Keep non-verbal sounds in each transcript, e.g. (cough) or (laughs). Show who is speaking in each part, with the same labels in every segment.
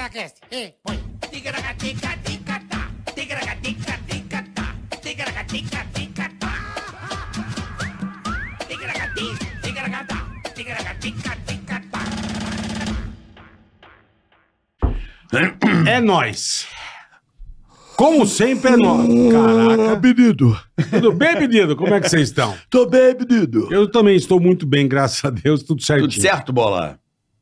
Speaker 1: Ticaracast, e põe. Ticaracatica-ticatá, ticaracatica-ticatá, ticaracatica-ticatá. Ticaracati, ticaracatá, ticaracatica-ticatá.
Speaker 2: É nós. Como sempre é nós.
Speaker 3: Caraca,
Speaker 2: Caraca.
Speaker 3: menino.
Speaker 2: Tudo bem, menino? Como é que vocês estão?
Speaker 3: Tô bem, menino.
Speaker 2: Eu também estou muito bem, graças a Deus, tudo certinho.
Speaker 4: Tudo certo, bola?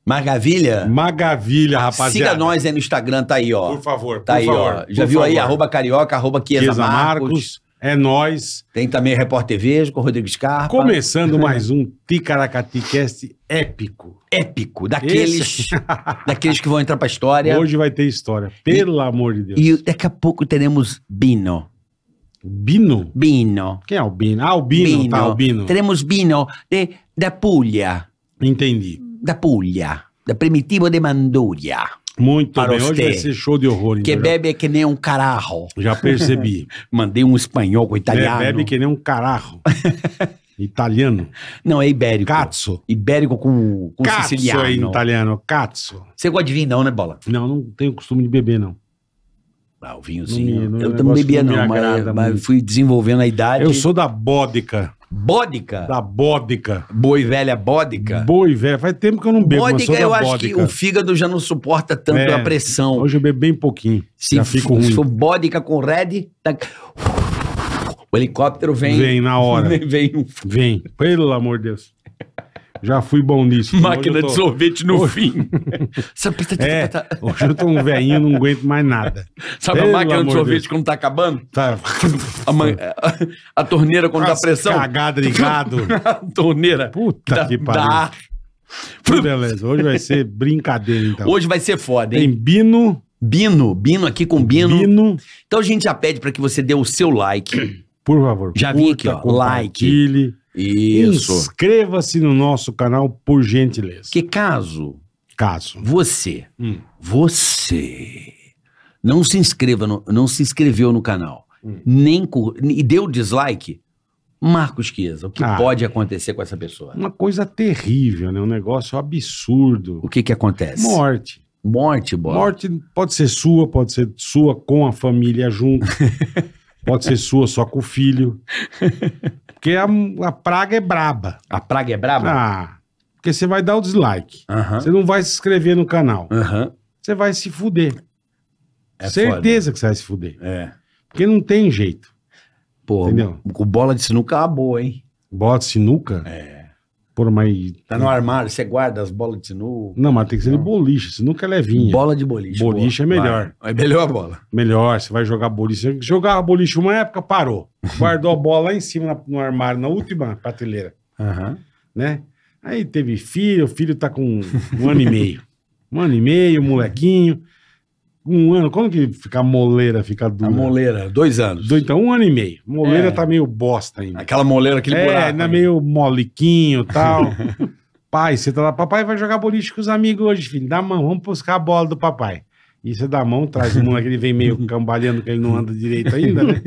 Speaker 4: Maravilha?
Speaker 2: Maravilha, rapaziada.
Speaker 4: Siga nós aí no Instagram, tá aí, ó.
Speaker 2: Por favor,
Speaker 4: tá
Speaker 2: por
Speaker 4: aí,
Speaker 2: favor.
Speaker 4: ó. Já
Speaker 2: por
Speaker 4: viu aí?
Speaker 2: favor.
Speaker 4: Arroba carioca, arroba Chiesa
Speaker 2: Chiesa
Speaker 4: Marcos.
Speaker 2: Marcos. É nós.
Speaker 4: Tem também Repórter Vejo com o Rodrigo Scarpa.
Speaker 2: Começando mais um Ticaracaticast épico.
Speaker 4: Épico, daqueles, (laughs) daqueles que vão entrar pra história.
Speaker 2: Hoje vai ter história, pelo amor de Deus.
Speaker 4: E daqui a pouco teremos Bino.
Speaker 2: Bino?
Speaker 4: Bino.
Speaker 2: Quem é o Bino? Ah, o Bino, tá, o Bino.
Speaker 4: Teremos Bino de, da Puglia.
Speaker 2: Entendi.
Speaker 4: Da Puglia. Da Primitivo de Manduria.
Speaker 2: Muito
Speaker 4: Para
Speaker 2: bem, hoje
Speaker 4: você.
Speaker 2: vai ser show de horror.
Speaker 4: Que
Speaker 2: então,
Speaker 4: bebe que nem um cararro.
Speaker 2: já, já
Speaker 4: (laughs)
Speaker 2: percebi.
Speaker 4: Mandei um espanhol com
Speaker 2: Be-
Speaker 4: italiano.
Speaker 2: Bebe que nem
Speaker 4: (laughs)
Speaker 2: um cararro. Italiano.
Speaker 4: Não, é ibérico.
Speaker 2: Cazzo.
Speaker 4: Ibérico com, com
Speaker 2: Cazzo é
Speaker 4: um siciliano.
Speaker 2: italiano. Cazzo.
Speaker 4: Você gosta de vinho não, né, Bola?
Speaker 2: Não, não tenho costume de beber, não.
Speaker 4: Ah, o vinhozinho.
Speaker 2: Não me- não-
Speaker 4: eu
Speaker 2: o
Speaker 4: também
Speaker 2: negócio
Speaker 4: bebia
Speaker 2: não
Speaker 4: não,
Speaker 2: me
Speaker 4: mas,
Speaker 2: agrada
Speaker 4: mas
Speaker 2: muito.
Speaker 4: fui desenvolvendo a idade.
Speaker 2: Eu sou Tá. da bódica.
Speaker 4: Bódica?
Speaker 2: Da bódica.
Speaker 4: Boi velha bódica?
Speaker 2: Boi, velho. Faz tempo que eu não bebo, mas sou
Speaker 4: Bódica,
Speaker 2: da
Speaker 4: eu acho que
Speaker 2: bódica.
Speaker 4: o fígado já não suporta tanto
Speaker 2: É.
Speaker 4: a pressão.
Speaker 2: Hoje eu bebo bem pouquinho.
Speaker 4: Se
Speaker 2: já
Speaker 4: f-
Speaker 2: fico ruim.
Speaker 4: se for bódica com red, tá- o helicóptero vem.
Speaker 2: Vem na hora.
Speaker 4: (laughs) vem um
Speaker 2: Vem. Pelo amor de Deus. Já fui bom nisso. Hoje eu
Speaker 4: máquina
Speaker 2: tô-
Speaker 4: de sorvete no
Speaker 2: (laughs)
Speaker 4: fim. Essa-
Speaker 2: É, hoje eu tô um velhinho, não aguento mais nada.
Speaker 4: Sabe
Speaker 2: É. Pelo
Speaker 4: a máquina de
Speaker 2: amor de
Speaker 4: sorvete
Speaker 2: Deus.
Speaker 4: quando tá acabando?
Speaker 2: Tá.
Speaker 4: A, man- a torneira quando dá
Speaker 2: As
Speaker 4: pressão?
Speaker 2: Cagada de gado.
Speaker 4: (laughs) A torneira.
Speaker 2: Puta
Speaker 4: dá-
Speaker 2: que pariu.
Speaker 4: dá ar.
Speaker 2: Beleza, hoje vai ser brincadeira, então.
Speaker 4: Hoje vai ser foda, hein?
Speaker 2: Tem Bino,
Speaker 4: Bino, Bino aqui com Bino.
Speaker 2: Bino,
Speaker 4: Então a gente já pede pra que você dê o seu
Speaker 2: (clears throat)
Speaker 4: like.
Speaker 2: por favor.
Speaker 4: Já vim aqui, ó,
Speaker 2: compartilhe,
Speaker 4: Isso.
Speaker 2: Inscreva-se no nosso canal, por gentileza.
Speaker 4: Que caso
Speaker 2: caso.
Speaker 4: você,
Speaker 2: Hum.
Speaker 4: você não se inscreva, no- não se inscreveu no canal,
Speaker 2: Hum.
Speaker 4: nem cur- e deu dislike, Marcos Chiesa, o que
Speaker 2: Ah.
Speaker 4: pode acontecer com essa pessoa?
Speaker 2: Uma coisa terrível, né? Um negócio absurdo.
Speaker 4: O que que acontece?
Speaker 2: Morte.
Speaker 4: Morte, bola.
Speaker 2: Morte pode ser sua, pode ser sua com a família
Speaker 4: (laughs)
Speaker 2: junto. pode ser sua só com o filho. Porque a, a praga é braba.
Speaker 4: A praga é braba?
Speaker 2: Ah, porque você vai dar o dislike.
Speaker 4: Aham.
Speaker 2: Você não vai se inscrever no canal.
Speaker 4: Aham.
Speaker 2: Você vai se fuder.
Speaker 4: É
Speaker 2: Certeza que você vai se fuder.
Speaker 4: É.
Speaker 2: Porque não tem jeito.
Speaker 4: Pô,
Speaker 2: Entendeu?
Speaker 4: o bola de sinuca é uma boa, hein?
Speaker 2: Bota sinuca.
Speaker 4: É.
Speaker 2: Por mas.
Speaker 4: Tá no armário, você guarda as bolas de sinuca.
Speaker 2: Não, mas tem que ser de boliche. Sinuca é levinha.
Speaker 4: Bola de boliche.
Speaker 2: Boliche
Speaker 4: boa.
Speaker 2: é melhor.
Speaker 4: Vai. É melhor a bola.
Speaker 2: Melhor, você vai jogar boliche. Você jogava boliche uma
Speaker 4: (laughs)
Speaker 2: época, parou. Guardou a bola lá em cima na- no armário, na última prateleira, né? Aí teve filho, o filho tá com um ano
Speaker 4: (laughs)
Speaker 2: e meio. Um ano e meio, molequinho. Um ano. Quando que fica a moleira, fica
Speaker 4: A
Speaker 2: dura?
Speaker 4: moleira, dois anos.
Speaker 2: Do- Então, um ano e meio.
Speaker 4: Tá
Speaker 2: Moleira
Speaker 4: É.
Speaker 2: tá meio bosta ainda.
Speaker 4: Aquela moleira, aquele
Speaker 2: é,
Speaker 4: buraco.
Speaker 2: ainda
Speaker 4: ali.
Speaker 2: meio moliquinho e tal.
Speaker 4: (laughs)
Speaker 2: Pai, você tá lá, papai vai jogar boliche com os amigos hoje, filho. Dá a mão, vamos buscar a bola do papai. E você dá a mão, traz o moleque, ele vem
Speaker 4: (laughs)
Speaker 2: meio cambalhando, que ele não anda direito ainda, né?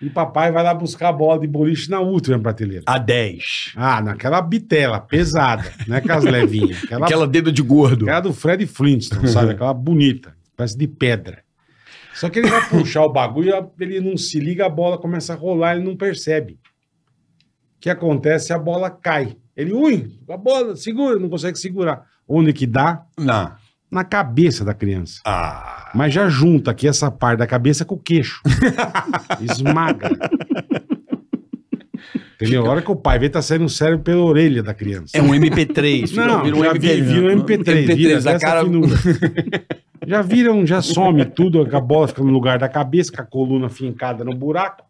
Speaker 2: E papai vai lá buscar a bola de boliche na última prateleira.
Speaker 4: A 10.
Speaker 2: Ah, naquela bitela, pesada, né? Com as levinhas. Aquela,
Speaker 4: Aquela dedo de gordo.
Speaker 2: aquela do Fred Flintstone, sabe? Aquela bonita, parece de pedra. Só que ele vai puxar o bagulho, ele não se liga, a bola começa a rolar, ele não percebe. O que acontece? A bola cai. Ele, ui, a bola, segura, não consegue segurar. Onde que dá?
Speaker 4: Não.
Speaker 2: Na cabeça da criança.
Speaker 4: Ah.
Speaker 2: Mas já junta aqui essa parte da cabeça com o queixo. Esmaga. Entendeu? A hora que o pai vê, tá saindo o cérebro pela orelha da criança.
Speaker 4: É um MP3. filho.
Speaker 2: Não,
Speaker 4: Vira
Speaker 2: já vi,
Speaker 4: né?
Speaker 2: vira um MP3. Vira
Speaker 4: a
Speaker 2: dessa
Speaker 4: cara...
Speaker 2: finura.
Speaker 4: (laughs)
Speaker 2: já viram, já some tudo, a bola fica no lugar da cabeça, com a coluna fincada no buraco.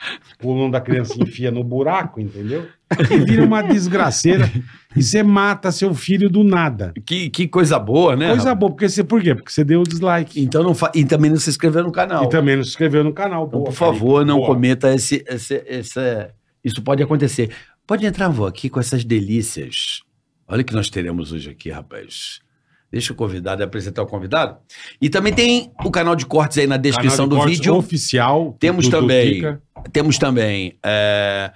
Speaker 2: A coluna da criança enfia no buraco, entendeu? E vira uma desgraceira. E você mata seu filho do nada.
Speaker 4: Que, que coisa boa, né?
Speaker 2: Coisa
Speaker 4: rapaz?
Speaker 2: boa, porque você, por quê? Porque você deu o dislike.
Speaker 4: Então não fa... E também não se inscreveu no canal.
Speaker 2: E também não se inscreveu no canal.
Speaker 4: Então,
Speaker 2: Boa,
Speaker 4: por favor,
Speaker 2: Carica.
Speaker 4: não
Speaker 2: Boa.
Speaker 4: cometa esse, esse, esse- Isso pode acontecer. Pode entrar, avô, aqui com essas delícias. Olha o que nós teremos hoje aqui, rapaz. Deixa o convidado apresentar o convidado. E também tem o canal de cortes aí na
Speaker 2: Canal de
Speaker 4: descrição do
Speaker 2: cortes
Speaker 4: vídeo.
Speaker 2: oficial.
Speaker 4: Temos
Speaker 2: do- do
Speaker 4: também.
Speaker 2: Tica.
Speaker 4: Temos também é,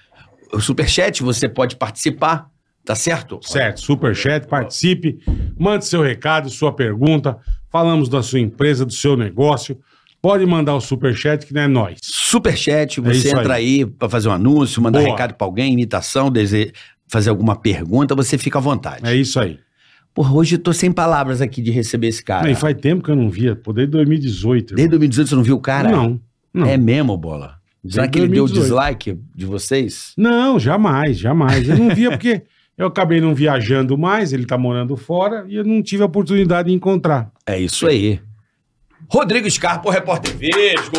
Speaker 4: o Superchat, você pode participar, tá certo?
Speaker 2: Certo, superchat, participe, mande seu recado, sua pergunta, falamos da sua empresa, do seu negócio. Pode mandar o superchat, que não é nós.
Speaker 4: Superchat,
Speaker 2: É
Speaker 4: você
Speaker 2: isso
Speaker 4: entra aí, pra fazer um anúncio, mandar
Speaker 2: Boa.
Speaker 4: recado pra alguém, imitação, dese... fazer alguma pergunta, você fica à vontade.
Speaker 2: É isso aí.
Speaker 4: Porra, hoje eu tô sem palavras aqui de receber esse cara.
Speaker 2: Não, e faz tempo que eu não via, pô, desde 2018.
Speaker 4: Desde 2018 você não viu o cara?
Speaker 2: Não, não.
Speaker 4: É mesmo, bola? Será
Speaker 2: Desde
Speaker 4: que ele deu
Speaker 2: 2018.
Speaker 4: dislike de vocês?
Speaker 2: Não, jamais, jamais. Eu não via porque eu acabei não viajando mais, ele tá morando fora e eu não tive a oportunidade de encontrar.
Speaker 4: É isso aí. Rodrigo Scarpa, o repórter Vesgo.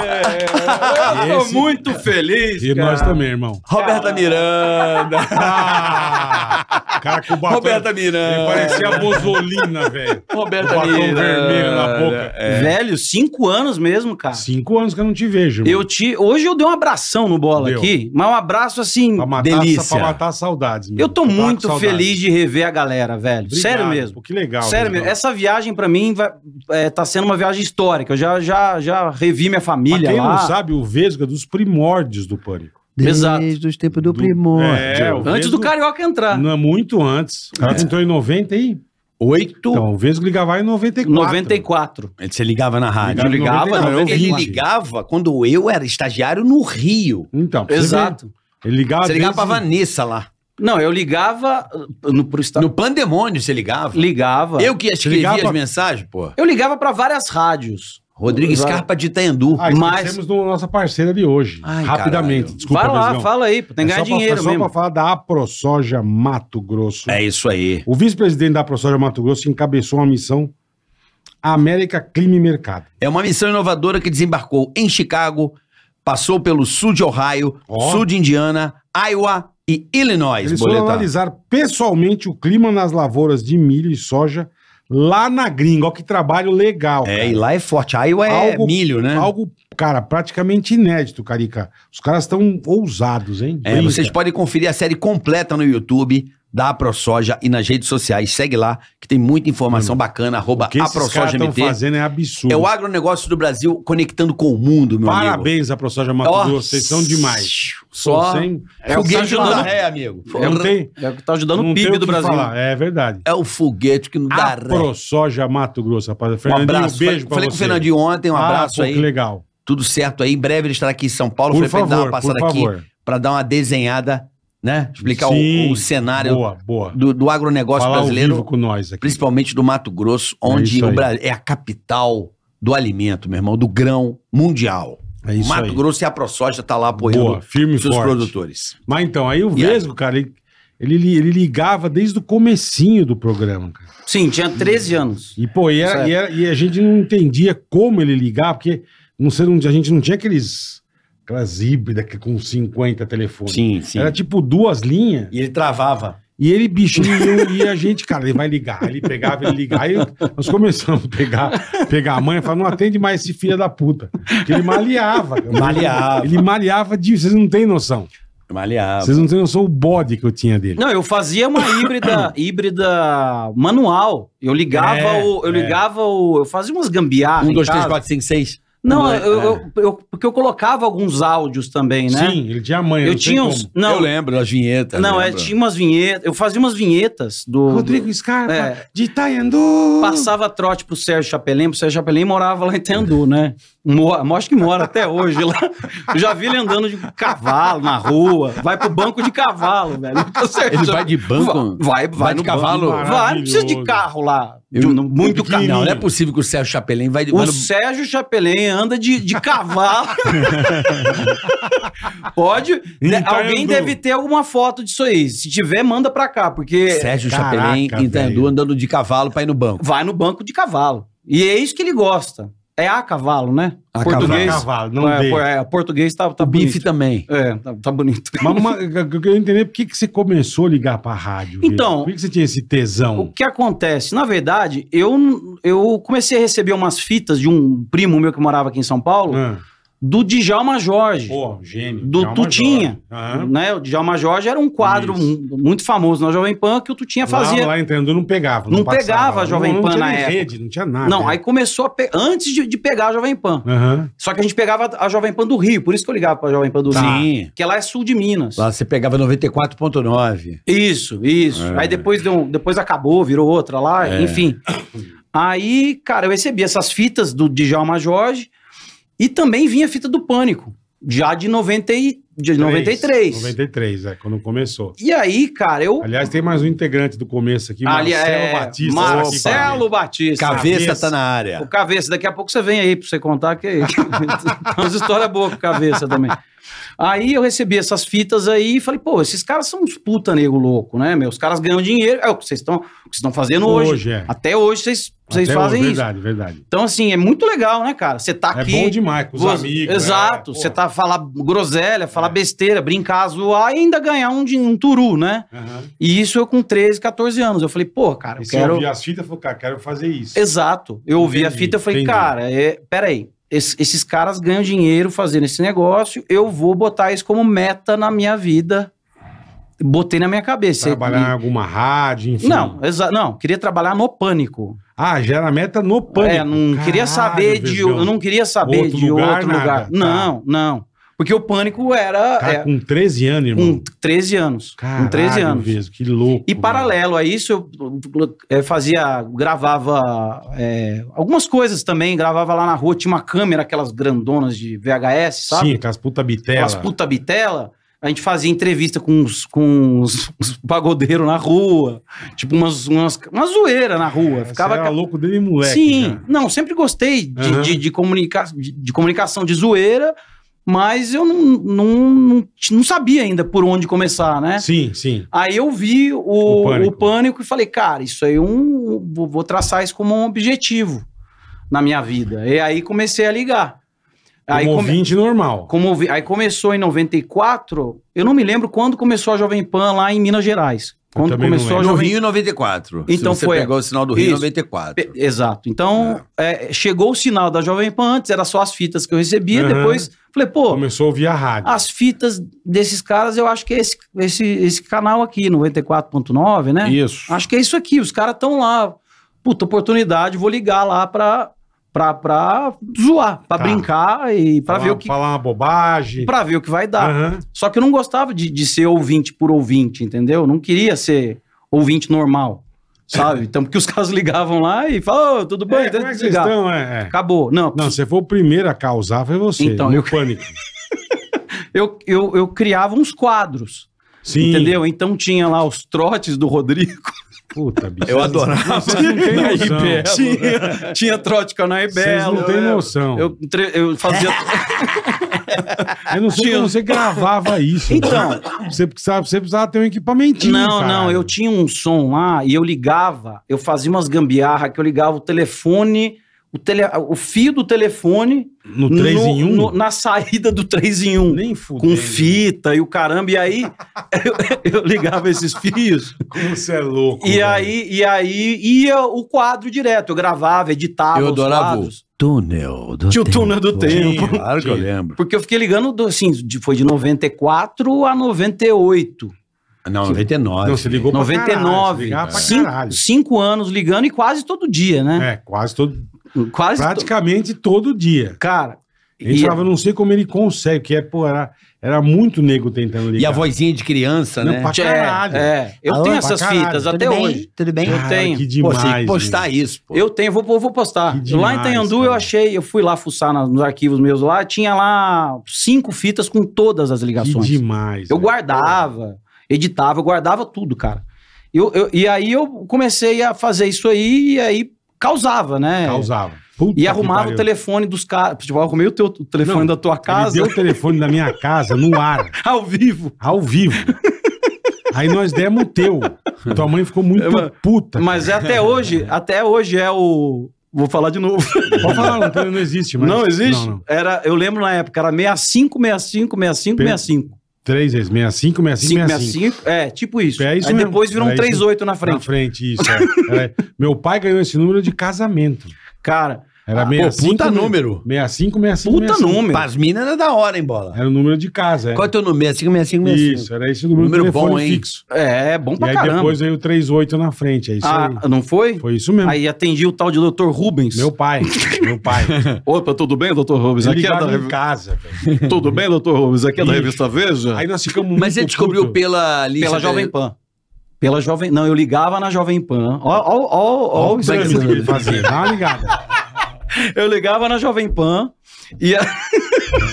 Speaker 5: Aê! Eu tô
Speaker 2: Esse-
Speaker 5: muito feliz,
Speaker 2: E
Speaker 5: cara.
Speaker 2: nós também, irmão.
Speaker 4: Roberta
Speaker 2: (laughs)
Speaker 4: Miranda.
Speaker 2: Ah, (laughs) cara com o batom.
Speaker 4: Roberta
Speaker 2: Ele um
Speaker 4: Miranda.
Speaker 2: parecia a Bozolina, velho.
Speaker 5: Roberto
Speaker 2: Batom
Speaker 5: Almeida.
Speaker 2: vermelho na boca.
Speaker 5: Velho, cinco anos mesmo, cara.
Speaker 2: Tá. Cinco anos que eu não te vejo. irmão.
Speaker 5: Eu te... Hoje eu dei um abração no bola
Speaker 2: Deu.
Speaker 5: aqui, mas um abraço assim,
Speaker 2: pra matar,
Speaker 5: delícia.
Speaker 2: Pra matar saudades. meu.
Speaker 5: Eu tô
Speaker 2: com
Speaker 5: muito
Speaker 2: saudade.
Speaker 5: feliz de rever a galera, velho.
Speaker 2: Obrigado,
Speaker 5: Sério mesmo.
Speaker 2: pô, Que legal.
Speaker 5: Sério
Speaker 2: meu
Speaker 5: mesmo. Essa viagem pra mim vai, é, tá sendo uma viagem histórica. Eu já, já, já revi minha
Speaker 2: Pra
Speaker 5: família
Speaker 2: quem
Speaker 5: lá.
Speaker 2: não sabe, o Vesgo é dos primórdios do Pânico.
Speaker 5: Exato.
Speaker 6: Desde os tempos do,
Speaker 2: Do-
Speaker 6: primor.
Speaker 2: É, o
Speaker 5: Antes
Speaker 2: Vesgo-
Speaker 5: do Carioca entrar.
Speaker 2: Não, é muito antes. O
Speaker 5: Ah.
Speaker 2: cara entrou em 90 aí.
Speaker 4: Oito.
Speaker 2: Então, o Vesgo ligava em 94.
Speaker 5: 94.
Speaker 4: Você ligava na rádio.
Speaker 2: Eu ligava,
Speaker 4: ligava,
Speaker 2: não, eu
Speaker 4: ele
Speaker 2: vim.
Speaker 4: ligava quando eu era estagiário no Rio.
Speaker 2: Então, pra você
Speaker 5: Exato.
Speaker 2: ver, Ele ligava.
Speaker 4: Você ligava pra
Speaker 2: Ah, desde- Tá.
Speaker 4: Vanessa lá.
Speaker 5: Não, eu ligava uh, no, pro estado.
Speaker 4: No Pandemônio você ligava.
Speaker 5: Ligava.
Speaker 4: Eu que escrevia
Speaker 2: Ligava-
Speaker 4: as mensagens, pô.
Speaker 5: Eu ligava pra várias rádios.
Speaker 4: Rodrigo
Speaker 5: Exato.
Speaker 4: Scarpa de Itaiandu.
Speaker 2: Ah,
Speaker 5: Mas-
Speaker 2: esquecemos da nossa parceira de hoje.
Speaker 4: Ai,
Speaker 2: rapidamente.
Speaker 4: caralho.
Speaker 2: Desculpa,
Speaker 5: Vai lá,
Speaker 2: Vesgão.
Speaker 5: fala aí. pô, Tem que
Speaker 2: É
Speaker 5: ganhar
Speaker 2: só pra-
Speaker 5: dinheiro
Speaker 2: só
Speaker 5: mesmo.
Speaker 2: pra falar da AproSoja Mato Grosso.
Speaker 4: É isso aí.
Speaker 2: O vice-presidente da AproSoja Mato Grosso encabeçou uma missão América Clima e Mercado.
Speaker 4: É uma missão inovadora que desembarcou em Chicago, passou pelo sul de Ohio,
Speaker 2: Ó.
Speaker 4: sul de Indiana, Iowa e Illinois.
Speaker 2: Eles foram
Speaker 4: Boletar.
Speaker 2: analisar pessoalmente o clima nas lavouras de milho e soja lá na gringa. Olha que trabalho legal.
Speaker 4: É,
Speaker 2: cara.
Speaker 4: e lá é forte. Iowa é
Speaker 2: Algo-
Speaker 4: milho, né?
Speaker 2: Algo, cara, praticamente inédito, Carica. Os caras estão ousados, hein?
Speaker 4: É,
Speaker 2: Brinca.
Speaker 4: vocês podem conferir a série completa no YouTube da AproSoja e nas redes sociais. Segue lá, que tem muita informação bacana. Arroba
Speaker 2: Hum. O que esses caras
Speaker 4: AproSoja
Speaker 2: estão
Speaker 4: MT.
Speaker 2: fazendo é absurdo.
Speaker 4: É o agronegócio do Brasil conectando com o mundo, meu amigo.
Speaker 2: Parabéns à ProSoja Mato
Speaker 4: Ó,
Speaker 2: Grosso, vocês são demais.
Speaker 4: Só
Speaker 2: Pô, sem-
Speaker 4: é foguete
Speaker 5: Sérgio
Speaker 4: não dá
Speaker 5: Malandro.
Speaker 4: ré, amigo.
Speaker 2: Não um tem,
Speaker 5: É o que tá ajudando
Speaker 2: não
Speaker 5: o
Speaker 2: tem o
Speaker 5: PIB
Speaker 2: que
Speaker 5: do Brasil.
Speaker 2: falar, é verdade.
Speaker 4: É o foguete que não dá
Speaker 2: A
Speaker 4: ré.
Speaker 2: ProSoja Mato Grosso, rapaz.
Speaker 4: Um
Speaker 2: Fernandinho,
Speaker 4: abraço.
Speaker 2: beijo pra
Speaker 4: falei com
Speaker 2: você.
Speaker 4: o Fernandinho ontem, um
Speaker 2: Ah,
Speaker 4: abraço
Speaker 2: pô,
Speaker 4: aí.
Speaker 2: Que legal.
Speaker 4: Tudo certo aí. Em breve ele estará aqui em São Paulo.
Speaker 2: Por
Speaker 4: falei pra ele dar
Speaker 2: favor,
Speaker 4: uma
Speaker 2: por
Speaker 4: passada aqui
Speaker 2: favor.
Speaker 4: pra dar uma desenhada, né? Explicar o-
Speaker 2: Sim,
Speaker 4: o, cenário
Speaker 2: Boa, boa.
Speaker 4: do, do agronegócio
Speaker 2: Falar
Speaker 4: brasileiro.
Speaker 2: ao vivo com nós aqui.
Speaker 4: principalmente do Mato Grosso, onde
Speaker 2: isso
Speaker 4: o
Speaker 2: aí.
Speaker 4: Brasil é a capital do alimento, meu irmão, do grão mundial.
Speaker 2: É
Speaker 4: O
Speaker 2: isso
Speaker 4: Mato
Speaker 2: aí.
Speaker 4: Grosso e a ProSoja tá lá apoiando
Speaker 2: Boa, firme e
Speaker 4: os seus
Speaker 2: forte.
Speaker 4: produtores.
Speaker 2: Mas então, aí o
Speaker 4: E aí?
Speaker 2: Vesgo, cara, ele, ele, li- ele ligava desde o comecinho do programa, cara.
Speaker 5: Sim, tinha 13 anos.
Speaker 2: E, pô, e, era-
Speaker 5: Certo.
Speaker 2: e era- e a gente não entendia como ele ligava, porque não sei, não- a gente não tinha aqueles aquelas híbridas que- com 50 telefones.
Speaker 4: Sim, sim.
Speaker 2: Era tipo duas linhas.
Speaker 4: E ele travava.
Speaker 2: E ele, bichinho, e a gente, cara, ele vai ligar. Ele pegava, ele ligava. Aí nós começamos a pegar, pegar a mãe e falar: não atende mais esse filho da puta. Porque ele maleava. cara.
Speaker 4: Maleava.
Speaker 2: Ele maleava de. Vocês não têm noção.
Speaker 5: Ah,
Speaker 4: Maleava.
Speaker 2: Vocês não têm noção o bode que eu tinha dele.
Speaker 5: Não, eu fazia uma
Speaker 2: (coughs)
Speaker 5: híbrida, híbrida manual. Eu ligava
Speaker 2: É,
Speaker 5: o. Eu
Speaker 2: é.
Speaker 5: ligava o. Eu fazia umas gambiarras.
Speaker 4: Um,
Speaker 5: em
Speaker 4: dois, três,
Speaker 5: casa.
Speaker 4: quatro, cinco, seis.
Speaker 5: Não,
Speaker 2: um,
Speaker 4: É.
Speaker 5: eu, eu- eu- porque eu colocava alguns áudios também, né?
Speaker 2: Sim, ele tinha mãe. não
Speaker 5: eu
Speaker 2: sei
Speaker 5: tinha
Speaker 2: como.
Speaker 5: uns. Não,
Speaker 4: Eu lembro, as vinhetas.
Speaker 5: não, é,
Speaker 4: lembro.
Speaker 5: tinha umas vinhetas. Eu fazia umas vinhetas do.
Speaker 2: Rodrigo Scarpa,
Speaker 5: É.
Speaker 2: de Itaiandu.
Speaker 5: Passava trote pro Sérgio Chapelin, pro Sérgio Chapelin morava lá em Tendu, né? Mora, acho que mora até hoje lá. Eu já vi ele andando de cavalo na rua, vai pro banco de cavalo, velho. O Sérgio
Speaker 4: Ele
Speaker 5: Chapelin-
Speaker 4: vai de banco?
Speaker 5: Vai, vai,
Speaker 4: Vai
Speaker 5: no
Speaker 4: de cavalo?
Speaker 5: banco. Vai, não precisa de carro lá. De um- muito carro.
Speaker 4: Não, não é possível que o Sérgio Chapelin vai de
Speaker 5: O
Speaker 4: vai no-
Speaker 5: Sérgio Chapelin anda de, de
Speaker 4: (laughs)
Speaker 5: cavalo. Pode.
Speaker 2: Então,
Speaker 5: de- alguém
Speaker 2: Edu.
Speaker 5: deve ter alguma foto disso aí. Se tiver, manda pra cá, porque
Speaker 4: Sérgio
Speaker 2: Caraca,
Speaker 4: Chapelin
Speaker 2: velho.
Speaker 4: entendeu andando de cavalo pra ir no banco.
Speaker 5: vai no banco de cavalo. E é isso que ele gosta. É a cavalo, né?
Speaker 4: A
Speaker 2: Português.
Speaker 4: Português.
Speaker 2: Cavalo, não
Speaker 5: é,
Speaker 2: dele.
Speaker 5: por- é, português tá, tá
Speaker 4: O bife
Speaker 5: bonito.
Speaker 4: também.
Speaker 5: É, tá, tá bonito.
Speaker 2: Mas uma- eu queria entender por que, que você começou a ligar pra rádio. Vitor?
Speaker 5: Então-
Speaker 2: Por que, que você tinha esse
Speaker 5: O
Speaker 2: tesão?
Speaker 5: que acontece? Na verdade, eu, eu comecei a receber umas fitas de um primo meu que morava aqui em São Paulo.
Speaker 2: Ah,
Speaker 5: do Djalma Jorge.
Speaker 2: Pô, gênio.
Speaker 5: Do
Speaker 2: Djalma
Speaker 5: Tutinha.
Speaker 2: Jorge. Aham.
Speaker 5: Né? O Djalma Jorge era um quadro
Speaker 2: Isso.
Speaker 5: mu- muito famoso na Jovem Pan que o Tutinha fazia.
Speaker 2: Lá, lá entendendo, não pegava.
Speaker 5: Não pegava a Jovem Pan
Speaker 2: tinha
Speaker 5: na
Speaker 2: nem
Speaker 5: época.
Speaker 2: rede, não tinha nada.
Speaker 5: não, aí começou a pe- antes de, de pegar a Jovem Pan.
Speaker 2: Aham.
Speaker 5: Só que a gente pegava a Jovem Pan do Rio, por isso que eu ligava pra Jovem Pan do
Speaker 4: Tá.
Speaker 5: Rio.
Speaker 4: Sim.
Speaker 5: Porque lá é sul de Minas.
Speaker 4: Lá você pegava 94.9.
Speaker 5: Isso, isso.
Speaker 4: É.
Speaker 5: Aí depois, deu, um- depois acabou, virou outra lá,
Speaker 4: É.
Speaker 5: enfim. Aí, cara, eu recebi essas fitas do Djalma Jorge e também vinha a fita do Pânico, já de, 90 e, de 93.
Speaker 2: 93, é, quando começou.
Speaker 5: E aí, cara, eu...
Speaker 2: Aliás, tem mais um integrante do começo aqui,
Speaker 5: Ali,
Speaker 2: Marcelo
Speaker 5: é,
Speaker 2: Batista.
Speaker 5: Marcelo Batista.
Speaker 4: Cabeça
Speaker 2: Cabeça.
Speaker 4: tá na
Speaker 5: O
Speaker 4: área.
Speaker 5: Cabeça, daqui a pouco você vem aí pra você contar que é (laughs) tem umas histórias boas com o Cabeça também. Aí eu recebi essas fitas aí e falei, pô, esses caras são uns puta nego louco, né, meu? Os caras ganham dinheiro, é o que vocês estão o que vocês estão fazendo hoje.
Speaker 2: Hoje, é.
Speaker 5: Até hoje vocês, vocês
Speaker 2: Até
Speaker 5: fazem
Speaker 2: hoje,
Speaker 5: isso.
Speaker 2: Verdade, verdade.
Speaker 5: Então, assim, é muito legal, né, cara? Você tá aqui...
Speaker 2: É bom demais com os
Speaker 5: você-
Speaker 2: amigos.
Speaker 5: Exato.
Speaker 2: é,
Speaker 5: Você
Speaker 2: pô.
Speaker 5: tá falar groselha, falar
Speaker 2: É.
Speaker 5: besteira, brincar, zoar e ainda ganhar um, din- um turu, né?
Speaker 2: Aham.
Speaker 5: E isso eu com 13, 14 anos. Eu falei, pô, cara, eu
Speaker 2: E se
Speaker 5: quero...
Speaker 2: eu vi as fitas, eu falei, cara, quero fazer isso.
Speaker 5: Exato. Eu ouvi a
Speaker 2: Entendi,
Speaker 5: fita e falei,
Speaker 2: entendi.
Speaker 5: cara, é, peraí, es- esses caras ganham dinheiro fazendo esse negócio, eu vou botar isso como meta na minha vida. Botei na minha cabeça.
Speaker 2: Trabalhar em alguma rádio,
Speaker 5: E-
Speaker 2: enfim.
Speaker 5: Não, exa- não, queria trabalhar no pânico.
Speaker 2: Ah, já era meta no pânico.
Speaker 5: É, não queria
Speaker 2: Caralho,
Speaker 5: saber de
Speaker 2: Vesgão.
Speaker 5: eu não queria saber
Speaker 2: Outro
Speaker 5: de
Speaker 2: lugar,
Speaker 5: outro
Speaker 2: nada.
Speaker 5: lugar.
Speaker 2: Tá.
Speaker 5: Não, não. Porque o pânico era
Speaker 2: Cara,
Speaker 5: é,
Speaker 2: Tá com 13 anos, irmão.
Speaker 5: com 13 anos,
Speaker 2: Caralho,
Speaker 5: com 13 anos.
Speaker 2: Vesgo, que louco.
Speaker 5: E
Speaker 2: velho.
Speaker 5: paralelo a isso, eu eh, fazia, gravava eh, algumas coisas também, gravava lá na rua, tinha uma câmera, aquelas grandonas de VHS, sabe?
Speaker 2: Sim, com as puta bitela.
Speaker 5: aquelas puta bitela. A gente fazia entrevista com os, com os, os pagodeiros na rua, tipo umas, umas, uma zoeira na rua.
Speaker 2: Você
Speaker 5: Ficava
Speaker 2: era
Speaker 5: ca-
Speaker 2: louco dele moleque.
Speaker 5: Sim,
Speaker 2: já.
Speaker 5: não, sempre gostei de,
Speaker 2: Aham.
Speaker 5: de, de comunica de, de comunicação, de zoeira, mas eu não, não, não, não sabia ainda por onde começar, né?
Speaker 2: Sim, sim.
Speaker 5: Aí eu vi o,
Speaker 2: O
Speaker 5: o,
Speaker 2: Pânico.
Speaker 5: pânico. e falei, cara, isso aí é um. Vou, vou traçar isso como um objetivo na minha vida. E aí comecei a ligar. Aí,
Speaker 2: Como
Speaker 5: come-
Speaker 2: Um ouvinte normal.
Speaker 5: como ouvi- aí começou em 94. Eu não me lembro quando começou a Jovem Pan lá em Minas Gerais.
Speaker 2: Eu
Speaker 5: Quando
Speaker 2: também não
Speaker 5: começou a
Speaker 2: lembro.
Speaker 4: No
Speaker 5: Jovem
Speaker 4: Rio 94.
Speaker 5: Então
Speaker 4: Se você
Speaker 5: foi-
Speaker 4: pegou o sinal do Rio
Speaker 5: Isso.
Speaker 4: 94.
Speaker 5: Pe- Exato. Então, é, chegou o sinal da Jovem Pan antes, era só as fitas que eu recebia.
Speaker 2: Aham.
Speaker 5: Depois, falei, pô, Ah,
Speaker 2: Começou a ouvir a rádio.
Speaker 5: as fitas desses caras, eu acho que é esse, esse, esse canal aqui, 94.9, né?
Speaker 4: Isso.
Speaker 5: Acho que é isso aqui. Os caras estão lá. Puta, oportunidade, vou ligar lá pra, pra, pra zoar, pra
Speaker 2: Tá.
Speaker 5: brincar e pra
Speaker 2: Falar-
Speaker 5: ver o que.
Speaker 2: Falar uma bobagem.
Speaker 5: Pra ver o que vai dar.
Speaker 2: Aham.
Speaker 5: Só que eu não gostava de, de ser ouvinte por ouvinte, entendeu? Eu não queria ser ouvinte normal,
Speaker 2: (laughs)
Speaker 5: sabe? Então, porque os caras ligavam lá e falavam, "Ô, tudo bem,
Speaker 2: É,
Speaker 5: deixa
Speaker 2: como
Speaker 5: eu
Speaker 2: é que vocês
Speaker 5: desligar.
Speaker 2: estão? É, é.
Speaker 5: Acabou. Não,
Speaker 2: Não, você foi o primeiro a causar, foi você.
Speaker 5: Então,
Speaker 2: no
Speaker 5: eu- (laughs)
Speaker 2: pânico.
Speaker 5: eu, eu, eu criava uns quadros,
Speaker 2: Sim.
Speaker 5: entendeu? Então tinha lá os trotes do Rodrigo,
Speaker 2: Puta, bicho.
Speaker 4: Eu adorava.
Speaker 2: Vocês não
Speaker 5: (laughs)
Speaker 2: têm
Speaker 5: Nair
Speaker 2: noção.
Speaker 5: Belo, tinha, (laughs) tinha trote com a Nair
Speaker 2: Vocês
Speaker 5: Belo.
Speaker 2: não têm noção. Eu,
Speaker 5: Eu, entre- eu fazia.
Speaker 2: não sei
Speaker 5: tinha-
Speaker 2: como você gravava isso.
Speaker 5: Ah, Então.
Speaker 2: mano. Você precisava, você precisava ter um equipamentinho.
Speaker 5: não,
Speaker 2: cara.
Speaker 5: não, eu tinha um som lá e eu ligava, eu fazia umas gambiarra que eu ligava o telefone, o, tele, o fio do telefone
Speaker 2: No 3
Speaker 5: no-
Speaker 2: em 1?
Speaker 5: no- na saída do 3 em 1.
Speaker 2: Nem
Speaker 5: Com
Speaker 2: fudendo.
Speaker 5: fita e o caramba. E aí (laughs) eu, eu ligava esses fios.
Speaker 2: Como você é louco.
Speaker 5: E
Speaker 2: velho.
Speaker 5: aí, e aí ia o quadro direto. Eu gravava, editava.
Speaker 4: Eu
Speaker 5: os
Speaker 4: adorava o
Speaker 5: quadros.
Speaker 4: túnel do
Speaker 5: Tinha o túnel do tempo.
Speaker 4: Claro que eu
Speaker 2: Tinha.
Speaker 4: lembro.
Speaker 5: Porque eu fiquei ligando, do- assim, de- foi de 94 a 98.
Speaker 4: Não, 99.
Speaker 2: Não, você ligou pra
Speaker 5: 99.
Speaker 2: Caralho, você
Speaker 5: Cinco,
Speaker 2: ligava pra caralho.
Speaker 5: cinco anos ligando e quase todo dia, né?
Speaker 2: É, quase todo.
Speaker 5: Quase to-
Speaker 2: Praticamente todo dia.
Speaker 5: Cara.
Speaker 2: A gente
Speaker 5: e-
Speaker 2: falava, não sei como ele consegue, que é, pô, era, era muito nego tentando ligar.
Speaker 4: E a vozinha de criança,
Speaker 2: Não,
Speaker 4: né?
Speaker 2: pra
Speaker 5: é,
Speaker 2: caralho.
Speaker 5: é. eu
Speaker 2: Alô,
Speaker 5: tenho
Speaker 2: pra
Speaker 5: essas
Speaker 2: caralho.
Speaker 5: fitas
Speaker 2: Tudo
Speaker 5: até
Speaker 2: bem?
Speaker 5: hoje.
Speaker 4: Tudo bem?
Speaker 5: Eu
Speaker 2: Caralho,
Speaker 5: tenho.
Speaker 2: Que
Speaker 4: Ah, Pô,
Speaker 2: demais.
Speaker 4: você tem que postar
Speaker 2: meu.
Speaker 4: isso, pô.
Speaker 5: Eu tenho, vou, vou, vou postar.
Speaker 2: Que demais,
Speaker 5: lá em Tanhandu
Speaker 2: cara.
Speaker 5: eu achei, eu fui lá fuçar nas- nos arquivos meus lá, tinha lá cinco fitas com todas as
Speaker 2: Que
Speaker 5: ligações.
Speaker 2: demais.
Speaker 5: eu
Speaker 2: velho.
Speaker 5: guardava, editava, eu guardava tudo, cara. Eu, eu- e aí eu comecei a fazer isso aí e aí causava, né?
Speaker 2: Causava. Puta
Speaker 5: E
Speaker 2: que
Speaker 5: arrumava
Speaker 2: pariu.
Speaker 5: o telefone dos caras. Tipo, eu arrumei o teu o telefone
Speaker 2: Não,
Speaker 5: da tua casa
Speaker 2: Ele deu o telefone da minha casa no ar,
Speaker 5: (laughs) ao vivo.
Speaker 2: ao vivo. Aí nós demos o teu. Tua mãe ficou muito
Speaker 5: É, mas-
Speaker 2: puta.
Speaker 5: Mas é até
Speaker 2: (laughs)
Speaker 5: hoje, até hoje é o. Vou falar de novo.
Speaker 2: Pode falar, não, tem- não existe mais.
Speaker 5: não existe?
Speaker 2: Não, não.
Speaker 5: Era, eu lembro na época, era 65, 65, 65,
Speaker 2: Pe-
Speaker 5: 65.
Speaker 2: 3 vezes 65, 65, 65.
Speaker 5: 565, é, tipo isso.
Speaker 2: É isso
Speaker 5: Aí
Speaker 2: mesmo.
Speaker 5: depois virou
Speaker 2: É
Speaker 5: um
Speaker 2: isso
Speaker 5: 38 na
Speaker 2: Na
Speaker 5: frente.
Speaker 2: frente, isso. é. assim É. Meu pai ganhou esse número de casamento.
Speaker 5: Cara,
Speaker 2: Era
Speaker 4: Ah, pô,
Speaker 2: 65.
Speaker 4: puta
Speaker 2: me-
Speaker 4: número.
Speaker 2: 65, 65.
Speaker 5: Puta
Speaker 2: 65.
Speaker 5: número.
Speaker 4: Pras minas era da hora, hein, bola?
Speaker 2: Era o número de casa, é.
Speaker 4: Qual é o teu número? 56565.
Speaker 2: Isso, era esse o número,
Speaker 4: Número
Speaker 2: do telefone
Speaker 4: bom, hein?
Speaker 2: fixo.
Speaker 5: É, bom
Speaker 2: E
Speaker 5: pra
Speaker 2: aí
Speaker 5: caramba.
Speaker 2: depois veio o 38 na frente, é isso
Speaker 5: ah,
Speaker 2: aí.
Speaker 5: não foi?
Speaker 2: Foi isso mesmo.
Speaker 5: Aí atendi o tal de Dr. Rubens.
Speaker 2: Meu pai, meu pai.
Speaker 5: Opa, tudo bem, Dr. Rubens?
Speaker 2: Ele
Speaker 5: Aqui é da...
Speaker 2: ligava em
Speaker 5: revi-
Speaker 2: casa, velho.
Speaker 5: Tudo bem, Dr. Rubens? Aqui é da
Speaker 2: Ixi.
Speaker 5: revista Veja?
Speaker 2: Aí é nós ficamos
Speaker 4: (laughs) Mas você descobriu
Speaker 2: (laughs) pelo.
Speaker 4: pela lista.
Speaker 5: Pela
Speaker 4: de-
Speaker 5: Jovem Pan. Pela Jovem... Não, eu ligava na Jovem Pan. Ó, ó, ó, é ó,
Speaker 4: Ó
Speaker 5: o
Speaker 4: o
Speaker 5: esquema.
Speaker 2: que ele fazia. Dá uma ligada.
Speaker 5: Eu ligava na Jovem Pan e a- (laughs)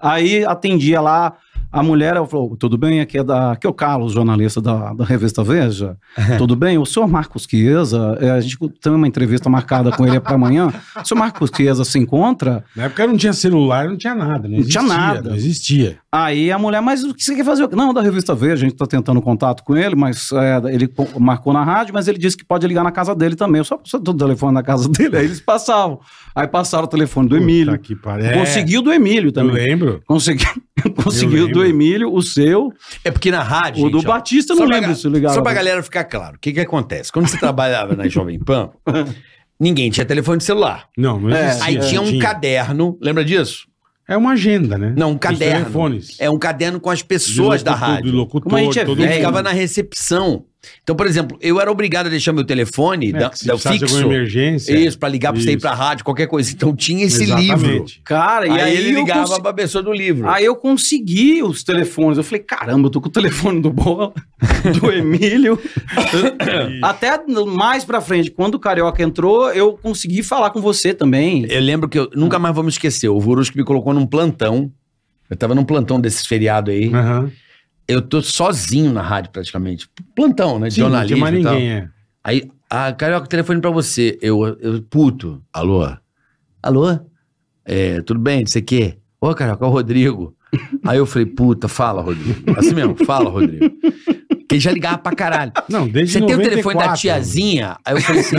Speaker 5: aí atendia lá a mulher, ela falou, tudo bem? Aqui é, da, aqui é o Carlos, jornalista da, da revista Veja.
Speaker 2: (laughs)
Speaker 5: Tudo bem? O senhor Marcos Chiesa, é, a gente tem uma entrevista marcada com ele para amanhã. O senhor Marcos Chiesa se encontra?
Speaker 2: Na época não tinha celular, não tinha nada. Não,
Speaker 5: Não tinha
Speaker 2: existia,
Speaker 5: nada.
Speaker 2: Não existia.
Speaker 5: Aí a mulher, mas o que você quer fazer? Não, da revista Veja, a gente está tentando contato com ele, mas é, ele co- marcou na rádio, mas ele disse que pode ligar na casa dele também. Eu só preciso do telefone da casa (laughs) dele, aí eles passavam. Aí passaram o telefone do Emílio.
Speaker 2: Puta que pariu. É,
Speaker 5: Conseguiu do Emílio
Speaker 2: Eu
Speaker 5: também.
Speaker 2: lembro.
Speaker 5: Consegui, (laughs) conseguiu
Speaker 2: lembro.
Speaker 5: do Emílio, o seu,
Speaker 4: É porque na rádio.
Speaker 5: o do
Speaker 4: gente, ó,
Speaker 5: Batista,
Speaker 4: só
Speaker 5: não
Speaker 4: pra
Speaker 5: lembro
Speaker 4: ga-
Speaker 5: se ligaram.
Speaker 4: Só pra galera ficar claro, o que que acontece? Quando você trabalhava na Jovem Pan, ninguém tinha telefone de celular.
Speaker 2: Não, não
Speaker 5: É,
Speaker 2: existia.
Speaker 4: Aí
Speaker 2: não
Speaker 4: tinha um caderno, lembra disso?
Speaker 2: É uma agenda, né?
Speaker 4: Não, um
Speaker 2: Os
Speaker 4: caderno.
Speaker 2: telefones.
Speaker 4: É um caderno com as pessoas
Speaker 2: De
Speaker 4: da
Speaker 2: locutor,
Speaker 4: rádio.
Speaker 2: De locutor,
Speaker 5: Como a gente é
Speaker 2: todo
Speaker 4: Eu
Speaker 5: velho,
Speaker 2: mundo. né,
Speaker 4: ficava na recepção. Então, por exemplo, eu era obrigado a deixar meu telefone
Speaker 2: É,
Speaker 4: da,
Speaker 2: que se
Speaker 4: da
Speaker 2: precisasse de
Speaker 4: fixo.
Speaker 2: alguma emergência.
Speaker 4: Isso, pra ligar pra você ir
Speaker 2: Isso.
Speaker 4: pra rádio, qualquer coisa. Então tinha esse livro.
Speaker 2: Exatamente.
Speaker 5: Cara,
Speaker 4: Aí,
Speaker 5: e aí,
Speaker 4: ele
Speaker 5: eu
Speaker 4: ligava
Speaker 5: consi-
Speaker 4: pra pessoa do livro.
Speaker 5: aí eu consegui os telefones. Eu falei, caramba, eu tô com o telefone do Bola, (laughs) do Emílio.
Speaker 4: Ah.
Speaker 5: Até mais pra frente, quando o Carioca entrou, eu consegui falar com você também.
Speaker 4: Eu lembro que eu nunca mais vou me esquecer. O Vorusco me colocou num plantão. Eu tava num plantão desses feriado aí.
Speaker 2: Aham.
Speaker 4: Eu tô sozinho na rádio, praticamente. Plantão, né? De
Speaker 2: Sim, não tinha
Speaker 4: jornalismo
Speaker 2: mais
Speaker 4: e tal.
Speaker 2: ninguém, é.
Speaker 4: Aí, ah, Carioca, telefone pra você. Eu, eu puto. Alô? Alô? É, tudo bem? Não sei o quê. Ô, Carioca, é o
Speaker 2: (laughs)
Speaker 4: Rodrigo. Aí eu falei, puta, fala, Rodrigo. Assim mesmo, fala, Rodrigo. Porque ele já ligava pra caralho.
Speaker 2: Não, desde
Speaker 4: Você tem o
Speaker 2: 94,
Speaker 4: telefone da tiazinha? Aí eu falei assim,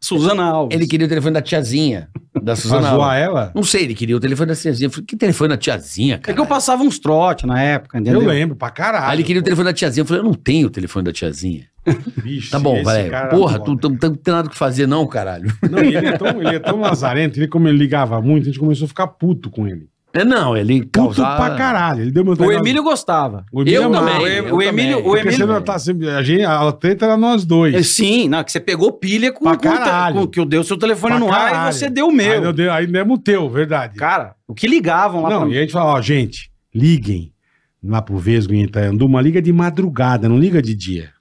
Speaker 5: Suzana Alves.
Speaker 4: ele queria o telefone da tiazinha, da
Speaker 2: Pra
Speaker 4: Suzana Alves.
Speaker 2: zoar ela?
Speaker 4: Não sei, ele queria o telefone da tiazinha. Eu falei, que telefone da tiazinha,
Speaker 5: É
Speaker 4: cara?
Speaker 5: que
Speaker 2: um
Speaker 5: eu passava uns trote na época, entendeu?
Speaker 2: Eu lembro, pra caralho.
Speaker 4: Aí ele queria o telefone da tiazinha. Eu falei, eu não tenho o telefone da tiazinha.
Speaker 2: Vixe,
Speaker 4: Tá bom,
Speaker 2: esse
Speaker 4: Valério.
Speaker 2: cara
Speaker 4: Porra,
Speaker 2: é
Speaker 4: tu
Speaker 2: foda.
Speaker 4: tu- tu não tem nada o que fazer, não, caralho. (laughs)
Speaker 2: Não, e ele é, tão, ele é tão lazarento, ele, como ele ligava muito, a gente começou a ficar puto com ele.
Speaker 4: É, não, ele
Speaker 2: Puto
Speaker 4: causava...
Speaker 2: pra caralho. Ele deu uma
Speaker 5: O Emílio gostava.
Speaker 2: O Emílio
Speaker 4: Eu
Speaker 2: amava.
Speaker 4: também.
Speaker 5: O, Emílio,
Speaker 4: também.
Speaker 5: o
Speaker 2: Porque
Speaker 5: Emílio
Speaker 2: você não tá sempre- a, gente, a treta era nós dois.
Speaker 5: É, Sim, não, que você pegou pilha com,
Speaker 2: Pra
Speaker 5: com o te-
Speaker 2: caralho.
Speaker 5: com- que eu dei o seu telefone
Speaker 2: Pra
Speaker 5: no ar e
Speaker 2: caralho.
Speaker 5: você deu o
Speaker 4: é
Speaker 2: Aí,
Speaker 5: meu.
Speaker 2: eu dei- aí mesmo o teu, verdade.
Speaker 5: Cara, o que ligavam lá pra
Speaker 2: Não,
Speaker 5: mim?
Speaker 2: e a gente fala, ó, gente, liguem lá pro Vesgo em Itaiandu, mas liga de madrugada, não liga de
Speaker 5: (laughs)
Speaker 2: dia.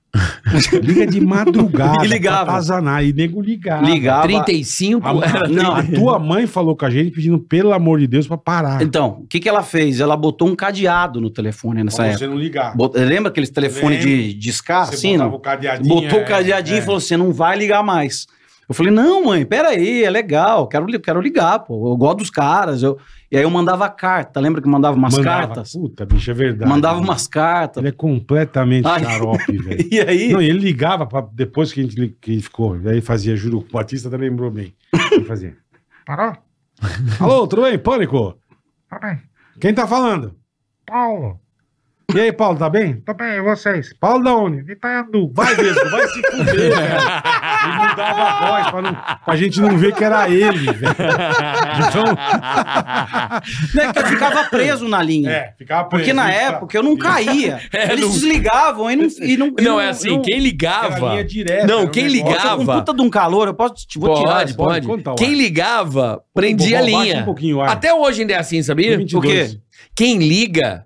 Speaker 2: liga de madrugada.
Speaker 5: E ligava.
Speaker 2: Pra atazanar, e nego ligava.
Speaker 5: ligava.
Speaker 4: 35
Speaker 2: A,
Speaker 4: era...
Speaker 5: Não,
Speaker 2: a tua mãe falou com a gente pedindo, pelo amor de Deus, pra parar.
Speaker 5: Então, o que, que ela fez? Ela botou um cadeado no telefone nessa
Speaker 2: pra
Speaker 5: época.
Speaker 2: você não ligar.
Speaker 5: Bot- Lembra aqueles telefones de, de escar,
Speaker 2: Você
Speaker 5: assim,
Speaker 2: botava
Speaker 5: não?
Speaker 2: o cadeadinho.
Speaker 5: Botou
Speaker 2: é,
Speaker 5: o cadeadinho
Speaker 2: é.
Speaker 5: e falou: você não vai ligar mais. Eu falei, não, mãe, peraí, é legal, quero, li- quero ligar, pô. Eu gosto dos caras. Eu... E aí eu mandava carta, lembra que eu mandava umas
Speaker 2: Mandava-
Speaker 5: cartas?
Speaker 2: Puta, bicho, é verdade.
Speaker 5: mandava
Speaker 2: uma
Speaker 5: umas cartas.
Speaker 2: Ele é completamente
Speaker 5: Ai.
Speaker 2: xarope, velho.
Speaker 5: E aí.
Speaker 2: Não, e ele ligava pra, depois que, a gente, li- que ele ficou. Aí fazia, juro, o Batista até lembrou bem. Ele fazia.
Speaker 6: (laughs) Parou?
Speaker 2: Alô, tudo bem? Pânico?
Speaker 6: Tá bem.
Speaker 2: Quem tá falando?
Speaker 6: Paulo,
Speaker 2: E aí, Paulo, tá bem?
Speaker 6: tá bem, e vocês?
Speaker 2: Paulo da onde?
Speaker 6: De Itaiandu.
Speaker 2: Vai mesmo, vai se (laughs) fuder, velho. Ele mudava a voz pra, não, pra gente não ver que era ele, velho. Então,
Speaker 5: Né, que eu ficava preso na linha.
Speaker 2: é, ficava
Speaker 5: Porque na
Speaker 2: preso, É,
Speaker 5: época eu não caía.
Speaker 2: (laughs)
Speaker 5: Eles desligavam e não. E não,
Speaker 4: (laughs)
Speaker 5: e
Speaker 4: Não, é assim, quem
Speaker 2: Era
Speaker 4: ligava...
Speaker 2: linha direta.
Speaker 4: Não,
Speaker 2: era um
Speaker 4: quem
Speaker 2: negócio-
Speaker 5: Eu tô com
Speaker 4: ligava-
Speaker 5: puta de um calor, eu posso te vou tirar.
Speaker 4: Pode,
Speaker 5: essa-
Speaker 2: pode.
Speaker 4: pode.
Speaker 2: Conta o
Speaker 4: Quem
Speaker 2: ar.
Speaker 4: ligava, prendia a
Speaker 2: Bom, bom, bate Um
Speaker 4: linha.
Speaker 2: pouquinho, o ar.
Speaker 4: Até hoje ainda é assim, sabia?
Speaker 2: 22.
Speaker 4: Porque quem liga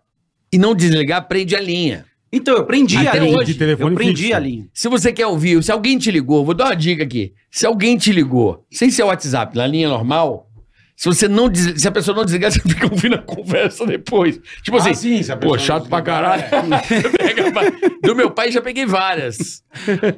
Speaker 4: e não desligar, prende a linha.
Speaker 5: Então, eu prendi
Speaker 4: Até
Speaker 5: a linha.
Speaker 4: hoje,
Speaker 2: de telefone
Speaker 5: eu prendi
Speaker 2: fixo.
Speaker 5: a linha.
Speaker 4: Se você quer ouvir, se alguém te ligou, vou dar uma dica aqui. Se alguém te ligou, sem ser o WhatsApp, na linha normal, se você não des- se a pessoa não desligar, (laughs) você fica ouvindo a conversa depois. Tipo assim,
Speaker 2: Ah, sim, se a
Speaker 4: pô,
Speaker 2: pessoa
Speaker 4: chato
Speaker 2: não
Speaker 4: pra caralho. Pega pra- (laughs) Do meu pai já peguei várias.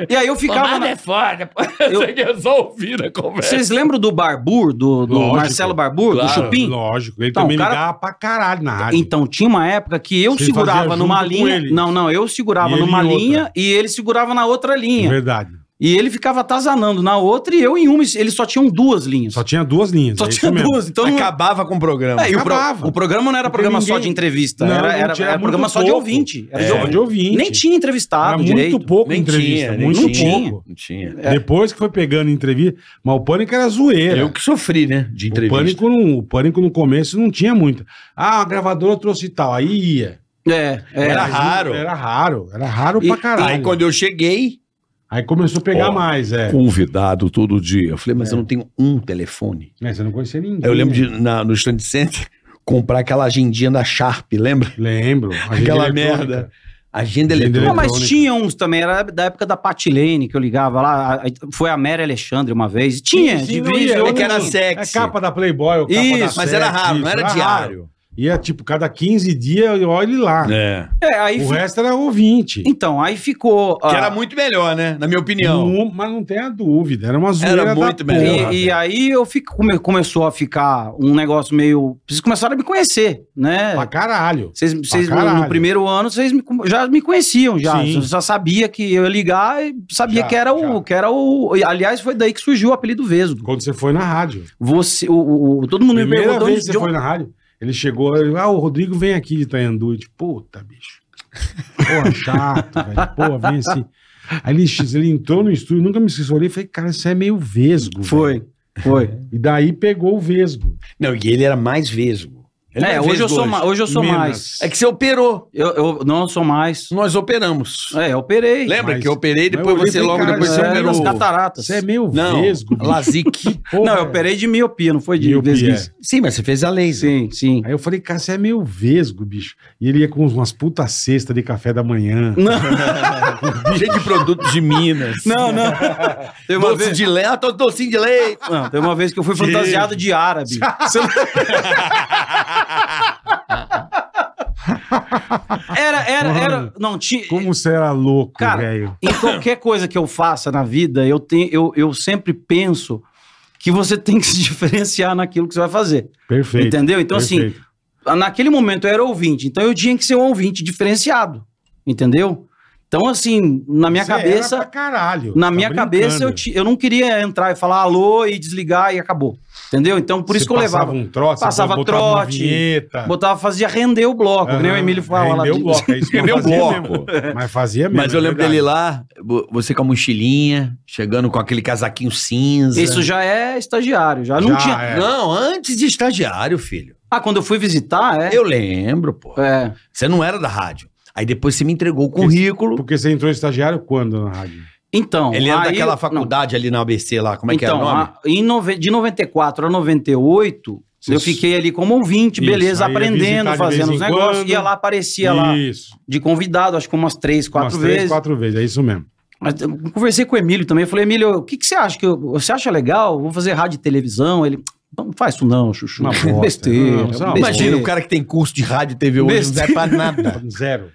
Speaker 5: E aí eu ficava.
Speaker 4: Tomada
Speaker 2: né?
Speaker 5: na-
Speaker 4: é foda.
Speaker 2: (laughs)
Speaker 4: pô. Você quer só ouvir a conversa.
Speaker 5: Vocês lembram do Barbur, do, do
Speaker 2: Lógico.
Speaker 5: Marcelo Barbur, do
Speaker 4: Claro.
Speaker 5: Chupim?
Speaker 2: é. Lógico, ele
Speaker 5: Então,
Speaker 2: também
Speaker 5: o cara-
Speaker 2: ligava pra caralho na rádio.
Speaker 5: Então, tinha uma época que eu
Speaker 2: Vocês
Speaker 5: segurava
Speaker 2: faziam
Speaker 5: numa
Speaker 2: junto com
Speaker 5: linha.
Speaker 2: ele.
Speaker 5: Não, não, eu segurava
Speaker 2: E ele
Speaker 5: numa
Speaker 2: em outra.
Speaker 5: linha e ele segurava na outra linha.
Speaker 2: Verdade.
Speaker 5: E ele ficava atazanando na outra e eu em uma. Ele só tinham duas linhas.
Speaker 2: Só tinha duas linhas.
Speaker 5: Só
Speaker 2: é isso
Speaker 5: tinha
Speaker 2: mesmo.
Speaker 5: duas. Então não-
Speaker 4: Acabava com o programa.
Speaker 5: É, e o, pro-
Speaker 2: acabava.
Speaker 5: o programa não era
Speaker 2: Porque
Speaker 5: programa só
Speaker 2: ninguém-
Speaker 5: de entrevista.
Speaker 2: Não,
Speaker 5: era
Speaker 2: não
Speaker 5: era-
Speaker 2: tinha,
Speaker 5: era
Speaker 2: era
Speaker 5: programa
Speaker 2: muito
Speaker 5: só de
Speaker 2: pouco.
Speaker 5: ouvinte. Era
Speaker 2: É,
Speaker 5: de
Speaker 2: só
Speaker 5: ouvinte.
Speaker 2: de ouvinte.
Speaker 5: Nem tinha
Speaker 2: Era
Speaker 5: entrevistado
Speaker 2: muito
Speaker 5: direito.
Speaker 2: pouco
Speaker 4: nem
Speaker 2: entrevista.
Speaker 4: tinha, nem
Speaker 2: muito
Speaker 4: tinha.
Speaker 2: pouco.
Speaker 4: Não tinha. né?
Speaker 5: É.
Speaker 2: Depois que foi pegando entrevista. Mas o pânico era zoeira.
Speaker 4: Eu que sofri, né? De
Speaker 2: o,
Speaker 4: entrevista.
Speaker 2: pânico não, o pânico no começo não tinha muito. Ah, a gravadora trouxe tal. Aí ia.
Speaker 5: É, é.
Speaker 4: Era
Speaker 2: Mas
Speaker 4: raro.
Speaker 2: não- Era raro. Era raro
Speaker 5: E-
Speaker 2: pra caralho.
Speaker 4: Aí quando eu cheguei,
Speaker 2: Aí começou a pegar
Speaker 4: Ó.
Speaker 2: mais, é.
Speaker 4: convidado todo dia. Eu falei, mas eu não tenho um telefone.
Speaker 2: Mas É, você não conhecia ninguém.
Speaker 4: Aí eu lembro de, na- no stand center, (laughs) comprar aquela agendinha da Sharp, lembra?
Speaker 2: Lembro. Agenda
Speaker 4: Aquela
Speaker 2: eletrônica.
Speaker 4: merda. Agenda
Speaker 2: Agenda
Speaker 5: Não,
Speaker 4: eletrônica.
Speaker 5: mas
Speaker 2: eletrônica.
Speaker 5: tinha uns também, era da época da Patilene que eu ligava lá. a- a- Foi a Mary Alexandre uma vez. Tinha,
Speaker 2: Sim, sim,
Speaker 5: de
Speaker 2: não
Speaker 5: vez
Speaker 2: ia,
Speaker 5: eu
Speaker 4: É que era
Speaker 5: não-
Speaker 2: É
Speaker 4: sexy.
Speaker 2: capa da Playboy, ou capa
Speaker 5: Isso,
Speaker 2: da
Speaker 5: mas
Speaker 4: mas
Speaker 2: Sex,
Speaker 4: era raro, não
Speaker 2: isso,
Speaker 4: era diário.
Speaker 2: Ia, tipo, cada 15 dias, eu olho lá.
Speaker 4: É.
Speaker 5: É, aí
Speaker 2: O
Speaker 5: fi-
Speaker 2: resto era ouvinte.
Speaker 5: Então, aí ficou.
Speaker 4: Que
Speaker 5: ah,
Speaker 4: era muito melhor, né? Na minha opinião.
Speaker 2: Não, mas não tem a dúvida, era uma zoeira
Speaker 4: Era
Speaker 2: da
Speaker 4: muito
Speaker 2: porra,
Speaker 4: melhor.
Speaker 2: velho.
Speaker 5: E, e aí eu fico, come- começou a ficar um negócio meio. Vocês começaram a me conhecer, né?
Speaker 2: Pra caralho.
Speaker 5: Vocês, vocês no-
Speaker 2: caralho.
Speaker 5: no primeiro ano, vocês me- já me conheciam, já.
Speaker 2: Sim.
Speaker 5: Eu já sabia que eu ia ligar e sabia
Speaker 2: Já,
Speaker 5: que era o.
Speaker 2: já.
Speaker 5: Que era o. Aliás, foi daí que surgiu o apelido Vesgo.
Speaker 2: Quando você foi na rádio.
Speaker 5: Você, o, o- o- todo mundo me
Speaker 2: Primeira
Speaker 5: perguntou
Speaker 2: vez que
Speaker 5: onde
Speaker 2: você
Speaker 5: de
Speaker 2: foi
Speaker 5: onde-
Speaker 2: na rádio, ele chegou, ele, ah, o Rodrigo vem aqui de Itaiandu. Eu, tipo, puta, bicho. Porra, chato, velho. Porra, vem assim. Aí ele, ele entrou no estúdio, nunca me esqueci, eu olhei e falei, cara, você é meio vesgo. velho.
Speaker 5: Foi, foi.
Speaker 2: E daí pegou o vesgo.
Speaker 4: Não, e ele era mais vesgo. Ele não
Speaker 5: É,
Speaker 4: é
Speaker 5: hoje
Speaker 4: vesgo
Speaker 5: eu sou, ma- hoje eu sou
Speaker 2: Menos.
Speaker 5: mais.
Speaker 4: É que você operou.
Speaker 5: Eu, eu não sou mais.
Speaker 4: Nós operamos.
Speaker 5: É, eu operei.
Speaker 4: Lembra
Speaker 2: Mas-
Speaker 4: que eu operei,
Speaker 2: mas
Speaker 4: depois
Speaker 2: eu
Speaker 4: você
Speaker 2: olhei e falei,
Speaker 4: logo
Speaker 2: cara,
Speaker 4: depois
Speaker 5: Depois
Speaker 4: você
Speaker 2: isso
Speaker 5: é,
Speaker 4: operou.
Speaker 5: das cataratas.
Speaker 2: Você é meio
Speaker 4: Não,
Speaker 2: vesgo. bicho.
Speaker 4: Lazic.
Speaker 2: Porra,
Speaker 5: Não, eu operei de miopia, não foi de
Speaker 2: Miopia.
Speaker 5: vesguice.
Speaker 4: Sim, mas você fez a laser.
Speaker 5: Sim,
Speaker 2: (laughs)
Speaker 5: sim.
Speaker 2: Aí eu falei, cara, você é meio vesgo, bicho. E ele ia com umas puta cesta de café da manhã.
Speaker 4: Cheio de produtos de Minas.
Speaker 5: Não, não. Teve uma
Speaker 4: Doce
Speaker 5: vez.
Speaker 4: de leite, ah, docinho de leite.
Speaker 5: Não, teve uma vez que eu fui fantasiado de árabe. Era, era, era. Não, tinha.
Speaker 2: Como você era louco,
Speaker 5: Cara,
Speaker 2: velho.
Speaker 5: Em qualquer coisa que eu faça na vida, eu, tenho, eu, eu sempre penso que você tem que se (laughs) diferenciar naquilo que você vai fazer.
Speaker 2: Perfeito.
Speaker 5: Entendeu? Então, assim,
Speaker 2: perfeito.
Speaker 5: naquele momento eu era ouvinte, então eu tinha que ser um ouvinte diferenciado, entendeu? Então, assim, na minha
Speaker 2: Você
Speaker 5: cabeça,
Speaker 2: era pra caralho.
Speaker 5: na
Speaker 2: Tá
Speaker 5: minha
Speaker 2: brincando.
Speaker 5: cabeça eu, ti- eu não queria entrar e falar alô e desligar e acabou, entendeu? Então, por
Speaker 2: Você
Speaker 5: isso que eu
Speaker 2: Passava
Speaker 5: levava,
Speaker 2: um trote,
Speaker 5: Passava
Speaker 2: botava uma
Speaker 5: trote,
Speaker 2: vinheta.
Speaker 5: botava, fazia render o bloco, que nem o
Speaker 2: Aham.
Speaker 5: Emílio
Speaker 2: Rendeu
Speaker 5: falava lá.
Speaker 2: o bloco, é
Speaker 5: (laughs)
Speaker 2: isso que eu
Speaker 4: Rendeu o
Speaker 2: fazia
Speaker 4: bloco.
Speaker 2: mesmo. Mas fazia mesmo. é
Speaker 4: Mas eu lembro dele lá, vo- você com a mochilinha, chegando com aquele casaquinho cinza.
Speaker 5: Isso já é estagiário, já, não
Speaker 2: Já
Speaker 5: tinha.
Speaker 2: é.
Speaker 4: Não, antes de estagiário, filho.
Speaker 5: Ah, quando eu fui visitar, é.
Speaker 4: Eu lembro, pô.
Speaker 5: É.
Speaker 4: Você não era da rádio. Aí depois você me entregou o currículo.
Speaker 2: Porque você entrou estagiário quando na rádio?
Speaker 5: Então,
Speaker 4: Ele era
Speaker 5: aí-
Speaker 4: daquela
Speaker 5: não.
Speaker 4: faculdade ali na ABC lá, como é que era o
Speaker 5: então,
Speaker 4: nome?
Speaker 5: a- em nove- de 94 a 98,
Speaker 2: Isso.
Speaker 5: eu fiquei ali como ouvinte,
Speaker 2: Isso,
Speaker 5: beleza,
Speaker 2: aí ia visitar
Speaker 5: aprendendo,
Speaker 2: de
Speaker 5: fazendo
Speaker 2: vez
Speaker 5: os
Speaker 2: em
Speaker 5: negócios,
Speaker 2: quando.
Speaker 5: ia lá, aparecia lá
Speaker 2: Isso.
Speaker 5: de convidado, acho que umas três, quatro
Speaker 2: Umas
Speaker 5: vezes.
Speaker 2: três, quatro vezes. É isso mesmo.
Speaker 5: Mas eu conversei com o Emílio também, eu falei, Emílio, o que, que você acha? Que eu- você acha legal? Vamos fazer rádio e televisão? Ele, não faz isso não, Chuchu.
Speaker 2: Uma
Speaker 5: (laughs)
Speaker 2: bosta.
Speaker 5: besteira.
Speaker 2: Não, isso é uma
Speaker 5: besteira.
Speaker 4: Imagina, o cara que tem curso de rádio e TV hoje não serve pra
Speaker 5: (laughs)
Speaker 4: nada.
Speaker 2: Zero.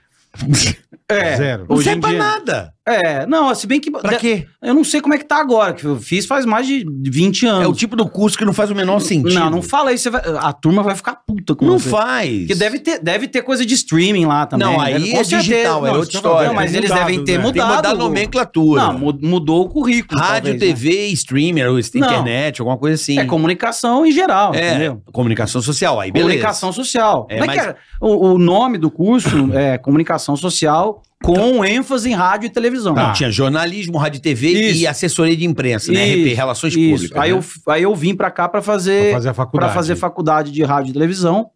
Speaker 5: É,
Speaker 2: Zero.
Speaker 4: Não
Speaker 5: Hoje
Speaker 4: serve
Speaker 5: em
Speaker 4: pra
Speaker 5: dia-
Speaker 4: nada.
Speaker 5: é, não, se bem que...
Speaker 4: Pra quê?
Speaker 5: Eu não sei como é que tá agora, que eu fiz faz mais de 20 anos.
Speaker 4: É o tipo do curso que não faz o menor sentido.
Speaker 5: Não, não fala isso, você vai- a turma vai ficar puta com
Speaker 4: Não
Speaker 5: você.
Speaker 4: faz.
Speaker 5: Porque deve ter, deve ter coisa de streaming lá também.
Speaker 4: Não,
Speaker 5: né?
Speaker 4: aí
Speaker 5: Deve-
Speaker 4: é digital, é outra
Speaker 5: Não, isso que eu tô
Speaker 4: história.
Speaker 5: falando, Mas
Speaker 2: Tem
Speaker 5: eles
Speaker 2: mudado,
Speaker 5: devem ter
Speaker 2: né?
Speaker 4: Tem que
Speaker 5: mudado.
Speaker 4: mudar a nomenclatura.
Speaker 5: Não, mu- mudou o currículo.
Speaker 4: Rádio,
Speaker 5: talvez, né?
Speaker 4: TV, streamer, ou
Speaker 5: Não.
Speaker 4: internet, alguma coisa assim.
Speaker 5: É comunicação em geral,
Speaker 4: É,
Speaker 5: entendeu?
Speaker 4: comunicação social, aí beleza.
Speaker 5: Comunicação social.
Speaker 4: É,
Speaker 5: Como é que
Speaker 4: mas-
Speaker 5: era? O, o nome do
Speaker 4: (coughs)
Speaker 5: curso é Comunicação Social
Speaker 4: Então
Speaker 5: com ênfase em rádio e televisão.
Speaker 4: Não,
Speaker 5: Ah,
Speaker 4: tinha jornalismo, rádio e TV e
Speaker 5: Isso.
Speaker 4: assessoria de imprensa, né?
Speaker 5: Isso,
Speaker 4: RP, Relações
Speaker 5: isso.
Speaker 4: Públicas.
Speaker 5: Aí,
Speaker 4: né?
Speaker 5: eu, aí eu vim pra cá pra
Speaker 2: Pra
Speaker 5: fazer,
Speaker 2: fazer a
Speaker 5: pra
Speaker 2: faculdade.
Speaker 5: fazer faculdade de rádio e televisão.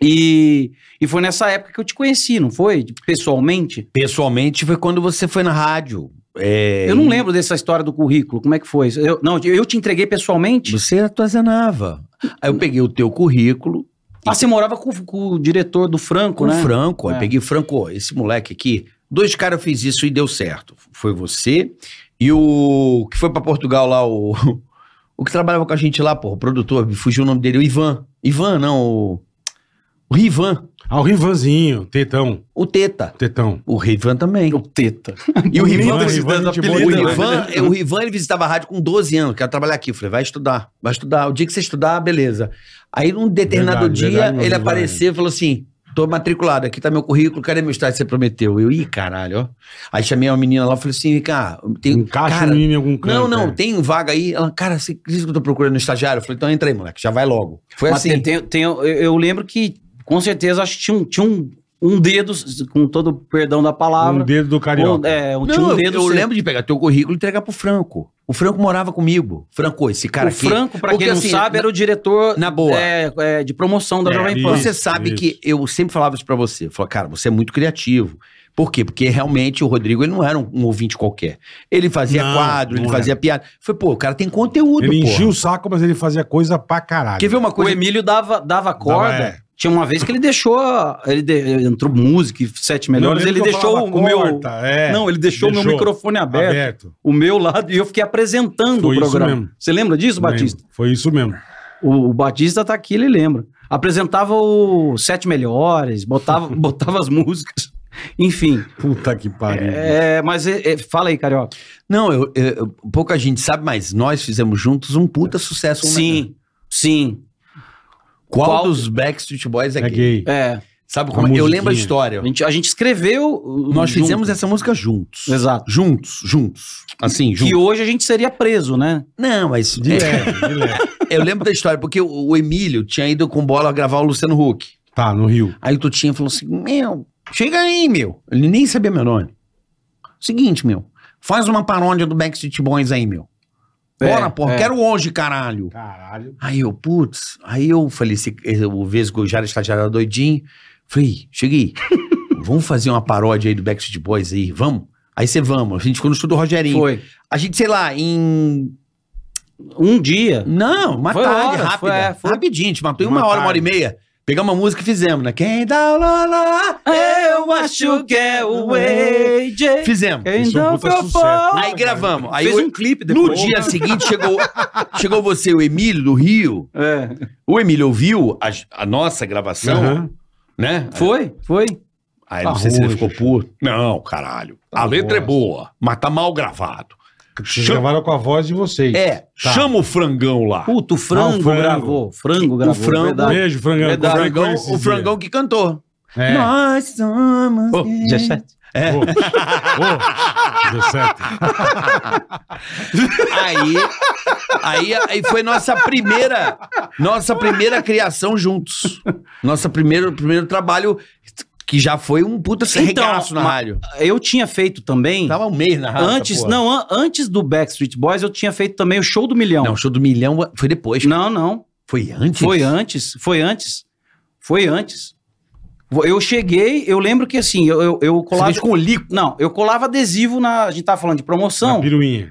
Speaker 5: E, e foi nessa época que eu te conheci, não foi? Pessoalmente?
Speaker 4: Pessoalmente, foi quando você foi na rádio. É,
Speaker 5: Eu não lembro dessa história do currículo, como é que foi? Eu, não, eu te entreguei pessoalmente?
Speaker 4: Você atuazenava. Aí eu peguei o teu currículo
Speaker 5: Ah, você morava com, com o diretor do Franco,
Speaker 4: com o
Speaker 5: né?
Speaker 4: Franco. Aí
Speaker 5: É.
Speaker 4: peguei o Franco, ó, esse moleque aqui. Dois caras fez isso e deu certo. Foi você e o que foi pra Portugal lá, o, (laughs) o que trabalhava com a gente lá, pô, o produtor, me fugiu o nome dele, o Ivan. Ivan, não, o, o Rivan,
Speaker 2: Ah, o Rivanzinho, Tetão.
Speaker 4: o Teta.
Speaker 2: Tetão.
Speaker 4: O Rivan também.
Speaker 5: O Teta.
Speaker 4: E o Rivan,
Speaker 2: Rivan,
Speaker 4: visitava-
Speaker 2: Rivan, gente boa né?
Speaker 4: o,
Speaker 2: demais.
Speaker 4: Rivan, o Rivan, ele visitava a rádio com 12 anos, quero trabalhar aqui. Eu falei, vai estudar, vai estudar. O dia que você estudar, beleza. Aí, num determinado
Speaker 2: Verdade,
Speaker 4: dia,
Speaker 2: verdade, meu
Speaker 4: ele
Speaker 2: Rivan.
Speaker 4: apareceu e falou assim: Tô matriculado, aqui tá meu currículo, cadê meu estágio que você prometeu? Eu, ih, caralho, ó. Aí chamei uma menina lá, falei assim, Ricardo, tem...
Speaker 2: Encaixa
Speaker 4: cara,
Speaker 2: o menino em algum canto.
Speaker 4: não, não,
Speaker 2: é.
Speaker 4: tem um vaga aí. Ela, cara, você acredita que eu tô procurando um estagiário? Eu falei, então entra aí, moleque, já vai logo. Foi
Speaker 5: Mas
Speaker 4: assim.
Speaker 5: tem- tem- tem- eu- eu lembro que, com certeza, acho que tinha um, tinha um, um dedo, com todo o perdão da palavra.
Speaker 2: Um dedo do
Speaker 5: Um,
Speaker 2: carioca.
Speaker 5: é, um, tinha
Speaker 4: Não,
Speaker 5: um
Speaker 4: eu-
Speaker 5: dedo.
Speaker 4: eu,
Speaker 5: seu.
Speaker 4: lembro de pegar teu currículo e entregar pro Franco. O Franco morava comigo. Franco, esse cara
Speaker 5: o
Speaker 4: aqui.
Speaker 5: Franco, pra
Speaker 4: Porque,
Speaker 5: quem não
Speaker 4: assim,
Speaker 5: sabe,
Speaker 4: na-
Speaker 5: era o diretor
Speaker 4: na boa.
Speaker 5: é, é, de promoção da
Speaker 2: É,
Speaker 5: Jovem Pan.
Speaker 2: isso.
Speaker 4: Você sabe que eu sempre falava isso pra você. Eu falava, cara, você é muito criativo. Por quê? Porque realmente o Rodrigo ele não era um, um ouvinte qualquer. Ele fazia
Speaker 2: Não,
Speaker 4: quadro, ele
Speaker 2: não
Speaker 4: fazia piada. Foi, pô, o cara tem conteúdo,
Speaker 2: Ele
Speaker 4: pô.
Speaker 2: enchia o saco, mas ele fazia coisa pra caralho.
Speaker 4: Quer ver uma
Speaker 5: O
Speaker 4: coisa?
Speaker 5: Emílio dava, dava corda.
Speaker 2: é.
Speaker 5: Tinha uma vez que ele deixou. a- Ele de- entrou música, e sete melhores.
Speaker 2: Não, eu
Speaker 5: ele
Speaker 2: lembro que eu
Speaker 5: deixou
Speaker 2: falava,
Speaker 5: o meu.
Speaker 2: "Corta", é.
Speaker 5: não, ele deixou o meu
Speaker 2: Deixou.
Speaker 5: microfone aberto,
Speaker 2: aberto.
Speaker 5: O meu lado. E eu fiquei apresentando
Speaker 2: Foi
Speaker 5: o
Speaker 2: isso
Speaker 5: programa.
Speaker 2: mesmo.
Speaker 5: Você lembra disso, Batista?
Speaker 2: Lembro. Foi isso mesmo.
Speaker 5: O, o Batista tá aqui, ele lembra. Apresentava o Sete Melhores, botava, (laughs) botava as músicas. Enfim.
Speaker 2: Puta que pariu.
Speaker 5: É, mas é, é, fala aí, Carioca.
Speaker 4: Não, eu, eu- eu- pouca gente sabe, mas nós fizemos juntos um puta sucesso.
Speaker 5: Sim, sim.
Speaker 4: Qual,
Speaker 5: Qual-
Speaker 4: dos Backstreet Boys é,
Speaker 2: É
Speaker 4: gay?
Speaker 2: gay.
Speaker 5: É.
Speaker 4: Sabe
Speaker 2: A
Speaker 4: como? Eu
Speaker 2: musiquinha.
Speaker 4: lembro a história.
Speaker 5: A gente, a gente escreveu. uh,
Speaker 4: Nós
Speaker 5: junto.
Speaker 4: fizemos essa música juntos.
Speaker 5: Exato.
Speaker 4: Juntos, juntos. Assim,
Speaker 5: Que
Speaker 4: juntos.
Speaker 5: hoje a gente seria preso, né?
Speaker 4: Não, mas. é,
Speaker 2: De leve, de leve.
Speaker 4: Eu lembro da história, porque o, o Emílio tinha ido com bola gravar o Luciano Huck.
Speaker 2: (laughs) Tá, no Rio.
Speaker 4: Aí o Tutinha falou assim: Meu, chega aí, meu. Ele nem sabia meu nome. Seguinte, meu, faz uma paródia do Backstreet Boys aí, meu. Bora,
Speaker 5: É,
Speaker 4: porra,
Speaker 5: é.
Speaker 4: quero hoje, caralho.
Speaker 2: Caralho.
Speaker 4: Aí eu, putz, aí eu falei, esse, esse- o Vesgo já era estagiário era doidinho. Falei, cheguei, (laughs) vamos fazer uma paródia aí do Backstreet Boys aí, vamos? Aí você vamos, a gente ficou no estúdio do Rogerinho.
Speaker 5: Foi.
Speaker 4: A gente, sei lá, em.
Speaker 5: Um dia.
Speaker 4: Não, uma
Speaker 5: Foi
Speaker 4: tarde,
Speaker 5: horas,
Speaker 4: rápida.
Speaker 5: foi- é, foi-
Speaker 4: Rapidinho, a gente matou em
Speaker 2: Uma
Speaker 4: uma, hora, uma hora e
Speaker 2: tarde.
Speaker 4: meia. Pegamos uma música e fizemos, né? Quem dá o lá, lá,
Speaker 5: Eu acho que é o AJ.
Speaker 4: Fizemos.
Speaker 5: Quem
Speaker 2: Isso é um
Speaker 5: dá
Speaker 2: puta
Speaker 5: o
Speaker 2: sucesso.
Speaker 4: Aí gravamos. Aí
Speaker 5: Fez
Speaker 4: eu-
Speaker 5: um clipe
Speaker 4: no
Speaker 5: depois.
Speaker 4: dia seguinte chegou, chegou você e o Emílio do Rio.
Speaker 5: É.
Speaker 4: O Emílio ouviu a, a nossa gravação,
Speaker 2: Aham.
Speaker 4: né?
Speaker 5: Foi, foi.
Speaker 4: Aí não sei se ele ficou
Speaker 2: Arroz.
Speaker 4: puto. Não, caralho. A letra é boa, mas tá mal gravado.
Speaker 2: Vocês
Speaker 4: Chama-
Speaker 2: gravaram com a voz de vocês.
Speaker 4: É,
Speaker 2: Tá.
Speaker 4: chama o frangão lá.
Speaker 5: Puta, o frango,
Speaker 2: Ah, o frango.
Speaker 5: gravou. Frango gravou.
Speaker 4: frango.
Speaker 5: verdade.
Speaker 2: Beijo, frangão.
Speaker 4: O
Speaker 5: Verdade.
Speaker 2: Como é que foi
Speaker 4: frangão,
Speaker 2: esses
Speaker 4: o
Speaker 2: dias?
Speaker 4: frangão que cantou.
Speaker 2: É.
Speaker 4: Nós somos.
Speaker 5: Ô,
Speaker 4: quem-
Speaker 5: dia sete.
Speaker 4: É.
Speaker 2: Ô, ô, deu certo.
Speaker 4: Aí, aí, aí foi nossa primeira, nossa primeira criação juntos. Nosso primeiro, primeiro trabalho que já foi um puta
Speaker 5: Então,
Speaker 4: regaço na
Speaker 5: ma-
Speaker 4: rádio.
Speaker 5: Eu tinha feito também.
Speaker 4: Tava um mês na rádio.
Speaker 5: Antes,
Speaker 4: porra.
Speaker 5: não, an- antes do Backstreet Boys, eu tinha feito também o show do milhão.
Speaker 4: Não, o show do milhão foi depois.
Speaker 5: Não, não.
Speaker 4: Foi antes?
Speaker 5: Foi antes, foi antes. Foi antes. Eu cheguei, eu lembro que assim, eu, eu, eu
Speaker 4: Você
Speaker 5: colava.
Speaker 4: fez com o Lico.
Speaker 5: Não, eu colava adesivo na. A gente tava falando de
Speaker 2: Na
Speaker 5: promoção.
Speaker 2: piruinha.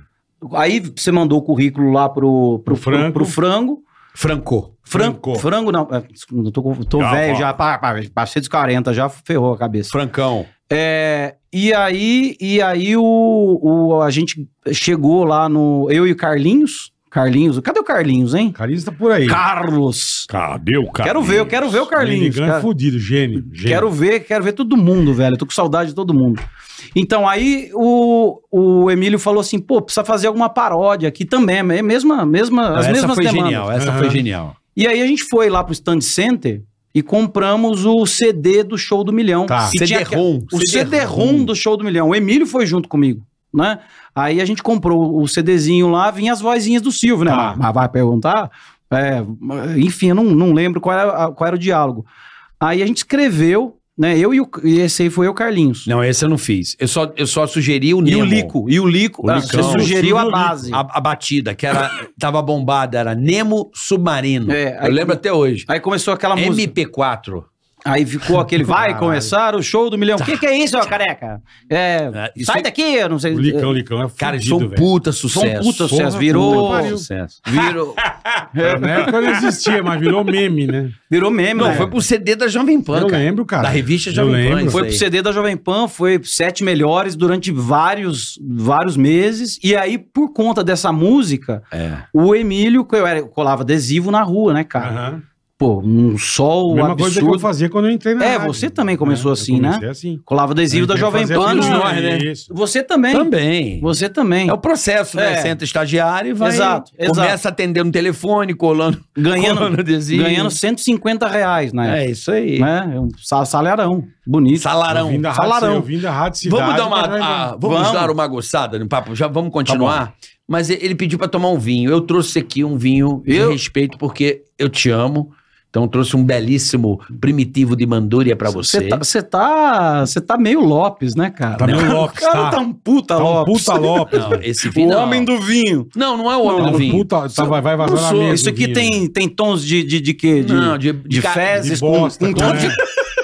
Speaker 5: Aí você mandou o currículo lá pro,
Speaker 2: Pro
Speaker 5: pro,
Speaker 2: frango.
Speaker 5: Pro, pro frango.
Speaker 4: Franco.
Speaker 5: Frango,
Speaker 2: Franco.
Speaker 5: frango não, é, desculpa, eu tô, com- tô
Speaker 4: Já,
Speaker 5: velho
Speaker 4: pá.
Speaker 5: já, pá, pá, passei dos 40, já ferrou a cabeça.
Speaker 4: Francão.
Speaker 5: É, e aí, e aí o, o- a gente chegou lá no, eu e o Carlinhos, Carlinhos, cadê o Carlinhos, hein?
Speaker 2: Carinho tá por aí.
Speaker 5: Carlos,
Speaker 4: Cadê o
Speaker 5: quero ver, eu quero ver o Carlinhos,
Speaker 2: Grande
Speaker 5: cara.
Speaker 2: é fudido, gênio. gênio.
Speaker 5: quero ver, quero ver todo mundo, velho, eu tô com saudade de todo mundo. Então aí o, o Emílio falou assim, pô, precisa fazer alguma paródia aqui também, é mesma, mesma, as
Speaker 4: essa
Speaker 5: mesmas
Speaker 4: foi
Speaker 5: demandas.
Speaker 4: genial, essa
Speaker 2: Aham.
Speaker 4: foi genial.
Speaker 5: E aí a gente foi lá pro Stand Center e compramos o CD do Show do Milhão.
Speaker 2: Tá.
Speaker 5: Que tinha que-
Speaker 4: CD-ROM.
Speaker 5: O
Speaker 2: é
Speaker 5: CD-ROM do Show do Milhão. O Emílio foi junto comigo, né? Aí a gente comprou o CDzinho lá, vinha as vozinhas do Silvio, né?
Speaker 2: Tá.
Speaker 5: Mas vai perguntar? É, enfim, eu não, não lembro qual era, a- qual era o diálogo. Aí a gente escreveu, né? Eu e, o, e esse aí foi eu, Carlinhos.
Speaker 4: Não, esse eu não fiz. Eu só, eu só sugeri o
Speaker 5: E
Speaker 4: Nemo.
Speaker 5: o Lico, e o Lico,
Speaker 4: O
Speaker 5: ah,
Speaker 4: Licão.
Speaker 5: você sugeriu
Speaker 2: O
Speaker 5: a
Speaker 2: Silvio e o Lico.
Speaker 5: base.
Speaker 4: A, a batida, que era, tava bombada, era Nemo Submarino.
Speaker 5: É,
Speaker 4: eu
Speaker 5: aí-
Speaker 4: lembro até hoje.
Speaker 5: Aí começou aquela música.
Speaker 4: MP4.
Speaker 5: Aí ficou aquele, vai
Speaker 2: Caralho.
Speaker 5: começar o show do milhão. O que, que é isso, ó, careca? É,
Speaker 4: É, isso
Speaker 5: sai
Speaker 4: é-
Speaker 5: daqui, eu não sei.
Speaker 2: O Licão, é o Licão é
Speaker 4: Cara, isso
Speaker 2: fudido,
Speaker 4: foi um
Speaker 2: velho.
Speaker 4: puta
Speaker 5: Foi um
Speaker 4: sucesso.
Speaker 5: puta
Speaker 4: Foi um
Speaker 5: sucesso. Virou,
Speaker 2: puta que pariu.
Speaker 4: sucesso.
Speaker 5: virou,
Speaker 2: Na época não existia, mas virou meme, né?
Speaker 5: virou
Speaker 4: (laughs)
Speaker 5: meme.
Speaker 4: Não,
Speaker 5: né?
Speaker 4: foi pro CD da Jovem Pan,
Speaker 2: eu
Speaker 4: cara.
Speaker 2: lembro, cara.
Speaker 4: Da revista
Speaker 2: Eu
Speaker 4: Jovem Pan,
Speaker 2: lembro.
Speaker 4: isso
Speaker 5: Foi
Speaker 4: aí.
Speaker 5: pro CD da Jovem Pan, foi sete melhores durante vários, vários meses. E aí, por conta dessa música,
Speaker 4: É.
Speaker 5: o Emílio, que eu, era, eu colava adesivo na rua, né, cara?
Speaker 2: Aham.
Speaker 5: pô, um sol
Speaker 2: Mesma coisa que eu
Speaker 5: absurdo.
Speaker 2: fazia quando eu entrei na
Speaker 5: É,
Speaker 2: rádio.
Speaker 5: você também começou
Speaker 2: É, eu
Speaker 5: assim, né?
Speaker 2: comecei assim.
Speaker 5: Colava adesivo da Jovem Pan.
Speaker 4: todos
Speaker 5: né?
Speaker 4: nós, né?
Speaker 2: Isso.
Speaker 5: Você também.
Speaker 4: Também.
Speaker 5: Você também.
Speaker 4: É o processo, né?
Speaker 5: É.
Speaker 4: Você entra estagiário e vai.
Speaker 5: Exato, exato.
Speaker 4: começa atendendo telefone, colando.
Speaker 5: Ganhando,
Speaker 4: colando adesivo.
Speaker 5: ganhando 150 reais na época.
Speaker 4: É isso aí.
Speaker 5: Né? É um sa- salarão. Bonito.
Speaker 4: Salarão.
Speaker 2: Vindo da rádio,
Speaker 5: Salarão.
Speaker 2: eu vim da rádio cidade.
Speaker 4: Vamos dar uma.
Speaker 2: mas nós
Speaker 4: ah,
Speaker 2: vamos-
Speaker 4: vamos,
Speaker 5: Vamos.
Speaker 4: dar uma aguçada no papo? Já vamos continuar? Mas e- ele pediu pra tomar um vinho. Eu trouxe aqui um vinho de
Speaker 5: Eu?
Speaker 4: respeito, porque eu te amo. Então eu trouxe um belíssimo primitivo de Mandúria pra você.
Speaker 5: Você tá, você tá, você tá meio Lopes, né, cara?
Speaker 2: Tá meio Lopes,
Speaker 5: (laughs) O cara
Speaker 2: tá.
Speaker 5: tá, um puta
Speaker 2: Tá um
Speaker 5: Lopes.
Speaker 2: puta Lopes.
Speaker 4: Não, esse vinho. não.
Speaker 5: do vinho.
Speaker 4: Não, não é o homem
Speaker 2: Tá
Speaker 4: do
Speaker 2: um
Speaker 4: vinho.
Speaker 2: puta- tá, vai, vai
Speaker 5: Não
Speaker 2: vazar na
Speaker 5: sou.
Speaker 2: mesa
Speaker 5: Isso
Speaker 2: o
Speaker 5: aqui
Speaker 2: vinho.
Speaker 5: tem, tem tons de, de, de quê? De,
Speaker 4: Não, de, de
Speaker 5: de
Speaker 4: ca-
Speaker 5: fezes
Speaker 2: de bosta,
Speaker 5: com, com
Speaker 2: cara.
Speaker 5: tons de,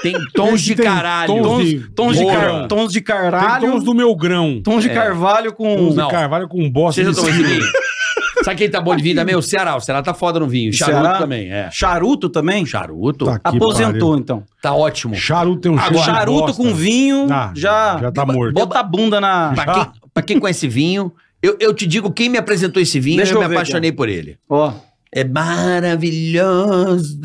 Speaker 4: Tem tons
Speaker 2: Esse
Speaker 4: de
Speaker 2: tem
Speaker 4: caralho.
Speaker 2: tons
Speaker 5: tons,
Speaker 2: de-
Speaker 5: tons de,
Speaker 4: Boa.
Speaker 5: car, tons de
Speaker 2: Tem
Speaker 5: caralho.
Speaker 2: tons do meu grão.
Speaker 5: tons de
Speaker 4: É.
Speaker 5: carvalho com.
Speaker 2: Tons de
Speaker 4: Não.
Speaker 2: carvalho com bosta.
Speaker 4: Você já
Speaker 2: de
Speaker 4: tomou esse
Speaker 2: cima.
Speaker 4: vinho? Sabe quem tá bom de vinho também? O Ceará. O Ceará tá foda no vinho. Charuto
Speaker 5: Ceará?
Speaker 4: também, é.
Speaker 5: Charuto também?
Speaker 4: Charuto?
Speaker 2: Tá
Speaker 4: Tá,
Speaker 2: que
Speaker 5: Aposentou,
Speaker 2: pariu.
Speaker 5: então.
Speaker 4: ótimo.
Speaker 2: Charuto tem um cheiro de
Speaker 5: charuto
Speaker 2: bosta.
Speaker 5: com vinho
Speaker 2: Ah,
Speaker 5: já,
Speaker 2: já tá morto.
Speaker 5: Bota a bunda na.
Speaker 4: Pra quem, pra quem conhece vinho, eu, eu te digo quem me apresentou esse vinho,
Speaker 5: Deixa
Speaker 4: eu,
Speaker 5: eu
Speaker 4: me
Speaker 5: ver aqui,
Speaker 4: apaixonei por ele.
Speaker 5: Ó.
Speaker 4: É maravilhoso.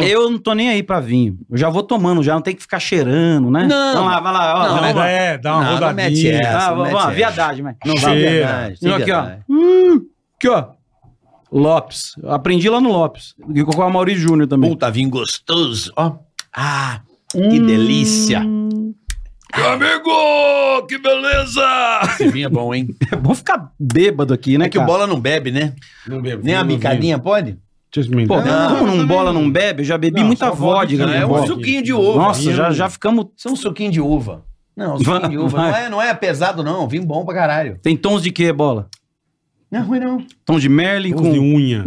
Speaker 5: Eu não tô nem aí pra vinho. Eu já vou tomando, já não tem que ficar cheirando, né?
Speaker 4: Não.
Speaker 5: Vamos lá, vai lá. Ó,
Speaker 4: Não,
Speaker 5: vamos
Speaker 2: Não,
Speaker 5: lá.
Speaker 2: mas é, né, dá uma
Speaker 4: Não, não mete
Speaker 2: rodadinha.
Speaker 4: essa.
Speaker 5: Ah, vamos lá,
Speaker 4: mete essa.
Speaker 5: viadagem, mas.
Speaker 4: Não
Speaker 2: Cheira.
Speaker 4: é
Speaker 5: Não, é aqui, ó.
Speaker 4: Hum.
Speaker 5: Aqui, ó. Lopes. Aprendi lá no Lopes. E com o Maurício Júnior também. Hum.
Speaker 4: Puta, vinho gostoso. Ó. Ah, que delícia. Amigo, que beleza! Esse vinho é bom, hein?
Speaker 5: É bom ficar bêbado aqui, né,
Speaker 4: É que o
Speaker 5: cara?
Speaker 4: bola não bebe, né?
Speaker 2: Não bebo,
Speaker 4: Nem a
Speaker 2: não bebo.
Speaker 4: bicadinha pode?
Speaker 2: Deixa eu
Speaker 5: Pô,
Speaker 2: experimentar.
Speaker 4: Não.
Speaker 5: como não bola, não bebe? Eu já bebi
Speaker 2: Não,
Speaker 5: muita
Speaker 2: só vodka,
Speaker 5: vodka.
Speaker 2: Não,
Speaker 5: né,
Speaker 4: é um
Speaker 5: bola?
Speaker 2: suco.
Speaker 4: suquinho de uva.
Speaker 5: Nossa,
Speaker 2: Vinho.
Speaker 5: já, já ficamos.
Speaker 4: Isso é um suquinho de uva. Não, um suquinho
Speaker 5: Vai,
Speaker 4: de uva.
Speaker 5: vai.
Speaker 4: Não é, não é pesado, não. Vinho bom pra caralho.
Speaker 5: Tem tons de quê, bola?
Speaker 4: Não é ruim, não.
Speaker 5: Tons de Merlin
Speaker 2: Tons de
Speaker 5: com.
Speaker 2: unha.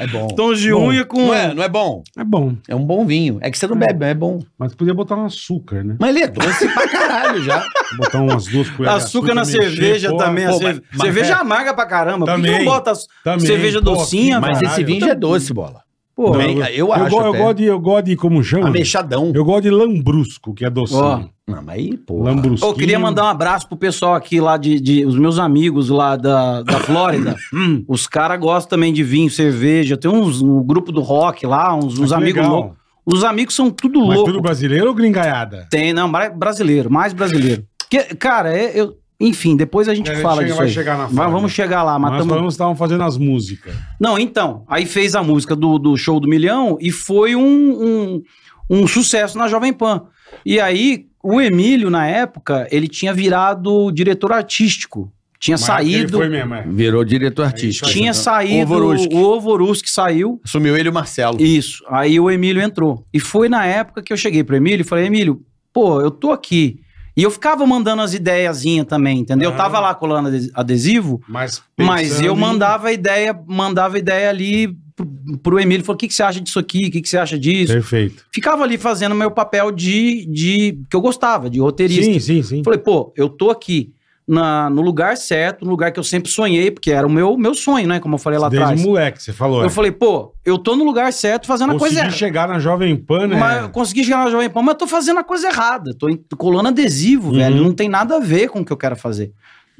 Speaker 4: É bom.
Speaker 5: Tons de
Speaker 2: Bom,
Speaker 5: unha com.
Speaker 4: Não é, não é bom.
Speaker 2: É bom.
Speaker 4: É um bom vinho. É que você não bebe, mas é bom.
Speaker 2: Mas podia botar um açúcar, né?
Speaker 4: Mas ele é doce pra caralho já.
Speaker 2: Botar umas duas
Speaker 5: Açúcar,
Speaker 2: colheres de
Speaker 5: na
Speaker 2: mexer,
Speaker 5: cerveja
Speaker 2: é, pô, é.
Speaker 5: também. a
Speaker 4: pô,
Speaker 5: cerve-
Speaker 4: mas-
Speaker 5: cerveja
Speaker 4: mas-
Speaker 5: amarga pra caramba. Por que
Speaker 2: Também.
Speaker 5: não bota açu-
Speaker 2: Também,
Speaker 5: cerveja
Speaker 2: pô,
Speaker 5: docinha,
Speaker 2: que
Speaker 4: Mas esse
Speaker 2: caralho.
Speaker 4: vinho já é doce, bola.
Speaker 5: Pô,
Speaker 4: Não,
Speaker 5: mas-
Speaker 4: eu, eu
Speaker 2: Eu,
Speaker 4: acho.
Speaker 2: go- eu
Speaker 4: até.
Speaker 2: gosto de, eu gosto de, como
Speaker 5: Tá
Speaker 2: chama?
Speaker 4: Ameixadão.
Speaker 2: Eu gosto de lambrusco, que é docinho.
Speaker 4: Não, mas aí, pô.
Speaker 2: Lambrusquinho.
Speaker 5: eu queria mandar um abraço pro pessoal aqui lá de, de- os meus amigos lá da, da Flórida. Hum, os caras gostam também de vinho, cerveja. Tem uns um grupo do rock lá, uns, uns
Speaker 2: Ah, que
Speaker 5: amigos
Speaker 2: legal.
Speaker 5: loucos. Os amigos são tudo
Speaker 2: Mas
Speaker 5: louco.
Speaker 2: tudo brasileiro ou gringaiada?
Speaker 5: Tem, não, bra- brasileiro, mais brasileiro. Que, cara, é- eu, enfim, depois a gente
Speaker 2: É, a gente
Speaker 5: fala
Speaker 2: chega-
Speaker 5: disso
Speaker 2: vai
Speaker 5: aí.
Speaker 2: chegar na né?
Speaker 5: Mas
Speaker 2: Flórida.
Speaker 5: vamos chegar lá,
Speaker 2: Nós
Speaker 5: matamos
Speaker 2: falamos que estavam fazendo as músicas.
Speaker 5: Não, então, aí fez a música do, do show do milhão e foi um, um, um sucesso na Jovem Pan. E aí, o Emílio, na época, ele tinha virado diretor artístico. Tinha
Speaker 2: Mas ele
Speaker 5: saído.
Speaker 2: Foi mesmo, é.
Speaker 4: Virou diretor artístico.
Speaker 5: Tinha
Speaker 4: Então,
Speaker 5: saído.
Speaker 4: O Ovorusk.
Speaker 5: O Ovorusk saiu.
Speaker 4: Sumiu ele e o Marcelo.
Speaker 5: Isso. Aí o Emílio entrou. E foi na época que eu cheguei pro Emílio e falei, Emílio, pô, eu tô aqui. E eu ficava mandando as ideiazinhas também, entendeu?
Speaker 2: Ah.
Speaker 5: Eu tava lá colando ades- adesivo.
Speaker 2: Mas,
Speaker 5: Mas
Speaker 2: pensando
Speaker 5: eu
Speaker 2: em-
Speaker 5: mandava a ideia, mandava a ideia ali pro, pro Emílio, falou: o que, que você acha disso aqui? O que, que você acha disso?
Speaker 2: Perfeito.
Speaker 5: Ficava ali fazendo meu papel de, de. que eu gostava, de roteirista.
Speaker 2: Sim, sim, sim.
Speaker 5: Falei, pô, eu tô aqui na, no lugar certo, no lugar que eu sempre sonhei, porque era o meu, meu sonho, né? Como eu falei lá
Speaker 2: Desde
Speaker 5: atrás.
Speaker 2: moleque, você falou.
Speaker 5: Eu
Speaker 2: é.
Speaker 5: falei, pô, eu tô no lugar certo fazendo a coisa
Speaker 2: Consegui
Speaker 5: errada.
Speaker 2: chegar na Jovem Pan, né?
Speaker 5: Mas eu consegui chegar na Jovem Pan, mas eu tô fazendo a coisa errada. Tô em- colando adesivo,
Speaker 2: Uhum.
Speaker 5: velho. Não tem nada a ver com o que eu quero fazer.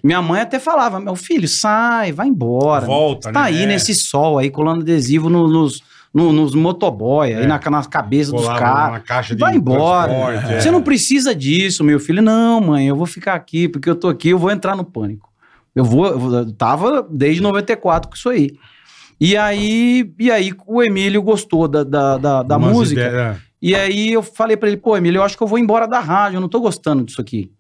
Speaker 5: Minha mãe até falava: meu filho, sai, vai embora.
Speaker 2: Volta,
Speaker 5: Tá
Speaker 2: né?
Speaker 5: aí
Speaker 2: É.
Speaker 5: nesse sol aí, colando adesivo no- nos, no- nos motoboy, aí
Speaker 2: É.
Speaker 5: na, nas cabeças dos
Speaker 2: Colava
Speaker 5: caras.
Speaker 2: na caixa de
Speaker 5: Vai embora.
Speaker 2: transporte, é.
Speaker 5: Você não precisa disso, meu filho. Não, mãe, eu vou ficar aqui, porque eu tô aqui, eu vou entrar no pânico. Eu vou, eu vou- eu tava desde 94 com isso aí. E aí, e aí o Emílio gostou da, da, da, da
Speaker 2: Umas
Speaker 5: música.
Speaker 2: ideias- é.
Speaker 5: E aí eu falei pra ele, pô, Emílio, eu acho que eu vou embora da rádio, eu não tô gostando disso aqui.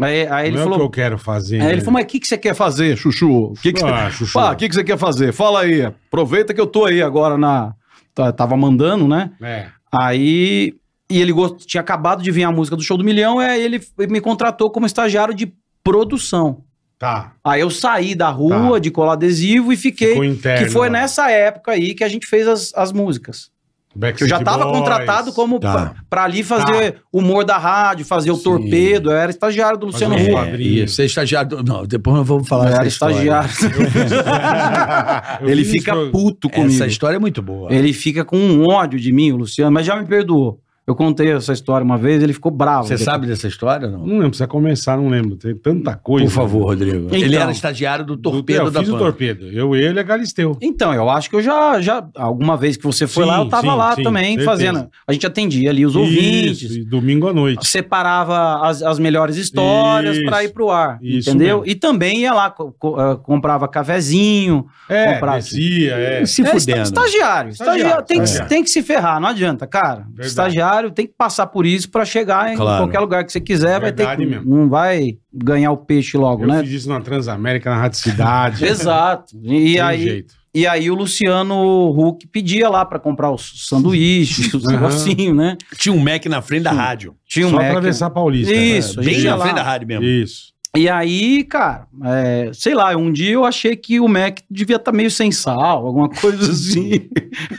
Speaker 5: Aí, aí ele
Speaker 2: não é o
Speaker 5: falou,
Speaker 2: que eu quero fazer.
Speaker 5: aí
Speaker 2: né?
Speaker 5: ele falou, mas o que, que você quer fazer, Chuchu? O que que
Speaker 2: Ah, Chuchu.
Speaker 5: Pá, o que, que você quer fazer? Fala aí. Aproveita que eu tô aí agora na. tá- Tava mandando, né?
Speaker 2: É.
Speaker 5: Aí. E ele gost... tinha acabado de vir a música do Show do Milhão, aí ele f- me contratou como estagiário de produção.
Speaker 2: Tá.
Speaker 5: Aí eu saí da rua
Speaker 2: Tá.
Speaker 5: de colar adesivo e fiquei.
Speaker 2: Ficou interno.
Speaker 5: que foi
Speaker 2: lá.
Speaker 5: nessa época aí que a gente fez as, as músicas. Que eu
Speaker 2: Backstreet
Speaker 5: já tava
Speaker 2: Boys.
Speaker 5: contratado
Speaker 2: (laughs)
Speaker 5: como
Speaker 4: Tá.
Speaker 5: pra, pra ali
Speaker 2: Tá.
Speaker 5: fazer humor da rádio, fazer o
Speaker 4: Sim.
Speaker 5: torpedo. Eu era estagiário do Luciano
Speaker 2: Fazer um
Speaker 5: Huck.
Speaker 2: quadro. quadrinho.
Speaker 4: isso, é estagiário. do- Não, depois nós vamos falar
Speaker 5: Eu
Speaker 4: dessa
Speaker 5: era
Speaker 4: história.
Speaker 5: é estagiário. (laughs)
Speaker 2: Eu
Speaker 5: Ele
Speaker 2: fiz
Speaker 5: fica
Speaker 2: pro-
Speaker 5: puto comigo.
Speaker 4: Essa história é muito boa.
Speaker 5: Ele fica com um ódio de mim, o Luciano, mas já me perdoou. Eu contei essa história uma vez, ele ficou bravo.
Speaker 4: Você sabe dessa história ou não?
Speaker 2: Não lembro, precisa começar, não lembro. Tem tanta coisa.
Speaker 4: Por favor, Rodrigo. ele
Speaker 5: Então.
Speaker 4: era estagiário do
Speaker 2: Torpedo
Speaker 4: torpedo
Speaker 2: eu
Speaker 4: da
Speaker 2: fiz o
Speaker 4: Pan.
Speaker 2: torpedo. Eu, ele e a Galisteu.
Speaker 5: Então, eu acho que eu já, já alguma vez que você foi
Speaker 2: Sim,
Speaker 5: lá, eu tava
Speaker 2: sim,
Speaker 5: lá
Speaker 2: sim,
Speaker 5: também
Speaker 2: certeza.
Speaker 5: fazendo. A gente atendia ali os ouvintes,
Speaker 2: Isso, e domingo à noite.
Speaker 5: separava as, as melhores histórias
Speaker 2: Isso.
Speaker 5: para ir pro ar,
Speaker 2: Isso
Speaker 5: entendeu?
Speaker 2: mesmo.
Speaker 5: E também ia lá, co- co- eh, comprava cafezinho,
Speaker 2: É,
Speaker 5: comprar-
Speaker 2: descia, é.
Speaker 4: Se
Speaker 5: É,
Speaker 4: fudendo.
Speaker 5: esta-
Speaker 2: Estagiário,
Speaker 5: Estagiário. Estagiário. Tem, que,
Speaker 2: estagiário.
Speaker 5: tem que se ferrar, não adianta, cara.
Speaker 2: Verdade.
Speaker 5: Estagiário tem que passar por isso pra chegar em
Speaker 4: Claro.
Speaker 5: qualquer lugar que você quiser. vai
Speaker 2: Verdade
Speaker 5: ter que,
Speaker 2: mesmo.
Speaker 5: Não vai ganhar o peixe logo,
Speaker 2: Eu
Speaker 5: né?
Speaker 2: fiz isso na Transamérica, na Rádio
Speaker 5: (laughs)
Speaker 2: Cidade.
Speaker 5: Exato. E,
Speaker 2: Tem
Speaker 5: aí,
Speaker 2: jeito.
Speaker 5: e aí o Luciano Huck pedia lá pra comprar os sanduíches,
Speaker 2: (laughs)
Speaker 5: os
Speaker 2: Aham.
Speaker 5: negocinhos, né?
Speaker 4: Tinha um Mac na frente da rádio.
Speaker 5: Tinha um
Speaker 2: Só
Speaker 5: Mac.
Speaker 2: atravessar a Paulista. né?
Speaker 5: Isso, a gente
Speaker 4: Bem
Speaker 5: ia
Speaker 4: na
Speaker 5: lá.
Speaker 4: frente da rádio mesmo.
Speaker 2: Isso.
Speaker 5: E aí, cara, é, sei lá, um dia eu achei que o Mac devia estar meio sem sal,
Speaker 2: (laughs)
Speaker 5: alguma coisa assim. (laughs)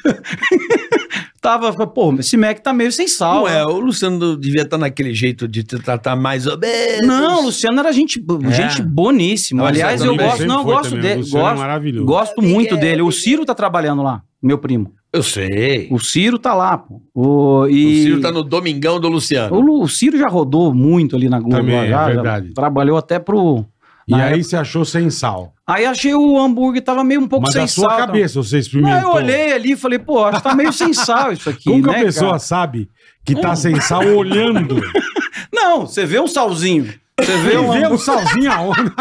Speaker 5: Tava, pô, esse Mac tá meio sem sal.
Speaker 4: Não
Speaker 5: né?
Speaker 4: é, o Luciano devia estar naquele jeito de te tratar mais ou menos.
Speaker 5: Não, o Luciano era gente, bo-
Speaker 4: É.
Speaker 5: gente boníssima.
Speaker 4: Não,
Speaker 5: Aliás,
Speaker 4: ele
Speaker 5: eu
Speaker 4: sempre
Speaker 5: gosto, não, eu gosto
Speaker 2: dele.
Speaker 5: dele.
Speaker 2: Luciano é
Speaker 5: Gosto,
Speaker 2: maravilhoso.
Speaker 5: gosto muito dele. O Ciro tá trabalhando lá, meu primo.
Speaker 4: Eu sei.
Speaker 5: O Ciro tá lá, pô. O, e-
Speaker 4: O Ciro tá no Domingão do Luciano.
Speaker 5: o Lu- o Ciro já rodou muito ali na Globo.
Speaker 2: Também,
Speaker 5: lá,
Speaker 2: é
Speaker 5: já, já
Speaker 2: verdade.
Speaker 5: trabalhou até pro.
Speaker 2: E
Speaker 5: na
Speaker 2: aí você achou sem sal.
Speaker 5: Aí achei o hambúrguer, tava meio um pouco
Speaker 2: Mas
Speaker 5: sem
Speaker 2: da
Speaker 5: sal.
Speaker 2: sua
Speaker 5: tá?
Speaker 2: cabeça você
Speaker 5: Não,
Speaker 2: experimentou.
Speaker 5: eu olhei ali e falei, pô, acho que tá meio sem sal isso aqui.
Speaker 2: Como que
Speaker 5: né,
Speaker 2: a pessoa
Speaker 5: cara? Um.
Speaker 2: sabe que tá sem sal olhando?
Speaker 5: Não, você vê um salzinho. Você (laughs) vê um
Speaker 2: Ele vê o salzinho aonde?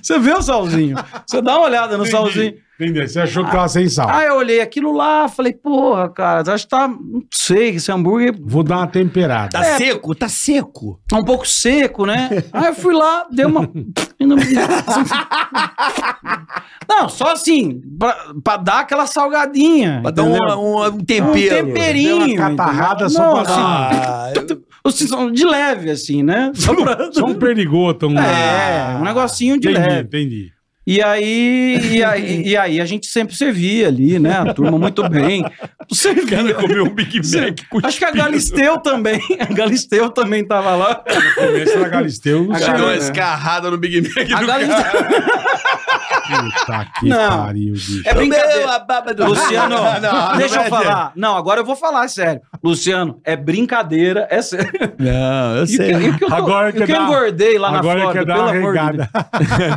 Speaker 5: Você vê o salzinho. Você dá uma olhada (laughs) no salzinho.
Speaker 2: Entendeu? Você achou que tava sem sal.
Speaker 5: Ah, eu olhei aquilo lá, falei, porra, cara, acho que tá. Não sei, esse hambúrguer
Speaker 2: Vou dar uma temperada.
Speaker 4: Tá seco, tá seco.
Speaker 5: tá um pouco
Speaker 2: (laughs)
Speaker 5: seco, né? Aí eu fui lá, dei uma. Não, só assim, pra, pra dar aquela salgadinha.
Speaker 4: Pra dar um,
Speaker 5: entendeu?
Speaker 4: um- um tempero.
Speaker 5: Um temperinho.
Speaker 2: Deu uma catarrada
Speaker 5: entendeu?
Speaker 2: só
Speaker 5: Não,
Speaker 2: pra dar uma-
Speaker 4: (laughs) Ah,
Speaker 5: assim, assim, de leve, assim, né? Só pra.
Speaker 2: (laughs) Só um perdigoto. Um...
Speaker 5: (laughs) É, um negocinho de
Speaker 2: entendi,
Speaker 5: leve.
Speaker 2: entendi.
Speaker 5: E aí, e aí, e aí a gente sempre servia ali, né? A turma
Speaker 2: (laughs)
Speaker 5: muito bem. Servia.
Speaker 4: cara comeu um Big
Speaker 5: Sim.
Speaker 4: Mac. com
Speaker 5: Acho que a Galisteu também. (laughs) A Galisteu também tava lá.
Speaker 2: No começo da
Speaker 5: (laughs)
Speaker 2: Galisteu, não
Speaker 5: A
Speaker 2: sei.
Speaker 4: Deu uma
Speaker 5: Galisteu-
Speaker 4: escarrada no Big Mac
Speaker 5: A
Speaker 4: do
Speaker 5: Galisteu.
Speaker 2: Puta que
Speaker 5: Não.
Speaker 2: pariu, bicho.
Speaker 5: É
Speaker 4: Comeu
Speaker 5: brincadeira.
Speaker 4: a baba (laughs) do
Speaker 5: Luciano,
Speaker 4: tá Não, não
Speaker 5: deixa
Speaker 4: é
Speaker 5: eu falar. Não, agora eu vou falar, é sério. Luciano, é brincadeira, é sério.
Speaker 4: Não, eu
Speaker 5: E o que- e o que eu, tô-
Speaker 2: Agora
Speaker 5: e o
Speaker 2: quer
Speaker 5: que eu
Speaker 2: dar-
Speaker 5: engordei lá
Speaker 2: Agora
Speaker 5: na
Speaker 2: ele quer
Speaker 5: Flórida,
Speaker 2: dar
Speaker 5: pelo
Speaker 2: uma
Speaker 5: amor de Deus.
Speaker 2: regada.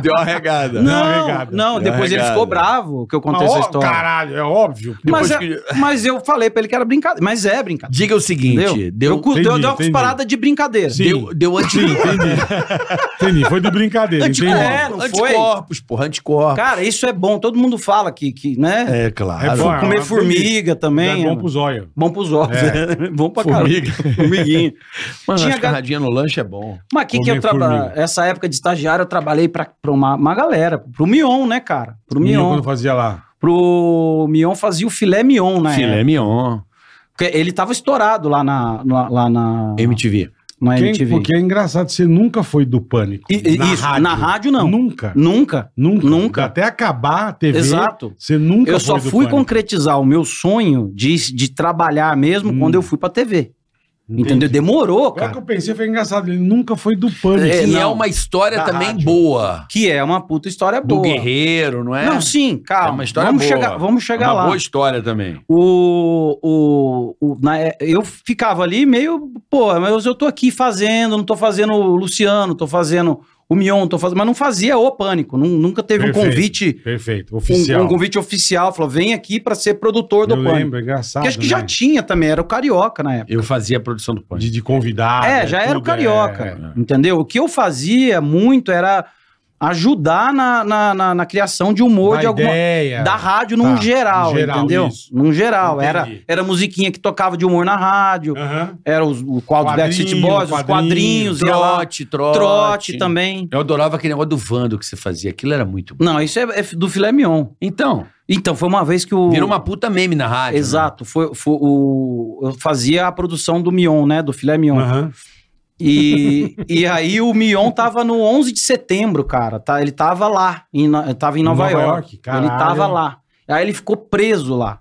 Speaker 4: (laughs) Deu uma regada.
Speaker 2: Dá uma
Speaker 5: Não,
Speaker 2: regada.
Speaker 5: não,
Speaker 4: Dá uma
Speaker 5: depois ele
Speaker 4: regada.
Speaker 5: ficou bravo que eu contei
Speaker 2: Mas,
Speaker 5: essa
Speaker 2: ó,
Speaker 5: história.
Speaker 2: Caralho, é óbvio.
Speaker 5: Mas,
Speaker 4: Depois
Speaker 5: é- mas eu falei pra ele que era brincadeira. Mas é brincadeira.
Speaker 4: Diga o seguinte,
Speaker 5: Entendeu?
Speaker 4: deu,
Speaker 5: eu, cu-
Speaker 2: entendi,
Speaker 5: deu, deu uma
Speaker 2: entendi.
Speaker 5: parada de brincadeira.
Speaker 2: Sim.
Speaker 4: deu, deu anti,
Speaker 2: Entendi, foi de
Speaker 5: (laughs)
Speaker 2: brincadeira, entendi.
Speaker 5: É, não foi?
Speaker 4: anticorpos, porra, anticorpos.
Speaker 5: Cara, isso é bom. Todo mundo fala que, que né?
Speaker 4: É, claro.
Speaker 2: É bom, é
Speaker 5: Comer
Speaker 2: uma
Speaker 5: formiga também.
Speaker 2: É
Speaker 5: É
Speaker 2: bom pros olhos.
Speaker 5: bom pros olhos. É. (laughs) bom pra caramba.
Speaker 4: Formiga.
Speaker 5: Formiguinha.
Speaker 4: Mano, Tinha
Speaker 5: Tinha ga-
Speaker 4: agarradinha no lanche é bom.
Speaker 5: Mas aqui que
Speaker 2: Comer
Speaker 5: eu trabalho.
Speaker 2: formiga.
Speaker 5: Essa época de estagiário, eu trabalhei pra, pra uma, uma galera. Pro Mion, né, cara? Pro Mion.
Speaker 2: quando fazia lá.
Speaker 5: Pro Mion fazia o filé Mion, né?
Speaker 4: Filé mignon.
Speaker 5: Porque ele tava estourado lá na, lá, lá na,
Speaker 4: MTV.
Speaker 5: na
Speaker 2: Quem-
Speaker 5: MTV.
Speaker 2: porque é engraçado, você nunca foi do pânico.
Speaker 5: E- e- isso, na rádio, não.
Speaker 2: Nunca.
Speaker 5: Nunca.
Speaker 2: Nunca.
Speaker 5: Nunca.
Speaker 2: Até acabar a TV.
Speaker 5: Exato.
Speaker 2: Você nunca
Speaker 5: Eu
Speaker 2: foi
Speaker 5: só
Speaker 2: do
Speaker 5: fui
Speaker 2: pânico.
Speaker 5: concretizar o meu sonho de, de trabalhar mesmo
Speaker 2: Hum.
Speaker 5: quando eu fui pra TV.
Speaker 2: Entendi.
Speaker 5: Entendeu? Demorou,
Speaker 2: Agora É que
Speaker 5: cara.
Speaker 2: eu pensei, foi engraçado. Ele nunca foi do pânico.
Speaker 4: É, e
Speaker 5: não.
Speaker 4: é uma história
Speaker 2: Da
Speaker 4: também
Speaker 2: rádio.
Speaker 4: boa.
Speaker 5: Que é uma puta história
Speaker 4: Do
Speaker 5: boa.
Speaker 4: guerreiro, não é?
Speaker 5: Não, sim, calma.
Speaker 4: É uma história
Speaker 5: vamos
Speaker 4: boa. É
Speaker 5: chegar, vamos chegar
Speaker 4: uma
Speaker 5: lá.
Speaker 4: boa história também.
Speaker 5: O, o, o- na é- eu ficava ali meio, pô, mas eu tô aqui fazendo, não tô fazendo o Luciano, tô fazendo o Mion, tô fazendo, mas não fazia o pânico, nun- nunca teve um
Speaker 2: Perfeito.
Speaker 5: convite,
Speaker 2: Perfeito,
Speaker 5: um-
Speaker 2: oficial.
Speaker 5: um, convite oficial, falou, vem aqui pra ser produtor do
Speaker 2: eu
Speaker 5: pânico.
Speaker 2: lembro, é engraçado.
Speaker 5: Porque acho que já
Speaker 2: né?
Speaker 5: tinha também, era o carioca na época.
Speaker 4: Eu fazia a produção do pânico.
Speaker 2: De, de convidar.
Speaker 5: é,
Speaker 2: né,
Speaker 5: já era o
Speaker 2: tudo, é,
Speaker 5: carioca,
Speaker 2: é.
Speaker 5: entendeu? O que eu fazia muito era ajudar na, na, na- na criação de humor
Speaker 2: Da
Speaker 5: de alguma
Speaker 2: ideia.
Speaker 5: da rádio
Speaker 2: Tá,
Speaker 5: num
Speaker 2: num
Speaker 5: geral,
Speaker 2: geral,
Speaker 5: entendeu?
Speaker 2: isso.
Speaker 5: Num geral. Era,
Speaker 2: Entendi.
Speaker 5: era musiquinha que tocava de humor na rádio,
Speaker 2: Aham.
Speaker 5: era os, o quadro
Speaker 2: Quadrinho,
Speaker 5: Back City Boys, os
Speaker 2: quadrinho,
Speaker 5: quadrinhos, ia lá,
Speaker 4: trote.
Speaker 5: trote, também.
Speaker 4: Eu adorava aquele negócio do Vando que você fazia. Aquilo era muito bom.
Speaker 5: Não, isso é, é do filé mignon.
Speaker 4: Então,
Speaker 5: Então, foi uma vez que o...
Speaker 4: virou uma puta meme na
Speaker 2: né?
Speaker 4: rádio. né?
Speaker 5: Exato, foi, foi o... eu fazia a produção do Mion, né, do filé Mion.
Speaker 2: Aham.
Speaker 5: E, e aí o Mion tava no 11 de setembro, cara, tá? Ele tava lá, em, No- tava em Nova, York.
Speaker 2: caralho.
Speaker 5: Ele tava lá. Aí ele ficou preso lá.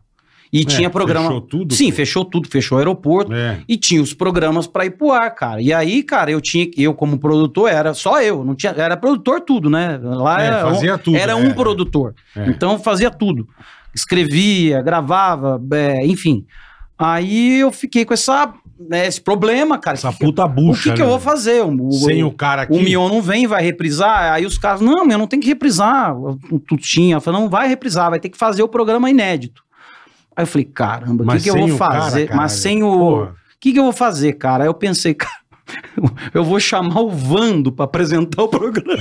Speaker 5: E
Speaker 2: É,
Speaker 5: tinha programa...
Speaker 2: Fechou tudo?
Speaker 5: Sim,
Speaker 2: pô.
Speaker 5: fechou tudo, fechou o aeroporto.
Speaker 2: É.
Speaker 5: E tinha os programas pra ir pro ar, cara. E aí, cara, eu tinha, eu como produtor era só eu, não tinha, era produtor tudo, né? Lá
Speaker 2: É,
Speaker 5: era,
Speaker 2: fazia tudo.
Speaker 5: era
Speaker 2: é.
Speaker 5: um produtor.
Speaker 2: É.
Speaker 5: Então fazia tudo. Escrevia, gravava, é, enfim. Aí eu fiquei com essa, né, esse problema, cara.
Speaker 2: Essa
Speaker 5: Que-
Speaker 2: puta
Speaker 5: o
Speaker 2: bucha.
Speaker 5: que, que eu
Speaker 2: né?
Speaker 5: vou fazer? O, o-
Speaker 2: Sem o cara aqui.
Speaker 5: o Mion não vem, vai reprisar. Aí os caras, não, meu, não tem que reprisar. O Tutinha falou, não vai reprisar, vai ter que fazer o programa inédito. Aí eu falei, caramba, o que,
Speaker 2: Mas
Speaker 5: que eu
Speaker 2: sem
Speaker 5: vou
Speaker 2: o cara,
Speaker 5: fazer?
Speaker 2: caralho.
Speaker 5: Mas sem o.
Speaker 2: Porra.
Speaker 5: O que, que eu vou fazer, cara? Aí eu pensei, cara, (laughs) eu vou chamar o Vando pra apresentar o programa.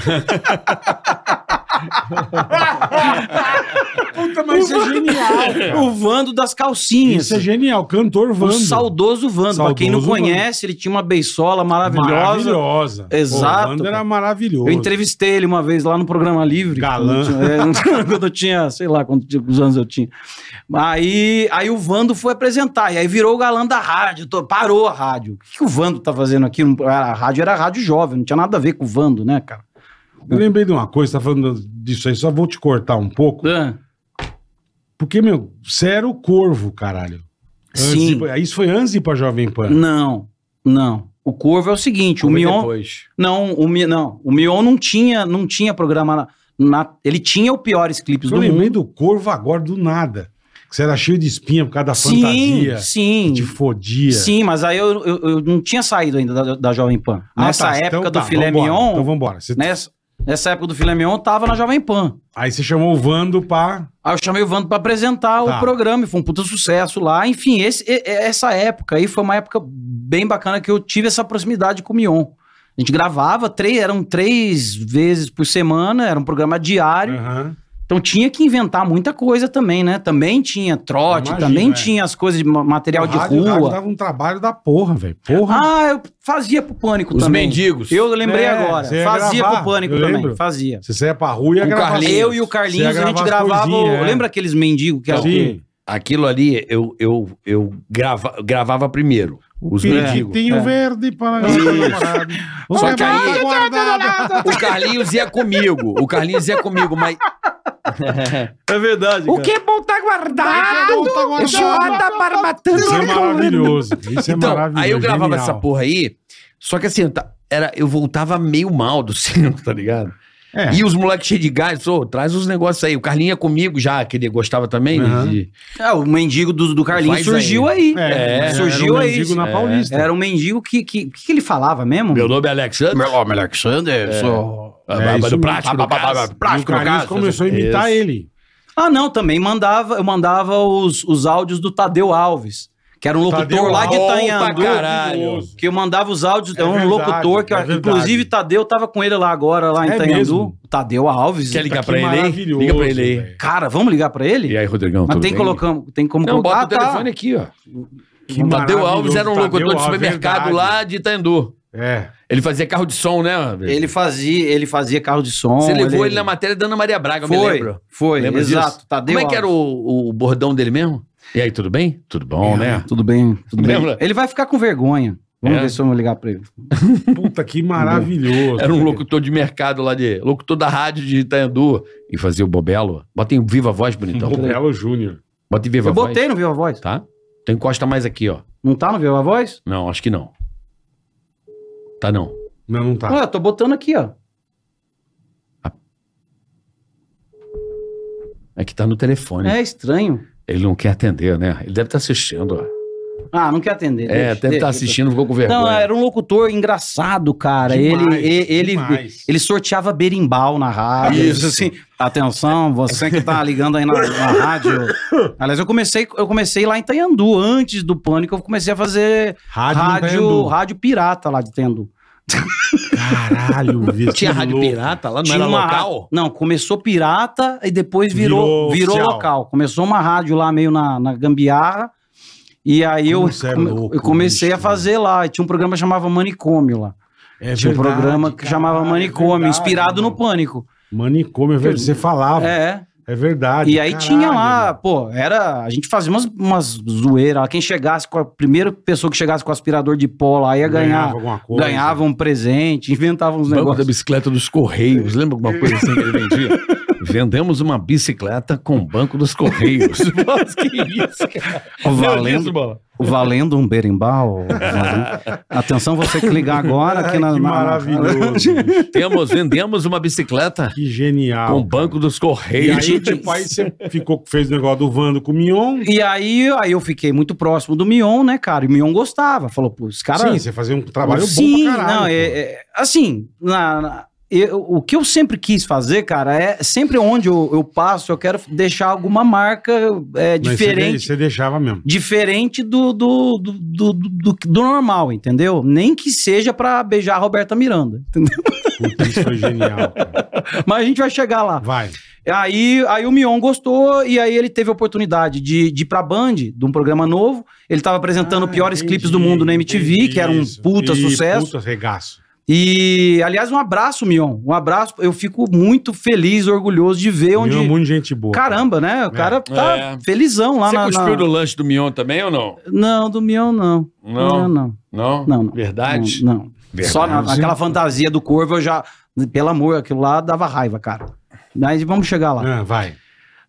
Speaker 2: Puta, mas isso
Speaker 5: (laughs)
Speaker 2: é genial, cara.
Speaker 5: o Vando das calcinhas.
Speaker 2: Isso é genial. Cantor
Speaker 5: o
Speaker 2: Vando.
Speaker 5: saudoso Vando. pra quem não
Speaker 2: Saudoso Vando.
Speaker 5: conhece, ele tinha uma beiçola maravilhosa.
Speaker 2: Maravilhosa. Pô,
Speaker 5: Exato,
Speaker 2: o Wanda era
Speaker 5: cara.
Speaker 2: maravilhoso.
Speaker 5: Eu entrevistei ele uma vez lá no programa livre.
Speaker 2: Galã.
Speaker 5: Quando eu tinha, é, (laughs) quando eu tinha, sei lá quantos quantos anos eu tinha. Aí, aí o Vando foi apresentar, e aí virou o galã da rádio, to- parou a rádio. O que, que o Vando tá fazendo aqui? Não- A rádio era rádio jovem, não tinha nada a ver com o Vando, né, cara?
Speaker 2: Eu lembrei de uma coisa, você tá falando disso aí, só vou te cortar um pouco. Porque, meu, você era o corvo, caralho. Antes
Speaker 5: Sim.
Speaker 2: de- isso foi antes de ir pra Jovem Pan.
Speaker 5: Não, não. O Corvo é o seguinte, o Mion...
Speaker 4: Depois.
Speaker 5: Não, o Mi, não, o Mion não tinha, não tinha programa... na- na- ele tinha o piores clipes
Speaker 2: Eu
Speaker 5: do mundo.
Speaker 2: lembrei do corvo agora do nada. Que você era cheio de espinha por causa da fantasia. É
Speaker 5: sim.
Speaker 2: que Te fodia.
Speaker 5: Sim, mas aí eu, eu, eu não tinha saído ainda da, da Jovem Pan.
Speaker 2: Ah,
Speaker 5: Nessa
Speaker 2: tá,
Speaker 5: época
Speaker 2: então
Speaker 5: do
Speaker 2: tá,
Speaker 5: filé
Speaker 2: vambora,
Speaker 5: mignon, né?
Speaker 2: Então vambora. Você-
Speaker 5: nessa, nessa época do filé mignon, tava na Jovem Pan.
Speaker 2: Aí você chamou o Vando pra.
Speaker 5: Aí eu chamei o Vando pra apresentar
Speaker 2: Tá.
Speaker 5: o programa, e foi um puta sucesso lá. Enfim, esse, e- e- essa época aí foi uma época bem bacana que eu tive essa proximidade com o Mion. A gente gravava, três, eram três vezes por semana, era um programa diário.
Speaker 2: Aham.
Speaker 5: Então tinha que inventar muita coisa também, né? Também tinha trote,
Speaker 2: Imagino,
Speaker 5: também
Speaker 2: é.
Speaker 5: tinha as coisas de ma- material
Speaker 2: O
Speaker 5: de
Speaker 2: rádio- o rádio
Speaker 5: rua.
Speaker 2: dava um trabalho da porra, velho. Porra.
Speaker 5: Ah, eu fazia pro pânico
Speaker 4: Os
Speaker 5: também.
Speaker 4: mendigos.
Speaker 5: Eu lembrei
Speaker 2: É,
Speaker 5: agora.
Speaker 2: você ia
Speaker 5: Fazia
Speaker 2: gravar,
Speaker 5: pro pânico
Speaker 2: eu
Speaker 5: também.
Speaker 2: lembro.
Speaker 5: Fazia.
Speaker 2: Você saia pra rua e ia
Speaker 4: Com o
Speaker 2: gravar.
Speaker 4: Carlinhos.
Speaker 5: Eu e
Speaker 2: Você
Speaker 5: o
Speaker 2: ia
Speaker 5: Carlinhos, a gente
Speaker 2: gravar as
Speaker 5: gravava. o-
Speaker 2: coisinhas, é.
Speaker 5: Lembra aqueles mendigos que era o
Speaker 2: (laughs)
Speaker 5: quê?
Speaker 2: Sim.
Speaker 4: Aquilo ali, eu, eu, eu grava- gravava primeiro. Os mendigos.
Speaker 2: Periquitinho
Speaker 5: É.
Speaker 2: verde para
Speaker 4: Isso.
Speaker 2: namorado. Os
Speaker 4: Só que aí-
Speaker 2: camarada guardado.
Speaker 4: O Carlinhos ia comigo. O Carlinhos ia comigo, mas.
Speaker 5: É verdade.
Speaker 4: O que é bom tá guardado?
Speaker 2: Tá guardado.
Speaker 4: Eu sou da barbatana.
Speaker 2: Isso é maravilhoso. Isso é
Speaker 4: Então,
Speaker 2: maravilhoso.
Speaker 4: aí eu gravava
Speaker 2: genial.
Speaker 4: essa porra aí, só que assim, tá- era, eu voltava meio mal do (laughs) cinema, tá ligado?
Speaker 2: É.
Speaker 4: E os moleques cheios de gás, ô, traz os negócios aí. O Carlinhos ia comigo já, que ele gostava também. né,
Speaker 2: Aham.
Speaker 4: de-
Speaker 5: É, o mendigo do, do Carlinhos
Speaker 4: Faz
Speaker 5: surgiu aí.
Speaker 2: É,
Speaker 4: É,
Speaker 5: surgiu
Speaker 2: era um
Speaker 5: aí.
Speaker 2: mendigo na
Speaker 4: É.
Speaker 2: Paulista.
Speaker 5: Era um mendigo que. O que, que, que ele falava mesmo?
Speaker 4: Meu nome é Alexandre. Meu nome é Alexander. Sou...
Speaker 2: É,
Speaker 4: Ah,
Speaker 2: isso
Speaker 4: do
Speaker 2: mesmo.
Speaker 4: prático, do caso.
Speaker 2: E o
Speaker 4: Prático, no
Speaker 2: Carlinhos
Speaker 4: caso.
Speaker 2: começou a imitar ele.
Speaker 5: Ah, não, também mandava. Eu mandava os, os áudios do Tadeu Alves, que era um locutor
Speaker 2: Tadeu
Speaker 5: lá de
Speaker 4: Opa,
Speaker 5: Itanhandu.
Speaker 4: caralho.
Speaker 5: Que eu mandava os áudios,
Speaker 2: É
Speaker 5: é um
Speaker 2: verdade,
Speaker 5: locutor que,
Speaker 2: é verdade.
Speaker 5: inclusive, Tadeu tava com ele lá agora, lá em
Speaker 2: É
Speaker 5: Itanhandu.
Speaker 2: mesmo?
Speaker 5: Tadeu Alves.
Speaker 4: Quer ligar
Speaker 2: Que
Speaker 4: pra ele aí?
Speaker 2: maravilhoso,
Speaker 4: Liga pra ele aí.
Speaker 2: velho.
Speaker 5: Cara, vamos ligar pra ele?
Speaker 4: E aí, Rodrigão,
Speaker 5: Mas
Speaker 4: tudo
Speaker 5: tem, tá?
Speaker 4: bem?
Speaker 5: colocamos, tem como
Speaker 4: Não,
Speaker 5: colocar.
Speaker 4: bota o telefone aqui, ó.
Speaker 2: Que
Speaker 4: o Tadeu
Speaker 2: maravilhoso,
Speaker 4: Alves era um
Speaker 2: Tadeu
Speaker 4: locutor de
Speaker 2: Alves,
Speaker 4: supermercado
Speaker 2: verdade.
Speaker 4: lá de Itaendu.
Speaker 2: É.
Speaker 4: Ele fazia carro de som, né?
Speaker 5: Ele é fazia, ele fazia carro de som.
Speaker 4: Você levou ele na matéria da Ana Maria Braga, eu me
Speaker 5: Foi,
Speaker 4: lembro.
Speaker 5: foi,
Speaker 4: Lembra
Speaker 5: exato. tá,
Speaker 4: disso?
Speaker 5: Tadeu
Speaker 4: Como é que era
Speaker 5: Alves.
Speaker 4: o, o bordão dele mesmo? E aí, tudo bem? Tudo bom, né?
Speaker 5: Tudo bem, tudo bem.
Speaker 4: Lembra?
Speaker 5: Ele vai ficar com vergonha. Vamos
Speaker 4: É.
Speaker 5: ver se vamos ligar pra ele.
Speaker 2: Puta, que maravilhoso.
Speaker 4: Era um locutor de mercado lá de. Locutor da rádio de Itanhandu. E fazia o Bobelo. Bota em Viva Voz, bonitão.
Speaker 5: Então,
Speaker 2: Belo Então, Júnior.
Speaker 4: Bota em Viva
Speaker 5: Eu
Speaker 4: Voz.
Speaker 5: botei no Viva Voz.
Speaker 4: Tá? Tu encosta mais aqui, ó.
Speaker 5: Não tá no Viva Voz?
Speaker 4: Não, acho que não. Tá não.
Speaker 2: Não, não tá.
Speaker 5: Não, eu tô botando aqui, ó.
Speaker 4: É que tá no telefone.
Speaker 5: É estranho.
Speaker 4: Ele não quer atender, né? Ele deve estar assistindo, ó.
Speaker 5: Ah, não quer atender.
Speaker 4: É,
Speaker 5: deixa,
Speaker 4: deve estar
Speaker 5: deixa.
Speaker 4: assistindo, ficou com vergonha.
Speaker 5: Não, era um locutor engraçado, cara.
Speaker 2: Demais,
Speaker 5: ele, e- ele,
Speaker 2: demais.
Speaker 5: ele sorteava berimbau na rádio.
Speaker 4: Isso.
Speaker 5: Isso. Assim, Atenção, você que tá ligando aí na, na rádio. Aliás, eu comecei, eu comecei lá em Itanhandu. Antes do Pânico, eu comecei a fazer
Speaker 2: Rádio. não tá
Speaker 5: rádio,
Speaker 2: indo.
Speaker 5: rádio pirata lá de Itanhandu.
Speaker 2: Caralho,
Speaker 5: (laughs)
Speaker 2: viu?
Speaker 4: Tá Tinha
Speaker 2: Que
Speaker 4: rádio
Speaker 2: louco.
Speaker 4: pirata lá, Ah, não
Speaker 5: Tinha
Speaker 4: era
Speaker 5: uma
Speaker 4: local?
Speaker 5: ra- Não, começou pirata e depois virou,
Speaker 2: Virou
Speaker 5: virou,
Speaker 2: oficial.
Speaker 5: local. Começou uma rádio lá meio na, na gambiarra. E aí eu,
Speaker 2: Como você é
Speaker 5: come-
Speaker 2: louco,
Speaker 5: eu comecei
Speaker 2: bicho,
Speaker 5: a fazer lá. E tinha um programa que chamava Manicômio lá.
Speaker 2: É
Speaker 5: tinha um
Speaker 2: verdade,
Speaker 5: programa que
Speaker 2: caralho,
Speaker 5: chamava
Speaker 2: é
Speaker 5: Manicômio,
Speaker 2: verdade,
Speaker 5: inspirado no
Speaker 2: mano.
Speaker 5: Pânico.
Speaker 2: Manicômio, é verdade. Você falava. É,
Speaker 5: É.
Speaker 2: verdade.
Speaker 5: E aí
Speaker 2: caralho,
Speaker 5: tinha lá,
Speaker 2: mano.
Speaker 5: pô, era. A gente fazia umas, umas zoeiras. lá. Quem chegasse com a primeira pessoa que chegasse com o aspirador de pó lá ia ganhar.
Speaker 2: Ganhava alguma coisa.
Speaker 5: Ganhava um presente, (laughs) inventava uns
Speaker 4: Banco da
Speaker 5: negócios.
Speaker 4: bicicleta dos Correios. Lembra alguma coisa assim que ele vendia? Vendemos uma bicicleta com o Banco dos Correios. Nossa, que isso, cara.
Speaker 5: Valendo,
Speaker 4: bola.
Speaker 5: valendo um berimbau.
Speaker 2: (laughs)
Speaker 5: valendo- Atenção, você que ligar agora aqui
Speaker 2: Ai,
Speaker 5: na.
Speaker 2: que
Speaker 5: na- (laughs)
Speaker 2: maravilhoso. bicho.
Speaker 4: Temos, vendemos uma bicicleta
Speaker 2: que genial.
Speaker 4: com o Banco dos
Speaker 2: Ah, E
Speaker 4: Correios.
Speaker 2: aí, tipo, aí você ficou, fez o negócio do Vando com o Mion.
Speaker 5: E aí, aí eu fiquei muito próximo do Mion, né, cara? E o Mion gostava. Falou, pô, esse cara.
Speaker 2: Sim, você fazia um trabalho
Speaker 5: Sim,
Speaker 2: bom pra caralho.
Speaker 5: não, é,
Speaker 2: pô.
Speaker 5: é- assim, na- na- eu- o que eu sempre quis fazer, cara, é sempre onde eu, eu passo, eu quero deixar alguma marca é,
Speaker 2: Mas
Speaker 5: diferente.
Speaker 2: Você, você deixava mesmo.
Speaker 5: Diferente do, do, do, do, do- do normal, entendeu? Nem que seja pra beijar a Roberta Miranda, (laughs) entendeu?
Speaker 2: Puta, isso foi genial. cara.
Speaker 5: Mas a gente vai chegar lá.
Speaker 2: Vai.
Speaker 5: Aí, aí o Mion gostou e aí ele teve a oportunidade de, de ir pra Band, de um programa novo. Ele tava apresentando
Speaker 2: Ah,
Speaker 5: piores
Speaker 2: entendi,
Speaker 5: clipes do mundo na MTV,
Speaker 2: entendi,
Speaker 5: que era um
Speaker 2: isso.
Speaker 5: puta
Speaker 2: Isso,
Speaker 5: sucesso.
Speaker 2: Puta regaço.
Speaker 5: E, aliás, um abraço, Mion. Um abraço. Eu fico muito feliz, orgulhoso de ver onde.
Speaker 2: Mion é muito gente boa.
Speaker 5: Caramba, né? O cara tá
Speaker 4: É.
Speaker 5: felizão lá
Speaker 4: Você
Speaker 5: na.
Speaker 4: cuspiu
Speaker 5: na-
Speaker 4: do lanche do Mion também ou não?
Speaker 5: Não, do Mion não. Não, não.
Speaker 4: Não?
Speaker 5: Não, não.
Speaker 4: Verdade?
Speaker 5: Não, não.
Speaker 4: Verdade.
Speaker 5: Só na- naquela fantasia do corvo eu já. Pelo amor, aquilo lá dava raiva, cara. Mas vamos chegar lá.
Speaker 2: Ah, vai.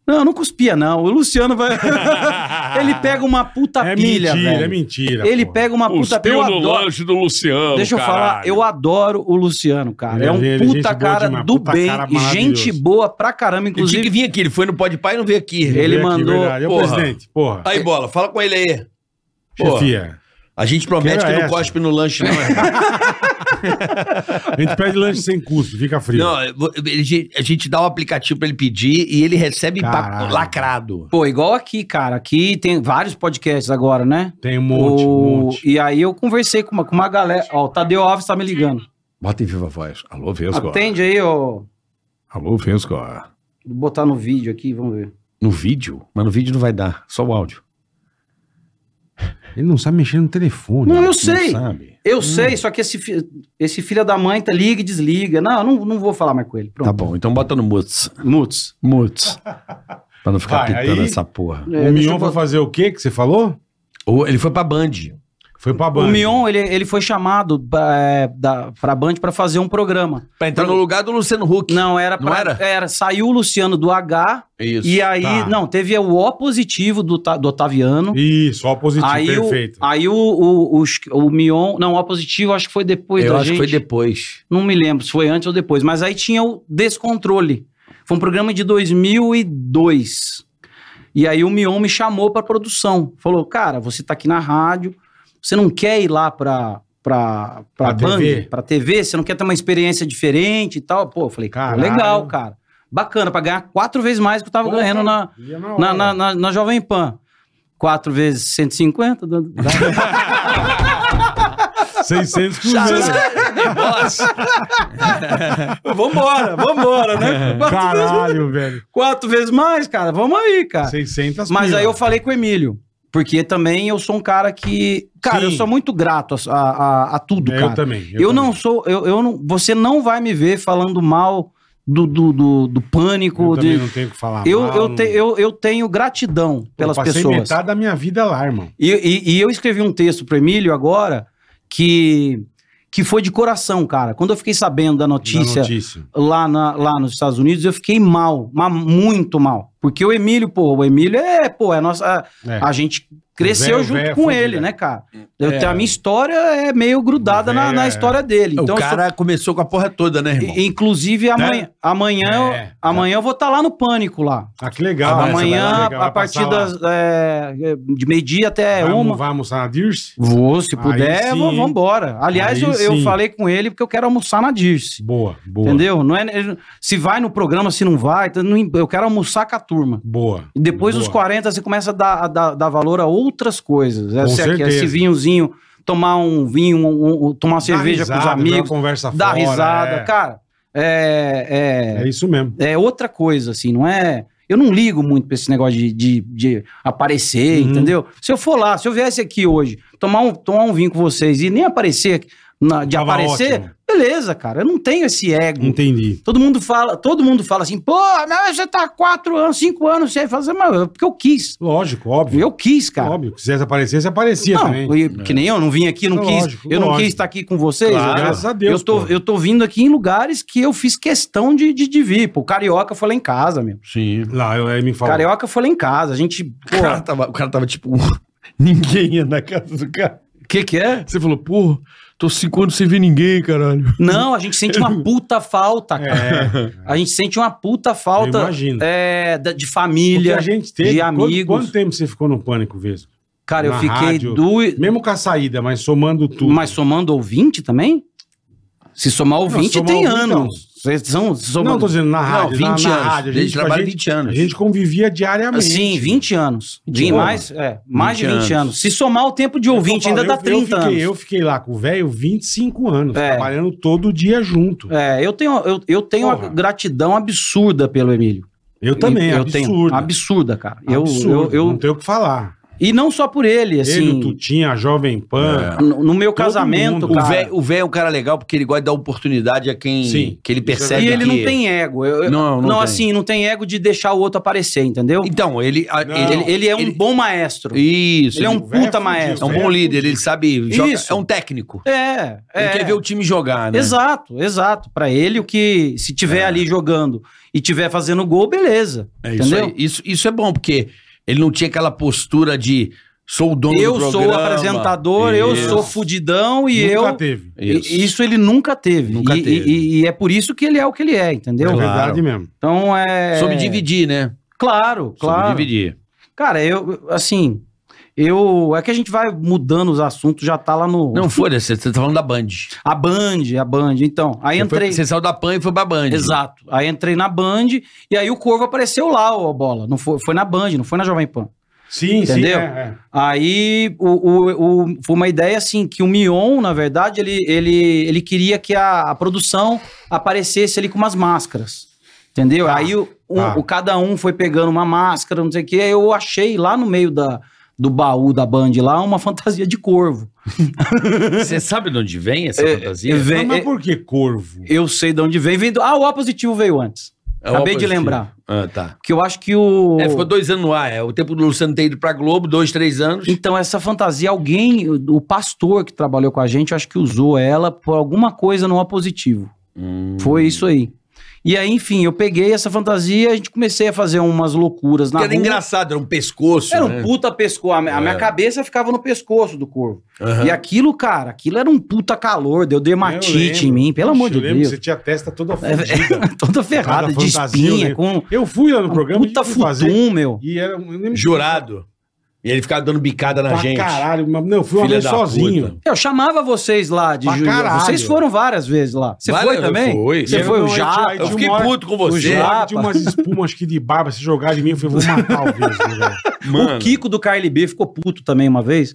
Speaker 5: Não, não cuspia, não. O Luciano vai. (laughs) ele pega uma puta
Speaker 2: é
Speaker 5: pilha,
Speaker 2: mentira,
Speaker 5: velho.
Speaker 2: é mentira.
Speaker 5: ele
Speaker 2: pô.
Speaker 5: pega uma puta pilha.
Speaker 4: Cuspiu
Speaker 5: Eu
Speaker 4: no
Speaker 5: adoro-
Speaker 4: lanche do Luciano.
Speaker 5: Deixa eu falar,
Speaker 4: caralho.
Speaker 5: eu adoro o Luciano, cara.
Speaker 2: Ele
Speaker 5: é
Speaker 2: é
Speaker 5: um
Speaker 2: gente- gente
Speaker 5: puta
Speaker 2: boa
Speaker 5: cara
Speaker 2: demais,
Speaker 5: do
Speaker 2: puta
Speaker 5: bem,
Speaker 2: cara
Speaker 5: e gente
Speaker 2: maravilhoso.
Speaker 5: boa pra caramba,
Speaker 4: Ele tinha que
Speaker 5: inclusive.
Speaker 4: vir aqui, ele foi no Pode Pai e não veio aqui.
Speaker 5: Ele
Speaker 2: Veio aqui,
Speaker 5: mandou-
Speaker 2: verdade. É o
Speaker 4: Porra.
Speaker 2: presidente, porra.
Speaker 4: Aí, bola, fala com ele aí. Porra,
Speaker 2: Chefia.
Speaker 4: a gente promete
Speaker 2: Que
Speaker 4: que
Speaker 2: era
Speaker 4: não
Speaker 2: essa?
Speaker 4: cospe no lanche, não. irmão.
Speaker 2: A gente pede lanche sem custo, fica frio.
Speaker 4: (laughs) não, eu vou- ele- a gente dá o aplicativo pra ele pedir e ele recebe
Speaker 2: Caralho.
Speaker 4: pa- lacrado.
Speaker 5: Pô, igual aqui, cara. Aqui tem vários podcasts agora, né?
Speaker 2: Tem um monte,
Speaker 5: O-
Speaker 2: um monte.
Speaker 5: E aí eu conversei com uma, com uma galera. Ó, o Tadeu Alves tá me ligando.
Speaker 4: Bota em viva voz. Alô, Vesgo.
Speaker 5: Atende aí, ó.
Speaker 4: Alô, Vesgo.
Speaker 5: Vou botar no vídeo aqui, vamos ver.
Speaker 4: No vídeo? Mas no vídeo não vai dar, só o áudio.
Speaker 2: Ele não sabe mexer no telefone.
Speaker 5: Não, eu sei.
Speaker 2: sabe.
Speaker 4: Hum.
Speaker 5: Eu sei, só que esse, fi- esse filho da mãe tá, liga e desliga. Não, eu não, não vou falar mais com ele.
Speaker 4: Tá
Speaker 5: Pronto.
Speaker 4: bom, então bota no Mutz.
Speaker 5: Mutz.
Speaker 4: Mutz. pra não ficar
Speaker 2: Vai,
Speaker 4: pitando
Speaker 2: aí-
Speaker 4: essa porra.
Speaker 5: É,
Speaker 2: o
Speaker 5: deixa eu
Speaker 2: Mion foi
Speaker 5: botar-
Speaker 2: fazer o quê que você falou?
Speaker 4: Ou ele foi pra Band.
Speaker 2: Foi pra Band.
Speaker 5: O Mion, ele, ele foi chamado é, da, pra Band pra fazer um programa.
Speaker 4: Pra entrar no lugar do Luciano Huck.
Speaker 5: Não, era
Speaker 4: Não
Speaker 5: pra,
Speaker 4: era?
Speaker 5: Saiu o Luciano do H,
Speaker 4: Isso.
Speaker 5: e aí.
Speaker 2: tá.
Speaker 5: Não, teve o O positivo do, Ta- do Otaviano.
Speaker 2: Isso, ó, positivo,
Speaker 5: aí
Speaker 2: perfeito.
Speaker 5: o, aí o, o, o, o Mion. Não, o O positivo acho que foi depois
Speaker 4: Eu
Speaker 5: da
Speaker 4: acho
Speaker 5: gente.
Speaker 4: que foi depois.
Speaker 5: Não me lembro se foi antes ou depois, mas aí tinha o Descontrole. Foi um programa de 2002. E aí o Mion me chamou pra produção. Falou, cara, você tá aqui na rádio, você não quer ir lá pra, pra,
Speaker 2: Pra
Speaker 5: pra, Band,
Speaker 2: TV?
Speaker 5: pra TV? Você não quer ter uma experiência diferente e tal? Pô, eu falei, cara,
Speaker 2: Caralho.
Speaker 5: legal, cara. Bacana, pra ganhar quatro vezes mais que eu tava
Speaker 2: Porra,
Speaker 5: ganhando na,
Speaker 2: ia na hora.
Speaker 5: na, na, na, na Jovem Pan. Quatro vezes 150? dá- dá-
Speaker 2: 600 cruzeiros.
Speaker 4: Caralho,
Speaker 5: (laughs) vambora, vambora, né? Quatro vezes
Speaker 2: Caralho, velho.
Speaker 5: Quatro vezes mais, cara. Vamos aí, cara.
Speaker 2: 600
Speaker 5: Ah, Mas
Speaker 2: mil.
Speaker 5: aí eu falei com o Emílio. Porque também eu sou um cara que. Cara,
Speaker 2: Sim.
Speaker 5: eu sou muito grato a, a- a tudo,
Speaker 2: É,
Speaker 5: cara.
Speaker 2: Eu também.
Speaker 5: Eu, não
Speaker 2: também.
Speaker 5: sou. Eu, eu não, você não vai me ver falando mal do, do, do, do pânico.
Speaker 2: Eu
Speaker 5: de-
Speaker 2: também não tenho o que falar.
Speaker 5: eu,
Speaker 2: mal,
Speaker 5: eu,
Speaker 2: não-
Speaker 5: te- eu, eu tenho gratidão pelas
Speaker 2: eu passei
Speaker 5: pessoas.
Speaker 2: metade da minha vida lá, irmão.
Speaker 5: E, e- e eu escrevi um texto pro Emílio agora que, que foi de coração, cara. Quando eu fiquei sabendo da
Speaker 2: Da
Speaker 5: notícia
Speaker 2: notícia.
Speaker 5: lá, na- lá nos Estados Unidos, eu fiquei mal, mas muito mal. Porque o Emílio, pô, o Emílio é, pô, é nossa.
Speaker 2: É.
Speaker 5: A gente cresceu
Speaker 2: O velho,
Speaker 5: junto
Speaker 2: o velho é
Speaker 5: com
Speaker 2: fudido,
Speaker 5: ele,
Speaker 2: é.
Speaker 5: né, cara? Eu tenho- a minha história é meio grudada
Speaker 2: O
Speaker 5: na,
Speaker 2: velho
Speaker 5: na
Speaker 2: é.
Speaker 5: história dele. Então,
Speaker 4: o
Speaker 5: eu
Speaker 4: cara começou com a porra toda, né,
Speaker 5: sou-
Speaker 4: irmão?
Speaker 5: i- inclusive, amanhã, amanhã, eu-
Speaker 2: É,
Speaker 5: amanhã eu vou estar lá no Pânico lá.
Speaker 2: Ah, que legal. né? Você vai lá,
Speaker 5: amanhã,
Speaker 2: legal,
Speaker 5: a
Speaker 2: vai passar
Speaker 5: partir
Speaker 2: lá.
Speaker 5: das, é, de meio-dia até
Speaker 2: vai,
Speaker 5: uma.
Speaker 2: Vai almoçar na Dirce?
Speaker 5: Vou, se
Speaker 2: Aí
Speaker 5: puder,
Speaker 2: sim.
Speaker 5: vou, vambora. Aliás,
Speaker 2: Aí
Speaker 5: eu, eu
Speaker 2: sim.
Speaker 5: falei com ele porque eu quero almoçar na Dirce.
Speaker 2: Boa, boa.
Speaker 5: Entendeu? Não é, ele- se vai no programa, se não vai, então não- eu quero almoçar com a turma.
Speaker 2: Boa.
Speaker 5: E depois
Speaker 2: boa.
Speaker 5: dos 40, você começa a dar, a dar- dar valor a outras coisas.
Speaker 2: Com
Speaker 5: Esse, aqui,
Speaker 2: certeza.
Speaker 5: esse vinhozinho, tomar um vinho, um- um- tomar uma
Speaker 2: Dá
Speaker 5: cerveja
Speaker 2: risada,
Speaker 5: com os
Speaker 2: joga
Speaker 5: amigos,
Speaker 2: conversa
Speaker 5: dar
Speaker 2: fora,
Speaker 5: risada.
Speaker 2: é.
Speaker 5: Cara, é,
Speaker 2: É isso mesmo.
Speaker 5: é- é outra coisa, assim, não é. Eu não ligo muito pra esse negócio de, de- de aparecer,
Speaker 2: Uhum.
Speaker 5: entendeu? Se eu for lá, se eu viesse aqui hoje, tomar um, tomar um vinho com vocês e nem aparecer, na- de
Speaker 2: Tava
Speaker 5: aparecer,
Speaker 2: ótimo.
Speaker 5: beleza, cara. Eu não tenho esse ego.
Speaker 2: Entendi.
Speaker 5: Todo mundo fala, todo mundo fala assim, pô, não, você tá há quatro anos, cinco anos sem fazer, mas é porque eu quis.
Speaker 2: Lógico, óbvio.
Speaker 5: Eu quis, cara.
Speaker 2: Óbvio. Se quisesse aparecer, você aparecia
Speaker 5: não,
Speaker 2: também.
Speaker 5: eu- que nem eu, não vim aqui, não
Speaker 2: Lógico,
Speaker 5: quis. Eu não
Speaker 2: lógico.
Speaker 5: quis estar aqui com vocês.
Speaker 2: Claro,
Speaker 5: eu-
Speaker 2: graças a Deus,
Speaker 5: Eu tô,
Speaker 2: pô.
Speaker 5: eu tô vindo aqui em lugares que eu fiz questão de, de, de vir. Pô, o Carioca foi lá em casa, meu.
Speaker 4: Sim.
Speaker 2: Lá, eu, aí me
Speaker 5: O
Speaker 2: falou.
Speaker 5: Carioca foi lá em casa. A gente.
Speaker 4: O
Speaker 5: Pô,
Speaker 4: cara tava, o cara tava tipo. (laughs) um-
Speaker 2: Ninguém ia na casa do cara.
Speaker 5: O que que é?
Speaker 3: Você falou, pô, tô cinco anos sem ver ninguém, caralho.
Speaker 5: Não, a gente sente
Speaker 2: (laughs)
Speaker 5: uma puta falta, cara.
Speaker 2: É,
Speaker 5: A gente sente uma puta
Speaker 2: eu
Speaker 5: falta
Speaker 2: imagino.
Speaker 5: é, da- de
Speaker 2: Porque
Speaker 5: família.
Speaker 2: a gente teve.
Speaker 5: de
Speaker 2: quanto-
Speaker 5: amigos.
Speaker 2: Quanto, tempo você ficou no pânico, Vesgo?
Speaker 5: Cara, eu
Speaker 2: na
Speaker 5: fiquei
Speaker 2: rádio,
Speaker 5: duas.
Speaker 2: Mesmo com a saída, mas somando tudo.
Speaker 5: Mas somando ouvinte também? Se somar ouvinte,
Speaker 2: somar
Speaker 5: tem
Speaker 2: ouvinte, não.
Speaker 5: anos. Vocês são somando...
Speaker 2: Não, tô dizendo na rádio.
Speaker 5: Não, 20
Speaker 2: na, na
Speaker 5: anos.
Speaker 2: rádio. A
Speaker 4: Ah, Ele
Speaker 2: gente, a
Speaker 4: trabalha
Speaker 2: gente-
Speaker 4: 20 anos.
Speaker 2: a gente convivia diariamente.
Speaker 5: Sim, 20 anos. De
Speaker 2: anos. É
Speaker 5: mais, é, mais
Speaker 4: 20
Speaker 5: de 20 anos.
Speaker 4: anos.
Speaker 5: Se somar o tempo de ouvinte,
Speaker 2: Eu falo,
Speaker 5: ainda dá
Speaker 2: eu- eu
Speaker 5: 30
Speaker 2: fiquei-
Speaker 5: anos.
Speaker 2: Eu fiquei lá com o velho 25 anos,
Speaker 5: É.
Speaker 2: trabalhando todo dia junto.
Speaker 5: É, eu tenho, eu, eu tenho
Speaker 2: Porra.
Speaker 5: uma gratidão absurda pelo Emílio.
Speaker 2: Eu também,
Speaker 5: eu
Speaker 2: absurdo.
Speaker 5: Tenho, absurda, cara. Eu-
Speaker 2: Absurdo,
Speaker 5: Eu, eu,
Speaker 2: não tenho o que falar.
Speaker 5: e não só por ele,
Speaker 2: Ele,
Speaker 5: assim.
Speaker 2: o Tutinha, a Jovem Pan.
Speaker 5: no, no meu
Speaker 2: Todo
Speaker 5: casamento,
Speaker 2: mundo.
Speaker 4: O
Speaker 5: cara.
Speaker 4: véio, o véio é um cara legal porque ele gosta de dar oportunidade a quem
Speaker 2: Sim.
Speaker 4: que ele
Speaker 2: Isso é
Speaker 4: percebe
Speaker 5: e ele
Speaker 4: que...
Speaker 5: não tem ego. Eu- eu-
Speaker 4: Não,
Speaker 5: não,
Speaker 4: não tem.
Speaker 5: assim, não tem ego de deixar o outro aparecer, entendeu?
Speaker 4: Então, ele... a-
Speaker 2: Não.
Speaker 4: ele,
Speaker 5: Ele, ele é um
Speaker 4: Ele-
Speaker 5: bom maestro.
Speaker 4: Isso.
Speaker 5: ele é um
Speaker 2: o véio
Speaker 5: puta
Speaker 2: é fudido,
Speaker 4: é
Speaker 5: maestro.
Speaker 4: um
Speaker 2: velho.
Speaker 4: bom líder, ele sabe... joga-
Speaker 5: Isso.
Speaker 4: é um técnico.
Speaker 5: É, é.
Speaker 4: Ele quer ver o time jogar, né?
Speaker 5: Exato, exato. Pra ele, o que se tiver ali jogando e tiver fazendo gol, beleza.
Speaker 4: É isso
Speaker 5: entendeu?
Speaker 4: aí. Isso, isso é bom, porque ele não tinha aquela postura de sou o dono
Speaker 5: eu
Speaker 4: do
Speaker 5: sou
Speaker 4: programa.
Speaker 5: apresentador,
Speaker 4: Isso.
Speaker 5: eu sou fudidão e
Speaker 2: Nunca
Speaker 5: eu.
Speaker 2: teve.
Speaker 5: e- Isso.
Speaker 4: Isso.
Speaker 5: ele nunca teve.
Speaker 4: Nunca
Speaker 5: e,
Speaker 4: teve.
Speaker 5: e- e é por isso que ele é o que ele é, entendeu?
Speaker 2: É
Speaker 4: Claro.
Speaker 2: verdade mesmo.
Speaker 5: Então é.
Speaker 4: Soube dividir, né?
Speaker 5: Claro,
Speaker 4: Soube
Speaker 5: claro.
Speaker 4: dividir.
Speaker 5: Cara, eu, assim, eu. É que a gente vai mudando os assuntos, já tá lá no.
Speaker 4: Não, foda-se, você tá falando da Band.
Speaker 5: A Band, a Band. Então, aí
Speaker 4: Você
Speaker 5: entrei.
Speaker 4: foi- você saiu da PAN e foi pra Band.
Speaker 5: Exato. Aí entrei na Band e aí o Corvo apareceu lá, ó, bola. Não foi, foi na Band, não foi na Jovem Pan.
Speaker 2: Sim,
Speaker 5: Entendeu?
Speaker 2: sim. é,
Speaker 5: Aí o, o- o- foi uma ideia assim que o Mion, na verdade, ele, ele, ele queria que a, a produção aparecesse ali com umas máscaras. Entendeu?
Speaker 2: Tá,
Speaker 5: Aí o, o-
Speaker 2: tá.
Speaker 5: o cada um foi pegando uma máscara, não sei o quê. aí Eu achei lá no meio da, do baú da Band lá uma fantasia de corvo.
Speaker 4: Você sabe de onde vem essa fantasia?
Speaker 5: eu
Speaker 2: é.
Speaker 5: ve-
Speaker 2: Mas, mas por que corvo?
Speaker 5: Eu sei de onde vem. vem do- ah, o positivo veio antes.
Speaker 4: É o
Speaker 5: Acabei de
Speaker 4: opositivo.
Speaker 5: lembrar.
Speaker 4: Ah, tá.
Speaker 5: Porque eu acho que o.
Speaker 4: É, ficou dois anos no ar. É o tempo do Luciano ter ido pra Globo, dois, três anos.
Speaker 5: Então, essa fantasia, alguém, o o pastor que trabalhou com a gente, eu acho que usou ela por alguma coisa no A positivo.
Speaker 4: Hum.
Speaker 5: Foi isso aí. E aí, enfim, eu peguei essa fantasia, a gente comecei a fazer umas loucuras na
Speaker 4: Porque
Speaker 5: rua.
Speaker 4: era engraçado, era um pescoço.
Speaker 5: Era um
Speaker 4: né?
Speaker 5: puta pescoço. A, mi- a minha
Speaker 4: É.
Speaker 5: cabeça ficava no pescoço do corvo.
Speaker 4: Aham.
Speaker 5: E aquilo, cara, aquilo era um puta calor, deu
Speaker 2: Eu
Speaker 5: dermatite
Speaker 2: lembro.
Speaker 5: em mim, pelo
Speaker 2: Ixi,
Speaker 5: amor de
Speaker 2: eu lembro que
Speaker 5: Deus.
Speaker 2: Você tinha a testa toda
Speaker 5: (laughs) É,
Speaker 2: fodida.
Speaker 5: Toda ferrada, de
Speaker 2: fantasia, eu
Speaker 5: espinha,
Speaker 2: lembro.
Speaker 5: com
Speaker 2: Eu fui lá no
Speaker 5: um
Speaker 2: programa
Speaker 5: puta
Speaker 2: fui
Speaker 5: futum, meu.
Speaker 2: E era um. eu lembro-
Speaker 4: Jurado. E ele ficava dando bicada na
Speaker 2: Pra
Speaker 4: gente.
Speaker 2: caralho. mas- Não, eu fui uma
Speaker 4: Filha
Speaker 2: vez
Speaker 4: da
Speaker 2: sozinho.
Speaker 4: puta.
Speaker 5: Eu chamava vocês lá de
Speaker 2: Pra
Speaker 5: Juiz.
Speaker 2: caralho.
Speaker 5: Vocês foram várias vezes lá. Você
Speaker 4: Várias-
Speaker 5: foi também?
Speaker 4: Foi.
Speaker 5: Você
Speaker 2: Eu
Speaker 5: foi
Speaker 2: não,
Speaker 5: o
Speaker 2: aí tinha- aí
Speaker 5: Jato.
Speaker 2: tinha
Speaker 4: Eu fiquei
Speaker 2: uma hora-
Speaker 4: puto com
Speaker 2: O
Speaker 4: você.
Speaker 2: Jorge
Speaker 5: Japa.
Speaker 2: tinha umas espumas acho que de barba se jogar de mim, eu falei, vou matar o Vesgo, velho.
Speaker 5: O Kiko do Carly B ficou puto também uma vez,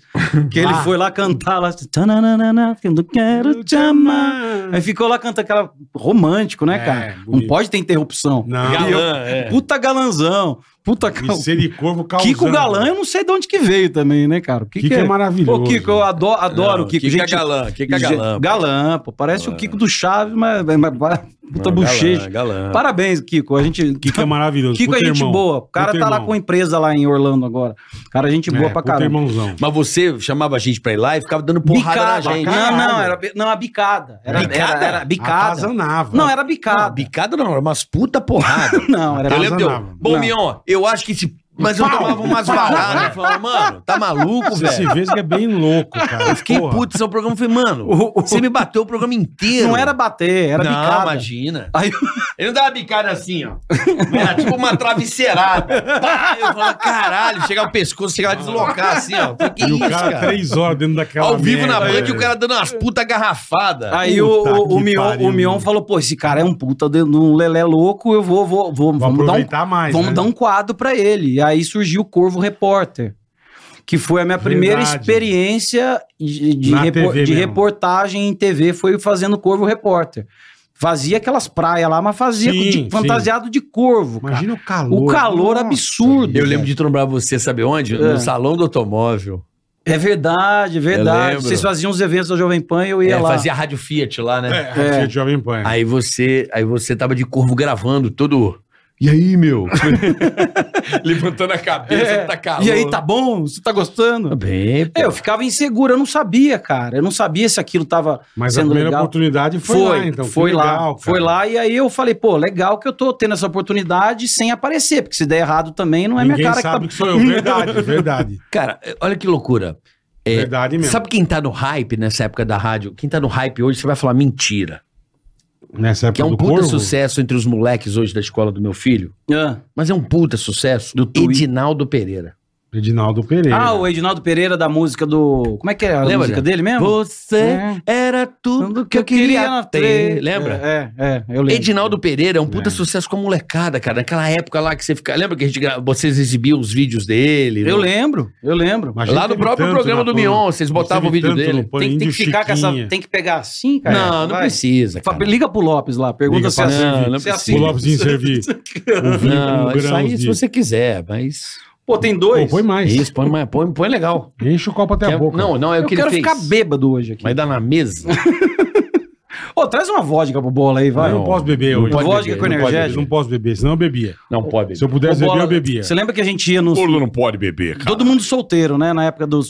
Speaker 5: que ele
Speaker 2: Ah.
Speaker 5: foi lá cantar lá, "Tananana, que eu não (laughs) quero te amar. Aí ficou lá cantando aquela romântico, né,
Speaker 2: É,
Speaker 5: cara? Não
Speaker 2: bonito.
Speaker 5: pode ter interrupção.
Speaker 2: Não.
Speaker 5: E eu-
Speaker 4: Galã, é.
Speaker 5: Puta galanzão, puta cal...
Speaker 2: E ser de corvo é causando.
Speaker 5: Kiko Galã, eu não sei de onde que veio também, né, cara? O que
Speaker 2: Kiko
Speaker 5: que
Speaker 2: é maravilhoso.
Speaker 5: Pô, Kiko, eu adoro, adoro o Kiko.
Speaker 4: Kiko é
Speaker 5: gente-
Speaker 4: galã. Kiko é
Speaker 5: gente-
Speaker 4: galã. pô.
Speaker 5: galã, pô. Parece o Kiko do Chaves, mas, mas- mas- puta
Speaker 4: é Galã,
Speaker 5: bochecha.
Speaker 4: Galã.
Speaker 5: Parabéns, Kiko. A gente
Speaker 2: Kiko Ah.
Speaker 5: (laughs)
Speaker 2: é maravilhoso.
Speaker 5: Kiko é
Speaker 2: puta
Speaker 5: gente
Speaker 2: irmão.
Speaker 5: boa. O cara
Speaker 2: Puta
Speaker 5: tá lá
Speaker 2: irmão.
Speaker 5: com empresa lá em Orlando agora. Cara, gente boa
Speaker 2: É,
Speaker 5: pra
Speaker 2: puta
Speaker 5: caramba.
Speaker 2: irmãozão.
Speaker 4: Mas você chamava a gente pra ir lá e ficava dando porrada na gente.
Speaker 5: Não, não,
Speaker 2: caralho.
Speaker 5: era bi- não, a bicada. Era bicada. Era, era bicada.
Speaker 2: Atazanava.
Speaker 5: Não, era bicada.
Speaker 4: Não, é bicada não, era umas puta porrada.
Speaker 5: Não, (laughs) era
Speaker 4: eu lembro de eu,
Speaker 2: Atazanava.
Speaker 4: Bom,
Speaker 5: Não.
Speaker 4: Mion, eu acho que esse... Mas eu
Speaker 2: Pau.
Speaker 4: tomava umas varadas. Eu falava, mano, tá maluco,
Speaker 2: Esse
Speaker 4: velho?
Speaker 2: Vesgo é bem louco, cara. Eu
Speaker 4: Fiquei puto, seu programa foi, mano,
Speaker 5: O- o-
Speaker 4: você me bateu o programa inteiro.
Speaker 5: Não era bater, era
Speaker 4: não,
Speaker 5: bicada.
Speaker 4: imagina.
Speaker 5: Aí-
Speaker 4: Ele não dava bicada assim, ó. Era tipo uma travesseirada. Pá, eu falava, caralho, chegar o pescoço, chegar a deslocar assim, ó. Eu falei, Que
Speaker 2: E o
Speaker 4: isso,
Speaker 2: cara,
Speaker 4: cara?
Speaker 2: três horas dentro daquela
Speaker 4: Ao vivo na
Speaker 2: merda, é.
Speaker 4: Band, e o cara dando umas puta garrafadas.
Speaker 5: Aí o,
Speaker 2: Puta
Speaker 5: o, o
Speaker 2: que
Speaker 5: Mion,
Speaker 2: pariu,
Speaker 5: o Mion
Speaker 2: mano.
Speaker 5: falou: pô, esse cara é um puta de um lelé louco, eu vou, vou, vou
Speaker 2: Vou
Speaker 5: vamos, dar um,
Speaker 2: aproveitar mais,
Speaker 5: vamos
Speaker 2: né?
Speaker 5: dar um quadro pra ele. E aí surgiu o Corvo Repórter, que foi a minha primeira
Speaker 2: Verdade.
Speaker 5: experiência de, de
Speaker 2: Na
Speaker 5: repor-
Speaker 2: TV
Speaker 5: de
Speaker 2: mesmo.
Speaker 5: reportagem em TV, foi fazendo Corvo Repórter. Fazia aquelas praias lá, mas fazia
Speaker 2: Sim,
Speaker 5: de-
Speaker 2: sim.
Speaker 5: fantasiado de corvo. cara.
Speaker 2: Imagina o calor.
Speaker 5: O calor
Speaker 2: Nossa,
Speaker 5: absurdo.
Speaker 4: Eu lembro de trombrar você, sabe onde?
Speaker 5: É.
Speaker 4: No salão do automóvel.
Speaker 5: É verdade, é
Speaker 4: Eu
Speaker 5: verdade.
Speaker 4: lembro.
Speaker 5: Vocês faziam os eventos da Jovem Pan e eu ia
Speaker 4: É,
Speaker 5: lá.
Speaker 4: fazia rádio Fiat lá, né?
Speaker 2: É, a tia de Jovem Pan.
Speaker 4: Aí você, aí você tava de corvo gravando todo. E aí, meu? (laughs) Levantando a cabeça,
Speaker 5: É,
Speaker 4: tá calor.
Speaker 5: E aí, tá bom? Você
Speaker 4: (laughs)
Speaker 5: tá gostando?
Speaker 4: Bem,
Speaker 5: É, eu ficava inseguro, eu não sabia, cara. Eu não sabia se aquilo tava
Speaker 2: Mas a
Speaker 5: sendo
Speaker 2: primeira
Speaker 5: legal.
Speaker 2: oportunidade foi,
Speaker 5: Foi,
Speaker 2: lá, então. que
Speaker 5: foi
Speaker 2: legal,
Speaker 5: lá,
Speaker 2: cara.
Speaker 5: foi lá, e aí eu falei, pô, legal que eu tô tendo essa oportunidade sem aparecer, porque se der errado também não é
Speaker 2: Ninguém
Speaker 5: minha cara
Speaker 2: sabe que,
Speaker 5: que tá...
Speaker 2: sou
Speaker 5: (laughs)
Speaker 2: eu. Verdade, verdade.
Speaker 4: Cara, olha que loucura. É,
Speaker 2: verdade mesmo.
Speaker 4: Sabe quem tá no hype nessa época da rádio? Quem tá no hype hoje, você vai falar mentira.
Speaker 2: Nessa época
Speaker 4: Que é um
Speaker 2: do
Speaker 4: puta
Speaker 2: Corvo,
Speaker 4: sucesso entre os moleques hoje da escola do meu filho.
Speaker 5: Ah,
Speaker 4: Mas é um puta sucesso do
Speaker 5: Tui.
Speaker 4: Edinaldo Pereira.
Speaker 2: Edinaldo Pereira.
Speaker 5: Ah, o Edinaldo Pereira da música do... Como é que é a
Speaker 4: Lembra,
Speaker 5: música
Speaker 4: Adriano?
Speaker 5: dele mesmo?
Speaker 4: Você
Speaker 5: É.
Speaker 4: era tudo que eu queria ter. Lembra?
Speaker 5: É, é, eu lembro.
Speaker 4: Edinaldo Pereira é um puta
Speaker 2: É.
Speaker 4: sucesso com a molecada, cara. Naquela época lá que você fica. Lembra que a gente gra- vocês exibiam os vídeos dele?
Speaker 5: Eu
Speaker 4: né?
Speaker 5: lembro, eu lembro.
Speaker 2: Mas a gente
Speaker 4: Lá no
Speaker 2: teve
Speaker 4: próprio
Speaker 2: tanto
Speaker 4: programa
Speaker 2: na
Speaker 4: do
Speaker 2: turma.
Speaker 4: Mion, vocês botavam o
Speaker 2: teve
Speaker 4: vídeo
Speaker 2: tanto
Speaker 4: dele.
Speaker 2: no Pan
Speaker 5: Tem, tem
Speaker 2: Índio
Speaker 5: que ficar com essa...
Speaker 2: Chiquinha.
Speaker 5: Tem que pegar assim, cara?
Speaker 4: Não, não
Speaker 5: Vai.
Speaker 4: precisa.
Speaker 5: Fa-
Speaker 4: Cara.
Speaker 5: Liga pro Lopes lá, pergunta
Speaker 2: Liga
Speaker 5: se
Speaker 2: pra
Speaker 5: assim.
Speaker 4: Não, não
Speaker 5: se é assim.
Speaker 2: O Lopzinho servir
Speaker 4: (laughs)
Speaker 2: o vinho
Speaker 4: Não,
Speaker 2: com
Speaker 4: isso aí
Speaker 2: grãos
Speaker 4: se
Speaker 2: de...
Speaker 4: você quiser, mas.
Speaker 5: Pô, tem
Speaker 2: Pô,
Speaker 5: dois?
Speaker 2: põe mais.
Speaker 4: Isso, põe, mais- põe, põe legal.
Speaker 2: Enche o copo até
Speaker 4: Quer-
Speaker 2: a boca.
Speaker 4: Não, não, é o
Speaker 5: eu
Speaker 4: que
Speaker 5: quero
Speaker 4: ele fez.
Speaker 5: ficar bêbado hoje aqui.
Speaker 4: Vai dar na mesa?
Speaker 5: Ô, traz uma vodka pro bola aí, vai.
Speaker 2: eu não posso beber
Speaker 4: Não
Speaker 2: hoje.
Speaker 4: pode
Speaker 5: Vodka
Speaker 4: beber,
Speaker 5: com
Speaker 4: não pode
Speaker 5: energético.
Speaker 2: Eu não posso beber, senão eu bebia.
Speaker 4: Não pode.
Speaker 2: Se eu pudesse
Speaker 5: Ô,
Speaker 2: beber,
Speaker 5: Bola,
Speaker 2: eu bebia.
Speaker 5: Você é um lembra que a gente ia nos.
Speaker 7: não pode beber,
Speaker 5: Todo mundo solteiro, né? Na época dos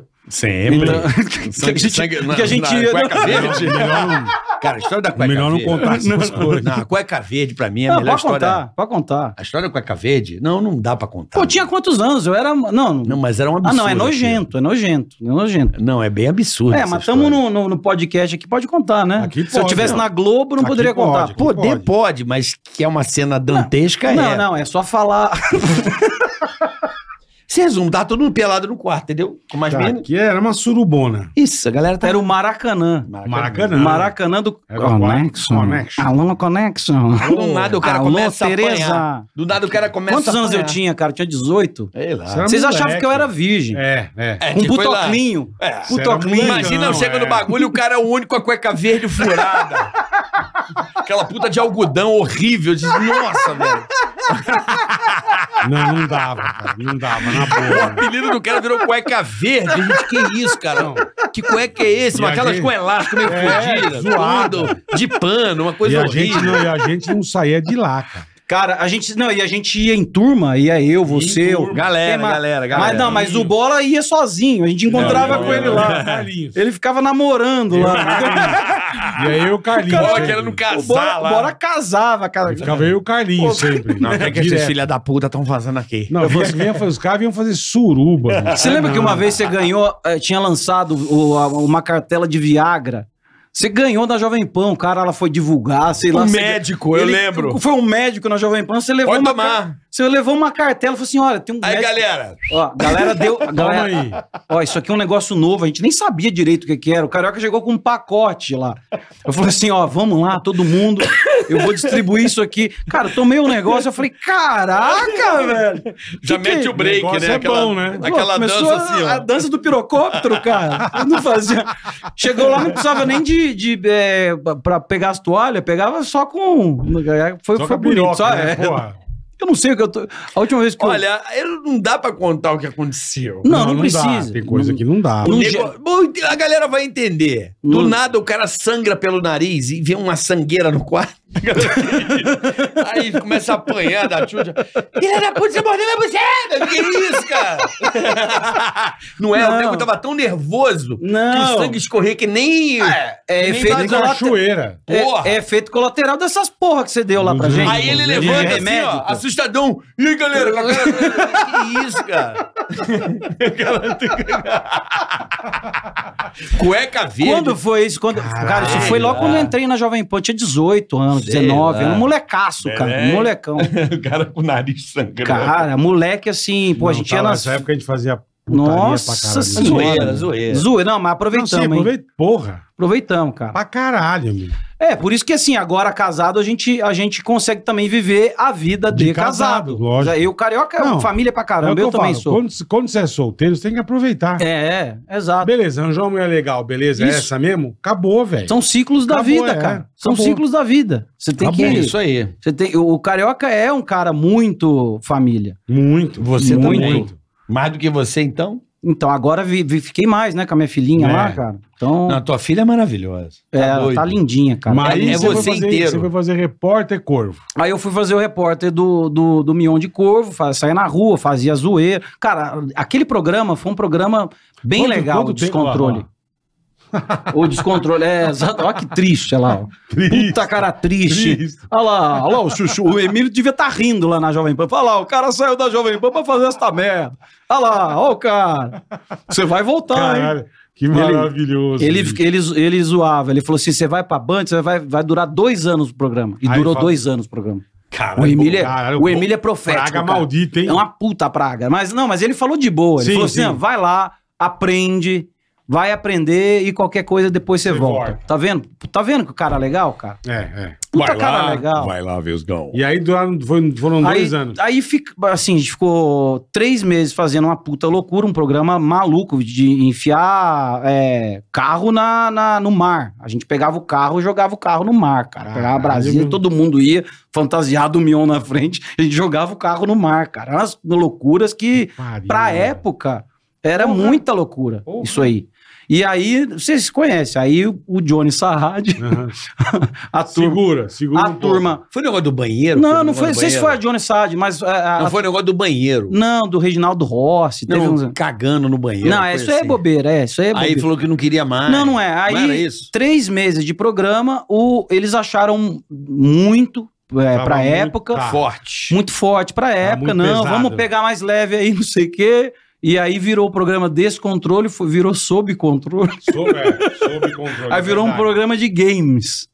Speaker 2: É
Speaker 5: Então,
Speaker 7: Sempre.
Speaker 5: (laughs) que a gente,
Speaker 4: na-
Speaker 5: que a gente
Speaker 4: na
Speaker 5: ia.
Speaker 4: cueca verde.
Speaker 2: Melhor não-
Speaker 5: Tá, Ah,
Speaker 4: Cara, a história
Speaker 5: é
Speaker 4: da cueca
Speaker 2: Melhor não
Speaker 4: verde.
Speaker 2: contar essas coisas.
Speaker 4: Não, a cueca verde, pra mim, é a
Speaker 5: Não,
Speaker 4: melhor
Speaker 5: pode
Speaker 4: história. Tá.
Speaker 5: contar, pode contar.
Speaker 4: A história da cueca verde, não, não dá pra contar.
Speaker 5: Pô, eu tinha quantos anos? Eu era. Não,
Speaker 4: Não, mas era um
Speaker 5: ah,
Speaker 4: absurdo.
Speaker 5: não, é
Speaker 4: aquilo.
Speaker 5: nojento, é nojento, é nojento.
Speaker 4: Não, é bem absurdo.
Speaker 5: É,
Speaker 4: essa
Speaker 5: mas estamos
Speaker 4: história.
Speaker 5: no, no, no podcast aqui, pode contar, né?
Speaker 2: Aqui
Speaker 5: Se eu
Speaker 2: pode,
Speaker 5: tivesse
Speaker 2: não.
Speaker 5: na Globo, não
Speaker 2: Aqui
Speaker 5: poderia
Speaker 2: pode,
Speaker 5: contar.
Speaker 2: aqui
Speaker 5: Pô,
Speaker 4: Poder pode. mas que é uma cena dantesca
Speaker 5: não,
Speaker 4: é.
Speaker 5: não, é só falar. (laughs)
Speaker 4: Se resume, tá todo mundo pelado no quarto, entendeu? Com mais
Speaker 2: Tá,
Speaker 4: menos.
Speaker 5: é,
Speaker 2: Aqui era uma surubona.
Speaker 4: Isso, a galera tá...
Speaker 5: Era o Maracanã.
Speaker 2: Maracanã.
Speaker 5: Maracanã do
Speaker 2: Era o
Speaker 5: Connection.
Speaker 2: Connection.
Speaker 5: Alô, Connection.
Speaker 4: Do nada o cara
Speaker 5: Alô,
Speaker 4: começa
Speaker 5: Tereza.
Speaker 4: a apanhar. Do nada o cara começa
Speaker 5: Quantos
Speaker 4: a
Speaker 5: anos eu
Speaker 4: apanhar.
Speaker 5: tinha, cara? Eu tinha 18.
Speaker 4: Sei lá.
Speaker 2: Será- Era
Speaker 5: Vocês
Speaker 2: moleque.
Speaker 5: achavam que eu era virgem.
Speaker 2: É, é.
Speaker 4: É,
Speaker 5: Um
Speaker 4: que foi lá.
Speaker 5: putoclinho.
Speaker 4: É,
Speaker 2: você era
Speaker 5: Putoclinho.
Speaker 2: moleque.
Speaker 4: Imagina,
Speaker 2: Não,
Speaker 4: eu chego
Speaker 2: é.
Speaker 4: no bagulho e o cara é o único com a cueca verde furada. Aquela puta de algodão horrível. Eu disse, Nossa, velho.
Speaker 2: Não, não dava, cara. Não dava,
Speaker 4: O
Speaker 2: na boa.
Speaker 4: apelido do cara virou cueca verde. A gente, que isso, cara?
Speaker 2: Não.
Speaker 4: Que cueca é esse?
Speaker 2: E
Speaker 4: Mas
Speaker 2: a
Speaker 4: Aquelas
Speaker 2: gente-
Speaker 4: com elástico meio
Speaker 2: É,
Speaker 4: fodidas,
Speaker 2: zoada.
Speaker 4: tudo, de pano, uma
Speaker 2: E
Speaker 4: coisa
Speaker 2: a,
Speaker 4: horrível.
Speaker 2: gente não, e a gente não saía de lá, cara.
Speaker 5: Cara, a gente. Não, e a gente ia em turma, ia eu, você, eu.
Speaker 4: Galera,
Speaker 5: Quem mais?
Speaker 4: galera, galera.
Speaker 5: Mas não, mas o bola ia sozinho. A gente encontrava com ele lá. (laughs)
Speaker 2: Carlinhos.
Speaker 5: Ele ficava namorando (laughs) lá.
Speaker 2: E aí eu e o Carlinhos.
Speaker 4: Bola
Speaker 2: sempre.
Speaker 4: querendo
Speaker 5: O
Speaker 4: casar
Speaker 5: bola,
Speaker 4: lá.
Speaker 5: bola casava, cara.
Speaker 2: E Ficava eu e o Carlinhos sempre.
Speaker 4: Não, o que, é que esses
Speaker 2: Direto.
Speaker 4: filha da puta estão fazendo aqui?
Speaker 2: Não, vinha- vinha fazer- os caras vinham fazer suruba. mano.
Speaker 5: Você lembra que uma vez você ganhou, eh, tinha lançado o- a- uma cartela de Viagra? Você ganhou da Jovem Pan, o cara ela foi divulgar, sei lá.
Speaker 4: O
Speaker 5: você-
Speaker 4: médico, eu
Speaker 5: ele-
Speaker 4: lembro.
Speaker 5: Foi um médico na Jovem Pan, você levou
Speaker 4: Pode
Speaker 5: uma
Speaker 4: tomar.
Speaker 5: car- Você levou uma cartela e falou assim: olha, tem um.
Speaker 4: Aí,
Speaker 5: médico-
Speaker 4: galera.
Speaker 5: Ó, a
Speaker 2: (laughs)
Speaker 5: galera deu. A
Speaker 2: Toma
Speaker 5: galera,
Speaker 2: aí.
Speaker 5: Ó, isso aqui é um negócio novo, a gente nem sabia direito o que, que era. O Carioca chegou com um pacote lá. Eu falei assim, ó, vamos lá, todo mundo, eu vou distribuir isso aqui. Cara, eu tomei um negócio, eu falei, caraca, velho.
Speaker 4: Já
Speaker 5: Que que-
Speaker 4: mete o break,
Speaker 2: negócio
Speaker 4: né?
Speaker 2: é
Speaker 4: Aquela,
Speaker 2: bom, né?
Speaker 4: aquela
Speaker 5: Pô,
Speaker 4: dança
Speaker 5: começou
Speaker 4: assim, ó.
Speaker 5: a, a dança do pirocóptero, cara. Eu não fazia. Chegou lá, não precisava nem de, de é, para pegar as toalhas, pegava só com é, foi
Speaker 2: Só com
Speaker 5: foi
Speaker 2: a
Speaker 5: bonito,
Speaker 2: piroca,
Speaker 5: só
Speaker 2: né?
Speaker 5: é.
Speaker 2: Porra.
Speaker 5: Eu não sei o que eu tô. A última vez que eu
Speaker 4: Olha, eu- não dá pra contar o que aconteceu.
Speaker 5: Não, não,
Speaker 2: dá.
Speaker 5: precisa.
Speaker 2: Tem coisa
Speaker 5: Não-
Speaker 2: que não dá.
Speaker 4: O
Speaker 5: Não
Speaker 4: nego-
Speaker 5: ge-
Speaker 4: Bom, A galera vai entender. Do
Speaker 5: Não-
Speaker 4: nada o cara sangra pelo nariz e vê uma sangueira no
Speaker 5: (laughs)
Speaker 4: quarto. Aí começa a apanhar da Tchutcha. Filha da puta, você mordeu minha buceta! Que isso, cara? Não é, o
Speaker 5: Não.
Speaker 4: nego tava tão nervoso que
Speaker 5: Não.
Speaker 4: o sangue escorria que nem.
Speaker 5: é
Speaker 4: nem
Speaker 5: efeito
Speaker 4: vaso-
Speaker 2: Tem
Speaker 5: colateral.
Speaker 2: cachoeira.
Speaker 4: Porra.
Speaker 5: É, é efeito colateral dessas porra que você deu lá pra
Speaker 2: Meu Deus.
Speaker 5: gente.
Speaker 4: Aí ele
Speaker 5: De
Speaker 4: levanta assim,
Speaker 5: remédio,
Speaker 4: ó,
Speaker 5: pô.
Speaker 4: assustadão. E aí, galera, com a cara... (laughs) que isso, cara? (laughs) Cueca verde.
Speaker 5: Quando foi isso? Quando... Cara, isso foi logo
Speaker 4: lá.
Speaker 5: quando eu entrei na Jovem Pan. Eu tinha 18 anos,
Speaker 4: Sei
Speaker 5: 19.
Speaker 4: lá.
Speaker 5: Era um molecaço, cara.
Speaker 2: É.
Speaker 7: Belém.
Speaker 5: Um
Speaker 2: (laughs)
Speaker 5: molecão.
Speaker 7: o cara com o nariz sangrando.
Speaker 5: Cara, moleque assim. Pô, a
Speaker 2: Não,
Speaker 5: gente
Speaker 2: tá
Speaker 5: ia
Speaker 2: lá,
Speaker 5: nas.
Speaker 2: Nessa época a gente fazia putaria pra
Speaker 5: Nossa
Speaker 2: caralho.
Speaker 5: senhora.
Speaker 4: Zoeira, zoeira.
Speaker 5: Zoeira. Não,
Speaker 2: Não,
Speaker 5: mas
Speaker 2: sim,
Speaker 5: aproveitamos, hein?
Speaker 2: aproveita. Porra.
Speaker 5: Aproveitamos, cara.
Speaker 2: Pra caralho, amigo.
Speaker 5: É, por isso que assim, agora casado, a gente, a gente consegue também viver a vida de,
Speaker 2: De
Speaker 5: casado.
Speaker 2: casado, lógico.
Speaker 5: Eu, carioca, é
Speaker 2: Não,
Speaker 5: uma família pra
Speaker 2: É o
Speaker 5: caramba.
Speaker 2: que
Speaker 5: eu
Speaker 2: eu
Speaker 5: também
Speaker 2: falo,
Speaker 5: sou.
Speaker 2: Quando, quando você é solteiro, você tem que aproveitar.
Speaker 5: É, é, exato.
Speaker 2: Beleza, arranjou uma mulher legal, beleza? É
Speaker 5: Isso.
Speaker 2: essa mesmo? Acabou, velho.
Speaker 5: São ciclos da
Speaker 2: Acabou,
Speaker 5: vida,
Speaker 2: é.
Speaker 5: cara. São
Speaker 2: Acabou.
Speaker 5: ciclos da vida. Você tem
Speaker 2: Acabou.
Speaker 5: que.
Speaker 4: Isso aí.
Speaker 5: Você tem, o carioca é um cara muito família.
Speaker 2: Muito.
Speaker 4: Você
Speaker 5: Muito.
Speaker 4: também. Mais do que você, então?
Speaker 5: Então, agora vi- vi- fiquei mais, né, com a minha filhinha
Speaker 4: É.
Speaker 5: lá, cara. Então,
Speaker 4: Não, tua filha é maravilhosa.
Speaker 5: é, ela
Speaker 4: doido.
Speaker 5: tá lindinha, cara.
Speaker 2: tá Mas
Speaker 4: é
Speaker 2: foi
Speaker 4: você
Speaker 2: fazer-
Speaker 4: inteiro.
Speaker 2: Você foi fazer repórter corvo.
Speaker 5: Aí eu fui fazer o repórter do, do, do Mion de Corvo, fa- saía na rua, fazia zoeira. Cara, aquele programa foi um programa bem
Speaker 2: Quanto-
Speaker 5: legal,
Speaker 2: quanto
Speaker 5: o
Speaker 2: tempo,
Speaker 5: Descontrole. o Descontrole, é, exato. Olha que triste, olha lá. ó.
Speaker 2: (laughs)
Speaker 5: Puta cara triste.
Speaker 2: Triste.
Speaker 5: Olha lá, olha lá o Chuchu. O Emílio devia estar rindo lá na Jovem Pan. Olha lá, o cara saiu da Jovem Pan pra fazer esta merda. Olha lá, olha o cara. Você vai voltar, hein?
Speaker 2: Caralho, que maravilhoso.
Speaker 5: Ele,
Speaker 2: bicho.
Speaker 5: ele, ele zoava, ele falou assim: você vai pra Band, você vai, vai durar dois anos o programa. E
Speaker 2: Aí
Speaker 5: durou
Speaker 2: fala-
Speaker 5: dois anos o programa.
Speaker 2: Caralho,
Speaker 5: O Emílio, é-
Speaker 2: caralho,
Speaker 5: o Emílio é profético.
Speaker 2: Praga
Speaker 5: cara.
Speaker 2: maldita, hein?
Speaker 5: É uma puta praga. Mas não, mas ele falou de boa. Ele
Speaker 2: Sim,
Speaker 5: falou assim:
Speaker 2: sim.
Speaker 5: "Ah, vai lá, aprende, vai aprender e qualquer coisa depois você
Speaker 2: Você
Speaker 5: volta.
Speaker 2: volta.
Speaker 5: Tá vendo? Tá vendo que o cara é legal, cara?
Speaker 2: É, é.
Speaker 5: Puta
Speaker 7: Vai
Speaker 5: cara
Speaker 7: lá,
Speaker 5: legal.
Speaker 7: vai lá, Vesgão.
Speaker 2: E aí duraram- foi- foram
Speaker 5: Aí,
Speaker 2: dois anos.
Speaker 5: aí fica, assim, a gente ficou três meses fazendo uma puta loucura, um programa maluco de enfiar é, carro na, na- no mar. A gente pegava o carro e jogava o carro no mar, cara. Pegava a
Speaker 2: Caralho,
Speaker 5: Brasília,
Speaker 2: meu.
Speaker 5: todo mundo ia, fantasiado o Mion na frente, a gente jogava o carro no mar, cara. Eram Umas loucuras que
Speaker 2: Pariu, né?
Speaker 5: pra
Speaker 2: mano.
Speaker 5: época, era
Speaker 2: Porra.
Speaker 5: muita loucura
Speaker 2: Porra.
Speaker 5: isso aí. E aí, vocês conhecem, aí o o Johnny Sarrad,
Speaker 2: Aham.
Speaker 5: a turma.
Speaker 2: Segura, segura.
Speaker 5: A
Speaker 2: um pouco.
Speaker 5: turma.
Speaker 4: Foi negócio do banheiro?
Speaker 5: Não,
Speaker 4: Foi
Speaker 5: não
Speaker 4: um
Speaker 5: foi.
Speaker 4: negócio do
Speaker 5: Não sei se foi a
Speaker 4: banheiro?
Speaker 5: Johnny Sarrad, mas. a- a-
Speaker 4: Não foi um negócio do banheiro.
Speaker 5: não, do Reginaldo Rossi. Teve
Speaker 4: Não,
Speaker 5: uns...
Speaker 4: cagando no banheiro.
Speaker 5: não
Speaker 4: coisa
Speaker 5: isso aí é
Speaker 4: assim.
Speaker 5: bobeira, é. Isso aí é bobeira.
Speaker 4: Aí falou que não queria mais.
Speaker 5: Não, não é. Aí,
Speaker 4: era isso?
Speaker 5: três meses de programa, o, eles acharam muito é,
Speaker 2: Tava
Speaker 5: pra
Speaker 2: muito-
Speaker 5: época.
Speaker 2: tá.
Speaker 4: Forte.
Speaker 5: Muito forte pra época,
Speaker 2: muito
Speaker 5: não.
Speaker 2: pesado.
Speaker 5: Vamos pegar mais leve aí, (laughs) não sei o quê. E aí virou o programa Descontrole, foi- virou Sob Controle.
Speaker 2: Sob, é, sob controle.
Speaker 5: Aí virou um
Speaker 2: verdade.
Speaker 5: programa de games.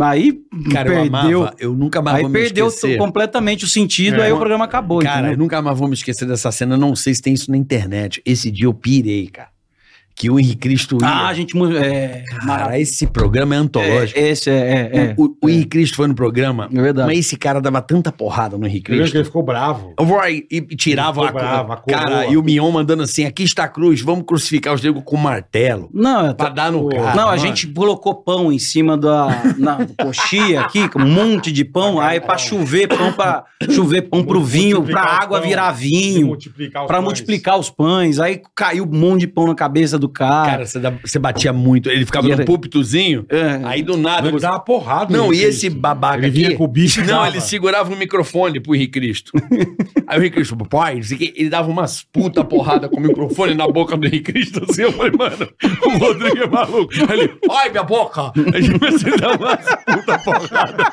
Speaker 5: Aí
Speaker 4: Cara, eu
Speaker 5: perdeu.
Speaker 4: amava. Eu nunca mais
Speaker 5: Aí
Speaker 4: vou me
Speaker 5: perdeu
Speaker 4: esquecer.
Speaker 5: completamente o sentido,
Speaker 2: É,
Speaker 5: aí o
Speaker 4: uma-
Speaker 5: programa acabou.
Speaker 4: Cara, é eu
Speaker 5: entendeu?
Speaker 4: nunca mais vou me esquecer dessa cena. Não sei se tem isso na internet. Esse dia eu pirei, cara. Que o Henrique Cristo ia.
Speaker 5: ah, a gente. mu- É,
Speaker 4: Cara, esse programa é antológico.
Speaker 5: é, esse é. é, é.
Speaker 4: o o Henrique Cristo foi no programa,
Speaker 5: É verdade.
Speaker 4: mas esse cara dava tanta porrada no
Speaker 5: É
Speaker 4: Henrique
Speaker 2: Eu lembro que
Speaker 4: Cristo.
Speaker 2: ele ficou bravo.
Speaker 4: Eu vou aí E e tirava
Speaker 2: Ele
Speaker 4: a,
Speaker 2: ficou
Speaker 4: cor-
Speaker 2: bravo, a coroa.
Speaker 4: Cara, e o Mion mandando assim: aqui está a cruz, vamos crucificar os negros com martelo.
Speaker 5: Não, eu
Speaker 2: Tá
Speaker 5: tá-
Speaker 4: Pra dar no
Speaker 2: Pô.
Speaker 4: cara.
Speaker 5: Não, a
Speaker 4: mano.
Speaker 5: gente colocou pão em cima da na coxia aqui, com um monte de pão, aí pra chover pão para chover pão pro vinho, pra
Speaker 2: Tá Multiplicar os
Speaker 5: água
Speaker 2: pão,
Speaker 5: virar vinho,
Speaker 2: multiplicar os
Speaker 5: pra
Speaker 2: pães.
Speaker 5: multiplicar os pães, aí caiu um monte de pão na cabeça do cara.
Speaker 4: Cara, você, dá- você batia muito. Ele ficava
Speaker 5: E
Speaker 4: no
Speaker 5: era-
Speaker 4: púlpitozinho,
Speaker 2: ah,
Speaker 5: É.
Speaker 4: aí do nada.
Speaker 2: Ele
Speaker 4: você-
Speaker 2: dava porrada.
Speaker 4: Não,
Speaker 2: no
Speaker 4: e
Speaker 2: (laughs)
Speaker 4: esse
Speaker 2: Cristo.
Speaker 4: babaca
Speaker 2: Ele vinha
Speaker 4: aqui?
Speaker 2: com o bicho. e
Speaker 4: Não,
Speaker 2: dava.
Speaker 4: ele segurava o microfone pro Henrique
Speaker 2: (laughs)
Speaker 4: Cristo. Aí o Henrique Cristo, pai, não sei o quê, ele dava umas puta porrada com o microfone na boca do Henrique Cristo, assim, eu falei, mano, o Rodrigo é maluco. Aí ele, ai, minha boca! Aí ele começou a dar umas puta porrada.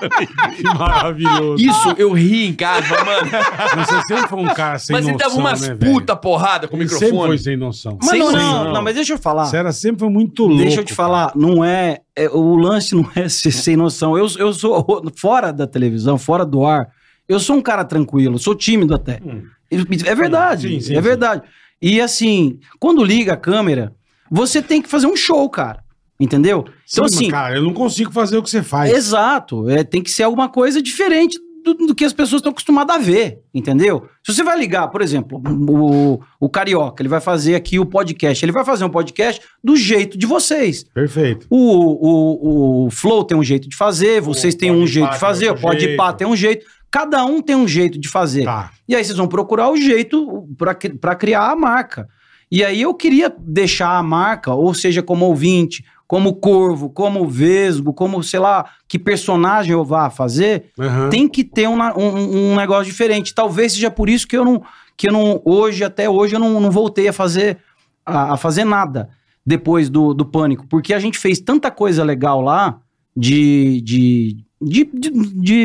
Speaker 2: Que
Speaker 5: (laughs)
Speaker 2: maravilhoso.
Speaker 4: Isso, eu ri em casa, mano.
Speaker 2: Mas Você sempre foi um cara sem
Speaker 4: Mas ele
Speaker 2: noção,
Speaker 4: dava umas
Speaker 2: né, velho?
Speaker 4: puta porrada com o
Speaker 2: Ele sempre foi assim.
Speaker 4: microfone.
Speaker 2: sem noção.
Speaker 5: Mas
Speaker 4: sem
Speaker 5: não,
Speaker 4: noção.
Speaker 5: não, não, mas deixa eu falar.
Speaker 2: Você era sempre foi muito louco.
Speaker 5: Deixa eu te falar, não é, é- O lance não é (laughs) ser sem noção. Eu, eu sou fora da televisão, fora do ar. Eu sou um cara tranquilo, sou tímido até.
Speaker 2: Hum.
Speaker 5: É verdade,
Speaker 2: Sim, sim,
Speaker 5: é
Speaker 2: sim.
Speaker 5: verdade. E assim, quando liga a câmera, você tem que fazer um show, cara. Entendeu?
Speaker 2: Sim,
Speaker 5: Então,
Speaker 2: mas,
Speaker 5: assim,
Speaker 2: é Cara, eu não consigo fazer o que você faz.
Speaker 5: Exato. É, tem que ser alguma coisa diferente do, do que as pessoas estão acostumadas a ver, entendeu? Se você vai ligar, por exemplo, o, o Carioca, ele vai fazer aqui o podcast. Ele vai fazer um podcast do jeito de vocês.
Speaker 2: Perfeito.
Speaker 5: O, o, o Flow tem um jeito de fazer, vocês
Speaker 2: O
Speaker 5: têm um
Speaker 2: Podpah
Speaker 5: jeito
Speaker 2: tem
Speaker 5: de fazer, o
Speaker 2: outro
Speaker 5: Podpah
Speaker 2: jeito.
Speaker 5: tem um jeito. Cada um tem um jeito de fazer.
Speaker 2: Tá.
Speaker 5: E aí vocês vão procurar o jeito para criar a marca. E aí eu queria deixar a marca, ou seja, como ouvinte, como corvo, como vesgo, como sei lá, que personagem eu vá fazer,
Speaker 2: Aham.
Speaker 5: tem que ter um, na- um- um negócio diferente. Talvez seja por isso que eu não, que eu não hoje, até hoje, eu não, não voltei a fazer, a, a fazer nada depois do, do pânico. Porque a gente fez tanta coisa legal lá de. de de, de,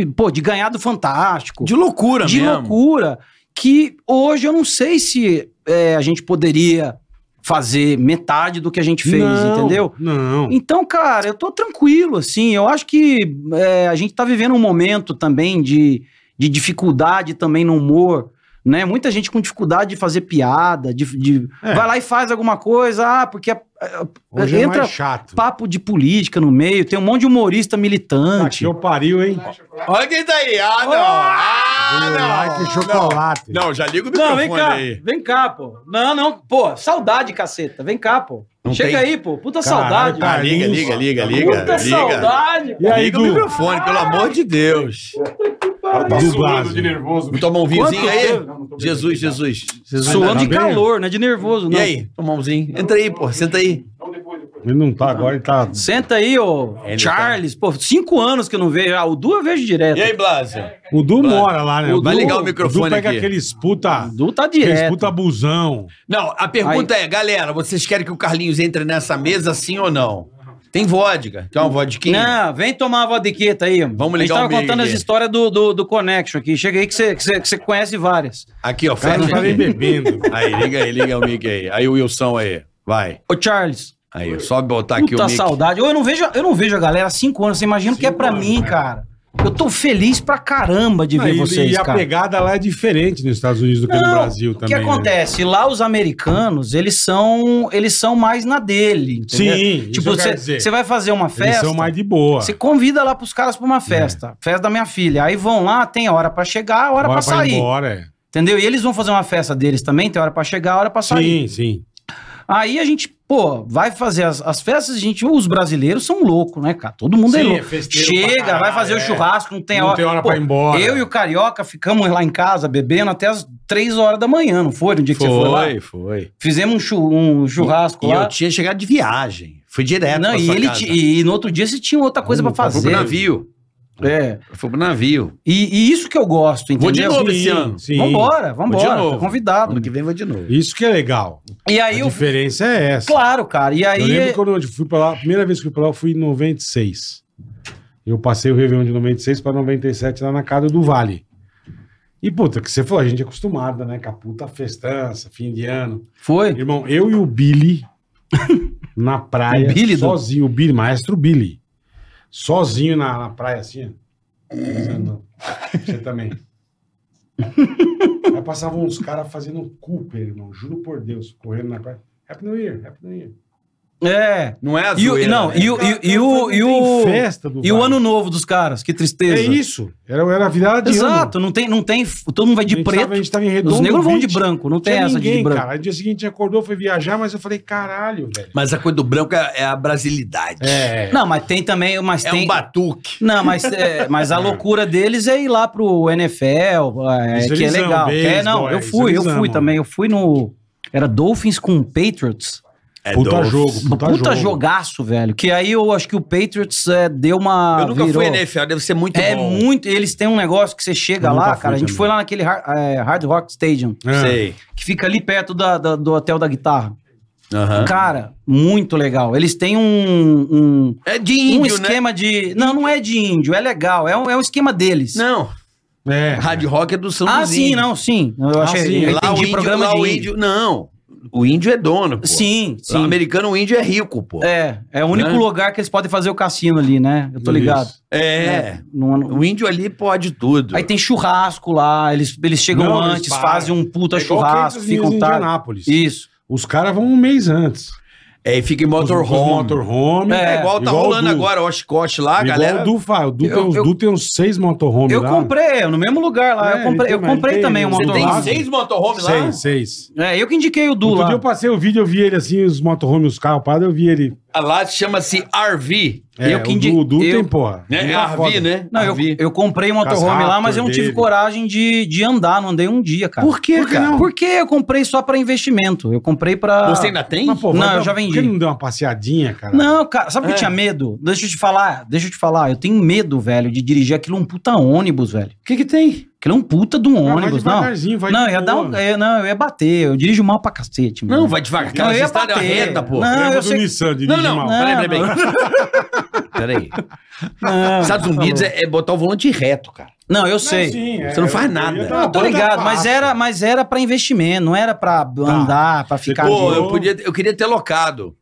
Speaker 5: de- pô, de ganhar do Fantástico
Speaker 4: De loucura
Speaker 5: de
Speaker 4: mesmo.
Speaker 5: loucura que hoje eu não sei se é, a gente poderia fazer metade do que a gente fez,
Speaker 2: Não,
Speaker 5: entendeu?
Speaker 2: Não.
Speaker 5: Então, cara, eu tô tranquilo, assim. Eu acho que é, a gente tá vivendo um momento também de, de dificuldade também no humor, né? Muita gente com dificuldade de fazer piada, de, de-
Speaker 2: É.
Speaker 5: vai lá e faz alguma coisa, ah, porque é, é,
Speaker 2: Hoje é
Speaker 5: entra
Speaker 2: mais chato.
Speaker 5: papo de política no meio, tem um monte de humorista
Speaker 2: Aqui
Speaker 5: militante.
Speaker 2: eu pariu, hein?
Speaker 4: Olha quem tá aí. Ah, não. Ah, não.
Speaker 2: Like chocolate.
Speaker 4: Não, já liga o
Speaker 5: Não,
Speaker 4: microfone
Speaker 5: vem cá,
Speaker 4: aí.
Speaker 5: vem cá, pô. Não, não, pô, saudade, caceta. Vem cá, pô.
Speaker 4: Não tem.
Speaker 5: Chega aí, pô. Puta
Speaker 2: Caralho, tá
Speaker 5: saudade.
Speaker 2: cara,
Speaker 4: Ah, liga,
Speaker 2: Tá
Speaker 4: liga, liga, liga.
Speaker 5: Puta
Speaker 4: liga.
Speaker 5: saudade.
Speaker 2: E aí,
Speaker 4: liga
Speaker 2: Du?
Speaker 4: o microfone, pelo amor de Deus.
Speaker 5: cara.
Speaker 2: Tá
Speaker 7: Tá
Speaker 2: suado.
Speaker 7: suando de nervoso. bicho.
Speaker 4: Toma um vinhozinho
Speaker 5: Quanto é?
Speaker 4: aí.
Speaker 5: tempo?
Speaker 4: Jesus, Jesus.
Speaker 5: Suando de
Speaker 2: Ainda bem.
Speaker 5: calor, né? De nervoso,
Speaker 4: E
Speaker 5: não.
Speaker 4: aí? Toma um vinho. Entra aí, pô. Senta aí.
Speaker 7: Não, depois, depois.
Speaker 2: Ele não tá agora, ele tá.
Speaker 5: Senta aí, ô
Speaker 4: Ele tá-
Speaker 5: Charles. Pô, cinco anos que eu não vejo. Ah, o Du eu vejo direto.
Speaker 4: E aí, Blasio?
Speaker 2: O Du
Speaker 4: Vai.
Speaker 2: mora lá, né?
Speaker 4: O Vai
Speaker 2: Du-
Speaker 4: ligar o microfone
Speaker 2: Du pega
Speaker 4: aqui.
Speaker 2: aqueles puta.
Speaker 5: O Du tá
Speaker 2: Aqueles
Speaker 5: direto.
Speaker 2: puta abusão.
Speaker 4: Não, a pergunta é, galera, vocês querem que o Carlinhos entre nessa mesa sim ou não? Tem vodka. Quer uma vodquinha?
Speaker 5: Não, vem tomar a vodiqueta aí. mano.
Speaker 4: Vamos
Speaker 5: A gente
Speaker 4: ligar
Speaker 5: tava
Speaker 4: o mic
Speaker 5: contando as
Speaker 4: aqui.
Speaker 5: histórias do, do, do Connection aqui. Chega aí que você que você- que você conhece várias.
Speaker 4: Aqui, ó.
Speaker 2: O
Speaker 5: É
Speaker 2: cara
Speaker 4: Fecha
Speaker 2: não tá nem
Speaker 4: aqui.
Speaker 2: bebendo.
Speaker 4: Aí, liga aí, liga o mic aí. Aí o Wilson aí. Vai.
Speaker 5: Ô, Charles.
Speaker 4: Aí, só botar Tá aqui
Speaker 5: Puta
Speaker 4: o mic.
Speaker 5: saudade. Eu não, vejo, eu não vejo a galera há cinco anos. Você imagina o que é pra mim,
Speaker 4: né?
Speaker 5: cara. Eu tô feliz pra caramba (laughs) de
Speaker 2: Não,
Speaker 5: ver
Speaker 2: e-
Speaker 5: vocês,
Speaker 2: e a
Speaker 5: cara.
Speaker 2: pegada lá é diferente nos Estados Unidos do que no
Speaker 5: Não,
Speaker 2: Brasil
Speaker 5: o que
Speaker 2: também. né?
Speaker 5: acontece? Lá os americanos, eles são, eles são mais na dele. entendeu?
Speaker 2: Sim,
Speaker 5: Tipo,
Speaker 2: isso eu quero
Speaker 5: você
Speaker 2: dizer.
Speaker 5: você vai fazer uma
Speaker 2: Eles
Speaker 5: festa.
Speaker 2: são mais de boa.
Speaker 5: Você convida lá pros caras pra uma festa. Festa da minha filha. Aí vão lá, tem hora pra chegar, hora,
Speaker 2: Bora
Speaker 5: pra
Speaker 2: É. pra ir
Speaker 5: sair.
Speaker 2: embora, é.
Speaker 5: Entendeu? E eles vão fazer uma festa deles também, tem hora pra chegar, hora pra sair.
Speaker 2: Sim, sim.
Speaker 5: Aí a gente, pô, vai fazer as, as festas, a gente, os brasileiros são loucos, né, cara? Todo mundo é
Speaker 2: Sim, é
Speaker 5: louco.
Speaker 2: festeiro pra
Speaker 5: Chega,
Speaker 2: caralho,
Speaker 5: vai fazer
Speaker 2: é.
Speaker 5: o churrasco, não tem
Speaker 2: Não
Speaker 5: hora.
Speaker 2: tem hora
Speaker 5: Pô,
Speaker 2: pra ir embora.
Speaker 5: Eu e o Carioca ficamos lá em casa bebendo até as 3 horas da manhã, não foi? No dia que você foi lá?
Speaker 4: Foi, foi.
Speaker 5: Fizemos um, chu- um churrasco
Speaker 4: E
Speaker 5: lá.
Speaker 4: eu tinha chegado de viagem. Fui direto
Speaker 5: não,
Speaker 4: pra
Speaker 5: e,
Speaker 4: sua
Speaker 5: ele
Speaker 4: casa.
Speaker 5: ti- e no outro dia você tinha outra
Speaker 2: Hum,
Speaker 5: coisa
Speaker 2: tá
Speaker 5: pra
Speaker 4: Fui pro
Speaker 5: fazer.
Speaker 4: navio.
Speaker 5: É.
Speaker 4: Fui pro navio.
Speaker 5: E, e isso que eu gosto,
Speaker 4: Vou de
Speaker 5: entendeu?
Speaker 4: novo
Speaker 2: Sim,
Speaker 4: esse ano.
Speaker 2: sim.
Speaker 5: Vambora,
Speaker 4: Vou de
Speaker 5: vambora.
Speaker 4: novo.
Speaker 5: Tá convidado.
Speaker 4: Ano que vem vou de novo.
Speaker 2: Isso que é legal.
Speaker 5: E
Speaker 2: A
Speaker 5: aí eu.
Speaker 2: diferença é essa.
Speaker 5: Claro, cara. E
Speaker 2: eu lembro
Speaker 5: aí. é-
Speaker 2: quando eu fui pra lá, a primeira vez que eu fui pra lá eu fui em 96. Eu passei o Réveillon de 96 pra 97 lá na casa do Vale. E puta, que você falou, a gente é acostumada, né? Com a puta festança, fim de ano.
Speaker 5: Foi?
Speaker 2: Irmão, eu e o Billy na praia,
Speaker 5: O Billy do-
Speaker 2: sozinho, o Billy, maestro Billy. Sozinho na, na praia, assim, ó. Você não- Você também. Aí passavam uns caras fazendo um Cooper, irmão. Juro por Deus, correndo na praia. Happy New Year, Happy New Year.
Speaker 5: É.
Speaker 4: Não é a
Speaker 5: E o,
Speaker 4: zoeira,
Speaker 5: não,
Speaker 4: né?
Speaker 5: e o, e, e o, e
Speaker 2: Tem
Speaker 5: o,
Speaker 2: festa do
Speaker 5: e o
Speaker 2: Vale.
Speaker 5: ano novo dos caras, que tristeza.
Speaker 2: É isso. Era, era a virada de ano.
Speaker 5: Exato, não tem, não tem, todo mundo vai de
Speaker 2: A gente
Speaker 5: preto,
Speaker 2: tava- a gente tava em Redondo
Speaker 5: os negros vão de
Speaker 2: Beach.
Speaker 5: branco, não
Speaker 2: Não
Speaker 5: tem
Speaker 2: tinha
Speaker 5: essa de
Speaker 2: ninguém,
Speaker 5: branco.
Speaker 2: cara. Aí, dia seguinte a gente acordou, foi viajar, mas eu falei, caralho, velho.
Speaker 4: Mas a cor do branco é, é a brasilidade.
Speaker 2: É.
Speaker 5: Não, mas tem também, mas
Speaker 4: É
Speaker 5: tem...
Speaker 4: um batuque.
Speaker 5: Não, mas, é,
Speaker 2: (laughs)
Speaker 5: mas a loucura deles é ir lá pro NFL, é,
Speaker 2: Isso
Speaker 5: que é
Speaker 2: eles amam,
Speaker 5: legal. é,
Speaker 2: beisebol,
Speaker 5: não,
Speaker 2: é,
Speaker 5: eu
Speaker 2: isso
Speaker 5: fui,
Speaker 2: eles
Speaker 5: eu fui
Speaker 2: amam.
Speaker 5: também, eu fui no... Era Dolphins com Patriots.
Speaker 4: É
Speaker 2: Puta
Speaker 4: doce.
Speaker 2: jogo.
Speaker 5: Um
Speaker 2: Puta
Speaker 5: Puta,
Speaker 2: tá jogo.
Speaker 5: jogaço, velho. Que aí eu acho que o Patriots é, deu uma...
Speaker 2: Ah,
Speaker 4: Eu nunca
Speaker 5: virou.
Speaker 4: fui NFL, deve ser muito
Speaker 5: É
Speaker 4: bom.
Speaker 5: muito. Eles têm um negócio que você chega
Speaker 2: Eu nunca
Speaker 5: lá,
Speaker 2: fui
Speaker 5: cara. A gente
Speaker 2: também.
Speaker 5: foi lá naquele Har- é, Hard Rock Stadium,
Speaker 2: É.
Speaker 4: Sei.
Speaker 5: que fica ali perto da- da- do Hotel da Guitarra.
Speaker 4: Aham.
Speaker 5: Cara, muito legal. Eles têm um. um
Speaker 4: É de
Speaker 5: um
Speaker 4: índio, né?
Speaker 5: esquema de. Não, não é de índio, é legal. É um, é um esquema deles.
Speaker 4: Não,
Speaker 2: É.
Speaker 4: hard rock é do São
Speaker 5: ah,
Speaker 4: dos
Speaker 5: sim,
Speaker 4: índios.
Speaker 5: não, sim. Eu
Speaker 2: Ah,
Speaker 5: achei.
Speaker 2: sim.
Speaker 5: Eu
Speaker 4: Lá o
Speaker 5: entendi
Speaker 4: índio,
Speaker 5: programa
Speaker 4: lá
Speaker 5: de
Speaker 4: o
Speaker 5: índio.
Speaker 4: índio. Não, o índio é dono, pô.
Speaker 5: Sim,
Speaker 4: Lá, o
Speaker 5: sim.
Speaker 4: americano, o índio é rico, pô.
Speaker 5: É, é o único
Speaker 4: Né?
Speaker 5: lugar que eles podem fazer o cassino ali, né? Eu tô
Speaker 2: Isso.
Speaker 5: ligado.
Speaker 4: É.
Speaker 5: Não- não-
Speaker 4: O índio ali pode tudo.
Speaker 5: Aí tem churrasco lá, eles, eles chegam
Speaker 2: Não, eles
Speaker 5: antes,
Speaker 2: param.
Speaker 5: fazem um puta
Speaker 2: É igual
Speaker 5: churrasco,
Speaker 2: 500 milhas
Speaker 5: ficam
Speaker 2: em
Speaker 5: tarde.
Speaker 2: Indianápolis.
Speaker 5: Isso.
Speaker 2: Os caras vão um mês antes.
Speaker 4: É, e fica em
Speaker 2: Os- os
Speaker 4: motorhome.
Speaker 2: Motorhome.
Speaker 5: É,
Speaker 4: É, igual tá
Speaker 2: Igual o
Speaker 4: rolando
Speaker 2: Du.
Speaker 4: agora, o Oshkosh lá, a
Speaker 2: Igual
Speaker 4: galera.
Speaker 2: o Du faz. O Du, tem,
Speaker 5: Eu-
Speaker 2: uns,
Speaker 5: eu-
Speaker 2: Du tem uns seis motorhome
Speaker 5: Eu
Speaker 2: lá.
Speaker 5: comprei, no mesmo lugar lá.
Speaker 2: É,
Speaker 5: eu comprei, eu
Speaker 2: ele tem-
Speaker 5: comprei
Speaker 2: ele tem-
Speaker 5: também um
Speaker 2: ele
Speaker 4: Você
Speaker 5: motor
Speaker 4: tem
Speaker 5: lá.
Speaker 4: seis motorhomes lá?
Speaker 2: Seis, seis.
Speaker 5: É, eu que indiquei o Du
Speaker 2: Outro
Speaker 5: lá.
Speaker 2: dia eu passei o vídeo, eu vi ele assim, os motorhome, os carros parados, eu vi ele.
Speaker 4: Ah, Lá chama-se RV.
Speaker 2: É,
Speaker 5: Eu que
Speaker 2: o
Speaker 5: indi-
Speaker 2: Du, o Du
Speaker 5: eu- Ah,
Speaker 2: tem porra.
Speaker 4: Né?
Speaker 2: Ele
Speaker 4: É
Speaker 2: tá
Speaker 4: RV,
Speaker 2: foda.
Speaker 4: né?
Speaker 5: Não, eu,
Speaker 4: RV.
Speaker 5: eu comprei um motorhome
Speaker 2: Cascaptor
Speaker 5: lá, mas eu não tive
Speaker 2: dele.
Speaker 5: coragem de, de andar, não andei um dia, cara.
Speaker 4: Por quê,
Speaker 2: Por que
Speaker 4: cara?
Speaker 2: não?
Speaker 5: Porque eu comprei só pra investimento. Eu comprei pra.
Speaker 4: Você ainda tem?
Speaker 2: Mas, pô,
Speaker 5: Não,
Speaker 2: vai dar- um-
Speaker 5: eu já
Speaker 2: por que
Speaker 5: vendi.
Speaker 2: ele não deu uma passeadinha, cara?
Speaker 5: Não, cara, sabe que
Speaker 4: É.
Speaker 5: eu tinha medo? Deixa eu te falar, deixa eu te falar. Eu tenho medo, velho, de dirigir aquilo um puta ônibus, velho.
Speaker 4: O que que tem?
Speaker 5: Aquilo é um puta de um
Speaker 2: Ah,
Speaker 5: ônibus,
Speaker 2: vai
Speaker 5: não.
Speaker 2: devagarzinho, vai
Speaker 5: Não,
Speaker 2: de
Speaker 5: ia dar
Speaker 2: boa.
Speaker 5: um, é, não, eu ia bater. Eu dirijo mal pra cacete, mano.
Speaker 4: Não, vai devagar. Aquela
Speaker 5: eu ia
Speaker 4: estrada
Speaker 5: bater.
Speaker 4: reta, pô.
Speaker 5: Não,
Speaker 2: Lembra
Speaker 5: eu
Speaker 2: do
Speaker 5: sei-
Speaker 2: Nissan, de
Speaker 4: Não, não,
Speaker 5: Não,
Speaker 4: peraí, peraí, peraí. Peraí.
Speaker 5: Não,
Speaker 4: Estados Unidos é, é botar o volante reto, cara.
Speaker 5: não, eu sei.
Speaker 4: Você
Speaker 2: é,
Speaker 4: não faz nada.
Speaker 5: Eu tô ligado, mas era, mas era pra investimento, não era pra andar, pra ficar.
Speaker 4: Tá. Pô,
Speaker 2: Acabou.
Speaker 4: eu, podia, eu queria ter locado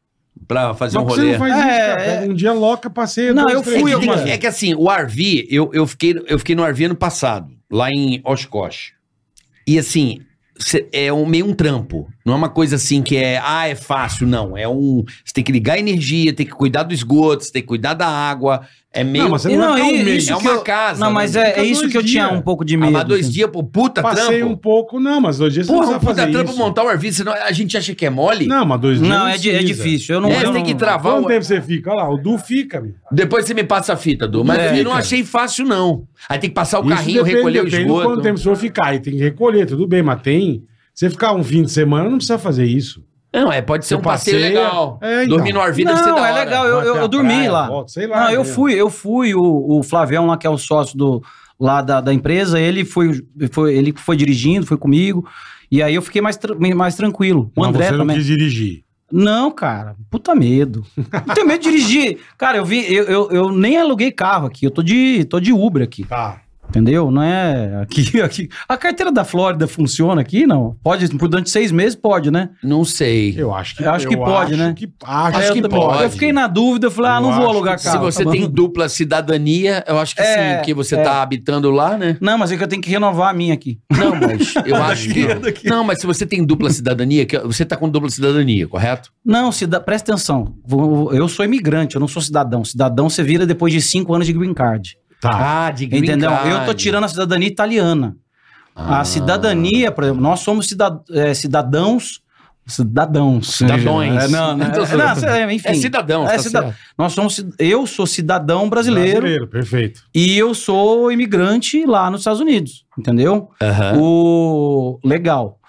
Speaker 4: pra fazer
Speaker 2: Mas
Speaker 4: um
Speaker 2: por que você
Speaker 4: rolê.
Speaker 2: não faz isso,
Speaker 5: É,
Speaker 2: cara.
Speaker 5: é.
Speaker 2: Pega Um dia loca, passeia.
Speaker 5: Não,
Speaker 2: dois,
Speaker 5: eu
Speaker 2: três
Speaker 5: fui,
Speaker 4: é,
Speaker 2: dias.
Speaker 4: que,
Speaker 5: mano.
Speaker 4: tem- é que assim, o RV, eu, eu, fiquei, eu fiquei no RV ano passado, lá em Oshkosh. E assim, cê- é um, meio um trampo. Não é uma coisa assim que é, ah, é fácil, não. É um. Você tem que ligar a energia, tem que cuidar do esgoto, você tem que cuidar da água. É meio.
Speaker 2: Não, mas você não,
Speaker 5: E não,
Speaker 2: vai ficar um
Speaker 5: e
Speaker 2: mês.
Speaker 5: isso
Speaker 4: é
Speaker 5: que
Speaker 4: uma
Speaker 5: eu-
Speaker 4: casa.
Speaker 5: Não, mas é, é isso
Speaker 2: dois
Speaker 5: que eu tinha
Speaker 2: dias.
Speaker 5: um pouco de
Speaker 4: Ah,
Speaker 5: medo.
Speaker 4: mas dois dias, pô, puta
Speaker 2: Passei
Speaker 4: trampo.
Speaker 2: um pouco, não, mas dois dias você
Speaker 4: Porra,
Speaker 2: não precisa
Speaker 4: puta
Speaker 2: fazer
Speaker 4: trampo
Speaker 2: isso.
Speaker 4: montar um serviço, senão a gente acha que é mole?
Speaker 2: Não, mas dois dias
Speaker 5: Não, é, di- é
Speaker 2: precisa.
Speaker 5: difícil. Eu não,
Speaker 4: É,
Speaker 5: eu
Speaker 4: você tem
Speaker 5: não-
Speaker 4: que travar.
Speaker 2: Quanto
Speaker 4: o-
Speaker 2: tempo você fica? Olha lá, o Du fica, meu.
Speaker 4: Depois você me passa a fita, Du. Mas
Speaker 2: É,
Speaker 4: eu não
Speaker 2: cara.
Speaker 4: achei fácil, não. Aí tem que passar Ah, o
Speaker 2: Isso
Speaker 4: carrinho,
Speaker 2: depende-
Speaker 4: recolher o
Speaker 2: depende do
Speaker 4: esgoto.
Speaker 2: Quanto tempo você for ficar? Aí tem que recolher, tudo bem, mas tem. Você ficar um fim de semana, não precisa fazer isso.
Speaker 4: Não, é, pode ser um
Speaker 2: Você
Speaker 4: passeio
Speaker 2: passeia,
Speaker 4: legal.
Speaker 2: é, então.
Speaker 4: Dormir no ar vida
Speaker 5: Não, é legal. Eu,
Speaker 2: Vai
Speaker 5: eu-
Speaker 2: até
Speaker 5: eu
Speaker 2: a
Speaker 5: dormi
Speaker 2: praia,
Speaker 5: lá.
Speaker 2: volta, sei lá,
Speaker 5: Não,
Speaker 2: né?
Speaker 5: eu fui, eu fui. O, o Flavião lá, que é o sócio do, lá da, da empresa, ele foi, foi, ele foi dirigindo, foi comigo. E aí eu fiquei mais, tra- mais tranquilo. O
Speaker 2: Mas
Speaker 5: André
Speaker 2: você não
Speaker 5: também.
Speaker 2: quis dirigir.
Speaker 5: Não, cara, puta medo. Eu tenho medo de dirigir. Cara, eu vi, eu, eu, eu nem aluguei carro aqui, eu tô de, tô de Uber aqui,
Speaker 2: Tá.
Speaker 5: entendeu? Não é aqui, (laughs) aqui. A carteira da Flórida funciona aqui, não? Pode, por durante seis meses pode, né?
Speaker 4: Não sei.
Speaker 2: Eu acho que,
Speaker 5: Eu acho que pode, né?
Speaker 2: que- acho,
Speaker 4: Acho
Speaker 5: Aí eu
Speaker 2: que,
Speaker 5: também-
Speaker 4: pode.
Speaker 5: Eu fiquei na dúvida, eu falei, ah,
Speaker 2: Eu
Speaker 5: não vou
Speaker 2: acho
Speaker 5: alugar
Speaker 2: que
Speaker 5: carro.
Speaker 4: Se você
Speaker 5: tá
Speaker 4: tem
Speaker 5: bom.
Speaker 4: dupla cidadania, eu acho que
Speaker 5: É,
Speaker 4: sim, que você
Speaker 5: é.
Speaker 4: tá habitando lá, né?
Speaker 5: Não, mas é que eu tenho que renovar a minha aqui.
Speaker 4: Não,
Speaker 2: (laughs)
Speaker 4: mas eu
Speaker 2: Tá
Speaker 4: acho que. Não, mas se você tem dupla cidadania, que- você tá com dupla cidadania, correto?
Speaker 5: Não, cida... presta atenção. Vou- Eu sou imigrante, eu não sou cidadão. Cidadão você vira depois de cinco anos de green card.
Speaker 2: Tá.
Speaker 4: Ah, de green
Speaker 5: Entendeu?
Speaker 4: card.
Speaker 5: Eu tô tirando a cidadania italiana.
Speaker 4: Ah.
Speaker 5: A cidadania, por exemplo, nós somos cida- é, cidadãos. Cidadãos.
Speaker 4: Cidadões.
Speaker 5: É, não, não,
Speaker 4: Então,
Speaker 5: é, não, é, enfim.
Speaker 4: É cidadão.
Speaker 5: É
Speaker 4: tá
Speaker 5: cida-
Speaker 4: certo.
Speaker 5: Nós somos, cid- eu sou cidadão brasileiro,
Speaker 2: perfeito.
Speaker 5: e eu sou imigrante lá nos Estados Unidos, entendeu?
Speaker 4: Aham.
Speaker 5: O legal.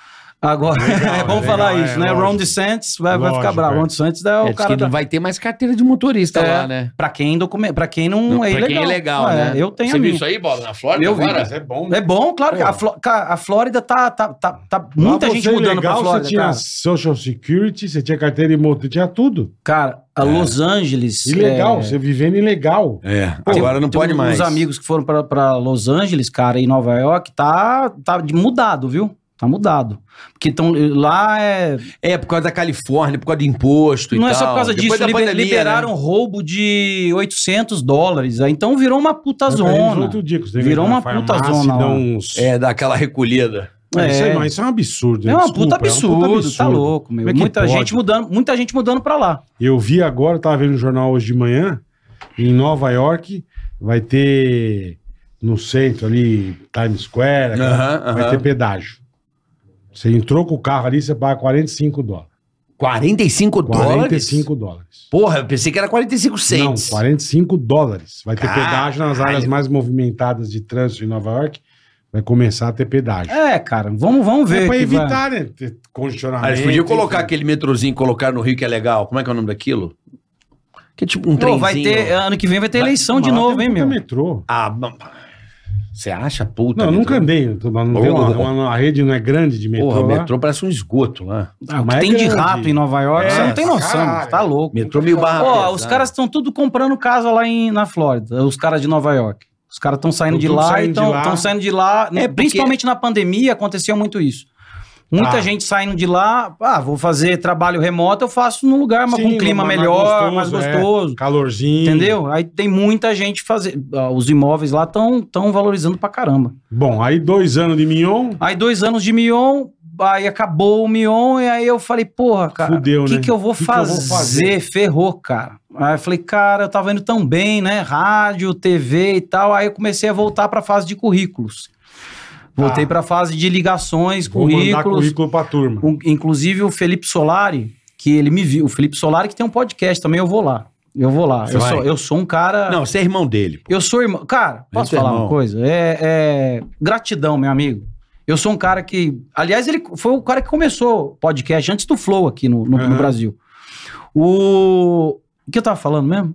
Speaker 5: Agora, (laughs)
Speaker 2: Legal,
Speaker 5: é bom
Speaker 2: legal,
Speaker 5: falar
Speaker 2: é,
Speaker 5: isso, né?
Speaker 2: lógico.
Speaker 5: Ron DeSantis vai, vai ficar
Speaker 2: Lógico,
Speaker 5: bravo.
Speaker 2: é.
Speaker 5: Ron DeSantis é o
Speaker 4: É, diz
Speaker 5: cara
Speaker 4: que
Speaker 5: da...
Speaker 4: não vai ter mais carteira de motorista
Speaker 5: É.
Speaker 4: lá, né?
Speaker 5: Pra quem, document... pra quem não, é
Speaker 4: pra
Speaker 5: ilegal.
Speaker 4: quem é legal,
Speaker 5: É,
Speaker 4: né?
Speaker 5: Eu tenho
Speaker 4: Você
Speaker 5: a
Speaker 4: viu
Speaker 5: minha.
Speaker 4: isso aí, Bola, na Flórida
Speaker 5: Eu vi,
Speaker 4: agora?
Speaker 2: Mas é bom, né?
Speaker 5: É bom, claro. que A, Fló- ca- a Flórida tá... tá, tá, tá muita
Speaker 2: Pra
Speaker 5: gente
Speaker 2: você
Speaker 5: mudando
Speaker 2: legal,
Speaker 5: pra Flórida,
Speaker 2: Você tinha
Speaker 5: cara.
Speaker 2: Social Security, você tinha carteira de moto, tinha tudo.
Speaker 5: Cara, a
Speaker 4: É.
Speaker 5: Los Angeles...
Speaker 2: Ilegal,
Speaker 5: é,
Speaker 2: você vivendo ilegal.
Speaker 7: É,
Speaker 5: Tem- tem Os amigos que foram pra- pra Los Angeles, cara, e Nova York, tá, tá de- mudado, viu? Tá mudado. Porque tão, lá é.
Speaker 4: É, por causa da Califórnia, por causa do imposto e
Speaker 5: não
Speaker 4: tal.
Speaker 5: é só por causa
Speaker 4: Depois
Speaker 5: disso.
Speaker 4: da
Speaker 5: liber-
Speaker 4: pandemia, né?
Speaker 5: liberaram roubo de 800 dólares. aí, Então virou uma puta
Speaker 2: Eu falei isso
Speaker 5: zona.
Speaker 2: Outro dia, que você
Speaker 5: Virou
Speaker 2: vai na
Speaker 5: uma puta
Speaker 2: farmácia e
Speaker 5: zona
Speaker 2: dá
Speaker 5: lá.
Speaker 2: uns-
Speaker 4: É, daquela recolhida.
Speaker 2: Mas Isso,
Speaker 5: É.
Speaker 2: aí não, isso é um absurdo.
Speaker 5: É uma
Speaker 2: desculpa, é
Speaker 5: puta
Speaker 2: um
Speaker 5: absurdo, tá louco, meu.
Speaker 2: Como é que
Speaker 5: muita,
Speaker 2: pode?
Speaker 5: gente mudando, muita gente mudando pra lá.
Speaker 2: Eu vi agora, eu tava vendo o jornal hoje de manhã, em Nova York, vai ter no centro ali, Times Square,
Speaker 4: Aham, aham.
Speaker 2: vai ter pedágio. Você entrou com o carro ali, você paga 45 dólares.
Speaker 4: 45 dólares?
Speaker 2: 45 dólares.
Speaker 4: Porra, eu pensei que era 45 cents.
Speaker 2: Não, 45 dólares. Vai ter
Speaker 4: Caralho.
Speaker 2: pedágio nas áreas mais movimentadas de trânsito de Nova York. Vai começar a ter pedágio.
Speaker 5: É, cara, vamos, vamos ver.
Speaker 2: É pra
Speaker 5: que vai-
Speaker 2: evitar, né? ter Congestionamento.
Speaker 4: Ah, eles podiam colocar
Speaker 2: enfim.
Speaker 4: aquele metrozinho que colocaram no Rio que é legal. Como é que é o nome daquilo? Que é tipo um
Speaker 5: Pô,
Speaker 4: trenzinho.
Speaker 5: vai ter. Ano que vem vai ter
Speaker 4: Vai-
Speaker 5: eleição
Speaker 2: Mas
Speaker 5: de
Speaker 2: lá
Speaker 5: novo,
Speaker 2: tem
Speaker 5: hein,
Speaker 2: muito
Speaker 5: meu?
Speaker 2: metrô.
Speaker 4: Ah, bom. você acha, puta?
Speaker 2: Não, eu
Speaker 4: metrô?
Speaker 2: nunca andei. eu tô- mas Não tem uma,
Speaker 4: Porra.
Speaker 2: uma- uma rede não é grande de metrô.
Speaker 4: Porra, o
Speaker 2: lá.
Speaker 4: metrô parece um esgoto lá.
Speaker 5: Ah, o
Speaker 2: Mas
Speaker 5: que
Speaker 2: é
Speaker 5: tem de
Speaker 2: grande.
Speaker 5: rato em Nova York,
Speaker 2: É,
Speaker 5: você não tem
Speaker 2: pra
Speaker 5: noção.
Speaker 2: caralho.
Speaker 5: Tá louco.
Speaker 4: Metrô meio
Speaker 2: Ah,
Speaker 4: barra.
Speaker 5: Ó,
Speaker 4: pesada.
Speaker 5: os caras estão tudo comprando casa lá em, na Flórida, os caras de Nova York. Os caras estão saindo,
Speaker 2: Tão
Speaker 5: de
Speaker 2: tudo
Speaker 5: lá
Speaker 2: saindo
Speaker 5: e
Speaker 2: de lá.
Speaker 5: estão saindo de lá.
Speaker 4: É, porque-
Speaker 5: Principalmente na pandemia aconteceu muito isso. Muita
Speaker 2: Ah.
Speaker 5: gente saindo de lá, ah, vou fazer trabalho remoto, eu faço num lugar mas
Speaker 2: Sim,
Speaker 5: com um clima
Speaker 2: mais
Speaker 5: melhor, mais
Speaker 2: gostoso, é.
Speaker 5: gostoso.
Speaker 2: Calorzinho.
Speaker 5: Entendeu? Aí tem muita gente fazendo. Os imóveis lá estão tão valorizando pra caramba.
Speaker 2: Bom, aí dois anos de Mignon.
Speaker 5: Aí dois anos de Mion, aí acabou o Mion, e aí eu falei, porra, cara, o que,
Speaker 2: Fudeu, né?
Speaker 5: que eu vou
Speaker 2: Que que eu vou
Speaker 5: fazer?
Speaker 2: fazer?
Speaker 5: Ferrou, cara. Aí eu falei, cara, eu tava indo tão bem, né? Rádio, TV e tal. Aí eu comecei a voltar pra fase de currículos. Voltei
Speaker 2: Tá.
Speaker 5: pra fase de ligações,
Speaker 2: Vou mandar
Speaker 5: currículos.
Speaker 2: currículo pra turma.
Speaker 5: Um- inclusive o Felipe Solari, que ele me viu. O Felipe Solari que tem um podcast também, eu vou lá. Eu vou lá. Eu
Speaker 4: Vai.
Speaker 5: sou, eu sou um cara.
Speaker 4: Não, você é irmão dele.
Speaker 5: Eu sou irmão. Cara, posso
Speaker 4: Esse é
Speaker 5: falar
Speaker 4: irmão.
Speaker 5: uma coisa? É, é- Gratidão, meu amigo. Eu sou um cara que. Aliás, ele foi o cara que começou o podcast antes do Flow aqui no, no- no
Speaker 2: Aham.
Speaker 5: Brasil. O. O que eu tava falando mesmo?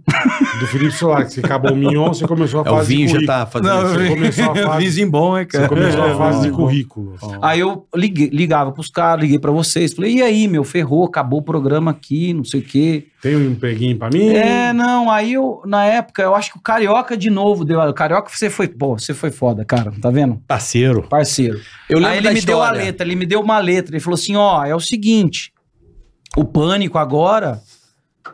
Speaker 2: Do Felipe Solar, que você acabou o Mignon, você
Speaker 5: (laughs)
Speaker 2: começou a
Speaker 4: É, o
Speaker 2: fase
Speaker 4: vinho
Speaker 2: de
Speaker 4: já
Speaker 2: currículo.
Speaker 4: tá fazendo
Speaker 2: Não,
Speaker 4: isso.
Speaker 2: você começou a fase,
Speaker 5: Vizinho bom, é,
Speaker 2: você começou a fase de
Speaker 5: bom.
Speaker 2: currículo.
Speaker 5: Aí eu liguei- ligava pros caras, liguei pra vocês. Falei, e aí, meu, ferrou, acabou o programa aqui, não sei o quê.
Speaker 2: Tem um empreguinho pra mim?
Speaker 5: É, não, aí eu, na época, eu acho que o Carioca de novo deu. O Carioca, você foi, pô, você foi foda, cara, tá vendo?
Speaker 4: Parceiro.
Speaker 5: Parceiro.
Speaker 4: Eu lembro
Speaker 5: Aí ele
Speaker 4: da
Speaker 5: me deu a
Speaker 4: história.
Speaker 5: letra, ele me deu uma letra. Ele falou assim: ó, é o seguinte, o pânico agora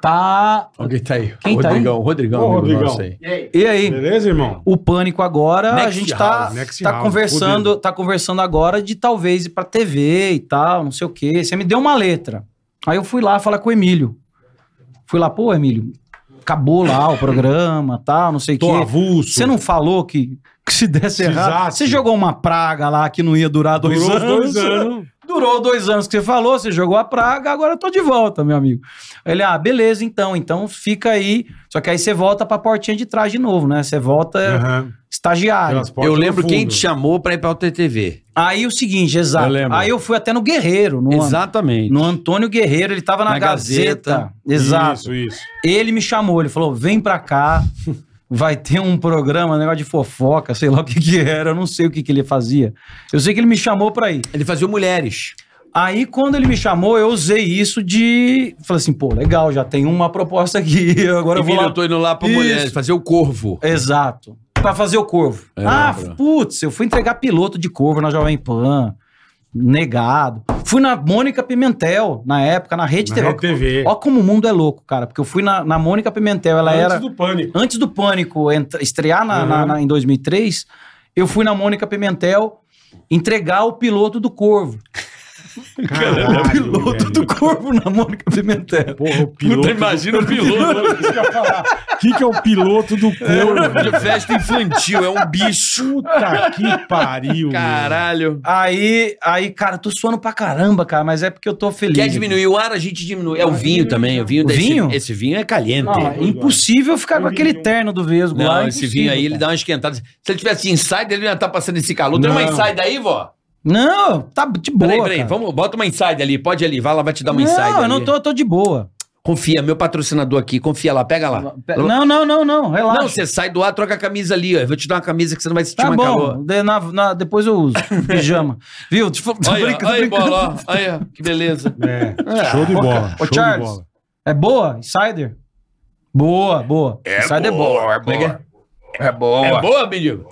Speaker 5: Tá.
Speaker 3: Alguém tá aí.
Speaker 5: Quem tá aí?
Speaker 3: Rodrigão, Rodrigão,
Speaker 2: Ô,
Speaker 3: amigo
Speaker 2: Rodrigão.
Speaker 3: nosso aí.
Speaker 5: E aí?
Speaker 2: Beleza, irmão?
Speaker 5: O pânico agora,
Speaker 4: Next
Speaker 5: a gente tá,
Speaker 2: round, next
Speaker 5: tá
Speaker 2: round,
Speaker 5: conversando,
Speaker 2: fudeu.
Speaker 5: tá conversando agora de talvez ir pra TV e tal, não sei o quê. Você me deu uma letra. Aí eu fui lá falar com o Emílio. Fui lá, pô, Emílio, acabou lá o programa, tal, não sei o quê.
Speaker 2: Tô avulso.
Speaker 5: Você não falou que, que se desse errado,
Speaker 2: Precisasse.
Speaker 5: você jogou uma praga lá que não ia durar tá dois
Speaker 2: Durou uns
Speaker 5: anos.
Speaker 2: dois anos.
Speaker 5: Durou dois anos que você falou, você jogou a praga, agora eu tô de volta, meu amigo. Aí Ele, ah, beleza, então, então fica aí. Só que aí você volta pra portinha de trás de novo, né? Você volta
Speaker 2: Aham.
Speaker 5: estagiário.
Speaker 2: Pelas portas
Speaker 4: Eu
Speaker 2: no
Speaker 4: lembro
Speaker 2: fundo.
Speaker 4: quem te chamou pra ir pra UTTV.
Speaker 5: Aí o seguinte,
Speaker 3: Eu
Speaker 5: exato.
Speaker 3: lembro.
Speaker 5: aí eu fui até no Guerreiro, no,
Speaker 4: Exatamente.
Speaker 5: no Antônio Guerreiro, ele tava na,
Speaker 4: Na
Speaker 5: Gazeta.
Speaker 4: Gazeta.
Speaker 2: Isso,
Speaker 5: Exato.
Speaker 2: isso.
Speaker 5: Ele me chamou, ele falou: vem pra cá, vai ter um programa, um negócio de fofoca, sei lá o que que era, eu não sei o que que ele fazia. Eu sei que ele me chamou pra ir.
Speaker 4: Ele fazia o Mulheres.
Speaker 5: Aí, quando ele me chamou, eu usei isso de. Falei assim, pô, legal, já tem uma proposta aqui. (laughs) Agora eu vou.
Speaker 4: Emílio,
Speaker 5: Lá...
Speaker 4: eu tô indo lá pra
Speaker 5: Isso.
Speaker 4: Mulheres, fazer o
Speaker 5: (laughs)
Speaker 4: Corvo.
Speaker 5: Exato. Pra fazer o corvo.
Speaker 3: É,
Speaker 5: ah,
Speaker 3: lembra.
Speaker 5: putz, eu fui entregar piloto de corvo na Jovem Pan. Negado. Fui na Mônica Pimentel, na época, na Rede
Speaker 2: Na
Speaker 5: TV.
Speaker 2: Rede TV.
Speaker 5: Ó como o mundo é louco, cara. Porque eu fui na, na Mônica Pimentel, ela
Speaker 2: Antes
Speaker 5: era.
Speaker 2: do
Speaker 5: (laughs)
Speaker 2: pânico.
Speaker 5: Antes do Pânico entra- estrear na-
Speaker 2: Uhum.
Speaker 5: na- na- em 2003, eu fui na Mônica Pimentel entregar o piloto do Corvo.
Speaker 2: Caralho,
Speaker 5: É piloto
Speaker 2: é velho.
Speaker 5: do Corvo na Mônica Pimentel.
Speaker 2: Porra, o (laughs) piloto.
Speaker 3: Puta, imagina o piloto.
Speaker 2: Isso que eu ia falar. O que, que é o piloto
Speaker 5: (laughs)
Speaker 2: do (laughs) corvo?
Speaker 4: De festa infantil, é um bicho.
Speaker 2: Puta que pariu. meu.
Speaker 4: Caralho.
Speaker 5: Aí, aí, cara, eu tô suando pra caramba, cara, mas é porque eu tô feliz.
Speaker 4: Quer diminuir o ar, a gente diminui. É o vinho também. O vinho,
Speaker 5: O
Speaker 4: desse-
Speaker 5: vinho?
Speaker 4: Esse vinho é caliente.
Speaker 5: Não, é impossível ficar com aquele terno do Vesgo
Speaker 4: Não,
Speaker 5: lá. é
Speaker 4: esse
Speaker 5: impossível,
Speaker 4: vinho aí, ele
Speaker 5: cara.
Speaker 4: dá uma esquentada. Se ele tivesse inside, ele não ia estar passando esse calor. Tem uma
Speaker 2: Não.
Speaker 4: inside aí, vó?
Speaker 5: Não, tá de boa.
Speaker 4: Peraí, peraí.
Speaker 5: cara.
Speaker 4: Vamos, bota uma inside ali. Pode ir ali. Vai lá, vai te dar uma
Speaker 5: não,
Speaker 4: inside
Speaker 5: eu
Speaker 4: ali.
Speaker 5: não tô, eu tô de boa.
Speaker 4: Confia, meu patrocinador aqui. Confia lá, pega lá.
Speaker 5: Não, não, não, não, relaxa.
Speaker 4: Não, você sai do ar, troca a camisa ali, ó. Eu vou te dar uma camisa que você não vai sentir
Speaker 5: tá
Speaker 4: mais
Speaker 5: bom,
Speaker 4: calor.
Speaker 5: de- na- na- depois eu
Speaker 4: (laughs)
Speaker 5: uso. Pijama. Viu? Tô
Speaker 4: Olha,
Speaker 5: brincando,
Speaker 4: olha aí,
Speaker 5: brincando.
Speaker 4: bola, ó. Olha, que beleza.
Speaker 2: É, show de
Speaker 5: Ô,
Speaker 2: bola. show
Speaker 5: Ca- Ô,
Speaker 2: de
Speaker 5: Charles,
Speaker 2: bola.
Speaker 5: é boa? Insider? Boa, boa. Insider é boa.
Speaker 4: é boa. É boa. É boa, menino?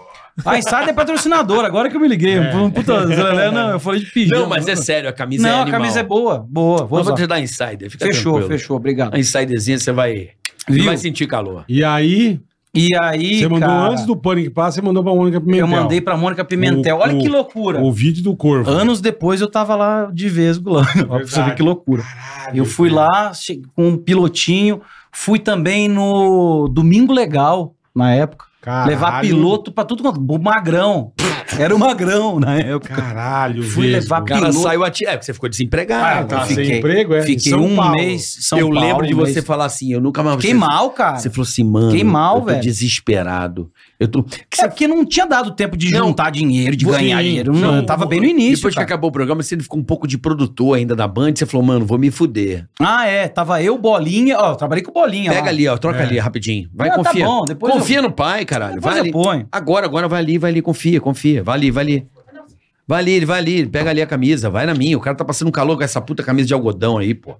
Speaker 5: Ah, Insider é patrocinador, agora que eu me liguei.
Speaker 2: É.
Speaker 5: Um
Speaker 2: (laughs)
Speaker 5: Puta, Zé, não, eu falei de pijama.
Speaker 4: Não, mas é sério, a camisa é
Speaker 5: Não, a
Speaker 4: animal.
Speaker 5: camisa é boa, boa. Vou
Speaker 4: Eu vou
Speaker 5: usar.
Speaker 4: te dar um insider, fica
Speaker 5: Fechou,
Speaker 4: tranquilo.
Speaker 5: fechou, obrigado.
Speaker 4: A insiderzinha você vai...
Speaker 5: Viu?
Speaker 4: Não vai sentir calor.
Speaker 2: E aí,
Speaker 5: E aí,
Speaker 2: você mandou
Speaker 5: cara,
Speaker 2: antes do pânico passar, você mandou pra Mônica Pimentel.
Speaker 5: eu mandei pra Mônica Pimentel.
Speaker 2: O-
Speaker 5: Olha
Speaker 2: o-
Speaker 5: que loucura.
Speaker 2: O vídeo do corvo.
Speaker 5: Anos depois eu tava lá de vesgo lá. (laughs) Ó, pra você ver que loucura. eu fui lá che- com um pilotinho, fui também no Domingo Legal, na época.
Speaker 2: Caralho.
Speaker 5: Levar piloto pra tudo quanto. O Magrão. Era o Magrão na época.
Speaker 2: Caralho,
Speaker 5: Fui
Speaker 2: Vesgo.
Speaker 5: levar
Speaker 4: O cara
Speaker 5: Piloto.
Speaker 4: saiu ati... É, porque você ficou desempregado.
Speaker 2: Ah, tá
Speaker 4: Eu
Speaker 2: sem
Speaker 4: fiquei-
Speaker 2: emprego, é? em
Speaker 5: Fiquei
Speaker 2: São
Speaker 5: um
Speaker 2: Paulo.
Speaker 5: mês em São
Speaker 4: eu
Speaker 5: Paulo,
Speaker 4: lembro de
Speaker 5: um
Speaker 4: você
Speaker 5: mês.
Speaker 4: falar assim, eu nunca mais... vou ser-
Speaker 5: Fiquei mal, cara.
Speaker 4: Você falou assim, mano,
Speaker 5: Fiquei mal,
Speaker 4: eu tô
Speaker 5: velho.
Speaker 4: desesperado. Eu tô... Que
Speaker 5: É porque não tinha dado tempo de
Speaker 4: Não.
Speaker 5: juntar dinheiro, de
Speaker 4: Sim,
Speaker 5: ganhar dinheiro. Não,
Speaker 4: não,
Speaker 5: eu tava
Speaker 4: vou-
Speaker 5: bem no início.
Speaker 4: Depois
Speaker 5: cara.
Speaker 4: que acabou o programa, você ficou um pouco de produtor ainda da Band, você falou, mano, vou me fuder.
Speaker 5: Ah, é. Tava eu, bolinha. Ó, eu trabalhei com bolinha.
Speaker 4: Pega
Speaker 5: lá.
Speaker 4: ali, ó, troca
Speaker 2: É.
Speaker 4: ali rapidinho. Vai,
Speaker 5: Não, tá
Speaker 4: confia.
Speaker 5: bom, depois
Speaker 4: confia no pai, caralho.
Speaker 5: Depois
Speaker 4: Vai
Speaker 5: eu
Speaker 4: ali.
Speaker 5: ponho.
Speaker 4: Agora, agora vai ali, vai ali, confia, confia. Vai ali, vai ali. Vai ali, ele vai ali, ele pega ali a camisa, vai na minha. O cara tá passando calor com essa puta camisa de algodão aí, pô.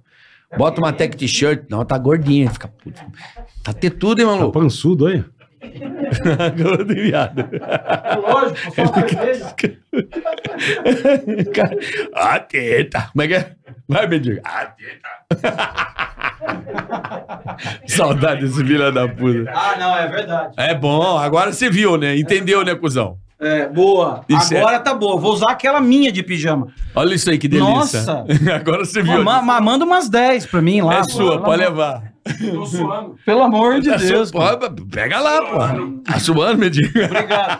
Speaker 4: Bota uma tech t-shirt. Não, tá gordinha, fica puto. Tá ter tudo, hein,
Speaker 2: Tá
Speaker 4: maluco?
Speaker 2: pançudo aí?
Speaker 4: Tá Gordo e viado.
Speaker 5: Lógico, só
Speaker 4: Cara, a teta. Como é que é? Vai, mendigo. A teta. Saudade desse filho da puta.
Speaker 5: Ah, não, é verdade.
Speaker 4: É bom, agora você viu, né? Entendeu, né, cuzão?
Speaker 5: É, boa.
Speaker 4: Isso é-
Speaker 5: Agora tá boa. Vou usar aquela minha de pijama.
Speaker 4: Olha isso aí, que delícia.
Speaker 5: Nossa!
Speaker 4: (laughs) agora você viu.
Speaker 5: Ma- ma- manda umas 10 pra mim lá.
Speaker 4: é
Speaker 5: pô.
Speaker 4: sua,
Speaker 5: Pelo
Speaker 4: pode
Speaker 5: amor-
Speaker 4: levar.
Speaker 5: Tô suando. Pelo amor de
Speaker 4: Tá su-
Speaker 5: Deus. cara.
Speaker 4: pô, pega lá, pô. Tá suando, mendigo.
Speaker 5: Obrigado.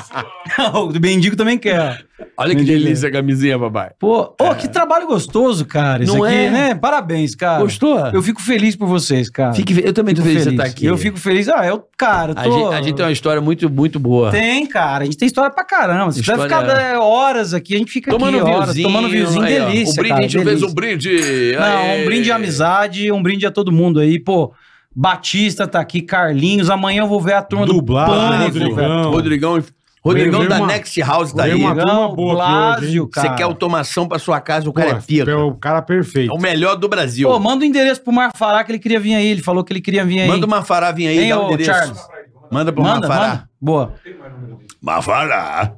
Speaker 5: (laughs) o do Bendigo também quer.
Speaker 4: Olha que
Speaker 5: Mendigo.
Speaker 4: delícia a camisinha, papai.
Speaker 5: Pô, ô, que trabalho gostoso, cara. Isso
Speaker 4: Não
Speaker 5: aqui,
Speaker 4: é?
Speaker 5: né? Parabéns, cara.
Speaker 4: Gostou?
Speaker 5: Eu fico feliz por vocês, cara.
Speaker 4: Fique fe- eu também tô
Speaker 5: Ah, Fico
Speaker 4: feliz de você tá aqui.
Speaker 5: Eu fico feliz. Ah, eu, cara, eu
Speaker 4: A,
Speaker 5: tô...
Speaker 4: gente, a gente tem uma história muito, muito boa.
Speaker 5: Tem, cara. A gente tem história pra caramba. Se quiser
Speaker 4: História-
Speaker 5: ficar é, horas aqui, a gente fica
Speaker 4: Tomando
Speaker 5: aqui horas,
Speaker 4: vinhozinho.
Speaker 5: tomando vinhozinho.
Speaker 4: aí, ó.
Speaker 5: delícia,
Speaker 4: Um brinde,
Speaker 5: cara,
Speaker 4: a gente fez
Speaker 5: delícia.
Speaker 4: um brinde.
Speaker 5: Não, um brinde à amizade, um brinde a todo mundo aí, pô. Batista tá aqui, Carlinhos. Amanhã eu vou ver a turma
Speaker 2: Dublado, né,
Speaker 5: do Pânico,
Speaker 2: Rodrigão.
Speaker 5: velho.
Speaker 4: Ah, Rodrigão. Rodrigão, Rodrigão
Speaker 2: veio
Speaker 4: da
Speaker 2: uma-
Speaker 4: Next House tá aí.
Speaker 2: veio Tem uma turma boa aqui hoje,
Speaker 5: Blásio,
Speaker 2: hein?
Speaker 5: cara.
Speaker 4: Você quer automação pra sua casa, o cara
Speaker 2: Pô,
Speaker 4: é pica.
Speaker 2: É o cara
Speaker 4: É
Speaker 2: perfeito.
Speaker 4: o melhor do Brasil.
Speaker 5: Pô, manda o endereço pro Marfará que ele queria vir aí. Ele falou que ele queria vir aí.
Speaker 4: Manda o Mafará vir aí,
Speaker 5: Hein,
Speaker 4: dá o
Speaker 5: ô,
Speaker 4: endereço.
Speaker 5: Charles?
Speaker 4: Manda pro
Speaker 5: Manda,
Speaker 4: Mafará.
Speaker 5: manda. Boa.
Speaker 4: (laughs) Mafará.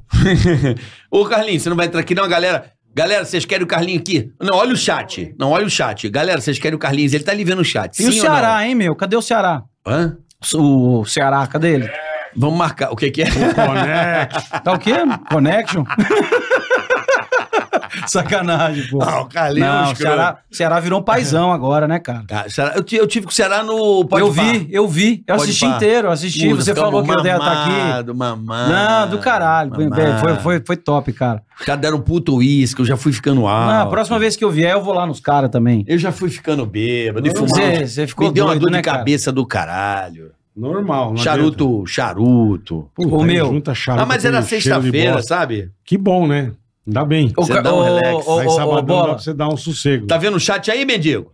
Speaker 4: Ô, Carlinhos, você não vai entrar aqui não, galera. Galera, vocês querem o Carlinhos aqui? Não, olha o chat. Não, olha o chat. Galera, vocês querem o Carlinhos? Ele tá ali vendo o chat.
Speaker 5: E o
Speaker 4: Sim ou
Speaker 5: Ceará, hein, meu? Cadê o Ceará?
Speaker 4: não? Hã?
Speaker 5: O Ceará, cadê ele?
Speaker 4: Vamos marcar. O que que é?
Speaker 5: um
Speaker 2: Conect.
Speaker 5: Tá o quê? Connection? (laughs) Sacanagem, pô.
Speaker 4: (laughs) Ah, o Carlinhos é um
Speaker 5: Não, o
Speaker 4: escroto.
Speaker 5: Ceará, Ceará virou um paizão agora, né, cara?
Speaker 4: Ah, Ceará- eu, ti- eu tive com o Ceará no É. Pode
Speaker 5: eu vi, eu vi. Eu
Speaker 4: Pode
Speaker 5: assisti
Speaker 4: pá.
Speaker 5: inteiro, eu assisti. Você falou que eu ia estar aqui.
Speaker 4: Mamado, mamado.
Speaker 5: Não, do caralho. Foi-
Speaker 4: mamado.
Speaker 5: Foi, foi, foi top, cara.
Speaker 4: Os caras deram um puto uísque, eu já fui ficando alto.
Speaker 5: Não, a próxima vez que eu vier, eu vou lá nos caras também.
Speaker 4: Eu já fui ficando bêbado, e fumando.
Speaker 5: Você, você ficou
Speaker 4: Me deu uma
Speaker 5: doido,
Speaker 4: dor
Speaker 5: né,
Speaker 4: de
Speaker 5: cara?
Speaker 4: cabeça do caralho.
Speaker 2: Normal. não
Speaker 4: charuto,
Speaker 2: adianta.
Speaker 4: charuto.
Speaker 2: Puta,
Speaker 5: Ô,
Speaker 2: aí
Speaker 5: meu.
Speaker 2: Junta charuto
Speaker 4: Ah, mas
Speaker 2: com
Speaker 5: um
Speaker 4: era
Speaker 2: cheiro de
Speaker 4: sexta-feira,
Speaker 2: bosta.
Speaker 4: sabe?
Speaker 2: Que bom, né? Ainda bem.
Speaker 5: Ô,
Speaker 4: Você
Speaker 5: ca-
Speaker 4: dá um
Speaker 5: ô,
Speaker 4: relax.
Speaker 5: ô,
Speaker 2: Aí
Speaker 5: ô, ô,
Speaker 2: sabadão dá
Speaker 5: bola.
Speaker 2: pra você dar um sossego.
Speaker 4: Tá vendo o chat aí, mendigo?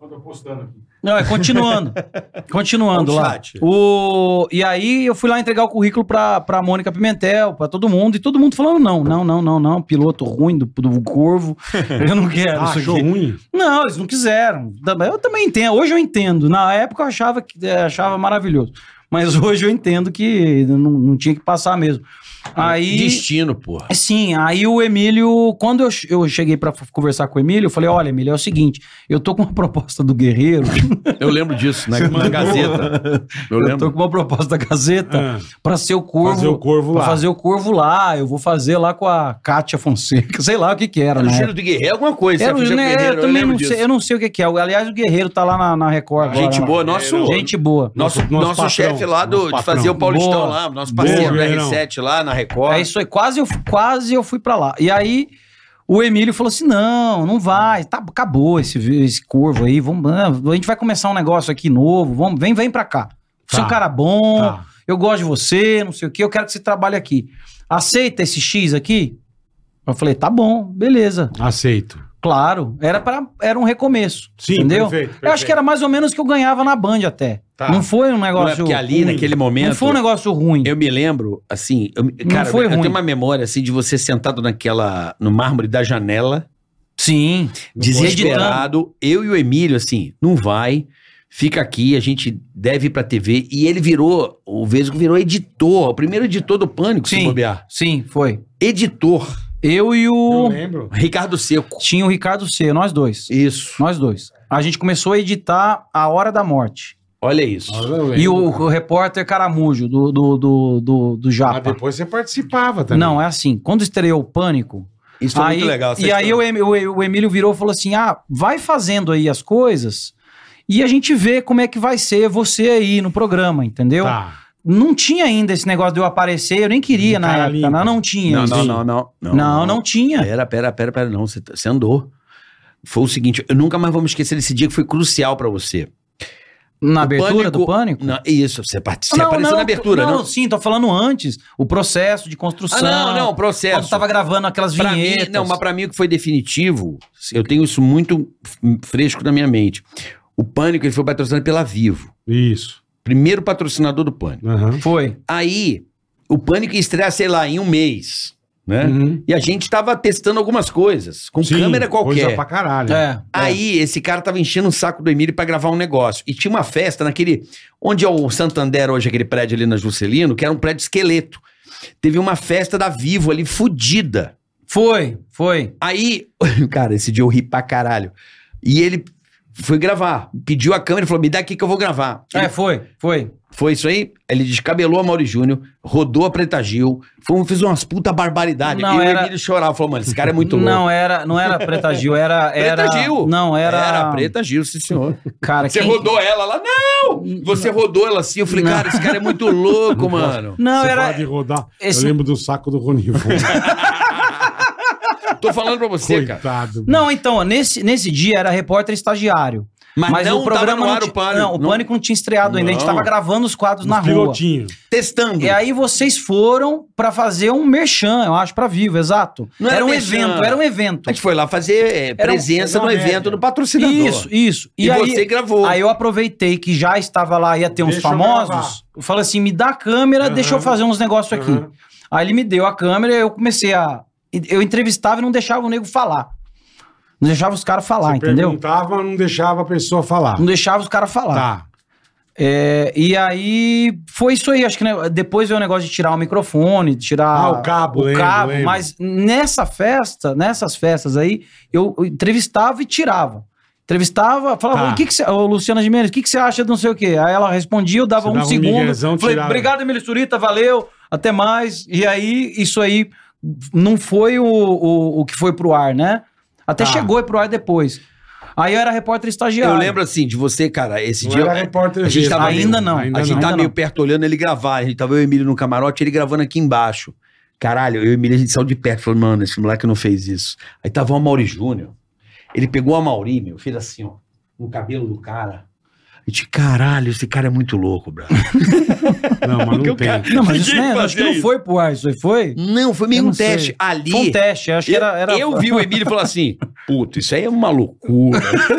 Speaker 2: Eu tô postando aqui.
Speaker 5: Não, é
Speaker 4: (laughs)
Speaker 5: continuando. continuando
Speaker 4: Vamos
Speaker 5: lá.
Speaker 4: chat.
Speaker 5: O, e aí eu fui lá entregar o currículo pra, pra Mônica Pimentel, pra todo mundo, e todo mundo falando: não, não, não, não, não, piloto ruim do,
Speaker 4: (laughs)
Speaker 5: do Corvo. Eu É, não quero
Speaker 2: Ah,
Speaker 5: isso
Speaker 2: achou
Speaker 5: aqui.
Speaker 2: ruim?
Speaker 5: Não, eles não quiseram. Também- Eu também entendo. Hoje eu entendo. Na época eu achava, que, eh, achava maravilhoso. Mas (laughs) hoje eu entendo que não, não tinha que passar mesmo. Aí.
Speaker 4: Destino, porra.
Speaker 5: Sim, aí o Emílio, quando eu, eu cheguei pra f- conversar com o Emílio, eu falei: olha, Emílio, é o seguinte, eu tô com uma (laughs) proposta do Guerreiro,
Speaker 4: Eu lembro disso,
Speaker 5: (laughs)
Speaker 4: na, na Gazeta. Eu
Speaker 5: eu
Speaker 4: lembro.
Speaker 5: tô com uma proposta da Gazeta
Speaker 2: Ah,
Speaker 5: pra ser o corvo.
Speaker 2: fazer o corvo
Speaker 5: Então, um pra
Speaker 2: lá.
Speaker 5: fazer o corvo lá, eu vou fazer lá com a Kátia Fonseca, (laughs) sei lá o que que era,
Speaker 4: Era o
Speaker 5: né?
Speaker 4: cheiro do guerreiro, alguma coisa.
Speaker 5: Era,
Speaker 4: sabe?
Speaker 5: um-
Speaker 4: Cheiro do
Speaker 5: né,
Speaker 4: guerreiro,
Speaker 5: eu também
Speaker 4: lembro Ah,
Speaker 5: não sei, eu não sei o que que é. Aliás, o Guerreiro tá lá na, na Record agora.
Speaker 4: Gente
Speaker 5: né?
Speaker 4: boa, nosso,
Speaker 5: Gente boa.
Speaker 4: nosso,
Speaker 2: Nosso-
Speaker 4: nosso,
Speaker 2: nosso patrão,
Speaker 4: chefe lá do,
Speaker 2: nosso
Speaker 4: de fazer
Speaker 2: patrão.
Speaker 4: o Paulistão
Speaker 5: Boa.
Speaker 4: lá, nosso parceiro
Speaker 2: Boa,
Speaker 4: do
Speaker 2: Guerreirão.
Speaker 4: R7 lá na Record.
Speaker 5: É isso aí, quase eu, fu- quase eu fui pra lá. E aí o Emílio falou assim: não, não vai, tá, acabou esse, vi- esse corvo aí, vamos, a gente vai começar um negócio aqui novo, vamos, vem, vem pra cá. Você é um
Speaker 2: Tá.
Speaker 5: cara bom,
Speaker 2: Tá.
Speaker 5: eu gosto de você, não sei o que, eu quero que você trabalhe aqui. Aceita esse X aqui? Eu falei, tá bom, beleza,
Speaker 2: Aceito.
Speaker 5: claro. Era, pra, era um recomeço.
Speaker 2: Sim,
Speaker 5: entendeu?
Speaker 2: perfeito,
Speaker 5: Eu acho que era mais ou menos o que eu ganhava na Band até.
Speaker 2: Tá.
Speaker 5: Não foi um
Speaker 4: Não é
Speaker 5: negócio.
Speaker 4: porque ali,
Speaker 5: ruim.
Speaker 4: naquele momento,
Speaker 5: Não foi um negócio ruim.
Speaker 4: eu me lembro, assim... Eu, me-
Speaker 5: Não
Speaker 4: cara,
Speaker 5: foi
Speaker 4: eu
Speaker 5: ruim.
Speaker 4: tenho uma memória, assim, de você sentado naquela... No mármore da janela,
Speaker 5: Sim.
Speaker 4: desesperado, eu e o Emílio, assim, não vai, fica aqui, a gente deve ir pra TV. E ele virou, o Vesgo virou editor, o primeiro editor do Pânico, se
Speaker 5: Sim.
Speaker 4: bobear.
Speaker 5: Sim, foi.
Speaker 4: Editor,
Speaker 5: Eu e
Speaker 2: Eu
Speaker 5: o.
Speaker 2: lembro.
Speaker 4: Ricardo Seco.
Speaker 5: Tinha o Ricardo C, nós dois.
Speaker 4: Isso,
Speaker 5: Nós dois. A gente começou a editar A Hora da Morte.
Speaker 4: olha isso.
Speaker 2: Mas eu lembro.
Speaker 5: E o, o repórter Caramujo, do, do, do, do, do
Speaker 2: Mas
Speaker 5: Japa.
Speaker 2: depois você participava também.
Speaker 5: Não, é assim. Quando estreou o Pânico.
Speaker 4: Isso foi
Speaker 5: aí,
Speaker 4: muito legal. essa
Speaker 5: E aí o,
Speaker 4: história.
Speaker 5: Em- o- o Emílio virou e falou assim: ah, vai fazendo aí as coisas e a gente vê como é que vai ser você aí no programa, entendeu?
Speaker 2: Tá.
Speaker 5: Não tinha ainda esse negócio de eu aparecer, eu nem queria
Speaker 2: De
Speaker 5: na
Speaker 2: cara
Speaker 5: época.
Speaker 2: limpa.
Speaker 5: Não, não tinha.
Speaker 4: Não,
Speaker 5: isso.
Speaker 4: não, É. não, não.
Speaker 5: não, não tinha.
Speaker 4: Pera, pera, pera, pera, não, você, tá- você andou. Foi o seguinte, eu nunca mais vou me esquecer desse dia que foi crucial pra você.
Speaker 5: Na
Speaker 4: O
Speaker 5: abertura do
Speaker 4: Pânico-
Speaker 5: pânico?
Speaker 4: Não, isso, você, parte, você apareceu na abertura, não?
Speaker 5: sim, tô falando antes. O processo de construção.
Speaker 4: Ah, não, não,
Speaker 5: Quando
Speaker 4: processo.
Speaker 5: tava gravando aquelas
Speaker 4: Pra mim,
Speaker 5: vinhetas.
Speaker 4: não, mas pra mim o que foi definitivo, eu tenho isso muito f- fresco na minha mente. O Pânico ele foi patrocinado pela Vivo,
Speaker 2: Isso.
Speaker 4: primeiro patrocinador do Pânico.
Speaker 2: Aham.
Speaker 5: Foi.
Speaker 4: Aí, o Pânico ia estrear, sei lá, em um mês, né?
Speaker 5: É?
Speaker 2: Uhum.
Speaker 4: E a gente tava testando algumas coisas, com
Speaker 2: Sim,
Speaker 4: câmera
Speaker 2: Coisa
Speaker 4: qualquer.
Speaker 2: pra caralho.
Speaker 5: É.
Speaker 4: Aí, esse cara tava enchendo o saco do Emílio pra gravar um negócio. E tinha uma festa naquele. Onde é o Santander hoje, aquele prédio ali na Juscelino, que era um prédio esqueleto. Teve uma festa da Vivo ali, fudida.
Speaker 5: Foi, foi.
Speaker 4: Aí, (laughs) cara, esse dia eu ri pra caralho. E ele foi gravar, pediu a câmera e falou: me dá aqui que eu vou gravar.
Speaker 5: É,
Speaker 4: Ele-
Speaker 5: foi, foi.
Speaker 4: foi isso aí? Ele descabelou a Mauri Júnior, rodou a Preta Gil, foi, um- fez umas puta barbaridade.
Speaker 5: Não,
Speaker 4: e
Speaker 5: era-
Speaker 4: o Emílio chorava, falou: mano, esse cara é muito louco.
Speaker 5: Não era, não era Preta Gil,
Speaker 4: (laughs)
Speaker 5: era.
Speaker 4: Preta
Speaker 5: era-
Speaker 4: Gil.
Speaker 5: Não, era.
Speaker 4: Era a Preta Gil, sim,
Speaker 5: (laughs)
Speaker 4: senhor.
Speaker 5: Cara,
Speaker 4: Você
Speaker 5: quem-
Speaker 4: rodou ela lá, não! Você rodou ela assim, eu falei,
Speaker 5: Não.
Speaker 4: cara, esse cara é muito louco, mano.
Speaker 5: (laughs) Não,
Speaker 2: Você
Speaker 5: era.
Speaker 2: fala de rodar.
Speaker 5: esse-
Speaker 2: Eu lembro do saco do
Speaker 5: (laughs)
Speaker 2: Ronivon.
Speaker 4: Tô falando pra você, cara.
Speaker 2: Coitado.
Speaker 5: Não, então, nesse, nesse dia era repórter estagiário.
Speaker 4: Mas,
Speaker 5: Mas,
Speaker 4: não
Speaker 5: o programa
Speaker 4: tava no ar
Speaker 5: não,
Speaker 4: o
Speaker 5: ti-
Speaker 4: pânico.
Speaker 5: Não, o pânico não tinha estreado ainda. A gente
Speaker 4: Não.
Speaker 5: tava gravando os quadros na
Speaker 2: Os
Speaker 5: rua.
Speaker 2: pilotinho.
Speaker 4: Testando.
Speaker 5: E aí vocês foram pra fazer um merchan, eu acho, pra Vivo, exato.
Speaker 4: Não
Speaker 5: era,
Speaker 4: era
Speaker 5: um
Speaker 4: merchan.
Speaker 5: evento, era um evento.
Speaker 4: A gente foi lá fazer é,
Speaker 5: Era um-
Speaker 4: presença
Speaker 2: era
Speaker 4: no
Speaker 2: uma
Speaker 4: evento
Speaker 2: média.
Speaker 4: do patrocinador.
Speaker 5: Isso, isso.
Speaker 4: é E,
Speaker 5: E, aí,
Speaker 4: você gravou.
Speaker 5: aí eu aproveitei que já estava lá, ia ter uns
Speaker 2: Deixa eu
Speaker 5: famosos.
Speaker 2: gravar.
Speaker 5: Eu, falei assim, me dá a câmera,
Speaker 2: Aham.
Speaker 5: deixa eu fazer uns negócios aqui.
Speaker 2: Aham.
Speaker 5: Aí ele me deu a câmera e eu comecei a... Eu entrevistava e não deixava o nego falar. Não deixava os caras falar,
Speaker 2: Você
Speaker 5: Ah, entendeu?
Speaker 2: perguntava, não deixava a pessoa falar.
Speaker 5: Ah, Não deixava os caras falar.
Speaker 2: Tá.
Speaker 5: É, e aí foi isso aí. Acho que né, depois veio o negócio de tirar o microfone, de tirar
Speaker 2: Ah, o cabo,
Speaker 5: o
Speaker 2: lembro,
Speaker 5: cabo,
Speaker 2: lembro.
Speaker 5: Mas nessa festa, nessas festas aí, eu eu entrevistava e tirava. Entrevistava, falava,
Speaker 2: Tá.
Speaker 5: o que que você. Ô, Luciana Gimenez, o que, que você acha de não sei o quê? Aí ela respondia, eu dava
Speaker 2: Você
Speaker 5: um
Speaker 2: dava um
Speaker 5: segundo.
Speaker 2: miguezão,
Speaker 5: falei,
Speaker 2: tirava.
Speaker 5: obrigado, Emílio Surita, valeu, até mais. E aí, isso aí não foi o, o, o que foi pro ar, né? Até
Speaker 2: Tá.
Speaker 5: chegou pro ar depois. Aí eu era repórter estagiário.
Speaker 4: Eu lembro assim de você, cara, esse
Speaker 2: Não
Speaker 4: dia.
Speaker 5: é,
Speaker 2: era repórter
Speaker 4: a gente
Speaker 2: mesmo.
Speaker 4: tava
Speaker 5: Ainda não,
Speaker 4: a gente
Speaker 5: não.
Speaker 4: tá
Speaker 5: Ainda
Speaker 4: meio
Speaker 5: não.
Speaker 4: perto olhando ele gravar. A gente tava eu e o Emílio no camarote, ele gravando aqui embaixo. Caralho, eu e o Emílio, a gente saiu de perto. Falou, mano, esse moleque não fez isso. Aí tava o Amaury Júnior. Ele pegou o Amaury, meu, fez assim, ó, no cabelo do cara. A gente, caralho, esse cara é muito louco, brother.
Speaker 2: Não,
Speaker 5: (laughs)
Speaker 2: mas não tem.
Speaker 5: Não, mas isso,
Speaker 7: Ninguém
Speaker 5: né, acho que
Speaker 7: fazia
Speaker 5: não foi pro ar, isso aí foi?
Speaker 4: Não, foi
Speaker 5: (laughs) Eu
Speaker 4: meio
Speaker 5: não
Speaker 4: um teste.
Speaker 5: sei.
Speaker 4: Ali.
Speaker 5: Foi um teste, acho que
Speaker 4: eu,
Speaker 5: era. era...
Speaker 4: eu vi o Emílio e falar assim: puta, isso aí é uma loucura. (laughs)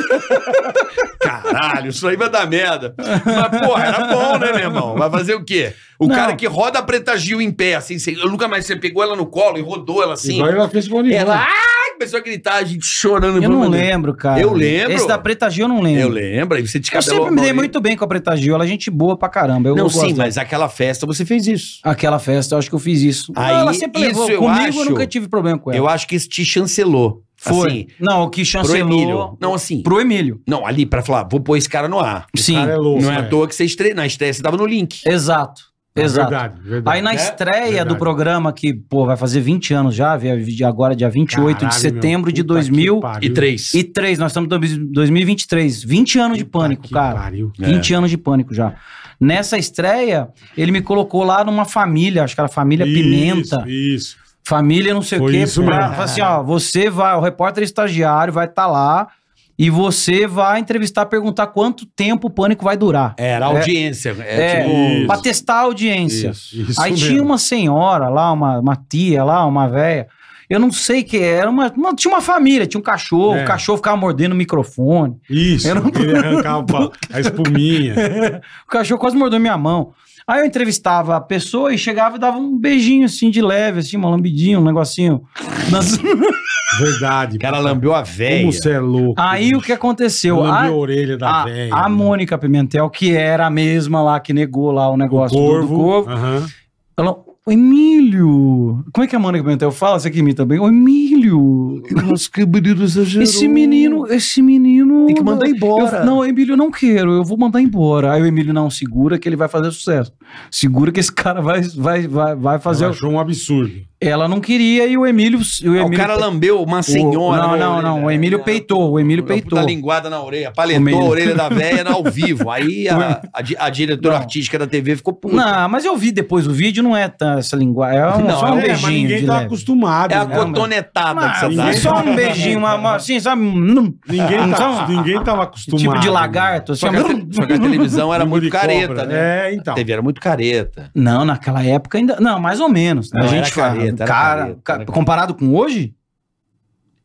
Speaker 4: Caralho, isso aí vai dar merda. Mas, porra, era bom, né, meu irmão? Vai fazer o quê? O
Speaker 5: Não.
Speaker 4: cara que roda a Preta Gil em pé, assim, você, nunca mais você pegou ela no colo e rodou ela assim.
Speaker 2: Igual ela fez com o
Speaker 5: É
Speaker 2: Oliveira.
Speaker 4: Ela ai, começou a gritar, a gente chorando.
Speaker 5: Eu não
Speaker 4: Mano,
Speaker 5: lembro, cara.
Speaker 4: Eu lembro.
Speaker 5: Esse da Preta Gil eu não lembro.
Speaker 4: Eu
Speaker 5: Eu,
Speaker 4: lembro, aí você descabelou.
Speaker 5: sempre me dei
Speaker 4: a mão.
Speaker 5: muito bem com a Preta Gil. Ela é gente boa pra caramba. Eu
Speaker 4: Não,
Speaker 5: gosto
Speaker 4: sim,
Speaker 5: dela.
Speaker 4: mas aquela festa você fez isso.
Speaker 5: Aquela festa, eu acho que eu fiz isso.
Speaker 4: Aí,
Speaker 5: ela sempre
Speaker 4: isso
Speaker 5: levou.
Speaker 4: eu
Speaker 5: Comigo eu
Speaker 4: acho-
Speaker 5: nunca tive problema com ela.
Speaker 4: Eu acho que isso te chancelou.
Speaker 5: Foi.
Speaker 4: Assim,
Speaker 5: não, o que
Speaker 4: pro
Speaker 5: chancelou.
Speaker 4: Emílio. Não, assim.
Speaker 5: Pro Emílio.
Speaker 4: Não, ali pra falar, vou pôr esse cara no ar.
Speaker 5: Sim.
Speaker 2: cara é louco.
Speaker 4: Não é
Speaker 2: né?
Speaker 4: à toa que você estreia. Na estreia você tava no link.
Speaker 5: Exato. Exato.
Speaker 2: É Verdade, verdade.
Speaker 5: Aí na
Speaker 2: É?
Speaker 5: estreia
Speaker 2: Verdade.
Speaker 5: do programa, que, pô, vai fazer 20 anos já, vi- agora dia 28 de
Speaker 2: Caralho,
Speaker 5: setembro
Speaker 2: meu,
Speaker 5: de
Speaker 2: puta que
Speaker 5: 2000.
Speaker 2: pariu.
Speaker 4: E três.
Speaker 5: E três, nós estamos em 2023. 20 anos de
Speaker 2: Puta
Speaker 5: pânico,
Speaker 2: que É.
Speaker 5: cara.
Speaker 2: pariu.
Speaker 5: 20 anos de pânico já. Nessa estreia, ele me colocou lá numa família, acho que era família Pimenta,
Speaker 2: Isso. isso.
Speaker 5: família não sei o
Speaker 2: Foi
Speaker 5: quê.
Speaker 2: isso
Speaker 5: pra-
Speaker 2: mesmo.
Speaker 5: falou assim, ó, você vai, o repórter estagiário vai estar lá e você vai entrevistar, perguntar quanto tempo o pânico vai durar.
Speaker 4: Era audiência. É,
Speaker 5: É,
Speaker 4: tipo,
Speaker 2: isso.
Speaker 5: pra testar a audiência.
Speaker 2: Isso, isso
Speaker 5: Aí
Speaker 2: mesmo.
Speaker 5: tinha uma senhora lá, uma, uma tia lá, uma velha. Eu não sei que era, uma, uma- tinha uma família, tinha um cachorro,
Speaker 2: É.
Speaker 5: o cachorro ficava mordendo o microfone.
Speaker 2: Isso.
Speaker 5: Eu não-
Speaker 2: Ele arrancava
Speaker 5: (laughs)
Speaker 2: pa- a espuminha.
Speaker 5: O cachorro quase mordeu minha mão. Aí eu entrevistava a pessoa e chegava e dava um beijinho assim de leve, assim, uma lambidinha,
Speaker 4: (laughs)
Speaker 5: um negocinho. Nas-
Speaker 2: Verdade.
Speaker 4: o cara lambeu a véia.
Speaker 2: Como você é louco.
Speaker 5: Aí o que aconteceu?
Speaker 2: Lambeu
Speaker 5: A,
Speaker 2: a orelha da né?
Speaker 5: a,
Speaker 2: velha.
Speaker 4: né?
Speaker 5: a é Mônica Pimentel, que era a mesma lá que negou lá o negócio do- do,
Speaker 4: Ah.
Speaker 5: corvo,
Speaker 2: Aham.
Speaker 5: ela. O Emílio! Como é que a Mônica Pimentel fala? Você que imita bem? O Emílio!
Speaker 4: Nossa, que menino exagerou.
Speaker 5: Esse menino, esse menino.
Speaker 4: Tem que mandar embora.
Speaker 5: Eu- não, Emílio, eu não quero, eu vou mandar embora. Aí o Emílio, não, segura que ele vai fazer sucesso. Segura que esse cara vai, vai, vai, vai fazer.
Speaker 2: Ela
Speaker 5: Ela,
Speaker 2: achou um absurdo.
Speaker 5: não queria e o Emílio. O,
Speaker 4: Ah, o
Speaker 5: Emílio
Speaker 4: cara lambeu uma senhora. É,
Speaker 5: Não,
Speaker 4: na
Speaker 5: não,
Speaker 4: orelha.
Speaker 5: não. O Emílio peitou, o Emílio
Speaker 4: Uma puta
Speaker 5: peitou.
Speaker 4: linguada na orelha, paletou
Speaker 5: O
Speaker 4: a
Speaker 5: menino.
Speaker 4: orelha da véia no ao vivo. Aí
Speaker 5: (laughs)
Speaker 4: a, a di- a diretora
Speaker 5: Não.
Speaker 4: artística da TV ficou puta.
Speaker 5: Não, mas eu vi depois o vídeo, não é tão essa linguagem. É um,
Speaker 4: Não,
Speaker 5: só
Speaker 4: é,
Speaker 5: um
Speaker 2: É,
Speaker 5: beijinho.
Speaker 2: mas
Speaker 5: de
Speaker 2: ninguém tá
Speaker 5: leve.
Speaker 2: acostumado.
Speaker 4: É a
Speaker 2: né?
Speaker 4: cotonetada que você
Speaker 5: Não,
Speaker 4: dá.
Speaker 5: é só um beijinho, uma, uma- assim, sabe? Um, (laughs)
Speaker 2: Ninguém, tá,
Speaker 5: Só um-
Speaker 2: ninguém tava acostumado.
Speaker 5: tipo de lagarto, assim.
Speaker 4: Só que, a, te- só que a televisão
Speaker 5: (laughs)
Speaker 4: era
Speaker 2: Língua de
Speaker 4: muito careta,
Speaker 2: cobra.
Speaker 4: né?
Speaker 2: É, então.
Speaker 4: A TV era muito careta.
Speaker 5: Não, naquela época ainda. Não, mais ou menos. né?
Speaker 4: Não,
Speaker 5: a gente
Speaker 4: era
Speaker 5: fala,
Speaker 4: careta, era
Speaker 5: cara,
Speaker 4: careta,
Speaker 5: ca-
Speaker 4: era careta.
Speaker 5: comparado com hoje?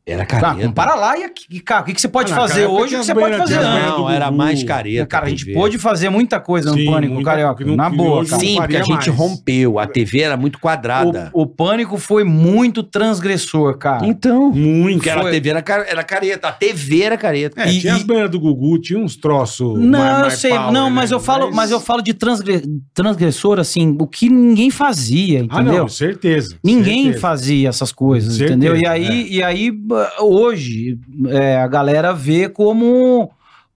Speaker 4: Era
Speaker 5: Tá,
Speaker 4: careta.
Speaker 5: compara lá e aqui, e cá. O que, que você pode
Speaker 2: Ah, naquela
Speaker 5: fazer
Speaker 4: é
Speaker 2: época
Speaker 5: hoje
Speaker 2: tinha
Speaker 5: o que você
Speaker 2: as
Speaker 5: pode
Speaker 2: banheiras
Speaker 5: fazer
Speaker 2: de
Speaker 5: antes?
Speaker 2: banho
Speaker 4: Não,
Speaker 2: do
Speaker 4: era
Speaker 2: Gugu.
Speaker 4: mais careta.
Speaker 5: Cara, a gente
Speaker 4: TV.
Speaker 5: pôde fazer muita coisa no
Speaker 2: Sim,
Speaker 5: Pânico,
Speaker 2: muita-
Speaker 5: Carioca.
Speaker 2: que não-
Speaker 5: na
Speaker 2: que
Speaker 5: boa,
Speaker 2: hoje
Speaker 5: cara.
Speaker 4: Sim,
Speaker 2: não
Speaker 4: porque a
Speaker 2: faria
Speaker 4: gente
Speaker 2: mais.
Speaker 4: rompeu. A TV era muito quadrada.
Speaker 5: O, o Pânico foi muito transgressor, cara.
Speaker 4: Então.
Speaker 2: Muito.
Speaker 4: Porque era a
Speaker 5: Foi.
Speaker 4: TV era, car- era careta. A TV era careta.
Speaker 2: É,
Speaker 5: E-
Speaker 2: tinha as
Speaker 5: e-
Speaker 2: banheiras do Gugu, tinha uns troços.
Speaker 5: Não, eu sei, não,
Speaker 2: né?
Speaker 5: mas eu falo, mas... eu falo de transgre- transgressor assim, o que ninguém fazia,
Speaker 2: Ah,
Speaker 5: entendeu?
Speaker 2: não, certeza.
Speaker 5: Ninguém
Speaker 2: certeza.
Speaker 5: fazia essas coisas,
Speaker 2: Certeza, é.
Speaker 5: entendeu? E aí, e aí b- hoje, é, a galera vê como.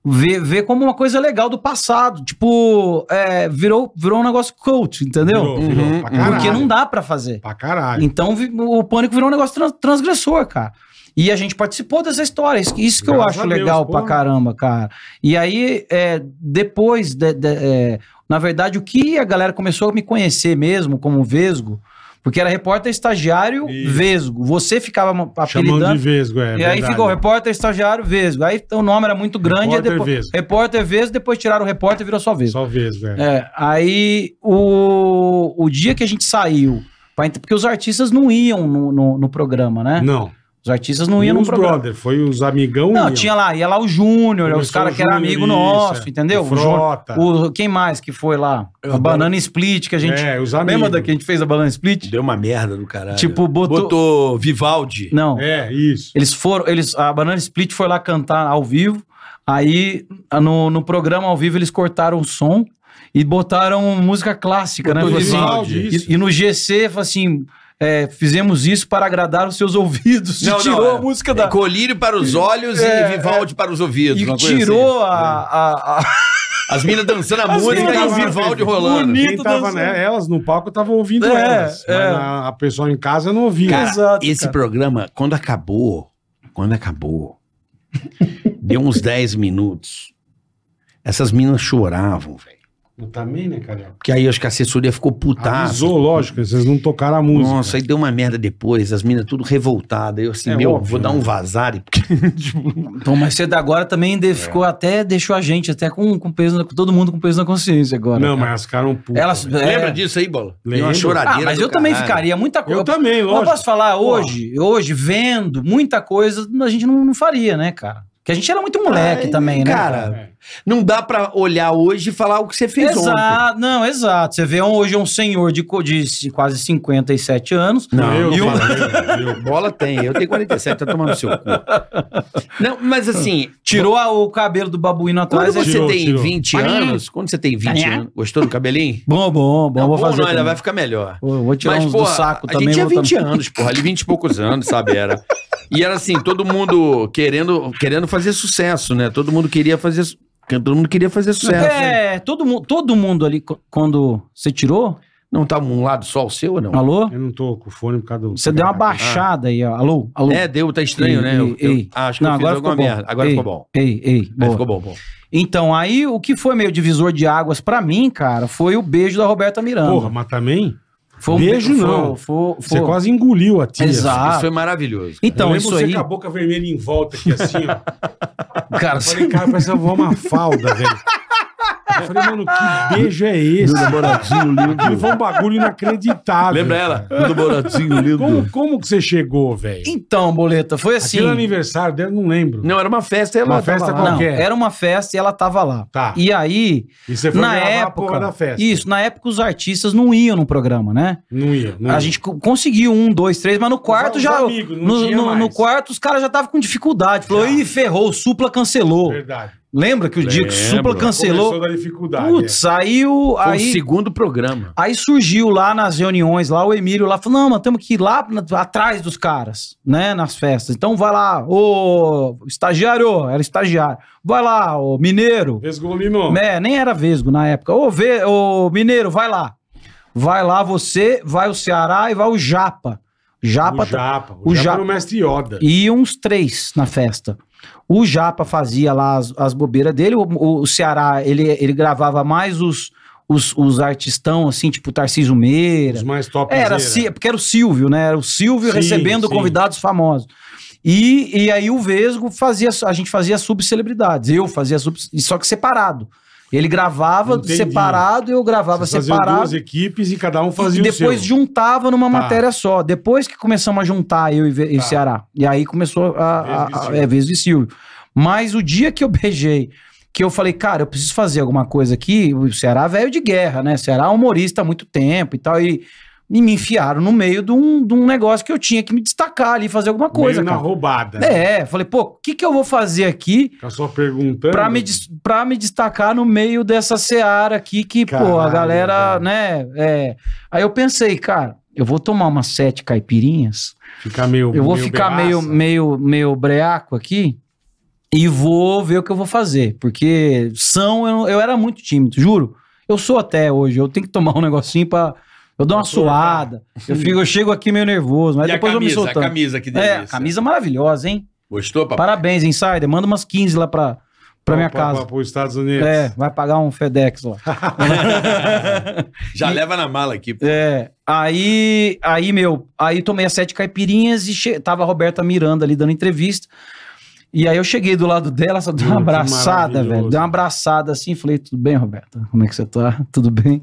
Speaker 5: Vê, vê como uma coisa legal do passado. Tipo, é, virou, virou um negócio cult, entendeu?
Speaker 2: Virou, virou,
Speaker 4: Uhum,
Speaker 2: pra
Speaker 4: uhum.
Speaker 2: caralho.
Speaker 5: Porque não dá pra fazer.
Speaker 2: Pra caralho.
Speaker 5: Então vi- o pânico virou um negócio tran- transgressor, cara. E a gente participou dessa história. Isso, isso que eu
Speaker 2: Graças
Speaker 5: acho
Speaker 2: a Deus,
Speaker 5: legal
Speaker 2: pô.
Speaker 5: pra caramba, cara. E aí, é, depois, de- de- é, na verdade, o que a galera começou a me conhecer mesmo como Vesgo, porque era repórter estagiário
Speaker 2: Isso.
Speaker 5: Vesgo. Você ficava ma-
Speaker 2: Chamando de
Speaker 5: tá apelidando.
Speaker 2: vesgo, é.
Speaker 5: e aí ficou repórter estagiário Vesgo. Aí então, o nome era muito grande.
Speaker 2: Repórter
Speaker 5: aí depois,
Speaker 2: Vesgo.
Speaker 5: Repórter Vesgo, depois tiraram o repórter e virou só Vesgo.
Speaker 2: Só vesgo, é.
Speaker 5: É, aí o, o dia que a gente saiu, pra ent- porque os artistas não iam no, no, no programa, né?
Speaker 2: Não.
Speaker 5: Os artistas não iam no
Speaker 2: os
Speaker 5: programa.
Speaker 2: brother, foi os amigão.
Speaker 5: Não,
Speaker 2: iam.
Speaker 5: tinha lá, ia lá o Júnior, os
Speaker 2: Começou
Speaker 5: caras
Speaker 2: o
Speaker 5: que eram
Speaker 2: Júnior,
Speaker 5: amigo
Speaker 2: isso,
Speaker 5: nosso,
Speaker 2: é.
Speaker 5: entendeu?
Speaker 2: O
Speaker 5: O Jô-
Speaker 2: Frota.
Speaker 5: o- quem mais que foi lá?
Speaker 4: Eu
Speaker 5: a
Speaker 4: adoro-
Speaker 5: Banana Split, que a gente.
Speaker 2: É, os amigos.
Speaker 5: lembra da que a gente fez a Banana Split?
Speaker 4: Deu uma merda do caralho.
Speaker 5: Tipo, botou.
Speaker 4: botou, Vivaldi.
Speaker 5: Não.
Speaker 2: É, isso.
Speaker 5: Eles foram, eles, a Banana Split foi lá cantar ao vivo. Aí, a- no, no programa ao vivo, eles cortaram o som e botaram música clássica, né?
Speaker 2: Botou
Speaker 5: Falou assim,
Speaker 2: Vivaldi,
Speaker 5: e-
Speaker 2: isso.
Speaker 5: e, no GC, falou assim, é, fizemos isso para agradar os seus ouvidos.
Speaker 4: Não,
Speaker 5: e
Speaker 4: não,
Speaker 5: tirou
Speaker 4: é.
Speaker 5: a música da...
Speaker 4: Colírio para os olhos e Vivaldi para os ouvidos.
Speaker 5: E
Speaker 4: uma coisa
Speaker 5: tirou a, a- a-
Speaker 4: assim. As minas dançando a
Speaker 5: As
Speaker 4: música e
Speaker 2: minas
Speaker 4: o
Speaker 2: dançando.
Speaker 4: Vivaldi rolando.
Speaker 5: Bonito.
Speaker 2: Quem tava
Speaker 5: dançando.
Speaker 2: né, elas no palco tava ouvindo
Speaker 5: É,
Speaker 2: elas. mas
Speaker 5: é.
Speaker 2: a, a pessoa em casa não ouvia.
Speaker 4: Cara,
Speaker 5: Exato,
Speaker 4: esse
Speaker 5: cara.
Speaker 4: programa, quando acabou, quando acabou, deu uns 10 minutos. Essas minas choravam, velho.
Speaker 2: Eu também, né, cara?
Speaker 4: Porque aí acho que a assessoria ficou
Speaker 5: Tá.
Speaker 4: putaça.
Speaker 2: Avisou, lógico, vocês não tocaram a música.
Speaker 4: Nossa, aí deu uma merda depois, as minas tudo revoltadas. Eu assim,
Speaker 2: É
Speaker 4: meu,
Speaker 2: óbvio,
Speaker 4: vou dar
Speaker 2: né?
Speaker 4: um vazar e
Speaker 5: Então, mas cedo agora também
Speaker 4: É.
Speaker 5: de- ficou até, deixou a gente até com, com peso, na- com todo mundo com peso na consciência agora.
Speaker 2: não,
Speaker 5: cara.
Speaker 2: mas elas ficaram putas.
Speaker 5: Elas,
Speaker 2: velho.
Speaker 4: Lembra
Speaker 5: é.
Speaker 4: disso aí, Bola? Deu
Speaker 2: Lembro.
Speaker 4: Uma choradeira
Speaker 5: Ah, mas
Speaker 4: do
Speaker 5: eu também
Speaker 4: caralho.
Speaker 5: ficaria muita
Speaker 2: Eu
Speaker 5: coisa.
Speaker 2: também,
Speaker 5: Mas eu
Speaker 2: lógico.
Speaker 5: posso falar,
Speaker 2: Porra.
Speaker 5: hoje, hoje, vendo muita coisa, a gente não, não faria, né, cara? Porque a gente era muito moleque
Speaker 4: Ai,
Speaker 5: também, né?
Speaker 4: cara,
Speaker 2: É.
Speaker 4: Não dá pra olhar hoje e falar o que você fez ontem.
Speaker 5: Exato, não, exato. Você vê um- hoje um senhor de, co- de ci- quase 57 anos.
Speaker 4: Não,
Speaker 2: eu,
Speaker 5: e
Speaker 2: eu,
Speaker 5: um-
Speaker 2: eu,
Speaker 4: Bola tem, eu tenho 47, tá tomando seu cu. Não, mas assim,
Speaker 5: Tirou a- o cabelo do babuíno
Speaker 4: quando
Speaker 5: atrás.
Speaker 4: você
Speaker 5: é-
Speaker 2: Tirou,
Speaker 4: tem
Speaker 2: tirou.
Speaker 4: 20 anos, quando você tem 20
Speaker 5: Ah, é?
Speaker 4: anos, gostou do cabelinho?
Speaker 5: Bom, bom, bom,
Speaker 4: Não,
Speaker 5: vou
Speaker 4: Tá bom,
Speaker 5: fazer.
Speaker 4: não, ainda
Speaker 5: também.
Speaker 4: vai ficar melhor.
Speaker 5: Vou vou tirar uns
Speaker 4: porra,
Speaker 5: do saco
Speaker 4: a
Speaker 5: também.
Speaker 4: gente tinha
Speaker 5: vou
Speaker 4: 20 anos, porra, ali 20 e poucos anos, sabe, era. E era assim, todo mundo querendo, querendo fazer sucesso, né? Todo mundo queria fazer, su- todo mundo queria fazer sucesso.
Speaker 5: É, todo, mu- todo mundo ali, co- quando você tirou,
Speaker 4: Não tá um lado só o seu ou não?
Speaker 5: alô?
Speaker 2: eu não tô com o fone por causa do.
Speaker 5: Você deu uma baixada aí, ó. Alô, alô.
Speaker 4: É, deu, tá estranho,
Speaker 5: Ei,
Speaker 4: né? Eu-
Speaker 5: ei,
Speaker 4: eu
Speaker 5: ei.
Speaker 4: acho que
Speaker 5: Não,
Speaker 4: eu fiz
Speaker 5: agora
Speaker 4: alguma
Speaker 5: ficou bom.
Speaker 4: merda. Agora
Speaker 5: Ei.
Speaker 4: ficou bom.
Speaker 5: Ei, ei,
Speaker 4: Aí
Speaker 5: boa.
Speaker 4: ficou bom, bom.
Speaker 5: Então, aí o que foi meio divisor de águas pra mim, cara, foi o beijo da Roberta Miranda.
Speaker 2: Porra, mas também?
Speaker 5: foi um
Speaker 2: beijo
Speaker 5: foi-
Speaker 2: não.
Speaker 5: Foi, foi,
Speaker 2: Você quase engoliu a tia.
Speaker 5: Exato. Ah.
Speaker 4: Isso foi maravilhoso.
Speaker 5: Então,
Speaker 2: eu lembro
Speaker 5: isso
Speaker 2: você
Speaker 5: aí,
Speaker 2: com a boca vermelha em volta aqui assim, ó.
Speaker 5: (laughs) cara,
Speaker 2: Eu
Speaker 5: Assim.
Speaker 2: falei, cara, parece que eu vou uma falda, velho. Eu falei, mano, que beijo é esse?
Speaker 7: Namoradinho
Speaker 2: Que foi um bagulho inacreditável.
Speaker 4: Lembra
Speaker 5: (laughs)
Speaker 4: ela?
Speaker 7: Do Boratinho
Speaker 2: Como, como que você chegou, velho?
Speaker 5: (laughs) Então, Boleta, foi
Speaker 4: é
Speaker 5: assim.
Speaker 2: Aquele aniversário dela, não lembro.
Speaker 4: Não, era uma festa, ela
Speaker 2: Uma
Speaker 4: tava
Speaker 2: festa
Speaker 4: lá.
Speaker 2: com-
Speaker 5: Não,
Speaker 2: qualquer.
Speaker 5: era uma festa e ela tava lá.
Speaker 4: Ah.
Speaker 2: Tá.
Speaker 5: E aí,
Speaker 2: E você foi
Speaker 5: na
Speaker 2: gravar a
Speaker 5: época.
Speaker 2: porra da festa.
Speaker 5: Isso, na época os artistas não iam no programa, né?
Speaker 2: Não ia. Não
Speaker 5: A
Speaker 2: ia.
Speaker 5: gente co- conseguiu um, dois, três, mas no quarto
Speaker 2: os
Speaker 5: já.
Speaker 2: amigos, não
Speaker 5: no,
Speaker 2: tinha
Speaker 5: no-
Speaker 2: mais.
Speaker 5: no quarto os caras já estavam com dificuldade. Falou,
Speaker 2: Já.
Speaker 5: ih, ferrou, o Supla cancelou.
Speaker 2: Verdade.
Speaker 5: Lembra que o dia que o Supla
Speaker 7: Lembro.
Speaker 5: cancelou?
Speaker 2: Começou da dificuldade.
Speaker 5: Putz, aí o.
Speaker 4: Foi
Speaker 2: um
Speaker 4: o
Speaker 5: Aí,
Speaker 4: segundo programa.
Speaker 5: Aí surgiu lá nas reuniões, lá o Emílio lá falou: não, mas temos que ir lá na- atrás dos caras, né? Nas festas. Então vai lá, ô estagiário, era estagiário. Vai lá, ô mineiro.
Speaker 2: é. Vesgolino.
Speaker 5: É, nem era Vesgo na época. Ô, ve, ô mineiro, vai lá. Vai lá você, vai o Ceará e vai o Japa. Japa,
Speaker 2: O
Speaker 5: tá-
Speaker 2: Japa.
Speaker 5: o
Speaker 2: O Japa
Speaker 5: Japa.
Speaker 2: era o mestre Yoda.
Speaker 5: e uns três na festa. O Japa fazia lá as, as bobeiras dele, o, o- o Ceará, ele, ele gravava mais os, os, os artistão, assim, tipo Tarcísio Meira.
Speaker 2: Os mais top.
Speaker 5: Era, assim, Sil- porque era o Silvio, né? Era o Silvio
Speaker 2: Sim,
Speaker 5: recebendo
Speaker 2: sim.
Speaker 5: convidados famosos. E, e aí o Vesgo fazia, a gente fazia subcelebridades. Eu fazia sub, só que separado. Ele gravava
Speaker 2: Entendi.
Speaker 5: separado, eu gravava
Speaker 2: duas
Speaker 5: separado.
Speaker 2: equipes e cada um fazia
Speaker 5: e
Speaker 2: o seu.
Speaker 5: depois juntava numa
Speaker 2: Tá.
Speaker 5: matéria só. Depois que começamos a juntar eu e, Ve- e
Speaker 2: Tá.
Speaker 5: Ceará. E aí começou a, a,
Speaker 2: Vesgo e
Speaker 5: a-
Speaker 2: Silvio.
Speaker 5: é, Vesgo e Silvio. Mas o dia que eu beijei, que eu falei, cara, eu preciso fazer alguma coisa aqui. O Ceará é velho de guerra, né? Ceará é humorista há muito tempo e tal. E, e me enfiaram no meio de um, de um negócio que eu tinha que me destacar ali, fazer alguma coisa,
Speaker 2: Meio na
Speaker 5: cara.
Speaker 2: roubada. né?
Speaker 5: É, falei, pô, o que, que eu vou fazer aqui
Speaker 2: Fica só perguntando.
Speaker 5: pra me, des- pra me destacar no meio dessa seara aqui que, pô, a
Speaker 2: Caralho,
Speaker 5: galera,
Speaker 2: velho.
Speaker 5: né? é. Aí eu pensei, cara, eu vou tomar umas sete caipirinhas,
Speaker 2: Ficar meio.
Speaker 5: eu vou ficar meio,
Speaker 2: bebaça.
Speaker 5: meio, meio breaco aqui e vou ver o que eu vou fazer, porque são, eu, eu era muito tímido, juro. Eu sou até hoje, eu tenho que tomar um negocinho pra. Eu dou uma suada, eu, fico, eu chego aqui meio nervoso, mas
Speaker 4: e a
Speaker 5: depois
Speaker 4: camisa,
Speaker 5: eu me
Speaker 4: a
Speaker 5: soltando.
Speaker 4: camisa que
Speaker 5: é,
Speaker 4: delícia.
Speaker 5: a camisa maravilhosa, hein?
Speaker 4: Gostou, papai?
Speaker 5: Parabéns, Insider. Manda umas 15 lá pra, pra minha
Speaker 2: Pra- pra-
Speaker 5: casa.
Speaker 2: pra- Pros Estados Unidos.
Speaker 5: É, vai pagar um FedEx lá.
Speaker 2: (laughs)
Speaker 4: Já leva na mala aqui. pô.
Speaker 5: É, aí, aí, meu, aí tomei as sete caipirinhas e che... tava a Roberta Miranda ali dando entrevista. E aí eu cheguei do lado dela, só deu uma
Speaker 2: Hum, que
Speaker 5: abraçada,
Speaker 2: maravilhoso.
Speaker 5: velho. Deu uma abraçada assim, falei, tudo bem, Roberta? Como é que você tá?
Speaker 2: (laughs)
Speaker 5: Tudo bem?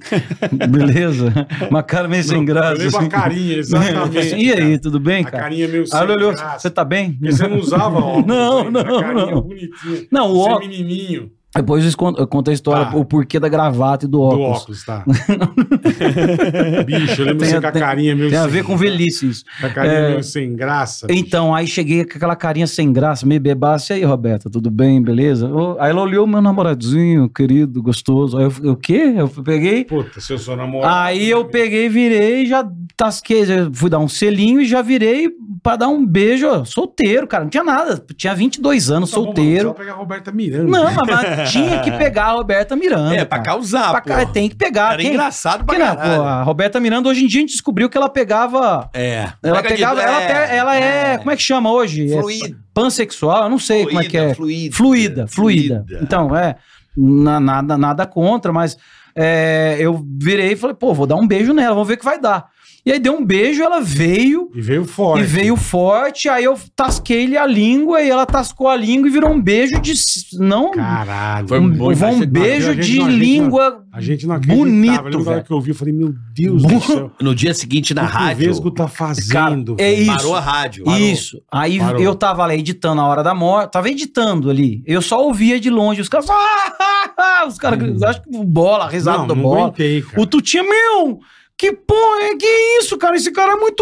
Speaker 5: Beleza? Uma cara meio sem
Speaker 2: Eu
Speaker 5: graça.
Speaker 2: lembro
Speaker 5: assim.
Speaker 2: a
Speaker 5: (laughs)
Speaker 2: carinha, exatamente.
Speaker 5: e
Speaker 2: cara.
Speaker 5: aí, tudo bem,
Speaker 2: A
Speaker 5: cara?
Speaker 2: carinha meio
Speaker 5: Aí ela olhou,
Speaker 2: graça.
Speaker 5: você tá bem? (laughs)
Speaker 2: Porque você não usava óculos.
Speaker 5: Não,
Speaker 2: ainda, a
Speaker 5: não,
Speaker 2: carinha
Speaker 5: não.
Speaker 2: bonitinha.
Speaker 5: Não, o
Speaker 2: Você é
Speaker 5: óculos-
Speaker 2: menininho.
Speaker 5: Depois eu escon- eu conto a história,
Speaker 2: Tá.
Speaker 5: o porquê da gravata e do óculos.
Speaker 2: Do óculos, tá.
Speaker 5: (laughs)
Speaker 2: Bicho, eu lembro
Speaker 5: Tem
Speaker 2: você
Speaker 5: a-
Speaker 2: com a
Speaker 5: tem-
Speaker 2: carinha meio
Speaker 5: Tem a
Speaker 2: sem-
Speaker 5: ver com velhice isso.
Speaker 2: Com a carinha
Speaker 5: É.
Speaker 2: meio sem graça. bicho.
Speaker 5: Então, aí cheguei com aquela carinha sem graça, meio bebaço. E aí, Roberta, tudo bem, beleza? Ô, Aí ela olhou o meu namoradinho, querido, gostoso. Aí eu falei, o quê? Eu peguei.
Speaker 2: Puta, se eu sou namorado. Tá
Speaker 5: Aí eu peguei, virei, já tasquei, já fui dar um selinho e já virei pra dar um beijo. ó, Solteiro, cara, não tinha nada. Tinha 22 anos,
Speaker 2: Tá bom, mano,
Speaker 5: solteiro.
Speaker 2: Só pegar a Roberta Miranda.
Speaker 5: Não, mas- mas tinha que pegar a Roberta Miranda.
Speaker 4: então. É, pra
Speaker 5: cara.
Speaker 4: causar,
Speaker 5: Pra ca-
Speaker 4: pô.
Speaker 5: Tem que pegar.
Speaker 4: Era
Speaker 5: tem-
Speaker 4: engraçado pra
Speaker 5: que não,
Speaker 4: caralho.
Speaker 5: pô, a Roberta Miranda, hoje em dia a gente descobriu que ela pegava.
Speaker 4: É.
Speaker 5: Ela
Speaker 4: Pega de-
Speaker 5: pegava. Ela, pe- ela é, Como é que chama hoje? É
Speaker 4: Fluida.
Speaker 5: pansexual? Eu não sei como é que é.
Speaker 4: Fluida.
Speaker 5: Fluida, fluida. Então, é. na- nada, nada contra, mas é, eu virei e falei, pô, vou dar um beijo nela, vamos ver o que vai dar. E aí deu um beijo, ela veio.
Speaker 2: E veio forte.
Speaker 5: E veio forte, aí eu tasquei-lhe a língua e ela tascou a língua e virou um beijo de. s- Não.
Speaker 2: Caralho.
Speaker 4: Foi
Speaker 5: um,
Speaker 4: bom demais.
Speaker 5: um beijo
Speaker 2: Mas a gente
Speaker 5: de
Speaker 2: não- a gente
Speaker 5: língua.
Speaker 2: A gente não acreditava.
Speaker 5: Bonito,
Speaker 2: Eu lembro da hora
Speaker 5: velho.
Speaker 2: que eu ouvi, eu falei, meu Deus do céu.
Speaker 4: No dia seguinte, na
Speaker 2: o que O Vesgo
Speaker 4: rádio,
Speaker 2: tá fazendo.
Speaker 5: é
Speaker 2: velho?
Speaker 5: isso.
Speaker 4: parou a rádio. parou.
Speaker 5: Isso. Aí
Speaker 2: Parou.
Speaker 5: eu tava lá editando a hora da morte, tava editando ali. Eu só ouvia de longe os caras. "Ah, (laughs) os caras, acho que bola, risada
Speaker 2: Não,
Speaker 5: do
Speaker 2: não
Speaker 5: bola.
Speaker 2: aguentei, cara.
Speaker 5: O Tutinha, meu, que porra, é que é isso, cara? Esse cara é muito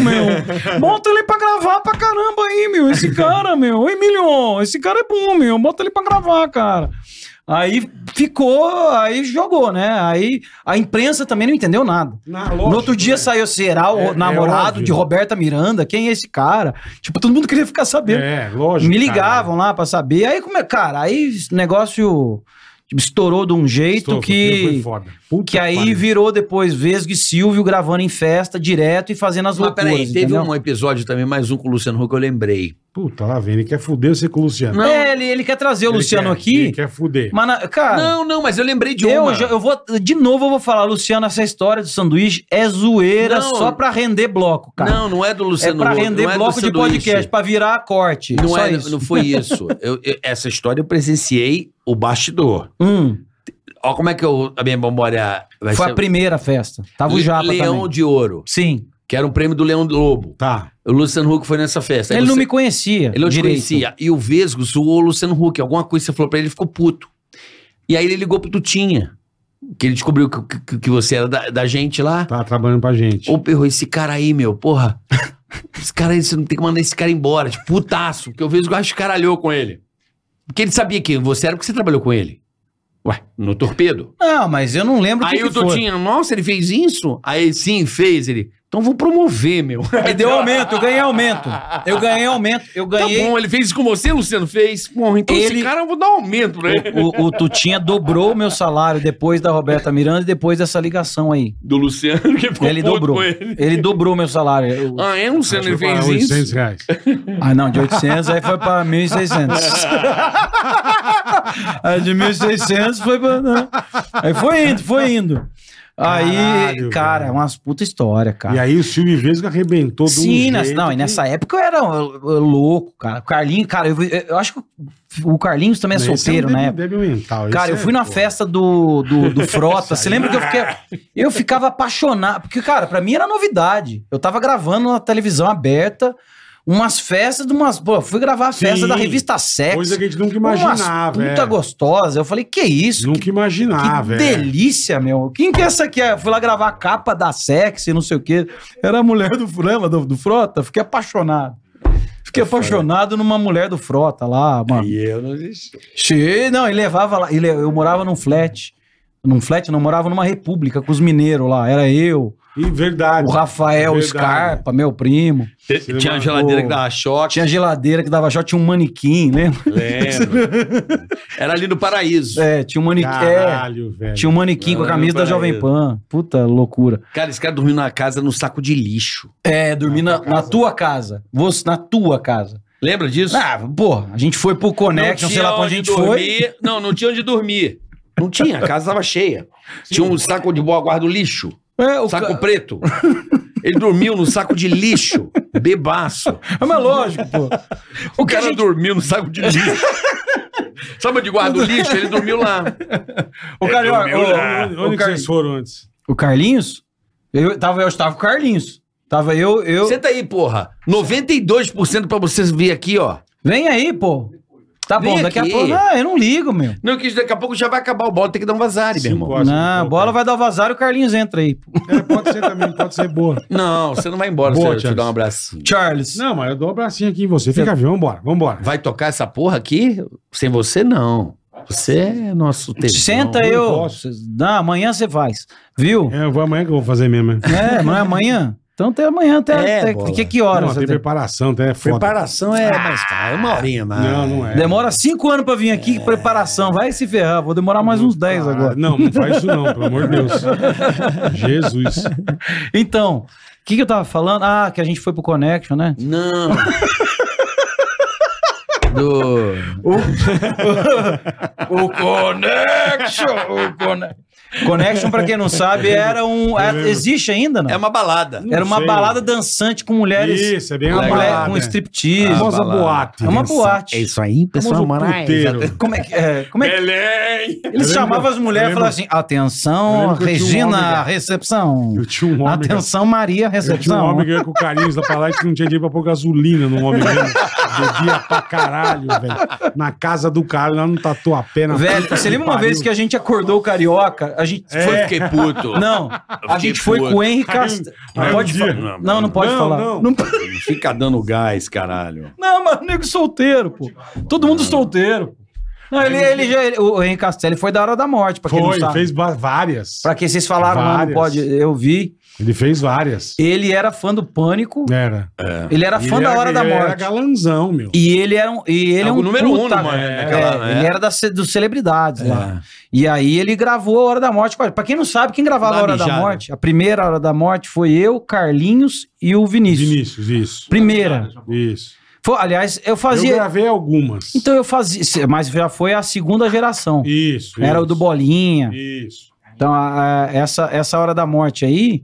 Speaker 2: (laughs)
Speaker 5: meu. Bota ele pra gravar pra caramba aí, meu. Esse cara, meu. Oi, Emilion, esse cara é bom, meu. Bota ele pra gravar, cara. Aí ficou, aí jogou, né? Aí a imprensa também não entendeu nada.
Speaker 2: Na- lógico,
Speaker 5: no outro dia
Speaker 2: né?
Speaker 5: saiu, será o
Speaker 2: É- é
Speaker 5: namorado
Speaker 2: óbvio.
Speaker 5: de Roberta Miranda? Quem é esse cara? Tipo, todo mundo queria ficar sabendo.
Speaker 2: É, lógico.
Speaker 5: Me ligavam lá pra saber. Aí, como é, cara, aí esse negócio tipo, estourou de um jeito
Speaker 2: Estou,
Speaker 5: que. Que aí virou depois Vesgo e Silvio gravando em festa direto e fazendo as
Speaker 4: Mas
Speaker 5: loucuras,
Speaker 4: peraí, teve
Speaker 5: entendeu?
Speaker 4: um episódio também, mais um com o Luciano Huck, eu lembrei.
Speaker 2: Puta, lá vem. Ele quer fuder você com o Luciano.
Speaker 4: Não.
Speaker 5: É, ele, ele quer trazer o
Speaker 2: Ele
Speaker 5: Luciano
Speaker 2: quer- Ele
Speaker 5: aqui,
Speaker 2: quer fuder.
Speaker 5: mas, na- cara,
Speaker 4: não, não, mas eu lembrei de uma.
Speaker 5: eu, já- eu vou, de novo eu vou falar, Luciano, essa história do sanduíche é zoeira
Speaker 4: Não.
Speaker 5: só pra render bloco, cara.
Speaker 4: Não, não é do
Speaker 5: é
Speaker 4: Luciano
Speaker 5: pra
Speaker 4: Huck,
Speaker 5: render
Speaker 4: não é do
Speaker 5: bloco de
Speaker 4: sanduíche.
Speaker 5: podcast, pra virar corte,
Speaker 4: Não,
Speaker 5: só
Speaker 4: é,
Speaker 5: isso.
Speaker 4: não foi
Speaker 5: (laughs)
Speaker 4: isso. Eu- eu- essa história eu presenciei o bastidor.
Speaker 5: Hum,
Speaker 4: Ó, como é que eu, a minha memória vai
Speaker 5: foi
Speaker 4: ser.
Speaker 5: a primeira festa, tava o
Speaker 4: Le-
Speaker 5: Japa
Speaker 4: Leão
Speaker 5: também.
Speaker 4: de Ouro,
Speaker 5: Sim,
Speaker 4: que era um prêmio do Leão do Lobo.
Speaker 2: Tá.
Speaker 4: O Luciano Huck foi nessa festa. Aí
Speaker 5: ele não
Speaker 4: você-
Speaker 5: me conhecia
Speaker 4: Ele não te
Speaker 5: direito.
Speaker 4: conhecia. E o Vesgo zoou o Luciano Huck. Alguma coisa que você falou pra ele, ele ficou puto. E aí ele ligou pro Tutinha. Que ele descobriu que, que- que você era da, da gente lá.
Speaker 2: Tá trabalhando pra gente.
Speaker 4: Ô, perro, esse cara aí, meu,
Speaker 5: (laughs)
Speaker 4: porra. Esse cara aí, você não tem que mandar esse cara embora. Tipo, putaço. Porque o Vesgo escaralhou com ele. Porque ele sabia que você era porque você trabalhou com ele. Ué, no torpedo.
Speaker 5: Não, mas eu não lembro o que
Speaker 4: Aí o
Speaker 5: que foi.
Speaker 4: Tutinha, nossa, ele fez isso? Aí sim, fez. Ele, então vou promover,
Speaker 5: (laughs)
Speaker 4: meu.
Speaker 5: E deu aumento, eu ganhei aumento. Eu ganhei aumento. Eu
Speaker 4: Tá
Speaker 5: ganhei.
Speaker 4: bom, ele fez isso com você, Luciano? Fez. Bom, então
Speaker 5: Ele-
Speaker 4: esse cara eu vou dar um aumento pra ele.
Speaker 5: o, o Tutinha dobrou o meu salário depois da Roberta Miranda e depois dessa ligação aí.
Speaker 4: Do Luciano, que ficou
Speaker 5: Ele
Speaker 4: puto
Speaker 5: dobrou.
Speaker 4: com ele.
Speaker 5: Ele dobrou o meu salário. Eu-
Speaker 4: Ah, é, Luciano, ele
Speaker 2: Acho que foi
Speaker 4: fez
Speaker 2: pra
Speaker 4: isso.
Speaker 2: 800
Speaker 5: (laughs)
Speaker 2: reais.
Speaker 5: Ah, não, de 800 aí foi pra 1.600.
Speaker 2: (laughs)
Speaker 5: aí de 1.600 foi pra. né? Aí foi indo, foi indo. Aí,
Speaker 2: Caralho,
Speaker 5: cara, é
Speaker 2: velho.
Speaker 5: umas puta história, cara.
Speaker 2: E aí um o Silvio Vesgo arrebentou do
Speaker 5: Tá. Sim, nessa- não, e nessa época eu era eu- eu louco, cara. O Carlinhos, cara, eu, eu acho que o Carlinhos também é
Speaker 2: um
Speaker 5: solteiro, né?
Speaker 2: Deve mental.
Speaker 5: Cara, eu
Speaker 2: esse é,
Speaker 5: fui na
Speaker 2: pô.
Speaker 5: festa do,
Speaker 2: (laughs)
Speaker 5: do, do Frota. Você lembra que eu fiquei.
Speaker 2: é.
Speaker 5: Eu ficava apaixonado. Porque, cara, pra mim era novidade. Eu tava gravando na televisão aberta umas festas de umas. Pô, eu fui gravar a festa
Speaker 2: Sim.
Speaker 5: da revista Sex.
Speaker 2: Coisa que a gente nunca
Speaker 5: umas
Speaker 2: imaginava.
Speaker 5: puta
Speaker 2: é.
Speaker 5: gostosa. Eu falei, que isso?
Speaker 2: Nunca
Speaker 5: que
Speaker 2: imaginava. é.
Speaker 5: delícia, meu. Quem que é essa aqui? Eu fui lá gravar a capa da sexy, não sei o quê. Era a mulher do, lembra do, do Frota? Fiquei apaixonado. Fiquei
Speaker 2: Tá
Speaker 5: apaixonado numa mulher do Frota lá, mano.
Speaker 4: E eu não desisti.
Speaker 5: Che, não, ele levava lá. ele- eu morava num flat. Num flat, não, eu morava numa república com os mineiros lá. Era eu,
Speaker 2: E verdade.
Speaker 5: o Rafael
Speaker 2: Ah, Verdade.
Speaker 5: Scarpa, meu primo.
Speaker 4: Tinha uma geladeira
Speaker 5: Pô.
Speaker 4: que dava choque.
Speaker 5: Tinha geladeira que dava shot, tinha um manequim, (laughs) lembra?
Speaker 4: Lembro. Era ali no paraíso.
Speaker 5: É, tinha um manequim. É,
Speaker 2: Caralho, velho.
Speaker 5: tinha um manequim com a
Speaker 4: Caralho,
Speaker 5: camisa da
Speaker 4: peraí.
Speaker 5: Jovem Pan. Puta loucura.
Speaker 4: Cara, esse cara dormiu na casa num saco de lixo.
Speaker 5: É, dormir na, na tua casa. Você, na tua casa.
Speaker 4: Lembra disso?
Speaker 5: Ah, porra, a gente foi pro Connection, sei lá pra onde a gente foi.
Speaker 4: dormir. Não, não tinha onde dormir. Não tinha, a casa tava cheia. Tinha um saco de boa guarda do lixo.
Speaker 5: É, o
Speaker 4: saco
Speaker 5: ca-
Speaker 4: preto. Ele dormiu no saco de lixo. Bebaço.
Speaker 5: (laughs) É, mas lógico, pô.
Speaker 4: O cara dormiu no saco (laughs) de lixo. Sabe onde guarda o lixo? Ele dormiu lá.
Speaker 5: O, Carioca-
Speaker 7: dormiu
Speaker 5: o-
Speaker 7: lá.
Speaker 2: Onde, onde que vocês foram antes?
Speaker 5: O Carlinhos? Eu tava, eu estava com o Carlinhos. Tava eu, eu.
Speaker 4: Senta aí, porra. 92% pra você vir aqui, ó.
Speaker 5: Vem aí, pô. Tá bom,
Speaker 4: Vem
Speaker 5: daqui
Speaker 4: aqui.
Speaker 5: a pouco. Ah, eu não ligo, meu.
Speaker 4: Não, que daqui a pouco já vai acabar o bola, tem que dar um vazare, meu
Speaker 2: Cinco
Speaker 4: irmão.
Speaker 2: horas que
Speaker 5: não, a
Speaker 2: falta.
Speaker 5: bola vai dar o vazar e o Carlinhos entra aí.
Speaker 2: É, pode ser também, pode ser boa.
Speaker 4: Não, você não vai embora,
Speaker 2: Boa,
Speaker 4: você eu te
Speaker 2: Charles.
Speaker 4: dá um abracinho.
Speaker 5: Charles.
Speaker 2: Não, mas eu dou um bracinho aqui em você. Fica vivo, vambora, vambora.
Speaker 4: Vai tocar essa porra aqui? Sem você, não. Você é nosso tesão.
Speaker 5: Senta
Speaker 2: eu
Speaker 5: eu.
Speaker 2: posso.
Speaker 5: Não, amanhã você faz. Viu?
Speaker 2: É, eu vou amanhã que eu vou fazer mesmo. né?
Speaker 5: É, não é amanhã? Então até amanhã, até,
Speaker 4: É,
Speaker 5: até-
Speaker 4: bola.
Speaker 5: que, que
Speaker 2: Não,
Speaker 5: horas?
Speaker 2: tem
Speaker 5: até-
Speaker 2: preparação, tem é foda.
Speaker 4: Preparação é mais cara, é uma horinha mais.
Speaker 2: Não, não é.
Speaker 5: Demora cinco anos pra vir aqui,
Speaker 4: É.
Speaker 5: que preparação. Vai se ferrar, vou demorar mais uns dez
Speaker 2: Ah,
Speaker 5: agora.
Speaker 2: Não, não faz isso não, pelo amor de
Speaker 5: (laughs)
Speaker 2: Deus. Jesus.
Speaker 5: Então, o que, que eu tava falando? Ah, que a gente foi pro Connection, né?
Speaker 4: (laughs) Não. Do...
Speaker 5: O Connection! O Conne- Connection, pra quem não sabe, era um. é-
Speaker 2: lembro.
Speaker 5: existe ainda, não?
Speaker 4: É uma balada.
Speaker 5: era uma
Speaker 2: sei.
Speaker 5: balada dançante com mulheres.
Speaker 2: Isso, é bem
Speaker 5: com
Speaker 2: uma
Speaker 4: legal.
Speaker 5: mulher-
Speaker 2: balada.
Speaker 5: com
Speaker 2: é.
Speaker 5: striptease.
Speaker 2: A famosa
Speaker 4: balada.
Speaker 2: boate. né?
Speaker 5: É uma boate.
Speaker 4: isso aí,
Speaker 2: Famoso puteiro.
Speaker 5: Como é que. É, como é que
Speaker 7: Belém!
Speaker 5: eles
Speaker 2: lembro-
Speaker 5: chamavam as
Speaker 2: eu
Speaker 5: mulheres e
Speaker 2: lembro-
Speaker 5: falavam assim:
Speaker 2: eu
Speaker 5: atenção,
Speaker 2: lembro que eu tinha um homem,
Speaker 5: Regina,
Speaker 2: cara.
Speaker 5: recepção.
Speaker 2: Eu tinha um homem. que-
Speaker 5: Atenção, Maria,
Speaker 2: Eu tinha um
Speaker 5: recepção.
Speaker 2: homem que ia com o Carlinhos lá pra lá e disse que não tinha dinheiro pra pôr gasolina no homem mesmo. Bebia pra caralho, velho. Na casa do cara, lá no Tatuapé. Na
Speaker 5: Velho,
Speaker 2: puta
Speaker 5: você lembra uma
Speaker 2: pariu. É.
Speaker 5: vez que a gente acordou o Carioca? A gente
Speaker 4: Foi, fiquei puto.
Speaker 5: Não, a
Speaker 4: fiquei
Speaker 5: gente foi
Speaker 4: puto.
Speaker 5: com o Henrique
Speaker 2: Aí um-
Speaker 5: Castro.
Speaker 2: aí um
Speaker 5: Pode
Speaker 2: dia-
Speaker 5: falar.
Speaker 4: Não,
Speaker 5: Não, não pode
Speaker 2: não,
Speaker 5: falar.
Speaker 2: não.
Speaker 5: Não,
Speaker 4: Fica dando gás, caralho.
Speaker 5: não, mano, nego é solteiro, pô. Todo mundo solteiro. Não, ele, ele já. ele- o Henrique Castelli foi da hora da morte, pra quem não
Speaker 2: Foi,
Speaker 5: sabe.
Speaker 2: fez ba- várias.
Speaker 5: Pra que vocês falaram, mano, não
Speaker 2: Várias.
Speaker 5: pode. Eu vi.
Speaker 2: Ele fez várias.
Speaker 5: Ele era fã do Pânico.
Speaker 2: Era.
Speaker 5: Ele era fã
Speaker 2: Ele
Speaker 5: da
Speaker 2: era-
Speaker 5: Hora da
Speaker 2: ele Era
Speaker 5: Morte.
Speaker 2: galanzão, meu.
Speaker 5: E ele era um. E ele
Speaker 4: É
Speaker 5: é
Speaker 4: o
Speaker 5: um
Speaker 4: número um,
Speaker 5: puta,
Speaker 4: mano,
Speaker 5: é,
Speaker 4: naquela- é.
Speaker 5: Ele era da, ce- dos celebridades lá. E aí ele gravou a Hora da Morte. com a- Pra quem não sabe, quem gravava
Speaker 4: Dá
Speaker 5: a Hora da
Speaker 4: mijada.
Speaker 5: Morte? A primeira Hora da Morte foi eu, Carlinhos e o Vinícius.
Speaker 2: Vinícius, isso.
Speaker 5: Primeira.
Speaker 2: Isso.
Speaker 5: Foi- aliás, eu
Speaker 2: Eu
Speaker 5: fazia.
Speaker 2: gravei algumas.
Speaker 5: Então eu fazia. Mas já foi a segunda geração.
Speaker 2: Isso.
Speaker 5: Era
Speaker 2: isso.
Speaker 5: o do Bolinha.
Speaker 2: Isso.
Speaker 5: Então, a- a- essa, essa Hora da Morte aí.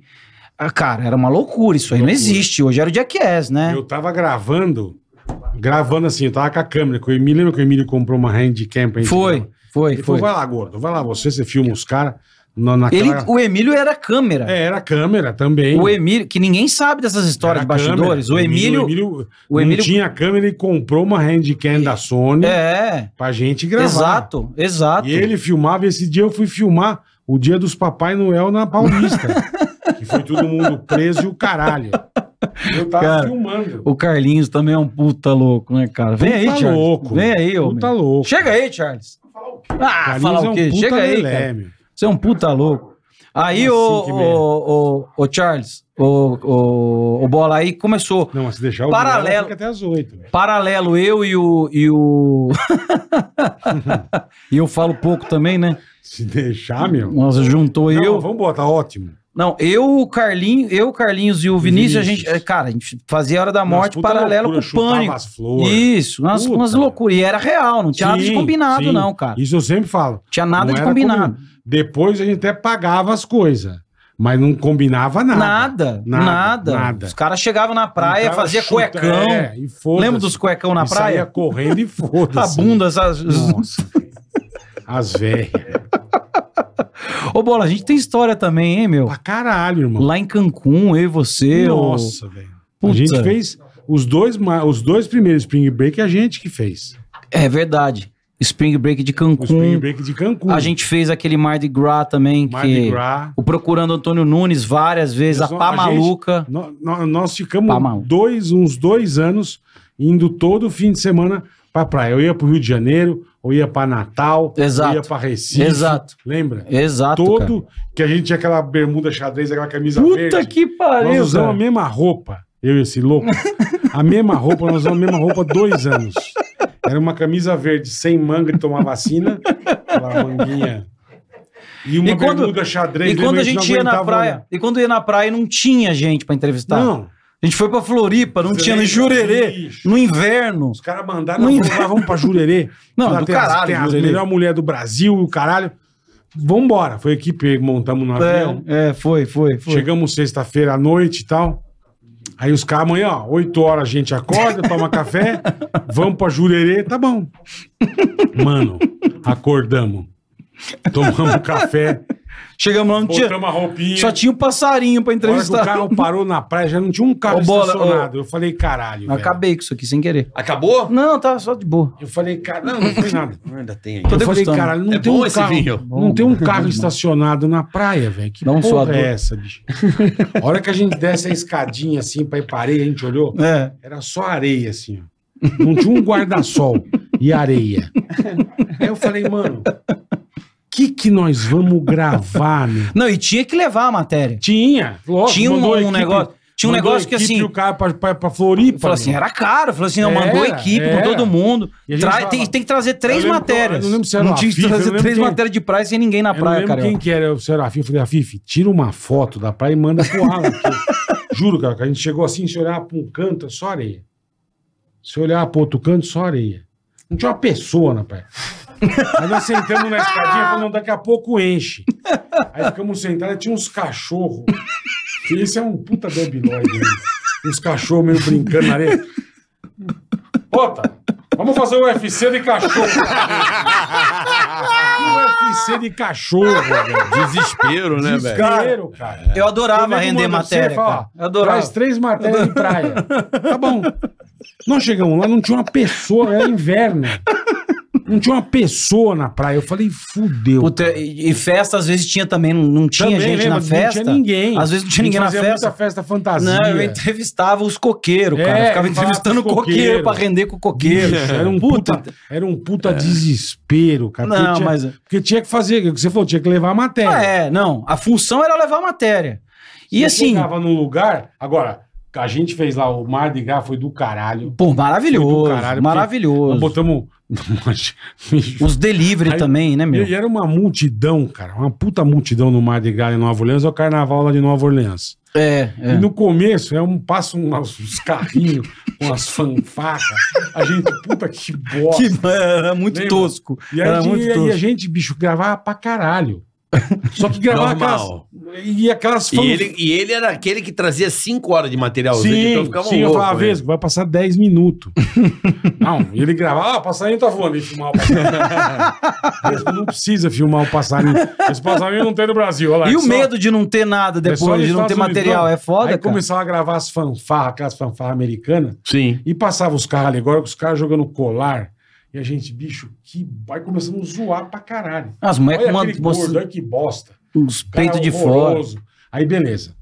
Speaker 5: ah, Cara, era uma loucura isso aí. Não
Speaker 2: Loucura.
Speaker 5: existe. Hoje era o Jackass, né?
Speaker 2: Eu tava gravando, gravando assim, eu tava com a câmera. Que o Emílio, lembra que o Emílio comprou uma handcam pra gente?
Speaker 5: Foi,
Speaker 2: gravar?
Speaker 5: foi,
Speaker 2: Ele falou,
Speaker 5: foi.
Speaker 2: vai lá, gordo, vai lá você, você filma os caras. Na,
Speaker 5: Ele,
Speaker 2: naquela...
Speaker 5: o Emílio era a câmera.
Speaker 2: É, era câmera também.
Speaker 5: O Emílio, que ninguém sabe dessas histórias
Speaker 2: Era
Speaker 5: de bastidores. O
Speaker 2: câmera.
Speaker 5: Emílio.
Speaker 2: O Emílio,
Speaker 5: O Emílio-
Speaker 2: não tinha câmera e comprou uma handcam da Sony
Speaker 5: é,
Speaker 2: pra gente gravar.
Speaker 5: exato, exato.
Speaker 2: E ele filmava, e esse dia eu fui filmar o dia dos Papai Noel na
Speaker 5: (laughs)
Speaker 2: Paulista. que foi todo mundo preso e o caralho. Eu tava
Speaker 5: Cara,
Speaker 2: filmando.
Speaker 5: O Carlinhos também é um puta louco, né, cara? Vem aí,
Speaker 2: Puta
Speaker 5: Charles.
Speaker 2: louco.
Speaker 5: Vem aí, ô.
Speaker 2: Puta louco.
Speaker 5: Chega aí, Charles. Ah,
Speaker 2: Carlinhos
Speaker 5: falar
Speaker 2: é
Speaker 5: o
Speaker 2: um
Speaker 5: quê?
Speaker 2: puta
Speaker 5: Chega aí,
Speaker 2: lelé,
Speaker 5: cara.
Speaker 2: meu.
Speaker 5: Você é um puta louco. Aí,
Speaker 2: Uma
Speaker 5: ô,
Speaker 2: cinco e meia.
Speaker 5: ô, ô, ô, Charles, ô, ô, ô, Bola, aí começou.
Speaker 2: Não, mas se deixar o
Speaker 5: Paralelo.
Speaker 2: Noel, fica até as oito. velho.
Speaker 5: Paralelo, eu e o. E o... (laughs) e eu falo pouco também, né?
Speaker 2: Se deixar, Ah, meu.
Speaker 5: Nossa, juntou
Speaker 2: Não,
Speaker 5: eu.
Speaker 2: Vamos botar, ótimo.
Speaker 5: Não, eu, o Carlinho, eu, o Carlinhos e o Vinícius,
Speaker 2: Vinícius.
Speaker 5: a gente, é, cara, a gente fazia a hora da
Speaker 2: Nossa,
Speaker 5: morte
Speaker 2: puta
Speaker 5: paralelo
Speaker 2: loucura,
Speaker 5: com o
Speaker 2: chutava
Speaker 5: pânico.
Speaker 2: as flores.
Speaker 5: Isso, umas,
Speaker 2: Puta.
Speaker 5: umas loucuras. E era real, não tinha nada de
Speaker 2: Sim,
Speaker 5: combinado,
Speaker 2: sim.
Speaker 5: não, cara.
Speaker 2: Isso eu sempre falo.
Speaker 5: Tinha nada
Speaker 2: Não
Speaker 5: de
Speaker 2: era
Speaker 5: combinado.
Speaker 2: comum. Depois a gente até pagava as coisas, mas não combinava nada.
Speaker 5: Nada, nada.
Speaker 2: Nada, nada.
Speaker 5: Os caras chegavam na praia,
Speaker 2: Entrava,
Speaker 5: fazia
Speaker 2: chuta,
Speaker 5: cuecão.
Speaker 2: é, e foda-se.
Speaker 5: Lembra dos cuecão na
Speaker 2: E
Speaker 5: praia?
Speaker 2: Saía correndo
Speaker 5: (laughs)
Speaker 2: e
Speaker 5: A
Speaker 2: foda-se.
Speaker 5: bunda, essas.
Speaker 2: Nossa. As
Speaker 5: (laughs)
Speaker 2: velhas.
Speaker 5: Ô, Bola, a gente tem história também, hein, meu?
Speaker 2: Pra caralho, irmão.
Speaker 5: Lá em Cancún, eu e você. ô-
Speaker 2: Nossa, velho. A
Speaker 5: Puta.
Speaker 2: gente fez os dois, ma- os dois primeiros Spring Break a gente que fez.
Speaker 5: É verdade. Spring Break de
Speaker 2: O Spring
Speaker 5: Cancún.
Speaker 2: Break de Cancún.
Speaker 5: A gente fez aquele Mardi Gras também,
Speaker 2: Mardi
Speaker 5: que.
Speaker 2: Gras.
Speaker 5: O Procurando Antônio Nunes várias vezes,
Speaker 2: Nós
Speaker 5: a
Speaker 2: não-
Speaker 5: pá
Speaker 2: a
Speaker 5: maluca.
Speaker 2: Nó- nó- nós ficamos
Speaker 5: Pá maluca.
Speaker 2: dois, uns dois anos indo todo fim de semana pra praia. Eu ia pro Rio de Janeiro, ou ia pra Natal,
Speaker 5: Exato.
Speaker 2: ou ia pra Recife.
Speaker 5: Exato.
Speaker 2: Lembra?
Speaker 5: Exato, cara.
Speaker 2: todo que a gente tinha aquela bermuda xadrez, aquela camisa
Speaker 5: Puta
Speaker 2: verde.
Speaker 5: que
Speaker 2: nós
Speaker 5: pariu,
Speaker 2: usamos a
Speaker 5: cara.
Speaker 2: mesma roupa, eu e esse louco. a mesma roupa, nós usamos a mesma roupa dois anos. Era uma camisa verde sem manga de tomar vacina, aquela manguinha. E uma
Speaker 5: E quando-
Speaker 2: bermuda xadrez.
Speaker 5: E quando
Speaker 2: lembra?
Speaker 5: a gente
Speaker 2: não
Speaker 5: ia na
Speaker 2: aguentava
Speaker 5: praia, Tá. e quando ia na praia não tinha gente pra entrevistar.
Speaker 2: olhar. Não.
Speaker 5: A gente foi pra Floripa, não
Speaker 2: Você
Speaker 5: tinha no
Speaker 2: lembra?
Speaker 5: Jurerê,
Speaker 2: Ixi.
Speaker 5: no inverno.
Speaker 2: Os caras mandaram,
Speaker 5: Não
Speaker 2: não,
Speaker 5: ia-
Speaker 2: vamos lá, vamos pra Jurerê.
Speaker 5: (laughs) Não,
Speaker 2: Lá
Speaker 5: do
Speaker 2: tem as,
Speaker 5: caralho,
Speaker 2: tem as
Speaker 5: Jurerê.
Speaker 2: melhor mulher do Brasil e o caralho. Vambora. Foi a equipe, montamos no avião.
Speaker 5: É, é, foi, foi, foi.
Speaker 2: Chegamos sexta-feira à noite e tal. Aí os caras, amanhã, ó, 8 horas a gente acorda, toma
Speaker 5: (laughs)
Speaker 2: café, vamos pra Jurerê, tá bom. Mano, acordamos. Tomamos café,
Speaker 5: Chegamos lá, não tinha,
Speaker 2: Botamos a roupinha.
Speaker 5: só tinha um passarinho
Speaker 2: A
Speaker 5: pra
Speaker 2: hora que né? o
Speaker 5: entrevistar.
Speaker 2: carro parou na praia, já não tinha um carro
Speaker 5: Ô, Bola,
Speaker 2: estacionado. Eu falei, caralho,
Speaker 5: Eu
Speaker 2: velho.
Speaker 5: acabei com isso aqui, sem querer.
Speaker 4: Acabou?
Speaker 5: Não, tá só de boa.
Speaker 2: Eu falei, cara, não, não foi nada.
Speaker 4: Ainda tem
Speaker 5: Tô
Speaker 2: eu falei,
Speaker 5: degustando.
Speaker 2: caralho, não
Speaker 4: É
Speaker 2: tem
Speaker 4: bom
Speaker 2: um
Speaker 4: esse
Speaker 2: carro,
Speaker 4: vinho?
Speaker 2: não tem um carro estacionado na praia, velho. Que
Speaker 5: Dá um
Speaker 2: porra
Speaker 5: suador.
Speaker 2: é essa, bicho? A hora que a gente desce a escadinha assim pra ir pra areia, a gente olhou,
Speaker 5: É.
Speaker 2: era só areia assim, ó. Não tinha um guarda-sol e areia. Aí eu falei, mano, que que nós vamos gravar, meu?
Speaker 5: Não, e tinha que levar a matéria.
Speaker 2: Tinha, lógico.
Speaker 5: tinha um,
Speaker 2: mandou a
Speaker 5: um
Speaker 2: equipe-
Speaker 5: negócio. Tinha um
Speaker 2: mandou a
Speaker 5: negócio que
Speaker 2: equipe
Speaker 5: assim.
Speaker 2: e o cara pra, pra, pra Floripa.
Speaker 5: Falou assim,
Speaker 2: meu.
Speaker 5: era caro. Falou assim, não,
Speaker 2: Era,
Speaker 5: mandou equipe
Speaker 2: era.
Speaker 5: com todo
Speaker 2: é.
Speaker 5: mundo.
Speaker 2: E a gente
Speaker 5: Trai-
Speaker 2: falava-
Speaker 5: tem, tem que trazer três
Speaker 2: lembro que eu-
Speaker 5: matérias.
Speaker 2: eu não lembro se era
Speaker 5: não
Speaker 2: uma
Speaker 5: tinha que
Speaker 2: FIFA, eu
Speaker 5: trazer
Speaker 2: lembro
Speaker 5: três
Speaker 2: quem-
Speaker 5: matérias de praia sem ninguém na
Speaker 2: eu não
Speaker 5: praia,
Speaker 2: lembro
Speaker 5: cara.
Speaker 2: quem que era, o senhor Afife. Eu falei, Afife, tira uma foto da praia e manda pro Alan. porque- (laughs) Juro, cara, que a gente chegou assim, se olhar pra um canto, é só areia. Se olhar pro outro canto, só areia. Não tinha uma pessoa na praia. Aí nós sentamos na escadinha e falamos, daqui a pouco enche. Aí ficamos sentados e tinha uns cachorros. Que esse é um puta debilóide. Né? Uns cachorros meio brincando na areia. Bota, vamos fazer o UFC de cachorro. (laughs) UFC de cachorro, velho.
Speaker 4: Desespero, né, velho?
Speaker 2: Desespero, cara.
Speaker 5: Eu
Speaker 2: O nego
Speaker 5: adorava render
Speaker 2: manda pra você e
Speaker 5: matéria.
Speaker 2: fala,
Speaker 5: cara.
Speaker 2: ó,
Speaker 5: Eu adorava.
Speaker 2: Traz três matérias de
Speaker 5: (laughs)
Speaker 2: praia. Tá bom. Nós chegamos lá, não tinha uma pessoa, era inverno. Não tinha uma pessoa na praia. Eu falei, fudeu.
Speaker 5: Puta,
Speaker 2: cara.
Speaker 5: e, e festa, às vezes, tinha também, não, não tinha
Speaker 2: Também,
Speaker 5: gente
Speaker 2: lembra?
Speaker 5: na festa.
Speaker 2: Não tinha ninguém.
Speaker 5: Às vezes não tinha
Speaker 2: A gente
Speaker 5: ninguém na
Speaker 2: fazia
Speaker 5: festa.
Speaker 2: muita festa fantasia.
Speaker 5: Não, eu entrevistava os coqueiros, cara.
Speaker 2: É,
Speaker 5: Eu ficava
Speaker 2: eu falava
Speaker 5: entrevistando o
Speaker 2: com os
Speaker 5: coqueiro,
Speaker 2: coqueiros.
Speaker 5: pra render com o coqueiro.
Speaker 2: Bicho, Era um puta, era um puta desespero, cara. Porque
Speaker 5: É. Não,
Speaker 2: tinha,
Speaker 5: mas-
Speaker 2: porque tinha que fazer, o que você falou, tinha que levar a matéria.
Speaker 5: Ah, é, não. A função era levar a matéria. E
Speaker 2: Você
Speaker 5: assim,
Speaker 2: chegava num lugar, agora, a gente fez lá, o Mar de Gá foi do caralho.
Speaker 5: pô,
Speaker 2: Foi do
Speaker 5: maravilhoso.
Speaker 2: caralho, Nós
Speaker 5: maravilhoso.
Speaker 2: botamos.
Speaker 5: Os delivery
Speaker 2: Aí-
Speaker 5: também, né,
Speaker 2: (laughs)
Speaker 5: meu?
Speaker 2: E era uma multidão, cara. Uma puta multidão no Mar de Gá em Nova Orleans, é o carnaval lá de Nova Orleans.
Speaker 5: É, é.
Speaker 2: E no começo, é um, passa um- uns carrinhos com as fanfarras. A gente, puta que bosta.
Speaker 5: (laughs) Que era muito
Speaker 2: Lembra?
Speaker 5: tosco.
Speaker 2: E a,
Speaker 5: era
Speaker 2: gente, e
Speaker 5: muito
Speaker 2: a- e a
Speaker 5: tosco.
Speaker 2: gente, bicho, gravava pra caralho. Só que gravava
Speaker 4: Normal.
Speaker 2: aquelas. E aquelas
Speaker 4: E ele, e ele era aquele que trazia 5 horas de material. Os
Speaker 2: um Sim,
Speaker 4: editores ficavam
Speaker 2: sim, eu
Speaker 4: loucos,
Speaker 2: falava,
Speaker 4: né?
Speaker 2: vez, vai passar 10 minutos. não, e ele gravava, ah, passarinho tá voando, e filmar o passarinho. Vespa não precisa filmar o passarinho. Esse passarinho não tem no Brasil. olha lá,
Speaker 5: E
Speaker 2: é
Speaker 5: o
Speaker 2: só-
Speaker 5: medo de não ter nada
Speaker 2: é só
Speaker 5: depois,
Speaker 2: nos
Speaker 5: de não ter
Speaker 2: Estados Unidos,
Speaker 5: material.
Speaker 2: não.
Speaker 5: É foda,
Speaker 2: Aí
Speaker 5: cara.
Speaker 2: começava a gravar as fanfarras, aquelas fanfarras americanas,
Speaker 7: Sim.
Speaker 2: e passava os carros alegóricos, os caras jogando colar. E a gente, bicho, que. Aí começamos a zoar pra caralho.
Speaker 5: As mulheres
Speaker 2: Olha
Speaker 5: com uma-
Speaker 2: aquele
Speaker 5: moça-
Speaker 2: gordo, olha que bosta.
Speaker 5: uns peitos
Speaker 2: Cara, é
Speaker 5: de fora.
Speaker 2: horroroso. Aí, beleza.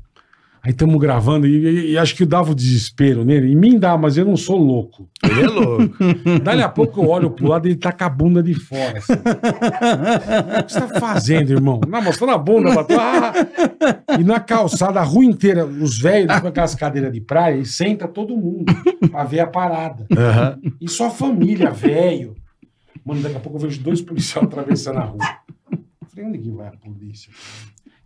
Speaker 2: Aí estamos gravando e, e- e acho que dava o desespero nele. Em mim dá, mas eu não sou louco.
Speaker 4: Ele é louco.
Speaker 2: Dali a pouco eu olho pro lado e ele tá com a bunda de fora. assim. o que você tá fazendo, irmão? Não, mostrando a bunda. Bateu, ah! E na calçada, a rua inteira, os velhos com aquelas cadeiras de praia e senta todo mundo pra ver a parada. (laughs)
Speaker 4: Aham.
Speaker 2: E só a família, velho. Mano, daqui a pouco eu vejo dois policiais atravessando a rua. Eu falei, onde que vai a polícia?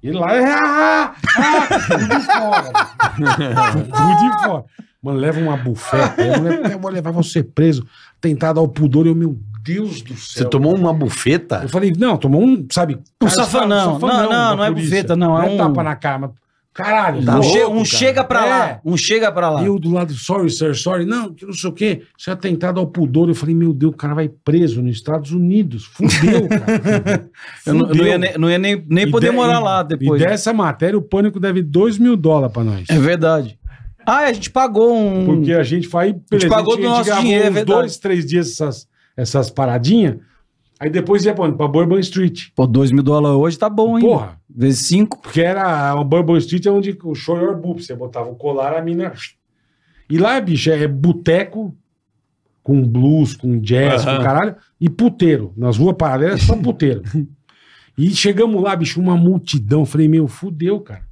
Speaker 2: E ele lá, ah, ah, tudo de fora. Tudo de fora. Mano, leva uma bufeta. Eu vou- Eu vou levar você preso. Tentado ao pudor. Eu, meu Deus do céu.
Speaker 4: Você tomou uma bufeta?
Speaker 2: Eu falei, não, tomou um, sabe? cara,
Speaker 5: safanão. Não, não,
Speaker 2: da
Speaker 5: não é
Speaker 2: polícia.
Speaker 5: bufeta, não, é um-
Speaker 2: tapa na cara. mas- Caralho.
Speaker 5: Um,
Speaker 2: pô.
Speaker 5: che-
Speaker 4: louco,
Speaker 5: um
Speaker 4: cara.
Speaker 5: chega pra
Speaker 2: É.
Speaker 5: lá. Um chega pra lá.
Speaker 2: E eu do lado, sorry, sir, sorry. Não, que não sei o quê. Isso é atentado ao pudor. Eu falei, meu Deus, o cara vai preso nos Estados Unidos.
Speaker 5: (laughs)
Speaker 2: Fudeu, cara.
Speaker 5: Eu não, eu não
Speaker 2: Fudeu.
Speaker 5: ia, nem, não ia nem, nem
Speaker 2: E
Speaker 5: poder
Speaker 2: de-
Speaker 5: morar
Speaker 2: e-
Speaker 5: lá depois.
Speaker 2: E dessa matéria, o Pânico deve 2 mil dólares pra nós.
Speaker 5: É verdade. Ah, a gente pagou um.
Speaker 2: Porque a gente vai... beleza,
Speaker 5: pagou do nosso
Speaker 2: gravou
Speaker 5: dinheiro, é
Speaker 2: uns
Speaker 5: verdade.
Speaker 2: dois, três dias essas, essas paradinhas. Aí depois ia pra pra Bourbon Street.
Speaker 5: Pô, 2 mil dólares hoje tá bom, hein?
Speaker 2: Porra.
Speaker 5: Vezes 5.
Speaker 2: Porque era a Bourbon Street é onde o show your boop. Você botava o colar, a mina. E lá, bicho, é boteco com blues, com jazz, com caralho, e puteiro. Nas ruas paralelas, é
Speaker 5: (laughs)
Speaker 2: só puteiro. e chegamos lá, bicho, uma multidão. Falei, meu, fudeu, cara.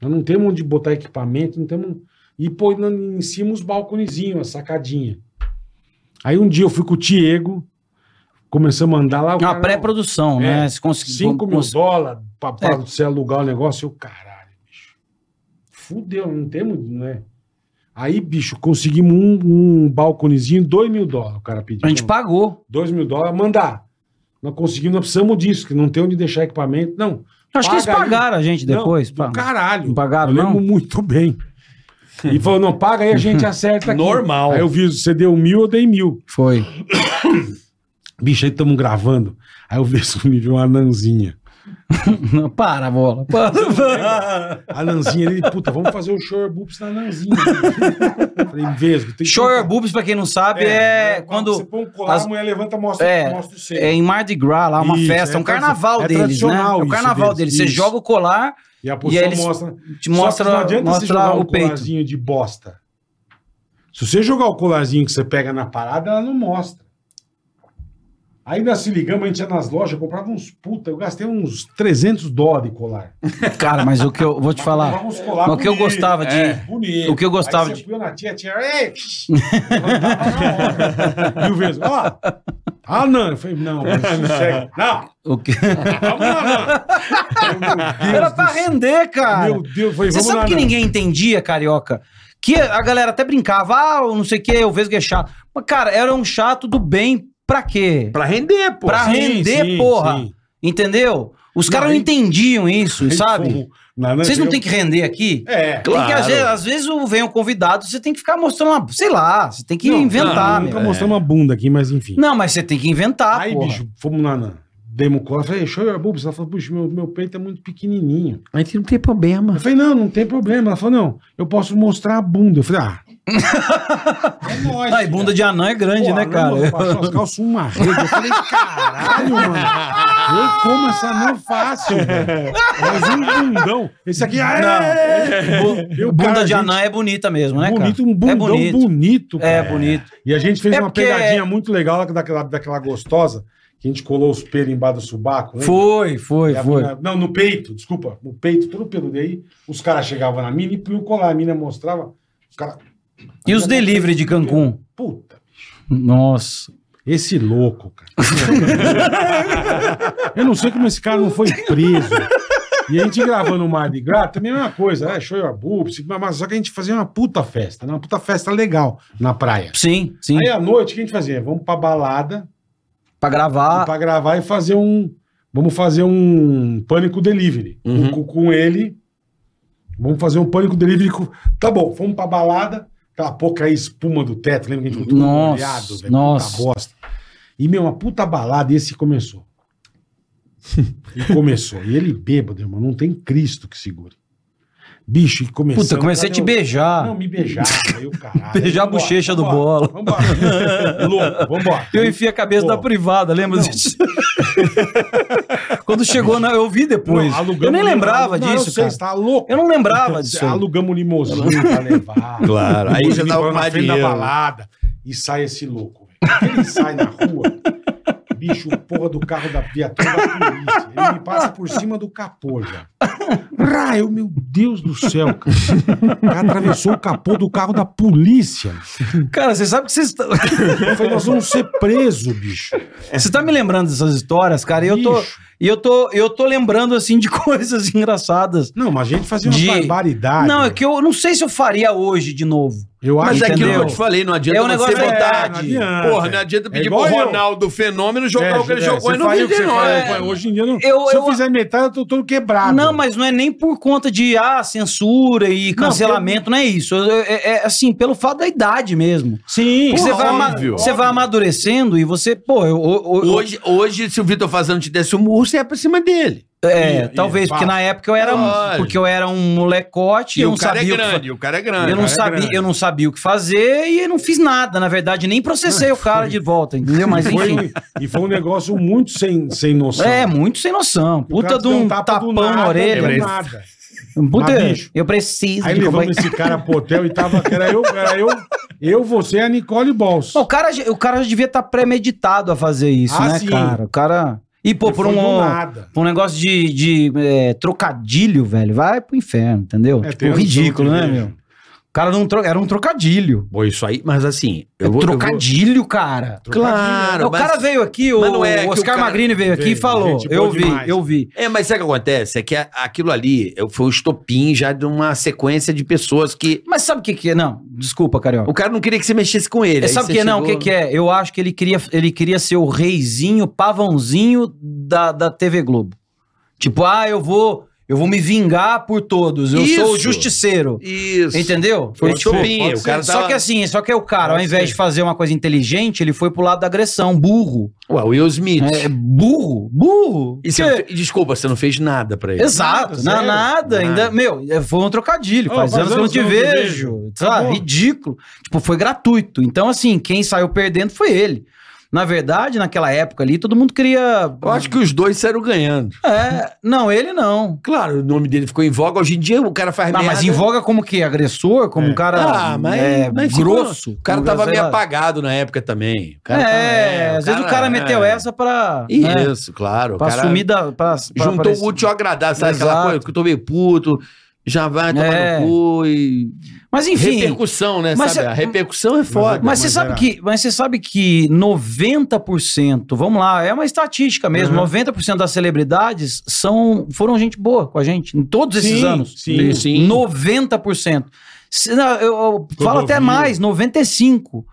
Speaker 2: Nós não temos onde botar equipamento, não temos. E pô, na- em cima os balconezinhos, a sacadinha. Aí um dia eu fui com o Diego, começamos a andar lá. o
Speaker 5: Uma
Speaker 2: É um cara, não,
Speaker 5: pré-produção,
Speaker 2: É.
Speaker 5: né? Se conseguir.
Speaker 2: 5 mil
Speaker 5: cons- É.
Speaker 2: dólares pra, pra você alugar o negócio, eu, caralho, bicho. Fudeu, não temos, né? Aí, bicho, conseguimos um, um balconezinho, 2 mil dólares, o cara pediu.
Speaker 5: A gente pagou.
Speaker 2: 2 mil dólares, mandar. Nós conseguimos, nós precisamos disso, que não tem onde deixar equipamento, não.
Speaker 5: Acho que eles
Speaker 2: Paga aí.
Speaker 5: pagaram a gente depois.
Speaker 2: não, do
Speaker 5: pá.
Speaker 2: caralho.
Speaker 5: Não pagaram,
Speaker 2: eu lembro
Speaker 5: não?
Speaker 2: muito bem. E falou, não, paga aí, a gente
Speaker 4: Tá
Speaker 2: acerta aqui.
Speaker 4: Normal.
Speaker 2: (laughs) Aí eu vi, você deu mil, eu dei mil.
Speaker 5: Foi. (laughs)
Speaker 2: Bicho, aí estamos gravando. Aí eu vi um vídeo de uma anãzinha.
Speaker 5: Não, para,
Speaker 2: (laughs)
Speaker 5: bola. Para, para.
Speaker 2: A Nanzinha ali, puta, vamos fazer o Shore Boobs na Nanzinha. Falei, vesgo. tem que um
Speaker 5: Shower
Speaker 2: colocar-
Speaker 5: boobs, pra quem não sabe, é,
Speaker 2: Você
Speaker 5: quando.
Speaker 2: põe um colar,
Speaker 5: as-
Speaker 2: a mulher levanta, mostra,
Speaker 5: é,
Speaker 2: mostra o seio.
Speaker 5: É em Mardi Gras, lá, uma
Speaker 2: Isso,
Speaker 5: festa, é um
Speaker 2: é
Speaker 5: carnaval
Speaker 2: tradicional. É
Speaker 5: deles, né? É
Speaker 2: tradicional
Speaker 5: o
Speaker 2: isso
Speaker 5: carnaval deles.
Speaker 2: deles,
Speaker 5: Você
Speaker 2: isso.
Speaker 5: joga o colar,
Speaker 2: E a
Speaker 5: e
Speaker 2: posição
Speaker 5: aí eles-
Speaker 2: mostra...
Speaker 5: te
Speaker 2: Só que não
Speaker 5: mostra,
Speaker 2: adianta você
Speaker 5: mostra
Speaker 2: jogar
Speaker 5: o
Speaker 2: um
Speaker 5: peito.
Speaker 2: colarzinho de bosta. Se você jogar o colarzinho que você pega na parada, ela não mostra. Aí nós se ligamos, a gente ia nas lojas, eu comprava uns puta, eu gastei uns 300 dólares de colar.
Speaker 5: Cara, mas o que
Speaker 2: (laughs)
Speaker 5: eu vou te falar.
Speaker 2: Comprava uns colar
Speaker 5: mas o que eu
Speaker 2: bonito, é,
Speaker 5: gostava de-
Speaker 2: bonito.
Speaker 5: o que eu gostava
Speaker 2: Aí você
Speaker 5: de-
Speaker 2: punha na tia, tia, ei!
Speaker 5: (laughs)
Speaker 2: levantava na hora. e o Vesgo, ó, ah, não, eu falei, não, mas sossega. não,
Speaker 5: O que...
Speaker 2: vamos lá, não.
Speaker 5: (laughs) Era pra render, cara.
Speaker 2: Meu Deus, eu falei,
Speaker 5: Você
Speaker 2: vamos
Speaker 5: sabe
Speaker 2: lá, né?
Speaker 5: que
Speaker 2: não.
Speaker 5: ninguém entendia, carioca? Que a galera até brincava, ah, eu não sei o que, eu vejo que é chato. Mas, cara, era um chato do bem pra quê?
Speaker 4: Pra render, pô.
Speaker 5: Pra render, porra. Entendeu? Os caras não
Speaker 2: aí-
Speaker 5: entendiam isso,
Speaker 2: Aí
Speaker 5: sabe?
Speaker 2: fomos na- na-
Speaker 5: Vocês não
Speaker 2: eu-
Speaker 5: têm que render aqui?
Speaker 2: É.
Speaker 5: Tem que, às,
Speaker 4: Claro.
Speaker 5: vezes, às vezes o- vem um convidado, você tem que ficar mostrando uma. Sei lá, você tem que
Speaker 2: Não, não,
Speaker 5: inventar, meu.
Speaker 2: Nunca mostramos a bunda aqui, mas enfim.
Speaker 5: Não, mas você tem que inventar,
Speaker 2: Aí,
Speaker 5: Ah, porra.
Speaker 2: bicho, fomos na. na demos cola. Falei, show your boobs. Ela falou, puxa, meu, meu peito é muito pequenininho.
Speaker 4: A gente não tem problema.
Speaker 2: Eu falei, não, não tem problema. Ela falou, não, eu posso mostrar a bunda. Eu falei, ah. (laughs) é nóis.
Speaker 5: Ai, bunda de anã é grande, né, (laughs) cara?
Speaker 2: Passou as calças uma rede. Eu falei, caralho, mano. Eu como essa não fácil, velho. Mas um bundão. Esse aqui, ah, é. Eu,
Speaker 5: bunda
Speaker 2: cara,
Speaker 5: de
Speaker 2: gente,
Speaker 5: anã é bonita mesmo, né,
Speaker 2: Bonito,
Speaker 5: cara?
Speaker 2: um bundão
Speaker 5: é bonito.
Speaker 2: bonito.
Speaker 5: É
Speaker 2: cara.
Speaker 5: bonito.
Speaker 2: E a gente fez
Speaker 5: É
Speaker 2: uma
Speaker 5: porque-
Speaker 2: pegadinha muito legal lá daquela, daquela gostosa, que a gente colou os pelos embaixo do subaco. lembra?
Speaker 5: Foi, foi,
Speaker 2: E a
Speaker 5: foi.
Speaker 2: mina- não, no peito, desculpa. No peito, todo pelo daí. Os caras chegavam na mina e punham o colar. A mina mostrava. Os caras.
Speaker 5: E
Speaker 2: é
Speaker 5: os delivery de Cancún?
Speaker 2: Puta,
Speaker 5: Nossa.
Speaker 2: esse louco, cara. (laughs) Eu não sei como esse cara não foi preso. E a gente gravando o Mar de Gras, também é uma coisa, é show your boobs, mas só que a gente fazia uma puta festa, né? uma puta festa legal na praia.
Speaker 5: Sim, sim.
Speaker 2: Aí à noite, o que a gente fazia? Vamos pra balada,
Speaker 5: Pra gravar.
Speaker 2: pra gravar e fazer um. Vamos fazer um pânico delivery
Speaker 4: Uhum.
Speaker 2: com, com ele. Vamos fazer um pânico delivery. Com... Tá bom, fomos pra balada. Aquela pouca aí, espuma do teto, lembra que a gente ficou todo
Speaker 5: Nossa,
Speaker 2: molhado, velho?
Speaker 5: nossa.
Speaker 2: Puta bosta. E, meu, uma puta balada, e esse
Speaker 5: (laughs)
Speaker 2: começou. e começou. E ele bêbado, irmão, não tem Cristo que segure. Bicho, e começou.
Speaker 5: Puta, comecei a te
Speaker 2: Não,
Speaker 5: beijar.
Speaker 2: me beijar, aí o caralho.
Speaker 5: Ah. (laughs) Beijar a
Speaker 2: Vambora,
Speaker 5: bochecha do
Speaker 2: vambora,
Speaker 5: bola. (laughs)
Speaker 2: Vambora. Louco, vambora.
Speaker 5: Eu enfiei a cabeça
Speaker 2: Pô.
Speaker 5: na privada, lembra
Speaker 2: Não.
Speaker 5: disso? (laughs) Quando chegou, na- eu vi depois.
Speaker 2: Não, alugamos
Speaker 5: eu nem
Speaker 2: um
Speaker 5: lembrava
Speaker 2: limou- Não,
Speaker 5: disso,
Speaker 2: eu sei,
Speaker 5: cara.
Speaker 2: você tá louco.
Speaker 5: Eu
Speaker 2: (laughs)
Speaker 5: não lembrava disso. É aí.
Speaker 2: Alugamos um limousine pra
Speaker 5: (laughs)
Speaker 2: levar.
Speaker 7: Claro, aí já dava
Speaker 2: Limousine na
Speaker 7: mais
Speaker 2: frente da
Speaker 7: dinheiro.
Speaker 2: balada. E sai esse louco. velho. Ele sai na rua, bicho, o porra do carro da viatura da polícia. Ele me passa por cima do capô já. Raio, meu Deus do céu, cara. O cara atravessou o capô do carro da polícia.
Speaker 5: Cara, você sabe que vocês tá-
Speaker 2: (laughs)
Speaker 5: estão.
Speaker 2: Eu falei, nós vamos ser presos, bicho.
Speaker 5: Você tá me lembrando dessas histórias, cara, e eu tô,
Speaker 2: Bicho.
Speaker 5: e eu tô, eu tô lembrando assim de (laughs) coisas engraçadas.
Speaker 2: Não, mas a gente fazia uma
Speaker 5: De-
Speaker 2: barbaridade.
Speaker 5: não, é que é eu não sei se eu faria hoje de novo.
Speaker 2: Eu acho
Speaker 4: Mas é
Speaker 5: Entendeu?
Speaker 4: aquilo que eu te falei, não adianta
Speaker 5: É um negócio-
Speaker 4: você botar.
Speaker 5: É,
Speaker 2: não adianta.
Speaker 4: Porra, não adianta pedir
Speaker 2: É igual
Speaker 4: pro
Speaker 2: eu.
Speaker 4: Ronaldo Fenômeno jogar
Speaker 2: É,
Speaker 4: o que ele
Speaker 2: é,
Speaker 4: jogou
Speaker 2: você
Speaker 4: e não
Speaker 2: faz o que
Speaker 4: vende
Speaker 2: você
Speaker 4: nós.
Speaker 2: faz,
Speaker 4: É.
Speaker 2: pô, Hoje em dia, eu não,
Speaker 5: Eu-
Speaker 2: se eu,
Speaker 5: eu-
Speaker 2: fizer metade, eu tô todo quebrado.
Speaker 5: Não, mas não é nem por conta de ah, censura e cancelamento, não, é isso. É, é- é, assim, pelo fato da idade mesmo.
Speaker 2: Sim,
Speaker 5: Porque você, vai ama-
Speaker 4: óbvio.
Speaker 5: você vai amadurecendo e você, pô, eu, eu- eu-
Speaker 4: Hoje, hoje, se o Vitor Fazano te desse um murro, você ia pra cima dele.
Speaker 5: é,
Speaker 2: Ih,
Speaker 5: talvez,
Speaker 2: ih,
Speaker 5: porque
Speaker 2: fala.
Speaker 5: na época eu era um,
Speaker 4: Lógico.
Speaker 5: porque eu era um molecote,
Speaker 4: E
Speaker 5: eu
Speaker 4: o
Speaker 5: não
Speaker 4: cara é
Speaker 5: sabia o que fa-
Speaker 4: grande, o cara é grande.
Speaker 5: eu não
Speaker 4: cara.
Speaker 5: sabia,
Speaker 2: grande.
Speaker 5: eu não sabia o que fazer e eu não fiz nada, na verdade, nem processei o cara de volta, entendeu? Mas
Speaker 2: (laughs) Foi-
Speaker 5: enfim.
Speaker 2: e foi um negócio muito sem, sem noção.
Speaker 5: É, muito sem noção.
Speaker 2: O cara
Speaker 5: Puta
Speaker 2: te
Speaker 5: de
Speaker 2: deu
Speaker 5: um
Speaker 2: tapa do
Speaker 5: tapão
Speaker 2: nada,
Speaker 5: na
Speaker 2: do
Speaker 5: orelha.
Speaker 2: nada.
Speaker 5: Puta,
Speaker 2: Mas, bicho,
Speaker 5: eu preciso
Speaker 2: Aí
Speaker 5: de é
Speaker 2: levamos
Speaker 5: companhia.
Speaker 2: esse cara pro hotel e tava. Era eu, era eu, eu você e a Nicole Bols.
Speaker 5: Bom, o, cara, já- o cara já devia estar premeditado a fazer isso,
Speaker 2: Ah,
Speaker 5: né,
Speaker 2: sim.
Speaker 5: cara? O cara. E, pô, por
Speaker 2: Foi do
Speaker 5: um,
Speaker 2: nada.
Speaker 5: por um negócio de, de é, trocadilho, velho, vai pro inferno, entendeu?
Speaker 2: É, tem
Speaker 5: tipo,
Speaker 2: razão,
Speaker 5: ridículo,
Speaker 2: tem
Speaker 5: né,
Speaker 2: mesmo.
Speaker 5: meu? O cara não tro... era um trocadilho.
Speaker 4: Pô, isso aí, mas assim.
Speaker 5: é trocadilho, cara.
Speaker 4: Claro.
Speaker 5: É, o cara
Speaker 4: mas-
Speaker 5: veio aqui, o,
Speaker 4: mas não é que o
Speaker 5: Oscar
Speaker 4: cara-
Speaker 5: Magrini veio aqui e
Speaker 2: Veio,
Speaker 5: falou.
Speaker 2: gente boa
Speaker 5: Eu vi,
Speaker 2: demais.
Speaker 5: eu vi.
Speaker 4: É, mas sabe o que acontece? É que a- aquilo ali eu- foi um estopim já de uma sequência de pessoas que.
Speaker 5: Mas sabe o que, que é? Não, desculpa, Carioca.
Speaker 4: O cara não queria que você mexesse com ele. aí
Speaker 5: É, sabe o
Speaker 4: você
Speaker 5: que não? O que,
Speaker 4: chegou-
Speaker 5: que é? Eu acho que ele queria, ele queria ser o reizinho, pavãozinho da, da TV Globo. Tipo, ah, eu vou. Eu vou me vingar por todos. Eu sou o
Speaker 4: Isso.
Speaker 5: justiceiro.
Speaker 4: Isso.
Speaker 5: é? Entendeu?
Speaker 4: Foi
Speaker 5: É
Speaker 4: o
Speaker 5: tipo-
Speaker 4: Chopin. O cara
Speaker 5: Só que
Speaker 4: tava...
Speaker 5: assim, só que o cara, ao invés de fazer uma coisa inteligente, ele foi pro lado da agressão, burro.
Speaker 4: Ué, o Will Smith.
Speaker 5: É, é burro, burro.
Speaker 4: E você
Speaker 5: Que-
Speaker 4: não fe- Desculpa, você não fez nada pra ele.
Speaker 5: Exato,
Speaker 2: Nada,
Speaker 5: na-
Speaker 2: zero.
Speaker 5: nada,
Speaker 4: é um Nada.
Speaker 5: ainda. Meu, é, foi um trocadilho.
Speaker 2: Ô,
Speaker 5: faz anos que eu não te vejo. sabe?
Speaker 2: Acabou.
Speaker 5: Ridículo. Tipo, foi gratuito. Então, assim, quem saiu perdendo foi ele. Na verdade, naquela época ali, todo mundo queria.
Speaker 4: Eu acho que os dois saíram ganhando.
Speaker 5: É, não, ele não.
Speaker 4: Claro, o nome dele ficou em voga. Hoje em dia o cara faz
Speaker 5: Não,
Speaker 4: merda. é
Speaker 5: mas invoga como que? Agressor? Como um cara
Speaker 4: Ah, mas-
Speaker 5: é,
Speaker 4: mas ficou-
Speaker 5: grosso?
Speaker 4: O cara
Speaker 5: como
Speaker 4: tava
Speaker 5: sei
Speaker 4: meio
Speaker 5: lá.
Speaker 4: apagado na época também. O cara
Speaker 5: é,
Speaker 4: tava-
Speaker 5: às vezes o cara meteu
Speaker 4: é.
Speaker 5: essa pra. né,
Speaker 4: Isso, claro. o
Speaker 5: pra
Speaker 4: cara
Speaker 5: sumir da. Pra, pra
Speaker 4: Juntou
Speaker 5: aparecer.
Speaker 4: o útil ao agradável, sabe aquela
Speaker 5: Exato.
Speaker 4: coisa? Que eu tô meio puto, já vai tomar
Speaker 5: É.
Speaker 4: no cu e.
Speaker 5: Mas enfim.
Speaker 4: repercussão, né?
Speaker 5: mas
Speaker 4: sabe?
Speaker 5: cê-
Speaker 4: A repercussão é foda.
Speaker 5: Mas você sabe que, mas você sabe que 90%, vamos lá, é uma estatística mesmo, 90% das celebridades são foram gente boa com a gente em todos esses
Speaker 2: Sim,
Speaker 5: anos.
Speaker 2: sim.
Speaker 4: Sim.
Speaker 5: 90%. Se- não, eu, eu falo até
Speaker 2: Clodovil.
Speaker 5: mais, 95.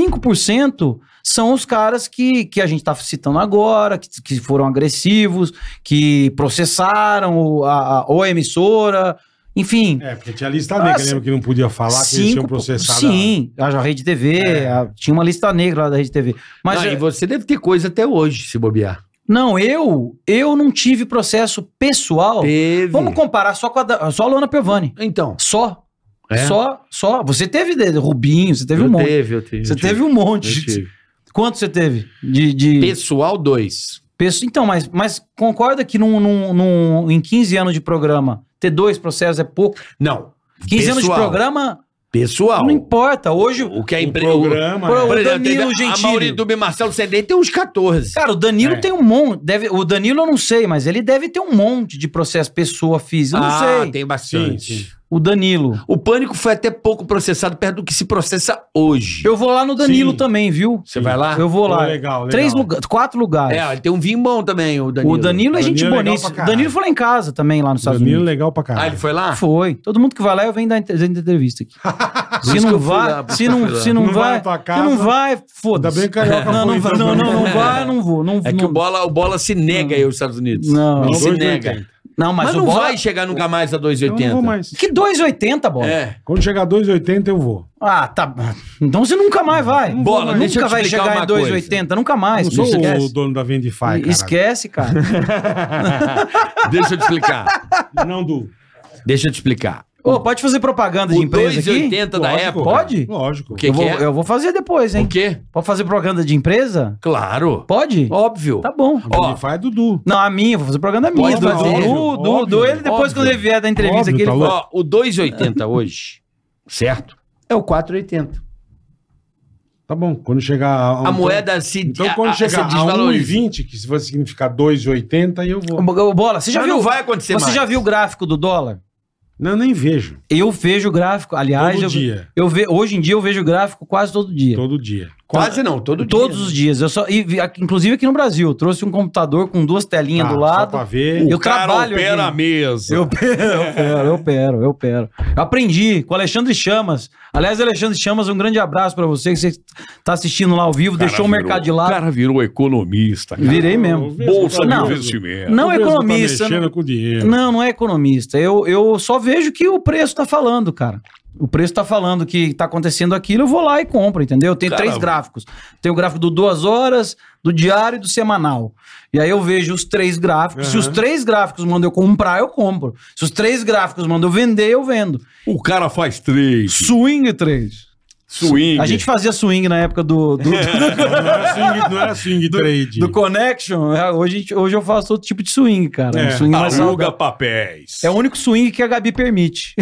Speaker 5: 5% são os caras que, que a gente está citando agora, que, que foram agressivos, que processaram o- a, a- ou a emissora, enfim.
Speaker 2: É, porque tinha lista negra,
Speaker 5: Nossa.
Speaker 2: lembra que não podia falar que eles tinham
Speaker 5: pô.
Speaker 2: processado.
Speaker 5: Sim, a a Rede TV, a- tinha uma lista negra lá da Rede TV. Mas
Speaker 4: Mas
Speaker 5: eh,
Speaker 4: É. e você deve ter coisa até hoje, se bobear.
Speaker 5: não, eu eu não tive processo pessoal.
Speaker 4: Teve.
Speaker 5: Vamos comparar só com a da- só a Luana Piovani.
Speaker 4: Então.
Speaker 5: Só,
Speaker 4: É?
Speaker 5: só, só. Você teve de- Rubinho, você teve
Speaker 4: eu
Speaker 5: um monte.
Speaker 4: Teve, eu teve.
Speaker 5: Você
Speaker 4: eu
Speaker 5: teve
Speaker 4: tive,
Speaker 5: um
Speaker 4: eu
Speaker 5: monte.
Speaker 4: tive.
Speaker 5: Quanto você teve de, de
Speaker 4: Pessoal 2.
Speaker 5: peso? Então, mas, mas concorda que num, num- num- em 15 anos de programa, ter dois processos é pouco.
Speaker 4: Não.
Speaker 5: 15 anos de
Speaker 4: Pessoal.
Speaker 5: programa,
Speaker 4: Pessoal.
Speaker 5: não importa. Hoje,
Speaker 4: O que é
Speaker 2: O
Speaker 4: emprego.
Speaker 2: programa.
Speaker 5: Pro-
Speaker 2: é.
Speaker 5: O Danilo Gentili.
Speaker 4: A Maurício do Marcelo Sendei tem uns 14.
Speaker 5: Cara, o Danilo
Speaker 2: É.
Speaker 5: tem um monte. Deve, o Danilo eu não sei, mas ele deve ter um monte de processo pessoa física. Eu não
Speaker 4: ah,
Speaker 5: sei.
Speaker 4: tem bastante.
Speaker 2: Sim, sim.
Speaker 5: O Danilo.
Speaker 4: O pânico foi até pouco processado perto do que se processa hoje.
Speaker 5: Eu vou lá no Danilo
Speaker 2: Sim.
Speaker 5: também, viu?
Speaker 4: Você vai lá?
Speaker 5: Eu vou
Speaker 2: Pô,
Speaker 5: lá.
Speaker 2: legal, legal.
Speaker 5: Três lugares, quatro lugares.
Speaker 4: É, ó, ele tem um vinho bom também, o Danilo.
Speaker 5: O Danilo é gente
Speaker 2: Danilo é legal
Speaker 5: boníssima.
Speaker 2: pra
Speaker 5: O Danilo foi lá em casa também, lá nos Estados
Speaker 2: Danilo é
Speaker 5: Unidos.
Speaker 2: legal pra
Speaker 4: Ah,
Speaker 2: caralho.
Speaker 4: ele foi lá?
Speaker 5: Foi. Todo mundo que vai lá, eu venho dar inter- dando entrevista aqui.
Speaker 4: Por
Speaker 5: Se
Speaker 4: isso que
Speaker 5: não
Speaker 4: eu fui
Speaker 5: vai,
Speaker 4: lá, por isso
Speaker 5: se
Speaker 4: que eu
Speaker 5: não,
Speaker 4: fui lá.
Speaker 5: se não,
Speaker 2: Não vai
Speaker 5: vai,
Speaker 2: na tua
Speaker 5: se não
Speaker 2: casa.
Speaker 5: vai,
Speaker 2: Ainda bem
Speaker 5: foda-se.
Speaker 2: que o Carioca
Speaker 5: Não, não,
Speaker 2: foi,
Speaker 5: vai-
Speaker 2: então.
Speaker 5: não, não, não vai, não vou, não
Speaker 4: É que
Speaker 5: não,
Speaker 4: o bola, o bola se nega aí aos Estados Unidos.
Speaker 5: Não.
Speaker 4: ele
Speaker 2: Não,
Speaker 4: se
Speaker 2: 2,80.
Speaker 4: nega.
Speaker 5: não,
Speaker 4: Mas,
Speaker 5: mas, o
Speaker 4: não
Speaker 5: bola.
Speaker 4: vai chegar nunca mais a
Speaker 2: Eu não vou
Speaker 4: 2,80.
Speaker 2: mais.
Speaker 5: Que 2,80 bola.
Speaker 4: É.
Speaker 2: Quando chegar 2,80 eu vou.
Speaker 5: Ah, tá. Então você nunca mais vai.
Speaker 4: Não vou,
Speaker 5: nunca
Speaker 4: mas deixa eu te
Speaker 5: vai
Speaker 4: explicar
Speaker 5: chegar
Speaker 4: uma
Speaker 5: em 2,80, nunca mais.
Speaker 2: não sou
Speaker 5: Ah, esquece.
Speaker 2: o dono da Vendify, cara.
Speaker 5: Esquece,
Speaker 4: (laughs)
Speaker 5: cara.
Speaker 4: Deixa eu te
Speaker 5: (laughs)
Speaker 4: explicar.
Speaker 2: (laughs) Não, Du.
Speaker 4: Deixa eu te explicar.
Speaker 5: Ô, pode fazer propaganda de
Speaker 4: O
Speaker 5: empresa aqui?
Speaker 4: 2,80 da
Speaker 2: Lógico,
Speaker 4: época.
Speaker 5: Pode?
Speaker 2: Lógico.
Speaker 4: O que,
Speaker 5: eu,
Speaker 4: que
Speaker 5: vou,
Speaker 4: é?
Speaker 5: eu vou fazer depois, hein?
Speaker 4: O quê?
Speaker 5: Pode fazer propaganda de empresa?
Speaker 4: Claro.
Speaker 5: Pode?
Speaker 4: Óbvio.
Speaker 5: Tá bom.
Speaker 2: A Vendify é Dudu.
Speaker 5: Não, a minha, vou fazer propaganda minha.
Speaker 4: Pode fazer.
Speaker 5: Do, do,
Speaker 2: Óbvio,
Speaker 5: do ele, depois
Speaker 4: óbvio.
Speaker 5: quando ele vier da entrevista
Speaker 2: Óbvio,
Speaker 5: aqui, ele
Speaker 2: tá
Speaker 5: fala.
Speaker 4: Ó, o 2,80 hoje, certo? É o 4,80.
Speaker 2: Tá bom, quando chegar... a- um
Speaker 4: A moeda se...
Speaker 2: Então
Speaker 4: a-
Speaker 2: quando
Speaker 4: a-
Speaker 2: chegar
Speaker 5: um
Speaker 2: a
Speaker 4: se desvaloriza.
Speaker 2: 1,20, que se vai significar 2,80, aí eu vou.
Speaker 5: Ô, Bola, você já
Speaker 4: Mas
Speaker 5: viu?
Speaker 4: Não vai acontecer
Speaker 5: Ah, Você
Speaker 4: mais.
Speaker 5: já viu o gráfico do dólar?
Speaker 2: Não, eu nem vejo.
Speaker 5: Eu vejo o gráfico, aliás,
Speaker 2: todo
Speaker 5: eu,
Speaker 2: dia.
Speaker 5: eu ve, hoje em dia eu vejo o gráfico quase todo dia.
Speaker 2: Todo dia.
Speaker 4: Quase não, todo dia. né?
Speaker 5: Todos os dias. Eu só, e vi- aqui- inclusive aqui no Brasil, eu trouxe um computador com duas telinhas
Speaker 2: Tá,
Speaker 5: do
Speaker 2: Só pra
Speaker 5: lado.
Speaker 2: ver.
Speaker 5: eu trabalho aqui.
Speaker 7: mesa.
Speaker 5: Eu opero, eu opero, eu opero, eu opero. Eu aprendi com o Alexandre Chamas. Aliás, Alexandre Chamas, um grande abraço pra você que você tá assistindo lá ao vivo,
Speaker 7: cara
Speaker 5: deixou o
Speaker 7: virou-
Speaker 5: mercado de lado.
Speaker 7: cara virou economista. cara.
Speaker 5: Virei mesmo.
Speaker 2: Eu vejo que
Speaker 7: Bolsa
Speaker 2: tá-
Speaker 7: de
Speaker 5: Não.
Speaker 7: investimento.
Speaker 5: Não é
Speaker 2: Eu vejo que tá
Speaker 5: economista.
Speaker 2: mexendo com o dinheiro.
Speaker 5: Não, não é economista. Eu, eu só vejo que o preço tá falando, cara. O preço tá falando que tá acontecendo aquilo, eu vou lá e compro, entendeu? Tem
Speaker 7: Cara,
Speaker 5: três
Speaker 7: eu-
Speaker 5: gráficos. Tem o gráfico do duas horas, do diário e do semanal. E aí eu vejo os três gráficos. Se
Speaker 2: Aham.
Speaker 5: os três gráficos mandam eu comprar, eu compro. Se os três gráficos mandam eu vender, eu vendo.
Speaker 7: O cara faz três.
Speaker 5: Swing três.
Speaker 7: Swing.
Speaker 5: A gente fazia swing na época do, do, do,
Speaker 2: Não era swing, não era swing trade.
Speaker 5: é do Connection. É, Hoje, a gente- hoje eu faço outro tipo de swing, cara.
Speaker 2: É.
Speaker 5: Um
Speaker 4: Ah,
Speaker 5: swing mais
Speaker 7: aluga
Speaker 5: saudável.
Speaker 7: papéis.
Speaker 4: um-
Speaker 5: É o único swing que a Gabi permite.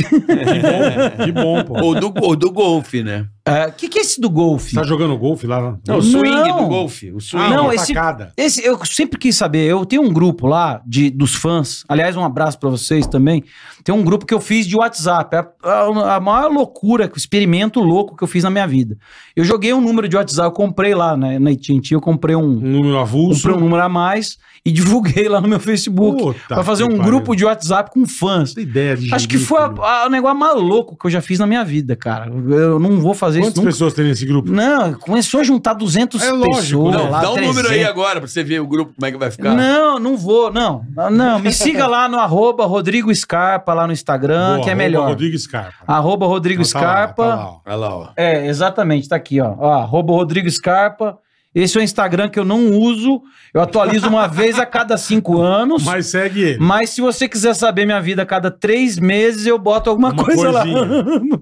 Speaker 2: Que bom, pô.
Speaker 4: Ou do, ou do golfe, né?
Speaker 5: O que, que é esse do golfe?
Speaker 2: Tá jogando golfe lá?
Speaker 4: Não, o swing
Speaker 5: Não.
Speaker 4: do golfe. O swing.
Speaker 2: Ah,
Speaker 5: não,
Speaker 2: uma
Speaker 5: esse-
Speaker 2: tacada.
Speaker 5: Esse, eu sempre quis saber. Eu tenho um grupo lá de, dos fãs. Aliás, um abraço pra vocês também. Tem um grupo que eu fiz de WhatsApp. É a, a- a maior loucura, o experimento louco que eu fiz na minha vida. Eu joguei um número de WhatsApp, eu comprei lá né, na AT&T, eu comprei um,
Speaker 2: Um número avulso.
Speaker 5: comprei um número a mais e (laughs) divulguei lá no meu Facebook
Speaker 2: Puta
Speaker 5: pra fazer
Speaker 2: que
Speaker 5: um
Speaker 2: pariu.
Speaker 5: grupo de WhatsApp com fãs.
Speaker 2: Essa ideia de
Speaker 5: Acho que foi a-
Speaker 2: ridículo.
Speaker 5: a- o negócio mais louco que eu já fiz na minha vida, cara. Eu não vou fazer fazer
Speaker 2: Quantas
Speaker 5: isso nunca.
Speaker 2: pessoas tem nesse grupo?
Speaker 5: Não, começou a juntar 200
Speaker 2: É lógico,
Speaker 5: pessoas.
Speaker 2: né?
Speaker 4: Não,
Speaker 5: lá,
Speaker 4: dá um número aí
Speaker 5: 300.
Speaker 4: agora pra você ver o grupo, como é que vai ficar.
Speaker 5: Não, não vou, não. Não, me siga lá no arroba Rodrigo Scarpa, lá no Instagram,
Speaker 2: Boa,
Speaker 5: que é
Speaker 2: arroba
Speaker 5: melhor. Ah,
Speaker 2: Rodrigo Scarpa.
Speaker 5: Arroba Rodrigo
Speaker 2: Então tá lá,
Speaker 5: Scarpa.
Speaker 2: tá lá, ó.
Speaker 4: Olha lá, ó.
Speaker 5: É, exatamente, tá aqui, ó. ó arroba Rodrigo Scarpa. Esse é o Instagram que eu não uso. Eu atualizo uma vez a cada cinco anos. Mas,
Speaker 2: Mas segue ele.
Speaker 5: se você quiser saber minha vida a cada três meses, eu boto alguma
Speaker 2: Uma
Speaker 5: coisa lá.
Speaker 2: coisinha.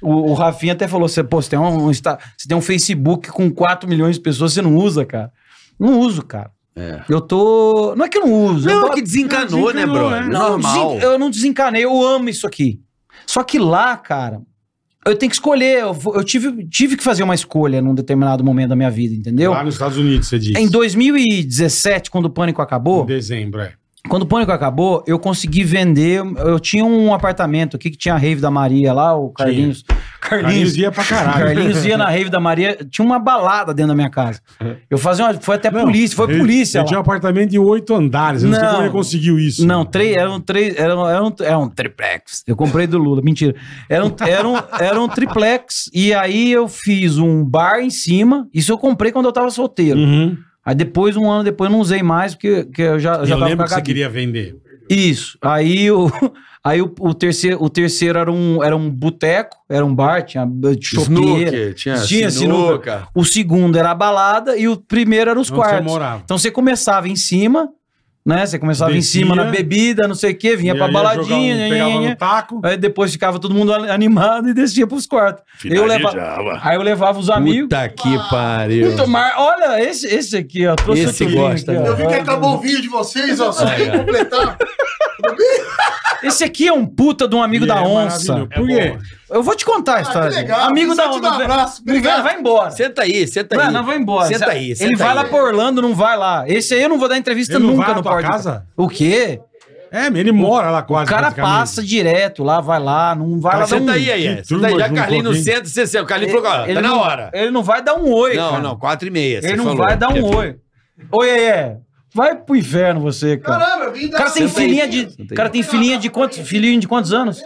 Speaker 5: o, o Rafinha até falou: você, pô, você tem um, um Insta- você tem um Facebook com 4 milhões de pessoas, você não usa, cara. Não uso, cara.
Speaker 4: É.
Speaker 5: Eu tô. Não é que eu não uso. eu
Speaker 4: Não,
Speaker 5: boto-
Speaker 4: que desencanou, né,
Speaker 2: Desencanou,
Speaker 4: brother?
Speaker 2: é.
Speaker 5: não,
Speaker 4: Normal.
Speaker 5: desen- Eu não desencanei, eu amo isso aqui. Só que lá, cara, eu tenho que escolher. Eu, vou- eu tive, tive que fazer uma escolha num determinado momento da minha vida, entendeu?
Speaker 2: Lá nos Estados Unidos, você disse.
Speaker 5: Em 2017, quando o pânico acabou,
Speaker 2: Em dezembro, é.
Speaker 5: quando o pânico acabou, eu consegui vender. Eu tinha um apartamento aqui que tinha a rave da Maria lá, o Carlinhos.
Speaker 2: Carlinhos ia pra caralho.
Speaker 5: Carlinhos ia na rave da Maria, tinha uma balada dentro da minha casa. Eu fazia uma. Foi até
Speaker 2: Não,
Speaker 5: polícia, foi
Speaker 2: ele-
Speaker 5: polícia.
Speaker 2: Ele
Speaker 5: lá.
Speaker 2: tinha um apartamento de oito andares. Eu não, sei
Speaker 5: Não.
Speaker 2: como ele conseguiu isso.
Speaker 5: Não, três, eram três, um, eram, eram, eram triplex. Eu comprei do Lula, mentira. um, Eram, eram, eram triplex. E aí eu fiz um bar em cima. Isso eu comprei quando eu tava solteiro.
Speaker 2: Uhum.
Speaker 5: Aí depois, um ano depois, eu não usei mais, porque, porque eu já, já
Speaker 2: eu
Speaker 5: tava
Speaker 2: lembro que você
Speaker 5: cagado.
Speaker 2: queria vender.
Speaker 5: Isso. Aí o, (laughs) aí o, o terceiro, o terceiro era um, era um boteco, era um bar, tinha eh, chopeira.
Speaker 4: Snooker, tinha,
Speaker 5: Tinha
Speaker 4: sinuca.
Speaker 5: O segundo era a balada e o primeiro era os
Speaker 2: Onde você
Speaker 5: quartos.
Speaker 2: morava.
Speaker 5: Então você começava em cima, né? Você começava
Speaker 2: Descia.
Speaker 5: em cima na bebida, não sei o quê, vinha
Speaker 2: Ia-
Speaker 5: pra
Speaker 2: ia
Speaker 5: baladinha, né,
Speaker 2: jogar um-
Speaker 5: nhanhanha,
Speaker 2: pegava no taco.
Speaker 5: aí depois ficava todo mundo a- animado e descia pros quartos. Eu leva... Aí eu levava os amigos.
Speaker 4: Puta que pariu.
Speaker 5: Fui tomar- Olha, esse, esse aqui, ó. Trouxe
Speaker 4: Esse
Speaker 5: outro vinho
Speaker 4: gosta,
Speaker 2: né?
Speaker 5: aqui, ó.
Speaker 8: Eu vi que acabou o vinho de vocês, ó, só
Speaker 4: Aí,
Speaker 8: pra
Speaker 4: ó.
Speaker 8: completar.
Speaker 5: Esse aqui é um puta de um amigo
Speaker 2: E
Speaker 5: da
Speaker 2: é
Speaker 5: onça.
Speaker 2: maravilhoso. É Por quê?
Speaker 5: Eu vou te contar a
Speaker 8: Ah,
Speaker 5: história.
Speaker 8: que
Speaker 5: dele.
Speaker 8: legal.
Speaker 5: Amigo da
Speaker 8: Só te
Speaker 5: onça.
Speaker 8: dar um abraço.
Speaker 5: Não vem-
Speaker 8: Obrigado.
Speaker 5: vai embora.
Speaker 4: Senta aí, senta aí.
Speaker 5: Não, não vai embora.
Speaker 4: Senta aí, senta
Speaker 5: Ele vai
Speaker 4: aí.
Speaker 5: lá pra Orlando, não vai lá. Esse aí eu não vou dar entrevista
Speaker 2: Ele não
Speaker 5: nunca
Speaker 2: vai à
Speaker 5: no
Speaker 2: tua
Speaker 5: podcast.
Speaker 2: casa?
Speaker 5: O quê?
Speaker 2: É, ele mora lá
Speaker 5: O
Speaker 2: quase.
Speaker 5: cara
Speaker 2: praticamente.
Speaker 5: passa direto lá, vai lá, não vai
Speaker 4: Cara,
Speaker 5: lá. dá
Speaker 4: senta
Speaker 5: um-
Speaker 4: aí, aí.
Speaker 2: que
Speaker 4: é. Senta
Speaker 2: turma
Speaker 4: aí. Já
Speaker 2: junto
Speaker 4: Carlinhos
Speaker 2: um
Speaker 4: não
Speaker 2: pouquinho.
Speaker 4: senta, você senta. O Carlinhos falou, ó, tá na
Speaker 5: não-
Speaker 4: hora.
Speaker 5: Ele não vai dar um oi,
Speaker 4: não,
Speaker 5: cara.
Speaker 4: não, quatro e meia.
Speaker 5: Ele não vai dar um
Speaker 4: é
Speaker 5: oi. Oi, Aie. Vai pro inferno você, cara.
Speaker 8: Caramba, eu vim
Speaker 5: O
Speaker 8: da.
Speaker 5: cara tem
Speaker 4: Senta aí,
Speaker 5: filhinha
Speaker 4: senta
Speaker 5: de.
Speaker 4: aí.
Speaker 5: cara tem filhinha de quantos? Filhinho de quantos anos?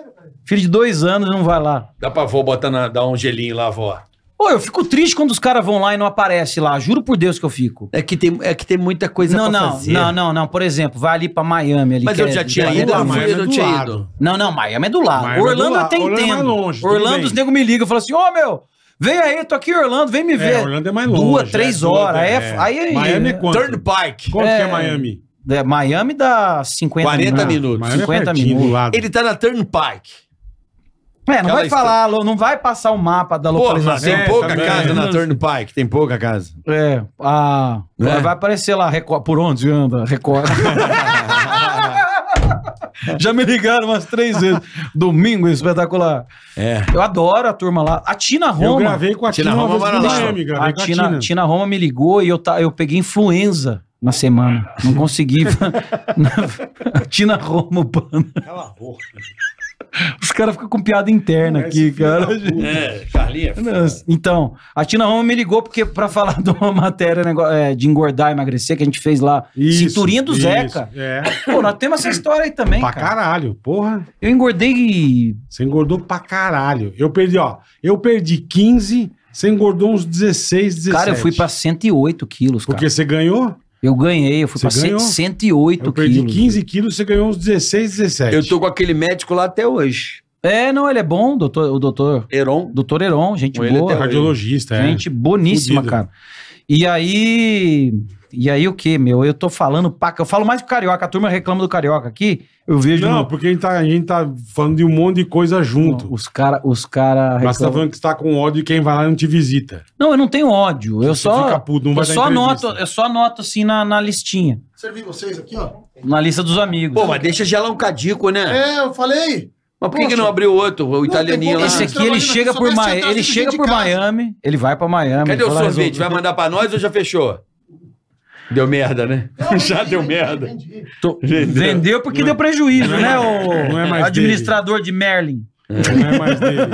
Speaker 5: Filho de dois anos não vai lá.
Speaker 4: Dá pra avó botar na, dar um gelinho lá, avó.
Speaker 5: Ô, eu fico triste quando os caras vão lá e não aparece lá. Juro por Deus que eu fico.
Speaker 4: É que tem, é que tem muita coisa
Speaker 5: Não, não, não, não, não. Por exemplo, vai ali pra Miami ali.
Speaker 4: Mas
Speaker 5: que
Speaker 4: eu
Speaker 5: é-
Speaker 4: já tinha
Speaker 5: é
Speaker 4: ido,
Speaker 5: do
Speaker 4: eu
Speaker 5: lado.
Speaker 4: não fui, eu não
Speaker 2: do
Speaker 4: tinha
Speaker 2: lado.
Speaker 4: ido.
Speaker 5: Não, não, Miami é do lado.
Speaker 2: Miami é do
Speaker 5: Orlando
Speaker 2: lado.
Speaker 5: até
Speaker 2: Orlando é mais
Speaker 5: entendo.
Speaker 2: longe, tudo
Speaker 5: Orlando,
Speaker 2: bem.
Speaker 5: os nego me ligam e falam assim: Ô meu, vem aí, tô aqui em Orlando, vem me ver.
Speaker 2: É, Orlando é mais longe.
Speaker 5: Duas, três
Speaker 2: é,
Speaker 5: horas.
Speaker 2: tudo,
Speaker 5: aí é- Aí, é-
Speaker 2: Miami é quanto?
Speaker 4: Turnpike.
Speaker 2: Quanto que
Speaker 5: É.
Speaker 2: é Miami?
Speaker 5: É, Miami dá 50
Speaker 4: 40
Speaker 5: minutos.
Speaker 4: minutos.
Speaker 2: Miami é
Speaker 5: 50
Speaker 2: pertinho,
Speaker 5: minutos.
Speaker 2: do lado.
Speaker 4: Ele tá na Turnpike.
Speaker 5: É, não
Speaker 4: Aquela
Speaker 5: vai falar, lo- não vai passar o mapa da
Speaker 4: Porra, mas
Speaker 5: localização.
Speaker 4: tem
Speaker 2: É,
Speaker 4: pouca
Speaker 2: também.
Speaker 4: casa na Turnpike. Tem pouca casa.
Speaker 5: É, a-
Speaker 4: Né?
Speaker 5: vai aparecer lá, Record, por onde
Speaker 4: (laughs)
Speaker 5: anda, Record. Já me ligaram umas três vezes. Domingo espetacular.
Speaker 4: É.
Speaker 5: Eu adoro a turma lá. A Tina
Speaker 2: Eu
Speaker 5: Roma.
Speaker 2: gravei com a
Speaker 4: Tina
Speaker 2: Tina uma
Speaker 4: Roma
Speaker 2: vez
Speaker 4: mora
Speaker 2: em
Speaker 4: lá.
Speaker 2: Miami, gravei
Speaker 5: A
Speaker 2: com a
Speaker 5: Tina,
Speaker 2: Tina.
Speaker 5: Tina Roma me ligou e eu, ta, eu peguei influenza na semana.
Speaker 2: (laughs)
Speaker 5: Não consegui. (laughs) a Tina Roma, mano. Os caras ficam com piada interna
Speaker 2: Esse
Speaker 5: aqui,
Speaker 2: filho
Speaker 5: cara.
Speaker 2: da puta.
Speaker 4: É, Carlinhos.
Speaker 5: Nossa. Então, a Tina Roma me ligou porque para falar (laughs) de uma matéria nego- é, de engordar e emagrecer que a gente fez lá,
Speaker 2: Isso,
Speaker 5: cinturinha do
Speaker 2: isso,
Speaker 5: Zeca.
Speaker 2: É.
Speaker 5: Pô, nós temos essa história aí também,
Speaker 2: Pra
Speaker 5: cara.
Speaker 2: caralho, porra.
Speaker 5: Eu engordei
Speaker 2: Você engordou pra caralho. Eu perdi, ó. Eu perdi 15, você engordou uns 16, 17.
Speaker 5: Cara, eu fui pra 108 quilos, cara.
Speaker 2: Porque você ganhou?
Speaker 5: Eu ganhei, eu fui
Speaker 2: Você
Speaker 5: pra cento-
Speaker 2: ganhou?
Speaker 5: 108
Speaker 2: Eu perdi
Speaker 5: quilos.
Speaker 2: 15 quilos, você ganhou uns 16, 17.
Speaker 4: Eu tô com aquele médico lá até hoje.
Speaker 5: É, não, ele é bom, doutor, o doutor,
Speaker 4: Heron.
Speaker 5: doutor Heron, gente
Speaker 4: Ele é
Speaker 5: boa.
Speaker 4: até
Speaker 2: Cardiologista, é.
Speaker 5: Gente boníssima,
Speaker 2: Fudido.
Speaker 5: cara. E aí. E aí, o que, meu? Eu tô falando paca. Eu falo mais pro carioca. A turma reclama do carioca aqui. Eu vejo.
Speaker 2: Não,
Speaker 5: no-
Speaker 2: porque a gente, tá, a gente tá falando de um monte de coisa junto.
Speaker 5: os cara, os cara
Speaker 2: Mas você tá
Speaker 5: reclamam.
Speaker 2: falando que você tá com ódio e quem vai lá não te visita.
Speaker 5: Não, eu não tenho ódio. Eu
Speaker 2: Você
Speaker 5: só.
Speaker 2: fica puto, não
Speaker 5: eu
Speaker 2: vai dar
Speaker 5: só
Speaker 2: entrevista.
Speaker 5: anoto, eu só anoto assim na, na listinha.
Speaker 8: Servi vocês aqui, ó.
Speaker 5: Na lista dos amigos.
Speaker 4: Pô, mas deixa gelar um cadico, né?
Speaker 8: É, eu falei.
Speaker 4: Mas por que, que
Speaker 8: Poxa.
Speaker 4: não abriu outro, o italianinho lá?
Speaker 8: pouca
Speaker 5: esse
Speaker 8: gente
Speaker 5: aqui ele
Speaker 8: trabalhando
Speaker 5: chega
Speaker 8: aqui,
Speaker 5: por
Speaker 8: só vai
Speaker 5: Miami.
Speaker 8: sentar,
Speaker 5: Ele
Speaker 8: fica
Speaker 5: chega
Speaker 8: de
Speaker 5: por
Speaker 8: casa.
Speaker 5: Miami. Ele vai pra Miami.
Speaker 4: Cadê o
Speaker 5: fala,
Speaker 4: sorvete? Vai
Speaker 5: resolve.
Speaker 4: mandar pra nós ou já fechou? Deu merda, né? (laughs) Já deu merda.
Speaker 8: Entendi.
Speaker 5: Tô- Vendeu. porque deu prejuízo, né? O
Speaker 2: é não é mais
Speaker 5: administrador de Merlin.
Speaker 2: Não é mais dele.
Speaker 5: (laughs)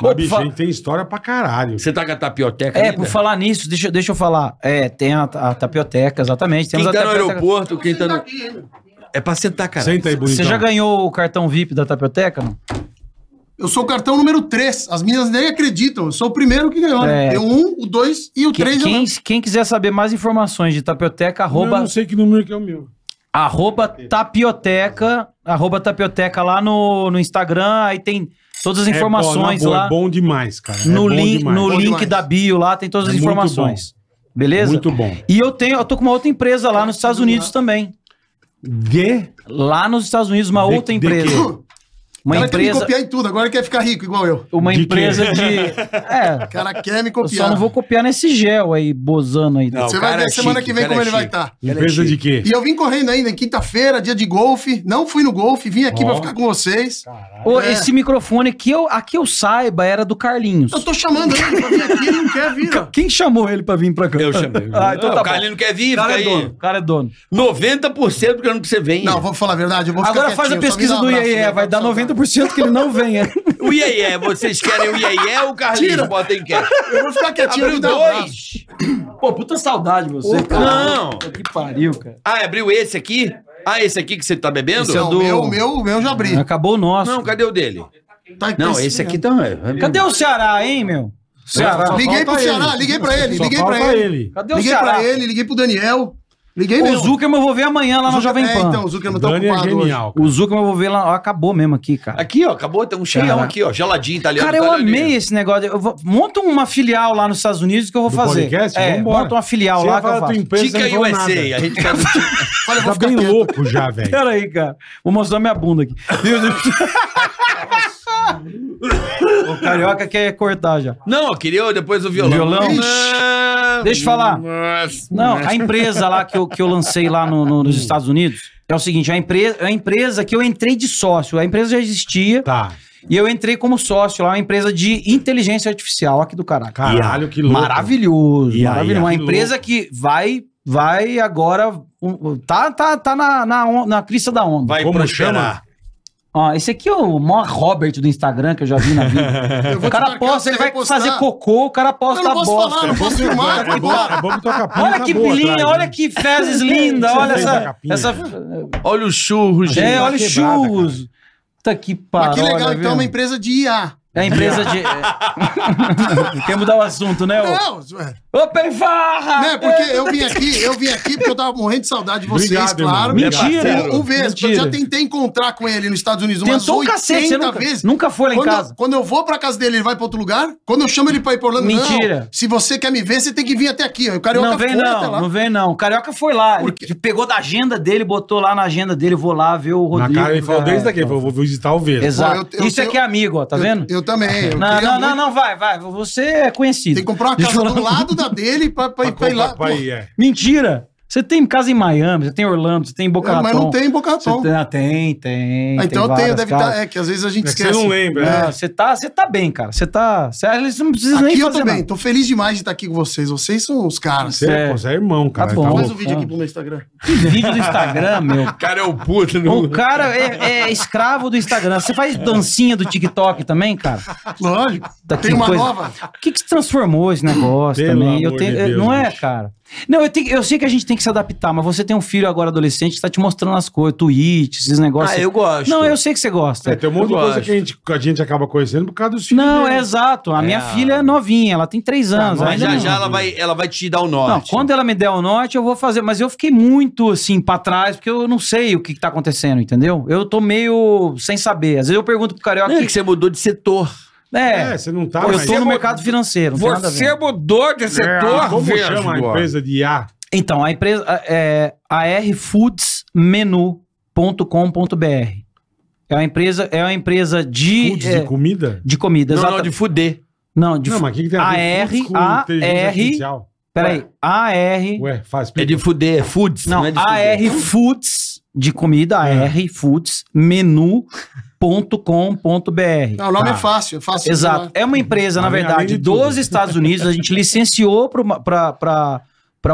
Speaker 5: Ô,
Speaker 2: Mas, bicho,
Speaker 5: fa-
Speaker 2: a gente tem história pra caralho.
Speaker 4: Você tá com a tapioteca
Speaker 5: É,
Speaker 4: ainda?
Speaker 5: por falar nisso, deixa, deixa eu falar. É, tem a, a tapioteca, exatamente.
Speaker 4: Quem
Speaker 5: Temos a
Speaker 4: tá no
Speaker 5: tapioteca.
Speaker 4: aeroporto, quem tá
Speaker 8: Tá
Speaker 4: no...
Speaker 8: aqui, hein, meu.
Speaker 4: É pra sentar, cara.
Speaker 2: Senta aí, bonitão.
Speaker 5: Você já ganhou o cartão VIP da tapioteca? Não?
Speaker 8: Eu sou o cartão número 3. As meninas nem acreditam. Eu sou o primeiro que ganhou. né?
Speaker 5: É.
Speaker 8: Tem o 1, o 2 e o
Speaker 5: Quem,
Speaker 4: um.
Speaker 8: 3. (coughs)
Speaker 5: quem, quem quiser saber mais informações de tapioteca,
Speaker 2: Eu
Speaker 5: arroba,
Speaker 2: não sei que número que é o meu.
Speaker 5: arroba tapioteca, arroba tapioteca lá no, no Instagram, aí tem todas as
Speaker 2: É bom, na
Speaker 5: informações
Speaker 2: boa,
Speaker 5: lá.
Speaker 2: É bom demais, cara. É
Speaker 5: no
Speaker 2: bom
Speaker 5: link,
Speaker 2: demais.
Speaker 5: no
Speaker 8: Bom
Speaker 5: link
Speaker 8: demais.
Speaker 5: da bio lá, tem todas
Speaker 2: É
Speaker 5: as
Speaker 2: muito
Speaker 5: informações. Beleza?
Speaker 2: Muito bom.
Speaker 5: E eu tenho, eu tô com uma outra empresa lá nos Estados Unidos também.
Speaker 2: De...
Speaker 5: Lá nos Estados Unidos, uma
Speaker 2: De-
Speaker 5: outra
Speaker 2: de
Speaker 5: empresa. Uma
Speaker 8: Ela quer me
Speaker 5: empresa.
Speaker 8: copiar em tudo. Agora quer ficar rico, igual eu.
Speaker 5: Uma
Speaker 2: De quê?
Speaker 5: empresa
Speaker 8: (laughs)
Speaker 5: de. É,
Speaker 8: O cara quer me
Speaker 5: eu
Speaker 8: copiar.
Speaker 5: só não vou copiar nesse gel aí, bozano aí.
Speaker 4: Não,
Speaker 8: Você
Speaker 4: o
Speaker 8: vai
Speaker 4: cara
Speaker 8: ver
Speaker 4: é
Speaker 8: semana
Speaker 4: chique,
Speaker 8: que vem
Speaker 4: o cara
Speaker 8: como
Speaker 4: é
Speaker 8: ele vai tá.
Speaker 4: chique.
Speaker 8: estar.
Speaker 2: Empresa de quê?
Speaker 8: E eu vim correndo ainda, em quinta-feira, dia de golfe. Não fui no golfe, vim aqui
Speaker 2: Ó.
Speaker 8: pra ficar com vocês.
Speaker 2: Ah,
Speaker 5: Ô,
Speaker 8: É.
Speaker 5: Esse microfone que eu, a que eu saiba era do Carlinhos.
Speaker 8: Eu tô chamando ele pra vir aqui, ele não quer vir. ó.
Speaker 5: Quem chamou ele pra vir pra cá?
Speaker 4: Eu chamei.
Speaker 5: Ah,
Speaker 4: Não,
Speaker 5: então tá
Speaker 4: o
Speaker 5: bom.
Speaker 4: Carlinho não quer vir,
Speaker 5: O cara
Speaker 4: fica
Speaker 5: é
Speaker 4: aí.
Speaker 5: dono, o cara é dono.
Speaker 4: 90% do ano que você vem.
Speaker 8: Não, vou falar a verdade, eu vou ficar
Speaker 5: Agora faz a
Speaker 8: quietinho, só me
Speaker 5: pesquisa
Speaker 8: dá um
Speaker 5: do
Speaker 8: abraço,
Speaker 5: IEE,
Speaker 8: né?
Speaker 5: vai dar 90% que ele não vem.
Speaker 8: (laughs)
Speaker 5: é.
Speaker 4: O IEE, vocês querem o IEE ou o Carlinhos?
Speaker 8: Tira.
Speaker 4: Bota em quem?
Speaker 8: Eu vou ficar quietinho, eu
Speaker 4: Abriu
Speaker 8: me dá um abraço.
Speaker 4: dois.
Speaker 5: Pô, puta saudade você,
Speaker 2: tá
Speaker 4: Não.
Speaker 5: Puta Que pariu, cara.
Speaker 4: Ah, abriu esse aqui? Ah, esse aqui que você tá bebendo?
Speaker 5: Esse é
Speaker 8: Não,
Speaker 5: do-
Speaker 8: meu, meu, meu já abri.
Speaker 5: Acabou o nosso.
Speaker 4: Não, cadê o dele?
Speaker 8: Tá
Speaker 4: Não, esse aqui tá.
Speaker 5: Cadê o Ceará, hein, meu? Ceará.
Speaker 8: Liguei pro
Speaker 2: Falta
Speaker 8: Ceará,
Speaker 2: ele.
Speaker 8: liguei pra ele,
Speaker 2: Só
Speaker 8: liguei
Speaker 2: falta
Speaker 8: pra ele.
Speaker 5: Cadê o
Speaker 8: liguei
Speaker 5: Ceará?
Speaker 8: pra ele, liguei pro Daniel. Liguei
Speaker 5: O
Speaker 8: mesmo.
Speaker 5: Zuckerman eu vou ver amanhã lá na Jovem
Speaker 8: É,
Speaker 5: Pan.
Speaker 8: então, o Zucker não tá
Speaker 2: Dani é
Speaker 8: ocupado hoje.
Speaker 2: genial. cara.
Speaker 5: O Zuckerman eu vou ver lá. ó, Acabou mesmo aqui, cara.
Speaker 4: Aqui, ó, acabou, tem um cheião
Speaker 5: Cara.
Speaker 4: aqui, ó, geladinho
Speaker 8: é
Speaker 4: italiano.
Speaker 5: Cara, eu
Speaker 4: italiano.
Speaker 5: amei esse negócio. Eu vou- monta uma filial lá nos Estados Unidos que eu vou
Speaker 2: Do
Speaker 5: fazer.
Speaker 2: podcast?
Speaker 5: É,
Speaker 2: Vambora.
Speaker 5: monta uma filial
Speaker 2: Você
Speaker 5: lá
Speaker 2: ia
Speaker 5: que eu
Speaker 2: falar da tua
Speaker 5: (laughs) faço.
Speaker 2: empresa,
Speaker 4: Tica
Speaker 2: não falou
Speaker 4: USA, a
Speaker 2: nada.
Speaker 4: gente quer do Tica.
Speaker 8: Olha, eu vou
Speaker 2: Tá
Speaker 8: ficar
Speaker 2: bem
Speaker 8: quieto.
Speaker 2: louco já, velho.
Speaker 5: Pera aí, cara. Vou mostrar minha bunda
Speaker 8: (laughs)
Speaker 5: aqui. (laughs) Meu Deus. o carioca quer cortar já.
Speaker 4: Não, eu queria depois o violão.
Speaker 5: Violão?
Speaker 4: Não.
Speaker 5: Deixa eu falar. Não, a empresa lá que eu, que eu lancei lá no- no-
Speaker 8: Hum.
Speaker 5: nos Estados Unidos é o seguinte: a empresa, a empresa que eu entrei de sócio, a empresa já existia
Speaker 2: Tá.
Speaker 5: e eu entrei como sócio lá, uma empresa de inteligência artificial, aqui do caralho.
Speaker 2: Caralho, que louco.
Speaker 5: Maravilhoso,
Speaker 2: Ia,
Speaker 5: maravilhoso.
Speaker 2: ia.
Speaker 5: Uma
Speaker 2: Que
Speaker 5: empresa que vai, vai agora. um, tá tá, tá na, na, on- na crista da onda.
Speaker 4: Vai
Speaker 2: Como
Speaker 4: prosperar.
Speaker 5: Ó, esse aqui é o maior Robert do Instagram que eu já vi na vida.
Speaker 8: (laughs) Eu vou
Speaker 5: o
Speaker 8: te
Speaker 5: cara
Speaker 8: marcar,
Speaker 5: posta,
Speaker 8: você
Speaker 5: ele vai
Speaker 8: repostar.
Speaker 5: fazer cocô, o cara
Speaker 8: Eu
Speaker 5: posta
Speaker 8: não
Speaker 5: a
Speaker 8: posso
Speaker 5: bosta.
Speaker 8: falar, não posso filmar, vai
Speaker 2: É bom, é
Speaker 8: embora.
Speaker 2: bom que tua
Speaker 8: Ah,
Speaker 2: capinha
Speaker 5: Olha
Speaker 2: tá
Speaker 5: que
Speaker 2: boa
Speaker 5: pilinha,
Speaker 2: atrás,
Speaker 5: olha
Speaker 2: né?
Speaker 5: que fezes
Speaker 8: (laughs)
Speaker 5: linda,
Speaker 2: Você
Speaker 5: olha
Speaker 2: fez a
Speaker 5: essa,
Speaker 2: capinha.
Speaker 5: essa.
Speaker 4: Olha o churro, gente.
Speaker 5: É, olha os
Speaker 2: quebrada, cara.
Speaker 5: churros. Puta que
Speaker 8: Mas
Speaker 5: pariu.
Speaker 8: que legal,
Speaker 5: Ah, olha,
Speaker 8: então, é uma
Speaker 5: viu?
Speaker 8: empresa de IA.
Speaker 5: É a empresa de. é. (laughs) Quer mudar o assunto, né? ô?
Speaker 8: Não, Zué.
Speaker 5: Ô, Peifarra!
Speaker 8: Né, porque eu vim aqui, eu vim aqui porque eu tava morrendo de saudade de vocês,
Speaker 2: Obrigado, irmão.
Speaker 8: claro.
Speaker 5: Mentira!
Speaker 8: Um vez, eu já
Speaker 5: Mentira.
Speaker 8: tentei encontrar com ele nos Estados Unidos umas
Speaker 5: Tentou o
Speaker 8: 80
Speaker 5: cacete, você nunca,
Speaker 8: vezes.
Speaker 5: nunca foi lá em
Speaker 8: Quando,
Speaker 5: casa.
Speaker 8: quando eu vou pra casa dele, ele vai pra outro lugar. Quando eu chamo ele pra ir pra Orlando,
Speaker 5: Mentira.
Speaker 8: não. Se você quer me ver, você tem que vir até aqui. ó. O carioca
Speaker 5: Não vem
Speaker 8: foi até
Speaker 5: não,
Speaker 8: lá.
Speaker 5: não vem não. O Carioca foi lá, ele
Speaker 8: quê?
Speaker 5: ele pegou da agenda dele, botou lá na agenda dele, vou lá ver o
Speaker 2: Na
Speaker 5: Rodrigo.
Speaker 2: cara, ele falou
Speaker 5: É,
Speaker 2: desde daqui, ele
Speaker 5: então.
Speaker 2: falou, vou visitar o Verde.
Speaker 5: Exato.
Speaker 8: Pô, eu- eu
Speaker 5: Isso
Speaker 8: tenho-
Speaker 5: aqui é amigo, ó, tá vendo?
Speaker 8: Eu, eu também. Eu
Speaker 5: não,
Speaker 8: queria
Speaker 5: não, não,
Speaker 8: muito-
Speaker 5: não, vai, vai. Você é conhecido.
Speaker 8: Tem que comprar uma
Speaker 5: Deixa
Speaker 8: casa
Speaker 5: eu
Speaker 8: do
Speaker 5: falar.
Speaker 8: lado da dele pra, pra, ir- pra ir lá.
Speaker 2: Papai,
Speaker 8: Pô,
Speaker 2: é.
Speaker 5: Mentira! Você tem casa em Miami, você tem Orlando, você tem em Boca
Speaker 8: é,
Speaker 5: Raton.
Speaker 8: mas não tem Boca
Speaker 5: Você
Speaker 8: Raton.
Speaker 5: tem, ah, tem, tem.
Speaker 8: Ah, então
Speaker 5: tem
Speaker 8: eu tenho,
Speaker 5: várias
Speaker 8: deve
Speaker 5: casas.
Speaker 8: estar. É que às vezes a gente
Speaker 2: É que você
Speaker 8: esquece.
Speaker 2: não lembra, né?
Speaker 5: Não, você tá, você tá bem, cara. Você tá. Você você não precisa nem
Speaker 8: Aqui eu
Speaker 5: fazer
Speaker 8: também.
Speaker 5: nada.
Speaker 8: Tô feliz demais de estar aqui com vocês. Vocês são os caras.
Speaker 2: Você é,
Speaker 5: É.
Speaker 2: pô, você é irmão, cara.
Speaker 5: bom.
Speaker 2: louco.
Speaker 8: Faz um vídeo aqui pro meu Instagram.
Speaker 5: Que vídeo do Instagram, meu.
Speaker 8: (laughs)
Speaker 4: O cara é o puto.
Speaker 5: O
Speaker 4: Não...
Speaker 5: cara é, é escravo do Instagram. Você faz dancinha do TikTok também, cara?
Speaker 8: Lógico.
Speaker 5: Tá, que
Speaker 8: Tem uma
Speaker 5: coisa-
Speaker 8: nova.
Speaker 5: O que, que se transformou esse negócio
Speaker 2: Pelo
Speaker 5: também?
Speaker 2: amor
Speaker 5: Eu tenho,
Speaker 2: de
Speaker 5: eu-
Speaker 2: Deus,
Speaker 5: não é,
Speaker 2: bicho.
Speaker 5: cara. Não, eu, tenho- eu sei que a gente tem que se adaptar, mas você tem um filho agora adolescente que tá te mostrando as coisas, tweets, esses negócios.
Speaker 4: Ah, eu gosto.
Speaker 5: Não, eu sei que você gosta.
Speaker 2: É, tem um monte de
Speaker 4: Eu
Speaker 2: coisa
Speaker 4: gosto.
Speaker 2: que a gente, que a gente acaba conhecendo por causa dos filhos.
Speaker 5: não, é
Speaker 2: dele.
Speaker 5: exato. A minha
Speaker 4: a-
Speaker 5: filha é novinha, ela tem três anos.
Speaker 4: Mas
Speaker 5: ainda
Speaker 4: já
Speaker 5: não-
Speaker 4: já ela vai, ela vai te dar o
Speaker 5: Não,
Speaker 4: norte.
Speaker 5: quando ela me der o norte, eu vou fazer. Mas eu fiquei muito assim pra trás, porque eu não sei o que, que tá acontecendo, entendeu? Eu tô meio sem saber. Às vezes eu pergunto pro carioca.
Speaker 4: Não, é que você mudou de setor.
Speaker 5: É,
Speaker 2: É, você não tá
Speaker 5: eu
Speaker 2: mais-
Speaker 5: tô no mercado financeiro. não tem nada a ver.
Speaker 9: mudou de
Speaker 2: É, Como chama a empresa de IA?
Speaker 5: Então, a empresa a- é arfoodsmenu.com.br. É uma empresa, é uma empresa de
Speaker 2: Foods
Speaker 5: é,
Speaker 2: de comida?
Speaker 5: de comida,
Speaker 4: Não,
Speaker 5: exato.
Speaker 4: não, de fuder.
Speaker 5: Não, de
Speaker 2: não, mas o que, que tem
Speaker 5: AR,
Speaker 2: foods
Speaker 5: AR.
Speaker 2: artificial?
Speaker 5: Peraí, AR
Speaker 2: Ué, faz.
Speaker 4: É de fuder, é foods.
Speaker 5: Não,
Speaker 4: é de
Speaker 5: AR
Speaker 4: fuder.
Speaker 5: Foods de comida,
Speaker 2: Ah.
Speaker 5: AR Foods menu.com.br.
Speaker 8: Não, o nome
Speaker 2: Tá.
Speaker 8: é fácil. É fácil. de
Speaker 5: Ah. Exato.
Speaker 8: falar.
Speaker 5: É uma empresa, na
Speaker 2: Além-
Speaker 5: verdade,
Speaker 2: além de tudo.
Speaker 5: dos Estados Unidos. A gente licenciou para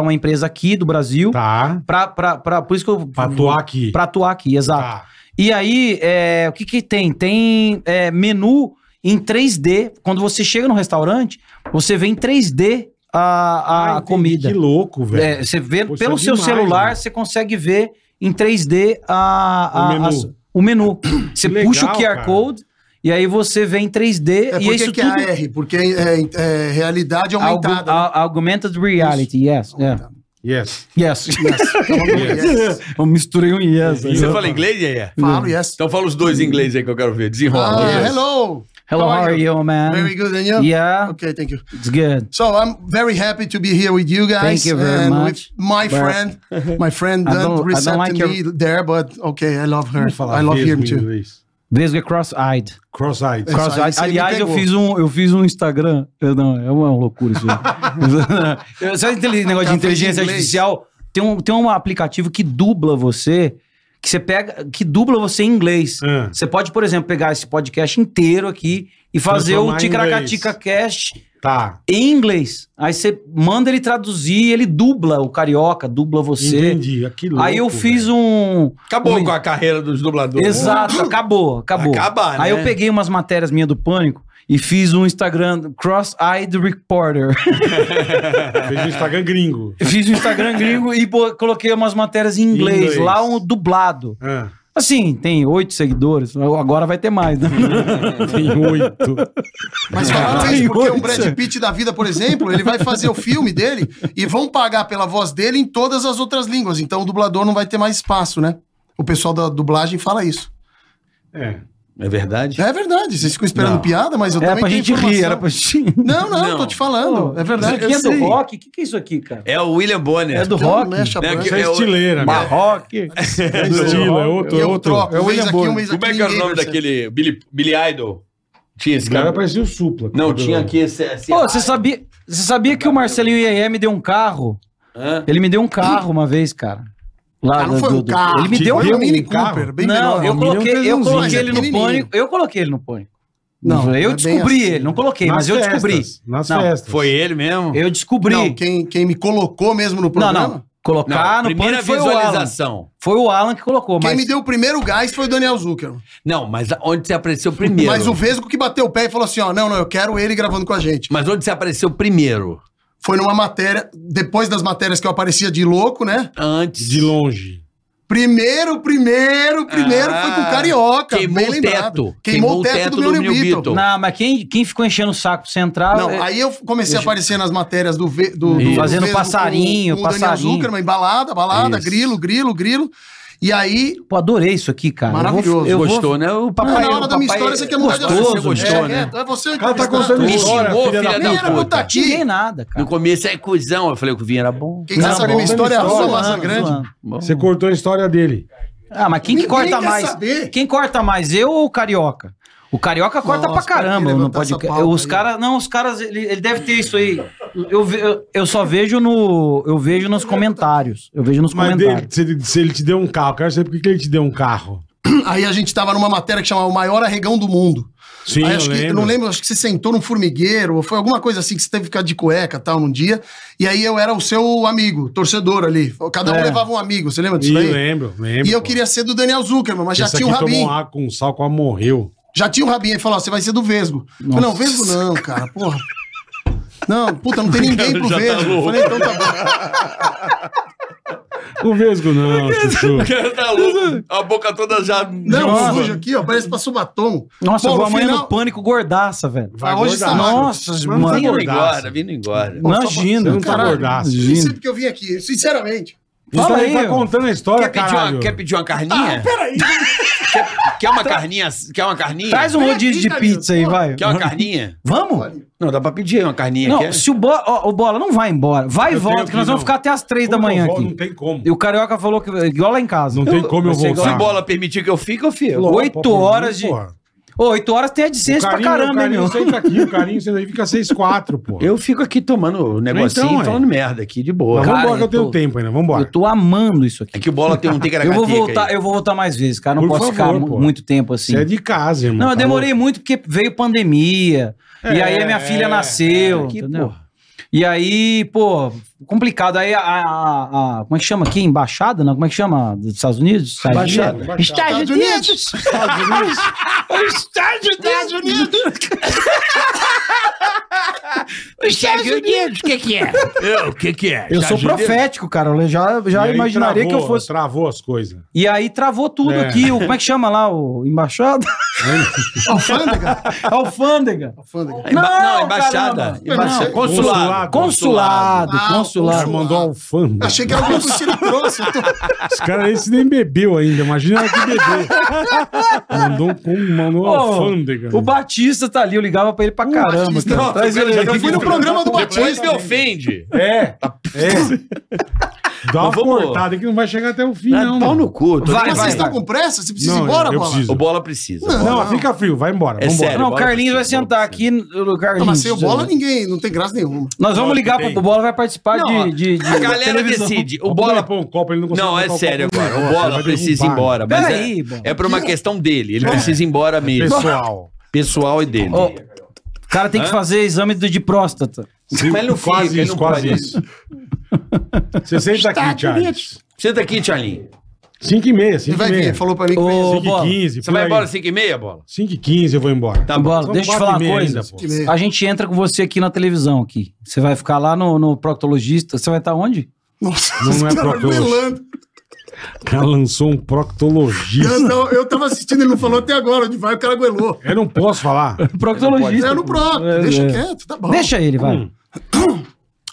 Speaker 5: uma empresa aqui do Brasil.
Speaker 2: Tá.
Speaker 5: Pra, pra, pra, por isso que eu.
Speaker 2: Pra atuar aqui.
Speaker 5: Pra atuar aqui, exato.
Speaker 2: Tá.
Speaker 5: E aí, é, o que que tem? Tem é, menu em 3D. Quando você chega no restaurante, você vê em 3D a, a
Speaker 2: Ah, entendi.
Speaker 5: comida.
Speaker 2: Que louco, velho.
Speaker 5: É, você vê
Speaker 2: Pô, isso
Speaker 5: pelo
Speaker 2: é
Speaker 5: seu
Speaker 2: demais,
Speaker 5: celular,
Speaker 2: né?
Speaker 5: você consegue ver em 3D a, a-
Speaker 2: O menu.
Speaker 5: as- o menu.
Speaker 2: (coughs)
Speaker 5: Você
Speaker 2: Que
Speaker 5: puxa o
Speaker 2: legal,
Speaker 5: QR
Speaker 2: cara.
Speaker 5: Code E aí você vê em 3D
Speaker 8: É
Speaker 5: e
Speaker 8: por
Speaker 5: isso
Speaker 8: que que é
Speaker 5: tudo...
Speaker 8: AR? Porque é, é- é realidade aumentada. né?
Speaker 5: Aug- au- augmented reality, yes. yeah.
Speaker 2: Yes.
Speaker 8: (laughs)
Speaker 5: Yes.
Speaker 8: Yes.
Speaker 5: (laughs) Eu misturei um yes. aí.
Speaker 4: Você fala inglês, Yaya?
Speaker 8: Falo, yes.
Speaker 4: Então fala os dois em inglês aí que eu quero ver. Desenrola.
Speaker 8: Ah,
Speaker 4: Yes.
Speaker 8: hello.
Speaker 5: Hello, how are you, man?
Speaker 8: Very good, and you?
Speaker 5: Yeah,
Speaker 8: Okay, thank you.
Speaker 5: it's good.
Speaker 8: So I'm very happy to be here with you guys.
Speaker 5: Thank you very
Speaker 8: and
Speaker 5: much.
Speaker 8: With my
Speaker 5: But- (laughs)
Speaker 8: friend, my friend
Speaker 5: I
Speaker 8: that
Speaker 5: don't- I don't
Speaker 8: recepted
Speaker 5: like your-
Speaker 8: me there, but okay, I love her.
Speaker 2: Vamos falar
Speaker 8: I love him
Speaker 2: mesmo em
Speaker 5: (laughs)
Speaker 8: too.
Speaker 2: inglês.
Speaker 5: This is cross-eyed.
Speaker 2: Cross-eyed.
Speaker 8: Cross-
Speaker 5: Nossa,
Speaker 8: Aí você me
Speaker 5: aliás, eu
Speaker 8: pegou.
Speaker 5: fiz, um, eu fiz um Instagram. Eu, não, é uma loucura isso. aí. Sabe aquele negócio
Speaker 8: Café de
Speaker 5: de inteligência
Speaker 8: inglês.
Speaker 5: artificial? Tem um, tem um aplicativo que dubla você, que você pega, que dubla você em inglês.
Speaker 2: Ah.
Speaker 5: Você pode, por exemplo, pegar esse podcast inteiro aqui e fazer
Speaker 2: Transformar
Speaker 5: o
Speaker 2: em
Speaker 5: Ticaracatica Cast
Speaker 2: Tá.
Speaker 5: em inglês. Aí você manda ele traduzir, ele dubla o carioca, dubla você.
Speaker 2: Entendi. Aqui louco,
Speaker 5: Aí eu fiz um.
Speaker 4: Acabou
Speaker 5: um-
Speaker 4: com a carreira dos dubladores.
Speaker 5: Exato, acabou, acabou.
Speaker 4: Acabar,
Speaker 5: Aí
Speaker 4: né?
Speaker 5: eu peguei umas matérias minhas do Pânico e fiz um Instagram Cross-Eyed Reporter. (laughs)
Speaker 2: velho. (laughs) Fez um Instagram gringo.
Speaker 5: fiz um
Speaker 8: (laughs)
Speaker 5: Instagram gringo e bo- coloquei umas matérias em inglês,
Speaker 2: Inglês.
Speaker 5: lá um dublado.
Speaker 2: Ah,
Speaker 5: Assim, tem oito seguidores, agora vai ter mais, né?
Speaker 8: Uhum.
Speaker 5: (laughs)
Speaker 2: tem oito.
Speaker 8: (laughs) Mas falaram isso porque o Brad Pitt da vida, por exemplo, ele vai fazer o filme dele e vão pagar pela voz dele em todas as outras línguas. Então o dublador não vai ter mais espaço, né? O pessoal da dublagem fala isso.
Speaker 2: É.
Speaker 4: É verdade?
Speaker 8: É verdade, vocês ficam esperando
Speaker 4: Não.
Speaker 8: piada, mas eu
Speaker 5: Era
Speaker 8: também
Speaker 5: pra
Speaker 8: tenho
Speaker 5: gente rir,
Speaker 8: informação.
Speaker 5: era pra gente.
Speaker 8: Não, não,
Speaker 4: Não.
Speaker 8: tô te falando. é
Speaker 5: Isso
Speaker 8: verdade. um
Speaker 5: aqui é do rock? O que, que é isso aqui, cara?
Speaker 4: É o William Bonner.
Speaker 5: É do
Speaker 8: Não
Speaker 5: rock?
Speaker 8: Então, mexe a
Speaker 4: Né,
Speaker 8: banda.
Speaker 4: que-
Speaker 2: Isso é
Speaker 4: É o-
Speaker 2: estileira, né?
Speaker 5: Barroque?
Speaker 2: É estilo, é outro, é
Speaker 8: Eu
Speaker 2: outro.
Speaker 8: troco,
Speaker 2: é
Speaker 8: um mês aqui, um mês aqui.
Speaker 4: Como é que era o
Speaker 8: ninguém
Speaker 4: nome
Speaker 8: percebe.
Speaker 4: daquele Billy, Billy Idol? Tinha esse
Speaker 2: Esse cara
Speaker 4: cara?
Speaker 2: parecia o Supla.
Speaker 4: Não, tinha aqui esse... esse-
Speaker 5: Pô, você sabia, você sabia que o Marcelinho Iaia me deu um carro?
Speaker 4: Hã?
Speaker 5: Ele me deu um carro uma vez, cara. Lá
Speaker 8: Ah, não
Speaker 5: do-
Speaker 8: foi um
Speaker 5: do- do-
Speaker 8: carro.
Speaker 5: Ele me
Speaker 2: Te
Speaker 5: deu um
Speaker 8: Foi
Speaker 2: deu
Speaker 8: um Mini
Speaker 2: um carro?
Speaker 8: Cooper, bem
Speaker 5: não,
Speaker 8: menor.
Speaker 5: eu
Speaker 8: Um
Speaker 5: coloquei,
Speaker 8: Mini
Speaker 5: eu
Speaker 8: Cooper, mas
Speaker 5: coloquei
Speaker 8: é
Speaker 5: ele no
Speaker 8: pequenininho.
Speaker 5: pânico. Eu coloquei ele no pânico.
Speaker 8: Não,
Speaker 5: eu
Speaker 8: é bem
Speaker 5: descobri
Speaker 8: assim.
Speaker 5: ele, não coloquei, mas eu descobri.
Speaker 2: Nas
Speaker 5: Não,
Speaker 2: festas.
Speaker 4: Foi ele mesmo?
Speaker 5: Eu descobri.
Speaker 8: Não, é quem, quem me colocou mesmo no
Speaker 5: Não,
Speaker 8: programa...
Speaker 5: não. Colocar no
Speaker 4: primeira
Speaker 5: pânico foi o Alan.
Speaker 4: visualização.
Speaker 5: Foi o Alan que colocou,
Speaker 8: Quem
Speaker 5: mas
Speaker 8: me deu o primeiro gás foi o Daniel Zucker.
Speaker 4: Não, mas onde você apareceu primeiro?
Speaker 8: Mas o Vesgo que bateu o pé e falou assim, ó, não, não, eu quero ele gravando com a gente.
Speaker 4: Mas onde você apareceu primeiro?
Speaker 8: Foi numa matéria, depois das matérias que eu aparecia de louco, né?
Speaker 4: Antes.
Speaker 2: De longe.
Speaker 8: Primeiro, primeiro, primeiro
Speaker 4: Ah,
Speaker 8: foi com o Carioca,
Speaker 4: queimou
Speaker 8: bem
Speaker 4: o
Speaker 8: lembrado.
Speaker 4: teto.
Speaker 8: Queimou, o teto, do meu
Speaker 4: Nil
Speaker 8: Nilbito.
Speaker 4: Bito.
Speaker 5: Não, mas quem, quem ficou enchendo o saco pro central?
Speaker 8: Não,
Speaker 5: é-
Speaker 8: aí eu comecei a aparecer nas matérias do, Ve- do, do-
Speaker 5: Isso.
Speaker 8: do
Speaker 5: Fazendo
Speaker 8: Vesgo com-
Speaker 5: passarinho,
Speaker 8: com o Daniel
Speaker 5: passarinho.
Speaker 8: Zuckerman, balada, balada,
Speaker 4: Isso.
Speaker 8: grilo, grilo, grilo. E aí,
Speaker 5: Pô, adorei isso aqui, cara. Eu vou-
Speaker 8: Maravilhoso.
Speaker 5: eu vou-
Speaker 4: Gostou, né? O
Speaker 8: não,
Speaker 4: papai.
Speaker 8: na hora
Speaker 4: o
Speaker 8: da minha
Speaker 4: papai
Speaker 8: história, você quer mudar de
Speaker 4: gostoso,
Speaker 8: assunto.
Speaker 4: Você gostou,
Speaker 8: é,
Speaker 4: né?
Speaker 8: É, é você
Speaker 2: O cara tá
Speaker 8: entrevistado.
Speaker 2: contando
Speaker 4: Me
Speaker 2: história,
Speaker 4: xingou,
Speaker 2: filha da
Speaker 4: filha
Speaker 8: Nem
Speaker 4: da
Speaker 8: era pra eu
Speaker 4: puta.
Speaker 8: estar
Speaker 5: Não tirei
Speaker 8: aqui.
Speaker 5: nada,
Speaker 4: No
Speaker 5: cara.
Speaker 4: começo é cuzão. Eu falei que o Vinha era bom.
Speaker 8: Quem quer
Speaker 5: Não,
Speaker 8: saber minha
Speaker 2: bom.
Speaker 8: história é a
Speaker 2: Zoando,
Speaker 8: sua
Speaker 5: Zoando,
Speaker 8: massa grande.
Speaker 5: zoando.
Speaker 2: Você cortou a história dele.
Speaker 5: Ah, mas quem que
Speaker 8: Ninguém
Speaker 5: corta
Speaker 8: quer
Speaker 5: mais?
Speaker 8: saber.
Speaker 5: Quem corta mais, eu ou o Carioca? O Carioca corta
Speaker 8: Nossa,
Speaker 5: pra caramba
Speaker 8: pra
Speaker 2: é
Speaker 8: que
Speaker 5: no
Speaker 8: levantar essa
Speaker 5: podcast.
Speaker 8: pauta
Speaker 5: Os
Speaker 8: aí?
Speaker 5: caras, não, os caras, ele, ele deve ter isso aí. Eu, ve- eu, eu só vejo no, eu vejo nos comentários. Eu vejo nos
Speaker 2: Mas dele,
Speaker 5: comentários.
Speaker 2: se, ele, se ele te deu um carro, eu quero saber por que que ele te deu um carro.
Speaker 8: Aí a gente tava numa matéria que chamava O Maior Arregão do Mundo.
Speaker 2: Sim,
Speaker 8: Aí
Speaker 2: eu
Speaker 8: acho que,
Speaker 2: lembro.
Speaker 8: não lembro, acho que você sentou num formigueiro, ou foi alguma coisa assim que você teve que ficar de cueca e tal num dia. E aí eu era o seu amigo, torcedor ali. Cada um
Speaker 5: É.
Speaker 8: levava um amigo, você lembra
Speaker 2: Ih,
Speaker 8: disso daí?
Speaker 2: lembro, lembro.
Speaker 8: E eu
Speaker 2: pô.
Speaker 8: queria ser do Daniel Zuckerman, mas já
Speaker 2: Esse
Speaker 8: tinha o
Speaker 2: aqui tomou
Speaker 8: Rabinho.
Speaker 2: um ar com sal, quase morreu.
Speaker 8: Já tinha o Rabinho. Ele falou: ó, você vai ser do Vesgo. Eu falei, não, Vesgo não, cara, porra. Não,
Speaker 2: (laughs)
Speaker 8: puta, não tem ninguém pro
Speaker 4: já tá
Speaker 8: Vesgo. Eu
Speaker 4: louco.
Speaker 8: falei, então tá bom.
Speaker 2: O Vesgo
Speaker 5: (laughs)
Speaker 2: não, Chuchu.
Speaker 4: O cara (laughs) tá louco. A boca toda já.
Speaker 8: Não, sujo aqui, ó, parece que passou batom.
Speaker 5: Nossa,
Speaker 8: Bom,
Speaker 5: eu vou
Speaker 8: no
Speaker 5: amanhã
Speaker 8: final-
Speaker 5: no pânico gordaça, velho.
Speaker 2: Vai
Speaker 8: Ah, hoje
Speaker 2: engordar.
Speaker 8: está-
Speaker 5: Nossa,
Speaker 2: Mas
Speaker 5: mano.
Speaker 2: Não
Speaker 4: Vindo
Speaker 2: tá
Speaker 4: engorda,
Speaker 2: gordaço.
Speaker 4: vindo engorda.
Speaker 2: Você não
Speaker 5: Imagina.
Speaker 2: tá gordaço.
Speaker 8: Eu não sei porque eu vim aqui, sinceramente.
Speaker 5: Fala
Speaker 2: Você
Speaker 5: aí,
Speaker 2: tá
Speaker 5: ó.
Speaker 2: contando a história,
Speaker 4: Quer pedir,
Speaker 2: caralho.
Speaker 4: uma, quer pedir uma carninha? peraí. (laughs) Quer, quer uma carninha? Quer uma carninha?
Speaker 5: Traz um rodízio de
Speaker 8: aqui, Camilo.
Speaker 5: pizza aí, vai.
Speaker 2: um-
Speaker 4: Quer uma carninha?
Speaker 5: Vamos?
Speaker 4: Não, dá pra pedir uma carninha. é?
Speaker 5: Não,
Speaker 4: quer?
Speaker 5: se o, Bo- ó, o Bola não vai embora. Vai e
Speaker 2: Eu
Speaker 5: volta,
Speaker 2: tenho
Speaker 5: que nós
Speaker 2: que
Speaker 5: vamos
Speaker 2: não.
Speaker 5: ficar até as três da
Speaker 2: Como
Speaker 5: manhã
Speaker 2: eu vou?
Speaker 5: aqui.
Speaker 2: Não tem como.
Speaker 5: E o Carioca falou que. Igual lá em casa.
Speaker 2: Não tem como eu
Speaker 4: Se
Speaker 2: voltar.
Speaker 4: o bola permitir que eu fique, eu fico.
Speaker 5: Lógico. oito
Speaker 2: Pô, por mim,
Speaker 5: horas de-
Speaker 2: porra.
Speaker 5: Ô, oito horas tem a
Speaker 2: O
Speaker 5: distância pra
Speaker 2: carinho,
Speaker 5: caramba, hein,
Speaker 2: o
Speaker 5: meu?
Speaker 2: carinho senta aqui, o carinho senta aí, fica 6-4, pô.
Speaker 4: Eu fico aqui tomando o negocinho
Speaker 2: Então,
Speaker 4: e
Speaker 2: é.
Speaker 4: falando merda aqui, de boa.
Speaker 2: Mas
Speaker 5: Cara,
Speaker 2: vambora que eu
Speaker 5: eu tô-
Speaker 2: tenho tempo ainda,
Speaker 5: Eu
Speaker 2: vambora.
Speaker 5: tô amando isso aqui.
Speaker 4: É que o bola tem um ticaracateca
Speaker 5: Eu vou voltar,
Speaker 4: aí.
Speaker 5: eu vou voltar mais vezes, cara. Não
Speaker 2: Por
Speaker 5: posso
Speaker 2: favor,
Speaker 5: ficar mu-
Speaker 2: pô.
Speaker 5: muito tempo assim.
Speaker 2: Você é de casa, irmão.
Speaker 5: Não, eu
Speaker 2: tá
Speaker 5: demorei
Speaker 2: louco?
Speaker 5: muito porque veio pandemia. e
Speaker 2: É,
Speaker 5: aí a minha filha
Speaker 2: é,
Speaker 5: nasceu,
Speaker 4: que
Speaker 5: entendeu? E aí, pô, complicado. Aí a, a- a- Como é que chama aqui? Embaixada? Não? Como é que chama? Dos Estados Unidos? Estadia?
Speaker 4: Embaixada.
Speaker 5: Estadia.
Speaker 8: Estados Unidos!
Speaker 5: Estados Unidos!
Speaker 1: Os Estados Unidos, o que que é?
Speaker 10: Eu, o que que é?
Speaker 5: Eu sou
Speaker 10: Jardineiro?
Speaker 5: profético, cara. Eu já,
Speaker 2: E
Speaker 5: já
Speaker 2: aí
Speaker 5: imaginaria
Speaker 2: travou,
Speaker 5: que eu fosse.
Speaker 2: Travou as coisas.
Speaker 5: E aí travou tudo
Speaker 2: É.
Speaker 5: aqui. O, como é que chama lá? O embaixada? (laughs)
Speaker 8: Alfândega?
Speaker 5: alfândega.
Speaker 8: Alfândega.
Speaker 4: Emba- não,
Speaker 5: Não,
Speaker 4: embaixada.
Speaker 5: caramba.
Speaker 4: embaixada.
Speaker 8: Não.
Speaker 4: Consulado.
Speaker 5: Consulado,
Speaker 8: Ah,
Speaker 2: O
Speaker 5: consulado.
Speaker 2: cara mandou um alfândega.
Speaker 8: Achei que era alguma coisa que ele trouxe. então. eu tô-
Speaker 2: Esse cara esse nem bebeu ainda. Imagina ela que
Speaker 5: (laughs)
Speaker 2: bebeu. mandou com mandou
Speaker 5: Ô,
Speaker 2: alfândega.
Speaker 5: O Batista tá ali, eu ligava pra ele pra caramba.
Speaker 8: Batista,
Speaker 5: cara.
Speaker 8: não,
Speaker 5: Traz ele
Speaker 8: Eu
Speaker 5: aqui.
Speaker 8: fui no programa do
Speaker 10: Depois
Speaker 8: Batista.
Speaker 10: me ofende.
Speaker 2: É.
Speaker 5: (laughs)
Speaker 2: é. Dá uma
Speaker 4: Mas vamos-
Speaker 2: cortada que não vai chegar até o fim,
Speaker 5: é
Speaker 4: Não,
Speaker 2: não.
Speaker 4: pau no cu. tô
Speaker 5: Vai,
Speaker 8: assim, Vocês
Speaker 5: vai,
Speaker 4: ligado.
Speaker 8: estão
Speaker 5: vai.
Speaker 8: com pressa? Você precisa
Speaker 2: Não,
Speaker 8: ir embora,
Speaker 2: eu
Speaker 8: Bola?
Speaker 2: preciso.
Speaker 4: O bola precisa.
Speaker 8: Não.
Speaker 2: Não, fica frio, vai embora.
Speaker 4: É
Speaker 2: vambora.
Speaker 4: sério.
Speaker 5: Não, o Carlinhos vai sentar aqui. o Carlinhos.
Speaker 8: Não, mas sem o Bola, ninguém... Não tem graça nenhuma.
Speaker 5: Nós vamos ligar pro Bola, vai participar
Speaker 4: Não,
Speaker 5: de, de, de.
Speaker 4: A galera
Speaker 5: televisão.
Speaker 4: decide. O
Speaker 2: Vamos
Speaker 4: bola.
Speaker 2: dar pão, um copo, ele não consegue
Speaker 4: Não, é
Speaker 2: botar o
Speaker 4: sério
Speaker 2: copo no
Speaker 4: agora. O
Speaker 2: negócio, ele
Speaker 4: bola
Speaker 2: vai
Speaker 4: precisa ir
Speaker 2: derrubar.
Speaker 4: embora. Mas
Speaker 5: Peraí, É.
Speaker 4: é,
Speaker 5: Bola.
Speaker 4: é por uma questão dele. Ele precisa ir embora mesmo.
Speaker 2: Pessoal.
Speaker 4: Pessoal e dele.
Speaker 5: Ô, O cara tem que fazer exame do- de próstata.
Speaker 2: Sim,
Speaker 4: Mas ele não
Speaker 2: quase
Speaker 4: fica, ele
Speaker 2: isso,
Speaker 4: não
Speaker 2: quase
Speaker 4: pode.
Speaker 2: isso. Você senta aqui, Charles.
Speaker 4: Senta aqui, Tchalim.
Speaker 2: 5 e meia,
Speaker 8: Ele
Speaker 2: 5 e
Speaker 8: vai
Speaker 2: meia.
Speaker 8: vir. Falou pra mim que vem. assim.
Speaker 5: Ô,
Speaker 2: Cinco e
Speaker 5: Bola,
Speaker 2: quinze,
Speaker 4: Você
Speaker 2: por
Speaker 4: vai
Speaker 2: aí.
Speaker 4: embora às 5h30, bola?
Speaker 2: 5 e 15 eu vou embora.
Speaker 4: Tá bom.
Speaker 5: Bola,
Speaker 2: São
Speaker 5: deixa eu te
Speaker 2: quatro
Speaker 5: falar
Speaker 2: e
Speaker 5: uma
Speaker 2: meia
Speaker 5: coisa.
Speaker 2: ainda, pô.
Speaker 8: Que meio.
Speaker 5: A gente entra com você aqui na televisão aqui. Você vai ficar lá no, no proctologista. Você vai estar onde?
Speaker 8: Nossa,
Speaker 2: Não
Speaker 8: os
Speaker 2: é
Speaker 8: caras
Speaker 2: proctologista.
Speaker 8: duelando.
Speaker 2: O cara lançou um
Speaker 8: Eu,
Speaker 2: proctologista.
Speaker 8: não- eu tava assistindo, ele não falou até agora onde vai, o cara goelou.
Speaker 2: Eu não posso falar.
Speaker 5: Proctologista.
Speaker 8: É no próprio,
Speaker 5: É,
Speaker 8: deixa
Speaker 5: é.
Speaker 8: quieto, tá bom.
Speaker 5: Deixa ele, vai.
Speaker 2: Hum.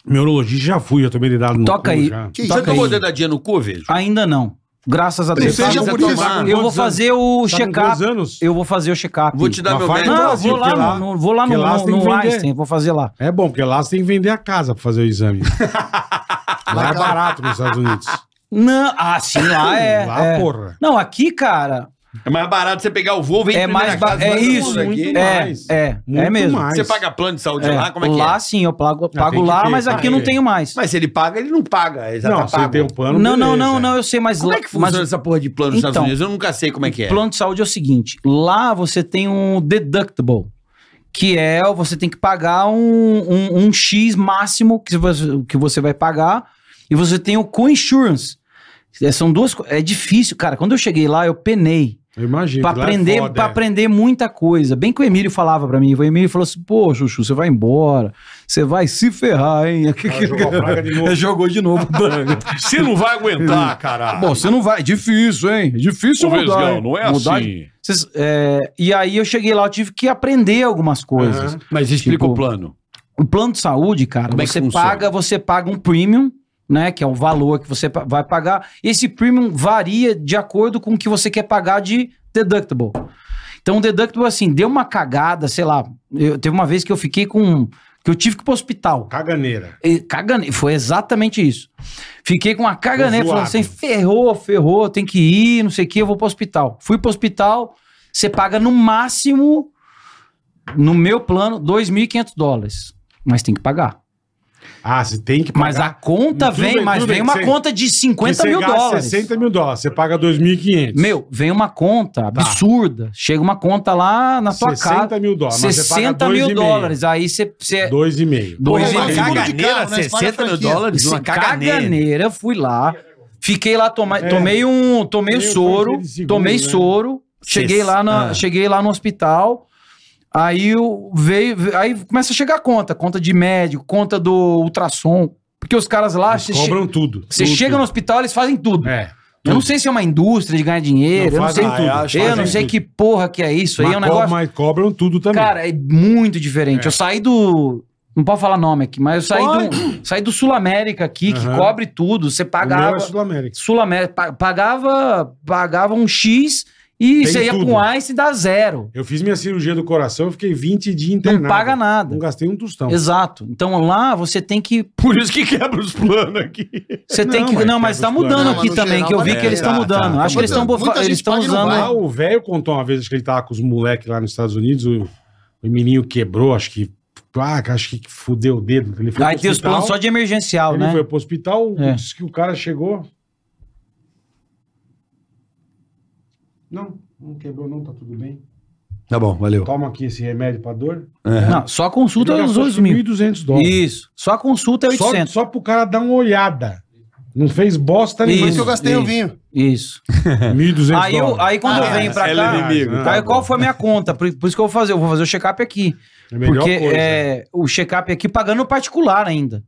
Speaker 2: Meu urologista já fui, eu tomei ele dado no
Speaker 5: Toca
Speaker 2: cu
Speaker 5: aí.
Speaker 2: já. Tá
Speaker 8: Que isso?
Speaker 4: Você
Speaker 5: Toca
Speaker 4: tomou
Speaker 5: aí.
Speaker 4: dedadinha no cu, velho?
Speaker 5: Ainda não. Graças a Deus.
Speaker 8: seja
Speaker 4: Precisa
Speaker 8: por isso.
Speaker 4: tomar.
Speaker 5: Eu vou fazer o
Speaker 2: um Tá com
Speaker 5: check-up.
Speaker 2: quantos anos?
Speaker 5: Eu vou fazer o check-up.
Speaker 4: Vou te dar
Speaker 2: Ah, Mas
Speaker 4: meu
Speaker 2: faz
Speaker 4: velho.
Speaker 2: no
Speaker 5: Não, eu
Speaker 2: Brasil,
Speaker 5: vou lá,
Speaker 2: porque lá-
Speaker 5: no, vou lá
Speaker 2: porque
Speaker 5: no,
Speaker 2: lá você
Speaker 5: no,
Speaker 2: tem que
Speaker 5: no
Speaker 2: vender.
Speaker 5: Einstein, vou fazer lá.
Speaker 2: É bom, porque lá você tem que vender a casa pra fazer o exame. lá é barato nos Estados Unidos.
Speaker 5: Não, ah, sim,
Speaker 2: (laughs)
Speaker 5: lá é.
Speaker 2: lá,
Speaker 5: é.
Speaker 2: porra.
Speaker 5: Não, aqui, cara,
Speaker 4: É mais barato você pegar o voo, vem
Speaker 5: é
Speaker 4: primeiro na
Speaker 5: mais ba-
Speaker 4: casa,
Speaker 5: é
Speaker 4: manda um
Speaker 5: isso.
Speaker 4: tudo aqui.
Speaker 2: muito
Speaker 5: É,
Speaker 2: mais.
Speaker 5: é, é
Speaker 2: Muito
Speaker 5: mesmo.
Speaker 2: mais.
Speaker 4: Você paga plano de saúde
Speaker 5: É,
Speaker 4: lá? Como é que
Speaker 5: lá
Speaker 4: é?
Speaker 5: sim, eu pago, pago
Speaker 2: tem que
Speaker 5: lá,
Speaker 2: ter,
Speaker 5: mas
Speaker 2: tá
Speaker 5: aqui eu não
Speaker 2: aí.
Speaker 5: tenho mais.
Speaker 4: Mas se ele paga, ele não paga. Ele já
Speaker 2: Não,
Speaker 4: tá
Speaker 2: você
Speaker 4: pago.
Speaker 2: tem um pano.
Speaker 5: não, não,
Speaker 2: beleza.
Speaker 5: não, não, eu sei, mas
Speaker 4: Como
Speaker 5: lá.
Speaker 4: é que funciona
Speaker 5: mas
Speaker 4: essa porra de plano nos
Speaker 5: Então,
Speaker 4: Estados Unidos? Eu nunca sei como é que é.
Speaker 5: plano de saúde é o seguinte: lá você tem um deductible, que é você tem que pagar um, um, um X máximo que você, que você vai pagar, e você tem o co-insurance. É, São duas. co- É difícil, cara. Quando eu cheguei lá, eu penei.
Speaker 2: Eu imagino.
Speaker 5: Pra
Speaker 2: que lá é
Speaker 5: aprender,
Speaker 2: foda,
Speaker 5: pra
Speaker 2: é.
Speaker 5: aprender muita coisa. Bem que o Emílio falava pra mim. O Emílio falou assim: pô, Chuchu, você vai embora. Você vai se ferrar, hein? É,
Speaker 2: Ela Ah, jogou
Speaker 5: (laughs)
Speaker 2: a praga de novo.
Speaker 5: Jogou
Speaker 2: (laughs)
Speaker 5: de novo.
Speaker 10: Você não vai aguentar,
Speaker 2: Ah,
Speaker 10: caralho.
Speaker 5: (laughs) Bom, você não vai. Difícil, hein? Difícil
Speaker 10: Ô,
Speaker 5: mudar.
Speaker 10: Vesgão,
Speaker 5: hein?
Speaker 10: não é
Speaker 5: Mudar-
Speaker 10: assim.
Speaker 5: Vocês- é, e aí eu cheguei lá, eu tive que aprender algumas coisas.
Speaker 2: Aham.
Speaker 10: Mas explica
Speaker 5: Tipo,
Speaker 10: o plano.
Speaker 5: O plano de saúde, cara,
Speaker 4: Como é que
Speaker 5: você
Speaker 4: funciona?
Speaker 5: paga, você paga um premium, né? Que é o valor que você pa- vai pagar. Esse premium varia de acordo com o que você quer pagar de deductible. Então, o deductible, assim, deu uma cagada, sei lá. Eu, teve uma vez que eu fiquei com. que eu tive que ir pro hospital.
Speaker 2: Caganeira.
Speaker 5: E Cagane... Foi exatamente isso. Fiquei com uma caganeira,
Speaker 2: Tô
Speaker 5: falando
Speaker 2: zoado.
Speaker 5: assim, ferrou, ferrou, tem que ir, não sei o que, eu vou pro hospital. Fui pro hospital, você paga no máximo, no meu plano, 2.500 dólares. Mas tem que pagar.
Speaker 2: Ah, você tem que
Speaker 5: Mas a conta
Speaker 2: Tudo
Speaker 5: vem,
Speaker 2: bem,
Speaker 5: mas
Speaker 2: tudo
Speaker 5: vem
Speaker 2: bem,
Speaker 5: uma
Speaker 2: que você-
Speaker 5: conta de 50
Speaker 2: Que
Speaker 5: mil
Speaker 2: você gasta
Speaker 5: dólares.
Speaker 2: 60 mil dólares, você paga 2.500.
Speaker 5: Meu, vem uma conta absurda. Chega uma conta lá na sua
Speaker 2: 60
Speaker 5: casa.
Speaker 2: Tá. mil dólares. mas você paga
Speaker 5: 60 mil dólares. É, Aí você. você...
Speaker 2: 2,5.
Speaker 5: Dois
Speaker 8: Porra,
Speaker 5: e
Speaker 8: mas
Speaker 5: meio.
Speaker 8: é muito de
Speaker 4: Caganeira,
Speaker 8: caro, né? Espalha
Speaker 4: 60 mil
Speaker 8: franquia.
Speaker 4: dólares, uma
Speaker 5: Sim, é caganeira.
Speaker 4: caganeira.
Speaker 5: fui lá. Fiquei lá, toma,
Speaker 2: É.
Speaker 5: tomei um, tomei o
Speaker 2: Meio
Speaker 5: soro,
Speaker 2: franquia de seguro,
Speaker 5: tomei
Speaker 2: né?
Speaker 5: soro, cheguei lá, na,
Speaker 4: Ah.
Speaker 5: cheguei lá no hospital, aí eu veio, aí começa a chegar a conta, conta de médico, conta do ultrassom, porque os caras lá, você,
Speaker 2: Eles
Speaker 5: che-
Speaker 2: cobram tudo.
Speaker 5: você
Speaker 2: Tudo,
Speaker 5: chega no hospital, eles fazem tudo.
Speaker 2: tudo. É.
Speaker 5: Eu não sei se é uma indústria de ganhar dinheiro, eu não
Speaker 2: fazem
Speaker 5: sei,
Speaker 2: tudo.
Speaker 5: eu não
Speaker 2: Fazem
Speaker 5: sei
Speaker 2: tudo.
Speaker 5: que porra que é isso, aí
Speaker 2: mas,
Speaker 5: é um
Speaker 2: co-
Speaker 5: negócio,
Speaker 2: mas cobram tudo também. É.
Speaker 5: cara, é muito diferente, eu saí do... Não pode falar nome aqui, mas eu saí do, saí do Sul América aqui, que
Speaker 2: Aham.
Speaker 5: cobre tudo. Você
Speaker 2: O meu
Speaker 5: pagava.
Speaker 2: é Sul-América.
Speaker 5: Sul América pa- pagava, pagava um X e
Speaker 2: Tem
Speaker 5: você ia
Speaker 2: tudo.
Speaker 5: pro Einstein e dá zero.
Speaker 2: Eu fiz minha cirurgia do coração, eu fiquei 20 dias
Speaker 5: Não
Speaker 2: internado.
Speaker 5: paga
Speaker 2: Não
Speaker 5: nada.
Speaker 2: gastei um tostão.
Speaker 5: Exato. Então lá você tem que.
Speaker 10: Por isso que quebra os planos aqui.
Speaker 5: Você
Speaker 2: Não,
Speaker 5: tem que.
Speaker 2: mas
Speaker 5: Não, mas tá
Speaker 2: pega os planos.
Speaker 5: mudando
Speaker 8: Não,
Speaker 5: aqui
Speaker 8: mas no
Speaker 5: também,
Speaker 8: geral
Speaker 5: que eu
Speaker 8: vale
Speaker 5: vi
Speaker 8: a
Speaker 5: que eles
Speaker 2: pena.
Speaker 5: estão
Speaker 2: Tá,
Speaker 5: mudando.
Speaker 2: tá,
Speaker 5: Acho
Speaker 2: tá
Speaker 5: que eles estão
Speaker 8: mudando. Muita gente paga e não
Speaker 5: usando.
Speaker 8: vai.
Speaker 2: Lá Ah, o velho contou uma vez, acho que ele tava com os moleques lá nos Estados Unidos, o, o menininho quebrou, acho que. Ah, acho que fudeu o dedo. Ele foi
Speaker 5: Aí
Speaker 2: pro
Speaker 5: tem os
Speaker 2: hospital,
Speaker 5: planos só de emergencial,
Speaker 2: Ele
Speaker 5: né?
Speaker 2: foi pro hospital,
Speaker 5: É.
Speaker 2: disse que o cara chegou. Não, não quebrou, não, tá tudo bem.
Speaker 4: Tá bom, valeu.
Speaker 2: Toma aqui esse remédio pra dor.
Speaker 5: Não, só a consulta é
Speaker 2: Ele
Speaker 5: os
Speaker 2: gastou
Speaker 5: 2 mil.
Speaker 2: 1.200 dólares.
Speaker 5: Isso. Só a consulta é
Speaker 2: Só,
Speaker 5: 800.
Speaker 2: só pro cara dar uma olhada. Não fez bosta
Speaker 8: Foi
Speaker 2: nenhuma.
Speaker 8: o
Speaker 2: (laughs)
Speaker 8: que eu gastei
Speaker 5: isso.
Speaker 8: o vinho.
Speaker 5: Isso.
Speaker 2: 1.200
Speaker 5: Aí, eu- aí quando eu
Speaker 8: Ah,
Speaker 5: venho pra
Speaker 7: é
Speaker 5: cá.
Speaker 7: inimigo,
Speaker 5: aí
Speaker 2: tá
Speaker 5: qual foi a minha conta? Por, por isso que eu vou fazer. Eu vou fazer o check-up aqui.
Speaker 2: É a melhor
Speaker 5: porque
Speaker 2: coisa.
Speaker 5: é, o check-up aqui pagando no particular ainda.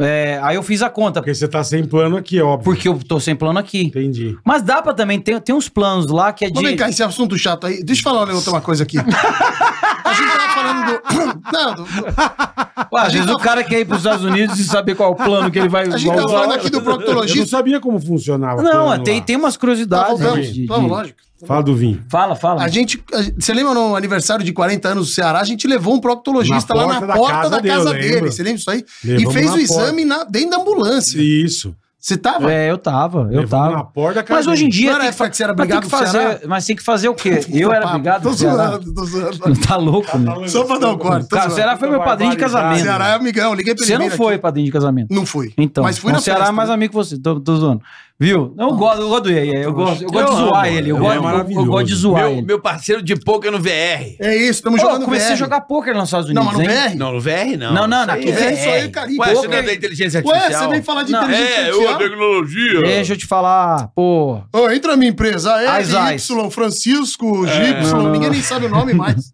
Speaker 5: É, aí eu fiz a conta.
Speaker 2: Porque você tá sem plano aqui, óbvio.
Speaker 5: Porque eu tô sem plano aqui.
Speaker 2: Entendi.
Speaker 5: Mas dá pra também. Tem, tem uns planos lá que é
Speaker 8: Mas
Speaker 5: de.
Speaker 8: vem cá, esse assunto chato aí. Deixa eu falar outra uma coisa aqui. A gente tava falando do. (coughs) Não, do- do-
Speaker 5: Ué,
Speaker 8: a
Speaker 5: às
Speaker 8: gente
Speaker 5: vezes
Speaker 8: tá-
Speaker 5: o cara quer ir pros Estados Unidos e saber qual o plano que ele vai.
Speaker 8: a gente tava falando aqui do
Speaker 2: Eu não
Speaker 8: proctologista.
Speaker 2: sabia como funcionava. o
Speaker 5: Não, é,
Speaker 2: plano
Speaker 5: tem,
Speaker 2: lá.
Speaker 5: tem um- umas
Speaker 8: Tá,
Speaker 5: curiosidades.
Speaker 8: voltamos.
Speaker 5: de- de-
Speaker 8: Vamos, lógico.
Speaker 2: Fala do vinho.
Speaker 5: Fala, fala.
Speaker 8: A gente, a gente- você lembra no aniversário de 40 anos do Ceará? A gente levou um proctologista
Speaker 2: Na
Speaker 8: lá
Speaker 2: porta
Speaker 8: na
Speaker 2: da
Speaker 8: porta
Speaker 2: casa
Speaker 8: da
Speaker 2: dele,
Speaker 8: casa
Speaker 2: eu
Speaker 8: dele.
Speaker 2: lembro.
Speaker 8: Você lembra isso aí?
Speaker 2: Levamos
Speaker 8: e fez
Speaker 2: na
Speaker 8: o exame na- dentro da ambulância.
Speaker 2: Isso.
Speaker 8: Você tava?
Speaker 5: É, eu tava, eu
Speaker 2: Levamos na
Speaker 5: tava.
Speaker 2: porta, cara.
Speaker 5: Mas hoje em
Speaker 8: Não
Speaker 5: dia.
Speaker 8: era
Speaker 5: tem
Speaker 8: a época que você era
Speaker 5: mas tem
Speaker 8: obrigado
Speaker 5: que
Speaker 8: do Ceará? Tá
Speaker 5: fazer, Mas tem que fazer o
Speaker 8: (laughs)
Speaker 5: quê? Eu era obrigado
Speaker 8: Tô
Speaker 5: do Ceará?
Speaker 8: zoando, tô zoando.
Speaker 5: (laughs) Tá louco, meu.
Speaker 8: Só pra dar um corte. tô
Speaker 5: Cara, o
Speaker 8: zoando.
Speaker 5: Ceará foi meu padrinho de casamento.
Speaker 8: Ceará é amigão, liguei pra ele.
Speaker 5: Você não
Speaker 8: vir
Speaker 5: foi
Speaker 8: aqui.
Speaker 5: padrinho de casamento.
Speaker 8: Não fui.
Speaker 5: Então,
Speaker 8: Mas fui
Speaker 5: então
Speaker 8: na
Speaker 5: o Ceará
Speaker 8: festa.
Speaker 5: é mais amigo que você, tô, tô zoando. Viu? Eu gosto, eu gosto do Iê, Iê, eu gosto, eu gosto de
Speaker 4: Eu
Speaker 5: zoar
Speaker 4: amo,
Speaker 5: ele, eu,
Speaker 4: ele é
Speaker 5: gosto, eu- eu,
Speaker 2: maravilhoso.
Speaker 5: gosto de zoar
Speaker 4: Meu,
Speaker 5: ele.
Speaker 4: meu parceiro de poker no VR.
Speaker 8: É isso, estamos
Speaker 5: Pô,
Speaker 8: jogando
Speaker 5: eu comecei
Speaker 8: VR.
Speaker 5: a jogar pôquer nos Estados
Speaker 8: Não,
Speaker 5: Unidos,
Speaker 8: mas no
Speaker 5: hein?
Speaker 8: VR?
Speaker 4: Não, no VR não.
Speaker 5: Não, não,
Speaker 4: Isso
Speaker 5: na-
Speaker 4: aí
Speaker 5: no
Speaker 4: é
Speaker 8: VR sou eu e
Speaker 4: VR.
Speaker 8: Carica.
Speaker 4: Ué, você
Speaker 8: Poker.
Speaker 4: não é da inteligência
Speaker 8: Ué,
Speaker 4: artificial?
Speaker 8: você vem falar de
Speaker 5: Não,
Speaker 8: inteligência
Speaker 4: É, eu, a
Speaker 8: artificial?
Speaker 4: tecnologia.
Speaker 5: Deixa eu te falar, pô.
Speaker 8: Ô, entra a minha empresa, A,
Speaker 5: As, É,
Speaker 8: Y,
Speaker 5: as.
Speaker 8: Francisco, Y, ninguém nem sabe o
Speaker 5: (laughs)
Speaker 8: nome mais.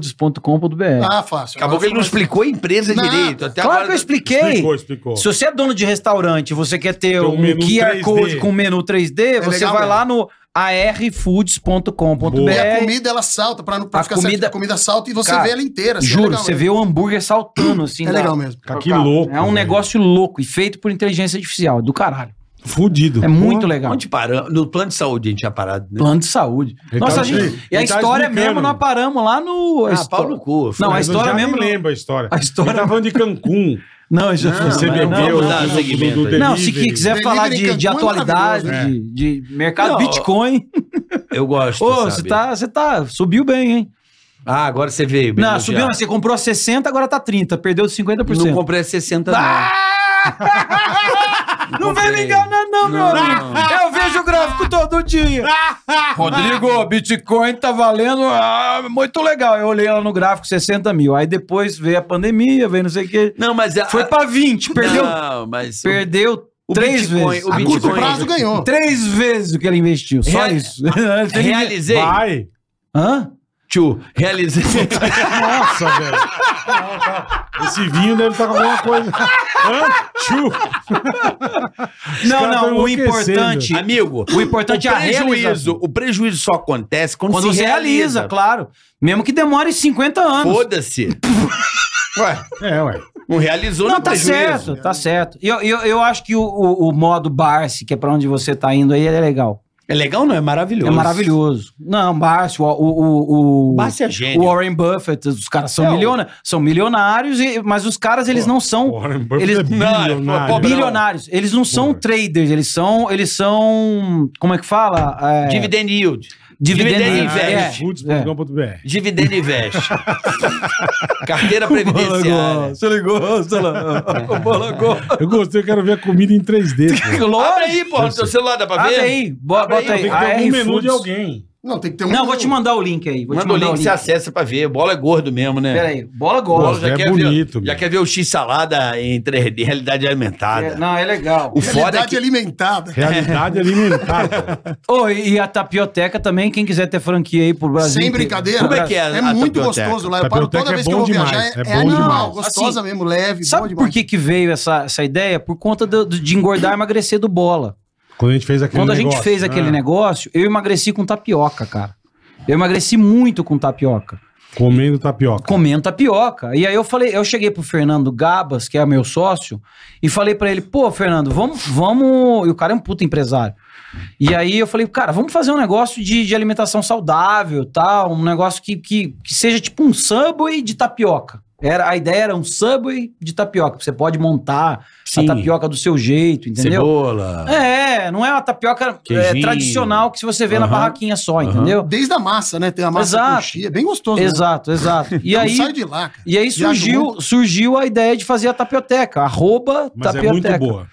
Speaker 5: aerfoods.com.br.
Speaker 8: Ah, fácil.
Speaker 4: Acabou que ele não explicou a empresa
Speaker 8: Não.
Speaker 4: direito. Até
Speaker 5: Claro
Speaker 4: agora
Speaker 5: que eu expliquei.
Speaker 2: Explicou, explicou.
Speaker 5: Se você é dono de restaurante e você quer ter
Speaker 2: um
Speaker 5: um,
Speaker 2: menu
Speaker 5: QR
Speaker 2: 3D.
Speaker 5: Code com menu 3D, você
Speaker 8: É legal
Speaker 5: vai
Speaker 8: mesmo.
Speaker 5: lá no arfoods.com.br.
Speaker 2: Boa.
Speaker 8: E a comida, assim, ela salta, pra não
Speaker 5: É,
Speaker 8: pra
Speaker 5: A
Speaker 8: ficar certinho,
Speaker 5: comida-
Speaker 8: a comida salta e você
Speaker 5: Cara,
Speaker 8: vê ela inteira. assim, é
Speaker 5: Juro,
Speaker 8: legal
Speaker 5: você
Speaker 8: mesmo.
Speaker 5: vê o hambúrguer saltando assim.
Speaker 8: É
Speaker 5: da-
Speaker 8: legal mesmo.
Speaker 2: Cara, que louco.
Speaker 5: É um
Speaker 2: velho.
Speaker 5: negócio louco e feito por inteligência artificial, do caralho.
Speaker 2: Fudido.
Speaker 5: É muito legal.
Speaker 4: tá Onde paramos? No plano de saúde a gente tinha parado. Né?
Speaker 5: Plano de saúde.
Speaker 2: é? Ele
Speaker 5: Nossa,
Speaker 2: tá
Speaker 5: a gente.
Speaker 2: explicando.
Speaker 5: E a
Speaker 2: Ele tá
Speaker 5: história
Speaker 2: explicando.
Speaker 5: mesmo, nós paramos lá no. a
Speaker 4: Ah,
Speaker 5: histó-
Speaker 4: pau no cu.
Speaker 5: Não, a
Speaker 2: Mas eu
Speaker 5: história
Speaker 2: já nem
Speaker 5: mesmo.
Speaker 2: lembro a história.
Speaker 5: (laughs) A história-
Speaker 2: Ele tá falando de Cancún.
Speaker 5: Não, já
Speaker 4: Não,
Speaker 2: Você
Speaker 4: não,
Speaker 2: bebeu
Speaker 4: não, vamos dar
Speaker 2: do- do-
Speaker 4: seguimento
Speaker 2: do
Speaker 4: aí.
Speaker 2: delivery.
Speaker 5: Não, se que- quiser
Speaker 8: Delivery
Speaker 5: falar
Speaker 8: em
Speaker 5: de,
Speaker 8: Cancún
Speaker 5: de
Speaker 8: é
Speaker 5: atualidade,
Speaker 2: maravilhoso, né?
Speaker 5: de, de mercado
Speaker 4: Não,
Speaker 5: Bitcoin.
Speaker 4: Eu gosto.
Speaker 5: Ô,
Speaker 4: sabe?
Speaker 5: você tá, você tá. Subiu bem, hein?
Speaker 4: Ah, agora você veio. me
Speaker 5: não,
Speaker 4: elogiar.
Speaker 5: subiu, mas você comprou a 60, agora tá 30. Perdeu 50%.
Speaker 4: Não comprei 60, não.
Speaker 5: Ah! (laughs) Não vem me enganar, não, meu amigo. Eu vejo o gráfico todo dia. Rodrigo,
Speaker 4: Ah.
Speaker 5: Bitcoin tá valendo ah, muito legal. Eu olhei lá no gráfico 60 mil. Aí depois veio a pandemia, veio não sei o quê.
Speaker 4: Não, mas... a-
Speaker 5: Foi pra 20, perdeu.
Speaker 4: Não, mas... o-
Speaker 5: Perdeu
Speaker 4: o
Speaker 5: três
Speaker 4: Bitcoin-
Speaker 5: vezes.
Speaker 4: o
Speaker 8: A curto
Speaker 4: Bitcoin-
Speaker 8: prazo ganhou.
Speaker 5: Três vezes o que ele investiu. Só
Speaker 4: Real-
Speaker 5: isso. (laughs) Ele-
Speaker 4: Realizei.
Speaker 2: Vai.
Speaker 5: Hã?
Speaker 4: Tio,
Speaker 5: (laughs)
Speaker 4: realizei.
Speaker 2: Nossa, velho. Esse vinho deve estar com alguma coisa. Hã? Tchu.
Speaker 5: Não,
Speaker 2: caras tão
Speaker 5: não. O
Speaker 2: enlouquecendo.
Speaker 5: importante.
Speaker 4: Amigo,
Speaker 5: O importante é a realização.
Speaker 4: prejuízo, o prejuízo só acontece quando,
Speaker 5: Quando
Speaker 4: se
Speaker 5: você realiza,
Speaker 4: realiza.
Speaker 5: claro. Mesmo que demore 50 anos. (laughs)
Speaker 4: Foda-se. Ué,
Speaker 2: É, ué.
Speaker 4: não realizou,
Speaker 5: Não,
Speaker 4: não
Speaker 5: tá
Speaker 4: prejuízo.
Speaker 5: certo, tá certo. E eu, eu, eu acho que o, o, o modo Barce, que é pra onde você tá indo aí, é legal.
Speaker 4: É legal, não? É maravilhoso.
Speaker 5: É maravilhoso. Não, Barce, o. O, o, o,
Speaker 4: Barça é gênio.
Speaker 5: o Warren Buffett, os caras são,
Speaker 4: É, o-
Speaker 5: miliona- são milionários, e- mas os caras, eles não são
Speaker 2: Warren Buffett
Speaker 5: Eles-
Speaker 2: é bilionário.
Speaker 4: Não, é-
Speaker 5: bilionários. Eles não são
Speaker 2: Porra.
Speaker 5: traders, eles são. Eles são. Como é que fala? É,
Speaker 4: Dividend yield.
Speaker 5: dividend
Speaker 4: dividend
Speaker 5: invest.
Speaker 4: invest.
Speaker 2: Foods.com.br.
Speaker 4: Dividend invest.
Speaker 5: (laughs)
Speaker 4: Carteira
Speaker 5: é
Speaker 4: previdenciária.
Speaker 5: Você ligou, sei lá. (laughs)
Speaker 4: (laughs)
Speaker 5: é
Speaker 2: Eu gostei, eu quero ver a comida em 3D. pô.
Speaker 4: Abre aí, porra, no seu celular, dá pra
Speaker 5: Abre
Speaker 4: ver?
Speaker 5: aí, bo-
Speaker 4: Abre aí,
Speaker 5: bota
Speaker 4: tem
Speaker 5: aí.
Speaker 2: Tem que ter
Speaker 5: AR
Speaker 2: algum menu de
Speaker 5: Foods.
Speaker 2: alguém.
Speaker 8: Não, tem que ter um.
Speaker 5: Não, vou te mandar o link aí. Vou
Speaker 4: Manda
Speaker 5: te
Speaker 4: o
Speaker 5: mandar
Speaker 4: link, você acessa pra ver. Bola é gordo mesmo, né?
Speaker 5: Pera aí, bola
Speaker 4: Bola
Speaker 5: gosta.
Speaker 4: já
Speaker 2: É
Speaker 4: quer
Speaker 2: bonito,
Speaker 4: ver, Já
Speaker 2: meu.
Speaker 4: quer ver o X-salada em 3D, (laughs) realidade aumentada.
Speaker 5: É, não, é legal.
Speaker 4: O foda é
Speaker 8: Realidade
Speaker 4: que...
Speaker 8: alimentada.
Speaker 5: (laughs)
Speaker 2: Realidade alimentar. pô.
Speaker 5: Ô, e e a tapioteca também, quem quiser ter franquia aí pro Brasil.
Speaker 8: Sem
Speaker 5: inteiro.
Speaker 8: brincadeira.
Speaker 4: Como é que é a-
Speaker 8: É
Speaker 4: a
Speaker 8: muito
Speaker 4: tapioteca?
Speaker 8: gostoso lá. Eu paro toda
Speaker 2: Tapioteca é
Speaker 8: vez que eu
Speaker 2: bom
Speaker 8: vou
Speaker 2: demais,
Speaker 8: viajar. É,
Speaker 2: é bom
Speaker 8: animal,
Speaker 2: demais.
Speaker 8: gostosa mesmo, leve, boa
Speaker 5: Assim, Sabe por
Speaker 8: demais.
Speaker 5: que, que veio essa, essa ideia? Por conta do- do- de engordar e emagrecer do bola.
Speaker 2: Quando a gente fez aquele
Speaker 5: Quando a gente
Speaker 2: negócio.
Speaker 5: fez aquele
Speaker 2: Ah,
Speaker 5: negócio, eu emagreci com tapioca, cara. Eu emagreci muito com tapioca.
Speaker 2: Comendo tapioca.
Speaker 5: comendo tapioca. E aí eu falei, eu cheguei pro Fernando Gabas, que é meu sócio, e falei pra ele, pô, Fernando, vamos, vamos. E o cara é um puta empresário. E aí eu falei, cara, vamos fazer um negócio de, de alimentação saudável, tal, um negócio que, que, que seja tipo um subway de tapioca. Era, a ideia era um subway de tapioca. Você pode montar
Speaker 4: Sim.
Speaker 5: a tapioca do seu jeito, entendeu?
Speaker 4: Cebola.
Speaker 5: É, não é uma tapioca é,
Speaker 4: Queijinho.
Speaker 5: tradicional que se você vê na
Speaker 4: Aham.
Speaker 5: barraquinha só,
Speaker 4: Aham.
Speaker 5: entendeu?
Speaker 8: Desde a massa, né? Tem a massa
Speaker 5: Exato.
Speaker 8: com chia, bem gostoso. né?
Speaker 5: Exato, exato. E
Speaker 8: Não
Speaker 5: aí.
Speaker 8: sai de lá, cara.
Speaker 5: E aí
Speaker 8: Viajo
Speaker 5: surgiu,
Speaker 8: muito.
Speaker 5: surgiu a ideia de fazer a tapioteca, arroba
Speaker 2: Mas é muito
Speaker 5: tapioteca.
Speaker 2: boa.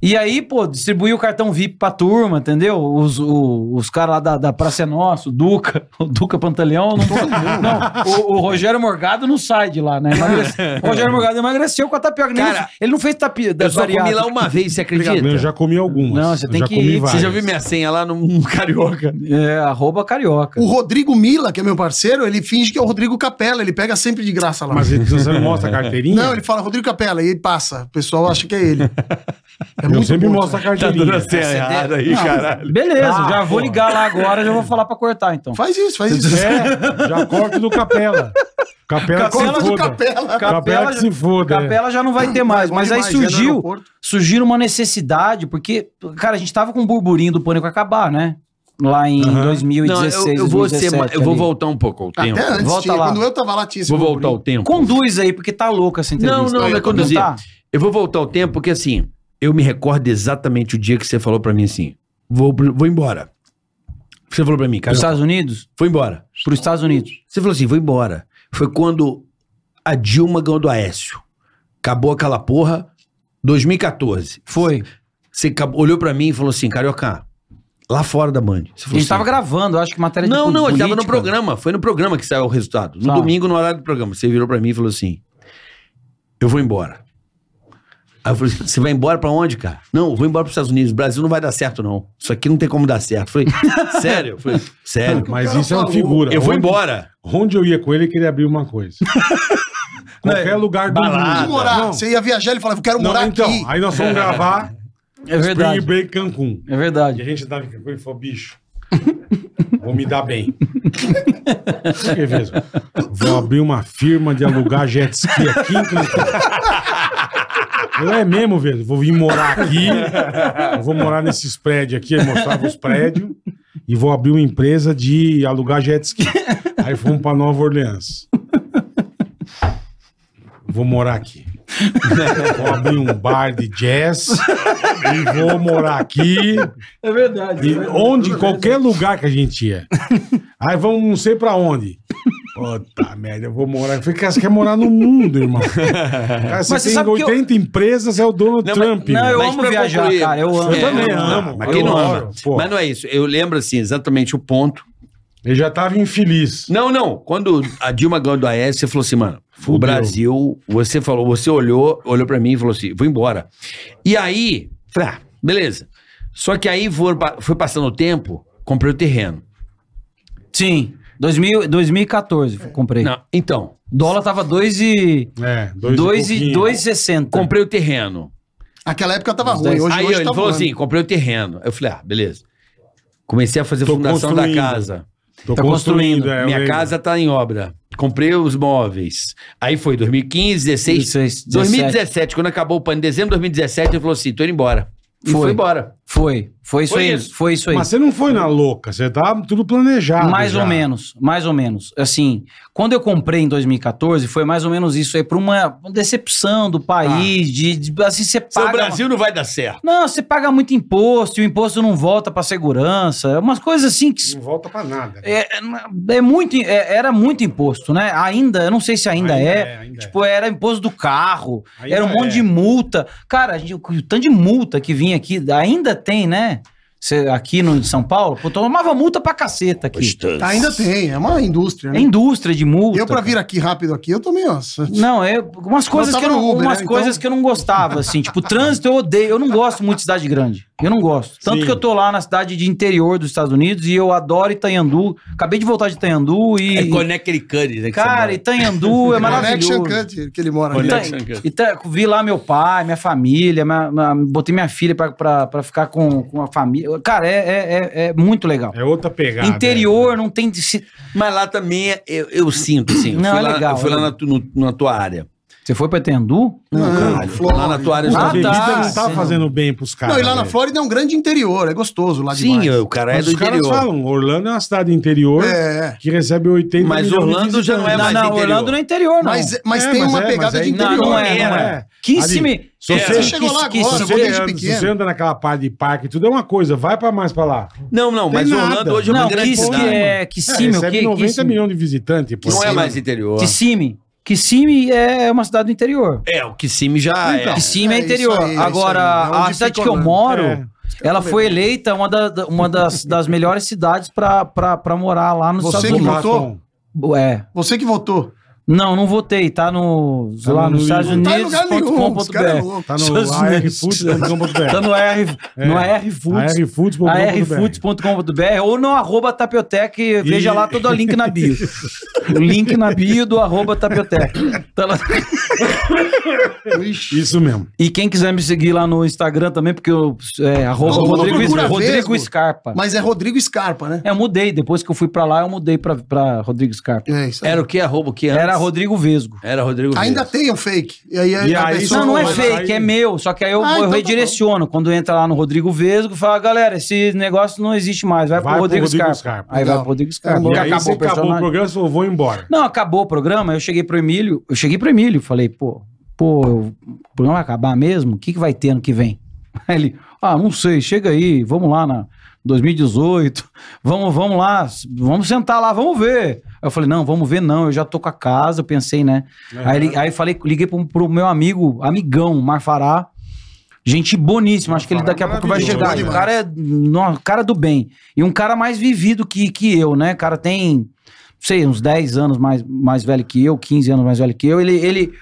Speaker 5: E aí, pô, distribuiu o cartão VIP pra turma, entendeu? Os, o- os caras lá da, da Praça é Nossa, o Duca, o Duca Pantaleão, (laughs) não, não, o, o Rogério Morgado não sai de lá, né? Emagrece-
Speaker 4: (laughs)
Speaker 5: o Rogério Morgado emagreceu com a tapioca. nem-
Speaker 4: Cara,
Speaker 5: ele não fez tapioca.
Speaker 4: Eu só comi lá uma vez, você
Speaker 2: Eu
Speaker 4: acredita?
Speaker 2: já comi algumas.
Speaker 5: Não, você
Speaker 2: Eu
Speaker 5: tem
Speaker 2: já
Speaker 5: que
Speaker 2: comi
Speaker 5: ir.
Speaker 2: várias.
Speaker 4: Você já viu minha senha lá no, no Carioca?
Speaker 5: É, arroba carioca.
Speaker 8: O Rodrigo Mila, que é meu parceiro, ele finge que é o Rodrigo Capela, ele pega sempre de graça lá.
Speaker 2: Mas ele- é. você não mostra a carteirinha?
Speaker 8: Não, ele fala Rodrigo Capela e ele passa. O pessoal acha que
Speaker 2: (laughs)
Speaker 8: é ele. É
Speaker 2: Eu sempre
Speaker 8: bom,
Speaker 2: mostro a
Speaker 8: cara.
Speaker 4: Tá
Speaker 2: carteirinha.
Speaker 4: senha errada aí, caralho.
Speaker 5: Beleza, já vou ligar lá agora, já vou falar pra cortar, então.
Speaker 8: Faz isso,
Speaker 2: (laughs)
Speaker 8: faz isso.
Speaker 2: É, já corto do Capela. Capela que se
Speaker 8: Corta do
Speaker 2: Tá foda.
Speaker 8: Capela.
Speaker 2: Capela que se foda. é.
Speaker 5: Capela já não vai ter mais, mas aí surgiu, surgiu uma necessidade, porque, cara, a gente tava com um burburinho do pânico acabar, né? Lá em
Speaker 2: Aham.
Speaker 4: Não,
Speaker 5: 2016,
Speaker 4: eu, eu vou, ser,
Speaker 5: 2017
Speaker 4: ma- eu vou
Speaker 5: ali.
Speaker 4: voltar um pouco ao tempo.
Speaker 8: Até antes,
Speaker 5: Volta
Speaker 8: tinha,
Speaker 5: lá.
Speaker 8: quando eu tava lá, tinha esse
Speaker 4: Vou
Speaker 8: burburinho.
Speaker 4: voltar ao tempo.
Speaker 5: Conduz aí, porque tá louca essa entrevista.
Speaker 4: Não, é não, vai
Speaker 5: eu tô
Speaker 4: conduzir.
Speaker 5: tentar.
Speaker 4: Eu vou voltar ao tempo porque, assim, eu me recordo exatamente o dia que você falou pra mim assim: vou, pro- vou embora. Você falou pra mim, cara,
Speaker 5: Pros Estados Unidos?
Speaker 4: vou embora.
Speaker 5: Pros Estados Unidos.
Speaker 4: Você falou assim: vou embora. Foi quando a Dilma ganhou do Aécio. Acabou aquela porra, 2014.
Speaker 5: Foi.
Speaker 4: Você acabou- olhou pra mim e falou assim: Carioca, lá fora da Band. Você
Speaker 5: A
Speaker 4: falou
Speaker 5: gente tava
Speaker 4: assim,
Speaker 5: gravando, eu acho que matéria
Speaker 4: Não,
Speaker 5: de
Speaker 4: não, ele
Speaker 5: política. né?"
Speaker 4: tava no programa. Foi no programa que saiu o resultado. No
Speaker 5: Tá.
Speaker 4: domingo, no horário do programa. Você virou pra mim e falou assim: Eu vou embora. Aí eu falei (laughs) assim, você vai embora pra onde, cara? Não, eu vou embora pros Estados Unidos. Brasil não vai dar certo, não. Isso aqui não tem como dar certo. Eu falei, (laughs) sério? Eu falei, sério.
Speaker 2: Mas
Speaker 8: cara
Speaker 2: isso é uma
Speaker 8: falou.
Speaker 2: figura.
Speaker 4: Eu vou
Speaker 2: Onde-
Speaker 4: embora.
Speaker 2: Onde eu ia com ele, ele queria abrir uma
Speaker 8: (laughs)
Speaker 2: coisa. Qualquer lugar do
Speaker 4: balada.
Speaker 8: é Vamos
Speaker 2: mundo.
Speaker 8: morar.
Speaker 2: Não,
Speaker 8: Você ia viajar, ele falava, eu quero
Speaker 2: não,
Speaker 8: morar
Speaker 2: então,
Speaker 8: aqui.
Speaker 2: aí nós fomos gravar
Speaker 5: É
Speaker 2: Spring
Speaker 5: verdade.
Speaker 2: Break Cancún.
Speaker 5: É
Speaker 2: E a
Speaker 5: verdade.
Speaker 2: gente tava em Cancún e falou, bicho, vou me dar bem. Por que mesmo? Vou abrir uma firma de alugar jet ski aqui em Cancún. Eu é mesmo, velho. Vou vir morar aqui. eu vou morar nesses prédios aqui. Aí mostrava os prédios. E vou abrir uma empresa de alugar jet ski. Aí fomos pra Nova Orleans. Vou morar aqui. Vou abrir um bar de jazz. E vou morar aqui.
Speaker 5: É verdade.
Speaker 2: E onde, em qualquer lugar que a gente ia. Aí vamos não sei pra onde. Puta merda, eu vou morar. Eu falei, cara, você quer morar no mundo, irmão. Cara, você
Speaker 5: Mas você
Speaker 2: tem
Speaker 5: sabe que eu-
Speaker 2: 80 empresas, é o Donald Trump.
Speaker 5: Não,
Speaker 2: meu.
Speaker 5: eu
Speaker 4: Mas
Speaker 5: amo
Speaker 4: pra
Speaker 5: viajar,
Speaker 4: concluir-
Speaker 5: cara. Eu amo.
Speaker 2: Eu também amo.
Speaker 4: Mas quem
Speaker 2: Eu
Speaker 4: não
Speaker 2: amo,
Speaker 4: ama?
Speaker 2: pô.
Speaker 4: Mas não é isso. Eu lembro, assim, exatamente o ponto.
Speaker 2: Ele já tava infeliz.
Speaker 4: Não, não. Quando a Dilma ganhou do AES, você falou assim, mano, o Brasil, você falou, você olhou, olhou pra mim e falou assim, vou embora. E aí, falei, ah, beleza. Só que aí for- foi passando o tempo, comprei o terreno.
Speaker 5: Sim. 2000, 2014 eu comprei.
Speaker 4: Não, então,
Speaker 5: O dólar tava 2 e...
Speaker 2: É, dois,
Speaker 5: dois
Speaker 2: pouquinho.
Speaker 5: e 2,60.
Speaker 4: comprei o terreno.
Speaker 8: Aquela época tava
Speaker 5: Os
Speaker 8: ruim,
Speaker 5: dez-
Speaker 8: hoje,
Speaker 4: aí
Speaker 8: hoje
Speaker 4: ele
Speaker 8: tá
Speaker 4: falou
Speaker 8: voando.
Speaker 4: assim, comprei o terreno. Eu falei, ah, beleza. Comecei a fazer a
Speaker 2: Tô
Speaker 4: fundação da
Speaker 2: construindo.
Speaker 4: casa.
Speaker 2: Tô
Speaker 5: Tá
Speaker 2: construindo.
Speaker 5: construindo.
Speaker 2: é, eu
Speaker 4: Minha
Speaker 2: lembro.
Speaker 4: casa tá em obra. Comprei os móveis. Aí foi 2015, 16,
Speaker 5: 16, 17.
Speaker 4: 2017, quando acabou o pano, em dezembro de 2017, ele falou assim: tô indo embora. E foi,
Speaker 5: Foi.
Speaker 4: embora.
Speaker 5: Foi. Foi isso
Speaker 4: Foi
Speaker 5: aí.
Speaker 4: isso.
Speaker 5: Foi isso aí.
Speaker 2: Mas você não foi na louca, você tava tudo planejado.
Speaker 5: mais
Speaker 2: já.
Speaker 5: ou menos, mais ou menos. Assim, quando eu comprei em 2014, foi mais ou menos isso aí, por uma decepção do país, de, de- assim, você paga...
Speaker 4: Seu Brasil não vai dar certo.
Speaker 5: Não, você paga muito imposto, e o imposto não volta pra segurança, é umas coisas assim que...
Speaker 2: Não volta pra nada.
Speaker 5: É, é- é muito, é- era muito imposto, né? Ainda, eu não sei se ainda, é,
Speaker 2: ainda
Speaker 5: Tipo, era imposto do carro,
Speaker 2: Ainda
Speaker 5: era um monte
Speaker 2: é.
Speaker 5: de multa. Cara, a gente- o tanto de multa que vinha aqui, ainda tem, né? Cê- aqui no em São Paulo, pô, tomava multa pra caceta aqui.
Speaker 8: Tá, ainda tem, é uma indústria,
Speaker 5: É
Speaker 8: né?
Speaker 5: indústria de multa.
Speaker 8: Eu pra
Speaker 5: cara.
Speaker 8: vir aqui rápido aqui, eu tomei, ó.
Speaker 5: Não, é umas coisas,
Speaker 8: tava
Speaker 5: que eu, não-
Speaker 8: no Uber,
Speaker 5: umas
Speaker 8: né,
Speaker 5: coisas
Speaker 8: então?
Speaker 5: que eu não gostava, assim. Tipo, trânsito eu odeio. Eu não gosto muito de cidade grande. Eu não gosto. Tanto
Speaker 2: Sim.
Speaker 5: que eu tô lá na cidade de interior dos Estados Unidos e eu adoro Itanhandu. Acabei de voltar de Itanhandu e.
Speaker 4: É Connected Cuddy, né? que
Speaker 5: Cara,
Speaker 4: você
Speaker 5: Itanhandu é
Speaker 8: (laughs) Connection né?
Speaker 5: maravilhoso.
Speaker 8: Cut, que ele mora ali.
Speaker 4: Olha-
Speaker 5: Ita,
Speaker 4: Connection Cut.
Speaker 5: Ita- então, vi lá meu pai, minha família, minha- minha- botei minha filha pra, pra, pra ficar com, com a família. Cara, é, é, é- é muito legal.
Speaker 2: É né? outra pegada.
Speaker 5: interior não tem. de se-
Speaker 4: mora. Mas lá também é- eu, eu sinto, assim. Eu
Speaker 5: Não,
Speaker 4: fui
Speaker 5: é
Speaker 4: lá,
Speaker 5: legal,
Speaker 4: eu fui
Speaker 5: é
Speaker 4: lá na,
Speaker 5: legal.
Speaker 4: tu- no- na tua área.
Speaker 5: Você foi pra Itanhandu?
Speaker 8: Não,
Speaker 4: Caralho, lá
Speaker 8: Flórida.
Speaker 4: na tua área.
Speaker 2: É.
Speaker 4: eu
Speaker 2: A
Speaker 5: Ah,
Speaker 4: sou-
Speaker 2: bebida
Speaker 5: tá,
Speaker 2: não tá
Speaker 5: sim.
Speaker 2: fazendo bem pros caras. né?
Speaker 8: Não, e lá na
Speaker 2: velho.
Speaker 8: Flórida é um grande interior, é gostoso lá
Speaker 4: Sim,
Speaker 8: demais.
Speaker 4: eu- o cara é
Speaker 2: Mas
Speaker 4: do
Speaker 2: os caras
Speaker 4: interior.
Speaker 2: falam, Orlando é uma cidade interior
Speaker 8: É, é.
Speaker 2: que recebe 80
Speaker 4: Mas
Speaker 2: milhões de
Speaker 4: Orlando já não é
Speaker 2: visitantes.
Speaker 4: mais
Speaker 5: não, não,
Speaker 4: interior.
Speaker 5: Orlando não é interior, não.
Speaker 8: Mas, mas
Speaker 2: É,
Speaker 8: tem
Speaker 2: mas
Speaker 8: uma
Speaker 2: é, mas
Speaker 8: pegada
Speaker 2: é
Speaker 8: de
Speaker 5: Não,
Speaker 8: interior.
Speaker 5: não é, não
Speaker 2: Era.
Speaker 5: é. Que
Speaker 2: Ali,
Speaker 5: se me...
Speaker 2: se
Speaker 4: você
Speaker 8: chegou lá
Speaker 5: que-
Speaker 2: Se
Speaker 5: que-
Speaker 8: agora, Não,
Speaker 5: que-
Speaker 8: vou
Speaker 2: você,
Speaker 8: desde
Speaker 2: anda, se
Speaker 8: pequeno.
Speaker 2: você anda naquela parte de parque e tudo, é uma coisa, vai pra mais pra lá.
Speaker 4: Não, não,
Speaker 2: Tem
Speaker 4: mas
Speaker 2: nada.
Speaker 4: Orlando hoje é uma
Speaker 5: Não,
Speaker 4: grande
Speaker 5: quis que
Speaker 4: cidade.
Speaker 5: é... Que
Speaker 2: É,
Speaker 5: sim, meu,
Speaker 2: recebe
Speaker 5: que...
Speaker 2: 90
Speaker 5: que sim.
Speaker 2: milhões de visitantes. pô.
Speaker 4: Não é
Speaker 2: Sim.
Speaker 4: mais interior.
Speaker 5: Kissimmee. Kissimmee é uma cidade do interior.
Speaker 4: É, o Kissimmee já
Speaker 5: Então,
Speaker 4: é.
Speaker 5: Kissimmee é,
Speaker 8: É isso
Speaker 5: interior.
Speaker 8: aí, é isso
Speaker 5: Agora,
Speaker 8: aí. É onde
Speaker 5: a cidade
Speaker 8: fica
Speaker 5: que eu
Speaker 8: Orlando.
Speaker 5: moro,
Speaker 2: É.
Speaker 5: ela foi eleita uma, da- da- uma das, das melhores cidades pra, pra, pra morar lá nos
Speaker 8: Você
Speaker 5: Estados
Speaker 8: que
Speaker 5: Unidos.
Speaker 2: Batom.
Speaker 5: É.
Speaker 8: Você que votou.
Speaker 5: Não, não votei. Tá no, lá nos Estados
Speaker 8: Não tá em lugar nenhum. Os caras é
Speaker 5: Unidos.com.br.
Speaker 8: louco. É.
Speaker 2: Tá
Speaker 5: Seus
Speaker 2: no
Speaker 5: Tá
Speaker 4: Tá
Speaker 2: arfoods.com.br.
Speaker 5: no R, no Rfoods.
Speaker 2: arfoods.com.br.
Speaker 5: arfoods.com.br ou no arroba tapiotec, veja
Speaker 2: E-
Speaker 5: lá todo o link na
Speaker 8: (laughs)
Speaker 5: bio. o link na bio do arroba tapiotec. Tá lá.
Speaker 2: Isso mesmo.
Speaker 5: E quem quiser me seguir lá no Instagram também, porque eu. É, arroba
Speaker 8: Não,
Speaker 5: Rodrigo,
Speaker 8: procura
Speaker 5: Rodrigo
Speaker 8: Vesgo.
Speaker 5: Scarpa.
Speaker 8: Mas é Rodrigo Scarpa, né?
Speaker 5: É, eu mudei. Depois que eu fui pra lá, eu mudei pra, pra Rodrigo Scarpa.
Speaker 8: É isso aí.
Speaker 4: Era o que? Arroba o que antes?
Speaker 5: Era Rodrigo Vesgo.
Speaker 4: Era Rodrigo
Speaker 8: Ainda
Speaker 4: Vieira.
Speaker 8: tem um fake. E aí,
Speaker 2: E
Speaker 8: a
Speaker 2: aí,
Speaker 8: pessoa
Speaker 5: Não, não é
Speaker 8: vai-
Speaker 5: fake, é meu. Só que aí eu,
Speaker 8: Ah,
Speaker 5: eu
Speaker 8: então tá
Speaker 5: redireciono. Quando entra lá no Rodrigo Vesgo, fala, galera, esse negócio não existe mais. Vai, pro Rodrigo, Scarpa. Aí vai
Speaker 8: Legal.
Speaker 5: pro Rodrigo Scarpa.
Speaker 2: E
Speaker 5: Nunca
Speaker 2: aí você acabou o
Speaker 5: personagem.
Speaker 2: programa, você falou, vou embora.
Speaker 5: Não, acabou o programa, eu cheguei pro Emílio, eu cheguei pro Emílio, falei, pô, pô, eu- o programa vai acabar mesmo? O que, que vai ter ano que vem? (laughs) Aí ele, ah, não sei, chega aí, vamos lá na 2018, vamos, vamos lá, vamos sentar lá, vamos ver. Aí eu falei, não, vamos ver não, eu já tô com a casa, eu pensei, né? Aí, ele- aí eu falei, liguei pro, pro meu amigo, amigão, Marfará, gente boníssima, acho que ele daqui a pouco vai
Speaker 8: maravilhoso,
Speaker 5: chegar. O
Speaker 8: demais.
Speaker 5: cara é no- cara do bem. E um cara mais vivido que, que eu, né? O cara tem não sei, uns 10 anos mais, mais velho que eu, 15 anos mais velho que eu, ele. ele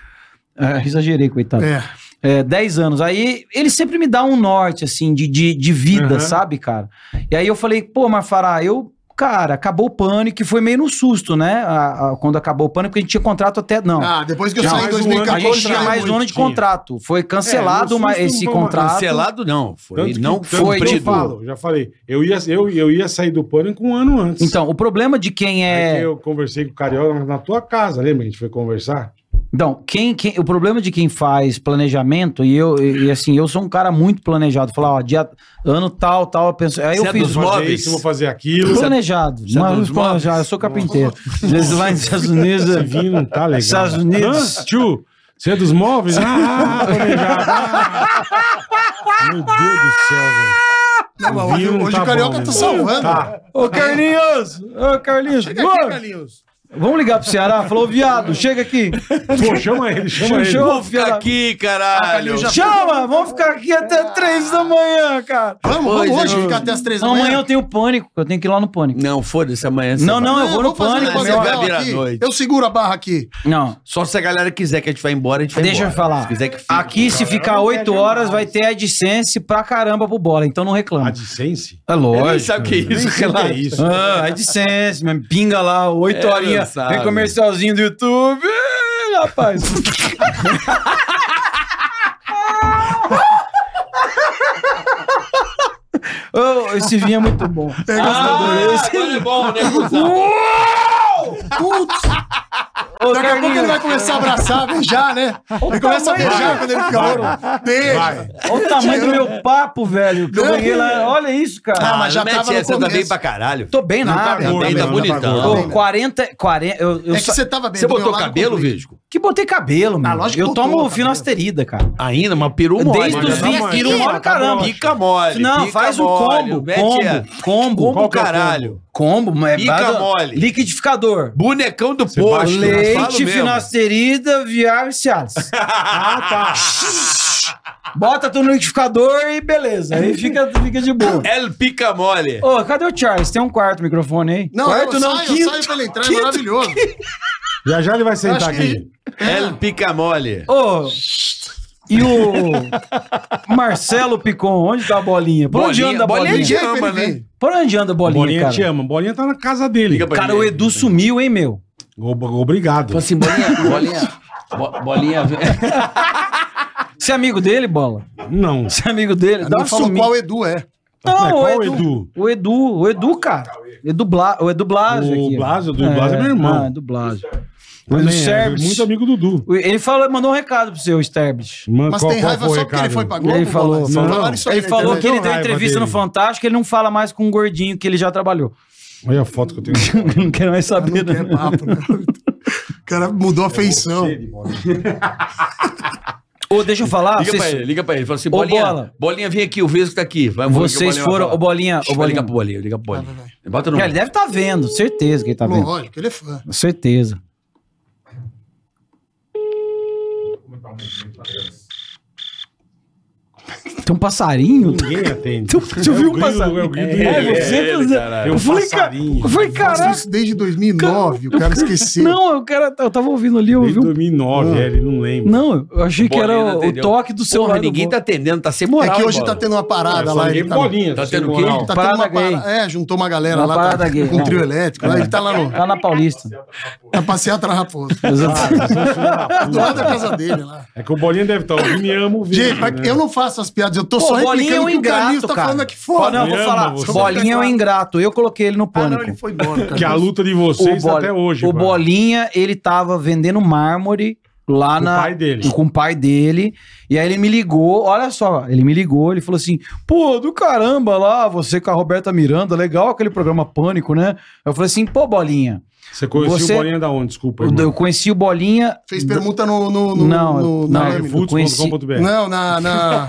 Speaker 5: Ah, exagerei, coitado.
Speaker 8: É.
Speaker 5: É, 10 anos. Aí ele sempre me dá um norte, assim, de, de, de vida, sabe, cara? E aí eu falei, pô, Marfará, eu. Cara, acabou o pânico e foi meio no susto, né? A- a- quando acabou o pânico, porque a gente tinha contrato até. Não.
Speaker 8: Ah, depois que eu
Speaker 2: Já
Speaker 8: saí em
Speaker 2: mais um ano,
Speaker 5: a
Speaker 8: 2014,
Speaker 5: gente tinha
Speaker 8: já- é
Speaker 5: mais
Speaker 2: muito,
Speaker 5: um ano de
Speaker 2: tinha.
Speaker 5: contrato. Foi cancelado
Speaker 2: É, no
Speaker 5: mas
Speaker 2: susto
Speaker 5: esse
Speaker 2: não foi mais
Speaker 5: contrato.
Speaker 4: Cancelado não, foi
Speaker 2: Tanto que-
Speaker 4: não
Speaker 2: tanto
Speaker 5: foi
Speaker 2: que eu
Speaker 5: tido.
Speaker 2: falo, já falei. Eu ia, eu, eu ia sair do pânico um ano antes.
Speaker 5: Então, o problema de quem
Speaker 2: Aí
Speaker 5: é.
Speaker 2: que eu conversei com o Carioca na tua casa, lembra? A gente foi conversar.
Speaker 5: Então, quem, quem- o problema de quem faz planejamento, e eu, e, e assim, eu sou um cara muito planejado. Falar, ó, dia, ano tal, tal, eu penso. Aí eu
Speaker 4: Você é
Speaker 5: fiz um
Speaker 4: dos
Speaker 2: Vou fazer
Speaker 4: móveis.
Speaker 2: isso, vou fazer aquilo.
Speaker 5: planejado.
Speaker 4: Você é
Speaker 5: mas
Speaker 4: dos
Speaker 5: planejado, eu sou carpinteiro. Às vezes lá nos Estados Unidos.
Speaker 2: Esse vinho não tá legal.
Speaker 5: Estados Unidos.
Speaker 2: Hã, tio, você é dos móveis? Ah, planejado. Ah. Meu Deus do céu, velho.
Speaker 8: Não, mas
Speaker 2: Viu,
Speaker 8: hoje,
Speaker 2: não
Speaker 8: hoje
Speaker 2: tá
Speaker 8: o Carioca
Speaker 2: bom, né?
Speaker 8: tá salvando.
Speaker 2: Tá.
Speaker 5: Ô Carlinhos! Ô Carlinhos! mano, Vamos ligar pro Ceará? Falou, viado, chega aqui.
Speaker 2: Pô, chama ele, chama ele.
Speaker 5: Chama,
Speaker 4: Fica
Speaker 5: viado.
Speaker 4: aqui,
Speaker 8: Carlinhos
Speaker 4: caralho.
Speaker 8: já-
Speaker 5: Chama! Vamos ficar aqui até três da manhã, cara.
Speaker 8: Vamos,
Speaker 4: Pois
Speaker 8: vamos hoje
Speaker 4: é.
Speaker 8: ficar até as três da
Speaker 5: Não,
Speaker 8: manhã.
Speaker 5: amanhã eu tenho pânico, eu tenho que ir lá no pânico.
Speaker 4: Não, foda-se, amanhã. você
Speaker 5: Não,
Speaker 4: vai.
Speaker 5: não, eu
Speaker 8: É,
Speaker 5: vou no
Speaker 8: vamos fazer
Speaker 5: pânico.
Speaker 8: negócio
Speaker 5: meu-
Speaker 8: legal
Speaker 4: vai virar
Speaker 8: aqui.
Speaker 4: a noite.
Speaker 8: Eu seguro a barra aqui.
Speaker 5: Não,
Speaker 4: Só se a galera quiser que a gente vá embora, a gente vai
Speaker 5: Deixa
Speaker 4: embora.
Speaker 5: eu falar.
Speaker 4: Se quiser que fique.
Speaker 5: Aqui, se ficar 8 horas, vai ter AdSense pra caramba pro bola, então não reclama.
Speaker 2: AdSense?
Speaker 5: É
Speaker 4: Ele nem
Speaker 5: lógico.
Speaker 4: sabe o que é
Speaker 2: Nem
Speaker 4: isso,
Speaker 2: sei o que é
Speaker 4: relaxa.
Speaker 2: isso.
Speaker 5: Ah, AdSense, mesmo. pinga lá, 8
Speaker 4: É,
Speaker 5: horinhas.
Speaker 4: não sabe.
Speaker 5: Vem comercialzinho do YouTube. Ih,
Speaker 8: (laughs)
Speaker 5: Rapaz. Oh, esse vinho é muito bom.
Speaker 4: Ah, agora é bom, né, cuzão?
Speaker 8: Putz,
Speaker 5: Ô,
Speaker 8: daqui a pouco ele vai começar a abraçar, beijar, né? Ele começa a beijar quando ele fica louco. Beijo.
Speaker 5: Olha o tamanho do meu papo, velho. que eu
Speaker 8: Não.
Speaker 5: ganhei lá. Olha isso, cara.
Speaker 8: Ah, mas já
Speaker 4: Mete
Speaker 8: tava no
Speaker 4: essa, tá bem
Speaker 8: começo.
Speaker 4: pra caralho.
Speaker 5: Tô bem
Speaker 8: Não
Speaker 5: nada.
Speaker 8: tá gordo,
Speaker 4: bem, tá
Speaker 8: não gordo,
Speaker 4: bonitão.
Speaker 8: tá
Speaker 5: Ô,
Speaker 8: bem, né?
Speaker 5: 40, 40, eu, eu
Speaker 8: É que
Speaker 5: só-
Speaker 8: você tava bem.
Speaker 4: Você botou cabelo, Vesgo?
Speaker 5: que botei cabelo, mano.
Speaker 8: lógico que
Speaker 5: eu
Speaker 8: botou
Speaker 5: tomo
Speaker 8: cabelo.
Speaker 5: finasterida, cara.
Speaker 4: Ainda, mas peru mole.
Speaker 5: Desde
Speaker 4: né?
Speaker 5: os
Speaker 2: tá
Speaker 5: 20
Speaker 2: mole,
Speaker 5: quilos,
Speaker 2: tá
Speaker 5: mole, caramba.
Speaker 4: Pica mole.
Speaker 5: Não,
Speaker 4: pica
Speaker 5: faz um
Speaker 4: mole,
Speaker 5: combo,
Speaker 4: mete a-
Speaker 5: combo, combo,
Speaker 4: Combo,
Speaker 5: combo,
Speaker 8: é
Speaker 4: caralho.
Speaker 5: combo, é
Speaker 4: Pica mole.
Speaker 5: liquidificador,
Speaker 4: Bonecão do posto. falo mesmo.
Speaker 5: leite,
Speaker 4: (laughs)
Speaker 5: finasterida, viagra e cialis.
Speaker 2: tá.
Speaker 5: ah, tá. Bota tudo no liquidificador e beleza, aí fica, fica
Speaker 4: (laughs)
Speaker 5: de boa.
Speaker 4: El pica
Speaker 5: (laughs)
Speaker 4: mole.
Speaker 5: Ô, cadê o Charles? Tem um quarto microfone aí?
Speaker 8: Não,
Speaker 5: quarto
Speaker 8: eu
Speaker 5: não,
Speaker 8: saio, eu
Speaker 5: quinto.
Speaker 8: saio pra ele entrar, é
Speaker 5: quinto,
Speaker 8: maravilhoso.
Speaker 2: Já já ele vai sentar
Speaker 8: Acho que-
Speaker 2: aqui.
Speaker 4: El pica mole.
Speaker 5: Ô, e o Marcelo Picon, onde tá a bolinha? Por onde
Speaker 4: Bolinha-
Speaker 5: anda a
Speaker 4: bolinha
Speaker 5: bolinha?
Speaker 4: de-
Speaker 8: Pedi pra ele
Speaker 4: ama, né?
Speaker 8: vir.
Speaker 5: Por onde anda a bolinha,
Speaker 2: Bolinha
Speaker 5: cara?
Speaker 2: te ama. Bolinha tá na casa dele.
Speaker 4: Liga pra
Speaker 5: Cara,
Speaker 4: ele.
Speaker 5: o Edu sumiu, hein, meu?
Speaker 2: Ob- Obrigado.
Speaker 4: Fala assim, bolinha, (laughs) bolinha. bo- Bolinha.
Speaker 5: Você é amigo dele, bola?
Speaker 2: Não.
Speaker 5: Você é amigo dele? Dá
Speaker 8: Não
Speaker 5: uma
Speaker 8: falou
Speaker 5: sumida.
Speaker 8: qual Edu é.
Speaker 5: Não,
Speaker 2: É, qual
Speaker 5: o
Speaker 2: o
Speaker 5: Edu.
Speaker 2: Edu?
Speaker 5: O Edu, o Edu, cara. Edu Bla, o Edu Blasio
Speaker 2: O
Speaker 5: aqui. ó.
Speaker 2: Blasio, o Edu Blasio é meu irmão.
Speaker 5: Ah, Edu Blasio. O
Speaker 2: Também
Speaker 5: Edu
Speaker 2: é
Speaker 5: Sterblich.
Speaker 2: muito amigo do Dudu.
Speaker 5: Ele falou, mandou um recado pro seu, Sterblich.
Speaker 2: Mano,
Speaker 8: Mas
Speaker 2: qual-
Speaker 8: tem
Speaker 2: qual
Speaker 8: raiva
Speaker 2: foi o
Speaker 8: só porque ele
Speaker 2: recado?
Speaker 8: foi pra Globo?
Speaker 5: Ele falou,
Speaker 8: Bola? Só
Speaker 2: não.
Speaker 8: falaram isso aí
Speaker 5: Ele
Speaker 8: na
Speaker 5: falou
Speaker 8: internet.
Speaker 5: que ele deu
Speaker 2: Raiva
Speaker 5: entrevista no
Speaker 2: dele.
Speaker 5: Fantástico, ele não fala mais com o gordinho que ele já trabalhou.
Speaker 2: Olha a foto que eu tenho.
Speaker 5: não quero mais
Speaker 8: Ah,
Speaker 5: saber,
Speaker 8: não
Speaker 5: né?
Speaker 8: quer papo, né? O cara mudou a feição.
Speaker 5: Ô, deixa eu (laughs) falar,
Speaker 4: Liga pra
Speaker 5: vocês,
Speaker 4: ele, liga pra ele. Fala assim,
Speaker 5: Ô,
Speaker 4: bolinha.
Speaker 5: Bola.
Speaker 4: Bolinha, vem aqui, o Vesgo tá aqui. Vai, vou
Speaker 5: vocês
Speaker 4: ligar
Speaker 5: foram. Ô,
Speaker 4: Bolinha.
Speaker 5: bolinha, ô,
Speaker 4: Liga
Speaker 5: bolinha.
Speaker 4: pro bolinha, liga pro bolinha. Bota no.
Speaker 5: Cara,
Speaker 8: é
Speaker 5: ele deve estar vendo, tá certeza que ele tá vendo.
Speaker 2: (laughs)
Speaker 8: Lógico, ele é fã.
Speaker 5: Certeza. Tem
Speaker 2: (laughs)
Speaker 5: um passarinho?
Speaker 2: Ninguém atende.
Speaker 5: Deixa eu ver um passarinho.
Speaker 2: É o É grilo
Speaker 5: É,
Speaker 2: dele.
Speaker 5: você
Speaker 4: É ele,
Speaker 5: fazendo-
Speaker 4: caralho.
Speaker 2: Eu
Speaker 5: Eu falei, cara-
Speaker 2: um passarinho.
Speaker 5: Eu falei,
Speaker 8: Faço
Speaker 5: caraca.
Speaker 8: isso desde 2009, o cara esqueceu.
Speaker 5: Não, eu, cara, eu tava ouvindo ali, eu
Speaker 2: Desde
Speaker 5: ouvi um.
Speaker 2: 2009, é, ele não lembra.
Speaker 5: Não, eu achei que era
Speaker 4: Bolinha,
Speaker 5: o, o
Speaker 4: entendeu?
Speaker 5: toque do seu
Speaker 4: Porra,
Speaker 5: lado
Speaker 4: ninguém
Speaker 5: bom.
Speaker 4: tá atendendo, tá sem
Speaker 8: é
Speaker 4: moral.
Speaker 8: que hoje
Speaker 4: bola.
Speaker 8: tá tendo uma parada lá. Ele tá,
Speaker 2: bolinha.
Speaker 4: Tá
Speaker 2: sem
Speaker 4: tendo
Speaker 2: moral.
Speaker 4: quê?
Speaker 8: tá tendo
Speaker 5: Parada
Speaker 8: uma
Speaker 5: gay.
Speaker 8: parada. É, juntou uma galera
Speaker 5: Uma
Speaker 8: lá. tá-
Speaker 5: parada gay,
Speaker 8: com
Speaker 5: não.
Speaker 8: trio elétrico. lá, Ele tá lá no.
Speaker 5: Lá na Paulista.
Speaker 8: Na passeata na Raposa.
Speaker 5: (laughs)
Speaker 8: Do lado da casa dele lá.
Speaker 2: É que o bolinha deve estar ouvindo, me amo. ouvindo,
Speaker 8: Gente, mas eu não faço as piadas, eu tô
Speaker 5: Pô,
Speaker 8: só
Speaker 5: bolinha é
Speaker 8: replicando
Speaker 5: um
Speaker 8: o que o Carlinhos
Speaker 5: ingrato,
Speaker 8: tá
Speaker 5: cara.
Speaker 8: falando aqui fora.
Speaker 5: Não, eu vou
Speaker 2: Amo
Speaker 5: falar.
Speaker 2: você. tá
Speaker 5: Bolinha é um ingrato. Eu coloquei ele no
Speaker 8: Ah, não,
Speaker 5: pânico.
Speaker 8: ele foi embora. cara.
Speaker 2: Que a luta de vocês
Speaker 5: Boli-
Speaker 2: até hoje.
Speaker 5: o
Speaker 2: mano.
Speaker 5: Bolinha, ele tava vendendo mármore lá
Speaker 2: Com o
Speaker 5: na.
Speaker 2: pai dele.
Speaker 5: Com o pai dele. E aí ele me ligou, olha só, ele me ligou, ele falou assim: pô, do caramba lá, você com a Roberta Miranda, legal aquele programa Pânico, né? Eu falei assim: pô, Bolinha.
Speaker 2: Você conheceu
Speaker 5: Você-
Speaker 2: o bolinha da onde? Desculpa.
Speaker 5: Eu conheci o Bolinha.
Speaker 8: Fez permuta no. no, no
Speaker 5: Não,
Speaker 8: no-
Speaker 5: não,
Speaker 2: Ah,
Speaker 8: na
Speaker 2: é
Speaker 5: eu
Speaker 8: lâmina.
Speaker 5: fui-
Speaker 2: Foods.com.br.
Speaker 8: Não,
Speaker 5: (laughs)
Speaker 8: na. na-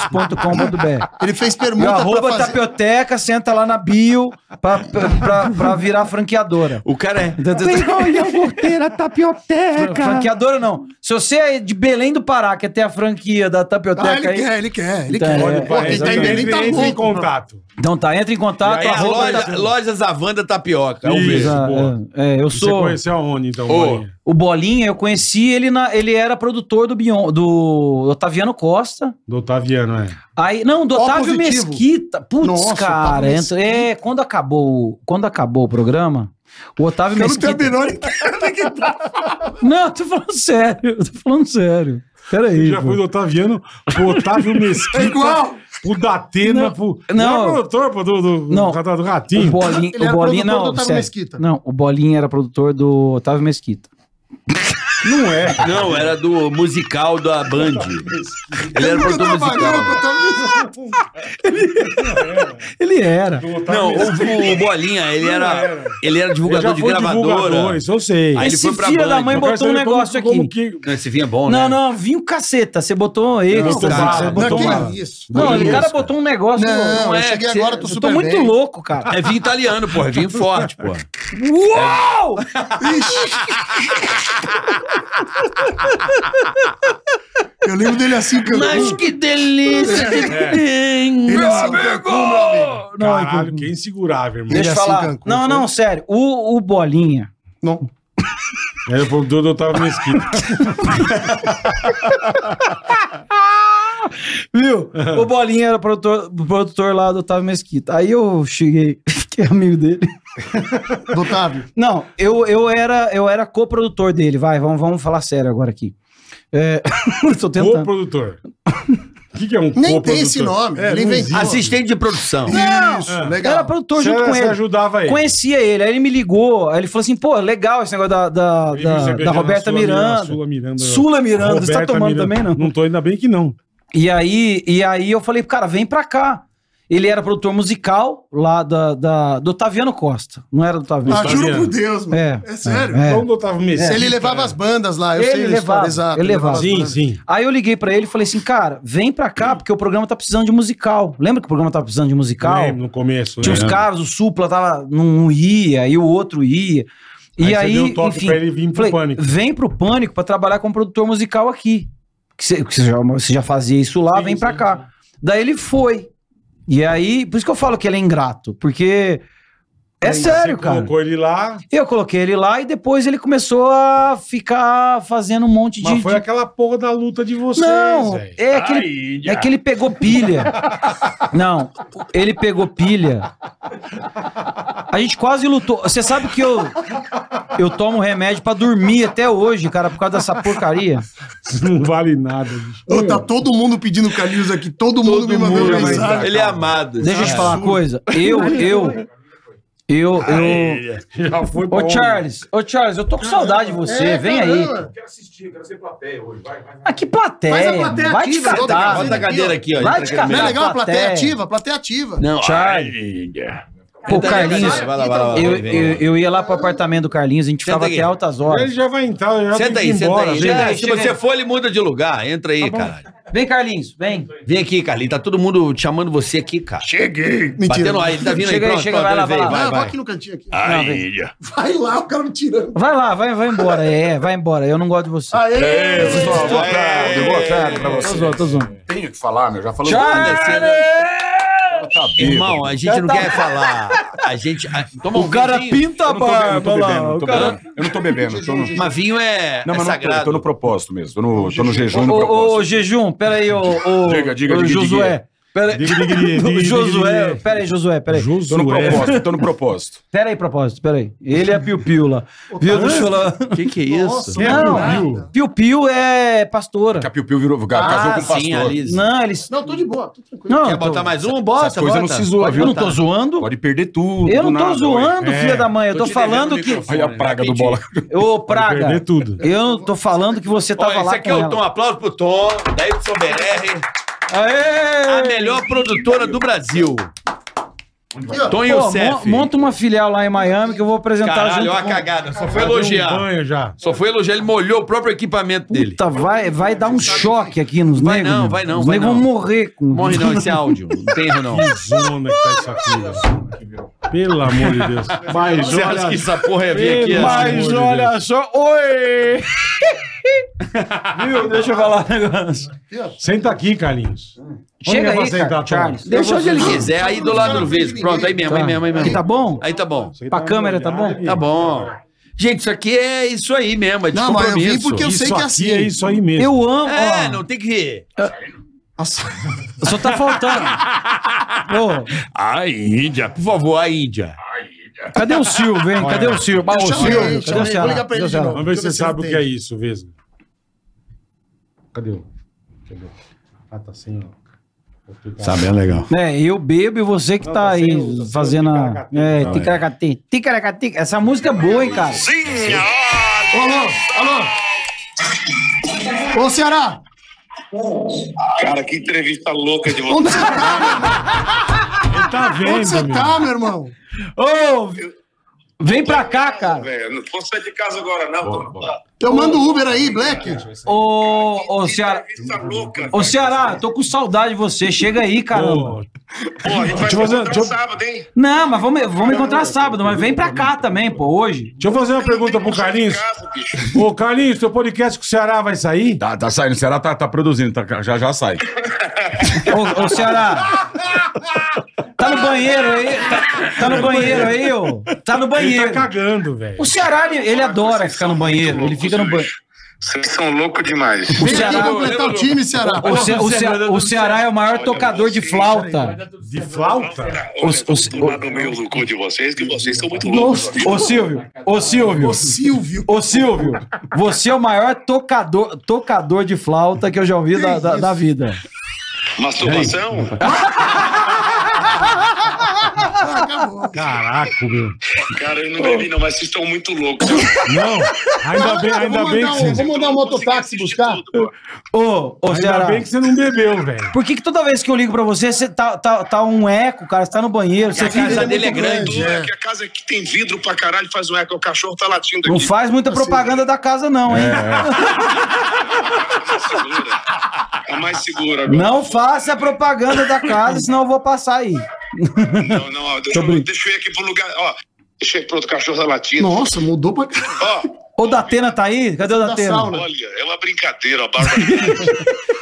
Speaker 5: arfoods.com.br.
Speaker 8: Ele fez
Speaker 5: Meu
Speaker 8: permuta É pra
Speaker 5: arroba tá
Speaker 8: fazer.
Speaker 5: tapioteca, senta lá na bio pra, pra, pra- pra virar franqueadora.
Speaker 4: O cara é.
Speaker 1: Pegou e iogurteira tapioteca.
Speaker 5: Franqueadora não. Se você é de Belém do Pará, quer ter a franquia da tapioteca
Speaker 8: Ah, ele
Speaker 5: aí.
Speaker 8: quer, ele quer, ele
Speaker 5: Então,
Speaker 8: quer.
Speaker 5: é.
Speaker 8: Pô, quem tá em
Speaker 2: Exatamente.
Speaker 8: Belém tá
Speaker 2: Entre em
Speaker 8: louco.
Speaker 2: contato.
Speaker 5: Então tá, entra em
Speaker 4: É
Speaker 5: contato.
Speaker 4: a
Speaker 5: arroba
Speaker 4: loja,
Speaker 5: da-
Speaker 4: lojas Avanda Tapioca.
Speaker 2: Isso.
Speaker 4: Um beijo.
Speaker 5: Ah,
Speaker 2: É boa.
Speaker 5: é, é, eu
Speaker 2: E
Speaker 5: sou
Speaker 2: Você conheceu aonde, então,
Speaker 4: Ô.
Speaker 2: bolinha?
Speaker 5: o Bolinha, eu conheci ele na ele era produtor do Bion, do Otaviano Costa.
Speaker 2: Do Otaviano, é.
Speaker 5: Aí, não, do
Speaker 8: Ó,
Speaker 5: Otávio
Speaker 8: positivo.
Speaker 5: Mesquita. Putz,
Speaker 8: Nossa,
Speaker 5: cara,
Speaker 8: Otávio
Speaker 5: entra- é, quando acabou, quando acabou o programa, o Otávio
Speaker 8: Eu não
Speaker 5: Mesquita
Speaker 8: tenho a menor ideia.
Speaker 5: Não, eu tô falando sério, eu tô falando sério. Peraí.
Speaker 2: Já fui do Otaviano pro Otávio Mesquita.
Speaker 8: É igual.
Speaker 2: Pro Datena,
Speaker 5: Não,
Speaker 2: pro.
Speaker 5: não.
Speaker 2: é produtor, pô, do, do,
Speaker 5: Não.
Speaker 2: do
Speaker 5: O
Speaker 2: Ratinho.
Speaker 5: Bolinha,
Speaker 8: Ele
Speaker 5: o
Speaker 8: era
Speaker 5: Bolinha
Speaker 8: produtor do
Speaker 5: não,
Speaker 8: Otávio
Speaker 5: sério.
Speaker 8: Mesquita.
Speaker 5: Não, o Bolinha era produtor do Otávio Mesquita.
Speaker 2: Não é.
Speaker 4: Não, era do musical da Band. Ele era
Speaker 8: Nunca
Speaker 4: produtor
Speaker 8: trabalhou
Speaker 4: musical.
Speaker 8: com tanto-
Speaker 5: Ele era.
Speaker 4: Não,
Speaker 2: Tá,
Speaker 4: o, o Bolinha, ele era, ele era
Speaker 2: Ele já
Speaker 4: divulgador de
Speaker 2: foi divulgador,
Speaker 4: gravadora.
Speaker 2: isso eu sei.
Speaker 4: Aí ele
Speaker 5: Esse
Speaker 4: foi pra
Speaker 5: filho da
Speaker 4: Band.
Speaker 5: mãe
Speaker 2: Eu quero
Speaker 5: botou um
Speaker 2: saber como-
Speaker 5: negócio
Speaker 2: como
Speaker 5: aqui.
Speaker 2: que-
Speaker 4: Não, Esse vinho é bom,
Speaker 5: Não,
Speaker 4: né?
Speaker 5: não, vinho caceta. Você botou um extra.
Speaker 2: Não,
Speaker 5: Você
Speaker 2: não,
Speaker 5: botou
Speaker 8: Não, é
Speaker 5: uma...
Speaker 8: que isso.
Speaker 5: Não, ele
Speaker 8: Não,
Speaker 5: cara botou um negócio.
Speaker 8: Não,
Speaker 4: Não
Speaker 8: eu
Speaker 4: é
Speaker 8: cheguei
Speaker 4: que
Speaker 8: agora,
Speaker 4: você-
Speaker 8: tô
Speaker 5: eu
Speaker 8: super
Speaker 5: tô muito
Speaker 8: bem.
Speaker 5: louco, cara.
Speaker 8: (laughs)
Speaker 4: É vinho italiano, porra. É vinho forte,
Speaker 5: (laughs)
Speaker 4: porra.
Speaker 8: É.
Speaker 5: Uau!
Speaker 8: Eu lembro dele assim, que eu
Speaker 4: que delícia que
Speaker 8: É.
Speaker 4: tem!
Speaker 8: Ele assim, Cancún, meu amigo.
Speaker 2: Caralho, que insegurável, irmão.
Speaker 5: Deixa eu
Speaker 8: assim,
Speaker 5: falar.
Speaker 8: Cancún,
Speaker 5: não,
Speaker 8: foi?
Speaker 5: não, sério. O, o Bolinha.
Speaker 8: Não.
Speaker 2: Era o produtor do Otávio Mesquita.
Speaker 5: Viu? O Bolinha era produtor, produtor lá do Otávio Mesquita. Aí eu cheguei, (laughs) fiquei amigo dele.
Speaker 8: Do Otávio.
Speaker 5: Não, eu, eu era eu era coprodutor dele, vai, vamos, vamos falar sério agora aqui. É, (laughs) tô tentando.
Speaker 2: Co-produtor. O que, que é um
Speaker 8: Nem
Speaker 2: coprodutor?
Speaker 8: tem esse nome, ele
Speaker 2: não
Speaker 8: inventou.
Speaker 2: existe.
Speaker 4: Assistente de produção.
Speaker 8: Isso,
Speaker 5: Era
Speaker 8: legal.
Speaker 5: produtor
Speaker 2: Você-
Speaker 5: junto com
Speaker 2: você
Speaker 5: ele.
Speaker 2: ajudava ele.
Speaker 5: Conhecia ele, aí ele me ligou, aí ele falou assim: pô, legal esse negócio da, da,
Speaker 2: Ele viu
Speaker 5: da,
Speaker 2: você
Speaker 5: da
Speaker 2: beijando a
Speaker 5: Roberta
Speaker 2: Sula
Speaker 5: Miranda.
Speaker 2: Sula Miranda.
Speaker 5: Sula Miranda, você tá
Speaker 2: Roberta
Speaker 5: tomando
Speaker 2: Miranda.
Speaker 5: também, não?
Speaker 2: Não tô, ainda bem que não.
Speaker 5: E aí, e aí eu falei, cara, vem pra cá. Ele era produtor musical lá da, da, do Otaviano Costa. Não era do Otaviano.
Speaker 8: Ah,
Speaker 5: Costa.
Speaker 8: juro por Deus, mano.
Speaker 5: É,
Speaker 8: É, sério.
Speaker 5: é.
Speaker 2: Então, do Otávio Mesquita.
Speaker 8: Ele levava as bandas lá, eu
Speaker 5: Ele
Speaker 8: sei da
Speaker 5: levava,
Speaker 8: história, exato.
Speaker 5: ele levava.
Speaker 8: as
Speaker 2: Sim,
Speaker 8: bandas.
Speaker 2: sim.
Speaker 5: Aí eu liguei pra ele e falei assim, cara, vem pra cá, porque o programa tá precisando de musical. Lembra que o programa tava precisando de musical?
Speaker 2: Lembro, no começo.
Speaker 5: Tinha uns
Speaker 2: lembro.
Speaker 5: caras, o Supla tava, não, não ia, e o outro ia. E aí,
Speaker 2: Aí você deu o toque
Speaker 5: enfim,
Speaker 2: pra ele vir pro
Speaker 5: falei,
Speaker 2: Pânico.
Speaker 5: vem pro Pânico pra trabalhar como produtor musical aqui. Que Você que você já, você já fazia isso lá,
Speaker 2: Sim,
Speaker 5: vem pra
Speaker 2: sim,
Speaker 5: cá. Daí ele foi. E aí, por isso que eu falo que ele é ingrato, porque é
Speaker 2: Você
Speaker 5: sério, cara.
Speaker 2: colocou ele lá,
Speaker 5: Eu coloquei ele lá e depois ele começou a ficar fazendo um monte de...
Speaker 2: mas foi
Speaker 5: de-
Speaker 2: aquela porra da luta de vocês,
Speaker 5: Não,
Speaker 2: velho.
Speaker 5: é que ele é que ele pegou
Speaker 2: (laughs)
Speaker 5: pilha. Não, ele pegou pilha. A gente quase lutou. Você sabe que eu eu tomo remédio pra dormir até hoje, cara, por causa dessa porcaria.
Speaker 2: Isso (laughs) não vale nada, bicho.
Speaker 8: Ô, tá todo mundo pedindo Calils aqui, todo, mundo me
Speaker 4: Todo
Speaker 8: mandando
Speaker 4: mundo vai
Speaker 8: mensagem.
Speaker 5: tá.
Speaker 4: dar. Ele é amado.
Speaker 5: Deixa eu te falar uma coisa. Eu, eu, eu, eu.
Speaker 2: Já foi
Speaker 5: Ô
Speaker 2: bom.
Speaker 5: Charles, ô Charles, eu tô com saudade de você.
Speaker 8: É,
Speaker 5: Vem aí.
Speaker 8: caramba.
Speaker 5: Ah, que plateia.
Speaker 8: Faz a plateia
Speaker 5: vai
Speaker 8: ativa,
Speaker 5: te catar.
Speaker 8: joga
Speaker 4: Ah, Bota a cadeira aqui, ó.
Speaker 5: Vai
Speaker 4: Entra
Speaker 5: de
Speaker 4: aqui no
Speaker 8: Não
Speaker 5: cadeira.
Speaker 8: é
Speaker 4: meio.
Speaker 8: legal? A plateia
Speaker 5: Plateia.
Speaker 8: ativa, a plateia é ativa.
Speaker 4: Não,
Speaker 5: ah, Charlie.
Speaker 4: Ô,
Speaker 5: Pô, Carlinhos,
Speaker 4: Vai lá, vai lá. vai lá,
Speaker 5: é- eu,
Speaker 4: vem, vem.
Speaker 5: eu, eu ia lá pro apartamento do Carlinhos, a gente ficava
Speaker 4: Senta aqui.
Speaker 5: até altas horas.
Speaker 2: Ele já vai entrar, ele já
Speaker 4: Senta
Speaker 2: tem
Speaker 4: aí,
Speaker 2: que ir
Speaker 4: senta
Speaker 2: embora.
Speaker 4: aí.
Speaker 2: gente.
Speaker 5: Tá
Speaker 4: Já, Se você for, ele muda de lugar. Entra aí, caralho.
Speaker 5: Vem, Carlinhos, vem.
Speaker 4: Vem aqui, Carlinhos. Tá todo mundo te chamando você aqui, cara.
Speaker 8: Cheguei. Mentira.
Speaker 4: Batendo aí, ele tá vindo
Speaker 5: Chega
Speaker 4: aí,
Speaker 5: aí,
Speaker 4: pronto,
Speaker 5: chega,
Speaker 4: pronto,
Speaker 5: vai
Speaker 4: ele
Speaker 5: lá,
Speaker 4: veio,
Speaker 5: vai lá.
Speaker 8: Vai,
Speaker 4: vai,
Speaker 8: vai
Speaker 4: vai.
Speaker 8: aqui no cantinho aqui.
Speaker 5: Não, vem.
Speaker 8: Vai lá, o cara me tirando.
Speaker 5: Vai lá, vai, vai embora. É, vai embora. Eu não gosto de você.
Speaker 8: Aê!
Speaker 7: pessoal, boa tarde, boa tarde pra
Speaker 5: Tô
Speaker 7: você.
Speaker 5: zoando, tô zoando.
Speaker 7: Tenho o que falar, meu, já né? falou Tá
Speaker 4: Irmão, a
Speaker 5: Tá
Speaker 4: gente não quer falar. A gente. a- toma um
Speaker 3: O cara
Speaker 4: vinho.
Speaker 7: Tá
Speaker 3: pinta a barba lá.
Speaker 7: eu não
Speaker 3: o
Speaker 7: tô
Speaker 3: cara-
Speaker 7: bebendo, eu não tô bebendo, eu tô
Speaker 5: (laughs)
Speaker 7: no...
Speaker 4: Mas vinho é,
Speaker 7: Não,
Speaker 4: é
Speaker 7: mas não tô, eu
Speaker 4: sagrado.
Speaker 7: tô no propósito mesmo, tô no, tô no jejum e no
Speaker 5: Ô, ô,
Speaker 7: propósito.
Speaker 5: jejum, peraí, ô. ô
Speaker 7: Diga, diga,
Speaker 5: ô,
Speaker 7: diga,
Speaker 5: Josué. Peraí,
Speaker 2: Diga,
Speaker 5: (laughs)
Speaker 2: diga, diga, diga, diga,
Speaker 5: Josué.
Speaker 2: diga.
Speaker 5: Peraí, Josué, peraí.
Speaker 7: Tô no
Speaker 2: Josué.
Speaker 7: propósito, tô no propósito.
Speaker 5: (laughs) Peraí, propósito, peraí. Ele é piu-piu lá. Viu, deixa eu lá.
Speaker 4: O que, que tá é isso?
Speaker 2: Quem é
Speaker 5: Não,
Speaker 2: Bill?
Speaker 5: Piu-piu é pastora.
Speaker 7: Que a Piu Piu virou,
Speaker 5: Ah,
Speaker 7: casou com o pastor.
Speaker 4: Sim, Alice.
Speaker 5: Não, eles.
Speaker 8: Não, tô de boa, tô tranquilo.
Speaker 5: Não,
Speaker 4: Quer botar mais um? Bota,
Speaker 7: Essas coisas
Speaker 4: bota.
Speaker 7: não se zoa,
Speaker 4: Pode
Speaker 7: viu?
Speaker 5: eu não
Speaker 4: botar.
Speaker 5: tô zoando.
Speaker 7: Pode perder tudo.
Speaker 5: Eu não
Speaker 7: do
Speaker 5: tô
Speaker 7: nada,
Speaker 5: zoando,
Speaker 2: É.
Speaker 5: filha da mãe. Eu
Speaker 4: Tô
Speaker 5: tô,
Speaker 4: te
Speaker 5: falando
Speaker 4: devendo
Speaker 5: que.
Speaker 4: o
Speaker 7: Olha a praga do bola.
Speaker 5: Ô,
Speaker 2: Vai
Speaker 5: Praga.
Speaker 2: perder tudo.
Speaker 5: Eu não tô falando que você tava
Speaker 4: Olha, esse
Speaker 5: lá
Speaker 4: aqui
Speaker 5: com
Speaker 4: é o
Speaker 5: ela.
Speaker 4: Tom. Aplauso pro Tom, da YBR, a
Speaker 5: Aê!
Speaker 4: melhor produtora do Brasil. Tom
Speaker 5: Pô,
Speaker 4: Youssef.
Speaker 5: mon- monta uma filial lá em Miami que eu vou apresentar
Speaker 4: Caralho,
Speaker 5: junto.
Speaker 4: olha a cagada. Só foi elogiar.
Speaker 2: um Banho já.
Speaker 4: Só foi elogiar. Ele molhou o próprio equipamento dele.
Speaker 5: Puta, vai, vai dar um choque aqui nos
Speaker 4: Vai
Speaker 5: negros.
Speaker 4: não,
Speaker 5: meu.
Speaker 4: vai não,
Speaker 5: Os
Speaker 4: vai
Speaker 5: negros vão
Speaker 4: não.
Speaker 5: morrer com.
Speaker 4: Morre não esse é áudio. Não tem erro não.
Speaker 2: Que zona que tá isso aqui. velho. Pelo amor de Deus. Mas
Speaker 4: Você acha que
Speaker 2: olha...
Speaker 4: essa porra ia vir aqui?
Speaker 2: Pelo
Speaker 4: assim?
Speaker 2: amor
Speaker 5: um
Speaker 3: Mas
Speaker 2: de
Speaker 3: olha
Speaker 2: Deus.
Speaker 3: só. Oi!
Speaker 5: Viu? Deixa eu falar um negócio.
Speaker 2: Senta aqui, Carlinhos.
Speaker 5: Chega
Speaker 2: Onde é
Speaker 5: aí,
Speaker 2: pra sentar,
Speaker 5: cara,
Speaker 2: Tom?
Speaker 5: Charles.
Speaker 4: Deixa onde
Speaker 5: Eu
Speaker 4: ele
Speaker 5: vou-
Speaker 4: quiser, aí do lado do vez. Pronto, aí mesmo, aí mesmo, aí
Speaker 5: Aqui
Speaker 4: mesmo.
Speaker 5: tá bom?
Speaker 4: Aí tá bom.
Speaker 2: Você
Speaker 5: Pra
Speaker 2: dá
Speaker 5: câmera,
Speaker 2: uma
Speaker 5: tá
Speaker 2: olhada,
Speaker 5: bom?
Speaker 2: Gui.
Speaker 4: Tá bom. Gente, isso aqui é isso aí mesmo, é
Speaker 8: Não, mas eu vim
Speaker 4: descompromisso.
Speaker 8: porque eu sei
Speaker 2: Isso
Speaker 8: que é
Speaker 2: aqui
Speaker 8: assim.
Speaker 2: é isso aí mesmo.
Speaker 5: Eu amo.
Speaker 4: É,
Speaker 5: ó,
Speaker 4: não tem que...
Speaker 8: Nossa,
Speaker 5: Só tá
Speaker 4: (laughs)
Speaker 5: faltando. Ô,
Speaker 4: Ai, Índia, por favor, a Índia.
Speaker 5: cadê o Silvio, hein? Cadê o Silvio? Ah, o
Speaker 8: chama
Speaker 5: Silvio,
Speaker 8: ele,
Speaker 5: cadê o
Speaker 8: chama ele, vou
Speaker 5: Ceará?
Speaker 8: ligar pra ele de novo.
Speaker 2: Vamos ver se
Speaker 8: Deixa eu
Speaker 2: você sabe o
Speaker 8: ele
Speaker 2: que é
Speaker 8: tem.
Speaker 2: isso, Vesgo. Cadê o... Cadê o... Ah, tá sem... ó.
Speaker 4: Sabe, é legal.
Speaker 5: É, eu bebo e você que
Speaker 2: Não,
Speaker 5: tá
Speaker 2: tá
Speaker 5: aí
Speaker 2: sem o- tá sem o
Speaker 5: fazendo a.
Speaker 2: ticaracati.
Speaker 5: É,
Speaker 2: Não, é.
Speaker 5: ticaracati. Ticaracati. Essa música é boa, hein, cara?
Speaker 8: Ô, Ceará!
Speaker 11: Cara, que entrevista louca de você.
Speaker 8: Onde você tá?
Speaker 2: Ele tá
Speaker 8: Onde
Speaker 2: vendo,
Speaker 8: você
Speaker 2: meu.
Speaker 8: tá, meu irmão?
Speaker 5: Ô, vem pra cá, cara.
Speaker 11: Velho, não posso sair de casa agora, não. Tô-
Speaker 8: Eu mando Então, o Uber aí, Black.
Speaker 5: Ô, ô, Ceará.
Speaker 11: Entrevista louca.
Speaker 5: Ô, Ceará, tô com saudade de você. Chega aí, caramba.
Speaker 2: Ô,
Speaker 11: Pô, a gente vai
Speaker 2: Deixa
Speaker 11: se
Speaker 2: eu fazer-
Speaker 11: encontrar
Speaker 2: deixa eu-
Speaker 11: sábado, hein?
Speaker 5: Não, mas vamos, vamos encontrar sábado, mas vem pra cá também, pô, hoje.
Speaker 2: Deixa eu fazer uma pergunta pro Carlinhos. Ô, Carlinhos, teu podcast com o Ceará vai sair?
Speaker 7: (laughs) Tá, tá saindo, será tá, tá produzindo, tá- já já sai.
Speaker 5: Ô, ô Ceará. Tá no banheiro aí? Tá, tá no banheiro aí, ô? Tá no
Speaker 2: Ele tá
Speaker 5: banheiro.
Speaker 2: cagando, velho.
Speaker 5: O Ceará, ele, ele adora ficar no banheiro. Ele fica no banheiro.
Speaker 11: Vocês são loucos demais.
Speaker 5: O
Speaker 8: Vem aqui
Speaker 5: Ceará,
Speaker 8: completar o time, Ceará.
Speaker 5: o, Ce- o Ce- o Ceará é o maior tocador de flauta.
Speaker 2: De flauta?
Speaker 11: Olha,
Speaker 5: os- os-
Speaker 11: do lado meio do cu de vocês, que vocês são muito loucos. amigo.
Speaker 5: Ô Silvio, ô Silvio,
Speaker 8: Ô, Silvio.
Speaker 5: ô Silvio, você é o maior tocador, tocador de flauta que eu já ouvi da, da- da vida.
Speaker 11: Masturbação?
Speaker 8: Ah, Acabou.
Speaker 2: Caraca, meu.
Speaker 11: Cara, eu não bebi não, mas vocês estão muito loucos. Eu
Speaker 2: Não, ainda bem,
Speaker 8: Vou
Speaker 2: ainda
Speaker 8: mandar
Speaker 2: bem
Speaker 8: um-
Speaker 2: que
Speaker 8: vou
Speaker 2: você,
Speaker 8: mandar um mototáxi buscar.
Speaker 11: tudo, pô.
Speaker 5: Ô, ô
Speaker 2: ainda
Speaker 5: Ceará,
Speaker 2: bem que você não bebeu, velho.
Speaker 5: por que, que toda vez que eu ligo pra você, você tá, tá, tá um eco, cara? Você tá no banheiro, você
Speaker 4: A casa dele é grande.
Speaker 11: Doa, que a casa aqui tem vidro pra caralho, faz um eco. O cachorro tá latindo
Speaker 5: não
Speaker 11: aqui.
Speaker 5: faz muita
Speaker 2: Assim,
Speaker 5: propaganda da casa, não,
Speaker 2: É.
Speaker 5: hein?
Speaker 11: A mais segura. A mais segura agora.
Speaker 5: Não faça propaganda da casa, senão eu vou passar aí.
Speaker 11: Não, não, ó, deixa, eu, deixa eu ir aqui pro lugar. Ó, deixa eu ir pro outro cachorro da latina.
Speaker 8: é. Nossa, mudou pra caralho.
Speaker 11: Ó,
Speaker 5: Ô, Datena tá aí? Cadê o
Speaker 8: Da
Speaker 5: Datena?
Speaker 8: sauna.
Speaker 11: olha, é uma brincadeira, a barbaridade.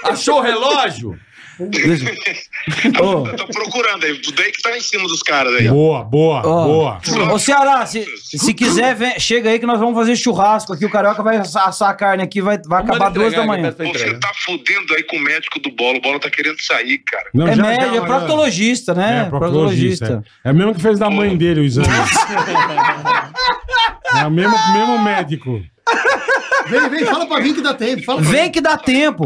Speaker 4: Achou o relógio?
Speaker 5: Ô.
Speaker 11: Eu tô tá procurando aí, tudo aí que tá em cima dos caras aí. ó.
Speaker 2: Boa, boa,
Speaker 5: Ó.
Speaker 2: boa.
Speaker 5: Ô Ceará, se, se quiser, vem- chega aí que nós vamos fazer churrasco aqui. O Carioca vai assar assar a carne aqui, vai, vai acabar
Speaker 4: Manda
Speaker 5: duas
Speaker 4: entregar, né?
Speaker 5: da manhã.
Speaker 4: que eu peço pra
Speaker 11: Você
Speaker 4: entregar.
Speaker 11: tá fudendo aí com o médico do bolo. O bolo tá querendo sair, cara.
Speaker 2: Não,
Speaker 5: É
Speaker 2: já-
Speaker 5: médio,
Speaker 2: já,
Speaker 5: é
Speaker 2: já.
Speaker 5: proctologista,
Speaker 2: É,
Speaker 5: né?
Speaker 2: proctologista.
Speaker 5: proctologista.
Speaker 2: É. É o mesmo que fez da mãe dele o exame. É o mesmo, mesmo médico.
Speaker 8: Vem, vem, fala pra vir que dá tempo.
Speaker 2: é.
Speaker 8: Fala pra
Speaker 5: Vem
Speaker 8: vir.
Speaker 5: que dá tempo.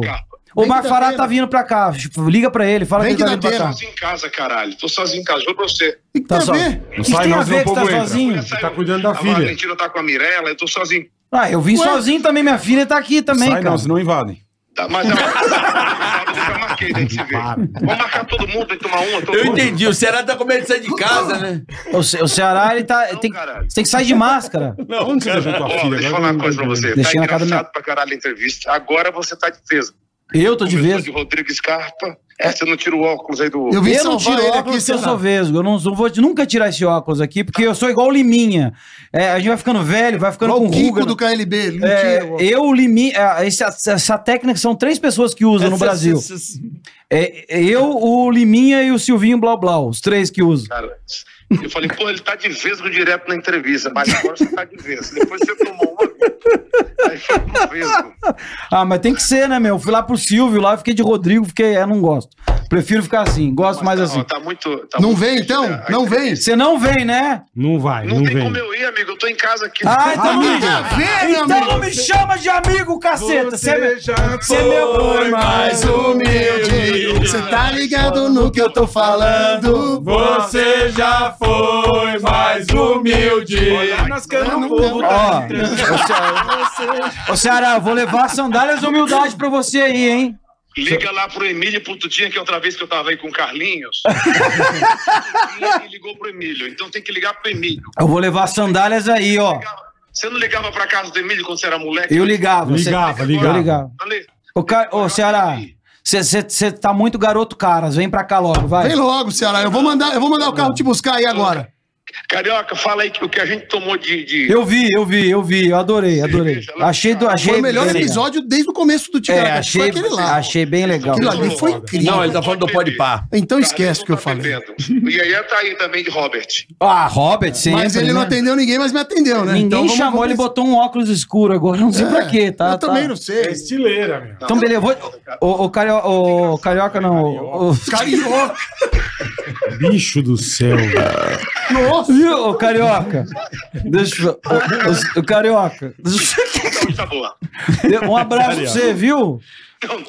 Speaker 5: O
Speaker 8: Vem que
Speaker 5: Marco
Speaker 8: dá
Speaker 5: Fará
Speaker 8: tempo.
Speaker 5: tá vindo pra cá. Liga pra ele, fala
Speaker 8: Vem
Speaker 5: que ele tá
Speaker 8: que dá
Speaker 5: vindo pra
Speaker 8: tempo.
Speaker 5: cá.
Speaker 11: Sozinho em casa, caralho. Tô sozinho em casa, juro pra você.
Speaker 8: Tem que
Speaker 5: Tá
Speaker 8: tá
Speaker 5: só.
Speaker 8: ver.
Speaker 5: O que que
Speaker 2: sai
Speaker 5: tem a
Speaker 2: não, senão
Speaker 5: ver
Speaker 2: o
Speaker 5: que você tá
Speaker 2: povo entra.
Speaker 5: sozinho?
Speaker 2: Você tá cuidando da
Speaker 11: a
Speaker 2: filha.
Speaker 11: Valentina tá com a Mirella, eu tô sozinho.
Speaker 5: Ah, eu vim sozinho também, minha filha tá aqui também,
Speaker 7: Sai
Speaker 5: cara.
Speaker 7: não, senão invadem.
Speaker 11: Tá, mas ela... tá eu já marquei, tem que se ver. Vamos marcar todo mundo e tomar uma. todo
Speaker 4: Eu
Speaker 11: mundo.
Speaker 4: entendi, o Ceará tá com medo de sair de casa, né?
Speaker 5: O, Ce- o Ceará, ele tá.
Speaker 11: Não,
Speaker 5: tem,
Speaker 11: caralho.
Speaker 5: você tem que sair de máscara.
Speaker 2: Onde você deixou tua
Speaker 11: Ó,
Speaker 2: filha?
Speaker 11: deixa eu falar uma coisa pra você.
Speaker 5: Deixei
Speaker 11: tá
Speaker 5: na casa da
Speaker 11: engraçado pra caralho a entrevista. Agora você tá de peso.
Speaker 5: Eu tô de
Speaker 11: Começou
Speaker 5: vez.
Speaker 11: de Rodrigo Scarpa. É, você não tira o óculos aí do.
Speaker 8: Eu vi
Speaker 5: Eu não
Speaker 8: salvar
Speaker 5: tiro óculos
Speaker 8: ele aqui,
Speaker 5: porque eu
Speaker 8: Senado.
Speaker 5: sou vesgo. Eu não, não vou nunca tirar esse óculos aqui, porque eu sou igual o Liminha. É, a gente vai ficando velho, vai ficando
Speaker 8: Igual
Speaker 5: com
Speaker 8: o Kiko
Speaker 5: ruga.
Speaker 8: do KLB. Ele não
Speaker 5: É,
Speaker 8: tira, ó.
Speaker 5: eu, Liminha... é, Essa, essa técnica são três pessoas que usam no Brasil. É, eu, o Liminha e o Silvinho Blau Blau. Os três que usam.
Speaker 11: Cara, eu falei, pô, ele tá de vesgo direto na entrevista, mas agora você tá de vesgo. Depois você tomou uma. Aí foi pro vesgo.
Speaker 5: Ah, mas tem que ser, né, meu? Fui lá pro Silvio, lá fiquei de Rodrigo, fiquei... Eu não gosto. Prefiro ficar assim. Gosto mais
Speaker 11: Mas tá-
Speaker 5: assim.
Speaker 11: Tá muito, tá
Speaker 8: Não
Speaker 11: muito
Speaker 8: vem,
Speaker 11: triste,
Speaker 8: então?
Speaker 11: né?
Speaker 8: Não vem?
Speaker 5: Você não vem, né?
Speaker 2: Não vai,
Speaker 11: Não,
Speaker 2: não,
Speaker 11: tem
Speaker 2: vem.
Speaker 11: como eu ir, amigo. Eu tô em casa aqui.
Speaker 5: Ah, então não me,
Speaker 8: Nada a ver, meu
Speaker 5: então não
Speaker 8: amigo.
Speaker 5: me chama de amigo, caceta. Você é meu-
Speaker 2: já
Speaker 5: você é meu... um.
Speaker 8: mais um humilde. Você tá ligado no que eu tô falando?
Speaker 7: Você já foi mais humilde.
Speaker 3: Nas canas
Speaker 8: não
Speaker 3: no povo
Speaker 2: (laughs)
Speaker 3: tá
Speaker 5: Ó, Ô, Ceará, eu vou levar sandálias de humildade pra você aí, hein?
Speaker 8: é?
Speaker 11: Liga lá pro Emílio e pro Tudinha, que é outra vez que eu tava aí com
Speaker 8: (laughs)
Speaker 11: o Carlinhos. e ligou pro Emílio. Então tem que ligar pro Emílio.
Speaker 5: Eu vou levar sandálias aí, ó.
Speaker 11: Você não ligava pra casa do Emílio quando você era moleque?
Speaker 5: Eu ligava. você-
Speaker 2: Ligava,
Speaker 5: Eu
Speaker 2: ligava.
Speaker 5: ligava.
Speaker 11: Falei,
Speaker 5: Ô, Ca- ô, Ceará, você tá muito garoto caras. Vem pra cá logo, vai.
Speaker 8: Vem logo, Ceará. Eu vou mandar, eu vou mandar o carro te buscar aí agora.
Speaker 11: Carioca, fala aí que o que a gente tomou de. de-
Speaker 5: Eu vi, eu vi, eu vi. Eu adorei, adorei. Achei, do, achei
Speaker 8: tá. Foi o melhor
Speaker 5: bem legal.
Speaker 8: episódio desde o começo do
Speaker 5: É,
Speaker 8: Ticaracati. Foi
Speaker 5: achei,
Speaker 8: aquele lá.
Speaker 5: achei bem legal.
Speaker 8: Aquilo ali foi incrível.
Speaker 4: (laughs) Não, ele tá falando do pode par.
Speaker 8: Então
Speaker 11: Carlinhos
Speaker 8: esquece o que eu
Speaker 11: não tá
Speaker 8: falei.
Speaker 11: bebendo. E aí tá aí também de Robert.
Speaker 5: Ah, Robert, sim.
Speaker 8: Mas ele não atendeu ninguém, mas me atendeu, né?
Speaker 5: Tá Ninguém
Speaker 8: Então vamos-
Speaker 5: chamou,
Speaker 8: vamos- É,
Speaker 5: ele botou um óculos escuro agora. Não sei pra quê, tá?
Speaker 8: Eu também
Speaker 5: tá.
Speaker 8: não sei.
Speaker 2: É Estileira, meu.
Speaker 5: Então, beleza, eu vou. Ô, ô, cario... ô carioca,
Speaker 2: né,
Speaker 5: não. Ô, ô-
Speaker 8: Carioca.
Speaker 2: Bicho do céu, velho.
Speaker 8: Nossa.
Speaker 5: Viu, ô carioca? Deixa eu. Ô, ô, ô, carioca. deixa
Speaker 11: Então tá boa.
Speaker 5: eu- Um abraço pra você, viu?
Speaker 11: Então,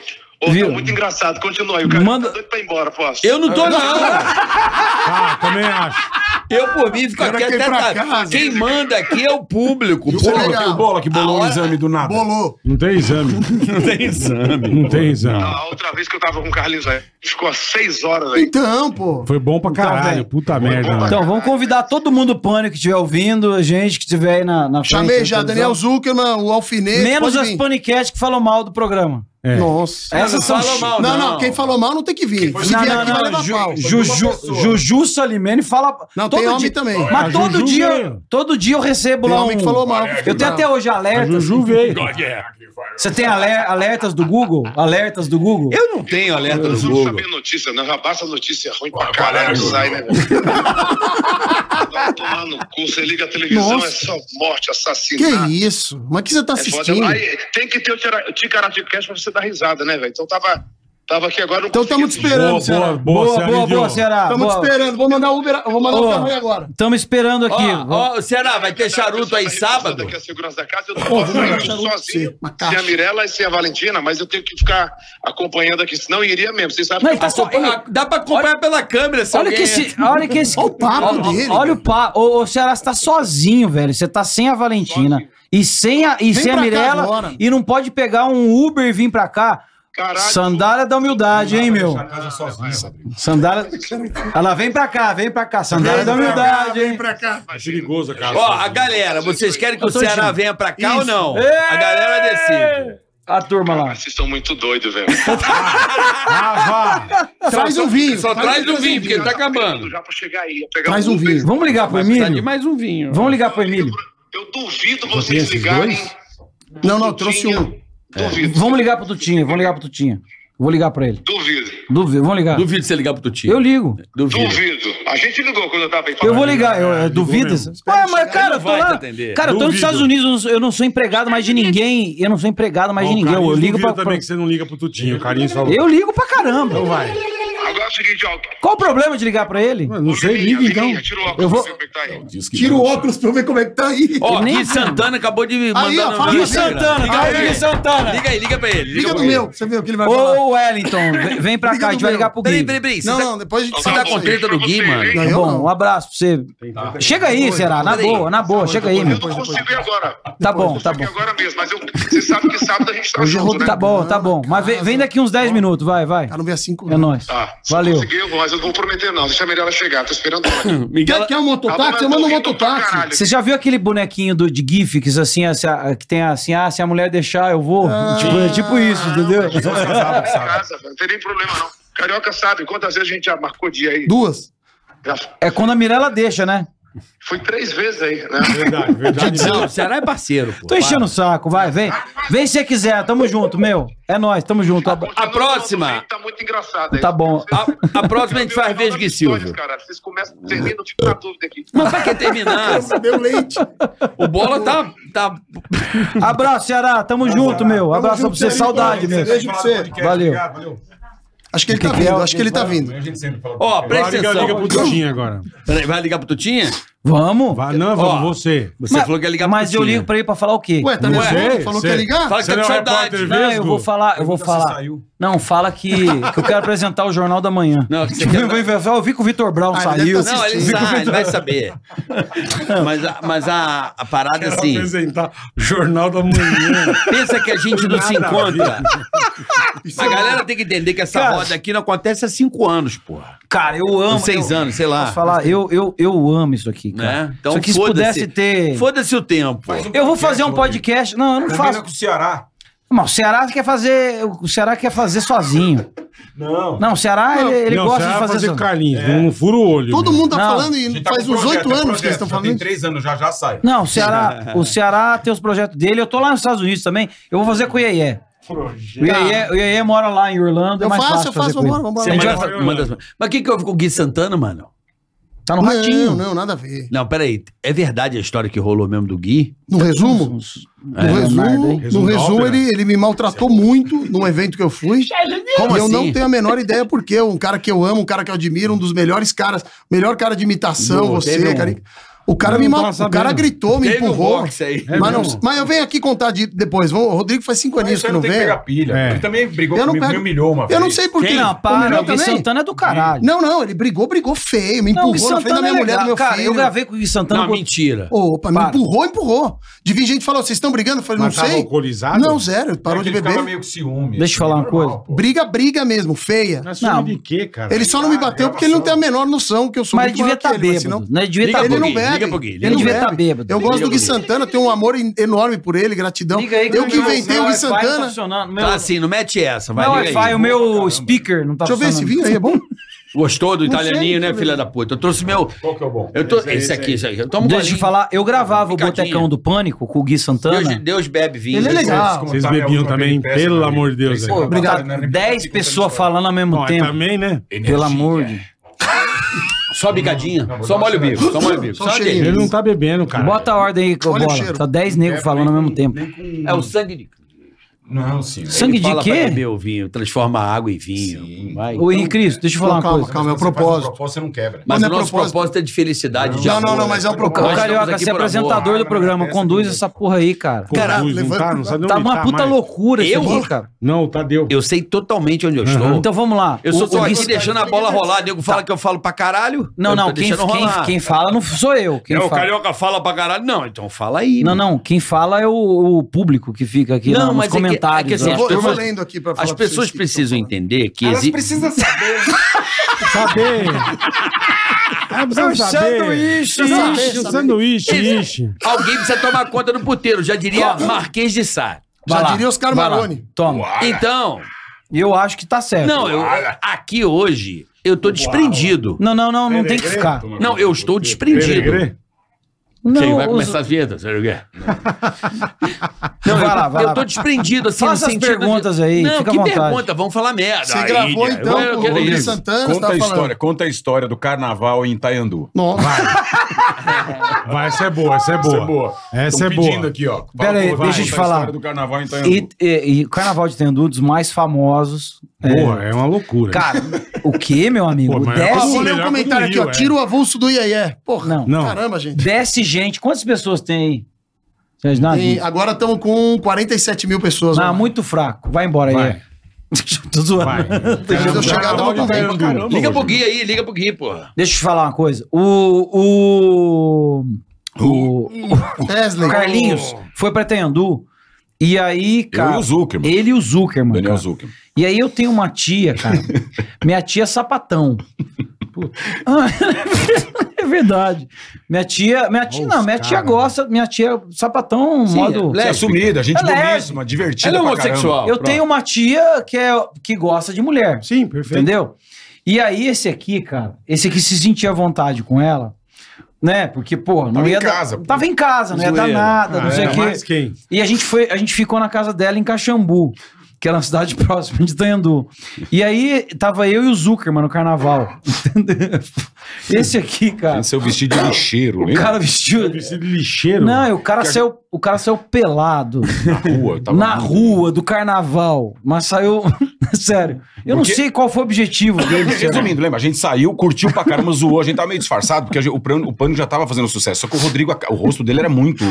Speaker 11: ô,
Speaker 5: Viu?
Speaker 11: tá muito engraçado. Continua aí. O cara
Speaker 5: Manda-
Speaker 11: tá doido pra ir embora, posso?
Speaker 4: Eu não tô, não.
Speaker 2: Ah, também acho.
Speaker 4: Eu, por mim, fico
Speaker 8: Cara,
Speaker 4: aqui
Speaker 8: quer ir
Speaker 4: até.
Speaker 8: pra
Speaker 4: tarde.
Speaker 8: casa.
Speaker 4: Quem manda aqui é o público.
Speaker 8: Isso é
Speaker 4: pô.
Speaker 8: legal.
Speaker 7: O bola que bolou o exame do nada.
Speaker 8: Bolou.
Speaker 2: Não tem
Speaker 11: (laughs)
Speaker 2: exame.
Speaker 4: Não tem exame.
Speaker 2: Não tem exame.
Speaker 11: A outra vez que eu tava com o Carlinhos aí, ficou às seis horas aí.
Speaker 8: Então, pô.
Speaker 2: Foi bom pra caralho. Puta merda.
Speaker 11: bom pra
Speaker 2: mano.
Speaker 5: Então, vamos convidar todo mundo do pânico que estiver ouvindo, a gente que estiver aí na, na frente
Speaker 8: Chamei
Speaker 5: da
Speaker 8: já
Speaker 5: televisão.
Speaker 8: Daniel Zuckerman, o Alfinete.
Speaker 5: Menos
Speaker 8: pode
Speaker 5: as
Speaker 8: vir.
Speaker 5: paniquetes que falam mal do programa.
Speaker 2: É.
Speaker 8: Nossa.
Speaker 5: Essas são.
Speaker 4: fala
Speaker 5: chi-
Speaker 4: mal,
Speaker 8: Não, não, quem falou mal não tem que vir. Se
Speaker 5: Não,
Speaker 8: vier
Speaker 5: não,
Speaker 8: aqui vai
Speaker 5: não.
Speaker 8: levar pau.
Speaker 5: Ju- Juju, Juju Salimene fala.
Speaker 8: Não, tem homem também.
Speaker 5: Mas
Speaker 2: A
Speaker 5: todo
Speaker 2: Juju
Speaker 5: dia,
Speaker 2: veio.
Speaker 5: todo dia eu recebo
Speaker 8: Tem
Speaker 5: lá um.
Speaker 8: homem que falou mal.
Speaker 5: Eu tenho até hoje
Speaker 2: A
Speaker 5: alertas.
Speaker 2: Juju veio.
Speaker 11: é.
Speaker 5: Você tem aler- alertas do Google? Alertas do Google?
Speaker 4: Eu não tenho alerta do
Speaker 11: Nós vamos
Speaker 4: Google.
Speaker 11: saber notícia, não. Já basta notícia ruim pra caralho que sai, né? velho? Vai tomar no cu, você liga a televisão,
Speaker 8: Nossa.
Speaker 11: é só morte,
Speaker 8: Que
Speaker 11: assassinato.
Speaker 8: isso? Mas o que você tá
Speaker 11: é foda.
Speaker 8: assistindo?
Speaker 11: Aí, tem que ter o tira- o Ticaracatecast pra você dar risada, né, velho? Então tava, tava aqui agora. não
Speaker 8: Então
Speaker 11: consegui-
Speaker 8: estamos te esperando,
Speaker 2: Boa, boa,
Speaker 8: Ceará.
Speaker 2: boa,
Speaker 5: boa,
Speaker 2: Ceará
Speaker 5: boa,
Speaker 2: Indiana.
Speaker 5: boa, Ceará.
Speaker 8: Estamos te
Speaker 5: boa.
Speaker 8: esperando. Vou mandar o Uber, vou mandar
Speaker 5: Ô.
Speaker 8: o Ferrari agora.
Speaker 5: Estamos esperando aqui.
Speaker 4: Ó, ó, será? Tá, Vai ter charuto
Speaker 11: tá
Speaker 4: aí sábado?
Speaker 11: Daqui a segurança da casa, eu não posso sair sozinho,
Speaker 8: Uma
Speaker 11: sem a
Speaker 8: caixa.
Speaker 11: Mirella e sem a Valentina, mas eu tenho que ficar acompanhando aqui, senão eu iria mesmo. Vocês sabem
Speaker 5: Não,
Speaker 11: que
Speaker 5: ele tá
Speaker 11: eu
Speaker 5: só.
Speaker 4: Ah, Dá pra acompanhar pela câmera, se
Speaker 5: Olha
Speaker 4: alguém
Speaker 5: que esse. Olha que esse.
Speaker 8: Olha o papo
Speaker 5: ó-
Speaker 8: dele,
Speaker 5: Olha
Speaker 8: velho.
Speaker 5: o papo. Ô, ô, Ceará, você tá sozinho, velho. Você tá sem a Valentina. E sem a, e sem
Speaker 8: pra
Speaker 5: a
Speaker 8: cá
Speaker 5: Mirella.
Speaker 8: agora.
Speaker 5: E não pode pegar um Uber e vir pra cá.
Speaker 11: Caralho.
Speaker 5: Sandália da humildade, hein, meu? Sandália. Ela vem pra cá, vem pra cá. Sandália da humildade, É hein?
Speaker 2: É perigoso, cara.
Speaker 4: Ó, a galera, vocês querem que o
Speaker 5: Eu tô
Speaker 4: Ceará
Speaker 5: junto.
Speaker 4: venha pra cá ou não?
Speaker 5: Ei!
Speaker 4: A galera decide.
Speaker 5: A turma lá.
Speaker 11: Vocês estão muito doidos, velho.
Speaker 4: Tá
Speaker 2: Ah, vá.
Speaker 8: Traz um vinho.
Speaker 4: Só traz o vinho, porque ele tá acabando.
Speaker 11: Já pra chegar aí, ia pegar
Speaker 8: Traz um
Speaker 11: Uber.
Speaker 8: vinho.
Speaker 5: Vamos ligar pro
Speaker 4: Precisa de
Speaker 5: Emílio?
Speaker 4: mais um vinho.
Speaker 5: Vamos ligar pro Emílio.
Speaker 11: Eu duvido vocês ligarem.
Speaker 8: Não, não, trouxe
Speaker 11: Tinha-
Speaker 8: um.
Speaker 11: Duvido.
Speaker 5: Vamos ligar pro Tutinha, vamos ligar pro Tutinha. Vou ligar pra ele.
Speaker 11: Duvido.
Speaker 5: Duvido, vamos ligar.
Speaker 4: Duvido você ligar pro
Speaker 5: Eu
Speaker 4: Tutinho.
Speaker 5: ligo.
Speaker 4: Duvido.
Speaker 11: Duvido. A gente ligou quando eu tava aí.
Speaker 5: Eu vou ligar, eu, eu
Speaker 2: ligou
Speaker 5: duvido.
Speaker 2: mesmo.
Speaker 5: Ué, mas cara, eu
Speaker 4: Ele
Speaker 5: tô
Speaker 4: vai te
Speaker 5: lá.
Speaker 4: atender.
Speaker 5: Cara, eu tô
Speaker 2: Duvido.
Speaker 5: nos Estados Unidos, eu não sou- eu não sou empregado mais de ninguém. Eu não sou empregado mais de
Speaker 2: Ó, o
Speaker 5: ninguém. Eu
Speaker 2: Carlinhos
Speaker 5: ligo
Speaker 2: duvida
Speaker 5: pra.
Speaker 2: também
Speaker 5: pra-
Speaker 2: que você não liga pro Tutinho. O Carlinhos falou.
Speaker 5: Eu ligo pra caramba.
Speaker 2: Então vai.
Speaker 11: Agora é o seguinte, ó.
Speaker 5: Qual o problema de ligar pra ele?
Speaker 2: Mano, não sei, liga então.
Speaker 11: Tira o
Speaker 5: Eu
Speaker 11: óculos
Speaker 5: vou-
Speaker 11: pra ver como é que tá aí.
Speaker 8: Tira o óculos pra eu ver como é que tá aí.
Speaker 4: Ó,
Speaker 5: nem
Speaker 4: Gui
Speaker 5: vi.
Speaker 4: Santana acabou de mandar.
Speaker 8: ó,
Speaker 4: no-
Speaker 8: fala
Speaker 4: no
Speaker 8: do
Speaker 5: Gui
Speaker 4: Instagram.
Speaker 5: Santana,
Speaker 4: Liga
Speaker 5: cadê o Gui
Speaker 4: aí.
Speaker 5: Santana?
Speaker 4: Liga aí, liga pra ele.
Speaker 8: Liga
Speaker 4: pra
Speaker 8: do
Speaker 4: ele.
Speaker 8: meu. Você viu o que ele vai falar.
Speaker 5: Ô, Wellington, vem- vem pra
Speaker 8: Liga
Speaker 5: cá, a
Speaker 8: do
Speaker 5: gente vai
Speaker 8: meu.
Speaker 5: ligar pro Gui.
Speaker 4: Peraí, peraí, peraí. Você
Speaker 8: Não,
Speaker 4: tá-
Speaker 8: não, depois a gente
Speaker 11: Então,
Speaker 4: Você tá
Speaker 8: fala
Speaker 4: com
Speaker 8: isso aí.
Speaker 4: treta do Gui, mano?
Speaker 8: Não,
Speaker 5: Tá
Speaker 8: eu
Speaker 5: bom, um
Speaker 8: não.
Speaker 5: abraço pra você. Chega aí, Será, na
Speaker 4: depois.
Speaker 5: boa, na boa, chega aí, meu.
Speaker 11: Eu não consigo ir agora.
Speaker 5: Tá bom, tá
Speaker 11: Aqui
Speaker 5: bom.
Speaker 11: agora mesmo, mas eu, você sabe que sábado a gente tá
Speaker 8: Hoje é
Speaker 11: junto, né?
Speaker 5: Tá bom, tá bom. Mas vem, vem daqui uns 10 minutos, vai, vai.
Speaker 8: Cara, não vê assim com
Speaker 5: É nóis.
Speaker 11: Tá.
Speaker 5: Valeu.
Speaker 11: Consegui, eu vou, mas eu não vou prometer, não. Deixa melhor ela chegar, tô esperando ela.
Speaker 5: Miguel-
Speaker 8: Quer, quer um mototáxi? Eu
Speaker 11: Ela
Speaker 8: mando um
Speaker 11: tá ouvindo pra
Speaker 8: mototáxi.
Speaker 11: caralho.
Speaker 5: Você já viu aquele bonequinho do, de GIF que, assim, a- se a- que tem assim, ah, se a mulher deixar, eu vou? tipo, é tipo isso, entendeu?
Speaker 11: Em casa, não tem nem problema, não. Carioca sabe quantas vezes a gente já marcou dia aí.
Speaker 8: Duas.
Speaker 11: Já
Speaker 5: É quando a Mirella deixa, né?
Speaker 11: fui três vezes aí, né?
Speaker 2: Verdade, verdade.
Speaker 4: Não, o Ceará é parceiro, pô.
Speaker 5: Tô enchendo o saco, vai, vem. Vem se você quiser, tamo junto, meu. É nóis, tamo junto. Ab-
Speaker 11: Continua
Speaker 4: próxima.
Speaker 11: falando, gente, Tá muito engraçado aí.
Speaker 5: Tá bom.
Speaker 4: A, a próxima a gente faz
Speaker 11: Meu nome é
Speaker 4: Vesga e
Speaker 11: Vitória,
Speaker 4: Silvio.
Speaker 11: caralho. Vocês começam, terminam, fico na dúvida aqui.
Speaker 4: Mas pra que terminar?
Speaker 8: Deu leite.
Speaker 4: O Bola tá, tá
Speaker 5: Abraço, Ceará, tamo junto, meu. Abraço pra você, saudade mesmo.
Speaker 8: Beijo pra você.
Speaker 5: Valeu.
Speaker 8: Acho que ele tá vindo, acho que ele tá vindo.
Speaker 4: Ó,
Speaker 2: Agora
Speaker 4: presta
Speaker 2: liga,
Speaker 4: atenção.
Speaker 2: liga pro Tutinho agora.
Speaker 4: Peraí, vai ligar pro Tutinha?
Speaker 5: Vamos.
Speaker 2: Vai, não,
Speaker 4: Ó.
Speaker 2: vamos, você.
Speaker 4: Você falou que ia ligar pro
Speaker 5: Mas eu
Speaker 4: Tutinha.
Speaker 5: ligo pra ele pra falar o quê?
Speaker 8: Ué, tá
Speaker 2: Não
Speaker 8: me
Speaker 2: é?
Speaker 8: zoando? Falou que ia
Speaker 2: Sei.
Speaker 8: ligar?
Speaker 4: Fala que tá
Speaker 2: Você
Speaker 4: com
Speaker 2: não é
Speaker 4: saudade.
Speaker 2: repórter
Speaker 4: Não,
Speaker 5: Não,
Speaker 2: vesgo?
Speaker 5: eu vou falar, eu vou falar. Não, fala que, que eu quero apresentar o Jornal da Manhã.
Speaker 4: Não, que você
Speaker 5: Tipo,
Speaker 4: quer-
Speaker 5: eu vou inventar, eu vi que o Vitor Brown
Speaker 8: Ah, ele
Speaker 5: saiu.
Speaker 8: deve tá
Speaker 4: Não, ele
Speaker 8: assistindo.
Speaker 4: sabe, ele vai saber. Mas, a- mas a, a parada,
Speaker 2: Quero
Speaker 4: assim,
Speaker 2: apresentar o Jornal da Manhã.
Speaker 4: pensa que a gente não se
Speaker 2: Nada a
Speaker 4: encontra. A galera tem que entender que essa
Speaker 5: é Cara.
Speaker 4: roda aqui não acontece há cinco anos, porra.
Speaker 8: tá-
Speaker 5: Cara, eu amo.
Speaker 4: Ou seis
Speaker 5: eu,
Speaker 4: anos, sei lá.
Speaker 5: Posso falar? Eu, eu, eu amo isso aqui, cara.
Speaker 4: Né? Então,
Speaker 5: Só que se
Speaker 4: foda-se.
Speaker 5: pudesse ter...
Speaker 4: Foda-se o tempo.
Speaker 5: Eu vou fazer um podcast. Não, eu não faço.
Speaker 7: Combina com o Ceará.
Speaker 5: Não, o Ceará quer fazer. O Ceará quer fazer sozinho.
Speaker 7: Não.
Speaker 5: Não, o Ceará ele, ele
Speaker 2: Não,
Speaker 5: gosta
Speaker 2: você
Speaker 5: de
Speaker 2: vai
Speaker 5: fazer,
Speaker 2: fazer
Speaker 5: sozinho.
Speaker 2: Carlinhos, não fura o olho.
Speaker 8: Todo mundo tá
Speaker 5: Não.
Speaker 8: falando
Speaker 7: A
Speaker 8: e
Speaker 7: gente tá
Speaker 8: faz
Speaker 7: com
Speaker 8: uns
Speaker 7: projeto,
Speaker 8: oito
Speaker 7: é
Speaker 8: anos que
Speaker 7: projeto,
Speaker 8: eles estão
Speaker 7: já Tem
Speaker 8: falando.
Speaker 7: três anos, já já sai.
Speaker 5: Não, o Ceará, o Ceará tem os projetos dele. Eu tô lá nos Estados Unidos também. Eu vou fazer com o Iê. O Iê, o Iê mora lá em Orlando. É
Speaker 8: Eu
Speaker 5: mais
Speaker 8: faço,
Speaker 5: fácil
Speaker 8: eu faço,
Speaker 5: fazer com ele.
Speaker 8: vambora,
Speaker 4: A
Speaker 8: vambora.
Speaker 4: gente vai
Speaker 2: Mas-
Speaker 4: fa- manda- Mas o que, que houve com o Gui Santana, mano?
Speaker 5: Tá no
Speaker 8: Não,
Speaker 5: ratinho.
Speaker 8: não, nada a ver.
Speaker 4: Não, peraí. É verdade a história que rolou mesmo do Gui?
Speaker 8: No
Speaker 5: um
Speaker 8: resumo, no
Speaker 5: Leonardo, É, hein?
Speaker 8: resumo, no
Speaker 2: Resumo da
Speaker 8: resumo
Speaker 2: ópera.
Speaker 8: ele, ele me maltratou muito num evento que eu fui.
Speaker 4: Como
Speaker 8: e eu
Speaker 4: assim?
Speaker 8: não tenho a menor ideia por quê. Um cara que eu amo, um cara que eu admiro, um dos melhores caras, melhor cara de imitação,
Speaker 4: Não, teve
Speaker 8: você,
Speaker 4: um-
Speaker 8: cara. O cara
Speaker 2: Não
Speaker 8: me
Speaker 2: tava
Speaker 8: mal... O
Speaker 2: sabendo.
Speaker 8: cara gritou, me
Speaker 4: Teve um
Speaker 8: empurrou.
Speaker 4: box aí.
Speaker 2: É
Speaker 8: mas, não-
Speaker 2: mesmo?
Speaker 8: mas eu venho aqui contar de- depois. Vamos, o Rodrigo faz cinco aninhos
Speaker 7: Isso
Speaker 8: que
Speaker 7: aí
Speaker 8: não
Speaker 7: não tem que
Speaker 8: vem.
Speaker 7: pegar pilha.
Speaker 2: É.
Speaker 7: Ele também brigou
Speaker 8: Eu não
Speaker 7: comigo,
Speaker 8: pego.
Speaker 7: me humilhou uma vez.
Speaker 8: Eu não sei por quê.
Speaker 5: Não,
Speaker 8: O
Speaker 5: Ah, para. O
Speaker 8: Miguel
Speaker 5: Gui
Speaker 8: também?
Speaker 5: Santana é do caralho.
Speaker 8: Não, não, ele brigou, brigou feio, me
Speaker 5: Não, o
Speaker 8: empurrou
Speaker 5: Gui
Speaker 8: na frente da
Speaker 5: Santana é
Speaker 8: minha mulher, do
Speaker 5: legal.
Speaker 8: meu
Speaker 5: Cara,
Speaker 8: filho.
Speaker 5: eu gravei com o Gui Santana.
Speaker 4: Não, mentira.
Speaker 8: Opa,
Speaker 5: Para.
Speaker 8: me empurrou, empurrou. Devia gente que falou, vocês estão brigando? Eu falei,
Speaker 2: Mas
Speaker 8: não
Speaker 2: tava
Speaker 8: sei.
Speaker 2: alcoolizado?
Speaker 8: Não, zero, parou
Speaker 7: É que
Speaker 8: de
Speaker 7: ele
Speaker 8: beber.
Speaker 7: ficava meio com ciúme.
Speaker 5: Deixa eu falar uma coisa.
Speaker 7: pô.
Speaker 8: Briga, briga mesmo, feia.
Speaker 2: Mas
Speaker 5: Não.
Speaker 2: não. de quê, cara?
Speaker 8: Ele só não me bateu porque ele não tem a menor noção que eu sou
Speaker 5: mas ele devia
Speaker 8: muito maior que
Speaker 5: estar
Speaker 8: ele, mas
Speaker 5: bêbado. né? Ele devia
Speaker 4: Liga
Speaker 5: estar
Speaker 8: senão-
Speaker 4: pro
Speaker 8: Ele
Speaker 4: Gui,
Speaker 8: não bebe.
Speaker 4: liga pro Gui, liga
Speaker 5: Ele
Speaker 8: não
Speaker 5: devia
Speaker 8: bebe.
Speaker 5: tá bêbado.
Speaker 8: Eu
Speaker 5: Liga
Speaker 8: gosto do
Speaker 4: pro
Speaker 8: Gui
Speaker 4: Gui.
Speaker 8: Santana, eu tenho um amor en- enorme por ele, gratidão.
Speaker 5: Liga aí
Speaker 8: Eu que
Speaker 5: meu
Speaker 8: inventei o Gui
Speaker 5: Wi-Fi não tá
Speaker 8: Santana.
Speaker 5: funcionando. Meu- é
Speaker 4: Tá assim, não mete essa. Vai,
Speaker 5: Meu
Speaker 4: liga aí.
Speaker 5: Wi-Fi, o meu speaker não tá
Speaker 8: Deixa eu ver esse
Speaker 5: funcionando.
Speaker 8: vinho aí, é bom?
Speaker 4: Gostou do
Speaker 8: sei,
Speaker 4: italianinho, né,
Speaker 8: deixa eu
Speaker 4: filha da puta? Eu trouxe meu...
Speaker 7: Qual que é o bom?
Speaker 4: Eu tô... Esse aqui, esse aqui. Eu tomo um
Speaker 5: Deixa eu te
Speaker 4: golinho.
Speaker 5: falar, eu gravava o
Speaker 4: Picadinha.
Speaker 5: Botecão do Pânico com o Gui Santana.
Speaker 4: Deus, Deus bebe vinho.
Speaker 8: Ele é legal.
Speaker 2: Vocês bebiam também, pelo amor de Deus. aí.
Speaker 5: Pô,
Speaker 8: Obrigado.
Speaker 5: tá 10 pessoas falando ao mesmo
Speaker 2: Bom, aí
Speaker 5: tempo.
Speaker 2: também, né?
Speaker 5: Pelo amor de
Speaker 4: Só bicadinha.
Speaker 7: não,
Speaker 4: Só
Speaker 7: não,
Speaker 4: molha o
Speaker 7: não,
Speaker 4: bico. Só molha o bico.
Speaker 8: Só
Speaker 4: Só um
Speaker 8: cheirinho.
Speaker 4: aquele.
Speaker 2: Ele não tá bebendo, cara.
Speaker 5: Bota a ordem aí,
Speaker 8: Olha o
Speaker 5: Bola.
Speaker 8: cheiro.
Speaker 5: Tá 10 negros falando ao mesmo tempo.
Speaker 4: É o sangue de...
Speaker 7: Não, sim.
Speaker 5: Sangue de
Speaker 4: Fala pra
Speaker 5: quê?
Speaker 4: beber o vinho. Transforma água em vinho.
Speaker 7: Sim.
Speaker 4: Vai.
Speaker 5: Ô, Henrique Cristo, deixa eu falar uma
Speaker 8: Calma,
Speaker 5: coisa.
Speaker 8: calma, é o
Speaker 7: Você faz um
Speaker 8: propósito.
Speaker 7: propósito, você não quebra.
Speaker 4: Mas
Speaker 8: Mas
Speaker 4: o
Speaker 8: não é
Speaker 4: nosso
Speaker 8: propósito.
Speaker 4: propósito é de felicidade. de
Speaker 8: Não, não,
Speaker 4: amor,
Speaker 8: não,
Speaker 4: né?
Speaker 8: mas é um
Speaker 5: Ô,
Speaker 8: propósito.
Speaker 4: Nós estamos
Speaker 5: Carioca,
Speaker 4: aqui
Speaker 5: você é
Speaker 4: por
Speaker 5: apresentador
Speaker 4: amor.
Speaker 5: do programa, conduz essa porra aí, cara.
Speaker 2: Conduz,
Speaker 4: Caralho,
Speaker 2: não
Speaker 8: levanta-
Speaker 2: tá, não sabe nem
Speaker 5: Tá
Speaker 2: onde
Speaker 5: uma puta
Speaker 2: mais.
Speaker 5: loucura isso
Speaker 4: Eu?
Speaker 5: aqui, cara.
Speaker 2: Não, tá deu.
Speaker 4: Eu sei totalmente onde eu estou.
Speaker 5: Então vamos lá.
Speaker 4: eu só
Speaker 5: O- o
Speaker 4: tô
Speaker 5: Gui
Speaker 4: aqui
Speaker 5: Santana-
Speaker 4: deixando a bola rolar. Nego fala que eu falo pra caralho.
Speaker 5: Não,
Speaker 4: Eu
Speaker 5: não,
Speaker 4: tô
Speaker 5: quem,
Speaker 4: deixando
Speaker 5: quem,
Speaker 4: rolar.
Speaker 5: quem fala não sou eu. Quem
Speaker 4: é, o
Speaker 5: fala.
Speaker 4: carioca fala pra caralho. Não, então fala aí.
Speaker 5: Não, não, quem fala é o, o público que fica aqui
Speaker 4: Não,
Speaker 5: na- nos
Speaker 4: mas é que-
Speaker 5: comentários. né?
Speaker 4: é que assim,
Speaker 5: ó.
Speaker 8: Eu vou, eu vou
Speaker 4: turmas-
Speaker 8: lendo aqui pra falar
Speaker 4: As
Speaker 8: pra vocês
Speaker 4: pessoas
Speaker 8: que
Speaker 4: precisam
Speaker 8: eu tô falando.
Speaker 4: entender que existe.
Speaker 7: precisam saber.
Speaker 2: Saber. É, precisa saber. Sanduíche, sanduíche, ixi.
Speaker 4: Alguém precisa tomar conta do puteiro, já diria Marquês de Sá.
Speaker 5: Vai
Speaker 8: Já
Speaker 5: lá,
Speaker 8: diria Oscar
Speaker 5: vai lá.
Speaker 8: Maroni.
Speaker 5: Toma.
Speaker 4: Então,
Speaker 5: E eu acho que tá certo.
Speaker 4: não, eu, aqui hoje eu tô desprendido.
Speaker 5: Não, não, não, não tem que ficar.
Speaker 4: Não, eu estou desprendido.
Speaker 2: Peregrê?
Speaker 5: Não,
Speaker 4: Quem vai
Speaker 5: os-
Speaker 4: começar a vinheta? Sabe o quê?
Speaker 5: Não, vai lá, vai
Speaker 4: eu
Speaker 5: lá.
Speaker 4: tô desprendido assim
Speaker 5: Faça
Speaker 4: no
Speaker 5: as
Speaker 4: sentido. de-
Speaker 5: perguntas aí,
Speaker 4: Não,
Speaker 5: fica à
Speaker 4: que
Speaker 5: vontade.
Speaker 4: pergunta? Vamos falar merda.
Speaker 8: Você
Speaker 4: Aí, é,
Speaker 8: gravou
Speaker 4: eu
Speaker 8: então
Speaker 4: quero
Speaker 8: com o Rodrigo
Speaker 4: isso.
Speaker 8: Santana, você
Speaker 5: tá
Speaker 7: Conta a
Speaker 8: tava
Speaker 7: história,
Speaker 8: falando.
Speaker 7: conta a história do carnaval em Itaiandu.
Speaker 8: Nossa,
Speaker 2: Vai, essa é boa, essa é
Speaker 7: Essa é
Speaker 2: boa.
Speaker 7: boa.
Speaker 2: Essa é
Speaker 7: Tão pedindo
Speaker 2: boa.
Speaker 7: aqui, ó.
Speaker 5: Pera aí,
Speaker 7: Vai,
Speaker 5: deixa eu te
Speaker 7: conta a
Speaker 5: falar.
Speaker 7: história do carnaval então, em
Speaker 5: E,
Speaker 7: Itaiandu.
Speaker 5: e- e o Carnaval de Tendu, um dos mais famosos. é,
Speaker 2: Boa, é uma loucura.
Speaker 5: Cara, o que, meu amigo?
Speaker 2: Pô, mas é
Speaker 5: desce,
Speaker 8: vou ler um
Speaker 2: melhor
Speaker 8: comentário
Speaker 2: que
Speaker 8: aqui,
Speaker 2: no
Speaker 8: ó.
Speaker 2: Rio, é.
Speaker 8: Tira o avulso do Iaé. Porra,
Speaker 5: Não.
Speaker 2: Não.
Speaker 8: caramba, gente.
Speaker 5: desce gente. Quantas pessoas tem aí? Vocês nada?
Speaker 8: E agora estamos com 47 mil pessoas.
Speaker 5: Não,
Speaker 8: online.
Speaker 5: muito fraco. Vai embora aí. é. (laughs)
Speaker 2: Vai.
Speaker 5: Tô zoando. (laughs)
Speaker 2: Vai. Tá
Speaker 8: eu chegar,
Speaker 2: Carnaval
Speaker 8: eu tava
Speaker 2: de
Speaker 8: com
Speaker 2: Itaiandu.
Speaker 8: vergonha.
Speaker 4: Liga pro Gui aí, liga pro Gui, porra.
Speaker 5: Deixa eu te falar uma coisa. O. O. O, o
Speaker 8: Wesley.
Speaker 5: Carlinhos foi pra Itaiandu. E aí,
Speaker 7: Eu
Speaker 5: cara.
Speaker 7: e o Zuckerman.
Speaker 5: Ele e o Zuckerman.
Speaker 7: Daniel
Speaker 5: cara.
Speaker 7: Zuckerman.
Speaker 5: E aí eu tenho uma tia, cara. Minha tia é sapatão. Ah, (laughs) é verdade. Minha tia, minha tia não, minha tia gosta, minha tia é sapatão, modo
Speaker 7: Você é assumida, gente
Speaker 5: É lésbica.
Speaker 7: boníssima, divertida
Speaker 4: Ela é
Speaker 7: pra
Speaker 4: homossexual.
Speaker 7: caramba.
Speaker 5: Eu
Speaker 4: Pronto.
Speaker 5: tenho uma tia que, é, que gosta de mulher.
Speaker 2: Sim, perfeito.
Speaker 5: Entendeu? E aí, esse aqui, cara, esse aqui se sentia à vontade com ela, né? Porque, porra, não
Speaker 7: Tava em
Speaker 5: ia. dar-
Speaker 7: casa, pô. é.
Speaker 5: Tava em casa, não ia dar
Speaker 4: Zoeira.
Speaker 5: nada, não
Speaker 2: Ah,
Speaker 5: sei o
Speaker 2: ainda
Speaker 5: quê.
Speaker 2: mais quem?
Speaker 5: E a gente, foi, a gente ficou na casa dela em Caxambu, que era uma cidade (laughs) próxima de Itanhandu. E aí, tava eu e o Zuckerman no carnaval. (laughs) Entendeu? Esse aqui, cara.
Speaker 7: Seu vestido de lixeiro,
Speaker 5: O
Speaker 7: lembra?
Speaker 5: cara vestiu.
Speaker 2: Vestido de lixeiro.
Speaker 5: Não, e o cara, saiu, o cara saiu pelado
Speaker 7: Na rua. (laughs) tava
Speaker 5: na
Speaker 7: muito-
Speaker 5: rua do carnaval, mas saiu. (laughs) Sério. Eu não
Speaker 7: Porque-
Speaker 5: sei qual foi o objetivo dele.
Speaker 7: Resumindo, lembra? A gente saiu, curtiu pra caramba, zoou. A gente tava meio disfarçado, porque a gente- o, plano, o pânico já tava fazendo sucesso. Só que o Rodrigo, a- o rosto dele era muito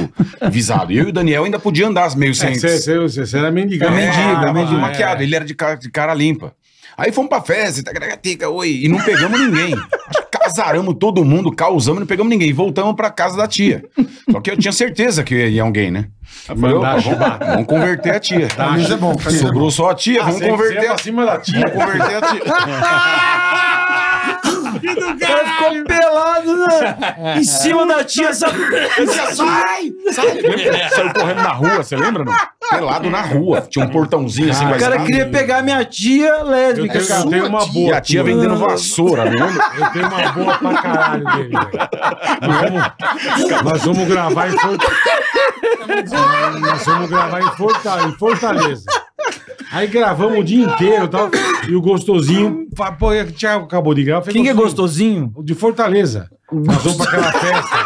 Speaker 7: visado. E eu e o Daniel ainda podia andar
Speaker 5: É,
Speaker 7: meio
Speaker 2: É,
Speaker 7: sem...
Speaker 2: Você era mendigão.
Speaker 7: É,
Speaker 2: mendigo,
Speaker 7: tava maquiado. Ele era de cara, de cara limpa. Aí fomos pra festa, tagaregateca, oi, e não pegamos ninguém. Acho que Casaramos todo mundo, causamos, não pegamos ninguém. Voltamos pra casa da tia. Só que eu tinha certeza que ia alguém, né? Aí eu falei,
Speaker 2: Mandar
Speaker 7: opa,
Speaker 2: chamar.
Speaker 7: vamos, vamos converter a tia.
Speaker 8: Camisa é bom, camisa é bom.
Speaker 7: Sobrou só a tia, vamos converter a tia.
Speaker 2: acima da tia.
Speaker 7: Vamos converter a tia.
Speaker 5: ficou pelado, né? Em cima da tia, sabe? Sai!
Speaker 7: Lembra? Saiu correndo na rua, você lembra? Não? Pelado na rua. Tinha um portãozinho assim,
Speaker 5: O cara
Speaker 7: escada.
Speaker 5: queria pegar minha tia
Speaker 2: Eu
Speaker 5: lésbica,
Speaker 2: tenho,
Speaker 5: cara.
Speaker 2: eu tenho uma boa.
Speaker 7: E a tia
Speaker 2: tua.
Speaker 7: vendendo vassoura, não lembra?
Speaker 2: Eu tenho uma boa pra caralho dele. velho. Nós vamos, nós vamos gravar em Fortaleza. Nós vamos gravar em Fortaleza. Em Fortaleza. Aí gravamos o dia inteiro e tal. E o gostosinho. fa- Pô, o Thiago acabou de gravar. eu falei,
Speaker 5: Quem que é
Speaker 2: "Gostosinho,
Speaker 5: gostosinho?
Speaker 2: o De Fortaleza. Nós vamos pra aquela festa.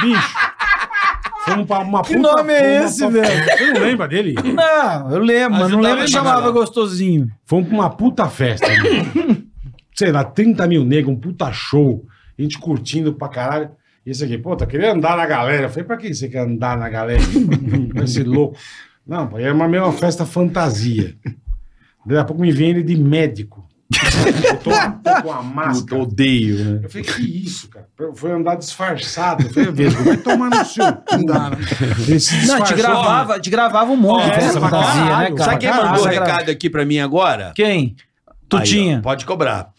Speaker 2: Bicho. Fomos pra uma puta.
Speaker 5: nome é
Speaker 2: fomos
Speaker 5: esse,
Speaker 2: pra- Você não lembra dele?
Speaker 5: Não, eu lembro, mas não lembro que chamava gostosinho.
Speaker 2: Fomos pra uma puta festa.
Speaker 5: (laughs)
Speaker 2: meu. Sei lá, 30 mil negros, um puta show. A gente curtindo pra caralho. E esse aqui, pô, tá querendo andar na galera. Eu falei, pra que você quer andar na galera?
Speaker 5: (laughs)
Speaker 2: Com esse louco. Não, pô, era uma mesma festa fantasia. Daí a pouco me vem ele de médico. Eu tô, tô com a máscara. Eu odeio, né? Eu falei, que isso, cara? Foi andar disfarçado. Eu falei, veja, vai tomar no seu. Não dá, né? Ele se
Speaker 5: Não, te
Speaker 2: disfarçou,
Speaker 5: gravava, te gravava um monte de
Speaker 2: É,
Speaker 5: festa
Speaker 2: pra
Speaker 5: fantasia,
Speaker 2: caralho.
Speaker 5: né, cara?
Speaker 2: Sabe
Speaker 4: Sabe quem mandou o
Speaker 5: Essa gra-
Speaker 4: recado aqui pra mim agora? Aí,
Speaker 5: Quem?
Speaker 4: ó,
Speaker 5: Tutinha.
Speaker 4: pode cobrar.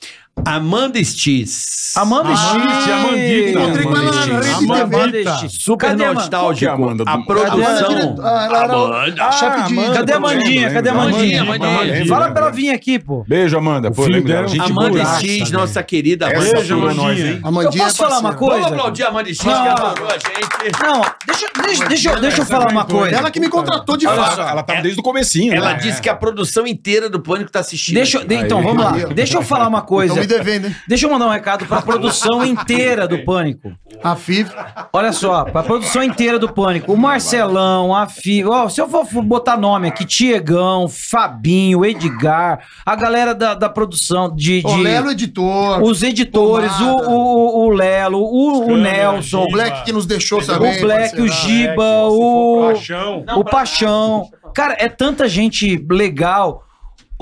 Speaker 4: Amanda Stis.
Speaker 5: Amanda X.
Speaker 2: Xiste, Amandita.
Speaker 4: Rodrigo
Speaker 8: vai lá na
Speaker 2: Amandita.
Speaker 8: rede TV.
Speaker 2: Amandita.
Speaker 4: Super
Speaker 5: Cadê, mano?
Speaker 4: nostálgico.
Speaker 7: Qual que é a Amanda?
Speaker 4: a
Speaker 7: Do-
Speaker 8: Ela era
Speaker 4: produção.
Speaker 8: diretora- ah, ela era
Speaker 4: Amanda.
Speaker 8: chefe de.
Speaker 2: Amanda,
Speaker 5: Cadê a
Speaker 7: Amanda?
Speaker 5: Mandinha? Cadê a
Speaker 7: Lembra?
Speaker 5: Mandinha?
Speaker 4: Mandinha, Mandinha.
Speaker 5: Fala pra ela vir aqui, pô.
Speaker 7: Beijo, Amanda.
Speaker 2: O
Speaker 7: Pô,
Speaker 2: filho
Speaker 7: lembra dela?
Speaker 2: dela é um
Speaker 7: Gente
Speaker 2: Amanda
Speaker 4: Amanda
Speaker 7: boa.
Speaker 2: buraco,
Speaker 4: Stis,
Speaker 2: né?
Speaker 4: nossa querida
Speaker 7: Essa
Speaker 4: Amanda.
Speaker 2: Beijo,
Speaker 7: turma
Speaker 2: Amandinha.
Speaker 7: nós, hein?
Speaker 8: A Mandinha
Speaker 5: Eu posso
Speaker 8: é
Speaker 5: falar uma
Speaker 8: parceira.
Speaker 5: coisa?
Speaker 4: Vamos aplaudir a Amanda Stis que
Speaker 5: Não.
Speaker 4: adorou a gente.
Speaker 5: Não, deixa, deixa, deixa, eu- deixa eu falar uma coisa.
Speaker 8: Ela que me contratou de
Speaker 7: Ela,
Speaker 8: fato.
Speaker 7: ela tava desde o comecinho,
Speaker 4: Ela
Speaker 7: né?
Speaker 4: disse que a produção inteira do Pânico tá assistindo.
Speaker 5: Deixa, eu-
Speaker 4: aqui.
Speaker 5: de- então, vamos lá.
Speaker 8: Maneiro.
Speaker 5: Deixa eu falar uma coisa.
Speaker 8: Estão Então me devendo, hein?
Speaker 5: Deixa eu mandar um recado pra
Speaker 8: (laughs)
Speaker 5: produção inteira do Pânico.
Speaker 8: A FIV.
Speaker 5: Olha só, pra produção inteira do Pânico. O Marcelão, a Figa. Ó, se eu for botar nome aqui, Tiegão, Fabinho, Edgar, a galera da, da produção de. de-
Speaker 8: O Lelo Editor.
Speaker 5: os editores, o,
Speaker 8: Tomara.
Speaker 5: o, o Lelo, o, o
Speaker 2: Câmera,
Speaker 5: Nelson,
Speaker 8: O Black que nos deixou também.
Speaker 5: o Black, o
Speaker 8: parceirão.
Speaker 5: Giba,
Speaker 2: O
Speaker 5: o.
Speaker 2: Paixão.
Speaker 5: o Paixão. Cara, é tanta gente legal.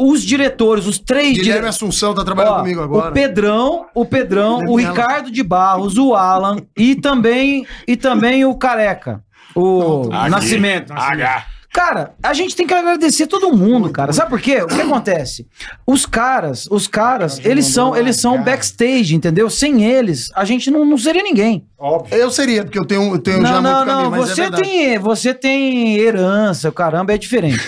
Speaker 5: Os diretores, os três
Speaker 8: Guilherme
Speaker 5: diretores.
Speaker 8: Assunção tá trabalhando comigo agora.
Speaker 5: O Pedrão, o Pedrão, o Ricardo de Barros, o Alan e também e também o Careca. O
Speaker 7: Aqui.
Speaker 5: Nascimento.
Speaker 7: H.
Speaker 5: Cara, a gente tem que agradecer todo mundo, cara. Sabe por quê? O que acontece? Os caras, os caras, eles são, eles são backstage, entendeu? Sem eles, a gente não, não seria ninguém.
Speaker 2: Óbvio.
Speaker 8: Eu seria, porque eu tenho, um, eu tenho
Speaker 5: Não,
Speaker 8: já muito
Speaker 5: não,
Speaker 8: caminho,
Speaker 5: não.
Speaker 8: mas é
Speaker 5: Você,
Speaker 8: verdade.
Speaker 5: tem, você tem herança, o caramba, é
Speaker 8: (laughs)
Speaker 5: diferente.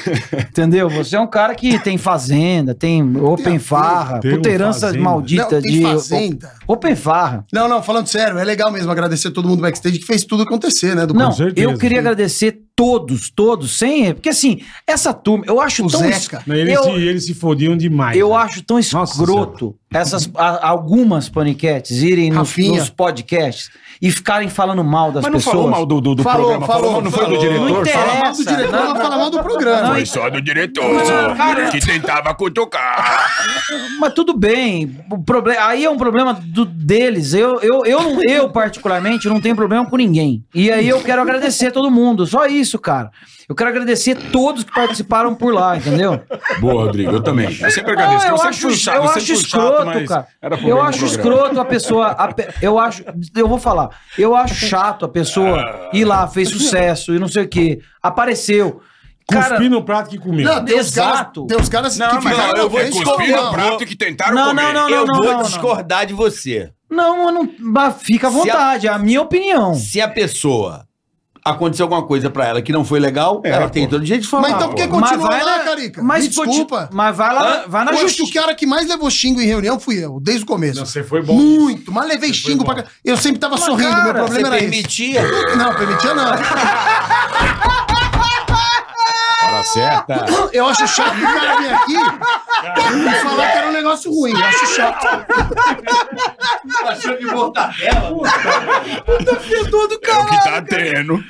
Speaker 5: entendeu? Você é um cara que tem fazenda, tem open
Speaker 8: Tem a-
Speaker 5: farra,
Speaker 2: tem
Speaker 5: puta
Speaker 2: um
Speaker 5: herança
Speaker 2: fazenda.
Speaker 5: maldita
Speaker 8: Não, tem
Speaker 5: de.
Speaker 8: fazenda.
Speaker 5: Open farra.
Speaker 8: Não, não, falando sério, é legal mesmo agradecer todo mundo backstage que fez tudo acontecer, né? Do
Speaker 5: Não,
Speaker 2: certeza.
Speaker 5: eu queria agradecer todos, todos, sem. Porque assim, essa turma, eu acho
Speaker 8: O
Speaker 5: tão.
Speaker 8: Zeca.
Speaker 2: Não, Eles,
Speaker 5: eu-
Speaker 2: se, eles se fodiam demais.
Speaker 5: Eu
Speaker 2: né?
Speaker 5: acho tão escroto essas a- algumas paniquetes irem nos,
Speaker 8: Rafinha.
Speaker 5: nos podcasts e ficarem falando mal das
Speaker 7: Mas não
Speaker 5: pessoas.
Speaker 7: falou mal do, do, do
Speaker 8: Falou,
Speaker 7: programa?
Speaker 8: falou,
Speaker 7: não foi
Speaker 8: falou.
Speaker 7: do diretor?
Speaker 5: Não
Speaker 8: Fala mal do
Speaker 5: Essa,
Speaker 8: diretor,
Speaker 5: não.
Speaker 8: ela fala mal do programa.
Speaker 5: Não,
Speaker 7: Foi só do diretor que tentava cutucar.
Speaker 5: Mas tudo bem. O proble- aí é um problema do- deles. Eu, eu, eu, não- eu, particularmente, não tenho problema com ninguém. E aí eu quero agradecer todo mundo. Só isso, cara. Eu quero agradecer todos que participaram por lá, entendeu?
Speaker 7: Boa, Rodrigo, eu também. Eu sempre agradeço.
Speaker 5: Não, eu
Speaker 7: sempre
Speaker 5: acho,
Speaker 7: fui chato,
Speaker 5: eu
Speaker 7: sempre
Speaker 5: acho
Speaker 7: fui chato,
Speaker 5: escroto,
Speaker 7: é um mas
Speaker 5: cara.
Speaker 7: era
Speaker 5: Eu
Speaker 7: problema do
Speaker 5: acho
Speaker 7: programa.
Speaker 5: escroto a pessoa. a pe- eu acho. Eu vou falar.
Speaker 7: Ah.
Speaker 5: Eu acho chato a pessoa ir lá, fez sucesso e não sei o quê. Apareceu.
Speaker 2: Cuspir no prato que comeu.
Speaker 8: Não, tem uns caras.
Speaker 5: Exato.
Speaker 8: Tem uns caras
Speaker 7: Não,
Speaker 8: que
Speaker 7: mas
Speaker 8: ficaram
Speaker 7: eu vou
Speaker 8: na frente
Speaker 7: cuspir
Speaker 8: comendo.
Speaker 7: no prato que tentaram
Speaker 5: Não,
Speaker 7: comer.
Speaker 5: não, não,
Speaker 4: eu
Speaker 5: não,
Speaker 4: vou
Speaker 5: não,
Speaker 4: discordar de você.
Speaker 5: Não, eu não. mas Fica à
Speaker 4: Se a-
Speaker 5: vontade, é a minha opinião.
Speaker 4: Se a pessoa aconteceu alguma coisa pra ela que não foi legal,
Speaker 2: É,
Speaker 4: ela
Speaker 2: pô.
Speaker 4: tem todo direito de falar.
Speaker 8: Mas então por que
Speaker 4: pô.
Speaker 8: continua
Speaker 5: vai
Speaker 8: lá,
Speaker 5: na-
Speaker 8: Carica?
Speaker 5: Mas
Speaker 8: Me
Speaker 5: conti-
Speaker 8: desculpa.
Speaker 5: Mas vai lá, vai na
Speaker 8: Eu acho que é o
Speaker 5: justiça.
Speaker 8: cara que mais levou xingo em reunião fui eu, desde o começo.
Speaker 2: Não, você foi bom.
Speaker 8: Muito, mas levei
Speaker 2: foi
Speaker 8: xingo
Speaker 2: bom.
Speaker 8: pra cá. Eu sempre tava
Speaker 5: Mas,
Speaker 8: sorrindo,
Speaker 5: cara,
Speaker 8: meu
Speaker 4: Você
Speaker 8: problema era esse.
Speaker 4: (laughs) permitia?
Speaker 8: Não, permitia não.
Speaker 7: Hora certa.
Speaker 8: Eu acho chato o cara vir aqui e falar que era um negócio ruim. Eu acho chato.
Speaker 4: Achou de mortadela?
Speaker 7: É o que tá tendo.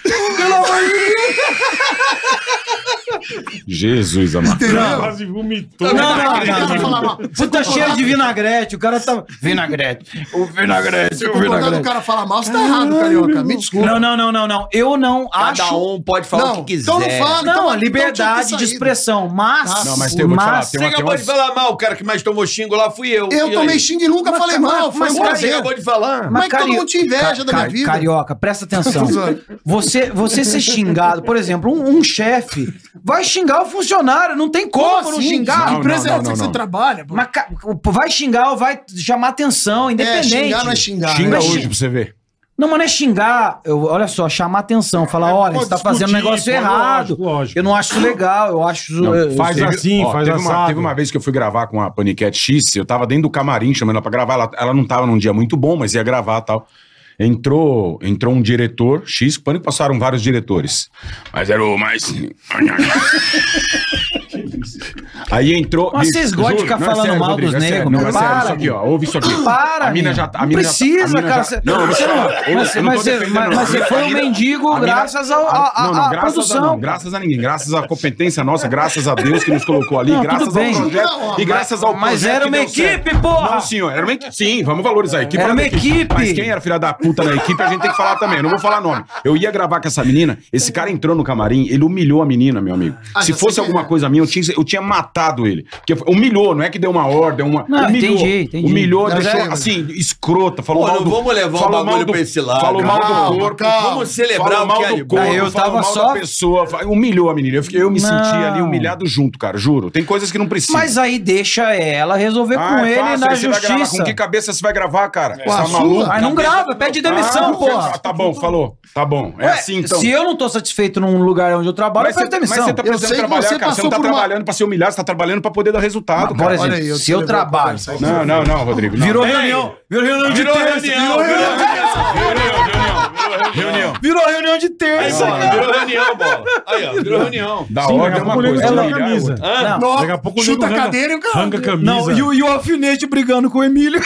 Speaker 7: Jesus, amado.
Speaker 8: Entendeu?
Speaker 2: Quase vomitou.
Speaker 8: Não,
Speaker 5: não, não,
Speaker 8: O cara
Speaker 5: não.
Speaker 8: fala mal. Você
Speaker 5: Puta
Speaker 8: concordar-
Speaker 5: cheiro de vinagrete, o cara tá. Vinagrete.
Speaker 7: O vinagrete,
Speaker 8: Você concordar do cara falar mal, você tá errado, Carioca. Me desculpa.
Speaker 5: Não, não, não, não, não. Eu não
Speaker 4: Cada
Speaker 5: acho.
Speaker 4: um pode falar o que quiser.
Speaker 8: então não
Speaker 5: Não,
Speaker 8: fala. então,
Speaker 5: a
Speaker 8: então tinha que
Speaker 5: liberdade
Speaker 8: ter
Speaker 5: de
Speaker 8: saído. Tá.
Speaker 5: expressão, mas.
Speaker 7: Não, mas tem- eu vou te falar, tem
Speaker 4: Você
Speaker 7: uma-
Speaker 4: acabou de
Speaker 7: umas-
Speaker 4: falar mal, o cara que mais tomou xingo lá fui eu.
Speaker 8: Eu
Speaker 4: E
Speaker 8: tomei
Speaker 4: aí?
Speaker 8: xingo e nunca falei mal. Foi
Speaker 4: Mas
Speaker 8: um
Speaker 4: o cara que
Speaker 8: prazer.
Speaker 4: acabou de falar.
Speaker 8: Mas que todo
Speaker 5: Cario-
Speaker 8: mundo tinha inveja da minha
Speaker 5: Cari-
Speaker 8: vida.
Speaker 5: Carioca, presta
Speaker 8: (laughs)
Speaker 5: atenção.
Speaker 8: Tô zoando.
Speaker 5: Você, você ser xingado, por exemplo, um, um chefe vai xingar o funcionário, não tem como, não xingar.
Speaker 7: Não,
Speaker 8: Que empresa
Speaker 7: não,
Speaker 8: é
Speaker 7: não,
Speaker 8: essa que
Speaker 7: não,
Speaker 8: você
Speaker 7: não.
Speaker 8: trabalha? pô?
Speaker 5: Mas ca- vai xingar ou vai chamar atenção,
Speaker 8: É,
Speaker 5: independente.
Speaker 8: xingar não é xingar.
Speaker 7: Xinga
Speaker 8: né?
Speaker 7: hoje pra você ver.
Speaker 5: Não, mas não é xingar. Eu, olha só, chamar atenção,
Speaker 7: É,
Speaker 5: falar, olha,
Speaker 2: Pode
Speaker 5: você tá
Speaker 2: discutir,
Speaker 5: fazendo um negócio
Speaker 2: pô,
Speaker 5: errado.
Speaker 2: lógico, lógico.
Speaker 5: Eu não acho isso legal, eu acho. isso- eu-
Speaker 2: faz
Speaker 7: Teve-
Speaker 2: assim,
Speaker 7: ó,
Speaker 2: faz
Speaker 7: teve uma,
Speaker 2: assado.
Speaker 7: teve uma vez que eu fui gravar com a Paniquete X, eu tava dentro do camarim chamando ela pra gravar. Ela, ela não tava num dia muito bom, mas ia gravar e tal. Entrou, entrou um diretor X, Pânico passaram vários diretores. Mas era
Speaker 2: (laughs)
Speaker 7: o mais. Aí entrou.
Speaker 5: Mas vocês gostam de
Speaker 7: Juro,
Speaker 5: ficar
Speaker 7: não, é
Speaker 5: falando
Speaker 7: sério,
Speaker 5: mal
Speaker 7: Rodrigo,
Speaker 5: dos
Speaker 7: é sério,
Speaker 5: negros,
Speaker 7: Não,
Speaker 5: meu.
Speaker 7: é sério,
Speaker 5: Para,
Speaker 7: isso aqui, ó. Ouve isso aqui.
Speaker 5: Para,
Speaker 7: a mina
Speaker 5: meu.
Speaker 7: já tá. a
Speaker 5: Não
Speaker 7: mina já tá- a
Speaker 5: precisa,
Speaker 7: mina
Speaker 5: cara,
Speaker 7: já-
Speaker 5: você- você
Speaker 7: Não, você
Speaker 5: não- mas- mas você- mas- mas você foi um
Speaker 7: o
Speaker 5: mendigo graças ao- a- a- à produção.
Speaker 7: não, graças a ninguém, graças à competência nossa, graças a Deus que nos colocou ali,
Speaker 5: Não,
Speaker 7: graças
Speaker 5: tudo bem.
Speaker 7: ao projeto
Speaker 8: Não,
Speaker 7: e graças ao
Speaker 5: mas
Speaker 7: projeto
Speaker 5: era
Speaker 7: que
Speaker 5: uma
Speaker 7: deu certo.
Speaker 5: equipe, porra!
Speaker 7: Não, senhor, era uma equipe. Sim, vamos valorizar a equipe.
Speaker 5: Era uma
Speaker 7: da
Speaker 5: equipe.
Speaker 7: Mas quem era filha da puta da equipe, a gente tem que falar também. Eu não vou falar nome. Eu ia gravar com essa menina, esse cara entrou no camarim, ele humilhou a menina, meu amigo.
Speaker 8: Ah,
Speaker 7: Se
Speaker 8: já
Speaker 7: fosse
Speaker 8: sei quem
Speaker 7: alguma
Speaker 8: é.
Speaker 7: coisa minha, eu tinha, eu tinha matado ele. Porque humilhou, não é que deu uma ordem, uma.
Speaker 5: Não,
Speaker 7: humilhou,
Speaker 5: entendi, entendi.
Speaker 7: Humilhou,
Speaker 8: Não,
Speaker 7: deixou
Speaker 8: já era.
Speaker 7: assim, escrota, falou
Speaker 4: Pô,
Speaker 7: mal
Speaker 4: não
Speaker 7: do.
Speaker 4: vamos levar o
Speaker 7: falou
Speaker 4: bagulho
Speaker 7: mal do-
Speaker 4: pra esse lado,
Speaker 7: Falou mal
Speaker 8: calma,
Speaker 7: do corpo.
Speaker 8: calma.
Speaker 4: Vamos celebrar
Speaker 7: Falou
Speaker 4: o que
Speaker 7: mal
Speaker 4: é
Speaker 7: do corpo,
Speaker 5: Ah, eu
Speaker 7: falou
Speaker 5: tava
Speaker 7: mal
Speaker 5: só-
Speaker 7: da pessoa. fa- Humilhou a menina. Eu, fiquei- eu me
Speaker 5: Não.
Speaker 7: senti ali humilhado junto, cara, juro. Tem coisas que não precisa.
Speaker 5: Mas aí deixa ela resolver
Speaker 7: Ah,
Speaker 5: com
Speaker 7: é
Speaker 5: ele
Speaker 7: fácil,
Speaker 5: na
Speaker 7: aí você vai gravar.
Speaker 5: justiça.
Speaker 7: Com que cabeça você vai gravar, cara? Você
Speaker 8: Com a
Speaker 7: tá
Speaker 8: sua?
Speaker 7: maluco?
Speaker 5: Aí não grava, pede demissão,
Speaker 7: Ah,
Speaker 5: porra.
Speaker 7: Tá bom, falou. Tá bom. É
Speaker 5: Ué,
Speaker 7: assim, então.
Speaker 5: Se eu não tô satisfeito num lugar onde eu trabalho,
Speaker 7: Mas
Speaker 5: eu
Speaker 7: você,
Speaker 5: peço
Speaker 7: mas
Speaker 5: demissão.
Speaker 7: você tá
Speaker 8: Eu sei
Speaker 7: precisando
Speaker 8: que
Speaker 7: trabalhar,
Speaker 8: você
Speaker 7: cara. Você não
Speaker 8: passou
Speaker 7: tá
Speaker 8: por uma- é
Speaker 7: trabalhado pra ser humilhado, você tá trabalhando pra poder dar resultado,
Speaker 5: Por
Speaker 7: cara.
Speaker 5: exemplo,
Speaker 8: aí, eu
Speaker 5: se
Speaker 8: te
Speaker 5: eu
Speaker 8: levei pra
Speaker 5: trabalho,
Speaker 8: conversar.
Speaker 7: Não, não, não, Rodrigo. não.
Speaker 5: virou
Speaker 7: Tem.
Speaker 5: reunião, virou reunião de
Speaker 7: Virou
Speaker 5: terça.
Speaker 7: reunião,
Speaker 5: virou
Speaker 7: virou
Speaker 5: reunião.
Speaker 7: reunião, reunião.
Speaker 5: Virou reunião de
Speaker 4: É
Speaker 5: terça.
Speaker 4: isso aqui, virou reunião, bola. Aí, ó, virou reunião.
Speaker 7: Da
Speaker 2: Sim,
Speaker 7: ordem
Speaker 2: daqui
Speaker 7: é
Speaker 2: a
Speaker 7: uma
Speaker 2: pouco o nego tira
Speaker 7: coisa.
Speaker 2: a
Speaker 7: humilhar é outra.
Speaker 2: camisa.
Speaker 5: Não,
Speaker 8: Nossa,
Speaker 2: Daqui a pouco o
Speaker 8: chuta
Speaker 2: nego
Speaker 8: a
Speaker 2: arranca-
Speaker 8: cadeira e o cara.
Speaker 2: Arranca a camisa.
Speaker 5: não, e o, e o alfinete brigando com o Emílio.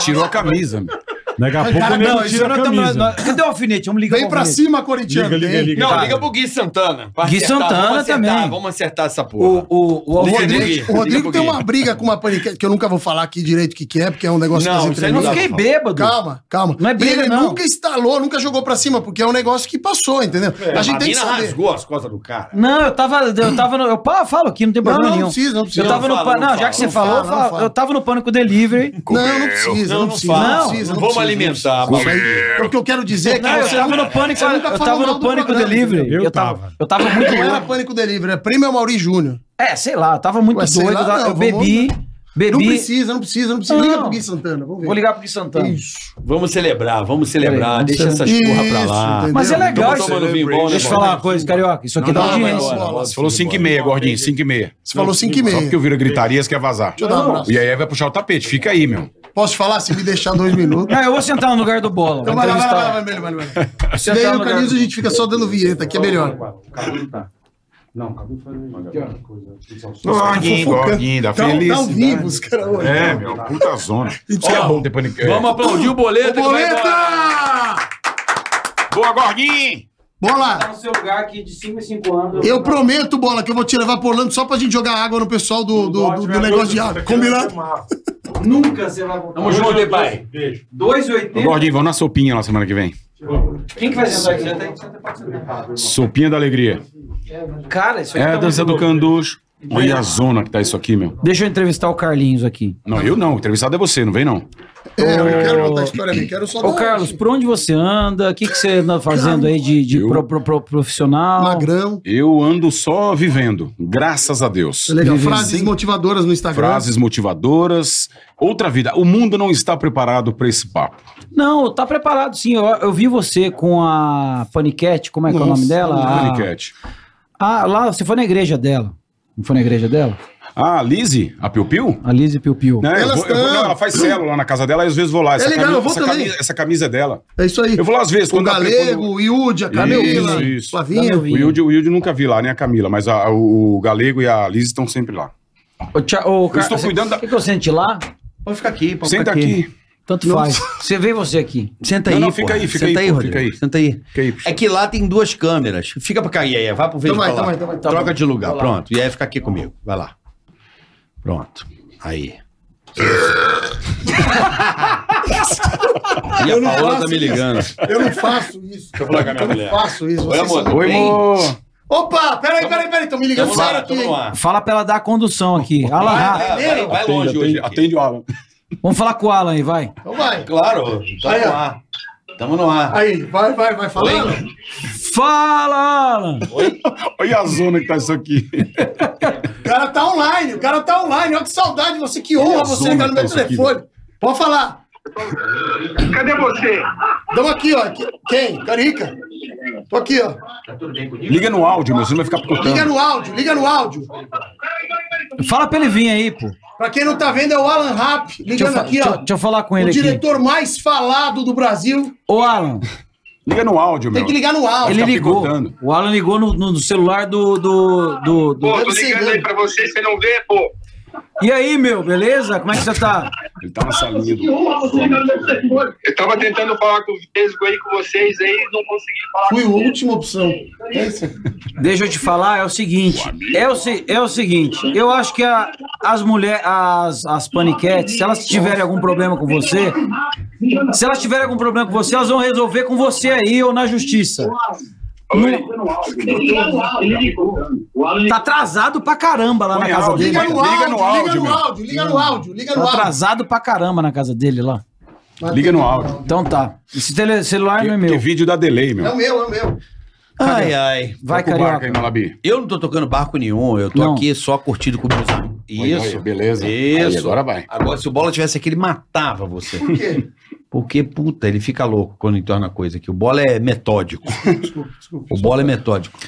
Speaker 7: Tirou a camisa. meu.
Speaker 2: Daqui a pouco o nego
Speaker 5: isso
Speaker 2: tira a
Speaker 5: nós tamo-
Speaker 2: camisa.
Speaker 5: nós- Cadê o alfinete? Vamos ligar
Speaker 8: Vem
Speaker 5: pro
Speaker 8: pra
Speaker 5: alfinete.
Speaker 8: cima, corintiano.
Speaker 2: Liga, liga,
Speaker 8: vem.
Speaker 2: liga.
Speaker 4: Não, liga pro Gui Santana. pra
Speaker 5: Gui Santana
Speaker 4: vamos acertar,
Speaker 5: também.
Speaker 4: Vamos acertar essa porra.
Speaker 5: O, o, o
Speaker 4: Liga,
Speaker 5: alfinete.
Speaker 4: liga.
Speaker 8: O Rodrigo tem uma briga com uma paniquete, que eu nunca vou falar aqui direito o que, que é, porque é um negócio
Speaker 4: Não,
Speaker 8: das
Speaker 4: isso aí
Speaker 5: Eu
Speaker 8: entrelinhas.
Speaker 5: não fiquei bêbado.
Speaker 8: Calma, calma.
Speaker 5: Não é briga,
Speaker 8: e ele
Speaker 5: não.
Speaker 8: nunca instalou, nunca jogou pra cima, porque é um negócio que passou, entendeu? a gente
Speaker 4: É, a
Speaker 8: tem que
Speaker 4: mina
Speaker 8: saber.
Speaker 4: rasgou as costas do cara.
Speaker 5: Não, eu tava. Eu tava no, eu pa- falo aqui, não tem
Speaker 8: Não,
Speaker 5: problema
Speaker 8: não
Speaker 5: nenhum.
Speaker 8: precisa, não precisa.
Speaker 5: Eu tava
Speaker 4: Não
Speaker 5: no
Speaker 4: fala,
Speaker 5: pa-
Speaker 4: não
Speaker 5: Não, já
Speaker 4: fala,
Speaker 5: que você
Speaker 8: não
Speaker 5: falou,
Speaker 8: fala,
Speaker 5: eu
Speaker 8: não
Speaker 5: falo-
Speaker 8: fala.
Speaker 5: eu tava no pânico delivery.
Speaker 8: Não, não precisa,
Speaker 4: Não,
Speaker 8: não,
Speaker 4: não
Speaker 8: precisa.
Speaker 4: fala.
Speaker 8: Não, precisa,
Speaker 4: Não vamos
Speaker 8: precisa,
Speaker 4: alimentar,
Speaker 8: não precisa. Isso aí. O que eu quero dizer é que
Speaker 5: Não, eu
Speaker 8: você
Speaker 5: tava
Speaker 8: nunca-
Speaker 5: no pânico,
Speaker 8: você nunca
Speaker 5: eu
Speaker 8: falou
Speaker 5: tava
Speaker 8: mal
Speaker 5: no
Speaker 8: do
Speaker 5: pânico
Speaker 8: programa,
Speaker 5: delivery.
Speaker 8: entendeu?
Speaker 2: Eu
Speaker 5: Eu tava,
Speaker 2: tava.
Speaker 5: eu tava muito
Speaker 8: Não era
Speaker 5: doido.
Speaker 8: pânico delivery, é prêmio Amaury Júnior.
Speaker 5: É, sei lá, eu tava muito
Speaker 8: Ué, sei
Speaker 5: doido,
Speaker 8: lá,
Speaker 5: eu tava- eu
Speaker 8: não, vamos-
Speaker 5: bebi, bebi.
Speaker 8: Não precisa, não precisa, não precisa.
Speaker 5: Não.
Speaker 8: Liga pro Gui Santana, vamos ver.
Speaker 5: Vou ligar pro Gui Santana.
Speaker 8: Isso.
Speaker 4: Vamos celebrar, vamos celebrar.
Speaker 5: Peraí,
Speaker 4: deixa essas porra pra lá.
Speaker 8: Isso,
Speaker 5: Mas é
Speaker 8: entendeu?
Speaker 5: legal
Speaker 4: Tô
Speaker 5: isso.
Speaker 4: tomando vinho bom, né,
Speaker 5: Deixa eu
Speaker 4: bola?
Speaker 5: falar uma coisa, carioca. Isso aqui
Speaker 7: Não,
Speaker 5: dá
Speaker 7: não,
Speaker 5: audiência.
Speaker 8: mas-
Speaker 7: Você falou 5 e meia, gordinho, 5 e meia.
Speaker 8: Você falou 5 e
Speaker 7: Só
Speaker 8: meia.
Speaker 7: porque eu viro gritaria, você quer vazar.
Speaker 8: Deixa eu dar um abraço.
Speaker 7: E aí vai puxar o tapete. Fica aí, meu.
Speaker 8: Posso falar se me deixar dois minutos?
Speaker 5: Ah, eu vou sentar no lugar do bola.
Speaker 8: Então
Speaker 5: vou
Speaker 8: vai lá, vai
Speaker 5: entrevistar.
Speaker 8: lá, vai lá, vai lá, vai lá, vai lá. Se
Speaker 5: Sentar
Speaker 8: daí
Speaker 5: no
Speaker 8: o
Speaker 5: lugar
Speaker 8: Canilso
Speaker 5: do-
Speaker 8: a gente fica só dando vinheta, que é melhor.
Speaker 7: Gordinho, gordinho, da
Speaker 8: Dá um- Dá um
Speaker 7: felicidade.
Speaker 8: vivo, os caras hoje.
Speaker 7: É, meu, puta zona. Isso que é bom ter panique.
Speaker 4: Vamos aplaudir o boleto. que vai embora.
Speaker 8: Boleta!
Speaker 7: Boa, gordinho!
Speaker 8: Bola!
Speaker 5: seu lugar aqui de 5 em 5 anos.
Speaker 8: Eu prometo, Bola, que eu vou te levar pro Orlando só pra gente jogar água no pessoal do, do, do- do negócio de água. Combinado?
Speaker 5: Nunca você vai voltar.
Speaker 4: Tamo junto, hein, pai?
Speaker 2: Beijo.
Speaker 5: 2,80.
Speaker 7: Gordinho, vamos na sopinha lá semana que vem.
Speaker 5: Quem que vai sentar aqui?
Speaker 7: Sopinha da alegria.
Speaker 5: Cara, isso
Speaker 7: É
Speaker 5: aqui
Speaker 7: a
Speaker 8: Então,
Speaker 5: tá
Speaker 7: dança do canducho. Olha a zona que tá isso aqui, meu.
Speaker 5: muito- Deixa eu entrevistar o Carlinhos aqui.
Speaker 7: Não, eu não. O entrevistado é você, não vem não.
Speaker 8: É, eu não quero contar a história minha, quero só
Speaker 5: Ô,
Speaker 8: dar- um
Speaker 5: Carlos, por onde você anda? O que, que você anda fazendo aí de, de pro- pro- pro- profissional?
Speaker 8: Magrão.
Speaker 7: Eu ando só vivendo, graças a Deus.
Speaker 8: É legal.
Speaker 5: Vivenciando.
Speaker 8: Frases motivadoras no Instagram.
Speaker 7: Frases motivadoras. Outra vida. O mundo não está preparado para esse papo.
Speaker 5: Não, tá preparado sim. Eu, eu vi você com a Paniquete, como é que é o
Speaker 8: Nossa,
Speaker 5: nome dela? A-
Speaker 7: Paniquete.
Speaker 5: Ah, lá, você foi na igreja dela. Não foi na igreja dela?
Speaker 7: Ah, Lizzie, a Piu Piu?
Speaker 5: A Lise Piu Piu.
Speaker 7: Né, eu
Speaker 8: Elas
Speaker 7: vou- eu vou-
Speaker 8: tão. É
Speaker 7: não, ela faz célula lá na casa dela, e às vezes vou lá. Essa,
Speaker 8: legal,
Speaker 7: camisa,
Speaker 8: eu vou
Speaker 7: essa,
Speaker 8: também.
Speaker 7: camisa, essa camisa é dela.
Speaker 8: É isso aí.
Speaker 7: Eu vou lá às vezes.
Speaker 8: o
Speaker 7: quando a-
Speaker 8: Galego, o Iúdia, a Camila,
Speaker 7: Isso, isso.
Speaker 8: Flavinha.
Speaker 7: O Wilde, o Wilde nunca vi lá, nem a Camila, mas a- o, o Galego e a Liz estão sempre lá.
Speaker 5: Ô, tia- ô, Car-
Speaker 7: estou
Speaker 5: você-
Speaker 7: cuidando da-
Speaker 5: O que, que eu senti lá?
Speaker 4: Pode ficar aqui, pode
Speaker 7: Senta
Speaker 4: ficar aqui.
Speaker 7: aqui.
Speaker 5: Tanto faz. Você vê você aqui.
Speaker 4: Senta
Speaker 7: Não,
Speaker 4: aí,
Speaker 7: não, fica
Speaker 4: porra.
Speaker 7: aí, fica
Speaker 4: Senta
Speaker 7: aí,
Speaker 4: aí,
Speaker 7: pô,
Speaker 4: Rodrigo.
Speaker 7: fica aí.
Speaker 4: Senta aí.
Speaker 7: Fica aí.
Speaker 4: É que lá tem duas câmeras. Fica pra cá, Iaia. Vai pro vídeo
Speaker 8: Tamo
Speaker 4: pra
Speaker 8: aí,
Speaker 4: lá.
Speaker 8: tamo aí, tamo aí.
Speaker 4: Troca de lugar. Pronto. Iaia, fica aqui comigo. Vai lá. Pronto.
Speaker 7: (laughs)
Speaker 4: Aí. e a Paola tá me ligando.
Speaker 8: Eu não faço isso. Eu, não faço isso.
Speaker 4: Oi,
Speaker 8: vocês
Speaker 4: amor.
Speaker 8: são-
Speaker 7: Oi,
Speaker 4: Bem. Então
Speaker 7: amor.
Speaker 8: Opa, peraí, peraí, peraí. Estão me ligando
Speaker 4: Tamo no
Speaker 8: sério
Speaker 4: ar,
Speaker 8: aqui.
Speaker 4: tamo no
Speaker 8: hein?
Speaker 4: ar.
Speaker 5: Fala pra ela dar a condução aqui. Alan,
Speaker 4: Vai,
Speaker 5: ah,
Speaker 4: vai, vai, vai longe
Speaker 7: atende,
Speaker 4: hoje.
Speaker 7: atende, atende o Alan. (laughs)
Speaker 5: vamos falar com o Alan aí, vai.
Speaker 8: Então vai.
Speaker 4: Claro. Tamo
Speaker 8: Aí, ó.
Speaker 4: no ar. Tamo no ar.
Speaker 8: Aí, vai, vai, vai falando.
Speaker 5: Fala, Alan!
Speaker 7: Olha a zona que tá isso aqui.
Speaker 8: O cara tá online, o cara tá online. Olha que saudade de você, que honra você
Speaker 7: zona
Speaker 8: ligar no meu
Speaker 7: tá isso aqui,
Speaker 8: telefone. Pode falar.
Speaker 11: Cadê você?
Speaker 8: Estamos aqui, ó. Que- Quem? Carica? Tô aqui, ó.
Speaker 7: Liga no áudio, meu, você não vai ficar
Speaker 8: Liga
Speaker 7: picotando.
Speaker 8: no áudio, liga no áudio.
Speaker 5: Fala pra ele vir aí, pô.
Speaker 8: Pra quem não tá vendo, é o Alan
Speaker 5: Deixa
Speaker 8: Rapp
Speaker 5: eu,
Speaker 8: ligando
Speaker 5: fa-
Speaker 8: aqui,
Speaker 5: deixa eu-
Speaker 8: ó.
Speaker 5: deixa eu falar com
Speaker 8: O
Speaker 5: ele aqui.
Speaker 8: diretor mais falado do Brasil.
Speaker 5: Ô, Alan,
Speaker 7: Tá Liga no áudio, meu.
Speaker 8: Tem que ligar no áudio.
Speaker 5: ele
Speaker 7: tá
Speaker 5: ligou.
Speaker 7: picotando.
Speaker 5: O Alan ligou no, no- no celular do. do, do, do-
Speaker 11: Pô, tô
Speaker 8: Deve ser
Speaker 11: ligando
Speaker 8: grande.
Speaker 11: aí pra você, você não vê, pô.
Speaker 5: E aí, meu, beleza? Como é que você tá?
Speaker 7: Ele
Speaker 8: Ah,
Speaker 7: tá na salinha do.
Speaker 11: Eu tava tentando falar com o Vesgo aí, com vocês aí, não consegui falar.
Speaker 8: Fui a última opção. É isso.
Speaker 5: Deixa eu te falar, é o seguinte. É o, se- é o seguinte, eu acho que a- as mulheres, as, as paniquetes, se elas tiverem algum problema com você, se elas tiverem algum problema com você, elas vão resolver com você aí ou na justiça. Tá atrasado pra caramba lá na
Speaker 7: Põe
Speaker 5: casa
Speaker 7: áudio,
Speaker 5: dele.
Speaker 8: Liga no
Speaker 7: Liga
Speaker 8: áudio,
Speaker 7: no
Speaker 8: liga
Speaker 7: áudio,
Speaker 8: no
Speaker 7: meu.
Speaker 8: áudio, liga no áudio, liga no
Speaker 5: Tá
Speaker 8: áudio.
Speaker 5: atrasado pra caramba na casa dele lá.
Speaker 7: Liga no áudio.
Speaker 5: Então tá. Esse tele- celular não é
Speaker 7: Que, que
Speaker 5: meu.
Speaker 7: vídeo dá delay,
Speaker 8: É o
Speaker 7: meu.
Speaker 8: meu, é o meu.
Speaker 4: Ai, ai.
Speaker 5: Vai,
Speaker 8: Tá
Speaker 7: Toca o barco aí,
Speaker 5: carioca.
Speaker 7: Malabi.
Speaker 4: Eu não tô tocando barco nenhum. Eu tô
Speaker 5: Não.
Speaker 4: aqui só curtindo com meus amigos.
Speaker 7: Olha aí,
Speaker 4: Isso.
Speaker 7: beleza.
Speaker 4: Isso.
Speaker 7: Aí, agora vai.
Speaker 4: Agora, se o Bola tivesse aqui, ele matava você.
Speaker 8: Por quê?
Speaker 4: Porque, puta, ele fica louco quando entorna a coisa aqui. O Bola é
Speaker 5: (laughs)
Speaker 4: metódico. O Bola é metódico.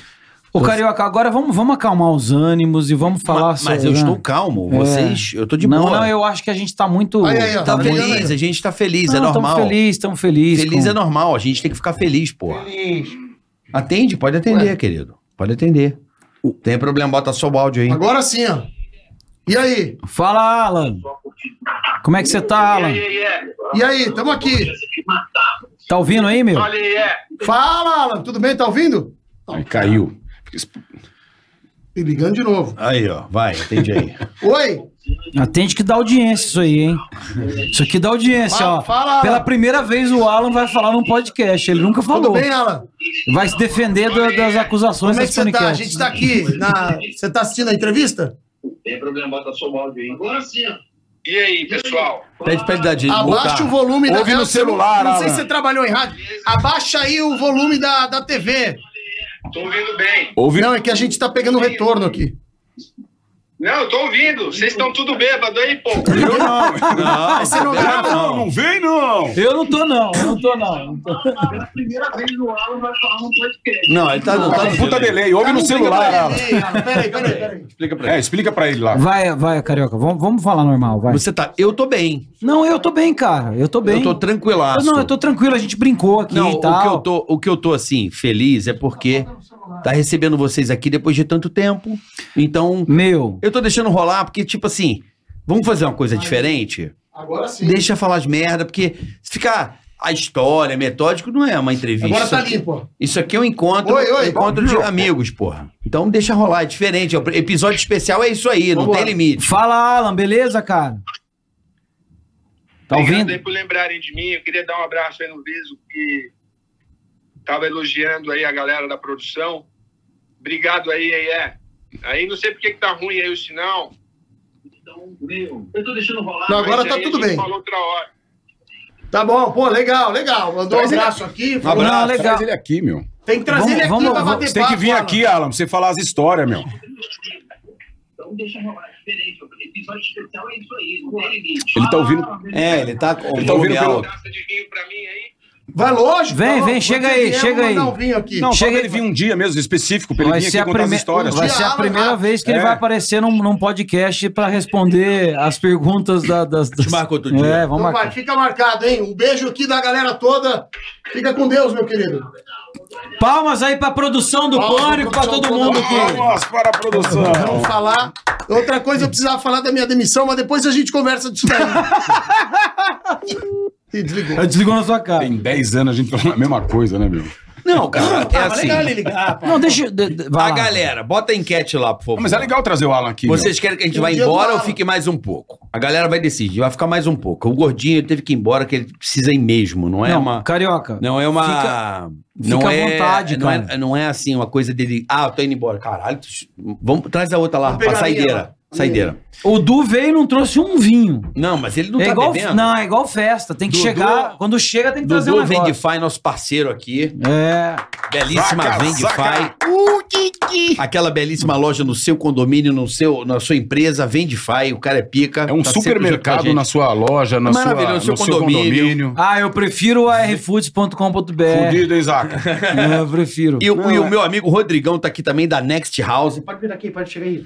Speaker 5: Ô, Carioca, agora vamos, vamos acalmar os ânimos e vamos falar
Speaker 4: mas, mas eu
Speaker 5: né?
Speaker 4: estou calmo. Vocês, eu tô de
Speaker 5: não,
Speaker 4: boa.
Speaker 5: não, eu acho que a gente tá muito.
Speaker 8: Aí, aí, ó.
Speaker 4: Tá
Speaker 8: Tá
Speaker 4: feliz, a gente tá feliz, é normal.
Speaker 5: Estamos felizes, estamos felizes.
Speaker 4: Feliz
Speaker 5: com-
Speaker 4: é normal, a gente tem que ficar feliz, porra. Atende, pode atender, querido. Pode atender. Tem problema, bota só o áudio aí.
Speaker 8: Agora sim, ó. E aí?
Speaker 5: Fala, Alan. Como é que você tá, Alan?
Speaker 8: E aí? Tamo aqui.
Speaker 5: Tá ouvindo aí, meu?
Speaker 11: Olha aí, é.
Speaker 8: Fala, Alan. Tudo bem? Tá ouvindo?
Speaker 7: Aí caiu.
Speaker 8: Me ligando de novo.
Speaker 4: Aí, ó, vai, atende
Speaker 5: (laughs)
Speaker 4: aí.
Speaker 8: Oi?
Speaker 5: Atende que dá audiência isso aí, hein? Isso aqui dá audiência,
Speaker 8: Fala,
Speaker 5: ó.
Speaker 8: fala, Alan.
Speaker 5: Pela primeira vez o Alan vai falar num podcast. Ele nunca
Speaker 8: Tudo
Speaker 5: falou.
Speaker 8: bem, Alan?
Speaker 5: Vai se defender da- das acusações
Speaker 8: Como é
Speaker 5: das
Speaker 8: que você tá? A
Speaker 5: paniquetes.
Speaker 8: gente tá aqui. na- Você tá assistindo a entrevista?
Speaker 11: Tem problema, bota só o áudio aí. Agora sim. E aí, pessoal?
Speaker 4: Pede pra ele dar de
Speaker 8: Abaixa
Speaker 4: mutar.
Speaker 8: o volume da.
Speaker 7: Ouve no
Speaker 8: Eu
Speaker 7: celular,
Speaker 8: Não sei se
Speaker 7: Alan.
Speaker 8: você trabalhou em rádio. Abaixa aí o volume da, da TV.
Speaker 11: Tô ouvindo bem.
Speaker 7: Ouve.
Speaker 8: Não, é que a gente tá pegando retorno aqui.
Speaker 11: Não, eu tô ouvindo. Vocês estão tudo bêbado aí, pô.
Speaker 7: Eu não.
Speaker 4: Não, não,
Speaker 7: Ah, não, não vem, não.
Speaker 5: Eu não tô, não. Eu não tô, não.
Speaker 11: Primeira vez no Alan vai falar um podcast.
Speaker 4: não, ele tá. Não,
Speaker 7: Tá
Speaker 4: tá
Speaker 7: com puta delay. Ouve
Speaker 8: Cara,
Speaker 7: no
Speaker 8: não fica
Speaker 7: celular,
Speaker 8: pra
Speaker 7: Alan.
Speaker 8: ele, Alan. Peraí, peraí, peraí.
Speaker 4: Explica pra ele.
Speaker 7: É, explica pra ele lá.
Speaker 5: Vai, vai, Carioca. Vamos, vamos falar normal, vai.
Speaker 4: Você tá. Eu tô bem.
Speaker 5: Não, eu tô bem, cara. Eu tô bem.
Speaker 4: Eu tô
Speaker 5: Eu
Speaker 4: tranquilaço.
Speaker 5: não, eu tô tranquilo, a gente brincou aqui
Speaker 4: Não,
Speaker 5: e
Speaker 4: o que,
Speaker 5: tal.
Speaker 4: eu tô, o que eu tô, assim, feliz é porque tá recebendo vocês aqui depois de tanto tempo. Então,
Speaker 5: Meu,
Speaker 4: eu tô deixando rolar porque, tipo assim, vamos fazer uma coisa diferente?
Speaker 8: Agora sim.
Speaker 4: Deixa falar as merda, porque se ficar a história, metódico, não é uma entrevista.
Speaker 8: Agora tá limpo.
Speaker 4: Isso aqui é um encontro,
Speaker 8: Oi, oi.
Speaker 4: encontro de amigos, porra. Então deixa rolar, é diferente. é um Episódio especial é isso aí, não
Speaker 8: Vambora.
Speaker 4: tem limite.
Speaker 5: fala, Alan, beleza, cara? Tá
Speaker 11: Obrigado aí
Speaker 5: ouvindo?
Speaker 11: por lembrarem de mim. Eu queria dar um abraço aí no Viso, que tava elogiando aí a galera da produção. Obrigado aí, aí é. Aí não sei porque que tá ruim aí o sinal. Então, meu, eu tô deixando rolar.
Speaker 8: Não, agora tá tudo bem.
Speaker 11: Falou outra hora.
Speaker 8: Tá bom, pô, legal, legal. Mandou um
Speaker 7: Traz ele-
Speaker 8: abraço aqui.
Speaker 7: Um
Speaker 8: falou-
Speaker 7: abraço,
Speaker 5: Não, legal.
Speaker 7: traz ele aqui, meu.
Speaker 8: Tem que trazer
Speaker 5: Vamos-
Speaker 8: ele aqui
Speaker 5: vamos-
Speaker 8: pra
Speaker 5: vamos-
Speaker 8: bater
Speaker 7: Você tem que vir
Speaker 8: papo,
Speaker 7: aqui, Alan, pra você falar as histórias, meu. Ele tá ouvindo.
Speaker 4: É, ele tá com
Speaker 7: Ele tá ouvindo pelo-
Speaker 11: Taça de vinho pra mim aí.
Speaker 8: Alan. Vai longe.
Speaker 5: Vem,
Speaker 8: tá?
Speaker 5: vem,
Speaker 8: Quando
Speaker 5: chega
Speaker 8: você
Speaker 5: aí,
Speaker 8: vier,
Speaker 5: chega
Speaker 8: vamos mandar
Speaker 5: aí.
Speaker 8: um vinho aqui.
Speaker 7: Não,
Speaker 5: Chega
Speaker 7: Chega
Speaker 5: aí,
Speaker 7: ele vir um dia mesmo específico, pra ele
Speaker 5: Vai
Speaker 7: vir
Speaker 5: ser,
Speaker 7: aqui
Speaker 5: a,
Speaker 7: contar as
Speaker 5: prime-
Speaker 7: histórias.
Speaker 5: vai ser a
Speaker 8: Diabo,
Speaker 5: primeira
Speaker 8: Renato.
Speaker 5: vez que ele
Speaker 7: É.
Speaker 5: vai aparecer num, num podcast pra responder as perguntas da- das, das.
Speaker 4: marca outro dia.
Speaker 5: É, vamos
Speaker 8: Então vai,
Speaker 5: marcar.
Speaker 8: fica marcado, hein? Um beijo aqui da galera toda. Fica com Deus, meu querido.
Speaker 5: Palmas aí pra produção do
Speaker 8: Palmas,
Speaker 5: Pânico, pra
Speaker 8: produção
Speaker 5: todo
Speaker 8: do
Speaker 5: mundo
Speaker 8: Pânico.
Speaker 5: aqui.
Speaker 7: Vamos para a produção.
Speaker 8: Vamos falar. Outra coisa, eu precisava falar da minha demissão, mas depois a gente conversa disso daí. Ih, desligou.
Speaker 5: Desligou na sua cara.
Speaker 7: Tem 10 anos a gente falando a mesma coisa, né, meu?
Speaker 4: Não,
Speaker 8: Ah,
Speaker 4: cara, é assim.
Speaker 5: Não, deixa. de- de- vai
Speaker 4: A
Speaker 5: lá.
Speaker 4: galera, bota a enquete lá, por favor.
Speaker 7: Não, mas é legal trazer o Alan aqui. meu.
Speaker 4: Vocês querem que a gente
Speaker 8: Um
Speaker 4: vá
Speaker 8: dia
Speaker 4: embora
Speaker 8: eu
Speaker 4: ou
Speaker 8: falo.
Speaker 4: fique mais um pouco? A galera vai decidir, vai ficar mais um pouco. O gordinho ele teve que ir embora, que ele precisa ir mesmo, não é
Speaker 5: Não,
Speaker 4: uma.
Speaker 5: carioca.
Speaker 4: Não é uma.
Speaker 5: fica
Speaker 4: não
Speaker 5: à
Speaker 4: é,
Speaker 5: vontade,
Speaker 4: não
Speaker 5: cara.
Speaker 4: É, não é assim uma coisa dele. Ah, eu tô indo embora. Caralho, tu- vamos, traz a outra lá,
Speaker 8: pegar
Speaker 4: pra
Speaker 8: a minha
Speaker 4: saideira.
Speaker 7: né?
Speaker 8: lá.
Speaker 4: Saideira.
Speaker 5: O Du veio e não trouxe um vinho.
Speaker 4: Não, mas ele não
Speaker 5: é
Speaker 4: tá
Speaker 5: igual,
Speaker 4: bebendo.
Speaker 5: não, é igual festa. Tem que
Speaker 4: Dudu-
Speaker 7: é-
Speaker 5: chegar. Quando chega, tem que trazer um
Speaker 4: Dudu
Speaker 5: negócio.
Speaker 4: Vendify, nosso parceiro aqui.
Speaker 5: É.
Speaker 4: Belíssima
Speaker 7: Saca, Uh,
Speaker 4: Vendify.
Speaker 7: saca.
Speaker 4: Aquela belíssima loja no seu condomínio, no seu, na sua empresa, Vendify. O cara é pica.
Speaker 7: É um
Speaker 4: tá sempre junto com
Speaker 7: supermercado
Speaker 4: a
Speaker 7: na
Speaker 4: gente.
Speaker 7: sua loja, na sua,
Speaker 4: Maravilhoso,
Speaker 7: no
Speaker 4: seu
Speaker 7: seu
Speaker 4: condomínio.
Speaker 7: condomínio.
Speaker 5: Ah, eu prefiro o arfoods.com.br.
Speaker 7: Fudido, hein, Zaca?
Speaker 5: É, eu prefiro.
Speaker 4: E, o- e o meu amigo Rodrigão tá aqui também da Next House. Pode vir aqui, pode chegar aí.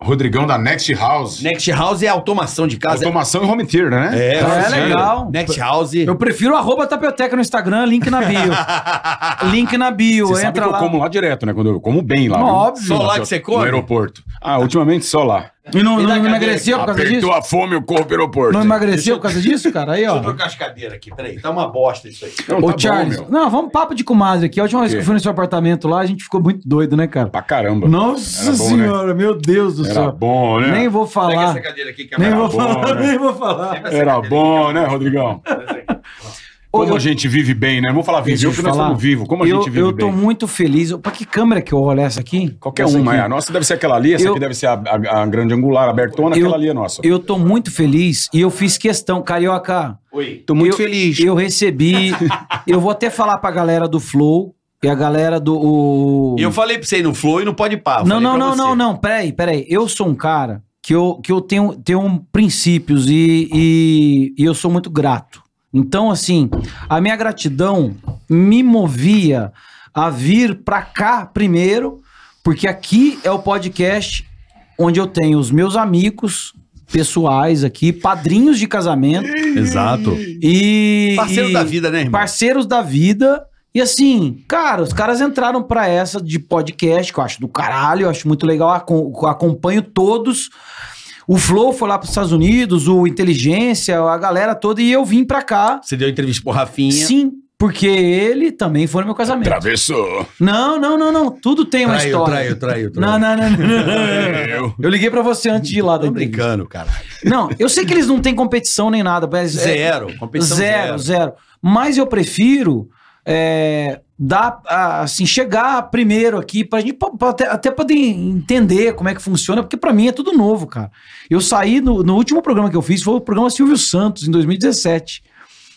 Speaker 7: Rodrigão da Next House.
Speaker 4: Next House é automação de casa.
Speaker 7: Automação e home theater, né?
Speaker 4: É,
Speaker 5: É legal.
Speaker 4: Next House.
Speaker 5: Eu prefiro o arroba tapioteca no Instagram, link na bio.
Speaker 7: (laughs)
Speaker 5: link na bio,
Speaker 7: Você sabe que
Speaker 5: entra
Speaker 7: eu
Speaker 5: lá.
Speaker 7: como lá direto, né? Quando eu como bem lá.
Speaker 5: Não,
Speaker 7: viu?
Speaker 5: óbvio.
Speaker 4: Só lá que você
Speaker 7: No
Speaker 4: come?
Speaker 7: aeroporto. Ah, ultimamente só lá.
Speaker 5: E não,
Speaker 4: E da
Speaker 5: não
Speaker 4: cadeira
Speaker 5: emagrecia por causa disso?
Speaker 7: Apertou a fome o corpo aeroporto.
Speaker 5: Não emagreceu por causa disso, cara? Aí,
Speaker 4: Deixa
Speaker 5: ó.
Speaker 4: eu trocar as cadeiras aqui, peraí. Tá uma bosta isso aí.
Speaker 7: Não, tá
Speaker 5: Ô,
Speaker 7: bom,
Speaker 5: Charles.
Speaker 7: meu.
Speaker 5: não, vamos papo de comadre aqui. A última vez que
Speaker 7: quê?
Speaker 5: eu fui no seu apartamento lá, a gente ficou muito doido, né, cara?
Speaker 7: Pra caramba.
Speaker 5: Nossa
Speaker 7: Era bom, né?
Speaker 5: senhora, meu Deus do
Speaker 7: Era
Speaker 5: céu.
Speaker 7: bom, né?
Speaker 5: Nem vou
Speaker 4: Pega
Speaker 5: falar.
Speaker 4: essa cadeira aqui que é
Speaker 5: Nem
Speaker 4: mais
Speaker 5: vou
Speaker 7: bom,
Speaker 5: falar,
Speaker 7: né?
Speaker 5: nem vou falar.
Speaker 7: Era bom, né, Rodrigão? Como a gente vive bem, né? Vamos falar vivo,
Speaker 5: Deixa eu
Speaker 7: porque nós
Speaker 5: falar.
Speaker 7: estamos vivos. Como a
Speaker 5: eu,
Speaker 7: gente vive
Speaker 5: eu tô
Speaker 7: bem.
Speaker 5: muito feliz. Pra que câmera que eu olho essa aqui?
Speaker 7: Qualquer
Speaker 5: Essa
Speaker 7: uma,
Speaker 5: aqui.
Speaker 7: é. A nossa deve ser aquela ali, essa
Speaker 5: Eu-
Speaker 7: aqui deve ser a, a- a grande angular, abertona,
Speaker 5: Eu-
Speaker 7: aquela ali é nossa.
Speaker 5: Eu tô muito feliz e eu fiz questão, carioca.
Speaker 4: Oi.
Speaker 7: tô
Speaker 5: eu-
Speaker 7: feliz.
Speaker 5: Eu
Speaker 7: (laughs)
Speaker 5: recebi. eu vou até falar pra galera do Flow e a galera do. o-
Speaker 4: E eu falei pra você ir no Flow e não pode pá.
Speaker 5: não, não, não, não, não. Peraí, peraí. Eu sou um cara que eu, que eu tenho, tenho princípios e, e, e eu sou muito grato. Então, assim, a minha gratidão me movia a vir pra cá primeiro, porque aqui é o podcast onde eu tenho os meus amigos pessoais aqui, padrinhos de casamento
Speaker 4: Exato.
Speaker 5: e
Speaker 4: Parceiro
Speaker 5: e-
Speaker 4: da vida, né, irmão?
Speaker 5: parceiros da vida. E assim, cara, os caras entraram pra essa de podcast, que eu acho do caralho, eu acho muito legal, aco- acompanho todos. O Flow foi lá pros Estados Unidos, o Inteligência, a galera toda, e eu vim pra cá.
Speaker 4: Você deu entrevista pro Rafinha.
Speaker 5: Sim, porque ele também foi no meu casamento.
Speaker 7: Travessou.
Speaker 5: Não, não, não, não. Tudo tem é uma
Speaker 4: Traiu,
Speaker 5: história.
Speaker 4: traiu, traiu, traiu.
Speaker 5: Não, não, não, não,
Speaker 4: (laughs)
Speaker 5: não.
Speaker 7: Eu.
Speaker 5: Eu liguei pra você antes de ir lá da
Speaker 4: Tô
Speaker 5: entrevista.
Speaker 4: brincando, cara.
Speaker 5: Não, eu sei que eles não têm competição nem nada, mas é-
Speaker 4: Zero. Competição
Speaker 5: zero, zero, Mas eu prefiro é, dar, ah, assim, chegar primeiro aqui pra gente pra- pra até, até poder entender como é que funciona, porque pra mim é tudo novo, cara. Eu saí no, no último programa que eu fiz foi o programa Silvio Santos em 2017.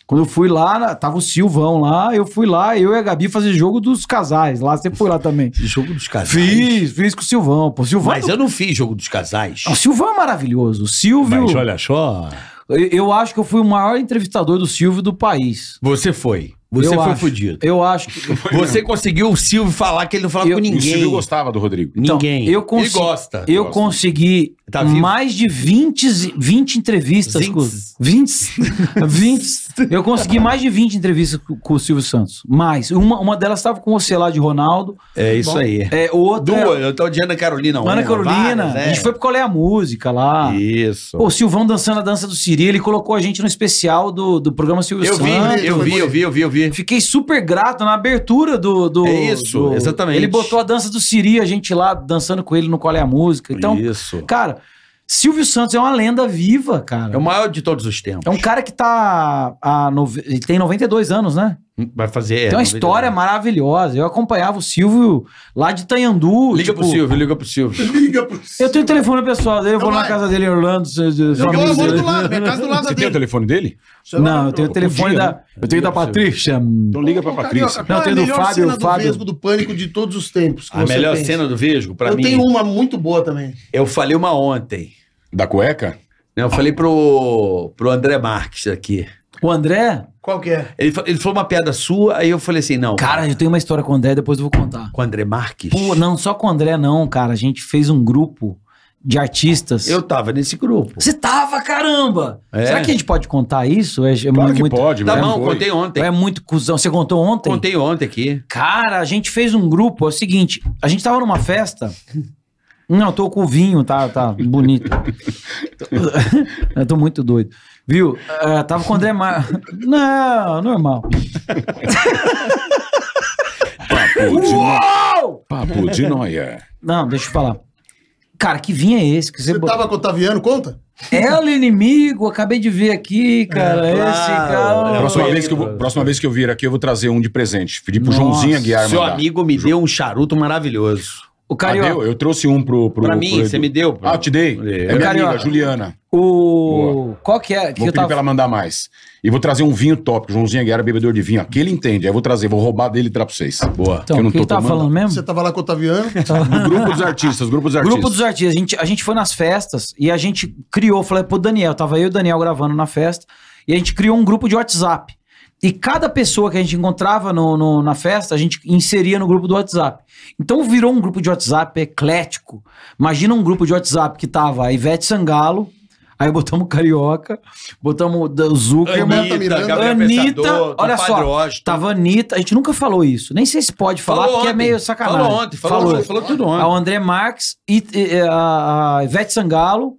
Speaker 5: Quando eu fui lá, na- tava o Silvão lá, eu fui lá, eu e a Gabi fazer jogo dos casais. Lá você foi lá também.
Speaker 4: Esse jogo dos casais.
Speaker 5: Fiz, fiz com o Silvão. Pô, o Silvão
Speaker 4: Mas
Speaker 5: é do-
Speaker 4: eu não fiz jogo dos casais.
Speaker 5: O Silvão é maravilhoso. O Silvio.
Speaker 4: olha só.
Speaker 5: Eu, eu acho que eu fui o maior entrevistador do Silvio do país.
Speaker 4: Você foi. Você
Speaker 5: eu
Speaker 4: foi
Speaker 5: acho.
Speaker 4: fudido.
Speaker 5: Eu acho que.
Speaker 4: Você conseguiu o Silvio falar que ele não falava
Speaker 5: Eu-
Speaker 4: com ninguém.
Speaker 7: O Silvio gostava do Rodrigo.
Speaker 5: Então,
Speaker 4: ninguém.
Speaker 5: eu consi-
Speaker 4: Ele gosta.
Speaker 5: Eu
Speaker 7: Gosto.
Speaker 5: consegui
Speaker 4: Tá vivo?
Speaker 5: mais de 20, zi- 20 entrevistas
Speaker 4: Zintes.
Speaker 5: com. 20, (laughs) 20. Eu consegui mais de 20 entrevistas com, com o Silvio Santos. Mais. Uma, uma delas estava com o Celar de Ronaldo.
Speaker 4: É isso aí.
Speaker 5: É, outra.
Speaker 4: Duas. Eu tô de Ana Carolina.
Speaker 5: Ana
Speaker 4: uma,
Speaker 5: Carolina.
Speaker 4: várias,
Speaker 5: A
Speaker 4: é.
Speaker 5: gente foi pro Qual é a Música lá.
Speaker 4: Isso.
Speaker 5: Pô, o Silvão dançando a dança do Siri, ele colocou a gente no especial do, do programa Silvio
Speaker 4: Eu vi,
Speaker 5: Santos.
Speaker 4: eu vi, eu vi, eu vi, eu vi.
Speaker 5: Fiquei super grato na abertura do. do
Speaker 4: É isso,
Speaker 5: do-
Speaker 4: exatamente.
Speaker 5: Ele botou a dança do Siri, a gente lá dançando com ele no Qual é a Música. Então,
Speaker 4: Isso.
Speaker 5: cara, Silvio Santos é uma lenda viva, cara.
Speaker 4: um É o maior de todos os tempos.
Speaker 5: É um cara que tá. A nove- Ele tem 92 anos, né?
Speaker 4: Hum, Vai fazer.
Speaker 5: Tem uma história maravilhosa. Eu acompanhava o Silvio lá de Tanhandu.
Speaker 4: Liga
Speaker 5: tipo,
Speaker 4: pro Silvio, (laughs) liga pro Silvio.
Speaker 8: Liga pro
Speaker 5: Eu tenho o telefone pessoal dele, eu vou
Speaker 8: Então
Speaker 5: na
Speaker 8: vai.
Speaker 5: casa dele em Orlando. se- se- se-
Speaker 8: Eu moro
Speaker 5: amigo
Speaker 8: do
Speaker 5: dele.
Speaker 8: um lado, minha casa do lado da
Speaker 7: Você tem o
Speaker 8: dele.
Speaker 7: telefone dele?
Speaker 5: Não, eu tenho o telefone
Speaker 7: Podia,
Speaker 5: da. Eu tenho da Patrícia.
Speaker 7: Então liga pra Patrícia.
Speaker 8: Não,
Speaker 5: tem
Speaker 8: tem
Speaker 5: do
Speaker 8: é melhor
Speaker 5: Fábio,
Speaker 8: cena do
Speaker 5: Fábio.
Speaker 8: Vesgo do Pânico de todos os tempos. que
Speaker 4: A
Speaker 8: você
Speaker 4: melhor
Speaker 8: pensa.
Speaker 4: cena do Vesgo, pra
Speaker 8: Eu
Speaker 4: mim.
Speaker 8: tenho
Speaker 5: um-
Speaker 8: uma muito boa também.
Speaker 4: Eu falei uma ontem.
Speaker 7: Da cueca?
Speaker 4: né? Eu falei pro, pro André Marques aqui.
Speaker 5: O André?
Speaker 8: Qual que é?
Speaker 4: Ele, fa- ele falou uma piada sua, aí eu falei assim: não.
Speaker 5: Cara, eu tenho uma história com o André, depois eu vou contar.
Speaker 4: Com o André Marques?
Speaker 5: Pô, não só com o André, não, cara. A gente fez um grupo de artistas.
Speaker 4: Eu tava nesse grupo.
Speaker 5: Você tava, caramba!
Speaker 4: É.
Speaker 5: Será que a gente pode contar isso? É, é
Speaker 7: Claro que
Speaker 5: muito,
Speaker 7: pode,
Speaker 4: Tá
Speaker 7: mas
Speaker 4: bom,
Speaker 7: foi.
Speaker 4: contei ontem.
Speaker 5: é muito cuzão. Você contou ontem?
Speaker 4: Contei ontem aqui.
Speaker 5: Cara, a gente fez um grupo, é o seguinte, a gente tava numa festa. (laughs) Não, eu tô com o vinho, tá, tá bonito. (laughs) eu tô muito doido. Viu? Ah, tava com o André Mar... (laughs) Não, normal.
Speaker 7: Papo de, no... Papo de noia.
Speaker 5: Não, deixa eu falar. Cara, que vinho é esse? Que você
Speaker 8: Você
Speaker 5: botou?
Speaker 8: tava com o Otaviano, conta?
Speaker 5: É Ela inimigo, acabei de ver aqui, cara. é esse cara.
Speaker 7: Próxima vez, que É, eu vou, próxima vez que eu vir aqui, eu vou trazer um de presente. Pedi pro
Speaker 5: Nossa.
Speaker 7: Joãozinho Aguiar
Speaker 4: Seu
Speaker 7: mandar.
Speaker 4: amigo me deu um charuto maravilhoso.
Speaker 5: O
Speaker 7: Ah,
Speaker 5: Carioca.
Speaker 7: deu? Eu trouxe um pro... pro
Speaker 4: pra
Speaker 7: pro
Speaker 4: mim,
Speaker 7: Edu.
Speaker 4: você me deu.
Speaker 7: Ah, eu te dei. É minha
Speaker 5: Carioca.
Speaker 7: amiga, Juliana.
Speaker 5: O. Qual que é? Que
Speaker 7: Vou
Speaker 5: eu
Speaker 7: pedir
Speaker 5: tava...
Speaker 7: pra ela mandar mais. E vou trazer um vinho top. que o Joãozinho Aguiar é bebedor de vinho. Aqui ele entende. Aí eu vou trazer, vou roubar dele e trazer pra vocês. Boa.
Speaker 5: Então,
Speaker 7: eu
Speaker 5: o que eu
Speaker 7: tô
Speaker 5: tava falando mesmo?
Speaker 8: Você tava lá com o (laughs) Otaviano.
Speaker 7: O grupo dos artistas, o grupo dos artistas.
Speaker 5: Grupo dos artistas. A gente, a gente foi nas festas e a gente criou, falei pro Daniel, tava eu e o Daniel gravando na festa, e a gente criou um grupo de WhatsApp. E cada pessoa que a gente encontrava no, no- na festa, a gente inseria no grupo do WhatsApp. Então virou um grupo de WhatsApp eclético. Imagina um grupo de WhatsApp que tava a Ivete Sangalo, aí botamos Carioca, botamos o Zuckerman,
Speaker 8: Roberta Miranda.
Speaker 5: Anitta, olha só,
Speaker 4: Padrosto.
Speaker 5: Tava a Anitta, a gente nunca falou isso. Nem sei se pode falar,
Speaker 4: Falou
Speaker 5: porque é
Speaker 4: ontem.
Speaker 5: meio sacanagem.
Speaker 4: Falou ontem, falou ontem, falou tudo ontem.
Speaker 5: A André Marques, e, e- a, a Ivete Sangalo,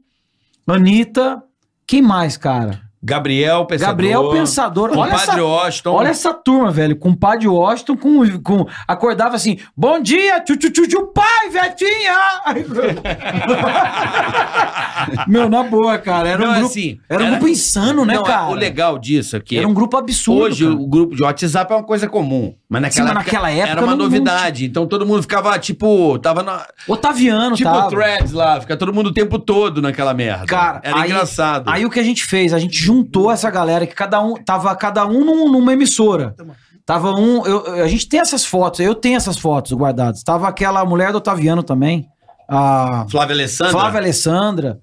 Speaker 5: Anitta, quem mais, cara?
Speaker 4: Gabriel Pensador.
Speaker 5: Gabriel Pensador. Olha
Speaker 4: Padre
Speaker 5: essa,
Speaker 4: Washington.
Speaker 5: olha essa turma, velho. Com o Padre Washington, com, com, acordava assim, bom dia, tchu tchu tchu, tchu pai, Vetinha! (laughs) Aí- Meu, na boa, cara. Era um
Speaker 4: Não,
Speaker 5: grupo,
Speaker 4: assim,
Speaker 5: era um
Speaker 4: era-
Speaker 5: grupo insano, né,
Speaker 4: Não, é,
Speaker 5: cara?
Speaker 4: O legal disso aqui. é,
Speaker 5: Era um grupo absurdo,
Speaker 4: Hoje
Speaker 5: cara.
Speaker 4: o grupo de WhatsApp é uma coisa comum, mas naquela,
Speaker 5: Sim, mas naquela época
Speaker 4: era uma
Speaker 5: não- não
Speaker 4: novidade. Então todo mundo ficava tipo, tava na,
Speaker 5: Otaviano
Speaker 4: tipo
Speaker 5: tava.
Speaker 4: threads lá, fica todo mundo o tempo todo naquela merda.
Speaker 5: Cara,
Speaker 4: era
Speaker 5: aí-
Speaker 4: engraçado.
Speaker 5: Aí o que a gente fez? A gente juntou essa galera que cada um tava cada um num- numa emissora. Tava um, eu- eu- a gente tem essas fotos, eu tenho essas fotos guardadas. Tava aquela mulher do Otaviano também, a
Speaker 4: Flávia Alessandra.
Speaker 5: Flávia Alessandra.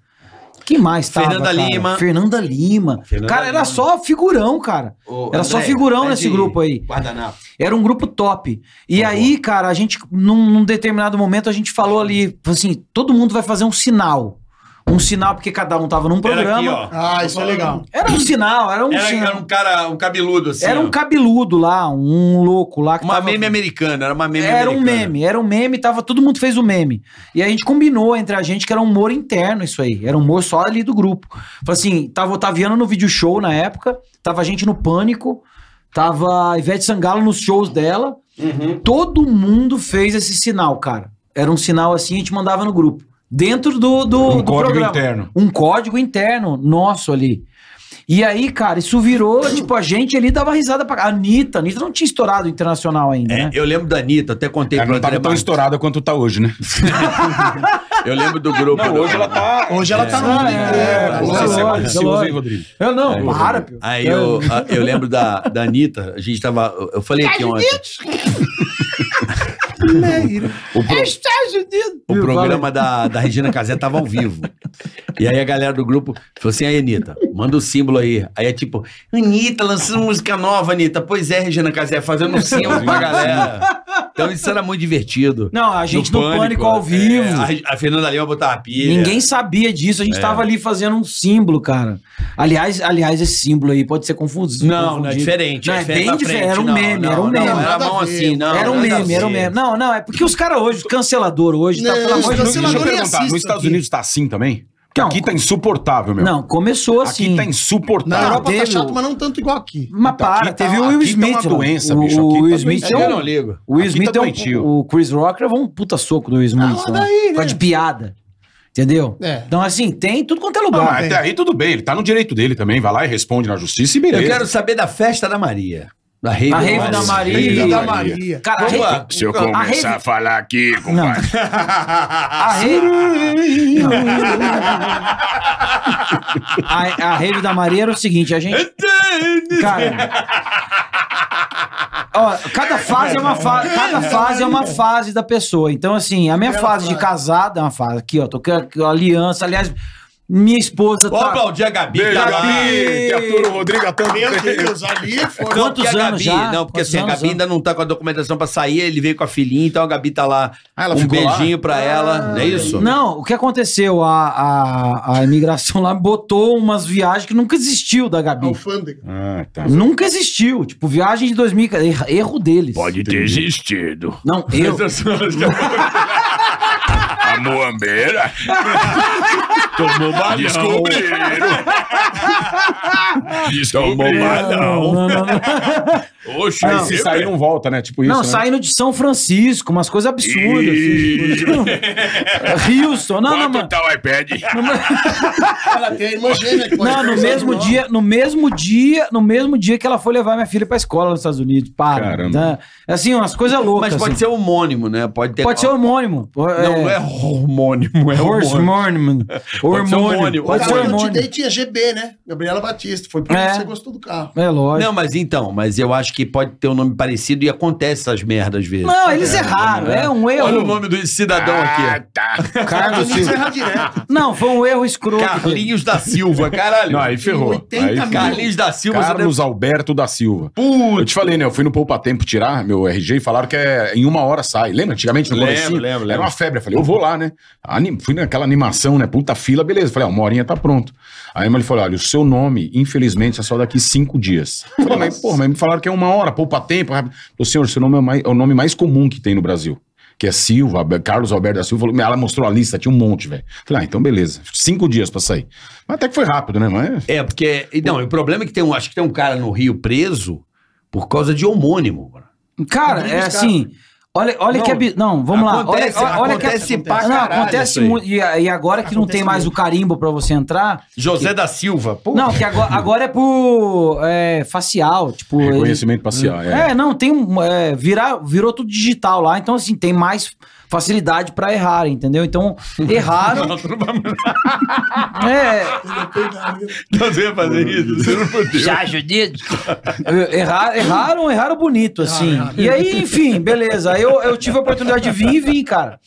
Speaker 5: Quem mais tava?
Speaker 4: Fernanda
Speaker 5: cara?
Speaker 4: Lima.
Speaker 5: Fernanda Lima.
Speaker 4: Fernanda
Speaker 5: cara, era
Speaker 4: Lima.
Speaker 5: só figurão, cara.
Speaker 4: Ô,
Speaker 5: Era só
Speaker 4: André,
Speaker 5: figurão
Speaker 4: pede
Speaker 5: nesse grupo aí.
Speaker 4: Guardanapo. Tá
Speaker 5: Era um grupo top. E aí, cara, a gente, num, num determinado momento, a gente falou ali, falou assim, todo mundo vai fazer um sinal. Um sinal, porque cada um tava num
Speaker 4: Era aqui,
Speaker 5: programa.
Speaker 4: ó.
Speaker 8: Ah, isso é legal.
Speaker 5: Era, um sinal, era um
Speaker 4: Era,
Speaker 5: sinal.
Speaker 4: era um cara, um cabeludo assim.
Speaker 5: Era um
Speaker 4: ó.
Speaker 5: cabeludo lá, um louco lá. Que
Speaker 4: uma
Speaker 5: tava-
Speaker 4: meme americana, era uma meme
Speaker 5: Era um
Speaker 4: americana.
Speaker 5: meme, era um meme, tava, todo mundo fez o meme. E a gente combinou entre a gente que era um humor interno isso aí. Era um humor só ali do grupo. Falei assim, tava o Otaviano no vídeo show na época, tava a gente no pânico, tava a Ivete Sangalo nos shows dela. Todo mundo fez esse sinal, cara. Era um sinal assim, a gente mandava no grupo. Dentro do, do,
Speaker 7: Um
Speaker 5: do
Speaker 7: código
Speaker 5: programa.
Speaker 7: interno.
Speaker 5: Um código interno nosso ali. E aí, cara, isso virou, tipo, a gente ali dava risada pra. A Anitta, a Anitta não tinha estourado internacional ainda,
Speaker 4: É,
Speaker 5: né?
Speaker 4: eu lembro da Anitta, até contei
Speaker 7: Ela
Speaker 4: pro
Speaker 7: não tava
Speaker 4: André
Speaker 7: tão
Speaker 4: Marques.
Speaker 7: estourada quanto tá hoje, né?
Speaker 4: Eu lembro do grupo. hoje ela tá.
Speaker 8: Hoje ela tá no mundo inteiro.
Speaker 5: é,
Speaker 8: pô.
Speaker 5: é,
Speaker 7: Você é
Speaker 5: lógico,
Speaker 7: malicioso,
Speaker 5: lógico.
Speaker 7: hein, Rodrigo?
Speaker 5: Eu É, não, para, pio.
Speaker 4: Aí eu, a- eu lembro da, da Anitta, a gente tava. eu- Eu falei aqui ontem.
Speaker 5: É, né,
Speaker 4: o, pro- o programa da, da Regina Casé tava ao vivo. E aí a galera do grupo falou assim: aí, Anitta, manda o símbolo aí. Aí é tipo, Anitta, lançando música nova, Anitta. Pois é, Regina Casé, fazendo um símbolo pra galera. Então isso era muito divertido.
Speaker 5: Não, a gente no, pânico, ao
Speaker 4: é,
Speaker 5: vivo.
Speaker 4: a Re- a, Fernanda Lima botava a pilha.
Speaker 5: Ninguém sabia disso,
Speaker 4: É.
Speaker 5: a gente tava ali fazendo um símbolo, cara. Aliás, aliás, esse símbolo aí pode ser confuso.
Speaker 4: Não, não é
Speaker 5: confundido.
Speaker 4: diferente.
Speaker 5: Não,
Speaker 4: é
Speaker 5: é
Speaker 4: diferente
Speaker 5: bem
Speaker 4: pra frente,
Speaker 5: diferente. Era um
Speaker 4: não,
Speaker 5: meme,
Speaker 4: não,
Speaker 5: era um meme.
Speaker 4: Não, era
Speaker 8: Nada
Speaker 4: mão
Speaker 8: a ver.
Speaker 4: assim, não.
Speaker 5: era um
Speaker 4: nada a
Speaker 5: meme, era um
Speaker 4: ver.
Speaker 5: meme. Não, não, é porque os caras hoje, cancelador hoje, tá
Speaker 8: Não,
Speaker 5: pelo amor de Deus.
Speaker 7: Deixa eu
Speaker 8: Cancelador nem
Speaker 7: perguntar, nos
Speaker 8: assisto
Speaker 7: Estados
Speaker 8: aqui.
Speaker 7: Unidos tá assim também? Porque
Speaker 5: Não,
Speaker 7: aqui tá insuportável, meu.
Speaker 5: Não, começou assim.
Speaker 7: Aqui tá
Speaker 8: Na
Speaker 7: insuportável.
Speaker 8: Europa tá
Speaker 5: teve
Speaker 8: chato,
Speaker 5: o-
Speaker 8: mas não tanto igual aqui.
Speaker 5: Mas
Speaker 7: Então,
Speaker 5: para,
Speaker 7: aqui tá-
Speaker 5: teve o Will
Speaker 7: aqui tá uma
Speaker 5: Smith. lá.
Speaker 7: doença,
Speaker 5: o,
Speaker 7: bicho, aqui
Speaker 5: o
Speaker 7: tá
Speaker 5: Will
Speaker 7: doença.
Speaker 5: Smith
Speaker 4: Eu
Speaker 5: deu
Speaker 4: não
Speaker 5: um-
Speaker 4: ligo.
Speaker 5: O Will
Speaker 7: Aqui
Speaker 5: Smith
Speaker 7: tá
Speaker 5: deu
Speaker 7: doentio.
Speaker 5: um, O Chris Rock levou um puta soco do Will Smith.
Speaker 8: Ah,
Speaker 5: lá,
Speaker 8: daí, né?
Speaker 5: Só de piada. Entendeu?
Speaker 8: É.
Speaker 5: Então, assim, tem tudo quanto é
Speaker 7: Não,
Speaker 5: lugar.
Speaker 7: Ah, mas até aí tudo bem, ele tá no direito dele também, vai lá e responde na justiça e
Speaker 4: Eu
Speaker 7: beleza.
Speaker 4: quero saber da festa da Maria. Da rave,
Speaker 5: A rave da Maria.
Speaker 4: Rave da Maria.
Speaker 8: Maria.
Speaker 5: Cara, a
Speaker 4: Vamos
Speaker 5: rave-
Speaker 4: lá.
Speaker 7: Se eu
Speaker 5: a
Speaker 7: começar a
Speaker 5: rave-
Speaker 7: falar aqui, compadre. (laughs)
Speaker 5: a rave- (laughs) A- a rave da Maria era o seguinte, a gente... Cara. Ó, cada fase é uma fase, cada fase é uma fase da pessoa. Então assim, a minha fase de casada é uma fase aqui, ó, tô com a- com a aliança, aliás, minha esposa
Speaker 4: Vamos
Speaker 5: tá
Speaker 4: aplaudir a Gabi.
Speaker 7: Beijo,
Speaker 4: tá lá.
Speaker 7: Gabi. Que atura o Rodrigo há tanto
Speaker 8: Meu
Speaker 7: tempo.
Speaker 8: Deus, ali foi.
Speaker 4: Não,
Speaker 5: É Quantos
Speaker 4: porque a Gabi,
Speaker 5: anos já?
Speaker 4: Não, porque
Speaker 5: Quantos
Speaker 4: assim, a
Speaker 5: anos
Speaker 4: Gabi
Speaker 5: já?
Speaker 4: ainda não tá com a documentação pra sair, ele veio com a filhinha, então a Gabi tá lá.
Speaker 7: Ah, ela
Speaker 4: um
Speaker 7: ficou lá?
Speaker 4: beijinho pra ela, não é isso?
Speaker 5: Não, o que aconteceu? A, a, a imigração lá botou umas viagens que nunca existiu da Gabi.
Speaker 8: Alfândega.
Speaker 7: Ah, tá.
Speaker 5: Nunca existiu. Tipo, viagem de 2000. er- Erro deles.
Speaker 7: Pode ter existido. (laughs)
Speaker 5: Não, eu.
Speaker 7: A moambeira. (laughs) Tomou balão. Descobriram. Tomou
Speaker 5: Não,
Speaker 7: balão.
Speaker 5: não, não.
Speaker 7: Oxe, aí se sair não volta, né? Tipo
Speaker 5: Não,
Speaker 7: né?
Speaker 5: saindo de São Francisco, umas coisas absurdas. assim,
Speaker 7: (laughs)
Speaker 5: tipo, não. Houston. Não, não, mano.
Speaker 7: tá o iPad?
Speaker 8: Ela tem a né? irmã gêmea que pode
Speaker 5: Não, no
Speaker 8: fazer
Speaker 7: tá?
Speaker 5: mesmo
Speaker 8: isso,
Speaker 5: dia, no mesmo dia, no mesmo dia que ela foi levar minha filha pra escola nos Estados Unidos. Para.
Speaker 7: Caramba.
Speaker 5: né? Assim, umas coisas loucas.
Speaker 4: Mas pode
Speaker 5: assim.
Speaker 4: ser homônimo, né? Pode ter.
Speaker 5: Pode ser homônimo.
Speaker 4: Não, não é hormônimo, é hormônimo.
Speaker 5: (laughs) hormônio. um
Speaker 4: Pode ser
Speaker 5: Hormônio.
Speaker 4: hormônio.
Speaker 5: Pode ser um
Speaker 8: Cara, eu te dei
Speaker 5: hormônio.
Speaker 8: tinha GB, né? Gabriela Batista. Foi por isso que
Speaker 5: É.
Speaker 8: você gostou do carro.
Speaker 5: É lógico.
Speaker 4: Não, mas então, mas eu acho que pode ter um nome parecido e acontece essas merdas às vezes.
Speaker 5: Não, eles erraram. É um
Speaker 4: Olha o
Speaker 5: erro.
Speaker 4: nome do cidadão aqui.
Speaker 7: tá.
Speaker 5: Carlos
Speaker 8: Isso errar é direto.
Speaker 5: Não, foi um erro escroto.
Speaker 4: Carlinhos da Silva, caralho.
Speaker 7: Não, aí ferrou.
Speaker 8: 80
Speaker 7: aí,
Speaker 8: mil.
Speaker 4: Carlinhos da (laughs) Silva, você
Speaker 7: Carlos Alberto da Silva.
Speaker 4: Putz.
Speaker 7: Eu te falei, né? Eu fui no Poupa Tempo tirar meu RG e falaram que é em uma hora sai. Lembra antigamente? No
Speaker 4: Lembro,
Speaker 7: comecinho?
Speaker 4: lembro,
Speaker 7: Era
Speaker 4: lembro.
Speaker 7: uma febre. Eu falei, eu vou lá, né? Anim- Fui naquela animação, né? Puta fila, beleza. Falei, ah, uma horinha tá pronto. Aí ele falou, olha, o seu nome, infelizmente, é só daqui cinco dias. Eu Falei, mas, porra, mas me falaram que é uma hora, poupa tempo. rápido. Falei, senhor, seu nome é, o mai- é o nome mais comum que tem no Brasil. Que é Silva, Albe- Carlos Alberto da Silva. Falou, ela mostrou a lista, tinha um monte, velho. Falei, ah, então beleza. Cinco dias pra sair. Mas até que foi rápido, né? Mas...
Speaker 4: É, porque. e Não, o problema é que tem um. Acho que tem um cara no Rio preso por causa de homônimo. mano.
Speaker 5: Cara, é assim. Olha, olha
Speaker 4: Não,
Speaker 5: que. abi- Não, vamos lá. Olha,
Speaker 4: acontece-
Speaker 5: olha, olha que.
Speaker 4: acontece pra
Speaker 5: não,
Speaker 4: caralho
Speaker 5: acontece
Speaker 4: isso aí.
Speaker 5: muito. E, e agora que não tem mais o carimbo pra você entrar.
Speaker 4: José da Silva. Pô,
Speaker 5: Não, que agora, agora é por. é, facial. Tipo. ele-
Speaker 7: Reconhecimento parcial, é.
Speaker 5: É, não, tem um. é, virar, virou tudo digital lá, então assim, tem mais facilidade pra errar,
Speaker 4: (laughs)
Speaker 5: entendeu? Então, erraram. é,
Speaker 4: você ia fazer isso? Você não podia.
Speaker 5: errar, erraram, erraram bonito, assim. E aí, enfim, beleza. Aí Eu, eu tive a oportunidade de vir e vim, cara.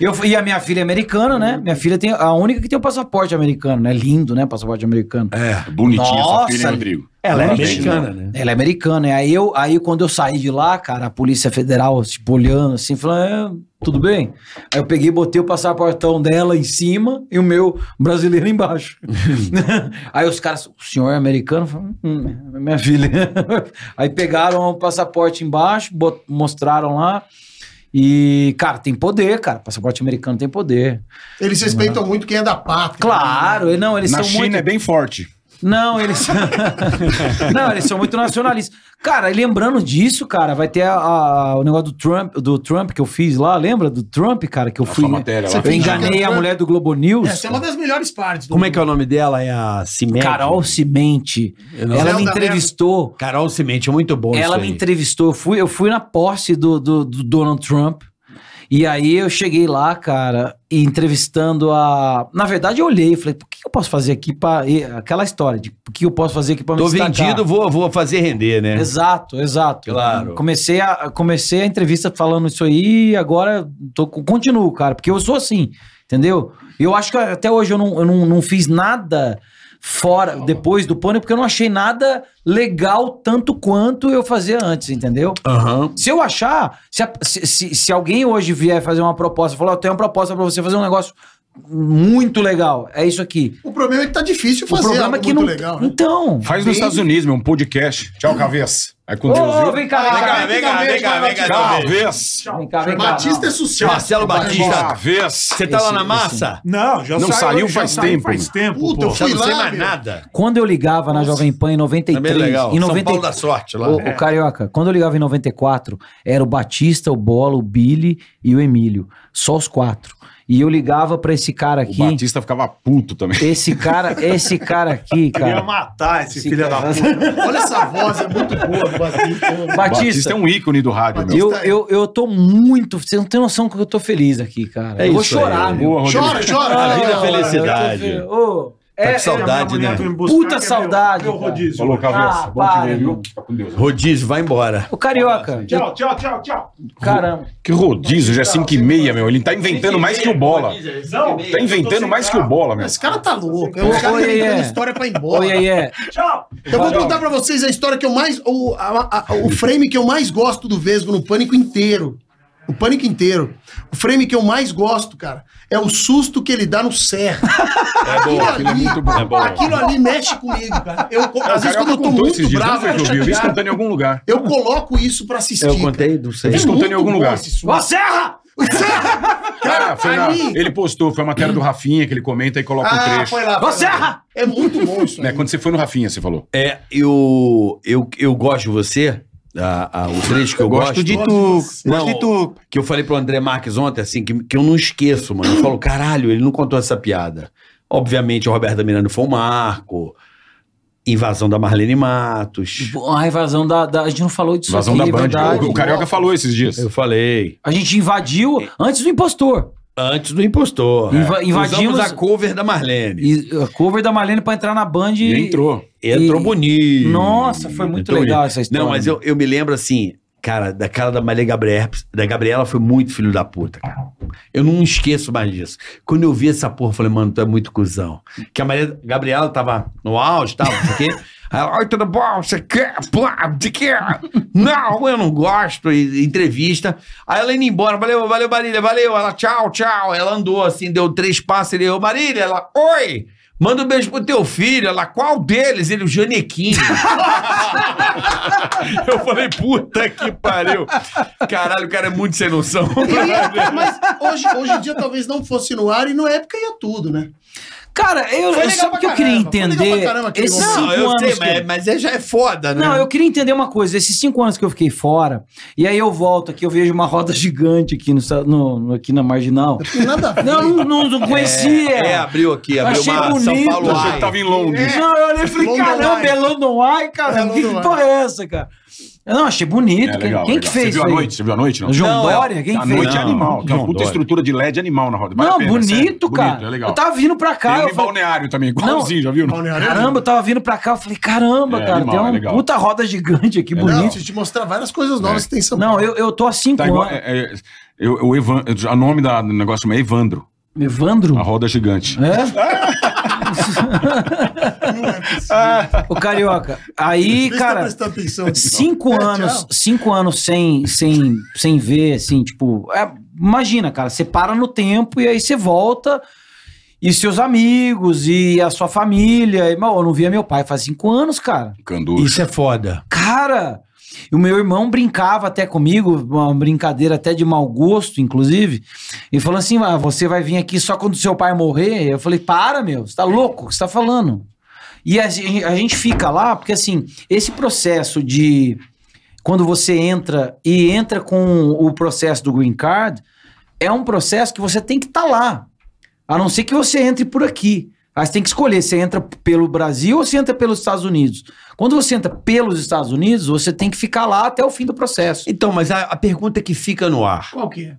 Speaker 5: Eu, fui- e a minha filha é americana, né? Minha filha tem a única que tem o passaporte americano, né? Lindo, né? Passaporte americano.
Speaker 7: É. Bonitinha sua
Speaker 5: Nossa,
Speaker 7: filha, hein, Rodrigo?
Speaker 4: Ela é
Speaker 7: Parabéns,
Speaker 4: mexicana, né?
Speaker 5: Ela é americana. E aí, eu, aí quando eu saí de lá, cara, a polícia federal, tipo, olhando assim, falando, "É, tudo bem? Aí eu peguei, botei o passaportão dela em cima e o meu brasileiro
Speaker 7: (laughs)
Speaker 5: embaixo. (laughs) aí os caras, o senhor é americano? Eu falei, "Hum, é minha filha. (laughs) aí pegaram o passaporte embaixo, bot- mostraram lá. E, cara, tem poder, cara. Passaporte americano tem poder.
Speaker 8: Eles respeitam muito quem é da pátria.
Speaker 5: Claro, e não, eles
Speaker 7: Na
Speaker 5: são
Speaker 7: China
Speaker 5: muito.
Speaker 7: é bem forte.
Speaker 5: Não, eles. (laughs) não, eles são muito nacionalistas. Cara, e lembrando disso, cara, vai ter a- a- o negócio do Trump, do Trump que eu fiz lá, lembra? Do Trump, cara, que eu fui.
Speaker 7: sua matéria lá.
Speaker 5: eu enganei a mulher do Globo News.
Speaker 8: Essa é uma das melhores partes. Do
Speaker 4: Como é que é o nome dela? É a Cimente.
Speaker 5: Carol Cimente. Ela
Speaker 8: Zelda
Speaker 5: me entrevistou.
Speaker 4: Carol Cimente, é muito bom
Speaker 5: Ela
Speaker 4: isso
Speaker 5: me
Speaker 4: aí.
Speaker 5: entrevistou. Eu fui, eu fui na posse do, do- do Donald Trump. E aí eu cheguei lá, cara, e entrevistando a. Na verdade, eu olhei e falei, o que eu posso fazer aqui pra. e Aquela história de o que eu posso fazer aqui pra me
Speaker 4: Tô
Speaker 5: destacar?"
Speaker 4: vendido, vou, vou fazer render, né?
Speaker 5: Exato, exato.
Speaker 4: Claro.
Speaker 5: Comecei a, comecei a entrevista falando isso aí e agora tô, co- continuo, cara, porque eu sou assim, entendeu? Eu acho que até hoje eu não, eu não, não fiz nada fora, depois do pânico, porque eu não achei nada legal tanto quanto eu fazia antes, entendeu?
Speaker 4: Aham.
Speaker 5: Se eu achar, se, a- se, se- se alguém hoje vier fazer uma proposta, falar, eu tenho uma proposta pra você fazer um negócio muito legal, é isso aqui.
Speaker 8: O problema é que tá difícil
Speaker 5: O
Speaker 8: fazer
Speaker 5: problema
Speaker 8: algo
Speaker 5: é que
Speaker 8: muito
Speaker 5: não.
Speaker 8: legal, né?
Speaker 5: Então.
Speaker 7: Faz nos Estados Unidos, meu, um podcast. Tchau, Cabeça. Aí com
Speaker 5: Ô,
Speaker 7: Deus, viu?
Speaker 5: vem cá, vem cá,
Speaker 4: Vem cá, vem cá, vem cá, vem cá. vem cá.
Speaker 7: Cabeça.
Speaker 5: vem cá, vem cá.
Speaker 8: Batista é sucesso.
Speaker 4: Marcelo
Speaker 8: Vai
Speaker 4: Batista.
Speaker 8: embora.
Speaker 7: Cabeça.
Speaker 4: Você tá lá
Speaker 5: Esse-
Speaker 4: na
Speaker 5: esse-
Speaker 4: massa?
Speaker 2: Não, já
Speaker 7: Não saiu
Speaker 2: já
Speaker 7: faz
Speaker 2: saiu
Speaker 7: tempo,
Speaker 2: Faz
Speaker 7: mano.
Speaker 2: tempo,
Speaker 8: Puta,
Speaker 2: pô.
Speaker 8: eu
Speaker 4: Já
Speaker 8: fui
Speaker 4: não sei
Speaker 8: lá,
Speaker 4: mais
Speaker 8: meu.
Speaker 4: nada.
Speaker 5: Quando eu ligava na Jovem Pan em 93,
Speaker 4: Também é legal.
Speaker 5: em
Speaker 4: São
Speaker 5: 90,
Speaker 4: Paulo da sorte lá. É.
Speaker 5: o, o Carioca, quando eu ligava em 94, era o Batista, o Bola, o Billy e o Emílio. Só os quatro. E eu ligava pra esse cara
Speaker 7: O
Speaker 5: aqui.
Speaker 7: Batista ficava puto também.
Speaker 5: Esse cara, esse cara
Speaker 4: (laughs)
Speaker 5: aqui,
Speaker 2: Queria
Speaker 5: cara.
Speaker 2: matar esse
Speaker 5: Esse
Speaker 2: filho da
Speaker 5: cara-
Speaker 2: puta.
Speaker 8: Olha essa voz, é muito boa do Batista.
Speaker 7: Batista, é
Speaker 5: Batista,
Speaker 7: um ícone do rádio, meu.
Speaker 5: (laughs) eu, eu, eu tô muito. Você não tem noção que eu tô feliz aqui, cara.
Speaker 4: É
Speaker 5: eu vou
Speaker 4: isso aí.
Speaker 5: chorar, meu.
Speaker 7: Boa, Rodrigo.
Speaker 8: Chora, chora.
Speaker 4: A vida é
Speaker 8: Ah,
Speaker 4: felicidade.
Speaker 5: Ô,
Speaker 4: Tá
Speaker 5: é,
Speaker 4: com saudade, né?
Speaker 5: Puta saudade,
Speaker 2: é Meu
Speaker 5: cara.
Speaker 2: rodízio.
Speaker 7: Falou, Cabeça.
Speaker 5: Ah,
Speaker 7: Bom te ver,
Speaker 5: para,
Speaker 7: viu?
Speaker 5: não.
Speaker 7: Fica com Deus.
Speaker 4: Rodízio, vai embora.
Speaker 5: Ô, carioca. eu-
Speaker 2: Tchau, tchau, tchau, tchau.
Speaker 5: Caramba.
Speaker 7: Que rodízio, já é 5 e meia, meu. Ele tá inventando mais que o bola.
Speaker 2: Não,
Speaker 7: Tá inventando mais que o bola, meu.
Speaker 8: Esse cara tá louco. É um cara
Speaker 5: Ô,
Speaker 8: que tá
Speaker 5: Iê.
Speaker 8: inventando história pra ir embora.
Speaker 5: Oi, aí, é.
Speaker 2: Tchau.
Speaker 8: Eu vou contar pra vocês a história que eu mais. O, a- a- o frame que eu mais gosto do Vesgo no pânico inteiro. O pânico inteiro. O frame que eu mais gosto, cara, é o susto que ele dá no Serra.
Speaker 7: É bom, aquilo é muito bom.
Speaker 8: Aquilo ali mexe comigo, cara. Eu, co- às vezes,
Speaker 7: Carioca
Speaker 8: quando eu tô
Speaker 7: contou esses
Speaker 8: muito
Speaker 7: dias, né?
Speaker 8: bravo,
Speaker 7: não foi
Speaker 5: tá
Speaker 7: que eu vi. Eu vi isso
Speaker 8: chateado,
Speaker 7: contando em algum lugar.
Speaker 8: eu coloco isso pra assistir.
Speaker 4: Eu
Speaker 8: cara.
Speaker 4: contei, não sei.
Speaker 8: É
Speaker 7: Isso contando
Speaker 8: muito
Speaker 7: em algum
Speaker 8: bom
Speaker 7: lugar.
Speaker 8: esse susto.
Speaker 5: Serra!
Speaker 7: Ah, foi na-
Speaker 8: ali-
Speaker 7: ele postou, foi a matéria do Rafinha que ele comenta e coloca
Speaker 8: Ah,
Speaker 7: o trecho.
Speaker 8: foi lá. foi lá.
Speaker 5: Serra!
Speaker 8: É muito bom isso.
Speaker 7: Né,
Speaker 8: aí.
Speaker 7: quando você foi no Rafinha, você falou.
Speaker 4: É, eu, eu, eu gosto de você. a- a- o trecho que eu, gosto,
Speaker 2: tu.
Speaker 4: Não, que eu falei pro André Marques ontem, assim, que, que eu não esqueço, mano. Eu falo, caralho, ele não contou essa piada. Obviamente, o Roberto Miranda foi um marco. Invasão da Marlene Matos.
Speaker 5: A invasão Tipo, da, da- A gente não falou disso
Speaker 7: Vazão da
Speaker 5: aqui, é
Speaker 7: Band.
Speaker 5: verdade.
Speaker 7: O, o Carioca falou esses dias.
Speaker 4: Eu falei.
Speaker 5: A gente invadiu
Speaker 8: É.
Speaker 5: antes do impostor.
Speaker 4: Antes do impostor.
Speaker 5: Inva-
Speaker 4: Invadimos
Speaker 5: invadimos-
Speaker 4: a cover da Marlene.
Speaker 5: E a cover da Marlene pra entrar na Band.
Speaker 7: E
Speaker 5: E
Speaker 7: entrou.
Speaker 4: Entrou
Speaker 5: E-
Speaker 4: bonito.
Speaker 5: Nossa, foi muito
Speaker 4: Entrou
Speaker 5: legal
Speaker 4: bonito.
Speaker 5: essa história. né?
Speaker 4: Não, mas eu, eu me lembro assim, cara, da cara da Maria Gabriela, da Gabriela foi muito filho da puta, cara. Eu não esqueço mais disso. Quando eu vi essa porra, eu falei, mano, tu é muito cuzão. Que a Maria Gabriela tava no auge, tava, não
Speaker 5: (laughs)
Speaker 4: sei o quê. Aí ela, oi, tudo bom? Você quer? Plá, você quer? Não, eu não gosto. E, entrevista. Aí ela indo embora, valeu, valeu, Marília, valeu. Ela, tchau, tchau. Ela andou assim, deu três passos, ele, ô, Marília, ela, oi. Manda um beijo pro teu filho. Ela, qual deles? Ele, o Janequinho. (laughs) Eu falei, puta que pariu. Caralho, o cara é muito sem noção.
Speaker 8: E- mas hoje, hoje em dia talvez não fosse no ar e na época ia tudo, né?
Speaker 5: Cara, eu,
Speaker 8: Foi
Speaker 5: eu
Speaker 8: legal
Speaker 5: sabe
Speaker 8: pra
Speaker 5: o que eu queria
Speaker 8: caramba, foi legal pra
Speaker 5: entender.
Speaker 8: caramba aquele
Speaker 5: Esses
Speaker 8: momento.
Speaker 5: cinco
Speaker 4: Não, eu
Speaker 5: anos.
Speaker 4: sei,
Speaker 5: que
Speaker 4: mas,
Speaker 8: né?
Speaker 5: eu...
Speaker 4: mas é, já é foda, né?
Speaker 5: Não, eu queria entender uma coisa. Esses cinco anos que eu fiquei fora, e aí eu volto aqui, eu vejo uma roda (laughs) gigante aqui, no, sa- no- no- aqui na marginal.
Speaker 8: Não tem nada a ver.
Speaker 5: Não, não, não conhecia.
Speaker 4: É, é, abriu aqui, abriu
Speaker 5: Achei
Speaker 4: uma São
Speaker 5: bonito.
Speaker 4: Paulo
Speaker 7: Achei
Speaker 4: Eye.
Speaker 7: que tava em Londres.
Speaker 5: Não, eu olhei e falei,
Speaker 8: London
Speaker 5: caramba,
Speaker 8: Eye.
Speaker 5: é London Eye,
Speaker 8: É
Speaker 5: cara. Que
Speaker 8: London Eye.
Speaker 5: porra é essa, cara? Eu Não, achei bonito.
Speaker 7: É,
Speaker 5: quem
Speaker 7: legal,
Speaker 5: quem
Speaker 7: legal.
Speaker 5: que fez
Speaker 7: Você viu
Speaker 5: isso
Speaker 7: a
Speaker 5: aí?
Speaker 7: noite? Você viu a noite, não?
Speaker 5: João
Speaker 4: Não, é-
Speaker 5: Dória? Quem
Speaker 7: a
Speaker 5: fez?
Speaker 7: noite é
Speaker 4: Não,
Speaker 7: animal. Tem
Speaker 4: João
Speaker 7: uma puta
Speaker 4: Dória.
Speaker 7: estrutura de LED animal na roda. Vale
Speaker 5: não,
Speaker 7: a pena, sério.
Speaker 5: bonito, cara.
Speaker 7: Bonito, é legal.
Speaker 5: Eu tava vindo pra cá.
Speaker 7: Tem
Speaker 5: Eu
Speaker 7: em
Speaker 5: falei,
Speaker 7: balneário também, igualzinho, já viu? não?
Speaker 8: é
Speaker 5: caramba, eu tava vindo pra cá. Eu falei, caramba,
Speaker 7: É,
Speaker 5: cara,
Speaker 7: animal,
Speaker 5: tem
Speaker 7: é
Speaker 5: uma
Speaker 7: legal. É
Speaker 5: puta roda gigante aqui,
Speaker 7: legal.
Speaker 8: Não,
Speaker 5: bonito.
Speaker 8: preciso te mostrar várias coisas novas que tem em São Paulo.
Speaker 5: É. Não, eu, eu tô há cinco
Speaker 7: Tá igual.
Speaker 5: anos.
Speaker 7: é- é- eu, eu Evan, eu- o nome da, do negócio chama Evandro,
Speaker 5: Evandro?
Speaker 7: a roda gigante.
Speaker 5: É?
Speaker 8: é
Speaker 5: Ô, Carioca, aí,
Speaker 8: Vê se tá
Speaker 5: Ah, cara,
Speaker 8: prestando atenção.
Speaker 5: cinco
Speaker 8: (laughs) É,
Speaker 5: anos,
Speaker 8: tchau.
Speaker 5: cinco anos sem, sem, sem ver, assim, tipo... é, imagina, cara, você para no tempo e aí você volta... E seus amigos, e a sua família. E, mano, eu não via meu pai faz cinco anos, cara.
Speaker 7: Canducho.
Speaker 4: é foda.
Speaker 5: Cara, e o meu irmão brincava até comigo, uma brincadeira até de mau gosto, inclusive, e falou assim: ah, você vai vir aqui só quando seu pai morrer? Eu falei: para, meu, você tá louco? O que você tá falando? E a, gen- a gente fica lá, porque assim, esse processo de quando você entra e entra com o processo do green card, é um processo que você tem que estar lá. A não ser que você entre por aqui. Aí você tem que escolher, você entra pelo Brasil ou você entra pelos Estados Unidos. Quando você entra pelos Estados Unidos, você tem que ficar lá até o fim do processo.
Speaker 4: Então, mas a, a pergunta que fica no ar:
Speaker 8: Qual que é?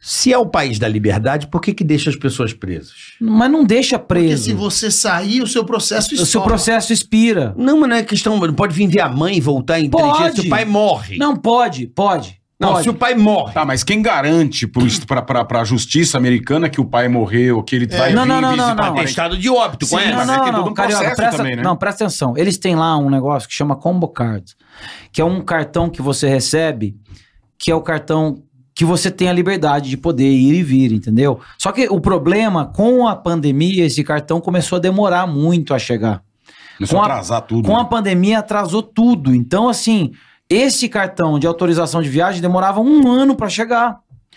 Speaker 4: se é o país da liberdade, por que, que deixa as pessoas presas?
Speaker 5: Mas não deixa
Speaker 8: Porque
Speaker 5: preso.
Speaker 8: se você sair, o seu processo
Speaker 5: o seu
Speaker 8: estoura.
Speaker 5: processo expira.
Speaker 4: Não, mas não é questão. não Pode vir ver a mãe e voltar em três
Speaker 5: Pode.
Speaker 4: dias se o pai morre.
Speaker 5: Não, pode, pode.
Speaker 4: Não,
Speaker 5: pode.
Speaker 4: se o pai morre.
Speaker 7: Tá, mas quem garante pro, pra, pra, pra justiça americana que o pai morreu, que ele vai
Speaker 5: Não,
Speaker 7: vir
Speaker 5: não, não,
Speaker 7: visitar
Speaker 5: não, não.
Speaker 7: o
Speaker 4: É
Speaker 7: parente?
Speaker 4: estado de óbito,
Speaker 7: Sim,
Speaker 4: conhece?
Speaker 5: tá, Não,
Speaker 7: mas é que
Speaker 5: não,
Speaker 7: tem todo
Speaker 5: não,
Speaker 7: um
Speaker 5: carioca,
Speaker 7: processo
Speaker 5: presta,
Speaker 7: também, né?
Speaker 5: não, presta atenção. Eles têm lá um negócio que chama Combo Card, que é um cartão que você recebe, que é o cartão que você tem a liberdade de poder ir e vir, entendeu? Só que o problema, com a pandemia, esse cartão começou a demorar muito a chegar.
Speaker 7: Começou
Speaker 5: Com
Speaker 7: a
Speaker 5: a-
Speaker 7: atrasar tudo.
Speaker 5: Com
Speaker 7: né?
Speaker 5: a pandemia atrasou tudo. Então, assim, esse cartão de autorização de viagem demorava um ano para chegar.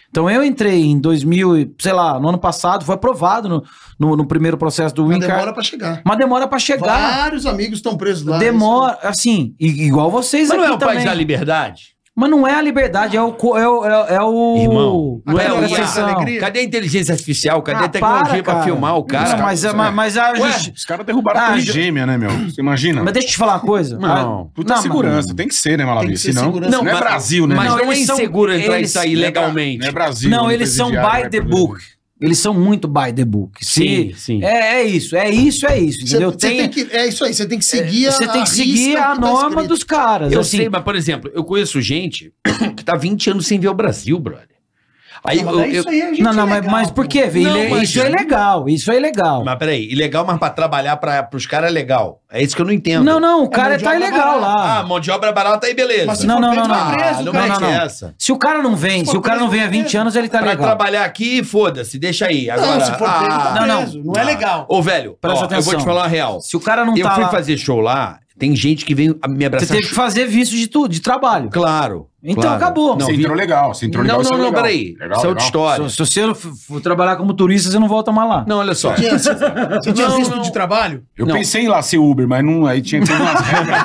Speaker 5: Então eu entrei em 2000, e, sei lá, no ano passado, foi aprovado no, no, no primeiro processo do
Speaker 8: Mas
Speaker 5: WinCard.
Speaker 8: demora pra chegar.
Speaker 5: Mas demora pra chegar.
Speaker 8: Vários amigos estão presos lá.
Speaker 5: demora, assim, i- igual vocês
Speaker 4: Mas não
Speaker 5: aqui
Speaker 4: é o
Speaker 5: também.
Speaker 4: país da liberdade?
Speaker 5: Mas não é a liberdade, é o. co- É o, é, o- é o
Speaker 4: Irmão,
Speaker 5: não é
Speaker 4: Cadê
Speaker 5: a
Speaker 4: o IA?
Speaker 5: concessão.
Speaker 4: Cadê a inteligência artificial? Cadê
Speaker 5: Ah,
Speaker 4: a tecnologia
Speaker 5: para,
Speaker 4: pra
Speaker 5: cara.
Speaker 4: filmar o cara?
Speaker 5: Não, mas, mas, mas a justi-
Speaker 7: Os caras derrubaram
Speaker 5: Ah,
Speaker 7: a torre
Speaker 5: ju-
Speaker 7: gêmea, né, meu? Você imagina?
Speaker 5: mas deixa eu te falar uma coisa.
Speaker 4: Não.
Speaker 5: A-
Speaker 7: Puta
Speaker 5: mas-
Speaker 7: segurança, tem que ser, né, Malabi?
Speaker 8: Tem que ser
Speaker 7: Senão,
Speaker 8: segurança.
Speaker 7: não, é
Speaker 4: mas-
Speaker 7: Brasil, né?
Speaker 4: Mas
Speaker 7: meu?
Speaker 4: não,
Speaker 5: Não,
Speaker 4: é
Speaker 5: eles são-
Speaker 4: inseguro entrar
Speaker 5: eles-
Speaker 4: isso aí
Speaker 7: Não é Bra-
Speaker 4: legalmente.
Speaker 7: Não é Brasil.
Speaker 5: Não,
Speaker 7: é
Speaker 5: eles são
Speaker 7: presidiário,
Speaker 5: by
Speaker 7: não é
Speaker 5: the
Speaker 7: presidiário.
Speaker 5: book. Eles são muito by the book. Se-
Speaker 4: né, sim.
Speaker 5: É, é isso, é isso, é isso.
Speaker 8: Você
Speaker 5: Entendeu?
Speaker 8: você tem, que, é isso aí, você tem que seguir a
Speaker 5: você tem que
Speaker 8: risca
Speaker 5: seguir a
Speaker 8: que tá
Speaker 5: norma
Speaker 8: escrito.
Speaker 5: dos caras.
Speaker 4: Eu
Speaker 5: assim.
Speaker 4: sei, mas, por exemplo, eu conheço gente (coughs) que tá 20 anos sem ver o Brasil, brother. Aí,
Speaker 8: Não,
Speaker 4: eu,
Speaker 8: mas daí
Speaker 4: eu-
Speaker 8: isso aí é gente
Speaker 5: não, não, mas,
Speaker 8: legal,
Speaker 5: mas por quê? velho?
Speaker 4: Não,
Speaker 5: Ele-
Speaker 4: mas-
Speaker 5: isso é legal, isso é legal.
Speaker 4: Mas peraí, ilegal, mas pra trabalhar pra, pros caras é legal. É isso que eu não entendo. É
Speaker 5: Não, não, o cara
Speaker 8: mão de
Speaker 5: tá
Speaker 8: obra
Speaker 5: ilegal
Speaker 8: barata.
Speaker 5: lá.
Speaker 4: Ah, mão de obra barata aí, beleza.
Speaker 8: Mas se
Speaker 5: Não,
Speaker 8: for
Speaker 5: não,
Speaker 8: preso,
Speaker 5: não,
Speaker 8: vai
Speaker 5: não.
Speaker 8: preso,
Speaker 4: ah, não
Speaker 8: cara.
Speaker 4: mete
Speaker 5: não, não.
Speaker 4: essa.
Speaker 5: Se o cara não vem, se o cara não vem há 20 anos, ele tá
Speaker 4: Pra
Speaker 5: legal.
Speaker 4: trabalhar aqui, foda-se, deixa aí. Agora,
Speaker 8: Não, se for preso,
Speaker 4: ah,
Speaker 8: tá
Speaker 5: não, não.
Speaker 8: preso. Não é legal.
Speaker 4: Ô, velho,
Speaker 5: Presta
Speaker 4: ó, eu vou
Speaker 5: atenção.
Speaker 4: te falar a real.
Speaker 5: Se o cara não
Speaker 4: eu
Speaker 5: tá
Speaker 4: fui
Speaker 5: lá,
Speaker 4: fazer show lá, tem gente que veio me
Speaker 5: você
Speaker 4: abraçar.
Speaker 5: teve que fazer visto de tudo, de trabalho.
Speaker 4: Claro.
Speaker 5: Então
Speaker 4: claro.
Speaker 5: acabou.
Speaker 4: Não,
Speaker 7: Você
Speaker 4: vi-
Speaker 7: entrou legal, você entrou
Speaker 4: não,
Speaker 7: legal.
Speaker 4: não, não, peraí. Isso é outra história.
Speaker 5: Se, se você não f- for trabalhar como turista, você não volta mais lá.
Speaker 4: Não, olha só.
Speaker 8: Tinha- Você tinha
Speaker 4: Não,
Speaker 8: visto
Speaker 4: não.
Speaker 8: de trabalho?
Speaker 7: Eu
Speaker 4: Não.
Speaker 7: pensei em lá ser Uber, mas não, aí tinha que ter umas regras.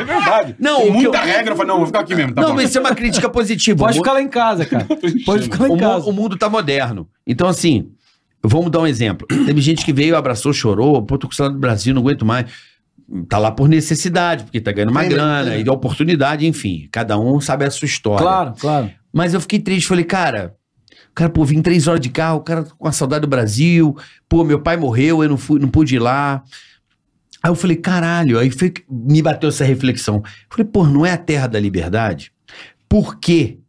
Speaker 7: é verdade.
Speaker 4: Não,
Speaker 7: Tem
Speaker 4: o que
Speaker 7: muita
Speaker 4: eu-
Speaker 7: regra. Eu falei, não, vou ficar aqui mesmo, tá
Speaker 4: não,
Speaker 7: bom.
Speaker 4: mas isso é uma crítica positiva.
Speaker 5: Pode
Speaker 4: O mu-
Speaker 5: ficar lá em
Speaker 4: (laughs)
Speaker 5: casa, cara. Pode ficar lá
Speaker 4: o,
Speaker 5: em
Speaker 4: mu-
Speaker 5: casa.
Speaker 4: o mundo tá moderno. Então, assim, vamos dar um exemplo. (clears throat) Teve gente que veio, abraçou, chorou, pô, tô com salário do Brasil, não aguento mais. Tá lá por necessidade, porque tá ganhando uma
Speaker 8: Tem,
Speaker 4: grana,
Speaker 8: tem.
Speaker 4: e oportunidade, enfim. Cada um sabe a sua história.
Speaker 5: é. Claro, claro.
Speaker 4: Mas eu fiquei triste, falei, cara, o cara, pô, vim três horas de carro, o cara tá com a saudade do Brasil, pô, meu pai morreu, eu não fui, não pude ir lá. Aí eu falei, caralho, aí foi que me bateu essa reflexão. Eu falei, pô, não é a terra da liberdade? Por quê?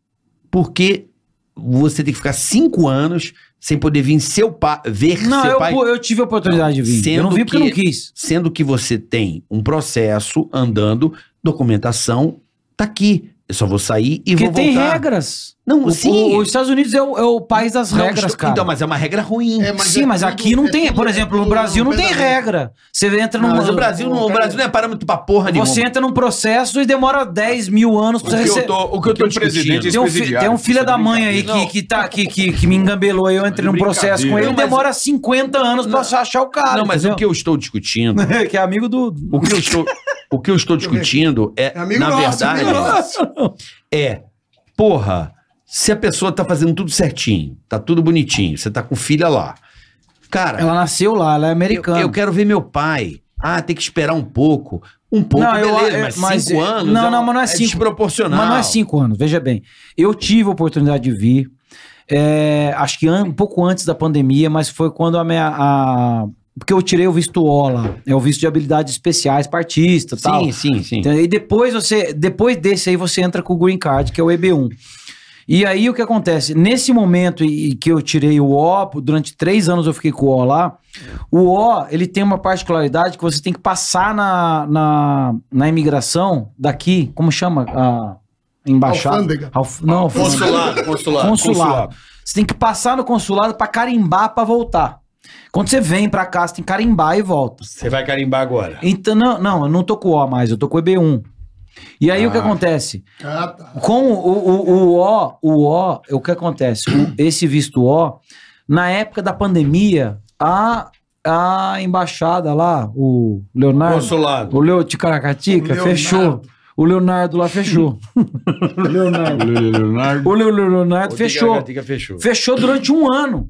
Speaker 4: Por que você tem que ficar cinco anos sem poder vir seu pa ver
Speaker 5: Não,
Speaker 4: seu
Speaker 5: eu,
Speaker 4: pai?
Speaker 5: pô, eu tive a oportunidade de vir. Eu não
Speaker 4: Sendo
Speaker 5: vi porque eu
Speaker 4: que-
Speaker 5: não quis.
Speaker 4: Sendo que você tem um processo andando, documentação tá aqui. Eu só vou sair e
Speaker 5: Porque
Speaker 4: vou
Speaker 5: tem
Speaker 4: voltar.
Speaker 5: regras.
Speaker 4: Não,
Speaker 5: O-
Speaker 4: sim.
Speaker 5: o- os Estados Unidos é o, é o país das
Speaker 4: Não,
Speaker 5: regras,
Speaker 4: estou-
Speaker 5: cara.
Speaker 4: Então, mas é uma regra ruim.
Speaker 8: É, mas
Speaker 5: Sim,
Speaker 8: é
Speaker 5: mas
Speaker 8: tudo-
Speaker 5: aqui não
Speaker 8: é
Speaker 5: tem.
Speaker 8: tudo-
Speaker 5: Por
Speaker 8: é
Speaker 5: exemplo, no
Speaker 8: tudo
Speaker 5: Brasil não tem
Speaker 8: pesadelo.
Speaker 5: regra. Você entra num.
Speaker 4: Não, mas o Brasil, não, o Brasil não é parâmetro pra porra nenhuma.
Speaker 5: Você entra num processo e demora 10 mil anos pra
Speaker 4: o
Speaker 5: você
Speaker 4: que
Speaker 5: receber.
Speaker 4: eu tô, o que eu
Speaker 7: Porque
Speaker 4: tô
Speaker 7: o presidente-
Speaker 4: discutindo.
Speaker 5: Tem um, fi-
Speaker 7: Presidiário,
Speaker 5: tem um filho
Speaker 7: isso é
Speaker 5: da mãe aí que,
Speaker 4: brincadeira.
Speaker 5: que, tá, que, que, que me engambelou aí, eu entrei num processo com ele,
Speaker 4: Não, mas-
Speaker 5: demora 50 anos pra você achar o cara.
Speaker 4: Não, mas é o que eu estou discutindo,
Speaker 5: eu... (laughs) que é amigo do.
Speaker 4: o que eu estou, o que eu estou discutindo é,
Speaker 8: É amigo
Speaker 4: na
Speaker 8: nosso,
Speaker 4: verdade,
Speaker 8: amigo nosso.
Speaker 4: é, porra, se a pessoa tá fazendo tudo certinho, tá tudo bonitinho, você tá com filha lá. Cara,
Speaker 5: (laughs) Ela nasceu lá, ela é
Speaker 4: eu,
Speaker 5: americana.
Speaker 4: eu quero ver meu pai. Ah, tem que esperar um pouco. Um pouco,
Speaker 5: Não, eu-
Speaker 4: beleza,
Speaker 5: é,
Speaker 4: mas,
Speaker 5: mas
Speaker 4: cinco
Speaker 5: é-
Speaker 4: anos. um
Speaker 5: não, não, mas não é cinco.
Speaker 4: desproporcional.
Speaker 5: Mas não é cinco anos, veja bem. Eu tive a oportunidade de vir, é, acho que an- um pouco antes da pandemia, mas foi quando a minha. a- porque eu tirei o visto O lá, é o visto de habilidades especiais para artista e tal.
Speaker 4: Sim, sim, sim.
Speaker 5: Então, E depois você, depois desse aí você entra com o Green Card, que é o EB1. E aí o que acontece? Nesse momento em que eu tirei o O, durante três anos eu fiquei com o O lá, o O ele tem uma particularidade que você tem que passar na, na, na imigração daqui, como chama? A embaixada?
Speaker 8: Alfândega.
Speaker 5: Alf- não, alfândega.
Speaker 4: Consulado, consulado.
Speaker 5: Consulado. Você tem que passar no consulado pra carimbar pra voltar. Quando você vem pra cá, você tem que carimbar e volta.
Speaker 4: Você vai carimbar agora.
Speaker 5: Então, não, não, eu não tô com o O mais, eu tô com o EB1. E aí o que acontece?
Speaker 8: Ah, tá.
Speaker 5: Com o, o, o O, o O, o que acontece? O- esse visto O, na época da pandemia, a, a embaixada lá, o Leonardo.
Speaker 4: Consulado.
Speaker 5: O Leo Ticaracatica
Speaker 8: O Leonardo.
Speaker 5: fechou. O Leonardo lá
Speaker 8: (laughs)
Speaker 5: fechou.
Speaker 12: Leonardo. Leonardo.
Speaker 5: o Leo- Leo- Leonardo fechou.
Speaker 4: fechou.
Speaker 5: Fechou durante um ano.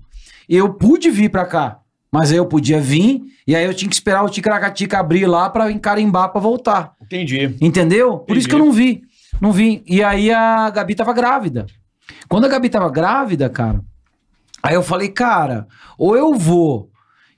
Speaker 5: Eu pude vir pra cá, mas aí eu podia vir, e aí eu tinha que esperar o Ticaracatica abrir lá pra encarimbar pra voltar.
Speaker 4: Entendi.
Speaker 5: Entendeu? Por isso que eu não vi. Não vi. E aí a Gabi tava grávida. Quando a Gabi tava grávida, cara, aí eu falei, cara, ou eu vou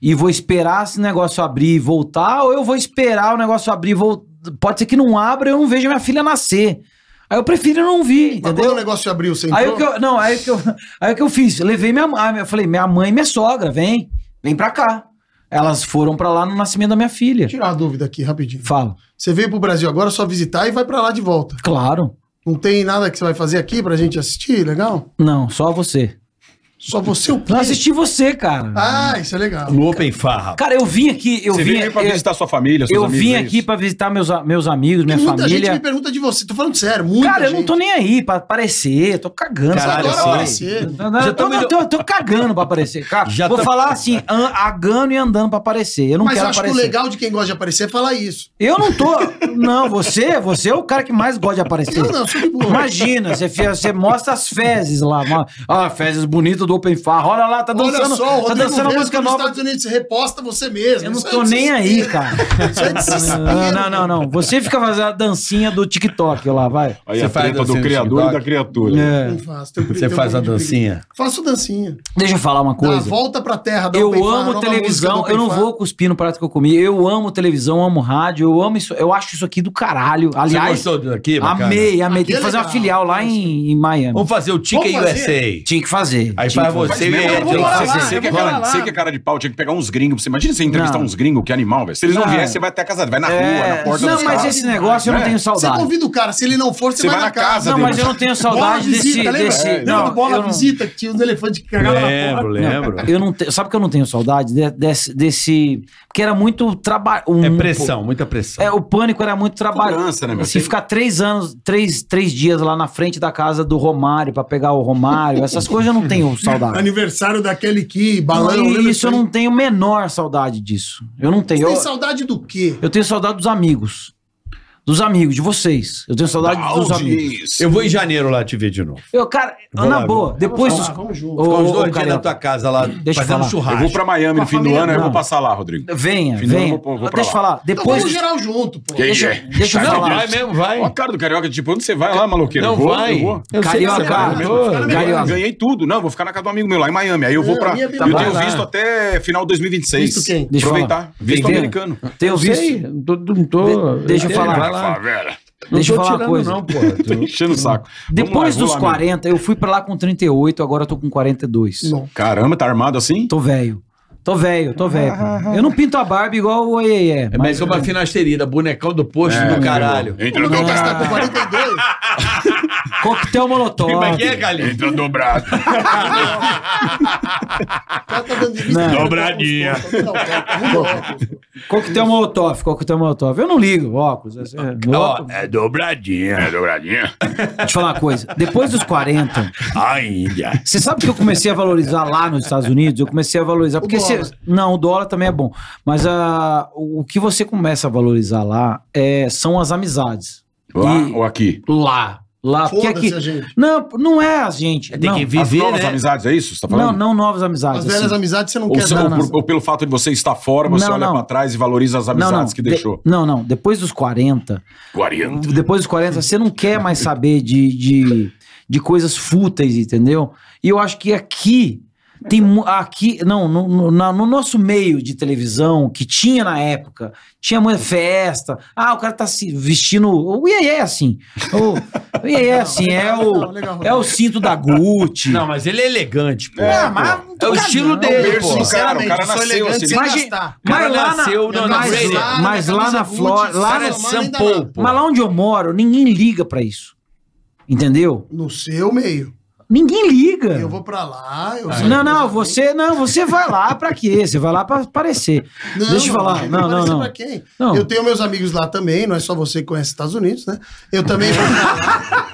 Speaker 5: e vou esperar esse negócio abrir e voltar, ou eu vou esperar o negócio abrir e voltar. Pode ser que não abra e eu não veja minha filha nascer. Aí eu prefiro não vir,
Speaker 8: Mas quando o
Speaker 5: entendeu?
Speaker 8: negócio abriu, você
Speaker 5: Aí
Speaker 8: entrou?
Speaker 5: o que eu, não, aí o que eu, (laughs) aí o que eu fiz? Levei minha mãe, eu falei, minha mãe e minha sogra, vem, vem pra cá. Elas foram pra lá no nascimento da minha filha.
Speaker 8: Tirar uma dúvida aqui, rapidinho.
Speaker 5: Fala.
Speaker 8: Você veio pro Brasil agora é só visitar e vai pra lá de volta.
Speaker 5: Claro.
Speaker 8: Não tem nada que você vai fazer aqui pra gente assistir, legal?
Speaker 5: Não, só você.
Speaker 8: Só você o quê?
Speaker 5: Não assisti você, cara.
Speaker 8: Ah, isso é legal.
Speaker 4: No Open Farra.
Speaker 5: Cara, eu vim aqui, eu
Speaker 7: Você
Speaker 5: vim,
Speaker 7: veio aqui pra
Speaker 5: eu,
Speaker 7: visitar sua família, seus
Speaker 5: eu
Speaker 7: amigos,
Speaker 5: vim
Speaker 7: é
Speaker 5: aqui
Speaker 7: isso?
Speaker 5: pra visitar meus, a- meus amigos, minha
Speaker 8: Tem muita gente
Speaker 5: família.
Speaker 8: me pergunta de você. Tô falando sério, muita
Speaker 5: Cara, eu não
Speaker 8: gente.
Speaker 5: tô nem aí pra aparecer, tô cagando.
Speaker 4: Caralho,
Speaker 5: sabe?
Speaker 4: eu
Speaker 7: assim,
Speaker 4: sei.
Speaker 8: aparecer.
Speaker 5: Eu tô-
Speaker 4: Já
Speaker 5: eu tô,
Speaker 4: também
Speaker 5: eu tô- eu tô cagando pra aparecer. Cara,
Speaker 4: Já
Speaker 5: vou
Speaker 4: tam-
Speaker 5: falar assim, an- agando e andando pra aparecer. Eu não
Speaker 8: Mas
Speaker 5: quero
Speaker 8: acho
Speaker 5: aparecer.
Speaker 8: que o legal de quem gosta de aparecer é falar isso.
Speaker 5: Eu não tô. Não, você, você é o cara que mais gosta de aparecer.
Speaker 8: Não, não, eu sou de boa.
Speaker 5: Imagina, você, fi- você mostra as fezes lá. mo- Ah, fezes bonitas do Open Far. Olha lá, tá dançando.
Speaker 8: Olha só, o
Speaker 5: tá
Speaker 8: Rodrigo
Speaker 5: dançando a
Speaker 8: Veiga
Speaker 5: música
Speaker 8: nos
Speaker 5: nova.
Speaker 8: Estados Unidos, você reposta você mesmo.
Speaker 5: Eu não
Speaker 8: Isso é
Speaker 5: tô nem
Speaker 8: desespero.
Speaker 5: aí, cara.
Speaker 8: Isso é desespero.
Speaker 5: Não, não, não, não. Você fica fazendo a dancinha do TikTok lá, vai.
Speaker 7: Aí
Speaker 4: Você
Speaker 7: a
Speaker 4: faz
Speaker 7: treta
Speaker 4: dancinha
Speaker 7: do
Speaker 4: no
Speaker 7: criador e
Speaker 4: TikTok?
Speaker 7: da criatura.
Speaker 5: É.
Speaker 8: Não faço. tenho
Speaker 4: Você
Speaker 8: preguiça,
Speaker 4: faz a
Speaker 8: tenho preguiça.
Speaker 4: dancinha?
Speaker 8: Faço dancinha.
Speaker 5: Deixa eu falar uma
Speaker 8: Dá a
Speaker 5: coisa.
Speaker 8: volta pra terra. dá
Speaker 5: Eu
Speaker 8: open fire,
Speaker 5: amo
Speaker 8: nova
Speaker 5: televisão,
Speaker 8: música do
Speaker 5: eu não
Speaker 8: open
Speaker 5: vou cuspir no prato que eu comi. Eu amo televisão, amo rádio, eu amo isso. Eu acho isso aqui do caralho. Aliás,
Speaker 4: Você gostou daqui, bacana?
Speaker 5: amei, amei.
Speaker 8: Aqui
Speaker 5: Tem
Speaker 8: é
Speaker 5: que fazer uma
Speaker 8: legal.
Speaker 5: filial lá em, em Miami.
Speaker 4: Vamos fazer o Ticket
Speaker 8: Vamos fazer?
Speaker 4: USA.
Speaker 5: Tinha que fazer.
Speaker 4: Aí
Speaker 5: tinha
Speaker 4: faz
Speaker 5: que fazer.
Speaker 4: você
Speaker 7: mesmo,
Speaker 4: e
Speaker 7: eu vou
Speaker 4: tem que
Speaker 7: morar
Speaker 4: fazer.
Speaker 7: lá, Você que, é cara, você que é cara de pau, tinha que pegar uns gringos. pra Você imagina você entrevistar
Speaker 5: Não.
Speaker 7: uns gringos, que animal, velho. Se eles não,
Speaker 5: Não.
Speaker 7: vierem, você vai até a casa, vai na rua,
Speaker 5: É,
Speaker 7: na porta
Speaker 5: Não,
Speaker 7: dos
Speaker 5: mas
Speaker 7: caras.
Speaker 5: esse negócio eu não
Speaker 7: É.
Speaker 5: tenho
Speaker 8: Você
Speaker 5: saudade.
Speaker 8: convida o cara, se ele não for, você, vai, na casa.
Speaker 5: Não,
Speaker 7: dele.
Speaker 5: mas eu não tenho saudade desse.
Speaker 8: tá
Speaker 5: desse-
Speaker 8: lembra? Lembra do
Speaker 5: Não, É.
Speaker 8: É, bola
Speaker 5: eu não-
Speaker 8: visita que tinha os elefantes que cagavam na porta?
Speaker 4: Lembro, lembro.
Speaker 5: Eu não te- sabe que eu não tenho saudade de- desse, desse. Porque era muito trabalho.
Speaker 4: É pressão, muita pressão.
Speaker 5: É, o pânico era muito trabalho.
Speaker 7: Cobrança, né, meu?
Speaker 5: Se ficar três anos, três, três dias lá na frente da casa do Romário pra pegar o Romário, essas coisas eu não tenho saudade.
Speaker 8: Aniversário da Kelly Key, balão.
Speaker 5: Não,
Speaker 8: lembra
Speaker 5: isso eu não tenho a menor saudade disso. Eu não
Speaker 8: Você
Speaker 5: tenho.
Speaker 8: tem
Speaker 5: Eu,
Speaker 8: saudade do quê?
Speaker 5: eu tenho saudade dos amigos. Dos amigos, de vocês. Eu tenho saudade dos amigos.
Speaker 7: Audiência.
Speaker 4: Eu vou em janeiro lá te ver de novo.
Speaker 5: Eu, cara,
Speaker 4: Vou
Speaker 5: na
Speaker 4: lá,
Speaker 5: boa, depois. dos-
Speaker 8: Vamos lá, vamos junto.
Speaker 5: Ô,
Speaker 4: Ficar uns
Speaker 5: ô,
Speaker 4: dois dias
Speaker 5: Carioca.
Speaker 4: na tua casa lá,
Speaker 5: Deixa eu
Speaker 4: fazendo
Speaker 5: falar.
Speaker 7: Eu
Speaker 4: churrasco.
Speaker 7: vou pra Miami no fim do
Speaker 8: família,
Speaker 7: ano, eu
Speaker 5: não.
Speaker 7: vou passar lá, Rodrigo.
Speaker 5: Venha,
Speaker 7: Final,
Speaker 5: venha. Ah,
Speaker 7: eu vou- eu vou pra
Speaker 5: deixa eu
Speaker 7: lá.
Speaker 5: falar.
Speaker 8: Então
Speaker 5: Depois.
Speaker 8: vamos geral junto, pô.
Speaker 7: Quem
Speaker 5: Deixa,
Speaker 7: é?
Speaker 5: deixa eu
Speaker 7: Não,
Speaker 5: falar.
Speaker 7: vai
Speaker 4: mesmo, vai.
Speaker 7: Ó a cara do carioca, tipo, onde você vai lá, maloqueiro?
Speaker 4: Não
Speaker 7: Eu vou,
Speaker 4: vai.
Speaker 7: Eu vou.
Speaker 13: Eu sei que você
Speaker 5: Carioca.
Speaker 13: vai.
Speaker 7: Eu
Speaker 5: Carioca.
Speaker 7: ganhei tudo. Não, vou ficar na casa do amigo meu lá em Miami. Aí eu vou
Speaker 8: Não,
Speaker 7: pra.
Speaker 8: minha
Speaker 7: Eu
Speaker 8: vida
Speaker 7: tenho
Speaker 5: vai lá.
Speaker 7: visto até final de 2026.
Speaker 8: Visto quem?
Speaker 5: Deixa eu
Speaker 7: Aproveitar.
Speaker 5: falar.
Speaker 7: Visto
Speaker 5: Entendeu?
Speaker 7: americano.
Speaker 5: Tenho visto.
Speaker 13: Sei, tô- não tô.
Speaker 5: De- deixa eu falar.
Speaker 4: Vai lá.
Speaker 7: Favela.
Speaker 4: Não
Speaker 5: Deixa eu
Speaker 4: tô
Speaker 5: falar uma
Speaker 4: tirando,
Speaker 5: coisa.
Speaker 4: Não, porra.
Speaker 7: Tô (laughs) enchendo o saco.
Speaker 5: Depois
Speaker 7: Vamos
Speaker 5: dos
Speaker 7: lá, vou lá mesmo.
Speaker 5: 40, eu fui pra lá com 38, agora eu tô com 42.
Speaker 8: Não.
Speaker 7: Caramba, tá armado assim?
Speaker 5: Tô velho. Tô velho, tô velho. cara. Eu não pinto a barba igual o Oiê.
Speaker 4: É mais uma finasterida, bonecão do posto
Speaker 5: É,
Speaker 4: do caralho.
Speaker 7: Entra
Speaker 8: Não, mas tá
Speaker 7: dobrado.
Speaker 8: com 42.
Speaker 5: (laughs) Coquetel molotov.
Speaker 4: Como é que é, Galinho?
Speaker 7: Entra dobrado.
Speaker 8: O cara tá dando entrevista.
Speaker 5: Não.
Speaker 7: Dobradinha.
Speaker 8: Não, cara, tá muito óbvio.
Speaker 5: Coquetel molotov, coquetel molotov. Eu não ligo, óculos. esse é-
Speaker 4: Ó,
Speaker 7: É dobradinha. É dobradinha.
Speaker 5: Deixa eu te falar uma coisa. Depois dos 40,
Speaker 7: Ainda.
Speaker 5: você sabe que eu comecei a valorizar lá nos Estados Unidos? Eu comecei a valorizar. Porque
Speaker 8: dólar.
Speaker 5: você- Não, o dólar também é bom. Mas ah, o que você começa a valorizar lá é- são as amizades.
Speaker 7: Lá
Speaker 5: E-
Speaker 7: ou aqui?
Speaker 5: Lá. Lá. Ah, Porque
Speaker 8: Foda-se
Speaker 5: aqui.
Speaker 8: a gente.
Speaker 5: Não, não é a gente.
Speaker 4: tem
Speaker 5: não.
Speaker 4: que
Speaker 7: As
Speaker 4: viver,
Speaker 7: novas
Speaker 4: né?
Speaker 7: amizades, é isso? que Você tá
Speaker 5: Não,
Speaker 7: falando?
Speaker 5: não novas amizades.
Speaker 8: As velhas
Speaker 5: assim.
Speaker 8: amizades você não
Speaker 7: Ou,
Speaker 8: quer
Speaker 7: se-
Speaker 8: dar,
Speaker 7: ou
Speaker 8: não.
Speaker 7: por- ou pelo fato de você estar fora, você
Speaker 5: Não,
Speaker 7: olha
Speaker 5: não.
Speaker 7: pra trás e valoriza as amizades que
Speaker 5: De-
Speaker 7: deixou.
Speaker 5: não, não. Depois dos 40,
Speaker 7: 40.
Speaker 5: depois dos 40, você não quer mais saber de, de, de coisas fúteis, entendeu? E eu acho que aqui tem mu- aqui não no, no- na- no nosso meio de televisão que tinha na época tinha muita festa ah o cara tá se vestindo o iê é assim o, o iê é assim é
Speaker 8: Legal,
Speaker 5: o
Speaker 8: legal.
Speaker 5: é o cinto da Gucci
Speaker 4: Não, mas ele é elegante, pô.
Speaker 7: É,
Speaker 4: É o estilo dele,
Speaker 7: berço
Speaker 4: pô.
Speaker 7: do cara, o cara
Speaker 8: sou
Speaker 7: nasceu
Speaker 8: elegante
Speaker 7: assim.
Speaker 8: sem
Speaker 5: Imagina-
Speaker 8: gastar.
Speaker 4: O cara nasceu na-
Speaker 8: na
Speaker 5: mas,
Speaker 8: Brady.
Speaker 5: lá, mas lá na
Speaker 8: Camisa
Speaker 5: Flórida,
Speaker 8: Gucci,
Speaker 5: lá
Speaker 4: cara
Speaker 8: Cara,
Speaker 4: é
Speaker 5: no-
Speaker 8: mano, ainda
Speaker 4: Sampo,
Speaker 8: não.
Speaker 4: pô.
Speaker 5: mas lá onde eu moro, ninguém liga pra isso. Entendeu?
Speaker 8: No seu meio.
Speaker 5: Ninguém liga.
Speaker 8: Eu vou pra lá, eu saio
Speaker 5: Ah, Não,
Speaker 8: com
Speaker 5: não,
Speaker 8: meus
Speaker 5: você não, você vai lá pra quê? Você vai lá pra aparecer.
Speaker 8: Não,
Speaker 5: Deixa eu
Speaker 8: não, é,
Speaker 5: falar.
Speaker 8: gente,
Speaker 5: Não, não,
Speaker 8: aparecer
Speaker 5: não.
Speaker 8: pra quem?
Speaker 5: Não.
Speaker 8: Eu tenho meus amigos lá também, não é só você que conhece os Estados Unidos, né? Eu
Speaker 5: (laughs)
Speaker 8: também vou pra lá.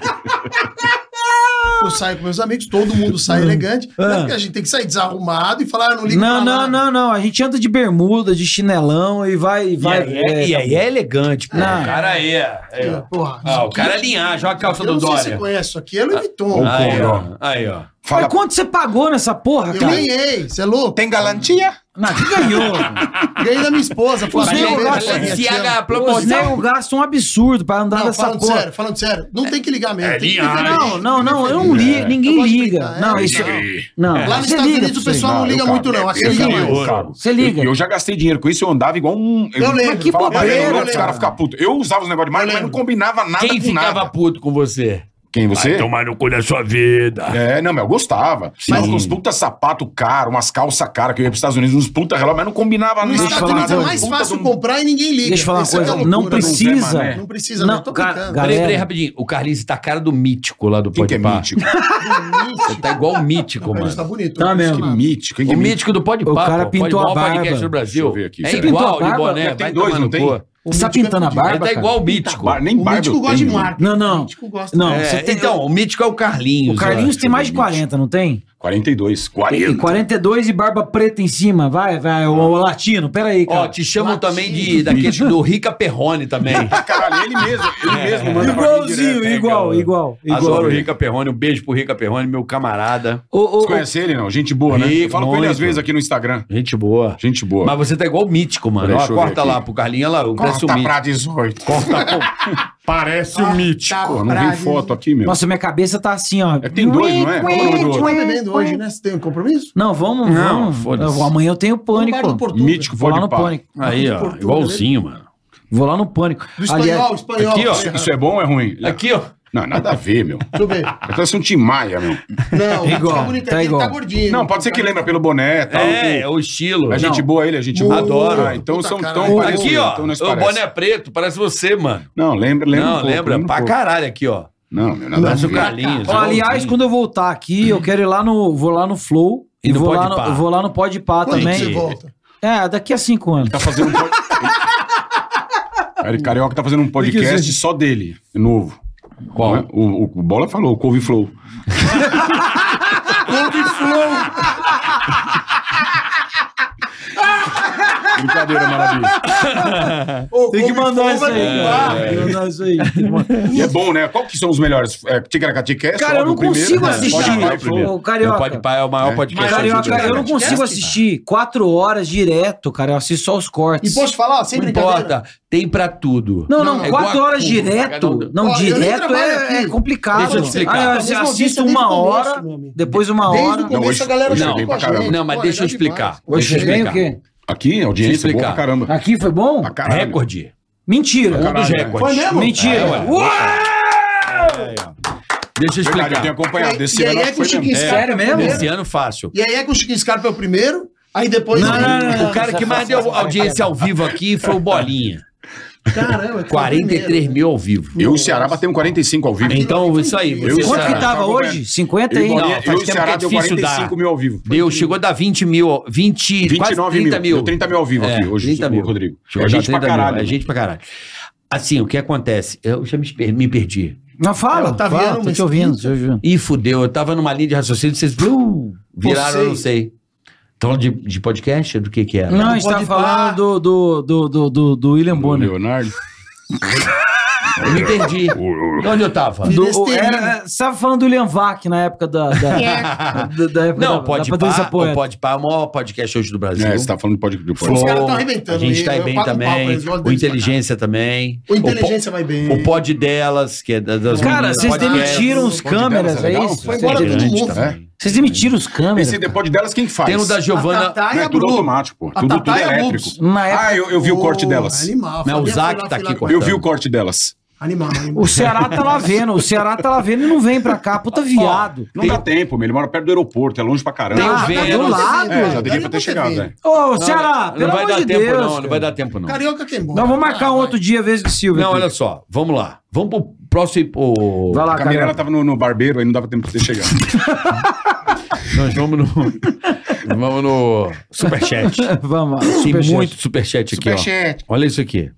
Speaker 8: Eu saio com meus amigos, todo mundo sai elegante. Não, porque a gente tem que sair desarrumado e falar, ah, eu não ligo
Speaker 5: Hum. É. Não,
Speaker 8: pra
Speaker 5: não,
Speaker 8: nada.
Speaker 5: não, não. A gente anda de bermuda, de chinelão e vai. E
Speaker 4: E
Speaker 5: vai
Speaker 4: aí, é,
Speaker 5: é,
Speaker 4: e aí é elegante, pô.
Speaker 5: Não.
Speaker 4: O cara aí é. aí, ó.
Speaker 8: Porra,
Speaker 4: Ah, o cara é linhagem, olha a calça
Speaker 8: eu
Speaker 4: do
Speaker 8: não sei se você
Speaker 4: Dória. Ah,
Speaker 8: conhece isso aqui, é Louis Vuitton.
Speaker 4: Aí, ó. Aí, ó.
Speaker 5: Mas
Speaker 7: Fala,
Speaker 5: quanto você pagou nessa porra,
Speaker 8: Eu
Speaker 5: cara?
Speaker 8: ganhei, você é louco?
Speaker 7: tem galantia?
Speaker 5: Não, que ganhou?
Speaker 8: (laughs) Ganhei da minha esposa, pô,
Speaker 5: Os
Speaker 8: minha
Speaker 5: negros
Speaker 8: vez, minha
Speaker 4: Se
Speaker 8: tia.
Speaker 4: a
Speaker 5: Os
Speaker 4: promoção.
Speaker 5: negros gastam um absurdo pra andar
Speaker 8: Não,
Speaker 5: nessa
Speaker 8: falando
Speaker 5: porra.
Speaker 8: sério, falando sério, não tem que ligar mesmo. tem que viver
Speaker 5: Não,
Speaker 8: bem,
Speaker 5: não,
Speaker 8: tem que
Speaker 5: não,
Speaker 8: viver
Speaker 5: eu não
Speaker 8: bem.
Speaker 5: ligo, ninguém
Speaker 8: Eu gosto de
Speaker 5: liga.
Speaker 8: brincar, é,
Speaker 5: Não,
Speaker 8: eu
Speaker 5: isso.
Speaker 8: gosto.
Speaker 5: Não,
Speaker 8: Lá nos
Speaker 5: você
Speaker 8: Estados
Speaker 5: liga
Speaker 8: Unidos o
Speaker 5: pra você.
Speaker 8: pessoal não liga muito, não. Aqui liga mais.
Speaker 7: Cago.
Speaker 5: Você liga.
Speaker 7: Eu, eu já gastei dinheiro com isso, eu andava igual um.
Speaker 8: Eu lembro,
Speaker 7: Mas
Speaker 5: que
Speaker 7: fala,
Speaker 5: bobeira,
Speaker 7: mas eu lembro dos
Speaker 8: cara.
Speaker 7: caras ficar puto. Eu usava os negócios de marca, mas não combinava nada
Speaker 4: Quem
Speaker 7: com
Speaker 4: ficava
Speaker 7: nada.
Speaker 4: puto com você?
Speaker 7: Quem você?
Speaker 14: Tomar no cu da sua vida.
Speaker 7: É, não, mas eu gostava. Mas uns puta sapato caro, umas calça cara que eu ia pros Estados Unidos, uns puta relógio, mas não combinava
Speaker 8: Nos
Speaker 7: nada.
Speaker 5: Deixa eu
Speaker 8: Estados
Speaker 5: falar
Speaker 8: Unidos
Speaker 5: uma
Speaker 8: é
Speaker 5: coisa.
Speaker 8: mais
Speaker 7: Puta
Speaker 8: fácil
Speaker 7: de um-
Speaker 8: comprar e ninguém liga.
Speaker 5: Deixa eu falar uma
Speaker 8: Essa é a
Speaker 5: coisa,
Speaker 8: loucura,
Speaker 5: não precisa.
Speaker 7: Mané.
Speaker 8: Não precisa,
Speaker 5: Não,
Speaker 8: não. Tô
Speaker 5: ga-
Speaker 8: brincando.
Speaker 5: ga-
Speaker 4: Peraí,
Speaker 5: Galera.
Speaker 4: peraí, rapidinho. O Carlinhos tá a cara do mítico lá do
Speaker 7: Quem que é
Speaker 4: Podpah.
Speaker 7: mítico?
Speaker 8: Bonito.
Speaker 4: Tá igual o mítico,
Speaker 8: (laughs) Não,
Speaker 4: mano.
Speaker 8: mas tá bonito.
Speaker 5: Tá mesmo.
Speaker 7: Que mítico. Quem que é
Speaker 4: O
Speaker 7: mítico?
Speaker 4: mítico do Podpah.
Speaker 5: O cara
Speaker 4: pô.
Speaker 5: pintou
Speaker 4: Podpah é o
Speaker 5: a barba.
Speaker 4: podcast do Brasil.
Speaker 7: Deixa eu ver aqui,
Speaker 4: É
Speaker 7: será?
Speaker 4: igual
Speaker 5: Pintou a
Speaker 4: de
Speaker 5: barba?
Speaker 4: boné.
Speaker 7: Mas tem
Speaker 4: vai
Speaker 7: dois,
Speaker 4: tomar
Speaker 7: não
Speaker 4: no
Speaker 7: tem?
Speaker 4: cu.
Speaker 5: Você tá pintando a
Speaker 4: Ele
Speaker 5: barba,
Speaker 4: tá
Speaker 5: cara?
Speaker 4: igual o mítico.
Speaker 7: Bar- nem
Speaker 8: O
Speaker 7: barba
Speaker 8: mítico
Speaker 7: eu
Speaker 8: gosta de
Speaker 7: tenho, mano.
Speaker 8: marca.
Speaker 5: Não, não.
Speaker 8: O mítico gosta.
Speaker 5: Não,
Speaker 4: É,
Speaker 5: você tem...
Speaker 4: então, o mítico é o Carlinhos.
Speaker 5: o Carlinhos
Speaker 4: eu é
Speaker 5: tem mais de 40, não tem?
Speaker 7: 42,
Speaker 5: E
Speaker 7: 40.
Speaker 5: 42 e barba preta em cima. Vai, vai, o, o latino. Pera aí,
Speaker 4: acho. Ó,
Speaker 5: cara.
Speaker 4: te chamam
Speaker 8: Latinho.
Speaker 4: também de, daquele, do Rica Perrone também.
Speaker 7: Caralho, ele mesmo, ele mesmo manda pra mim
Speaker 5: Igualzinho,
Speaker 7: direto, é,
Speaker 5: igual,
Speaker 7: cara.
Speaker 5: igual, igual.
Speaker 4: Adoro o Rica Perrone. Um beijo pro Rica Perrone, meu camarada.
Speaker 5: Ô, ô,
Speaker 7: Vocês
Speaker 5: ô,
Speaker 7: conhecem ele, não? Gente boa, né?
Speaker 4: Rico,
Speaker 7: Eu falo com ele às
Speaker 4: muito.
Speaker 7: vezes aqui no Instagram.
Speaker 4: Gente boa.
Speaker 7: Gente boa.
Speaker 4: Mas você tá igual o mítico, mano.
Speaker 7: Deixa
Speaker 4: Ó,
Speaker 7: eu ver
Speaker 4: corta
Speaker 7: aqui.
Speaker 4: lá pro Carlinhos, olha lá, parece o
Speaker 7: Corta
Speaker 4: mítico.
Speaker 7: pra 18. (laughs)
Speaker 15: Parece o mítico.
Speaker 7: Pô, não vi foto aqui, meu.
Speaker 5: Nossa, minha cabeça tá assim, ó.
Speaker 7: É, tem dois, não é? Qual é o nome do
Speaker 8: Você
Speaker 7: outro?
Speaker 8: tá bebendo hoje, né? Você tem um compromisso?
Speaker 5: Não, vamos,
Speaker 4: Não,
Speaker 5: vamos.
Speaker 4: foda-se.
Speaker 5: Eu- Amanhã eu tenho
Speaker 8: No bar do
Speaker 5: pânico.
Speaker 8: Portuga.
Speaker 7: Mítico,
Speaker 5: Vou lá
Speaker 7: pode
Speaker 5: no
Speaker 7: pá.
Speaker 5: pânico.
Speaker 4: Aí, ó,
Speaker 8: Portugal,
Speaker 4: igualzinho, mano.
Speaker 5: Vou lá no pânico.
Speaker 8: Do espanhol,
Speaker 5: Aliás,
Speaker 8: espanhol.
Speaker 4: aqui, ó,
Speaker 8: Deixa
Speaker 7: Isso é bom ou é ruim?
Speaker 4: Aqui, ó.
Speaker 7: Não, nada a ver, meu.
Speaker 8: eu ver.
Speaker 7: Parece um Tim Maia, meu.
Speaker 8: Não, o
Speaker 5: igual,
Speaker 8: tá bonito
Speaker 5: tá
Speaker 8: aqui, ele
Speaker 5: igual.
Speaker 8: tá gordinho.
Speaker 7: Não, pode ser que lembra pelo boné e tal.
Speaker 4: É, é o estilo.
Speaker 7: É gente
Speaker 4: Não.
Speaker 7: boa ele, é gente
Speaker 8: Muito.
Speaker 7: boa.
Speaker 4: Adoro.
Speaker 7: Ah, então
Speaker 8: Puta
Speaker 7: são
Speaker 8: cara.
Speaker 7: tão parecidos,
Speaker 4: Aqui, ó.
Speaker 7: então nós
Speaker 4: o
Speaker 7: parece.
Speaker 4: boné preto, parece você, mano.
Speaker 7: Não, lembra, lembra. um
Speaker 4: não,
Speaker 7: pouco,
Speaker 4: lembra?
Speaker 7: um
Speaker 4: Pra
Speaker 7: pouco.
Speaker 4: caralho aqui, ó.
Speaker 7: Não, meu, nada a
Speaker 4: Parece o
Speaker 7: ver.
Speaker 4: Carlinhos.
Speaker 5: Ó, aliás,
Speaker 4: igualzinho.
Speaker 5: quando eu voltar aqui, eu quero ir lá no. Vou lá no Flow.
Speaker 4: E
Speaker 5: E,
Speaker 4: no
Speaker 5: vou, lá
Speaker 4: Podpah.
Speaker 5: no, vou lá no Podpah
Speaker 8: Quando que
Speaker 5: também.
Speaker 8: você volta?
Speaker 5: É, daqui a cinco anos.
Speaker 7: Tá fazendo um pod- Ele- Carioca
Speaker 4: (laughs)
Speaker 7: tá fazendo um podcast só dele, novo. Não é? O, o, o Bola falou, o
Speaker 4: (laughs)
Speaker 7: Couve Flow.
Speaker 8: Couve flow.
Speaker 7: Brincadeira, maravilha.
Speaker 8: Ô,
Speaker 5: Tem que
Speaker 8: couve
Speaker 5: mandar
Speaker 8: flow
Speaker 5: isso
Speaker 8: vai
Speaker 5: aí.
Speaker 8: bombar.
Speaker 5: cara. Tem que mandar isso aí.
Speaker 7: E é bom, né? Qual que são os melhores? É, Ticaracatecast,
Speaker 5: Cara, eu
Speaker 7: óbvio,
Speaker 5: não
Speaker 7: o primeiro,
Speaker 5: consigo
Speaker 7: né? Pode falar o
Speaker 5: assistir.
Speaker 7: primeiro.
Speaker 5: Ô,
Speaker 4: O
Speaker 5: Carioca.
Speaker 4: Podpah é o maior
Speaker 7: É.
Speaker 4: podcast.
Speaker 7: Mas,
Speaker 4: do
Speaker 5: Carioca,
Speaker 4: Brasil.
Speaker 5: eu não consigo assistir quatro horas direto, cara. Eu assisto só os
Speaker 8: E
Speaker 5: cortes.
Speaker 8: posso te falar, sem
Speaker 4: Não
Speaker 8: brincadeira?
Speaker 4: importa, tem pra tudo.
Speaker 5: Não,
Speaker 8: Não,
Speaker 5: não,
Speaker 8: é
Speaker 5: quatro
Speaker 4: igual a
Speaker 5: horas
Speaker 4: Cuba, cada um-
Speaker 5: direto. Não,
Speaker 8: Ó, eu nem
Speaker 5: direto
Speaker 8: trabalho
Speaker 5: é,
Speaker 8: aqui.
Speaker 5: é complicado.
Speaker 4: Deixa eu te explicar.
Speaker 5: Ah, você
Speaker 8: Mesmo
Speaker 5: assiste
Speaker 8: audiência desde
Speaker 5: uma
Speaker 8: o começo,
Speaker 5: hora,
Speaker 8: meu amigo.
Speaker 5: depois uma
Speaker 8: Desde o
Speaker 5: hora.
Speaker 8: começo
Speaker 7: hoje-
Speaker 8: a galera
Speaker 7: hoje
Speaker 8: chegou
Speaker 7: eu dei
Speaker 8: com a
Speaker 7: pra caramba.
Speaker 8: gente.
Speaker 4: Não, mas
Speaker 8: Pô,
Speaker 4: deixa eu
Speaker 8: legal demais.
Speaker 4: explicar.
Speaker 5: Vocês
Speaker 4: Deixa eu
Speaker 5: veem o
Speaker 4: explicar.
Speaker 5: quê?
Speaker 7: Aqui,
Speaker 4: Deixa
Speaker 7: audiência é
Speaker 4: eu
Speaker 7: boa pra
Speaker 4: explicar.
Speaker 7: caramba.
Speaker 5: Aqui foi bom?
Speaker 7: Pra caralho.
Speaker 4: Recorde.
Speaker 5: Mentira.
Speaker 4: Um dos
Speaker 7: Caralho,
Speaker 8: Foi
Speaker 4: recordes.
Speaker 8: mesmo?
Speaker 5: Mentira.
Speaker 4: É, ué. Deixa eu
Speaker 7: É Verdade, eu tenho
Speaker 4: explicar.
Speaker 7: acompanhado. Esse
Speaker 8: E aí
Speaker 7: ano
Speaker 8: é
Speaker 7: acho
Speaker 8: com o
Speaker 7: que foi
Speaker 8: Chiquinho
Speaker 7: mesmo.
Speaker 8: Scarpa.
Speaker 5: Sério mesmo?
Speaker 8: primeiro.
Speaker 4: Esse ano fácil.
Speaker 8: E aí é com o Chiquinho Scarpa é o primeiro, aí depois...
Speaker 5: Não, não, não, não.
Speaker 4: O cara que mais deu audiência ao vivo aqui foi o Bolinha.
Speaker 8: Caramba, foi o
Speaker 4: 43
Speaker 8: primeiro.
Speaker 4: mil ao vivo.
Speaker 7: Eu e o Ceará batemos 45 ao vivo.
Speaker 4: Então, isso aí.
Speaker 7: Eu
Speaker 4: Você
Speaker 7: e o
Speaker 5: Quanto
Speaker 7: Ceará.
Speaker 5: que tava
Speaker 7: Tá
Speaker 5: hoje? 50
Speaker 7: Eu e
Speaker 5: aí?
Speaker 7: o
Speaker 4: Não,
Speaker 7: Bolinha-
Speaker 4: faz
Speaker 7: eu e o
Speaker 4: tempo
Speaker 7: Ceará
Speaker 4: que é
Speaker 7: deu
Speaker 4: difícil
Speaker 7: 45
Speaker 4: dar.
Speaker 7: mil ao vivo.
Speaker 4: Deu, chegou a dar 20 mil, 20, quase
Speaker 7: 29
Speaker 4: 30 mil.
Speaker 7: Deu 30 mil ao vivo
Speaker 4: É,
Speaker 7: aqui hoje,
Speaker 4: 30
Speaker 7: o
Speaker 4: mil.
Speaker 7: Rodrigo.
Speaker 4: Chegou
Speaker 7: É
Speaker 4: a dar
Speaker 7: gente pra
Speaker 4: 30 mil,
Speaker 7: caralho.
Speaker 4: É gente pra caralho. Assim, o que acontece? Eu já me, esper- me perdi.
Speaker 5: Não, fala.
Speaker 8: Tá
Speaker 5: fala,
Speaker 8: vendo,
Speaker 5: tô
Speaker 8: mas
Speaker 5: te ouvindo. tô te ouvindo.
Speaker 4: Ih, fudeu. Eu tava numa linha de raciocínio, vocês blum, viraram, eu não sei. Então, de, de podcast? Do que que era?
Speaker 5: Não, a
Speaker 8: Não
Speaker 5: gente tá
Speaker 8: pode parar.
Speaker 5: falando do, do, do, do, do William
Speaker 7: O
Speaker 4: né?
Speaker 5: Bonner.
Speaker 7: Leonardo.
Speaker 4: Eu me perdi. Onde eu tava? (laughs)
Speaker 8: Do-
Speaker 5: Do,
Speaker 8: Finesterino.
Speaker 5: era, você tava falando do William Vac na época da. da,
Speaker 1: é
Speaker 4: (laughs)
Speaker 5: da, da época
Speaker 4: Não,
Speaker 5: da,
Speaker 4: pode
Speaker 5: da Patrícia
Speaker 4: pá,
Speaker 5: Poeta.
Speaker 4: o pode pá, é o maior podcast hoje do Brasil.
Speaker 7: É, você tá falando pode de
Speaker 8: Os
Speaker 4: Flow,
Speaker 8: caras tão arrebentando,
Speaker 4: A gente tá
Speaker 8: eu-
Speaker 4: aí
Speaker 8: eu
Speaker 4: bem
Speaker 8: pago um pau pra
Speaker 4: também.
Speaker 8: eles, eu odeio
Speaker 4: O
Speaker 8: isso pra
Speaker 4: Inteligência também.
Speaker 8: O
Speaker 4: pod-
Speaker 8: Inteligência vai bem.
Speaker 4: O pod delas, que é da- das
Speaker 5: Cara,
Speaker 4: meninas,
Speaker 5: vocês
Speaker 4: podcast.
Speaker 5: demitiram os
Speaker 7: Pode
Speaker 5: câmeras,
Speaker 7: delas, é
Speaker 5: é
Speaker 7: legal?
Speaker 5: isso?
Speaker 8: Foi
Speaker 5: Vocês
Speaker 8: embora todo
Speaker 4: Grande
Speaker 8: mundo.
Speaker 4: também.
Speaker 5: Vocês demitiram os câmeras.
Speaker 7: Esse depois delas quem faz?
Speaker 4: né? Tem o da
Speaker 8: A
Speaker 5: Tá,
Speaker 4: Giovana.
Speaker 8: Tatá e
Speaker 7: Não,
Speaker 8: a
Speaker 7: é tudo
Speaker 8: Bru.
Speaker 7: automático, pô.
Speaker 8: A
Speaker 7: Tudo, tudo
Speaker 8: Tatá e a
Speaker 7: elétrico.
Speaker 8: Bubs.
Speaker 5: Na época,
Speaker 7: Ah, eu, eu vi o corte delas.
Speaker 8: Animal.
Speaker 4: Não, o
Speaker 8: Sabia
Speaker 4: Zac
Speaker 8: falar,
Speaker 4: tá
Speaker 8: fui
Speaker 4: aqui
Speaker 8: lá
Speaker 4: com-
Speaker 7: Eu vi o corte delas.
Speaker 8: Animal, animal.
Speaker 5: o Ceará tá lá vendo, o Ceará tá lá vendo e não vem pra cá, puta viado.
Speaker 7: Não dá tempo, meu. Ele mora perto do aeroporto, é longe pra caramba.
Speaker 4: Tem o
Speaker 5: Ah, tá do
Speaker 4: Vênus.
Speaker 5: lado.
Speaker 7: É, já
Speaker 8: Dá
Speaker 7: devia
Speaker 8: nem
Speaker 7: pra
Speaker 8: pra
Speaker 7: ter chegado,
Speaker 8: ver.
Speaker 7: né?
Speaker 5: Ô, Ceará,
Speaker 4: não
Speaker 5: tá. pelo
Speaker 4: vai
Speaker 5: amor
Speaker 4: dar
Speaker 5: de
Speaker 4: tempo,
Speaker 5: Deus.
Speaker 4: não. Não vai
Speaker 5: cara.
Speaker 4: dar tempo, não.
Speaker 8: Carioca que é bom.
Speaker 5: Não, vou marcar
Speaker 8: Ah,
Speaker 5: um
Speaker 8: vai.
Speaker 5: outro dia, vez que Silvio.
Speaker 4: Não, olha só. Vamos lá. Vamos pro próximo. ô,
Speaker 5: Vai lá,
Speaker 7: A Mirella
Speaker 5: cara.
Speaker 7: tava no, no barbeiro, aí não dava tempo de ter chegado.
Speaker 4: Nós vamos
Speaker 5: (laughs)
Speaker 4: no. vamos no. Superchat.
Speaker 5: Vamos lá.
Speaker 4: tá- Tem
Speaker 5: superchat.
Speaker 4: muito superchat aqui, ó. Olha isso aqui.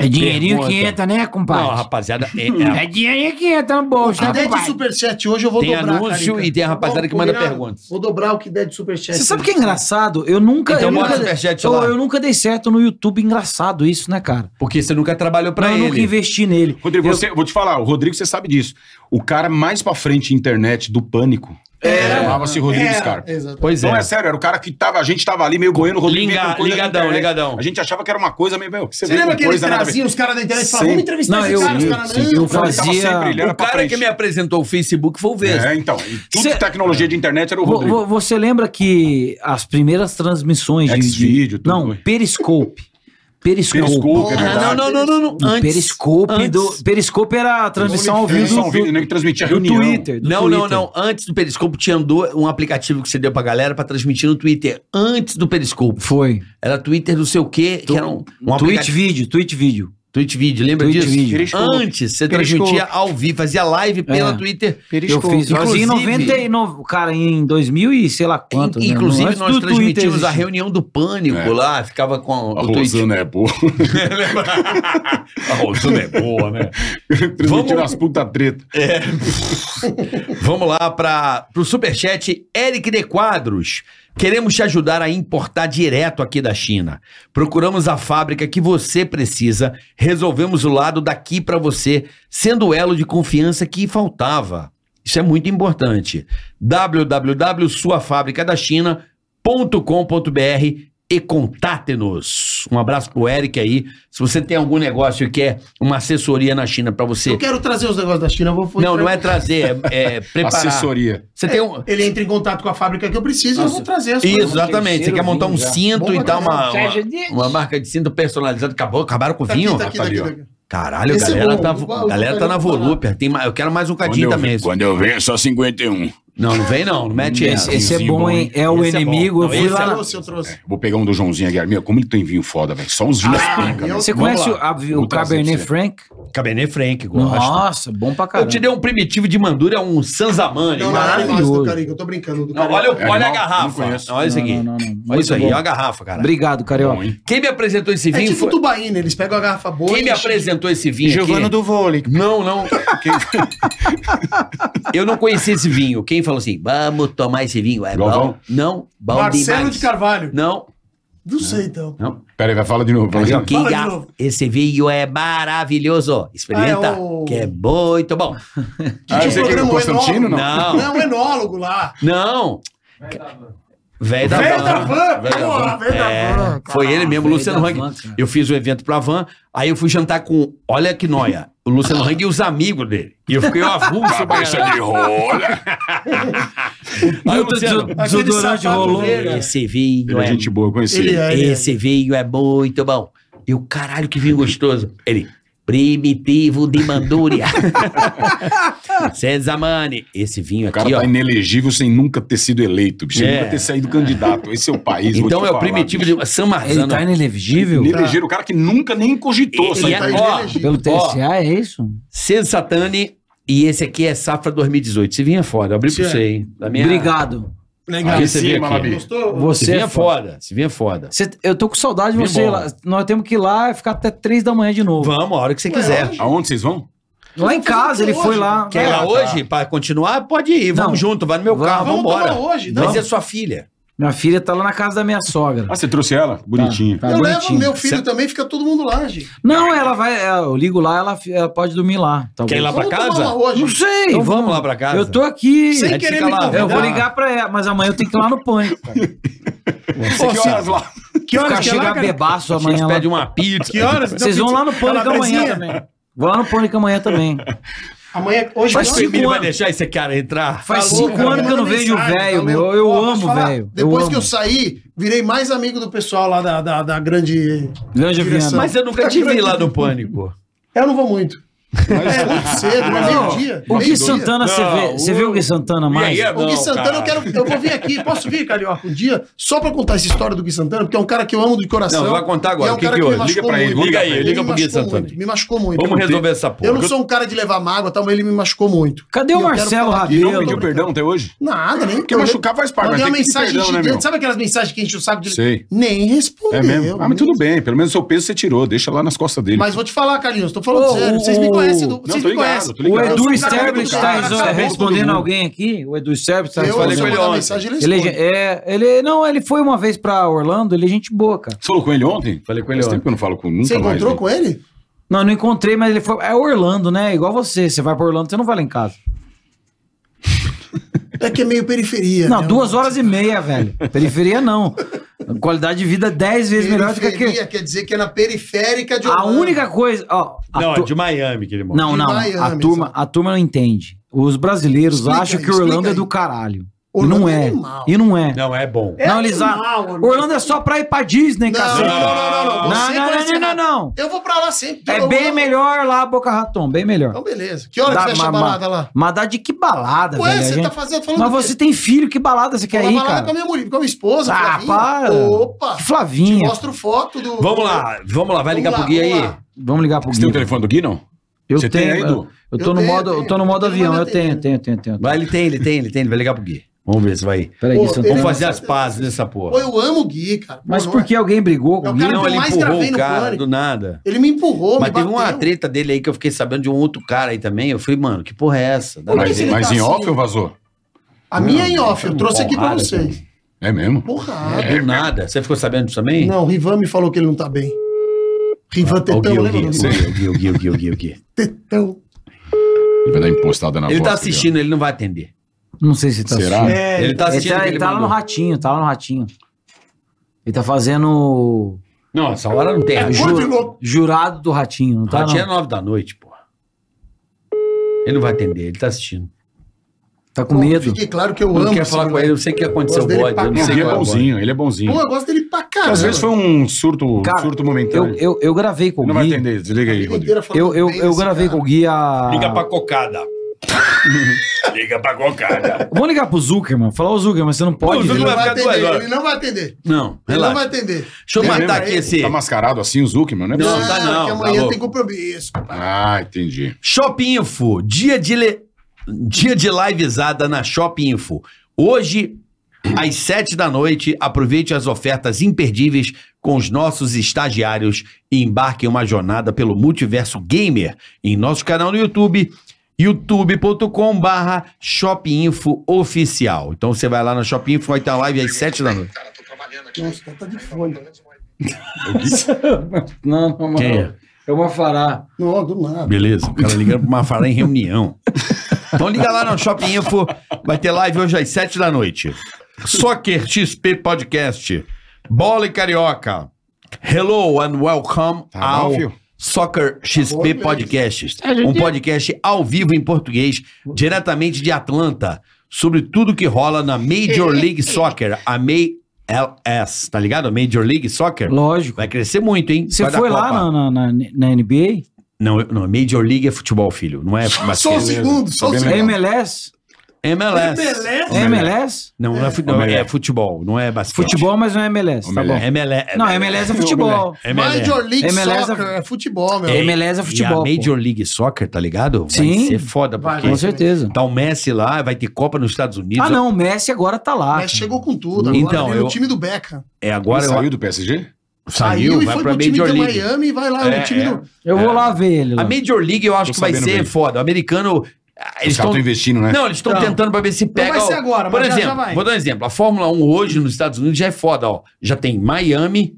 Speaker 5: É dinheirinho
Speaker 4: Pergunta.
Speaker 5: que entra, né,
Speaker 4: Não, Ah,
Speaker 5: compadre?
Speaker 4: rapaziada, é- é-
Speaker 5: É dinheirinho que entra no bolso, né,
Speaker 8: Até de
Speaker 5: compadre?
Speaker 8: superchat hoje eu vou
Speaker 4: Tem
Speaker 8: dobrar.
Speaker 4: anúncio e tem a rapaziada
Speaker 8: Vamos
Speaker 4: que manda
Speaker 8: combinar?
Speaker 4: perguntas.
Speaker 8: Vou dobrar o que der de superchat.
Speaker 5: Você sabe o que é engraçado? Eu nunca.
Speaker 4: Então
Speaker 5: eu,
Speaker 4: bota
Speaker 5: nunca
Speaker 4: superchat
Speaker 5: eu,
Speaker 4: lá.
Speaker 5: eu nunca dei certo no YouTube. Engraçado isso, né, cara?
Speaker 4: porque você nunca trabalhou pra
Speaker 5: Não, eu nunca
Speaker 4: ele.
Speaker 5: investi nele.
Speaker 7: Rodrigo, você, vou te falar, o Rodrigo, você sabe disso. O cara mais pra frente internet do pânico é, chamava-se Rodrigo Scarpa.
Speaker 8: Exato.
Speaker 4: Pois
Speaker 5: Então
Speaker 7: Não, é sério, era o cara que tava, a gente tava ali meio boiando, o Rodrigo veio
Speaker 4: Liga-
Speaker 7: com coisa na
Speaker 4: ligadão,
Speaker 7: internet.
Speaker 4: ligadão.
Speaker 7: A gente achava que era uma coisa meio. meu,
Speaker 8: Você
Speaker 7: Você, veio
Speaker 8: lembra
Speaker 7: com
Speaker 8: que eles
Speaker 7: coisa nada a ver.
Speaker 8: traziam os caras da internet e falavam,
Speaker 7: Sempre.
Speaker 8: vamos entrevistar
Speaker 5: Não,
Speaker 8: tá esse
Speaker 5: eu-
Speaker 8: cara? Os
Speaker 5: eu-
Speaker 8: caras,
Speaker 5: eu
Speaker 8: não,
Speaker 7: Não, ele tava
Speaker 5: fazia-
Speaker 7: sempre, ele era
Speaker 4: O
Speaker 7: pra
Speaker 4: cara que
Speaker 7: frente.
Speaker 4: me apresentou o Facebook foi o Vesgo.
Speaker 7: É, então. e tudo
Speaker 5: Cê-
Speaker 7: de tecnologia de internet era o
Speaker 5: Vo-
Speaker 7: Rodrigo.
Speaker 5: vo- Você lembra que as primeiras transmissões de.
Speaker 7: Xvideo,
Speaker 5: de
Speaker 7: tudo.
Speaker 5: não, Periscope. Periscope.
Speaker 7: Periscope, é
Speaker 5: Ah,
Speaker 7: verdade.
Speaker 4: não, não, não, não, não.
Speaker 5: O
Speaker 4: Antes.
Speaker 5: Periscope,
Speaker 4: antes.
Speaker 5: Do, Periscope era a transmissão ao vivo
Speaker 7: Transmissão ao vivo,
Speaker 5: do,
Speaker 7: né, que transmitia
Speaker 5: do
Speaker 7: reunião.
Speaker 5: Twitter. do
Speaker 4: não, não,
Speaker 5: Twitter.
Speaker 4: não. Antes do Periscope tinha andou um aplicativo que você deu pra galera pra transmitir no Twitter. Antes do Periscope.
Speaker 5: Foi.
Speaker 4: Era Twitter do sei o quê, que era um, um
Speaker 5: tweet
Speaker 4: aplicativo.
Speaker 5: vídeo, tweet vídeo.
Speaker 4: Twitch Video, lembra
Speaker 5: Twitch
Speaker 4: disso?
Speaker 5: Video.
Speaker 7: Periscope.
Speaker 4: Antes, você
Speaker 5: Periscope.
Speaker 4: transmitia ao vivo, fazia live pela
Speaker 5: É.
Speaker 4: Twitter.
Speaker 5: Eu fiz, eu fiz em 99, cara, em 2000 e sei lá quanto. né?
Speaker 4: In- Inclusive,
Speaker 5: Antes
Speaker 4: nós
Speaker 5: do Twitter
Speaker 4: transmitimos a
Speaker 5: existir.
Speaker 4: reunião do pânico
Speaker 7: É.
Speaker 4: lá, ficava com
Speaker 7: A
Speaker 4: o Twitch.
Speaker 7: Rosana é boa.
Speaker 4: (laughs) A Rosana é boa, né?
Speaker 7: Transmitindo as puta treta.
Speaker 4: Vamos lá para o superchat Eric de Quadros. Queremos te ajudar a importar direto aqui da China. Procuramos a fábrica que você precisa, resolvemos o lado daqui para você, sendo o elo de confiança que faltava. Isso é muito importante. www.suafabricadachina.com.br e contate-nos. Um abraço pro Eric aí. Se você tem algum negócio e quer uma assessoria na China para você.
Speaker 8: Eu quero trazer os negócios da China, eu vou...
Speaker 4: Não, não é trazer, é, é
Speaker 8: (laughs)
Speaker 4: preparar.
Speaker 7: Assessoria.
Speaker 4: Você tem um.
Speaker 8: Ele entra em contato com a fábrica que eu preciso e eu vou trazer as
Speaker 4: Isso,
Speaker 8: coisas.
Speaker 4: exatamente. Você quer montar um cinto e
Speaker 8: Boa,
Speaker 4: dar uma,
Speaker 8: cara.
Speaker 4: uma, uma marca de cinto personalizado. Acabou, acabaram com o
Speaker 8: Tá aqui,
Speaker 4: vinho?
Speaker 8: tá aqui, tá
Speaker 7: Ah, tá
Speaker 8: aqui,
Speaker 7: ali,
Speaker 8: tá aqui.
Speaker 4: Caralho, a
Speaker 8: Esse é
Speaker 4: galera,
Speaker 8: bom,
Speaker 4: tá,
Speaker 8: o-
Speaker 4: a galera
Speaker 8: o-
Speaker 4: tá na
Speaker 8: o-
Speaker 4: volúpia. Tem, mais- eu quero mais um
Speaker 7: Quando
Speaker 4: cadinho
Speaker 7: eu,
Speaker 4: também.
Speaker 7: venho, quando eu venho, é só 51.
Speaker 4: Não, não vem não, não mete
Speaker 5: Esse,
Speaker 4: essa.
Speaker 5: esse é
Speaker 7: Vinhozinho
Speaker 5: bom,
Speaker 7: bom,
Speaker 5: hein? É o
Speaker 4: Esse é bom.
Speaker 5: inimigo.
Speaker 4: Não,
Speaker 5: eu fui
Speaker 4: esse
Speaker 5: lá.
Speaker 4: é
Speaker 5: na-
Speaker 8: Eu trouxe, eu trouxe.
Speaker 7: Vou pegar um do Joãozinho aqui. Meu, como ele tem vinho foda, velho. Só uns
Speaker 4: Ah.
Speaker 7: vinhos pica, mano.
Speaker 5: Você
Speaker 4: Vamos
Speaker 5: conhece
Speaker 4: lá.
Speaker 5: o, a- o
Speaker 7: Vou trazer
Speaker 5: Cabernet
Speaker 7: pra você.
Speaker 5: Frank?
Speaker 4: Cabernet Frank, gosto.
Speaker 5: Nossa, bom pra
Speaker 4: eu
Speaker 5: caralho.
Speaker 4: te dei um primitivo de mandura, é um Sanzamani.
Speaker 8: Não, não, não,
Speaker 4: maravilhoso.
Speaker 8: não, não, do Carica, eu tô brincando. Do
Speaker 4: Não,
Speaker 8: Carica.
Speaker 4: olha, o-
Speaker 7: É,
Speaker 4: olha a
Speaker 7: não, não
Speaker 4: garrafa.
Speaker 7: conheço.
Speaker 4: olha isso um aqui.
Speaker 5: Não, não, não, não.
Speaker 4: Olha isso aí,
Speaker 5: Muito
Speaker 4: olha
Speaker 5: bom.
Speaker 4: a garrafa, cara.
Speaker 5: Obrigado, Carioca.
Speaker 7: Bom, hein?
Speaker 4: Quem me apresentou esse
Speaker 8: É
Speaker 4: vinho
Speaker 8: tipo
Speaker 4: foi.
Speaker 8: tubaína, eles pegam a garrafa boa
Speaker 4: Quem me
Speaker 8: e enchem.
Speaker 4: apresentou esse vinho aqui?
Speaker 16: do vôlei.
Speaker 4: Não, não. (laughs) Eu não conhecia esse vinho. Quem falou assim, vamos tomar esse vinho? É
Speaker 7: Galvão?
Speaker 4: bom? Não, bom
Speaker 8: Marcelo
Speaker 4: demais.
Speaker 8: de Carvalho.
Speaker 4: Não.
Speaker 8: Não sei, então.
Speaker 7: Pera aí, vai, fala de novo. Fala assim, de novo.
Speaker 4: Quem
Speaker 8: Fala de
Speaker 4: ga-
Speaker 8: novo.
Speaker 4: Esse vinho é maravilhoso. Experimenta,
Speaker 8: Ah, é o-
Speaker 4: que é muito bom.
Speaker 7: Ah, eu sei que era o Constantino, não?
Speaker 4: Não,
Speaker 8: Não, é um enólogo lá.
Speaker 4: não. Véio da
Speaker 8: Velho da
Speaker 4: van.
Speaker 8: van,
Speaker 4: Velho da
Speaker 8: porra,
Speaker 4: van.
Speaker 8: velho da
Speaker 4: É,
Speaker 8: van.
Speaker 4: Foi ele mesmo, o Luciano
Speaker 5: Velho da
Speaker 4: Hang.
Speaker 5: van, cara.
Speaker 4: Eu fiz o evento pra van, aí eu fui jantar com, olha que noia, o Luciano Hang e os amigos dele. E eu fiquei avulso. pra
Speaker 7: Cabeça
Speaker 4: caralho.
Speaker 7: de rola.
Speaker 4: Aí o
Speaker 5: Puta
Speaker 4: Luciano,
Speaker 5: deso-
Speaker 8: aquele
Speaker 5: desodorante
Speaker 8: sapato
Speaker 5: rolou.
Speaker 8: dele,
Speaker 4: Esse vinho
Speaker 7: Ele é
Speaker 4: é
Speaker 7: gente boa, eu conheci.
Speaker 8: Ele
Speaker 7: ele.
Speaker 8: é, ele é.
Speaker 4: Esse vinho é muito bom. E o caralho, que vinho gostoso. Ele, primitivo de (laughs) Mandúria. Cezamane. Esse vinho
Speaker 7: O cara
Speaker 4: aqui, ó.
Speaker 7: tá inelegível sem nunca ter sido eleito, bicho. Sem
Speaker 4: É.
Speaker 7: Nunca ter saído candidato. Esse é o país. vou
Speaker 4: Então
Speaker 7: te
Speaker 4: é o
Speaker 7: falar,
Speaker 4: primitivo
Speaker 7: bicho.
Speaker 4: de San
Speaker 5: Ele
Speaker 4: Marzano.
Speaker 5: tá inelegível?
Speaker 7: Elegeram o cara que nunca nem cogitou.
Speaker 4: E-
Speaker 7: sabe?
Speaker 4: e é- ó,
Speaker 5: Pelo
Speaker 4: Ó.
Speaker 5: TSA, é isso?
Speaker 4: Sensatane. E esse aqui é Safra 2018. Esse vinho é foda. Eu abri pra
Speaker 8: Sim.
Speaker 4: você, hein? Da minha...
Speaker 5: Obrigado.
Speaker 8: Legal.
Speaker 7: Aí
Speaker 4: Esse
Speaker 7: sim,
Speaker 4: vinho aqui.
Speaker 7: Malabi.
Speaker 8: Gostou?
Speaker 4: Esse
Speaker 5: Você
Speaker 4: vinho é
Speaker 5: é foda.
Speaker 4: foda. Esse vinho é foda.
Speaker 5: Você- eu tô com saudade de
Speaker 4: Vinho
Speaker 5: você.
Speaker 4: bom.
Speaker 5: lá. Nós temos que ir lá e ficar até três da manhã de novo.
Speaker 4: Vamos, a hora que você
Speaker 8: Ué,
Speaker 4: quiser.
Speaker 8: hoje?
Speaker 7: Aonde vocês vão?
Speaker 5: Lá em casa, ele foi lá.
Speaker 4: Quer ir lá
Speaker 7: Ah, tá.
Speaker 4: hoje? Pra continuar? Pode ir. Vamos
Speaker 5: Não.
Speaker 4: junto. Vai no meu
Speaker 5: Vamos.
Speaker 4: carro. Vamos
Speaker 8: Vamos tomar
Speaker 4: embora.
Speaker 8: hoje. então. Não,
Speaker 4: Mas é sua filha.
Speaker 5: Minha filha tá lá na casa da minha sogra.
Speaker 7: Ah, você trouxe ela? Bonitinha.
Speaker 5: Tá
Speaker 8: eu levo
Speaker 5: bonitinho.
Speaker 8: meu filho também, fica todo mundo lá, gente.
Speaker 5: Não, ela vai. é, Eu ligo lá, ela, fi- ela pode dormir lá.
Speaker 4: Quer
Speaker 5: Talvez.
Speaker 4: ir lá pra
Speaker 8: Vamos tomar uma
Speaker 4: casa?
Speaker 8: hoje.
Speaker 5: Não sei.
Speaker 4: Então vamos lá pra casa. né?
Speaker 5: Eu tô aqui. É
Speaker 8: Sem
Speaker 4: Aí
Speaker 8: querer
Speaker 4: fica
Speaker 8: me
Speaker 4: lá.
Speaker 8: convidar.
Speaker 5: Eu vou ligar pra ela, mas amanhã eu tenho que ir lá no pânico.
Speaker 4: Então
Speaker 5: cara.
Speaker 7: Você que horas lá?
Speaker 5: Ficar
Speaker 8: Que horas que é lá,
Speaker 5: chegar
Speaker 8: cara?
Speaker 5: bebaço
Speaker 4: A gente
Speaker 5: amanhã. lá.
Speaker 4: pede uma pizza. Tá
Speaker 8: Que horas?
Speaker 5: Vocês vão lá no pânico amanhã
Speaker 8: Calabresinha?
Speaker 5: também. Vou lá no pânico amanhã também.
Speaker 8: Amanhã, hoje
Speaker 5: Faz
Speaker 8: não?
Speaker 5: cinco
Speaker 4: Ele vai
Speaker 5: anos.
Speaker 4: deixar esse cara entrar? Tá
Speaker 5: Faz
Speaker 8: Falou,
Speaker 5: cinco
Speaker 8: cara,
Speaker 5: anos que eu não
Speaker 8: manda
Speaker 5: vejo o
Speaker 8: mensagem,
Speaker 5: velho,
Speaker 8: tá
Speaker 5: meu.
Speaker 8: louco?
Speaker 5: Eu
Speaker 8: Ó, posso
Speaker 5: amo,
Speaker 8: falar?
Speaker 5: velho.
Speaker 8: Depois
Speaker 5: amo.
Speaker 8: que eu saí, virei mais amigo do pessoal lá da, da, da grande.
Speaker 5: Granja
Speaker 8: direção.
Speaker 5: Viana.
Speaker 4: Mas eu nunca te vi lá no pânico.
Speaker 8: Eu não vou muito. É
Speaker 4: (laughs)
Speaker 8: muito cedo, mas meio-dia.
Speaker 5: O Gui
Speaker 8: meio-dia.
Speaker 5: Santana, você vê, você vê o Gui Santana mais?
Speaker 4: aí é
Speaker 8: O Gui
Speaker 4: Não,
Speaker 8: Santana, eu quero. Eu vou vir aqui. Posso vir, Carioca, um dia? Só pra contar essa história do Gui Santana, porque é um cara que eu amo de coração.
Speaker 4: Não, vai contar agora.
Speaker 8: E É um
Speaker 4: O que
Speaker 8: cara
Speaker 4: que
Speaker 8: que, me
Speaker 4: houve?
Speaker 8: machucou
Speaker 7: Liga pra ele,
Speaker 8: muito.
Speaker 7: liga pra ele,
Speaker 4: liga
Speaker 8: me
Speaker 4: pro Gui
Speaker 8: machucou
Speaker 4: Santana.
Speaker 8: muito, Me machucou muito.
Speaker 4: Vamos resolver essa
Speaker 8: Eu não
Speaker 4: porra.
Speaker 8: sou um cara de levar mágoa, e tal, mas ele me machucou muito.
Speaker 5: Cadê o
Speaker 8: E eu quero
Speaker 5: Marcelo
Speaker 8: falar-
Speaker 7: E não
Speaker 5: Rabelo?
Speaker 7: pediu perdão até hoje?
Speaker 8: Nada, nem.
Speaker 7: Porque machucar faz parte,
Speaker 8: Mandei
Speaker 7: mas
Speaker 8: uma
Speaker 7: tem que pedir
Speaker 8: mensagem
Speaker 7: perdão, né,
Speaker 8: gigante.
Speaker 7: meu?
Speaker 8: Sabe aquelas mensagens que enche o saco de.
Speaker 7: Sei.
Speaker 8: Nem respondeu.
Speaker 7: É mesmo. Ah,
Speaker 8: nem
Speaker 7: mas tudo bem. Pelo menos o seu peso você tirou. Deixa lá nas costas dele.
Speaker 8: Mas vou te falar, Carlinhos, tô falando
Speaker 5: Ô,
Speaker 8: sério.
Speaker 5: ô,
Speaker 8: Vocês me
Speaker 5: ô,
Speaker 8: conhecem do.
Speaker 5: não,
Speaker 8: Vocês
Speaker 7: tô
Speaker 8: me
Speaker 7: ligado,
Speaker 8: conhecem.
Speaker 7: tô
Speaker 5: O
Speaker 7: ligado.
Speaker 8: Eu sou
Speaker 5: Edu
Speaker 8: um cara
Speaker 4: Tá,
Speaker 5: Sterblich
Speaker 8: educado,
Speaker 5: está
Speaker 8: cara,
Speaker 5: resol-
Speaker 8: cara,
Speaker 5: respondendo alguém aqui? O Edu Sterblich está
Speaker 8: Eu,
Speaker 4: falei
Speaker 8: se
Speaker 4: com
Speaker 8: eu
Speaker 4: ele
Speaker 5: respondendo.
Speaker 8: mandar
Speaker 4: ontem.
Speaker 8: mensagem, ele
Speaker 5: Ele, é
Speaker 8: responde.
Speaker 5: ge- é, ele, não, ele foi uma vez pra Orlando, ele é gente boa, cara.
Speaker 7: Você falou com ele ontem?
Speaker 4: Falei com ele
Speaker 7: Faz
Speaker 4: ontem.
Speaker 7: tempo que eu não falo com nunca
Speaker 8: Você
Speaker 7: mais,
Speaker 8: encontrou
Speaker 7: né?
Speaker 8: com ele?
Speaker 5: Não, eu não encontrei, mas ele foi. É Orlando, né? Igual você. Você vai pra Orlando, você não vai lá em casa.
Speaker 8: É que é meio periferia.
Speaker 5: Não,
Speaker 8: né?
Speaker 5: duas horas e meia,
Speaker 8: (laughs)
Speaker 5: velho. Periferia não. Qualidade de vida é dez vezes melhor do que aqui.
Speaker 8: Periferia quer dizer que é na periférica de
Speaker 5: A
Speaker 8: Orlando.
Speaker 5: única coisa. Ó, a
Speaker 4: Não, é
Speaker 5: tu-
Speaker 4: de Miami que ele mora.
Speaker 5: não,
Speaker 8: de
Speaker 5: não. A
Speaker 8: Miami,
Speaker 5: turma, a turma não entende. Os brasileiros
Speaker 8: Explica
Speaker 5: acham
Speaker 8: aí,
Speaker 5: que Orlando
Speaker 8: explica
Speaker 5: é do
Speaker 8: aí.
Speaker 5: caralho. E
Speaker 8: Orlando
Speaker 5: não
Speaker 8: é
Speaker 5: é.
Speaker 8: animal.
Speaker 5: E não é.
Speaker 4: Não, é bom.
Speaker 8: É
Speaker 5: Não, eles
Speaker 8: animal, Orlando.
Speaker 5: Orlando é só pra ir pra Disney,
Speaker 8: Não, não,
Speaker 5: cacete.
Speaker 8: não, não, não.
Speaker 5: Não,
Speaker 8: Você
Speaker 5: não,
Speaker 8: conheceu
Speaker 5: não.
Speaker 8: Eu vou pra lá sempre.
Speaker 5: É
Speaker 8: Eu-
Speaker 5: bem
Speaker 8: eu-
Speaker 5: melhor lá, Boca Raton, bem melhor.
Speaker 8: Então, beleza. Que hora
Speaker 5: Dá
Speaker 8: que fecha a
Speaker 5: uma-
Speaker 8: balada lá?
Speaker 5: Mas dá de que balada,
Speaker 8: Ué,
Speaker 5: velho?
Speaker 8: você
Speaker 5: a gente-
Speaker 8: tá fazendo, falando
Speaker 5: Mas
Speaker 8: do quê?
Speaker 5: você tem filho, que balada você quer
Speaker 8: Vou
Speaker 5: ir,
Speaker 8: lá balada com a
Speaker 5: cara?
Speaker 8: minha mulher, com a minha esposa,
Speaker 5: Ah,
Speaker 8: Flavinha.
Speaker 5: para.
Speaker 8: Opa!
Speaker 5: Que
Speaker 8: Te
Speaker 5: Flavinha.
Speaker 8: mostro foto do...
Speaker 4: Vamos lá, vamos lá, vai
Speaker 8: Vamos
Speaker 4: ligar
Speaker 8: lá,
Speaker 4: pro Gui aí.
Speaker 8: vamos lá.
Speaker 5: Vamos ligar pro
Speaker 7: Você tem o
Speaker 5: Gui.
Speaker 7: telefone do Gui, não?
Speaker 5: Eu
Speaker 7: Você tem aí,
Speaker 5: tenho,
Speaker 7: Edu?
Speaker 5: eu- eu
Speaker 8: Eu
Speaker 5: tô no
Speaker 8: tenho,
Speaker 5: modo,
Speaker 8: eu
Speaker 5: eu tô no modo
Speaker 8: tenho, eu
Speaker 5: avião, eu
Speaker 8: tenho,
Speaker 5: tenho, tenho, tenho, tenho.
Speaker 4: Vai, ele tem, ele tem, ele tem, ele vai ligar pro Gui. Vamos ver se vai.
Speaker 5: Peraí,
Speaker 8: Pô,
Speaker 5: Gui, você não
Speaker 8: ele-
Speaker 5: tá-
Speaker 4: Vamos fazer as pazes nessa
Speaker 8: Pô,
Speaker 4: porra.
Speaker 8: eu amo o Gui, cara.
Speaker 5: Mas
Speaker 8: Pô,
Speaker 5: por que alguém brigou
Speaker 8: É o
Speaker 5: comigo?
Speaker 8: cara
Speaker 4: Não,
Speaker 8: que
Speaker 4: ele
Speaker 8: eu mais
Speaker 4: empurrou
Speaker 8: gravei
Speaker 4: o
Speaker 8: no
Speaker 4: cara
Speaker 8: Pânico.
Speaker 4: do nada.
Speaker 8: Ele me empurrou,
Speaker 4: Mas
Speaker 8: me
Speaker 4: teve
Speaker 8: bateu.
Speaker 4: uma treta dele aí que eu fiquei sabendo de um outro cara aí também. Eu falei, mano, que porra é essa? Dá
Speaker 8: Por
Speaker 4: pra
Speaker 8: que
Speaker 7: Mas,
Speaker 8: você
Speaker 4: ver.
Speaker 8: tá
Speaker 7: mas em
Speaker 8: assim?
Speaker 7: off ou vazou?
Speaker 8: A minha é em off, eu
Speaker 4: Não,
Speaker 8: trouxe aqui pra
Speaker 4: porrada, É,
Speaker 8: vocês.
Speaker 7: É mesmo?
Speaker 8: Porrada.
Speaker 4: Do nada. Você ficou sabendo disso também?
Speaker 8: Não, o Rivan me falou que ele não tá bem. Rivan
Speaker 4: É. Ó, O Gui,
Speaker 8: Tetão,
Speaker 4: o Gui,
Speaker 8: lembra do
Speaker 4: o
Speaker 8: Rivan?
Speaker 4: Gui, o Gui, o Gui, o Gui, o Gui.
Speaker 8: Tetão.
Speaker 7: Ele vai dar impostada na
Speaker 4: Ele
Speaker 7: voz.
Speaker 4: tá assistindo, ele não vai atender.
Speaker 5: Não sei se tá
Speaker 7: Será?
Speaker 5: assistindo.
Speaker 8: É,
Speaker 4: Ele tá
Speaker 5: Ele
Speaker 4: assistindo. o
Speaker 5: tá,
Speaker 4: que
Speaker 5: ele
Speaker 4: ele
Speaker 5: tá lá no
Speaker 4: mandou.
Speaker 5: ratinho, tá lá no ratinho. Ele tá fazendo
Speaker 4: Não, essa hora não tem.
Speaker 8: É
Speaker 4: Ju-
Speaker 8: muito louco.
Speaker 5: jurado do ratinho, não tá?
Speaker 4: Ratinho é
Speaker 5: Não.
Speaker 4: nove da noite, porra. Ele não vai atender, ele tá assistindo.
Speaker 5: Tá com medo.
Speaker 8: Fiquei claro que eu
Speaker 4: Eu
Speaker 8: amo.
Speaker 4: não quero
Speaker 8: esse
Speaker 4: falar com
Speaker 8: moleque.
Speaker 4: ele, eu sei o que aconteceu
Speaker 8: Gosto
Speaker 4: o
Speaker 8: dele
Speaker 4: bode,
Speaker 8: pra
Speaker 4: eu não
Speaker 7: Não,
Speaker 4: sei
Speaker 7: Gui é
Speaker 4: qual é o bode.
Speaker 7: bonzinho, ele é bonzinho.
Speaker 8: Pô, eu gosto dele pra caramba.
Speaker 7: Às vezes foi um surto,
Speaker 5: Cara,
Speaker 7: surto
Speaker 5: Eu,
Speaker 7: momentâneo.
Speaker 5: eu, eu gravei com o
Speaker 7: não vai
Speaker 5: Gui.
Speaker 7: entender, desliga
Speaker 8: A
Speaker 7: aí,
Speaker 8: vida
Speaker 7: Rodrigo.
Speaker 8: inteira falando
Speaker 5: Eu, eu,
Speaker 8: bem
Speaker 5: eu
Speaker 8: desse
Speaker 5: gravei
Speaker 8: cara.
Speaker 5: com o Gui a.
Speaker 2: Liga pra cocada. Liga pra cocada.
Speaker 5: Vamos ligar pro Zuckerman. Falar, ô Zuckerman, você não pode. né?"
Speaker 2: Zuckerman-
Speaker 8: Ele não vai
Speaker 2: Vai ficar duas
Speaker 8: atender,
Speaker 2: horas.
Speaker 8: ele não vai atender.
Speaker 4: Não,
Speaker 8: Ele não vai
Speaker 4: relaxa.
Speaker 8: atender.
Speaker 4: Deixa eu
Speaker 8: Lembra
Speaker 4: matar
Speaker 8: ele?
Speaker 4: aqui esse.
Speaker 7: Tá mascarado assim o Zuckerman, não é
Speaker 4: Não,
Speaker 7: possível.
Speaker 4: tá
Speaker 8: Não, que
Speaker 4: não,
Speaker 8: amanhã
Speaker 4: tá louco.
Speaker 8: tem compromisso.
Speaker 7: Ah, entendi.
Speaker 4: Shopping Info, dia de, le... dia de livezada na Shopping Info. Hoje, às sete da noite, aproveite as ofertas imperdíveis com os nossos estagiários e embarque em uma jornada pelo Multiverso Gamer em nosso canal no YouTube, youtube.com barra Shopping Info Oficial. Então você vai lá na Shopping Info, vai ter a live às sete da noite.
Speaker 17: Cara, tô trabalhando aqui.
Speaker 8: Nossa, o cara tá de fone.
Speaker 5: (laughs) Não, não, não.
Speaker 4: Quem é?
Speaker 5: Eu vou fará.
Speaker 8: Não, do nada.
Speaker 4: Beleza, o cara ligando pro Mafará em reunião. Então liga lá no Shopping Info, vai ter live hoje às 7 da noite. Soccer XP Podcast, Bola e Carioca. Hello and welcome
Speaker 7: Tá
Speaker 4: ao
Speaker 7: bom, filho?
Speaker 4: Soccer
Speaker 8: bom,
Speaker 4: XP
Speaker 8: beleza.
Speaker 4: Podcasts, um podcast ao vivo em português, diretamente de Atlanta, sobre tudo que rola na
Speaker 5: (laughs)
Speaker 4: Major League Soccer, a MLS, tá ligado? Major League Soccer.
Speaker 5: Lógico.
Speaker 4: Vai crescer muito, hein?
Speaker 5: Você
Speaker 4: Vai dar
Speaker 5: foi lá
Speaker 4: Copa.
Speaker 5: na, na, na, na NBA?
Speaker 4: Não, eu- não, Major League é futebol, filho. Não é
Speaker 8: (laughs) Só um
Speaker 4: basquete.
Speaker 8: segundo, só um
Speaker 7: Bem
Speaker 8: segundo.
Speaker 7: legal.
Speaker 5: É MLS?
Speaker 4: MLS.
Speaker 5: É MLS?
Speaker 4: Não, não é futebol. É futebol, não é basquete.
Speaker 5: Futebol, mas não é MLS, tá bom?
Speaker 7: Omelete.
Speaker 4: MLS.
Speaker 5: Não, MLS é futebol.
Speaker 4: MLS.
Speaker 8: Major League
Speaker 5: MLS é-
Speaker 8: Soccer é futebol, meu.
Speaker 4: É,
Speaker 5: MLS é futebol.
Speaker 4: E a
Speaker 5: pô.
Speaker 4: Major League Soccer, tá ligado? Vai
Speaker 5: Sim.
Speaker 4: ser foda,
Speaker 8: Vai,
Speaker 4: porque
Speaker 5: Com certeza.
Speaker 4: tá o Messi lá, vai ter Copa nos Estados Unidos.
Speaker 5: Ah, não, o Messi agora tá lá.
Speaker 8: Mas chegou com tudo. Agora
Speaker 4: Então,
Speaker 8: ele é
Speaker 4: eu-
Speaker 8: o time do Beckham.
Speaker 4: É
Speaker 7: Agora
Speaker 4: agora
Speaker 7: ele
Speaker 4: eu-
Speaker 7: saiu do PSG?
Speaker 4: saiu,
Speaker 8: e
Speaker 4: vai
Speaker 8: foi
Speaker 4: pra
Speaker 8: pro time
Speaker 4: Major
Speaker 8: do
Speaker 4: League.
Speaker 8: Miami e vai lá
Speaker 7: É,
Speaker 8: o time
Speaker 7: é.
Speaker 8: do. Então
Speaker 5: Eu vou lá ver ele.
Speaker 4: A
Speaker 5: Lá.
Speaker 4: Major League eu acho
Speaker 7: Tô
Speaker 4: que vai
Speaker 7: sabendo
Speaker 4: ser
Speaker 7: bem.
Speaker 4: foda. O americano. ah, Eles
Speaker 7: Os caras
Speaker 4: estão.
Speaker 7: estão investindo, né?
Speaker 4: Não, eles estão
Speaker 8: Então,
Speaker 4: tentando pra ver se pega.
Speaker 8: vai ser
Speaker 4: ó.
Speaker 8: agora,
Speaker 4: Por
Speaker 8: mas já-
Speaker 4: exemplo,
Speaker 8: já vai.
Speaker 4: vou dar um exemplo. A Fórmula 1 hoje nos Estados Unidos já é foda, ó. Já tem Miami,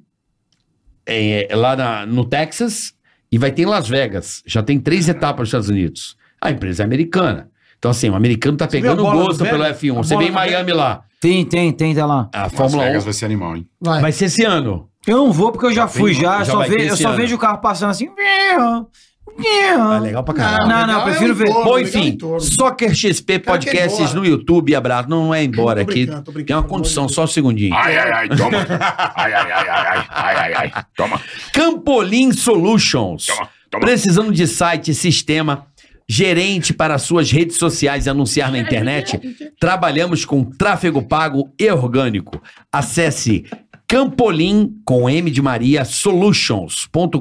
Speaker 4: é, lá na- no Texas, e vai ter em Las Vegas. Já tem três etapas nos Estados Unidos. A empresa é americana. Então, assim, o americano tá
Speaker 8: viu a
Speaker 4: pegando
Speaker 8: bola do
Speaker 4: gosto
Speaker 8: Vegas?
Speaker 4: pelo F1.
Speaker 8: A
Speaker 4: Você
Speaker 8: bola
Speaker 4: vem em
Speaker 8: do
Speaker 4: Miami lá.
Speaker 5: Tem, tem, tem, tá lá.
Speaker 4: A
Speaker 7: Las
Speaker 4: Fórmula
Speaker 7: Vegas
Speaker 4: 1
Speaker 7: vai ser animal,
Speaker 8: (laughs)
Speaker 7: hein?
Speaker 8: Vai.
Speaker 4: vai ser esse ano.
Speaker 5: Eu não vou porque eu já fui,
Speaker 4: vem-
Speaker 5: já.
Speaker 4: já
Speaker 5: só
Speaker 4: vai
Speaker 5: ve-
Speaker 4: ter
Speaker 5: eu
Speaker 4: esse
Speaker 5: só
Speaker 4: ano.
Speaker 5: vejo o carro passando assim.
Speaker 4: Ah, legal pra caralho.
Speaker 5: Não, não,
Speaker 8: É legal
Speaker 5: prefiro
Speaker 8: é o
Speaker 5: ver.
Speaker 8: entorno,
Speaker 4: Bom,
Speaker 8: legal é o
Speaker 4: enfim,
Speaker 8: entorno.
Speaker 4: Soccer XP
Speaker 8: Cara, quer ir
Speaker 4: Podcasts
Speaker 8: embora.
Speaker 4: no YouTube, abraço. Não, não é embora
Speaker 8: Tô
Speaker 4: aqui.
Speaker 8: brincando, tô brincando,
Speaker 4: Tem uma
Speaker 8: pelo amor de
Speaker 4: condição,
Speaker 8: Deus.
Speaker 4: só um segundinho.
Speaker 7: Ai, ai, ai, toma. Ai, ai, ai, ai, ai, ai, ai, ai, toma.
Speaker 4: Campolim Solutions.
Speaker 7: toma.
Speaker 4: Precisando de site, sistema, gerente para suas redes sociais e anunciar na internet? Trabalhamos com tráfego pago e orgânico. Acesse Campolim com M de Maria Solutions.com.br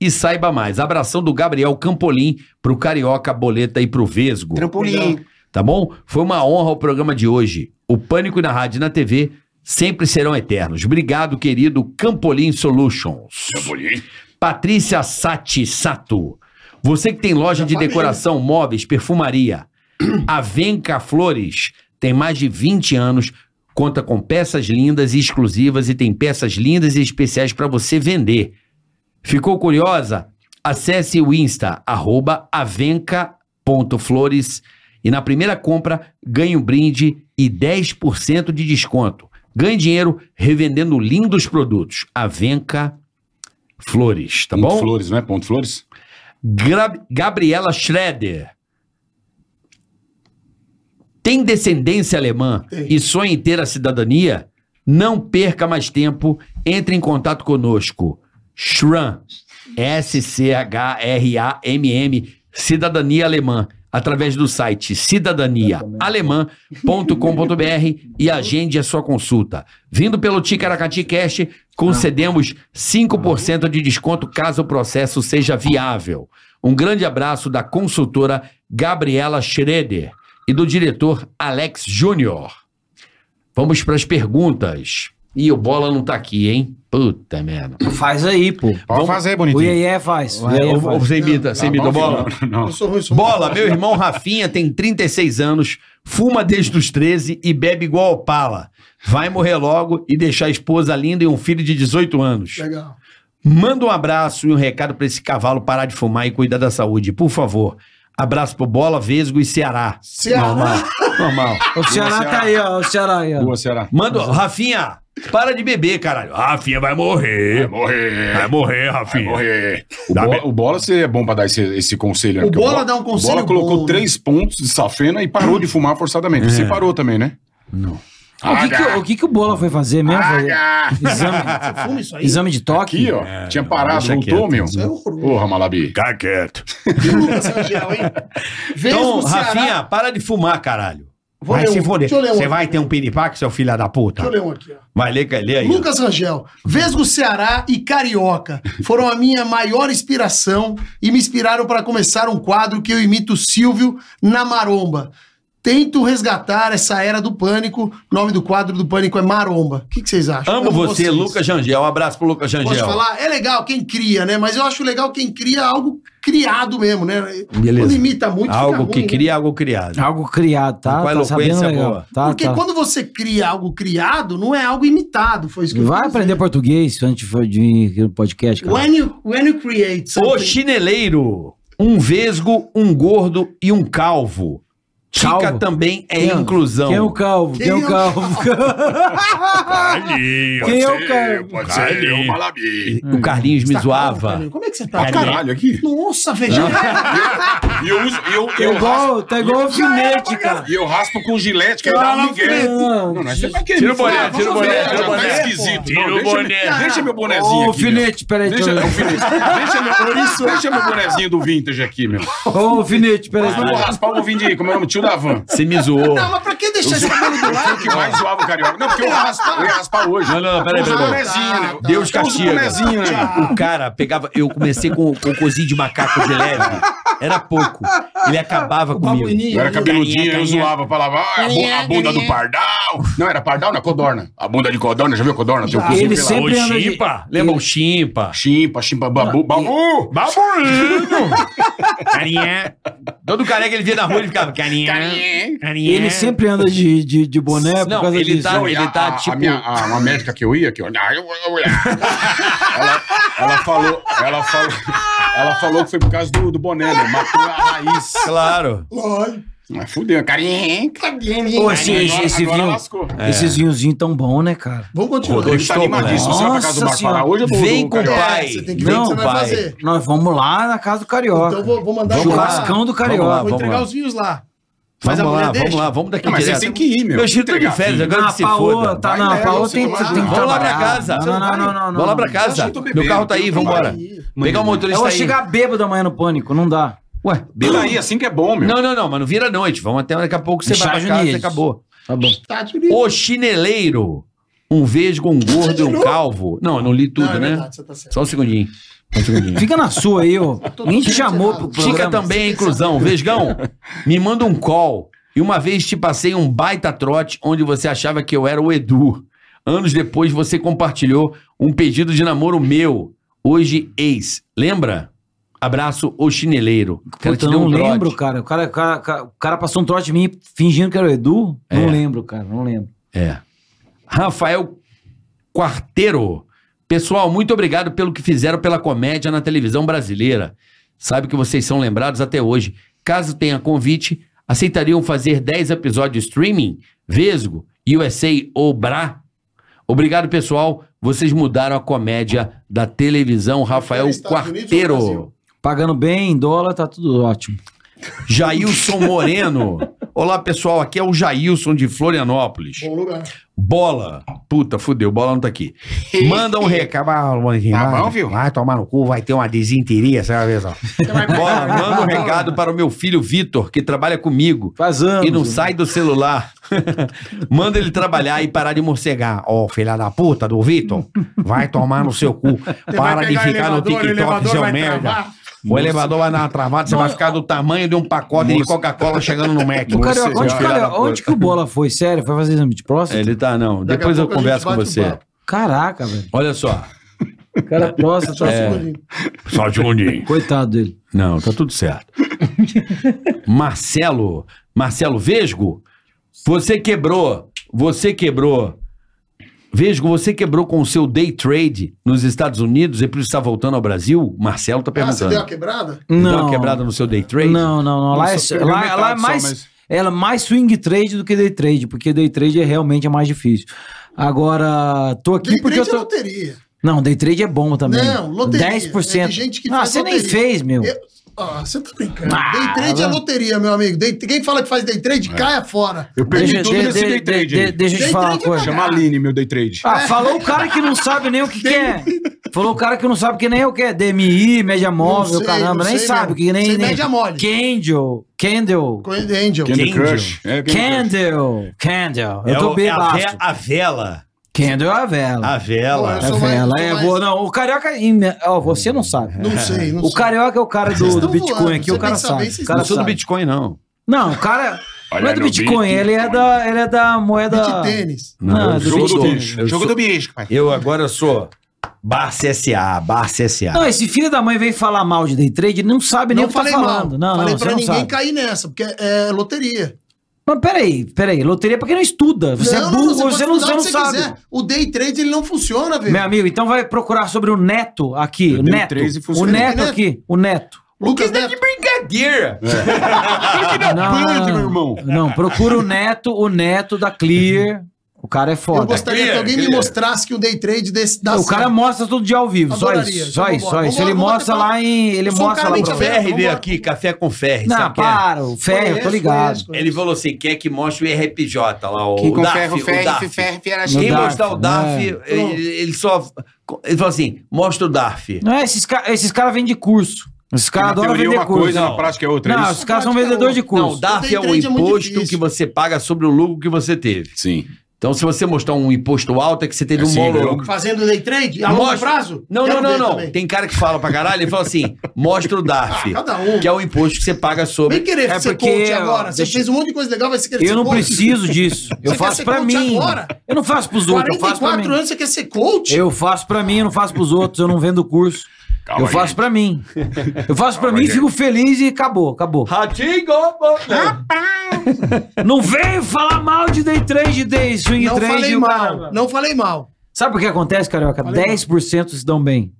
Speaker 4: e saiba mais. Abração do Gabriel Campolim pro Carioca, Boleta e pro Vesgo.
Speaker 7: Trampolim.
Speaker 4: Tá bom? Foi uma honra o programa de hoje. O Pânico na Rádio e na TV sempre serão eternos. Obrigado, querido Campolim Solutions.
Speaker 7: Trampolim.
Speaker 4: Patrícia Sati Sato. Você que tem loja de decoração, móveis, perfumaria, a Venca Flores tem mais de 20 anos, conta com peças lindas e exclusivas e tem peças lindas e especiais para você vender. Ficou curiosa? Acesse o Insta, arroba avenca.flores e na primeira compra ganhe um brinde e 10% de desconto. Ganhe dinheiro revendendo lindos produtos. Avenca Flores, tá
Speaker 7: Ponto
Speaker 4: bom?
Speaker 7: Flores, não é? Ponto Flores?
Speaker 4: Gra- Gabriela Schroeder. Tem descendência alemã e sonha em ter a cidadania? Não perca mais tempo. Entre em contato conosco. Schramm, S-C-H-R-A-M-M, Cidadania Alemã, através do site cidadaniaalemã.com.br e agende a sua consulta. Vindo pelo Ticaracati Cash, concedemos 5% de desconto caso o processo seja viável. Um grande abraço da consultora Gabriela Schroeder e do diretor Alex Júnior. Vamos para as perguntas. Ih, o Bola não tá aqui, hein? Puta merda.
Speaker 5: Faz aí, pô.
Speaker 7: Pode fazer,
Speaker 5: O
Speaker 7: bonitinho.
Speaker 5: IEE faz. O
Speaker 4: Ou-
Speaker 5: IEE
Speaker 4: ou
Speaker 5: faz.
Speaker 4: você imita, você imita o Tá Bola?
Speaker 8: Eu sou ruim, sou ruim.
Speaker 4: Bola, meu irmão Rafinha tem 36 anos, fuma desde os 13 e bebe igual opala. Vai morrer logo e deixar a esposa linda e um filho de 18 anos.
Speaker 8: Legal.
Speaker 4: Manda um abraço e um recado pra esse cavalo parar de fumar e cuidar da saúde, por favor. Abraço pro Bola, Vesgo e Ceará.
Speaker 8: Ceará.
Speaker 4: Normal. Normal.
Speaker 5: O Ceará tá aí, ó. O Ceará aí, ó.
Speaker 7: Boa, Ceará.
Speaker 4: Manda, Rafinha, para de beber, caralho. Rafinha vai
Speaker 2: Vai
Speaker 4: morrer.
Speaker 2: morrer.
Speaker 4: Vai morrer,
Speaker 2: Vai
Speaker 4: Rafinha.
Speaker 2: morrer.
Speaker 7: O,
Speaker 4: Dá
Speaker 7: Bola-
Speaker 4: bem.
Speaker 7: o Bola seria bom pra dar esse, esse conselho. né?
Speaker 8: O
Speaker 7: Porque
Speaker 8: Bola dá um conselho
Speaker 7: O Bola colocou
Speaker 8: bom, né?
Speaker 7: três pontos de safena e parou de fumar forçadamente. Você parou também, né?
Speaker 5: Ah, O que que, o que que o Bola foi fazer mesmo?
Speaker 2: Paga!
Speaker 5: Exame,
Speaker 8: Você fuma isso aí?
Speaker 5: exame de toque?
Speaker 7: Aqui, ó. tinha parado,
Speaker 4: deixa
Speaker 7: voltou,
Speaker 4: quieto.
Speaker 7: meu.
Speaker 8: Isso é horroroso.
Speaker 7: Porra, Malabi.
Speaker 2: Fica quieto.
Speaker 8: Que humilhação geral, hein? Vez
Speaker 4: Então,
Speaker 8: no Ceará-
Speaker 4: Rafinha, para de fumar, caralho.
Speaker 8: Vou
Speaker 4: vai
Speaker 8: ler
Speaker 4: se
Speaker 8: um.
Speaker 4: foder.
Speaker 8: Deixa eu ler um
Speaker 4: Você
Speaker 8: aqui.
Speaker 4: vai ter um piripaque, seu filho da puta.
Speaker 8: Deixa eu ler um aqui, ó.
Speaker 4: Vai ler, lê aí.
Speaker 8: Lucas Rangel, Vesgo Ceará e Carioca foram a minha maior inspiração e me inspiraram para começar um quadro que eu imito Silvio na Maromba. Tento resgatar essa era do pânico. O nome do quadro do pânico é Maromba. O que, que vocês acham?
Speaker 4: Amo você,
Speaker 8: vocês.
Speaker 4: Lucas Jangel. Um abraço pro Lucas Jangel.
Speaker 8: Posso falar? É legal quem cria, né? Mas eu acho legal quem cria algo criado mesmo, né?
Speaker 4: Beleza.
Speaker 8: Quando imita muito,
Speaker 4: algo
Speaker 8: fica
Speaker 4: que
Speaker 8: ruim, né?
Speaker 4: cria, algo criado.
Speaker 5: Algo criado, tá?
Speaker 4: Com a
Speaker 5: Tá
Speaker 4: eloquência
Speaker 5: sabendo legal.
Speaker 4: boa.
Speaker 5: Tá,
Speaker 8: Porque
Speaker 5: tá.
Speaker 8: quando você cria algo criado, não é algo imitado. Foi isso que eu
Speaker 5: Vai
Speaker 8: quis
Speaker 5: aprender português antes de- de do podcast,
Speaker 8: dizer.
Speaker 5: cara.
Speaker 8: When you, when you create
Speaker 4: O
Speaker 8: something-
Speaker 4: chineleiro, um vesgo, um gordo e um calvo. Chica
Speaker 5: Calvo?
Speaker 4: também é
Speaker 5: Quem é o-
Speaker 4: inclusão.
Speaker 5: Quem é o calvo? Quem, é o (laughs) calvo?
Speaker 2: Ali,
Speaker 5: Quem é o
Speaker 2: ser,
Speaker 5: cara?
Speaker 2: Pode Cara ser ali. o Malabi.
Speaker 4: O Carlinhos me
Speaker 8: Tá calmo,
Speaker 4: zoava.
Speaker 8: Carlinhos? Como é que você tá?
Speaker 7: é Pra caralho aqui.
Speaker 8: Nossa, veja.
Speaker 7: E eu uso. E eu,
Speaker 5: Tá
Speaker 4: é
Speaker 7: eu raspo,
Speaker 5: igual, tá igual alfinete, cara.
Speaker 7: e eu raspo com gilete, que aí dá um
Speaker 5: é
Speaker 7: migué.
Speaker 5: Não,
Speaker 7: Não, não, você vai
Speaker 2: Tira
Speaker 7: querer.
Speaker 2: o boné, tira o boné,
Speaker 7: Já
Speaker 2: tira o
Speaker 7: tá
Speaker 2: boné.
Speaker 7: esquisito.
Speaker 2: Tira
Speaker 7: Não,
Speaker 2: o
Speaker 7: deixa-
Speaker 2: boné.
Speaker 7: Deixa meu
Speaker 5: Ô,
Speaker 7: bonezinho aqui. meu.
Speaker 5: alfinete, peraí.
Speaker 7: Deixa,
Speaker 5: Deixa...
Speaker 7: alfinete, deixa, meu, deixa meu bonezinho do vintage aqui, meu.
Speaker 5: Ô, alfinete, peraí.
Speaker 7: Mas não vou
Speaker 4: Ah,
Speaker 7: raspar, eu vou vir de. Como é o nome? Tio da van.
Speaker 4: Você me zoou.
Speaker 8: (laughs) Não, mas pra que deixar
Speaker 7: (laughs)
Speaker 8: esse cabelo do
Speaker 7: Eu fui o
Speaker 8: lado?
Speaker 7: que mais zoava o carioca. Não, porque eu, raspa, eu ia raspar hoje.
Speaker 4: Não, não, não, peraí,
Speaker 7: Usa
Speaker 4: peraí, peraí.
Speaker 7: bonezinho, né?
Speaker 4: Deus
Speaker 7: Eu uso
Speaker 4: castiga.
Speaker 7: bonezinho, né?
Speaker 4: O cara pegava. Eu comecei com com cozinho de macaco de leve. Era pouco. Ele acabava comigo.
Speaker 7: Eu era cabeludinho,
Speaker 4: Carinha,
Speaker 7: eu
Speaker 4: carinha.
Speaker 7: zoava, falava, ah, a, bu- a bunda do pardal. Não, era pardal na codorna. A bunda de codorna, já viu codorna?
Speaker 4: Tá.
Speaker 7: Teu cozinho
Speaker 5: Ele
Speaker 7: pela-
Speaker 5: sempre
Speaker 4: o
Speaker 5: anda de...
Speaker 4: chimpa. Lembra o chimpa?
Speaker 7: Chimpa, chimpa, babu, babu.
Speaker 4: Carinha. Todo careca ele via na rua ele ficava carinha. Carinha.
Speaker 5: Ele sempre anda de, de, de boné por
Speaker 4: é. Não,
Speaker 5: causa
Speaker 4: ele
Speaker 5: disso.
Speaker 4: tá-
Speaker 7: Não, e
Speaker 4: ele
Speaker 7: a- a-
Speaker 4: tipo-
Speaker 7: A minha, a- uma médica que eu ia, que eu... Ah, eu- eu- eu- Ela, ela falou, ela falou... Ela falou que foi por causa do, do boné, né? Matou a raiz.
Speaker 4: Claro.
Speaker 7: Mas fudeu, carinha.
Speaker 5: Ô, esse,
Speaker 7: Agora-
Speaker 5: esse, É. esse
Speaker 7: agora
Speaker 5: vinho,
Speaker 7: lascou.
Speaker 4: É.
Speaker 5: esses vinhozinhos tão bom, né, cara?
Speaker 8: Vamos continuar.
Speaker 4: Rodolfo
Speaker 7: Ele tá
Speaker 4: Estou,
Speaker 7: animadíssimo. Você vai pra casa
Speaker 5: Nossa
Speaker 7: do Marco falar
Speaker 5: Senhora.
Speaker 7: hoje eu vou
Speaker 4: Vem
Speaker 7: do
Speaker 4: com
Speaker 8: É,
Speaker 7: Carioca?
Speaker 4: pai.
Speaker 8: você tem que ver
Speaker 5: né? Não,
Speaker 8: o que você vai
Speaker 4: pai.
Speaker 8: fazer.
Speaker 5: Nós vamos lá na casa do Carioca.
Speaker 8: Então vou, vou mandar
Speaker 4: Vamos
Speaker 8: lá.
Speaker 4: lá.
Speaker 5: Churrascão do Carioca.
Speaker 4: Vamos lá,
Speaker 8: Vou
Speaker 4: vamos
Speaker 8: entregar
Speaker 4: lá.
Speaker 8: os vinhos lá. Mas
Speaker 4: Vamos
Speaker 8: a mulher
Speaker 4: lá,
Speaker 8: deixa?
Speaker 4: vamos lá, vamos daqui
Speaker 7: Não, mas
Speaker 4: direto.
Speaker 7: você tem que ir, meu.
Speaker 4: Meu filho tá de
Speaker 7: Entregar
Speaker 4: férias,
Speaker 7: filho.
Speaker 4: agora que se
Speaker 5: Paola,
Speaker 4: foda.
Speaker 5: tá,
Speaker 7: Vai,
Speaker 5: não, a
Speaker 7: pega,
Speaker 5: Paola
Speaker 7: você
Speaker 5: tem, tem
Speaker 7: vai.
Speaker 5: que trabalhar.
Speaker 7: Vamos
Speaker 4: lá pra casa.
Speaker 5: Não, não, não, não, não.
Speaker 4: Vamos lá pra
Speaker 7: Eu
Speaker 4: casa.
Speaker 7: acho que eu tô
Speaker 4: Meu
Speaker 7: bebendo,
Speaker 4: carro tá aí,
Speaker 7: eu tô
Speaker 4: vambora.
Speaker 8: bebendo.
Speaker 4: Pegar o
Speaker 5: Eu
Speaker 4: motorista
Speaker 5: vou
Speaker 4: aí.
Speaker 5: chegar bêbado amanhã no pânico, não dá.
Speaker 4: Ué,
Speaker 7: Vira aí, assim que é bom, meu.
Speaker 4: Não, não, não, mas não vira à noite. Vamos até daqui a pouco você vai
Speaker 5: Charles
Speaker 4: pra casa e
Speaker 5: Nunes.
Speaker 4: acabou.
Speaker 5: Tá bom.
Speaker 8: Tá, Tio
Speaker 4: O chineleiro. Um vesgo, um gordo e um calvo. Não, eu não li tudo,
Speaker 8: Não, é
Speaker 4: né?
Speaker 8: verdade, você tá certo.
Speaker 4: Só um segundinho.
Speaker 8: (laughs)
Speaker 5: Fica na sua aí, ô. Nem te chamou pro programa.
Speaker 4: Chica também é inclusão. Vesgão, me manda um call. E uma vez te passei um baita trote onde você achava que eu era o Edu. Anos depois você compartilhou um pedido de namoro meu. Hoje ex. Lembra? Abraço, o chineleiro. Cara,
Speaker 5: Puta,
Speaker 4: te deu
Speaker 5: não
Speaker 4: um trote.
Speaker 5: lembro, cara. O cara, o cara- ca- o cara passou um trote de mim fingindo que era o Edu.
Speaker 4: É.
Speaker 5: Não lembro, cara. Não lembro.
Speaker 4: É. Rafael Quarteiro. Pessoal, muito obrigado pelo que fizeram pela comédia na televisão brasileira. Sabe que vocês são lembrados até hoje. Caso tenha convite, aceitariam fazer 10 episódios streaming? Vesgo, USA ou Bra? Obrigado, pessoal. Vocês mudaram a comédia da televisão. Rafael
Speaker 8: Estados Unidos ou Brasil?
Speaker 4: Quarteiro.
Speaker 5: Pagando bem em dólar, tá tudo ótimo.
Speaker 4: Jailson Moreno. Ô, Olá, pessoal. Aqui é o Jailson de Florianópolis.
Speaker 1: Bom lugar.
Speaker 4: Bola. Puta, fudeu. Bola não tá aqui. Manda um recado.
Speaker 7: Tá bom, viu?
Speaker 2: Vai tomar no cu, vai ter uma desinteria, sabe?
Speaker 4: Bola, manda um recado para o meu filho Vitor, que trabalha comigo
Speaker 5: Faz anos.
Speaker 4: e não sai do celular. (laughs) manda ele trabalhar e parar de morcegar.
Speaker 2: Ó, filha da puta do Vitor, vai tomar no seu cu. Para de ficar no
Speaker 4: é
Speaker 2: TikTok, seu merda. O elevador vai dar uma travada, você vai ficar do tamanho de um pacote de Coca-Cola chegando no Mac.
Speaker 5: (laughs) O Carioca, onde,
Speaker 7: filha
Speaker 5: cara,
Speaker 7: da
Speaker 5: onde que o Bola foi? Sério? Foi fazer exame de próstata?
Speaker 4: Ele tá, não.
Speaker 1: Daqui a
Speaker 4: Depois eu
Speaker 1: pouco a gente
Speaker 4: converso com
Speaker 1: bate um
Speaker 4: você.
Speaker 1: papo.
Speaker 5: Caraca, velho.
Speaker 4: Olha só.
Speaker 5: O cara próstata. (laughs)
Speaker 3: Só de onde?
Speaker 5: Coitado dele.
Speaker 4: Não, tá tudo
Speaker 5: (laughs)
Speaker 4: certo. Marcelo, Marcelo Vesgo, você quebrou, você quebrou. Vesgo, você quebrou com o seu day trade nos Estados Unidos e por isso está voltando ao Brasil? Marcelo tá
Speaker 1: Ah, você deu
Speaker 4: perguntando.
Speaker 1: uma quebrada?
Speaker 4: Deu uma
Speaker 5: Não.
Speaker 4: quebrada no seu day trade?
Speaker 5: Não, não, não. Lá,
Speaker 7: Nossa,
Speaker 5: é,
Speaker 7: perdeu
Speaker 5: lá,
Speaker 7: metade
Speaker 5: lá é
Speaker 7: só,
Speaker 5: mais.
Speaker 7: mas-
Speaker 5: Ela é mais swing trade do que day trade, porque day trade é realmente é mais difícil. Agora, tô aqui
Speaker 1: Day
Speaker 5: porque
Speaker 1: trade é
Speaker 5: eu tô.
Speaker 1: loteria.
Speaker 5: Não, day trade é bom também.
Speaker 1: Não, loteria.
Speaker 5: 10%.
Speaker 1: É de gente que
Speaker 5: ah,
Speaker 1: faz
Speaker 5: você nem
Speaker 1: loteria.
Speaker 5: fez, meu.
Speaker 1: Eu- Ah, você tá brincando. day trade é loteria, meu amigo. Day- Quem fala que faz day trade, caia fora.
Speaker 7: Eu perdi
Speaker 5: Deixa-
Speaker 7: tudo
Speaker 5: de-
Speaker 7: nesse
Speaker 5: de-
Speaker 7: day trade.
Speaker 5: de-
Speaker 7: aí.
Speaker 5: Deixa eu te
Speaker 1: Day
Speaker 5: falar uma
Speaker 1: trade é
Speaker 5: coisa.
Speaker 7: Chama a Aline, meu day trade.
Speaker 5: Ah, falou o cara que não sabe nem o que, que é. Falou o cara que não sabe que nem o que é. DMI, média móvel,
Speaker 1: sei,
Speaker 5: caramba,
Speaker 1: não
Speaker 5: nem
Speaker 1: sei
Speaker 5: sabe.
Speaker 1: mesmo.
Speaker 5: Que nem,
Speaker 1: Sei
Speaker 5: nem...
Speaker 1: média mole.
Speaker 5: Candle, Candle,
Speaker 1: Com Angel.
Speaker 7: Candy Crush. É, Crush.
Speaker 5: Candle, Candle. Eu tô
Speaker 4: o- é a,
Speaker 5: bebado.
Speaker 4: ve- a vela. Ah,
Speaker 5: Candle é a vela.
Speaker 4: A
Speaker 1: Não,
Speaker 4: vela.
Speaker 5: É
Speaker 1: eu
Speaker 5: a
Speaker 1: sou mais-
Speaker 5: vela,
Speaker 1: sou
Speaker 5: é
Speaker 1: mais-
Speaker 5: boa. Não, o carioca... em- Ó, você não sabe.
Speaker 1: Não sei, não
Speaker 5: É. O
Speaker 1: sei.
Speaker 5: carioca é o cara
Speaker 1: Vocês
Speaker 5: do, do
Speaker 1: tão
Speaker 5: Bitcoin
Speaker 1: voando,
Speaker 5: aqui, o
Speaker 1: você
Speaker 5: cara
Speaker 1: pensa bem,
Speaker 5: sabe.
Speaker 1: vocês
Speaker 5: o
Speaker 4: Eu
Speaker 5: cara
Speaker 4: não sou do
Speaker 5: sabe.
Speaker 4: Bitcoin, não.
Speaker 5: Não, o cara...
Speaker 3: Olha
Speaker 5: Não é do
Speaker 3: no
Speaker 5: Bitcoin,
Speaker 3: Bitcoin.
Speaker 5: ele é da, ele é da moeda...
Speaker 1: Beat tênis.
Speaker 5: Não, é do
Speaker 7: Jogo do
Speaker 5: Bitcoin.
Speaker 7: bicho.
Speaker 4: Eu
Speaker 7: Jogo
Speaker 4: sou-
Speaker 7: do bicho, pai.
Speaker 4: Eu agora sou Bar CSA, Bar CSA.
Speaker 5: Não, esse filho da mãe veio falar mal de day trade, ele não sabe nem
Speaker 1: Não
Speaker 5: o que tá
Speaker 1: falei mal.
Speaker 5: falando. Não,
Speaker 1: falei
Speaker 5: não, você
Speaker 1: pra
Speaker 5: não
Speaker 1: ninguém
Speaker 5: sabe.
Speaker 1: cair nessa, porque é loteria.
Speaker 5: Mas peraí, peraí, loteria é pra quem não estuda. Você é burro, você, não,
Speaker 1: pode
Speaker 5: você
Speaker 1: estudar o
Speaker 5: não
Speaker 1: que
Speaker 5: sabe.
Speaker 1: O day trade ele não funciona, velho.
Speaker 5: Meu amigo, então vai procurar sobre o Neto aqui. O
Speaker 7: dei
Speaker 5: Neto.
Speaker 7: três e
Speaker 5: O
Speaker 7: funcionou.
Speaker 5: Neto
Speaker 1: Neto?
Speaker 5: aqui, o Neto.
Speaker 1: Lucas Neto.
Speaker 4: Brincadeira!
Speaker 5: Não,
Speaker 7: Perde, meu
Speaker 5: não,
Speaker 7: irmão.
Speaker 5: não, procura o Neto, o Neto da Clear. O cara é
Speaker 1: Eu
Speaker 5: foda.
Speaker 1: gostaria que alguém me mostrasse que o day trade desse dá
Speaker 5: O cara é
Speaker 1: certo.
Speaker 5: mostra todo dia ao vivo, só
Speaker 1: Adoraria. Então
Speaker 5: isso, só
Speaker 1: vambora.
Speaker 5: isso, só isso.
Speaker 1: Vambora,
Speaker 5: Ele
Speaker 1: vambora,
Speaker 5: mostra
Speaker 1: vambora.
Speaker 5: lá em, ele
Speaker 1: Eu sou um
Speaker 5: mostra
Speaker 1: cara
Speaker 5: lá
Speaker 1: mente
Speaker 5: pra você.
Speaker 1: aberta.
Speaker 4: Ferre veio
Speaker 1: Vambora.
Speaker 4: aqui, café com Ferre,
Speaker 5: Não,
Speaker 4: sabe quem é?
Speaker 5: para, o ferro, eu tô
Speaker 1: Conheço,
Speaker 5: ligado.
Speaker 1: conheço,
Speaker 4: Ele falou assim: quer que mostre o RPJ lá, o,
Speaker 7: Quem
Speaker 4: o
Speaker 7: com
Speaker 4: DAF.
Speaker 7: ferro,
Speaker 4: o
Speaker 7: ferro,
Speaker 4: DAF.
Speaker 7: ferro, ferro.
Speaker 5: No
Speaker 4: Quem
Speaker 5: DARF,
Speaker 4: mostrar o DAF, ele, ele só. Ele falou assim: mostra o DARF.
Speaker 5: Não, é esses, ca- esses caras vendem curso. Esses caras
Speaker 7: Na
Speaker 5: adoram
Speaker 7: teoria é
Speaker 5: Tá, vender
Speaker 7: uma
Speaker 5: curso.
Speaker 7: coisa,
Speaker 5: não,
Speaker 7: na prática é outra. é isso?
Speaker 5: os caras são
Speaker 1: prática é
Speaker 5: vendedores de
Speaker 4: Não, o
Speaker 5: curso.
Speaker 4: DARF
Speaker 1: Day
Speaker 4: é o
Speaker 1: trade é muito
Speaker 4: imposto
Speaker 1: difícil.
Speaker 4: que você paga sobre o lucro que você teve.
Speaker 7: Sim.
Speaker 4: Então, se você mostrar um imposto alto, é que você teve
Speaker 7: É,
Speaker 4: um
Speaker 7: sim,
Speaker 4: bom
Speaker 7: eu-
Speaker 4: lucro.
Speaker 1: Fazendo day trade a longo
Speaker 4: Mostra.
Speaker 1: prazo?
Speaker 4: Não,
Speaker 1: Quero
Speaker 4: não, não,
Speaker 1: ver
Speaker 4: não.
Speaker 1: também.
Speaker 4: Tem cara que fala pra caralho, ele fala
Speaker 5: (laughs)
Speaker 4: assim: mostra o DARF.
Speaker 1: Cada um.
Speaker 4: Que é o imposto que você paga sobre.
Speaker 1: Vem querer
Speaker 5: É
Speaker 1: ser
Speaker 5: porque,
Speaker 1: coach
Speaker 5: ó,
Speaker 1: agora. Você
Speaker 5: deixa-
Speaker 1: fez um monte de coisa legal, vai se querer
Speaker 5: Eu
Speaker 1: ser
Speaker 5: não
Speaker 1: coach?
Speaker 5: preciso disso. Eu
Speaker 1: Você
Speaker 5: faço
Speaker 1: quer ser
Speaker 5: pra
Speaker 1: coach
Speaker 5: mim.
Speaker 1: agora?
Speaker 5: Eu não faço pros outros, eu faço pra
Speaker 1: 44
Speaker 5: mim.
Speaker 1: anos você quer ser coach?
Speaker 5: Eu faço pra mim, eu não faço pros outros, eu não vendo curso.
Speaker 7: Calma,
Speaker 5: eu faço
Speaker 7: gente.
Speaker 5: pra mim. Eu faço pra mim, fico feliz e acabou, acabou.
Speaker 4: Ratinho!
Speaker 1: Ah,
Speaker 5: Não veio falar mal de day trade, day swing
Speaker 1: não
Speaker 5: trade.
Speaker 1: falei
Speaker 5: o
Speaker 1: mal,
Speaker 5: caramba.
Speaker 1: não falei mal.
Speaker 5: Sabe o que acontece, carioca? 10% se dão bem.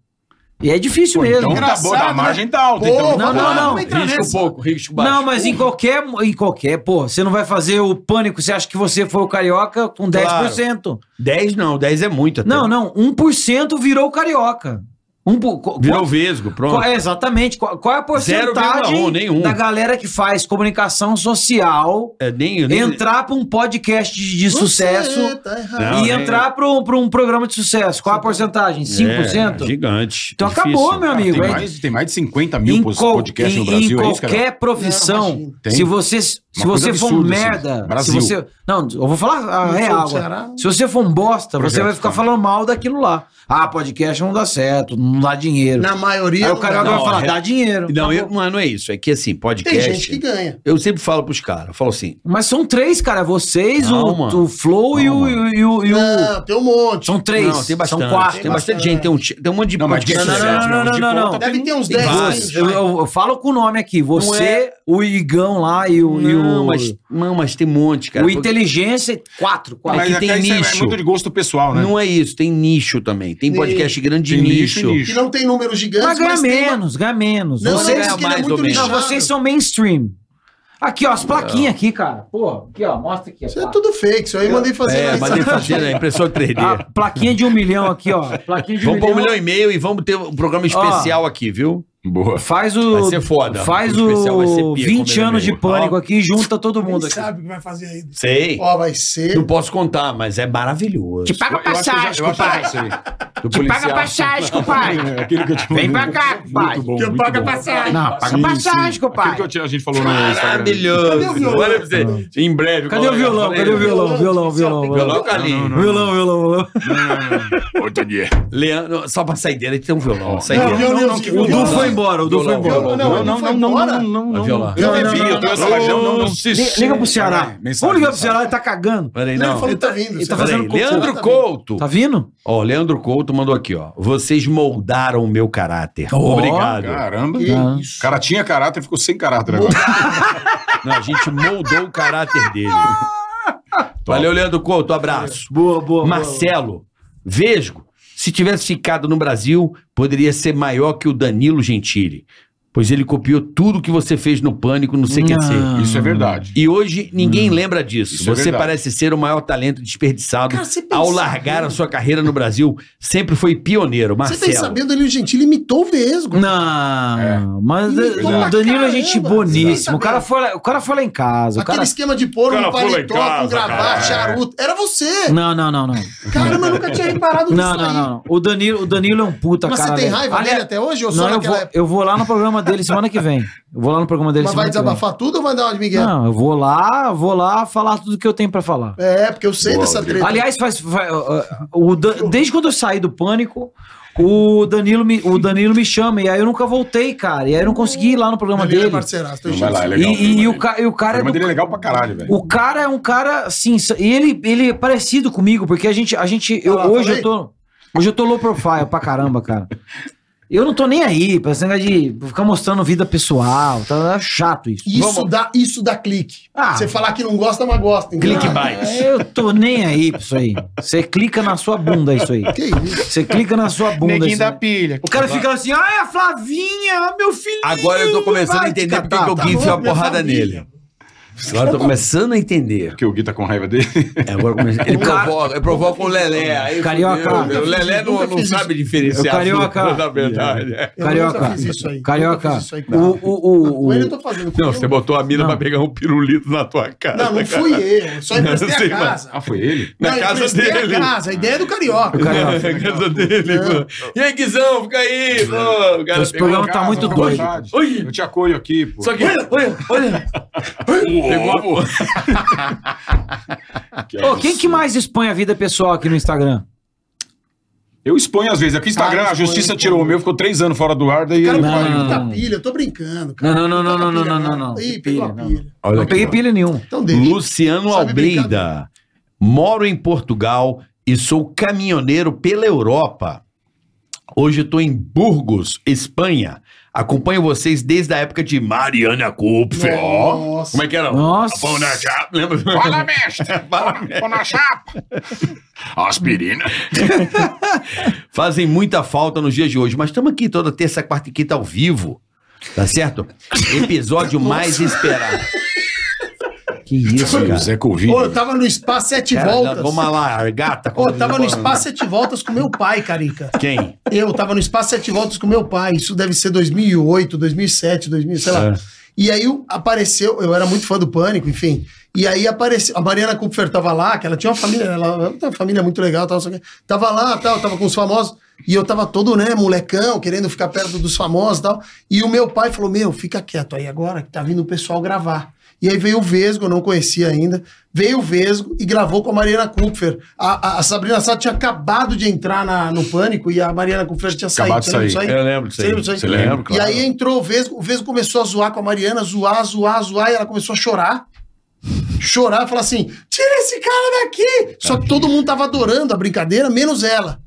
Speaker 5: E é difícil mesmo.
Speaker 7: Então tá bom,
Speaker 1: Engraçado,
Speaker 7: tá, a
Speaker 1: né?
Speaker 7: margem tá alta. então,
Speaker 5: não,
Speaker 1: vamos lá,
Speaker 5: não,
Speaker 1: vamos entrar
Speaker 4: Risco
Speaker 1: nessa.
Speaker 4: pouco, risco baixo.
Speaker 5: Não, mas em qualquer, em qualquer, pô, você não vai fazer o pânico, você acha que você foi o carioca com 10%.
Speaker 4: 10 não, 10 é muito até.
Speaker 5: Não, não, 1% virou o carioca. Um, po- co-
Speaker 4: Virou
Speaker 5: qual-
Speaker 4: vesgo, pronto.
Speaker 5: qual- é, exatamente. Qual, qual é a porcentagem
Speaker 4: 0,1, nenhum.
Speaker 5: da galera que faz comunicação social
Speaker 4: É, nem, nem-
Speaker 5: entrar pra um podcast de, de
Speaker 1: Você
Speaker 5: sucesso
Speaker 1: tá errado.
Speaker 4: Não,
Speaker 5: e
Speaker 4: nem-
Speaker 5: entrar pra um, pra um programa de sucesso? Qual a porcentagem? 5%?
Speaker 4: tá É, gigante.
Speaker 5: então acabou, meu
Speaker 7: Tem
Speaker 5: amigo. é-
Speaker 7: mais, tem mais de 50 mil
Speaker 5: em, qual-
Speaker 7: podcasts
Speaker 5: em-
Speaker 7: no
Speaker 5: em
Speaker 7: Brasil, é isso, cara?
Speaker 5: qualquer
Speaker 1: Não,
Speaker 5: profissão,
Speaker 1: imagina.
Speaker 7: Tem.
Speaker 5: se você, se
Speaker 7: Uma coisa
Speaker 5: você for um
Speaker 7: absurda, assim.
Speaker 5: merda, se
Speaker 7: Brasil.
Speaker 5: você, não, é eu vou falar a
Speaker 1: Não sou
Speaker 5: real.
Speaker 1: do
Speaker 5: agora.
Speaker 8: é
Speaker 1: Ceará.
Speaker 5: Se você for um bosta, você
Speaker 7: Projeto,
Speaker 5: vai ficar
Speaker 7: tá.
Speaker 5: falando mal daquilo lá. Ah, podcast não dá certo, não dá dinheiro.
Speaker 1: Na maioria.
Speaker 5: Aí o
Speaker 1: não dá.
Speaker 5: cara vai
Speaker 4: Não,
Speaker 5: falar,
Speaker 4: é-
Speaker 5: dá dinheiro.
Speaker 4: Não, eu,
Speaker 5: Acabou.
Speaker 4: mano, é isso. É que assim,
Speaker 1: Tem
Speaker 4: podcast.
Speaker 1: gente que ganha.
Speaker 4: Eu sempre falo pros caras, eu falo assim.
Speaker 5: Mas são três, cara. Vocês,
Speaker 4: Calma.
Speaker 5: o, o Flow e o. E o, e o-
Speaker 1: Não, tem um monte.
Speaker 5: São três.
Speaker 4: Não, tem bastante.
Speaker 5: são quatro.
Speaker 4: Tem bastante gente, tem um, ti- tem um monte de
Speaker 7: Não, mas
Speaker 4: podcast.
Speaker 7: de
Speaker 5: Não, não, não, não, não, não, não.
Speaker 1: Deve ter uns
Speaker 5: Tem
Speaker 1: 10
Speaker 5: vários.
Speaker 1: anos.
Speaker 5: Eu, eu- eu falo com o nome aqui. Você,
Speaker 4: é-
Speaker 5: o Igão lá e o. e
Speaker 4: Não,
Speaker 5: o-
Speaker 4: mas, não, mas tem um monte, cara.
Speaker 5: o
Speaker 4: porque
Speaker 5: Inteligência, quatro, quatro.
Speaker 4: Mas
Speaker 7: Mas
Speaker 4: que tem
Speaker 7: até isso é-
Speaker 4: nicho.
Speaker 7: é muito de gosto pessoal, né?
Speaker 4: Não é isso, tem nicho também. Tem podcast grande de
Speaker 7: Tem nicho e
Speaker 4: nicho.
Speaker 1: Que não tem números gigantes,
Speaker 5: Mas
Speaker 1: mas,
Speaker 5: ganha
Speaker 1: tem uma-
Speaker 5: menos, ganha menos.
Speaker 1: Não,
Speaker 5: vocês,
Speaker 1: não,
Speaker 4: ganha
Speaker 1: porque ele é
Speaker 4: mais
Speaker 1: muito
Speaker 4: ou menos.
Speaker 5: não,
Speaker 1: lixado.
Speaker 5: vocês são mainstream. Aqui, ó, as plaquinhas aqui, cara. Pô, aqui, ó, mostra aqui. ó,
Speaker 1: Isso é
Speaker 5: placa.
Speaker 1: tudo fake. Isso aí eu mandei fazer.
Speaker 4: É,
Speaker 1: lá em
Speaker 4: mas tem que
Speaker 1: São
Speaker 4: fazer, né? Impressora 3D.
Speaker 5: (laughs) A plaquinha de um milhão aqui, ó. Plaquinha de um
Speaker 4: vamos pôr um
Speaker 5: milhão.
Speaker 4: milhão e meio e vamos ter um programa especial aqui, viu?
Speaker 7: Boa.
Speaker 5: Faz o.
Speaker 4: Vai ser foda.
Speaker 5: Faz
Speaker 4: O especial vai ser
Speaker 5: o.
Speaker 4: pia,
Speaker 5: 20
Speaker 4: como
Speaker 5: anos de
Speaker 4: ele mesmo.
Speaker 5: pânico aqui e junta todo mundo
Speaker 8: Quem
Speaker 5: aqui.
Speaker 8: sabe o que vai fazer aí?
Speaker 4: Sei.
Speaker 8: Ó, vai ser.
Speaker 4: Não posso contar, mas é maravilhoso.
Speaker 7: Te paga passagem, compadre. Te paga passagem, compadre. É, Aquilo que eu te Vem pra cá, compadre. Bom,
Speaker 8: Quem paga
Speaker 2: tá
Speaker 7: passagem. Não, paga passagem, compadre. Aquilo que eu te- a gente falou no Instagram.
Speaker 8: Cadê o
Speaker 4: Maravilhoso.
Speaker 8: violão?
Speaker 4: Olha pra você. Em breve.
Speaker 5: Cadê o
Speaker 4: colega,
Speaker 5: violão?
Speaker 4: falei,
Speaker 5: Cadê o violão? Violão, violão.
Speaker 4: Violão, Carlinhos.
Speaker 5: Violão, violão, violão.
Speaker 7: Outro dia.
Speaker 4: Leandro, só pra saideira, tem um violão. ó,
Speaker 8: Não,
Speaker 4: Saideira.
Speaker 8: Leonilzinho,
Speaker 5: O Du
Speaker 8: Leonilzinho.
Speaker 5: foi embora, o Du
Speaker 4: Violão,
Speaker 5: foi embora.
Speaker 8: Não, não, não, não, não, não,
Speaker 7: não,
Speaker 4: Vai, violão.
Speaker 7: Eu
Speaker 8: não,
Speaker 7: vi,
Speaker 8: não,
Speaker 7: eu tô
Speaker 8: não,
Speaker 7: essa ligação,
Speaker 8: não,
Speaker 7: não, não.
Speaker 5: Liga liga pro Ceará. Vamos ligar pro Ceará, ele tá cagando.
Speaker 4: Peraí,
Speaker 8: Não, ele
Speaker 4: não.
Speaker 8: falou que tá vindo.
Speaker 5: Ele tá
Speaker 8: Peraí.
Speaker 5: fazendo
Speaker 4: Peraí,
Speaker 5: confusão.
Speaker 4: Leandro Couto.
Speaker 5: Tá vindo?
Speaker 4: Ó, Leandro Couto mandou aqui, ó. Vocês moldaram o meu caráter.
Speaker 5: Ó,
Speaker 4: Obrigado.
Speaker 7: Caramba.
Speaker 5: Ah.
Speaker 7: O cara tinha caráter e ficou sem caráter agora.
Speaker 4: Não, a gente moldou o caráter
Speaker 8: (laughs)
Speaker 4: dele. Valeu, Leandro Couto. Abraço.
Speaker 5: Boa, boa.
Speaker 4: Marcelo, Vesgo, se tivesse ficado no Brasil, poderia ser maior que o Danilo Gentili, pois ele copiou tudo que você fez no Pânico no CQC.
Speaker 5: Não.
Speaker 7: Isso é verdade.
Speaker 4: E hoje ninguém lembra disso.
Speaker 7: Isso é
Speaker 4: você
Speaker 7: verdade.
Speaker 4: parece ser o maior talento desperdiçado
Speaker 8: Cara, você tem
Speaker 5: um
Speaker 4: ao
Speaker 8: que
Speaker 4: largar
Speaker 8: saber.
Speaker 4: a sua carreira no Brasil. Sempre foi pioneiro,
Speaker 8: Você tá
Speaker 5: tá
Speaker 8: tem que
Speaker 4: Marcelo.
Speaker 8: saber, o Danilo Gentili imitou o
Speaker 5: Hum,
Speaker 8: Vesgo.
Speaker 5: Não,
Speaker 7: É.
Speaker 5: mas
Speaker 8: Ih,
Speaker 5: eh,
Speaker 8: pra
Speaker 5: o Danilo é
Speaker 8: caramba,
Speaker 5: gente
Speaker 8: vocês
Speaker 5: boníssima.
Speaker 8: sabem.
Speaker 5: O cara, foi lá, o cara foi lá em casa. O
Speaker 8: Aquele
Speaker 5: cara...
Speaker 8: esquema de pôr
Speaker 2: Cara,
Speaker 8: um
Speaker 2: foi lá em
Speaker 8: paletó
Speaker 2: casa,
Speaker 8: com gravata,
Speaker 2: cara.
Speaker 8: charuto. Era você.
Speaker 5: Não, não, não, não.
Speaker 8: Caramba, eu nunca tinha reparado
Speaker 5: Hum.
Speaker 8: nisso
Speaker 5: (laughs) Não, não,
Speaker 8: aí.
Speaker 5: não. não. O Danilo, o Danilo é um puta,
Speaker 8: Mas
Speaker 5: cara.
Speaker 8: você tem
Speaker 5: velho.
Speaker 8: raiva
Speaker 5: Aliás,
Speaker 8: dele até hoje? Ou só
Speaker 5: Não, eu
Speaker 8: naquela
Speaker 5: vou,
Speaker 8: época?
Speaker 5: eu vou lá no programa dele semana que vem. Eu vou lá no programa dele
Speaker 8: Mas vai
Speaker 5: semana que vem.
Speaker 8: desabafar tudo ou vai dar uma de Miguel?
Speaker 5: Não, eu vou lá, vou lá falar tudo que eu tenho pra falar.
Speaker 8: É, porque eu sei
Speaker 7: Boa,
Speaker 8: dessa treta.
Speaker 5: Aliás, faz, faz- o Dan- desde quando eu saí do pânico, o Danilo, me, o Danilo me chama. E aí eu nunca voltei, cara. E aí eu não consegui ir lá no programa
Speaker 8: Danilo é
Speaker 5: dele.
Speaker 8: parceiraço, tô
Speaker 7: Não,
Speaker 8: enchendo
Speaker 7: vai lá,
Speaker 8: o
Speaker 7: é
Speaker 8: saco.
Speaker 7: legal.
Speaker 5: E- Então, e, e
Speaker 7: o programa
Speaker 5: o, ca- e o
Speaker 7: O
Speaker 5: cara é
Speaker 7: programa
Speaker 5: do
Speaker 7: dele é legal pra caralho, velho.
Speaker 5: O cara é um cara, assim, sa- e ele, ele é parecido comigo, porque a gente, a gente eu,
Speaker 8: Olha lá,
Speaker 5: hoje eu
Speaker 8: falei.
Speaker 5: tô, hoje eu tô low profile pra caramba, cara. Eu não tô nem aí, pra esse negócio de ficar mostrando vida pessoal, tá, é chato isso.
Speaker 8: Isso dá, isso dá clique.
Speaker 5: Ah.
Speaker 8: Você falar que não gosta, mas gosta. entendeu?
Speaker 4: Clickbait.
Speaker 5: Eu tô nem aí pra isso aí. Você clica na sua bunda é isso aí.
Speaker 8: Ah, Que isso?
Speaker 5: Você clica na sua bunda.
Speaker 7: Neguinho
Speaker 5: isso
Speaker 7: da
Speaker 5: aí.
Speaker 7: pilha.
Speaker 5: O cara fica assim, ai, a Flavinha, é meu Tá, filho.
Speaker 4: Agora eu tô começando a entender porque
Speaker 8: Tá
Speaker 4: que o Gui enfiou a porrada nele. Agora
Speaker 5: um
Speaker 4: eu tô começando a entender.
Speaker 7: Porque o Gui tá com raiva dele.
Speaker 4: É, agora eu comecei- Ele provoca, ele provoca o Lelé. Aí
Speaker 5: Carioca.
Speaker 4: fudeu, meu. o Lelé não, não sabe diferenciar.
Speaker 5: É o Carioca.
Speaker 4: as duas, Na verdade. é.
Speaker 8: Eu
Speaker 5: Carioca.
Speaker 8: nunca fiz isso aí.
Speaker 5: Carioca.
Speaker 8: Nunca fiz isso aí,
Speaker 5: O,
Speaker 8: cara.
Speaker 5: o, o,
Speaker 8: Com ele eu
Speaker 5: o,
Speaker 8: tô fazendo. com
Speaker 4: Não,
Speaker 8: ele
Speaker 4: você
Speaker 8: eu-
Speaker 4: botou a mina
Speaker 5: Não.
Speaker 4: pra pegar um pirulito na tua cara.
Speaker 8: Não, não fui eu. eu Só
Speaker 4: Eu
Speaker 8: emprestei
Speaker 4: sei,
Speaker 8: a casa.
Speaker 7: Ah, foi ele?
Speaker 8: Não,
Speaker 4: Na
Speaker 8: eu
Speaker 4: casa
Speaker 8: emprestei
Speaker 4: dele.
Speaker 8: A casa. A ideia é do Carioca.
Speaker 5: O Carioca.
Speaker 4: É, a casa dele. mano. E aí, Guizão, fica aí. pô. O cara
Speaker 5: Esse
Speaker 4: pegou
Speaker 5: programa
Speaker 4: a
Speaker 5: tá
Speaker 4: casa,
Speaker 5: muito
Speaker 4: pô.
Speaker 5: doido.
Speaker 4: Oi.
Speaker 7: Eu te acolho aqui, pô.
Speaker 4: Só que, olha, olha, olha.
Speaker 7: (laughs) Pegou
Speaker 5: Ô, quem que mais expõe a vida pessoal aqui no Instagram?
Speaker 7: Eu exponho às vezes. Aqui no Instagram,
Speaker 8: Ah,
Speaker 7: a
Speaker 8: expõe,
Speaker 7: justiça
Speaker 8: expõe.
Speaker 7: tirou o meu, ficou três anos fora do ar, daí...
Speaker 8: Cara,
Speaker 7: eu-
Speaker 8: não,
Speaker 5: Não,
Speaker 8: não,
Speaker 5: não,
Speaker 8: muita
Speaker 5: não.
Speaker 8: pilha. Eu tô brincando, cara.
Speaker 5: Não, não, não,
Speaker 8: Tá
Speaker 5: não, não,
Speaker 8: pilha,
Speaker 5: não, não, não.
Speaker 8: Ih, pegou a
Speaker 5: Pilha, não.
Speaker 8: pilha.
Speaker 4: Olha
Speaker 5: não peguei pilha nenhuma.
Speaker 8: Então deixa.
Speaker 4: Luciano
Speaker 8: Sabe
Speaker 4: Almeida. Moro em Portugal e sou caminhoneiro pela Europa. Hoje estou em Burgos, Espanha. Acompanho vocês desde a época de Mariana Kupfer.
Speaker 8: Nossa.
Speaker 4: Como é que era?
Speaker 5: Nossa.
Speaker 4: Pão na chapa, lembra?
Speaker 7: Fala, mestre!
Speaker 4: Fala,
Speaker 7: Pô na chapa! Aspirina.
Speaker 4: Fazem muita falta nos dias de hoje, mas estamos aqui toda terça, quarta e quinta ao vivo. Tá certo? Episódio mais esperado. Que isso,
Speaker 7: O
Speaker 4: cara.
Speaker 7: Zé Covid.
Speaker 8: Ô, eu tava no spa sete
Speaker 4: Cara,
Speaker 8: voltas.
Speaker 4: nós Vamos lá, argata.
Speaker 8: Ô, eu tava no spa sete voltas com meu pai, Carica.
Speaker 4: Quem?
Speaker 8: Eu tava no espaço sete voltas com meu pai. Isso deve ser 2008, 2007, 2000, sei
Speaker 5: É.
Speaker 8: lá. E aí o- apareceu, eu era muito fã do Pânico, enfim. E aí apareceu, a Mariana Kupfer tava lá, que ela tinha uma família, ela ela tinha uma família muito legal, tal, só que, tava lá, tal, tava com os famosos. E eu tava todo, né, molecão, querendo ficar perto dos famosos e tal. E o meu pai falou: Meu, fica quieto aí agora, que tá vindo o pessoal gravar. E aí veio o Vesgo, eu não conhecia ainda. Veio o Vesgo e gravou com a Mariana Kupfer. A, a- a Sabrina Sato tinha acabado de entrar na- no Pânico e a Mariana Kupfer já tinha
Speaker 7: Acabado
Speaker 8: saído.
Speaker 7: de
Speaker 8: você lembra
Speaker 4: sair. Eu lembro disso
Speaker 8: Você
Speaker 4: aí.
Speaker 8: lembra disso aí?
Speaker 4: Você lembra,
Speaker 8: E
Speaker 4: claro.
Speaker 8: aí entrou o Vesgo, o Vesgo começou a zoar com a Mariana, zoar, zoar, zoar, e ela começou a chorar. Chorar, falar assim: tira esse cara daqui! Só que todo mundo tava adorando a brincadeira, menos ela.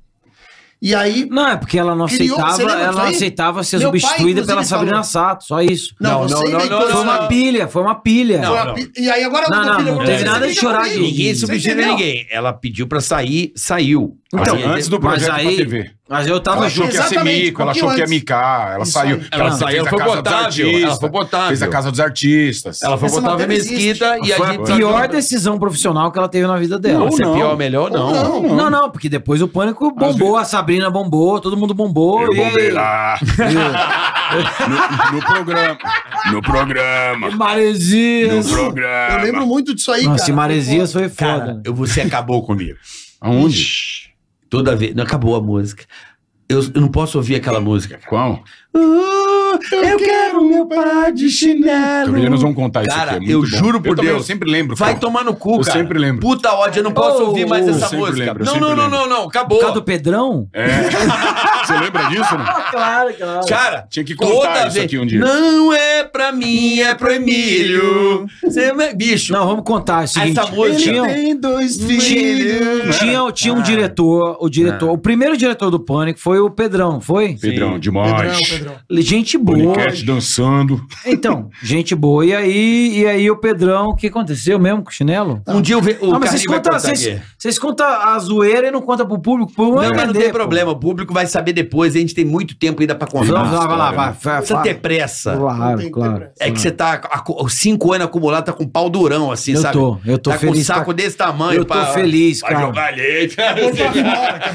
Speaker 8: E aí.
Speaker 5: Não, é porque ela não
Speaker 8: Criou-
Speaker 5: aceitava,
Speaker 8: você lembra
Speaker 5: ela
Speaker 8: disso
Speaker 5: não
Speaker 8: aí?
Speaker 5: aceitava ser
Speaker 8: Meu pai,
Speaker 5: substituída
Speaker 8: inclusive,
Speaker 5: pela Sabrina
Speaker 8: falou.
Speaker 5: Sato, só isso.
Speaker 8: Não,
Speaker 4: Não,
Speaker 8: você
Speaker 4: não, não,
Speaker 8: inventou
Speaker 4: não,
Speaker 8: essa-
Speaker 5: Foi uma pilha, foi uma pilha.
Speaker 8: Foi uma
Speaker 4: não.
Speaker 8: pi- E aí agora
Speaker 5: Não,
Speaker 8: mudou
Speaker 5: não,
Speaker 8: filho,
Speaker 5: não
Speaker 8: eu
Speaker 5: teve
Speaker 8: vou-
Speaker 5: nada de
Speaker 8: Você
Speaker 5: chorar
Speaker 8: entendeu?
Speaker 5: de
Speaker 4: Ninguém
Speaker 8: Você
Speaker 4: substituiu
Speaker 8: entendeu?
Speaker 4: ninguém. Ela pediu pra sair, saiu.
Speaker 5: Então,
Speaker 4: Assim,
Speaker 7: antes do
Speaker 5: mas
Speaker 7: projeto
Speaker 5: aí-
Speaker 7: pra TV.
Speaker 5: Mas eu
Speaker 7: Ela
Speaker 5: tava
Speaker 7: achou
Speaker 5: junto.
Speaker 7: que ia ser
Speaker 1: Exatamente,
Speaker 7: mico, ela
Speaker 1: pouquinho
Speaker 7: achou que ia
Speaker 1: antes.
Speaker 7: micar, ela
Speaker 1: Isso
Speaker 7: saiu.
Speaker 1: aí.
Speaker 4: Ela saiu, ela foi botável, ela foi botável.
Speaker 7: Fez a casa dos artistas.
Speaker 4: Ela foi
Speaker 1: Essa
Speaker 4: botar a
Speaker 1: matéria
Speaker 4: mesquita e
Speaker 5: Foi
Speaker 4: a
Speaker 5: a
Speaker 4: gente.
Speaker 5: pior decisão profissional que ela teve na vida dela.
Speaker 4: Não, se é pior ou melhor, não.
Speaker 7: não.
Speaker 5: Não, não, porque depois o pânico bombou, a Sabrina bombou, todo mundo bombou.
Speaker 3: Eu
Speaker 5: e aí,
Speaker 3: bombei lá.
Speaker 7: no, no programa.
Speaker 3: No programa. No
Speaker 5: Maresias.
Speaker 3: programa.
Speaker 1: Eu lembro muito disso aí,
Speaker 5: Nossa,
Speaker 1: cara.
Speaker 5: e Maresias foi foda.
Speaker 4: Cara,
Speaker 5: né?
Speaker 4: eu, você acabou comigo.
Speaker 7: Aonde?
Speaker 4: Toda vez. Não acabou a música. Eu, eu não posso ouvir aquela música, cara.
Speaker 7: Qual?
Speaker 4: Uh, eu quero meu par de chinelo.
Speaker 7: Eles vão contar isso
Speaker 4: Cara,
Speaker 7: aqui. é muito
Speaker 4: eu
Speaker 7: bom.
Speaker 4: juro por
Speaker 7: eu também,
Speaker 4: Deus.
Speaker 7: Eu sempre lembro.
Speaker 4: Vai
Speaker 7: cara.
Speaker 4: tomar no cu,
Speaker 7: Eu
Speaker 4: cara.
Speaker 7: sempre lembro.
Speaker 4: Puta ódio, eu não posso
Speaker 5: Oh,
Speaker 4: ouvir mais
Speaker 5: eu
Speaker 4: essa
Speaker 7: sempre
Speaker 4: música.
Speaker 7: lembro, eu
Speaker 4: não,
Speaker 7: sempre
Speaker 4: não, não,
Speaker 7: lembro.
Speaker 4: não, não, acabou.
Speaker 5: Por causa do Pedrão?
Speaker 4: (laughs)
Speaker 7: É. Você lembra disso, né?
Speaker 5: Claro, claro.
Speaker 4: Cara,
Speaker 7: Tinha que contar
Speaker 4: toda
Speaker 7: isso
Speaker 4: vez-
Speaker 7: aqui um dia.
Speaker 4: Não é pra mim, é pro Emílio. Você é- bicho.
Speaker 5: Não, vamos contar. É o seguinte,
Speaker 4: Essa música- né?
Speaker 5: tinha, um
Speaker 1: Tem dois
Speaker 5: tinha,
Speaker 1: filhos.
Speaker 5: tinha, tinha um diretor, o diretor, o primeiro diretor do Pânico foi o Pedrão, foi?
Speaker 7: Pedrão,
Speaker 1: Pedrão,
Speaker 7: demais.
Speaker 1: Pedrão.
Speaker 5: Gente boa.
Speaker 7: Policat dançando.
Speaker 5: Então, gente boa. E aí, e aí o Pedrão, o que aconteceu mesmo com o chinelo?
Speaker 4: Um dia eu ve... o
Speaker 5: não, mas vocês
Speaker 4: Carlinho vai
Speaker 5: contam,
Speaker 4: contar aqui.
Speaker 5: vocês, vocês contam a zoeira e não contam pro público. um pro público
Speaker 4: Não, mas não
Speaker 5: entender,
Speaker 4: tem
Speaker 5: pô.
Speaker 4: problema. O público vai saber depois. A gente tem muito tempo ainda pra
Speaker 5: Vamos
Speaker 4: contar.
Speaker 5: lá, vai lá, vai.
Speaker 4: Não
Speaker 5: vai,
Speaker 4: precisa
Speaker 5: fala.
Speaker 4: ter pressa.
Speaker 1: Não tem
Speaker 5: Claro,
Speaker 1: que ter
Speaker 5: claro.
Speaker 1: pressa.
Speaker 4: É que você tá acu- cinco anos acumulado, tá com um pau durão, assim,
Speaker 5: Eu
Speaker 4: sabe?
Speaker 5: tô, eu tô
Speaker 4: tá com um
Speaker 5: feliz
Speaker 4: saco
Speaker 5: pra-
Speaker 4: desse tamanho.
Speaker 5: Eu tô
Speaker 4: pra-
Speaker 5: feliz,
Speaker 3: Vai
Speaker 5: cara.
Speaker 3: jogar
Speaker 4: (laughs)
Speaker 3: leite.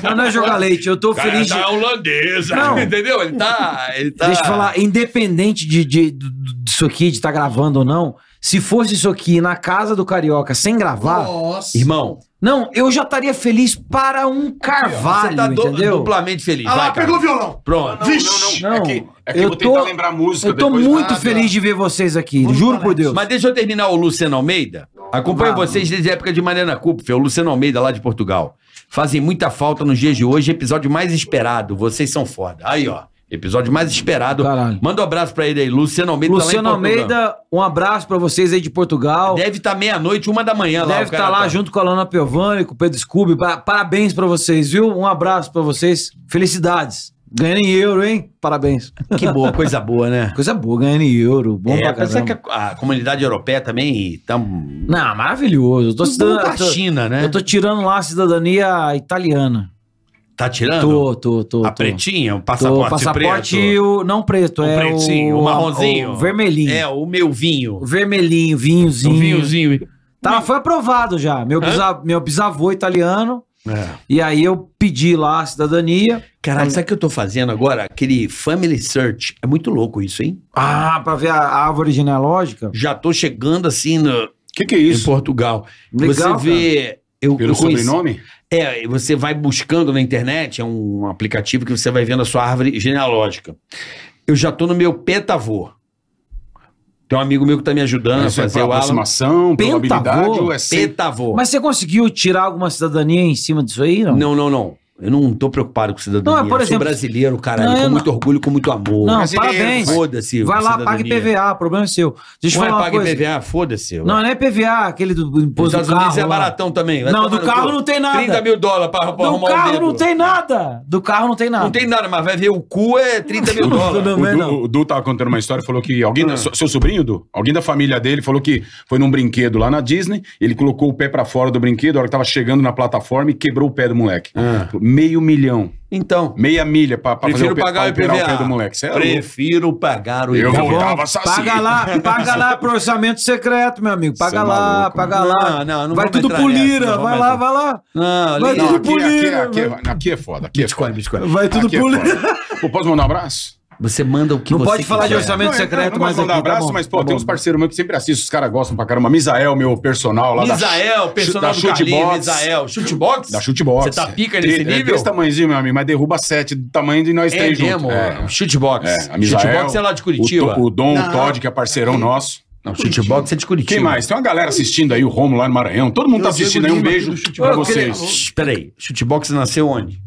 Speaker 5: Não, não é jogar leite, eu tô
Speaker 3: Cara,
Speaker 5: feliz de...
Speaker 3: tá holandesa.
Speaker 5: Não.
Speaker 4: (laughs) Entendeu? Ele tá. Ele tá...
Speaker 5: Deixa eu falar, independente de, de- do- do- disso aqui, de estar gravando ou não, se fosse isso aqui na casa do Carioca sem gravar,
Speaker 8: Oh.
Speaker 1: Nossa.
Speaker 4: Irmão,
Speaker 5: não, eu já estaria feliz para um carvalho,
Speaker 4: você tá du-
Speaker 5: entendeu?
Speaker 4: duplamente feliz.
Speaker 1: Ah lá,
Speaker 4: vai, cara.
Speaker 1: pegou o violão.
Speaker 4: Pronto.
Speaker 7: Não, não,
Speaker 5: Não,
Speaker 7: não. É que, é que
Speaker 5: eu
Speaker 7: eu vou tentar
Speaker 5: tô-
Speaker 7: lembrar a música
Speaker 5: Eu tô
Speaker 7: depois.
Speaker 5: muito
Speaker 7: Ah,
Speaker 5: feliz de ver vocês aqui, juro por Deus.
Speaker 4: Mas deixa eu terminar o Luciano Almeida. Acompanho
Speaker 5: Vá.
Speaker 4: vocês desde a época de Mariana Kupfer, o Luciano Almeida lá de Portugal. Fazem muita falta nos dias de hoje. Episódio mais esperado. Vocês são foda. Aí, ó. Episódio mais esperado.
Speaker 5: Caralho.
Speaker 4: Manda um abraço pra ele aí. Luciano Almeida
Speaker 5: Luciano
Speaker 4: tá lá em Portugal.
Speaker 5: Almeida, um abraço pra vocês aí de Portugal.
Speaker 4: Deve estar meia-noite, uma da manhã lá.
Speaker 5: Deve
Speaker 4: o
Speaker 5: estar
Speaker 4: cara
Speaker 5: lá
Speaker 4: tá.
Speaker 5: junto com a Lana Piovani, com o Pedro Scooby. Pa- Parabéns pra vocês, viu? Um abraço pra vocês. Felicidades. Ganhando em euro, hein? Parabéns.
Speaker 4: Que boa, coisa boa, (laughs) né?
Speaker 5: Coisa boa, ganhando em euro. Bom
Speaker 4: é,
Speaker 5: pra
Speaker 4: apesar
Speaker 5: caramba.
Speaker 4: que a, a comunidade europeia também tá um-
Speaker 5: Não, maravilhoso. Eu tô,
Speaker 4: Bom
Speaker 5: cidadã-
Speaker 4: pra
Speaker 5: eu tô-
Speaker 4: China, né?
Speaker 5: eu tô tirando lá a cidadania italiana.
Speaker 4: Tá tirando?
Speaker 5: Tô, tô, tô.
Speaker 4: a
Speaker 5: tô.
Speaker 4: pretinha, o
Speaker 5: Tô,
Speaker 4: passaporte,
Speaker 5: passaporte e
Speaker 4: preto.
Speaker 5: o. Não preto,
Speaker 4: O
Speaker 5: é.
Speaker 4: pretinho, o marronzinho.
Speaker 5: O vermelhinho.
Speaker 4: É, o meu vinho.
Speaker 5: O vermelhinho, vinhozinho.
Speaker 4: O vinhozinho.
Speaker 5: Tá, foi aprovado já. Meu, bisa- meu bisavô italiano.
Speaker 4: É.
Speaker 5: E aí eu pedi lá a cidadania.
Speaker 4: Caralho, sabe o que eu tô fazendo agora? Aquele family search. É muito louco isso, hein?
Speaker 5: Ah, pra ver a árvore genealógica?
Speaker 4: Já tô chegando assim no,
Speaker 7: O que, que é
Speaker 4: em
Speaker 7: isso?
Speaker 4: Portugal.
Speaker 5: Legal,
Speaker 4: você
Speaker 5: cara.
Speaker 4: vê. Eu,
Speaker 7: Pelo
Speaker 4: eu conheci-
Speaker 7: sobrenome?
Speaker 4: É, e você vai buscando na internet, é um aplicativo que você vai vendo a sua árvore genealógica. Eu já tô no meu petavô. Tem um amigo meu que tá me ajudando a
Speaker 7: Isso é
Speaker 4: fazer
Speaker 7: pra
Speaker 4: o Alan.
Speaker 7: aproximação, probabilidade
Speaker 5: Pentavô.
Speaker 7: ou é sempre?
Speaker 4: Petavô.
Speaker 5: Mas você conseguiu tirar alguma cidadania em cima disso aí? Não,
Speaker 4: Não, não, não. Eu não tô preocupado com cidadania.
Speaker 5: Não, é, por
Speaker 4: eu sou
Speaker 5: exemplo-
Speaker 4: brasileiro, caralho,
Speaker 5: Não,
Speaker 4: com
Speaker 5: eu não-
Speaker 4: muito orgulho, com muito amor.
Speaker 5: Não,
Speaker 7: Brasileiro,
Speaker 5: parabéns.
Speaker 4: Foda-se.
Speaker 5: Vai lá, paga
Speaker 4: cidadania.
Speaker 5: IPVA, problema é seu. Deixa eu
Speaker 4: Ué,
Speaker 5: falar uma
Speaker 4: paga
Speaker 5: coisa.
Speaker 4: IPVA, ah, foda-se.
Speaker 5: Não, não é IPVA, aquele do
Speaker 4: Os
Speaker 5: imposto do
Speaker 4: Estados
Speaker 5: carro.
Speaker 4: Unidos é
Speaker 5: lá.
Speaker 4: baratão também. vai
Speaker 5: Não,
Speaker 4: tomar
Speaker 5: do
Speaker 4: no
Speaker 5: carro
Speaker 4: cu.
Speaker 5: não tem nada.
Speaker 4: 30 mil dólares pra, pra
Speaker 5: do
Speaker 4: arrumar um
Speaker 5: carro
Speaker 4: dedo.
Speaker 5: não tem nada. Do carro não tem nada.
Speaker 4: Não tem nada, mas vai ver o cu é 30 mil
Speaker 5: Não,
Speaker 4: dólares.
Speaker 5: não, não,
Speaker 7: O
Speaker 5: é,
Speaker 7: Du,
Speaker 5: não. Ah.
Speaker 7: o Du tava contando uma história, falou que alguém, da- seu sobrinho, Du, alguém da família dele falou que foi num brinquedo lá na Disney, ele colocou o pé pra fora do brinquedo, a hora que tava chegando na plataforma e quebrou o pé do moleque. Meio milhão,
Speaker 4: Então,
Speaker 7: meia milha pra, pra
Speaker 4: prefiro
Speaker 7: pé-
Speaker 4: pagar o
Speaker 7: pra operar
Speaker 4: IPVA.
Speaker 7: o pé do moleque. Você é louco.
Speaker 4: prefiro pagar o
Speaker 7: Eu
Speaker 4: IPVA.
Speaker 7: vou.
Speaker 5: Bom,
Speaker 7: Tava
Speaker 4: assim.
Speaker 7: saci.
Speaker 4: (laughs)
Speaker 5: paga lá, paga lá pro orçamento secreto, meu amigo. Paga
Speaker 7: Você é
Speaker 5: lá,
Speaker 7: maluco,
Speaker 5: paga
Speaker 4: mano.
Speaker 5: lá.
Speaker 4: Não, não, não
Speaker 5: vai
Speaker 4: vamos
Speaker 5: tudo
Speaker 4: entrar
Speaker 5: pro
Speaker 4: nessa,
Speaker 5: lira,
Speaker 4: não
Speaker 5: vai
Speaker 4: vamos
Speaker 5: lá,
Speaker 4: entrar.
Speaker 5: vai lá.
Speaker 4: Não,
Speaker 5: Vai
Speaker 4: legal.
Speaker 7: Não,
Speaker 5: É tudo
Speaker 7: aqui,
Speaker 5: pro
Speaker 7: aqui,
Speaker 5: lixo,
Speaker 7: aqui,
Speaker 5: velho.
Speaker 7: é- aqui é foda, aqui é
Speaker 4: Bitcoin,
Speaker 7: foda.
Speaker 4: Bitcoin.
Speaker 5: Vai tudo
Speaker 7: Aqui é
Speaker 5: pro lira.
Speaker 7: foda. Pô, posso mandar um abraço?
Speaker 4: Você manda o que
Speaker 5: Não
Speaker 4: você
Speaker 5: pode falar de
Speaker 4: quiser.
Speaker 5: orçamento secreto,
Speaker 7: não
Speaker 5: mas
Speaker 7: mandar
Speaker 5: aqui, tá
Speaker 7: abraço,
Speaker 5: bom,
Speaker 7: mas, pô,
Speaker 5: tá
Speaker 7: tem
Speaker 5: bom.
Speaker 7: uns parceiros meus que sempre assistem, os caras gostam pra caramba. Misael, meu personal lá
Speaker 4: Misael,
Speaker 7: da,
Speaker 4: personal
Speaker 7: da
Speaker 4: do Carlinhos,
Speaker 7: Shootbox.
Speaker 4: Misael. Chutebox?
Speaker 7: Da chutebox.
Speaker 4: Você tá pica nesse
Speaker 7: É
Speaker 4: nível?
Speaker 7: desse tamanhozinho, meu amigo, mas derruba sete do tamanho de nós
Speaker 4: É
Speaker 7: três
Speaker 4: mesmo,
Speaker 7: juntos. É.
Speaker 4: chutebox.
Speaker 7: É, a Misael,
Speaker 4: Chutebox é lá de Curitiba.
Speaker 7: O, To- o Dom,
Speaker 1: Não.
Speaker 7: o Todd, que é parceirão nosso.
Speaker 4: Não, chutebox é de Curitiba.
Speaker 7: Quem mais? Tem uma galera assistindo aí, o Romulo lá no Maranhão. Todo mundo tá assistindo aí. Um beijo pra vocês.
Speaker 4: Shh, Peraí, chutebox nasceu onde?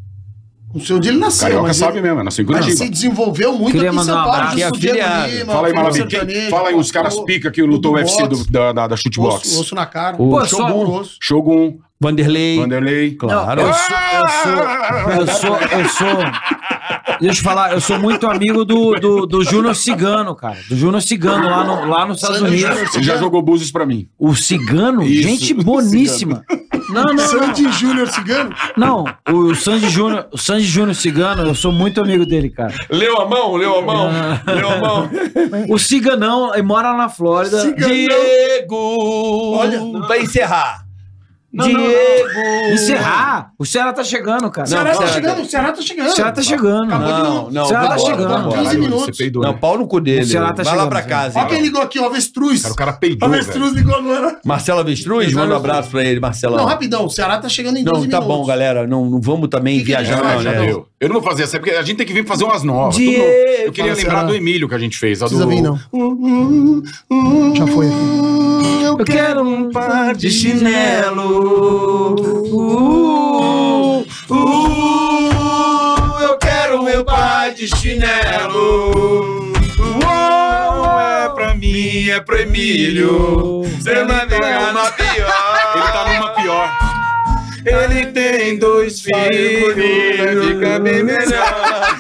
Speaker 1: Não sei onde ele
Speaker 7: O
Speaker 1: nasceu,
Speaker 7: Carioca
Speaker 1: mas
Speaker 7: sabe
Speaker 1: ele,
Speaker 7: mesmo, é nosso em
Speaker 1: mas
Speaker 7: Curitiba.
Speaker 1: se desenvolveu muito
Speaker 5: Queria
Speaker 1: aqui em
Speaker 5: mandar um
Speaker 1: São Paulo.
Speaker 5: abraço.
Speaker 1: Justo
Speaker 4: Aqui é afiliado.
Speaker 1: Lima,
Speaker 7: Fala aí,
Speaker 1: Fábio
Speaker 7: Malabi.
Speaker 1: Sertanejo,
Speaker 7: Quem- Fala aí uns caras
Speaker 1: Pô,
Speaker 7: pica que lutou o UFC
Speaker 1: boxe,
Speaker 7: do- da, da, da
Speaker 1: Osso,
Speaker 7: Shootbox.
Speaker 1: osso na cara.
Speaker 4: O
Speaker 8: é
Speaker 5: Pô, só-
Speaker 4: Shogun,
Speaker 7: Shogun,
Speaker 4: Vanderlei.
Speaker 7: Vanderlei. Ah!
Speaker 4: Claro.
Speaker 5: Eu sou, eu sou, eu sou, eu sou. Deixa eu falar, eu sou muito amigo do, do, do Júnior Cigano, cara. Do Júnior Cigano lá, no, lá nos Estados Unidos.
Speaker 7: Ele já jogou búzios pra mim.
Speaker 5: O Cigano,
Speaker 7: Isso,
Speaker 5: gente
Speaker 7: o
Speaker 5: boníssima. Não, não, não.
Speaker 8: Sandy Júnior Cigano?
Speaker 5: Não, o Sandy Júnior, o Sandy Júnior Cigano, eu sou muito amigo dele, cara.
Speaker 7: Leu a mão, leu a mão,
Speaker 4: Ah.
Speaker 7: leu a mão.
Speaker 5: O Ciganão, ele mora na Flórida.
Speaker 4: Diego!
Speaker 8: Olha,
Speaker 4: pra encerrar.
Speaker 5: Diego! Encerrar! O Ceará tá chegando, cara.
Speaker 8: O Ceará
Speaker 4: não,
Speaker 8: tá
Speaker 4: não.
Speaker 8: chegando, o Ceará tá chegando.
Speaker 5: O Ceará tá chegando.
Speaker 8: Acabou de
Speaker 4: Não, não,
Speaker 5: O Ceará tá
Speaker 4: vambora,
Speaker 5: chegando.
Speaker 4: vambora.
Speaker 8: 15 minutos.
Speaker 7: Você peidou,
Speaker 4: Não,
Speaker 7: né?
Speaker 4: pau no cu dele.
Speaker 5: O Ceará
Speaker 4: Vai
Speaker 5: tá
Speaker 4: lá
Speaker 5: chegando,
Speaker 4: pra
Speaker 5: né?
Speaker 4: casa.
Speaker 8: Olha quem ligou aqui, o Avestruz.
Speaker 7: Cara, o cara peidou, velho.
Speaker 8: Avestruz ligou agora.
Speaker 4: Marcelo Avestruz, manda um abraço pra ele, Marcelão.
Speaker 8: Não, rapidão, o Ceará tá chegando em 12
Speaker 4: Não, tá
Speaker 8: minutos.
Speaker 4: bom, galera. Não, não vamos também
Speaker 8: Que que
Speaker 5: É,
Speaker 4: viajar,
Speaker 8: ele
Speaker 7: Ah,
Speaker 4: não,
Speaker 8: faz,
Speaker 7: já
Speaker 4: né?
Speaker 7: deu. Eu não vou fazer essa, porque a gente tem que vir fazer umas novas.
Speaker 5: Diego,
Speaker 7: Tudo novo. Eu
Speaker 5: fala, assim, ah.
Speaker 7: queria lembrar
Speaker 5: Ceará.
Speaker 7: do Emílio que a gente fez. A do... Um,
Speaker 8: Precisa vir, não. Já foi aqui.
Speaker 5: Eu quero um par de chinelo. Uh,
Speaker 4: Uh, eu quero meu pai de chinelo. Uou, é pra mim, é pro Emílio. Você vai pegar na pior. (laughs)
Speaker 7: Ele tá numa pior.
Speaker 4: Ele tem dois filhos, fica bem melhor.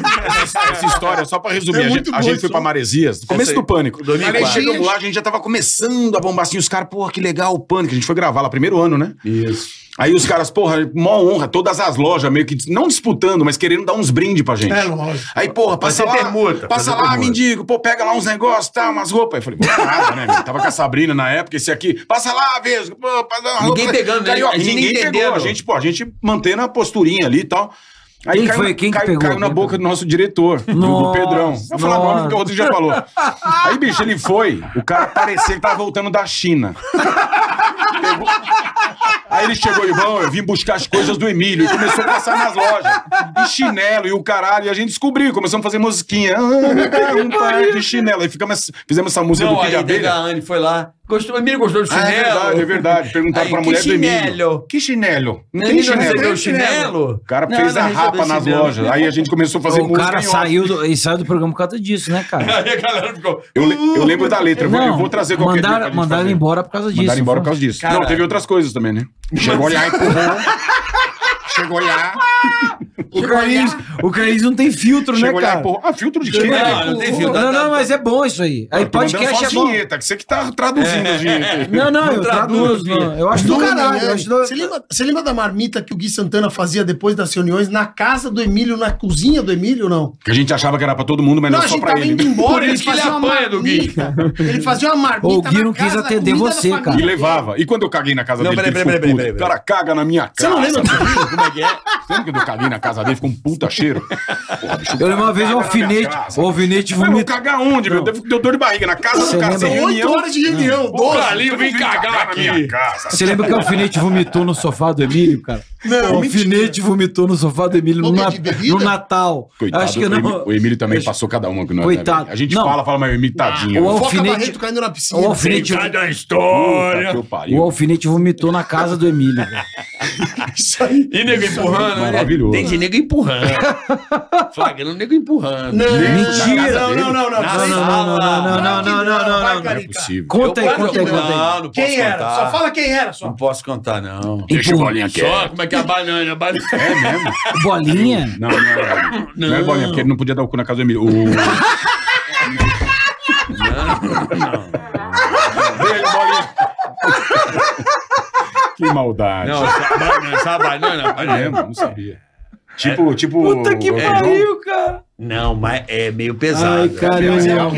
Speaker 7: Essa, essa história, só pra resumir,
Speaker 8: É
Speaker 7: a
Speaker 8: muito
Speaker 7: gente, a
Speaker 8: bom
Speaker 7: gente
Speaker 8: isso,
Speaker 7: foi pra
Speaker 8: né?
Speaker 7: Maresias, no
Speaker 4: Essa
Speaker 7: começo
Speaker 4: aí,
Speaker 7: do Pânico.
Speaker 4: 2004.
Speaker 7: Aí chegamos lá, a gente já tava começando a bombar assim, os caras, porra, que legal o Pânico. A gente foi gravar lá, primeiro ano, né?
Speaker 18: Isso.
Speaker 7: Aí os caras, porra, mó honra, todas as lojas meio que, dis- não disputando, mas querendo dar uns brindes pra gente.
Speaker 8: É, lógico.
Speaker 7: Aí, porra, passa lá,
Speaker 4: Fazer permuta,
Speaker 7: passa
Speaker 4: fazer
Speaker 7: lá,
Speaker 4: permuta.
Speaker 7: mendigo, pô, pega lá uns negócios, tá, umas roupas. Aí eu falei, pô, nada, né, meu? Tava com a Sabrina na época, esse aqui, passa lá, Vesgo, pô, passa lá,
Speaker 4: Ninguém pegando, né?
Speaker 7: Carioca,
Speaker 4: A gente
Speaker 7: ninguém
Speaker 4: nem
Speaker 7: pegou,
Speaker 4: entendendo.
Speaker 7: a gente, pô, Tipo, a gente mantendo a posturinha ali e tal. Aí
Speaker 5: Quem
Speaker 7: caiu,
Speaker 5: foi?
Speaker 7: na-
Speaker 5: Quem que
Speaker 7: caiu,
Speaker 5: pegou?
Speaker 7: caiu na
Speaker 5: Quem
Speaker 7: boca do nosso diretor, do- do
Speaker 5: Nossa,
Speaker 7: Pedrão. Eu falei agora
Speaker 5: nossa.
Speaker 7: o que o Rodrigo já falou. Aí, bicho, ele foi, o cara parecia que tava voltando da China. Aí ele chegou, irmão, eu vim buscar as coisas do Emílio. E começou a passar nas lojas. E chinelo e o caralho. E a gente descobriu, começamos a fazer musiquinha.
Speaker 5: (laughs)
Speaker 7: Ah, um par de chinelo. Aí ficamos, fizemos essa música
Speaker 4: Não,
Speaker 7: do Kid
Speaker 4: aí teve a
Speaker 7: Abelha.
Speaker 4: Anne, foi lá. Gostou, Emílio gostou do
Speaker 7: Ah,
Speaker 4: chinelo.
Speaker 7: é verdade, é verdade. Perguntaram
Speaker 4: Aí,
Speaker 7: pra
Speaker 4: que
Speaker 7: mulher do Emílio.
Speaker 4: chinelo?
Speaker 7: Que chinelo? Não tem
Speaker 4: Ele não
Speaker 7: chinelo.
Speaker 4: recebeu chinelo?
Speaker 7: O cara
Speaker 4: Não,
Speaker 7: fez
Speaker 4: não é
Speaker 7: a
Speaker 4: recebeu
Speaker 7: rapa nas
Speaker 4: chinelo.
Speaker 7: lojas. Aí a gente começou a fazer
Speaker 5: o
Speaker 7: música.
Speaker 5: cara
Speaker 7: um em off.
Speaker 5: saiu do, ele saiu do programa por causa disso, né, cara?
Speaker 4: (laughs) Aí a galera ficou.
Speaker 7: Eu, le- eu lembro da letra. Eu vou, eu vou trazer qualquer dia pra
Speaker 5: mandaram,
Speaker 7: gente
Speaker 5: mandaram
Speaker 7: fazer.
Speaker 5: embora por causa disso.
Speaker 7: Mandaram embora por causa disso.
Speaker 4: Caralho.
Speaker 7: Não, teve outras coisas também, né? Chegou a olhar, empurrou. Chegou ah, a olhar.
Speaker 5: O Carlinhos, o Carlinhos não tem filtro,
Speaker 7: Chegou
Speaker 5: né,
Speaker 7: a olhar,
Speaker 5: cara?
Speaker 7: empurrou. Ah, filtro de quê?
Speaker 4: Não,
Speaker 7: né?
Speaker 4: não tem filtro.
Speaker 5: Não, não, mas é bom isso aí. Aí
Speaker 7: Eu tô mandando
Speaker 5: podcast
Speaker 7: só
Speaker 5: é bom.
Speaker 7: vinheta, que você que tá traduzindo as vinhetas.
Speaker 5: Não, não, eu
Speaker 4: Traduz,
Speaker 5: traduzo. Não. Eu acho do
Speaker 8: Dona
Speaker 5: caralho. Eu
Speaker 8: Eliane,
Speaker 5: acho do...
Speaker 8: Você lembra, você lembra da marmita que o Gui Santana fazia depois das reuniões na casa do Emílio, na cozinha do Emílio, não?
Speaker 7: Que a gente achava que era pra todo mundo, mas
Speaker 8: Não,
Speaker 7: não,
Speaker 8: a
Speaker 7: só
Speaker 8: gente
Speaker 7: pra
Speaker 8: tava indo
Speaker 7: ele. né?
Speaker 8: embora,
Speaker 4: Por
Speaker 8: ele
Speaker 4: isso que ele
Speaker 8: fazia uma
Speaker 4: apanha do Gui.
Speaker 8: marmita. Ele fazia uma marmita
Speaker 5: O Gui
Speaker 8: na
Speaker 5: não quis
Speaker 8: casa da
Speaker 5: atender
Speaker 8: comida da
Speaker 5: você, cara.
Speaker 7: E
Speaker 8: família.
Speaker 7: levava. E quando eu caguei na casa
Speaker 4: Não,
Speaker 7: dele,
Speaker 4: peraí,
Speaker 7: ele ficou
Speaker 4: peraí, peraí,
Speaker 7: puto.
Speaker 4: peraí,
Speaker 7: O
Speaker 4: peraí.
Speaker 7: cara caga na minha
Speaker 8: Você
Speaker 7: casa.
Speaker 8: não lembra disso?
Speaker 7: Como é que é? Você lembra quando eu caguei na casa dele, ficou um puta cheiro? Porra, bicho, o
Speaker 5: Eu
Speaker 7: cara
Speaker 5: lembro uma vez um
Speaker 7: caga na minha
Speaker 5: alfinete,
Speaker 7: casa.
Speaker 5: o alfinete
Speaker 7: Mas eu vou
Speaker 5: vomitou.
Speaker 7: cagar onde, meu? Deu deu dor de barriga na casa
Speaker 5: Você
Speaker 7: do cara.
Speaker 5: lembra?
Speaker 7: sem
Speaker 5: Oito
Speaker 8: Oito
Speaker 7: reunião.
Speaker 8: horas de reunião,
Speaker 7: Pô,
Speaker 8: doze.
Speaker 7: Carlinho, vem cagar na minha casa.
Speaker 5: Você lembra que o alfinete vomitou no sofá do Emílio, cara?
Speaker 8: Não,
Speaker 5: o alfinete vomitou no sofá do Emílio no,
Speaker 8: Não tem
Speaker 5: na-
Speaker 8: de bebida?
Speaker 5: no Natal.
Speaker 7: Coitado,
Speaker 5: acho que
Speaker 7: o, Emílio,
Speaker 5: não.
Speaker 7: o Emílio também
Speaker 5: acho-
Speaker 7: passou cada uma com nós.
Speaker 5: Coitado.
Speaker 7: Né, velho? a gente
Speaker 5: Não.
Speaker 7: fala, fala, mas o Emílio tadinho.
Speaker 5: o
Speaker 7: velho.
Speaker 8: Foca
Speaker 5: alfinete-
Speaker 8: Barreto caindo na piscina.
Speaker 5: O alfinete,
Speaker 19: Sai da
Speaker 7: Puta
Speaker 19: história.
Speaker 7: que eu
Speaker 5: o
Speaker 7: pariu.
Speaker 5: alfinete vomitou na casa do Emílio. velho.
Speaker 8: Isso aí.
Speaker 4: E nego empurrando, né?
Speaker 7: Maravilhoso.
Speaker 4: Tem de nego empurrando. Flagrando nego empurrando.
Speaker 8: Não,
Speaker 5: Mentira.
Speaker 8: Não, não, não,
Speaker 4: Na
Speaker 8: não. Não,
Speaker 4: sala.
Speaker 5: não, não, não, não, não,
Speaker 8: Vai,
Speaker 5: não, não.
Speaker 7: Não é
Speaker 8: Carica.
Speaker 7: possível.
Speaker 5: Conta aí,
Speaker 8: quero
Speaker 5: conta aí,
Speaker 8: que
Speaker 5: conta aí.
Speaker 4: Não, não posso
Speaker 8: Quem era?
Speaker 4: contar.
Speaker 8: Só fala quem era, só.
Speaker 4: Não posso contar, não.
Speaker 7: Deixa o
Speaker 5: Empurra.
Speaker 7: bolinha
Speaker 4: Só
Speaker 7: quieto.
Speaker 4: como é que é a banana. a banana.
Speaker 7: É mesmo?
Speaker 5: Bolinha?
Speaker 7: Não, não era. Não, era bolinha, porque ele não podia dar o cu na casa do Emílio. O... Beijo, bolinha. que maldade.
Speaker 4: Não, essa banana, essa banana.
Speaker 7: É mesmo, não sabia. Tipo, tipo. Puta que
Speaker 5: cara.
Speaker 4: Não, mas é meio pesado.
Speaker 5: Ai, cara.
Speaker 7: Mas é
Speaker 5: eu-
Speaker 7: algo-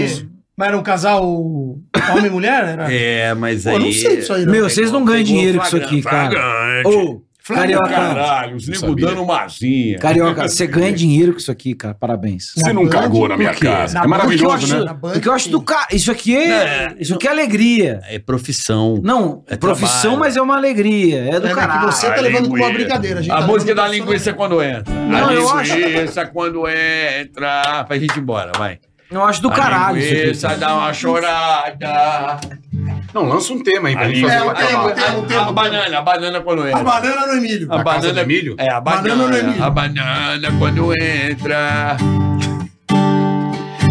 Speaker 8: Mas era um casal homem e mulher? Era...
Speaker 4: É, mas
Speaker 8: Pô,
Speaker 4: aí...
Speaker 8: eu não sei disso aí, não. É
Speaker 5: Meu, vocês não ganham
Speaker 4: Pegou
Speaker 5: dinheiro com isso aqui, cara.
Speaker 4: flagrante.
Speaker 5: Ô, carioca,
Speaker 4: Caralho, os
Speaker 7: Não
Speaker 4: nego
Speaker 7: sabia.
Speaker 4: dando uma zinha.
Speaker 5: carioca, você ganha dinheiro com isso aqui, cara. Parabéns.
Speaker 7: Você não cagou na minha
Speaker 4: Por quê?
Speaker 7: casa.
Speaker 8: Na
Speaker 7: É
Speaker 5: Porque eu
Speaker 7: maravilhoso,
Speaker 5: acho,
Speaker 7: né?
Speaker 8: né?
Speaker 5: porque eu acho do cara. Isso aqui é.
Speaker 4: É,
Speaker 5: Isso aqui é alegria.
Speaker 4: É profissão.
Speaker 5: Não, é
Speaker 4: É
Speaker 5: profissão,
Speaker 4: trabalho.
Speaker 5: mas é uma alegria. É do
Speaker 8: É,
Speaker 5: caralho.
Speaker 8: que você tá
Speaker 19: A
Speaker 8: levando como uma
Speaker 19: linguiça.
Speaker 8: brincadeira, gente.
Speaker 4: A
Speaker 8: tá
Speaker 4: música
Speaker 8: levando
Speaker 4: da
Speaker 8: como
Speaker 4: linguiça é
Speaker 8: personagem.
Speaker 4: quando entra.
Speaker 5: Não,
Speaker 4: a
Speaker 5: eu acho-
Speaker 4: linguiça é quando entra. Pra gente ir embora, vai.
Speaker 5: Eu acho do
Speaker 4: a
Speaker 5: caralho isso
Speaker 4: linguiça
Speaker 5: aqui.
Speaker 4: dá uma chorada.
Speaker 7: Não, lança um tema aí pra gente
Speaker 4: É,
Speaker 7: fazer
Speaker 4: o
Speaker 7: uma
Speaker 4: tema,
Speaker 7: camada.
Speaker 4: a- a banana, a banana quando entra.
Speaker 8: A banana no
Speaker 4: (laughs)
Speaker 8: Emílio.
Speaker 4: A
Speaker 7: Na casa do Emílio?
Speaker 4: É, a banana.
Speaker 8: Banana no Emílio.
Speaker 4: a banana quando entra.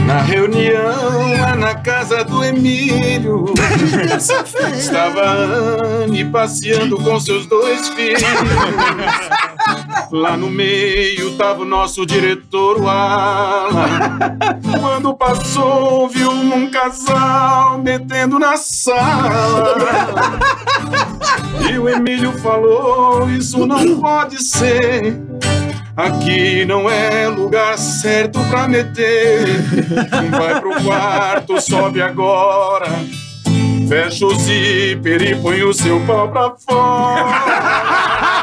Speaker 7: Na reunião lá na casa do Emílio, estava a Anne passeando com seus dois filhos. Lá no meio tava o nosso diretor, o Alan. Quando passou, viu um casal metendo na sala. E o Emílio falou: Isso não pode ser. Aqui não é lugar certo pra meter. Vai pro quarto, sobe agora. Fecha o zíper e põe o seu pau pra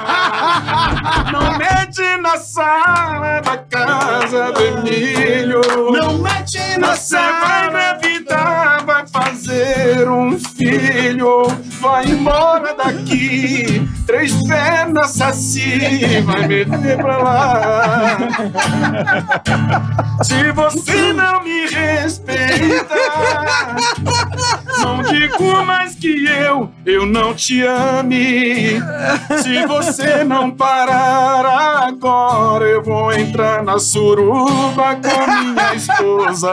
Speaker 7: fora. Não mete na sala da casa do Emílio.
Speaker 8: Não mete na
Speaker 7: Você vai engravidar, vai fazer um filho, vai embora daqui. Três pernas saci, vai meter pra lá. Se você não me respeita, não digo mais que eu, eu não te ame. Se você não parar agora, eu vou entrar na suruba com minha esposa.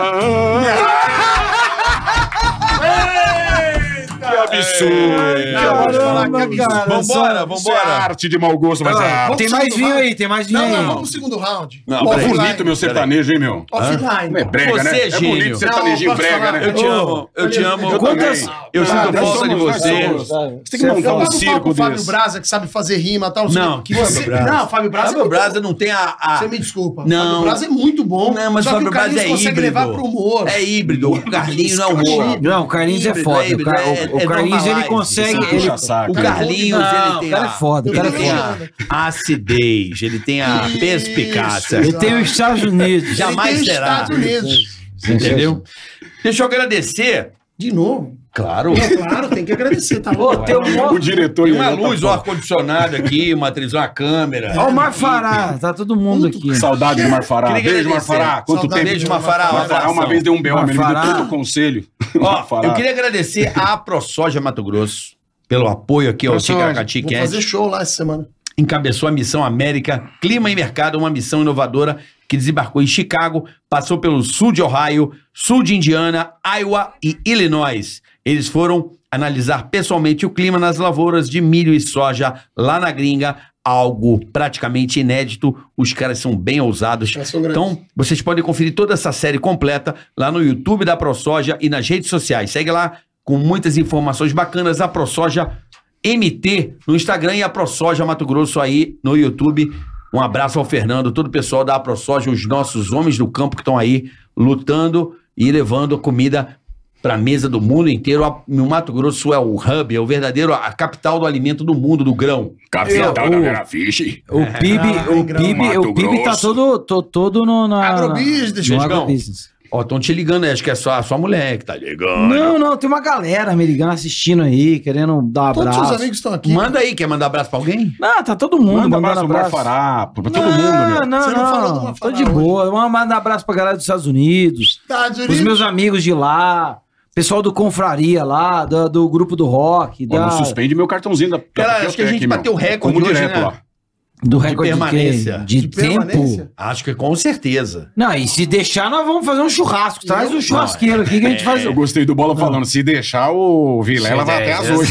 Speaker 7: Eita, que absurdo!
Speaker 8: Não, vou te falar que é absurdo.
Speaker 20: Vambora,
Speaker 7: Isso é
Speaker 20: vambora.
Speaker 7: arte de mau gosto, mas é arte.
Speaker 5: Tem mais vinho aí, tem mais vinho
Speaker 8: Não,
Speaker 5: aí.
Speaker 8: não, vamos pro segundo round.
Speaker 20: Não,
Speaker 7: Pô,
Speaker 20: peraí.
Speaker 7: bonito meu sertanejo, hein, meu?
Speaker 8: Offline.
Speaker 7: É brega,
Speaker 4: Você
Speaker 7: né?
Speaker 4: é
Speaker 7: É
Speaker 4: gênio.
Speaker 7: bonito sertanejinho
Speaker 8: Não, posso
Speaker 7: brega,
Speaker 8: falar?
Speaker 7: né?
Speaker 4: Eu te amo, eu te amo.
Speaker 7: Eu
Speaker 4: Quantas-
Speaker 7: também.
Speaker 4: Eu
Speaker 7: Ah,
Speaker 4: sinto
Speaker 7: nós
Speaker 4: falta de
Speaker 7: somos- nós
Speaker 4: você.
Speaker 7: somos. Você tem que montar
Speaker 8: Eu tava
Speaker 7: um
Speaker 8: falando com
Speaker 7: circo
Speaker 8: o Fábio
Speaker 7: desse.
Speaker 8: Braza, que sabe fazer rima e tal. sei
Speaker 4: Não,
Speaker 8: lá. você,
Speaker 4: Fábio Braza.
Speaker 8: Não, Fábio Braza.
Speaker 4: Fábio
Speaker 8: é
Speaker 4: Braza não tem a. a-
Speaker 8: Você me desculpa.
Speaker 4: Não.
Speaker 8: Fábio Braza é muito bom.
Speaker 4: Não, mas
Speaker 8: só
Speaker 4: Fábio
Speaker 8: que o Carlinhos
Speaker 4: Braza é
Speaker 8: consegue
Speaker 4: híbrido.
Speaker 8: levar pro humor.
Speaker 4: É híbrido. O Carlinhos não é humor.
Speaker 5: Não, o Carlinhos é
Speaker 4: Híbrido,
Speaker 5: foda.
Speaker 4: é híbrido,
Speaker 5: o, Car-
Speaker 4: é-
Speaker 5: o- o
Speaker 4: é
Speaker 5: Carlinhos ele
Speaker 4: normalize,
Speaker 5: consegue.
Speaker 4: sabe?
Speaker 5: Ele...
Speaker 7: Puxa saco.
Speaker 4: O Carlinhos,
Speaker 5: Não,
Speaker 4: ele tem
Speaker 5: o cara
Speaker 4: a-
Speaker 5: é foda, o
Speaker 4: né? ele
Speaker 5: cara é
Speaker 4: tem a acidez, ele tem a
Speaker 8: Isso,
Speaker 4: perspicácia.
Speaker 5: Ele tem os Estados
Speaker 8: (laughs)
Speaker 5: Unidos.
Speaker 4: Já-
Speaker 8: Ele
Speaker 4: jamais
Speaker 8: tem os
Speaker 4: será.
Speaker 8: Estados Unidos.
Speaker 4: Entendeu? Deixa eu agradecer.
Speaker 8: De novo.
Speaker 4: Claro.
Speaker 8: Não, claro, tem que agradecer, tá
Speaker 5: Pô,
Speaker 8: louco?
Speaker 5: tem um
Speaker 7: O
Speaker 5: monte.
Speaker 7: diretor
Speaker 4: Tem
Speaker 7: e
Speaker 4: uma
Speaker 7: ela tá
Speaker 4: luz, um ar-condicionado aqui, uma atriz, uma câmera.
Speaker 5: Ó, o Marfará, tá todo mundo aqui.
Speaker 7: Saudade do Marfará.
Speaker 4: Queria
Speaker 7: Beijo,
Speaker 4: agradecer.
Speaker 7: Marfará. Quanto
Speaker 8: Saudade
Speaker 7: tempo?
Speaker 4: Beijo, Mafará. Um
Speaker 7: Marfará
Speaker 4: abração.
Speaker 7: uma vez deu um belo, amigo, deu
Speaker 5: Marfará.
Speaker 7: todo o conselho.
Speaker 4: Ó,
Speaker 7: Marfará.
Speaker 4: eu queria agradecer à ProSoja Mato Grosso pelo apoio aqui ao
Speaker 8: Pessoal,
Speaker 4: Ticaracati
Speaker 8: Vou fazer
Speaker 4: Cast.
Speaker 8: show lá essa semana.
Speaker 4: Encabeçou a missão América, Clima e Mercado, uma missão inovadora que desembarcou em Chicago, passou pelo sul de Ohio, sul de Indiana, Iowa e Illinois. Eles foram analisar pessoalmente o clima nas lavouras de milho e soja lá na gringa, algo praticamente inédito. Os caras são bem ousados.
Speaker 8: Já sou grande.
Speaker 4: Então, vocês podem conferir toda essa série completa lá no YouTube da ProSoja e nas redes sociais. Segue lá com muitas informações bacanas a ProSoja MT no Instagram e a ProSoja Mato Grosso aí no YouTube. Um abraço ao Fernando, todo o pessoal da ProSoja, os nossos homens do campo que estão aí lutando e levando a comida para a mesa do mundo inteiro. A- O Mato Grosso é o hub, é o verdadeiro, a capital do alimento do mundo, do grão.
Speaker 20: Capital
Speaker 5: Eu-
Speaker 20: da
Speaker 5: o-
Speaker 20: Vera Fisch.
Speaker 5: O PIB,
Speaker 8: Ah,
Speaker 5: o
Speaker 8: Grão,
Speaker 5: PIB,
Speaker 20: Mato
Speaker 5: o PIB tá
Speaker 20: Grosso.
Speaker 5: todo, to- todo no, na,
Speaker 8: Agrobusiness,
Speaker 5: no
Speaker 4: Digão.
Speaker 5: agrobusiness.
Speaker 4: Ó, estão te ligando aí, acho que é só a sua mulher que tá ligando.
Speaker 5: Não, não, tem uma galera americana assistindo aí, querendo dar
Speaker 8: Todos os
Speaker 5: abraço.
Speaker 8: amigos estão aqui.
Speaker 4: Manda aí, quer mandar abraço pra alguém?
Speaker 5: Não, tá todo mundo
Speaker 7: Manda
Speaker 5: mandando
Speaker 7: abraço pro
Speaker 5: abraço.
Speaker 7: Marfará, pra todo
Speaker 5: não,
Speaker 7: mundo, meu.
Speaker 5: Não,
Speaker 8: Você não
Speaker 5: não,
Speaker 8: falou do
Speaker 5: tô
Speaker 8: Marfará
Speaker 5: de
Speaker 8: hoje.
Speaker 5: boa. Manda abraço pra galera dos Estados Unidos,
Speaker 8: Estados
Speaker 5: os
Speaker 8: Unidos.
Speaker 5: meus amigos de lá, pessoal do Confraria lá, do, do grupo do rock,
Speaker 7: Ó,
Speaker 5: da-
Speaker 7: não suspende meu cartãozinho da da
Speaker 4: Cara, acho que a
Speaker 7: Papeltec,
Speaker 4: gente
Speaker 7: meu.
Speaker 4: bateu o recorde
Speaker 7: Como
Speaker 4: hoje,
Speaker 7: direto
Speaker 4: né?
Speaker 7: lá.
Speaker 5: do recorde de,
Speaker 4: permanência.
Speaker 5: quê? de,
Speaker 8: De permanência?
Speaker 5: tempo.
Speaker 4: Acho que com certeza.
Speaker 5: Não, e se deixar, nós vamos fazer um churrasco. Traz um churrasqueiro aqui que a gente faz. um-
Speaker 7: Eu gostei do Bola falando, se deixar o Vilela vai até as oito.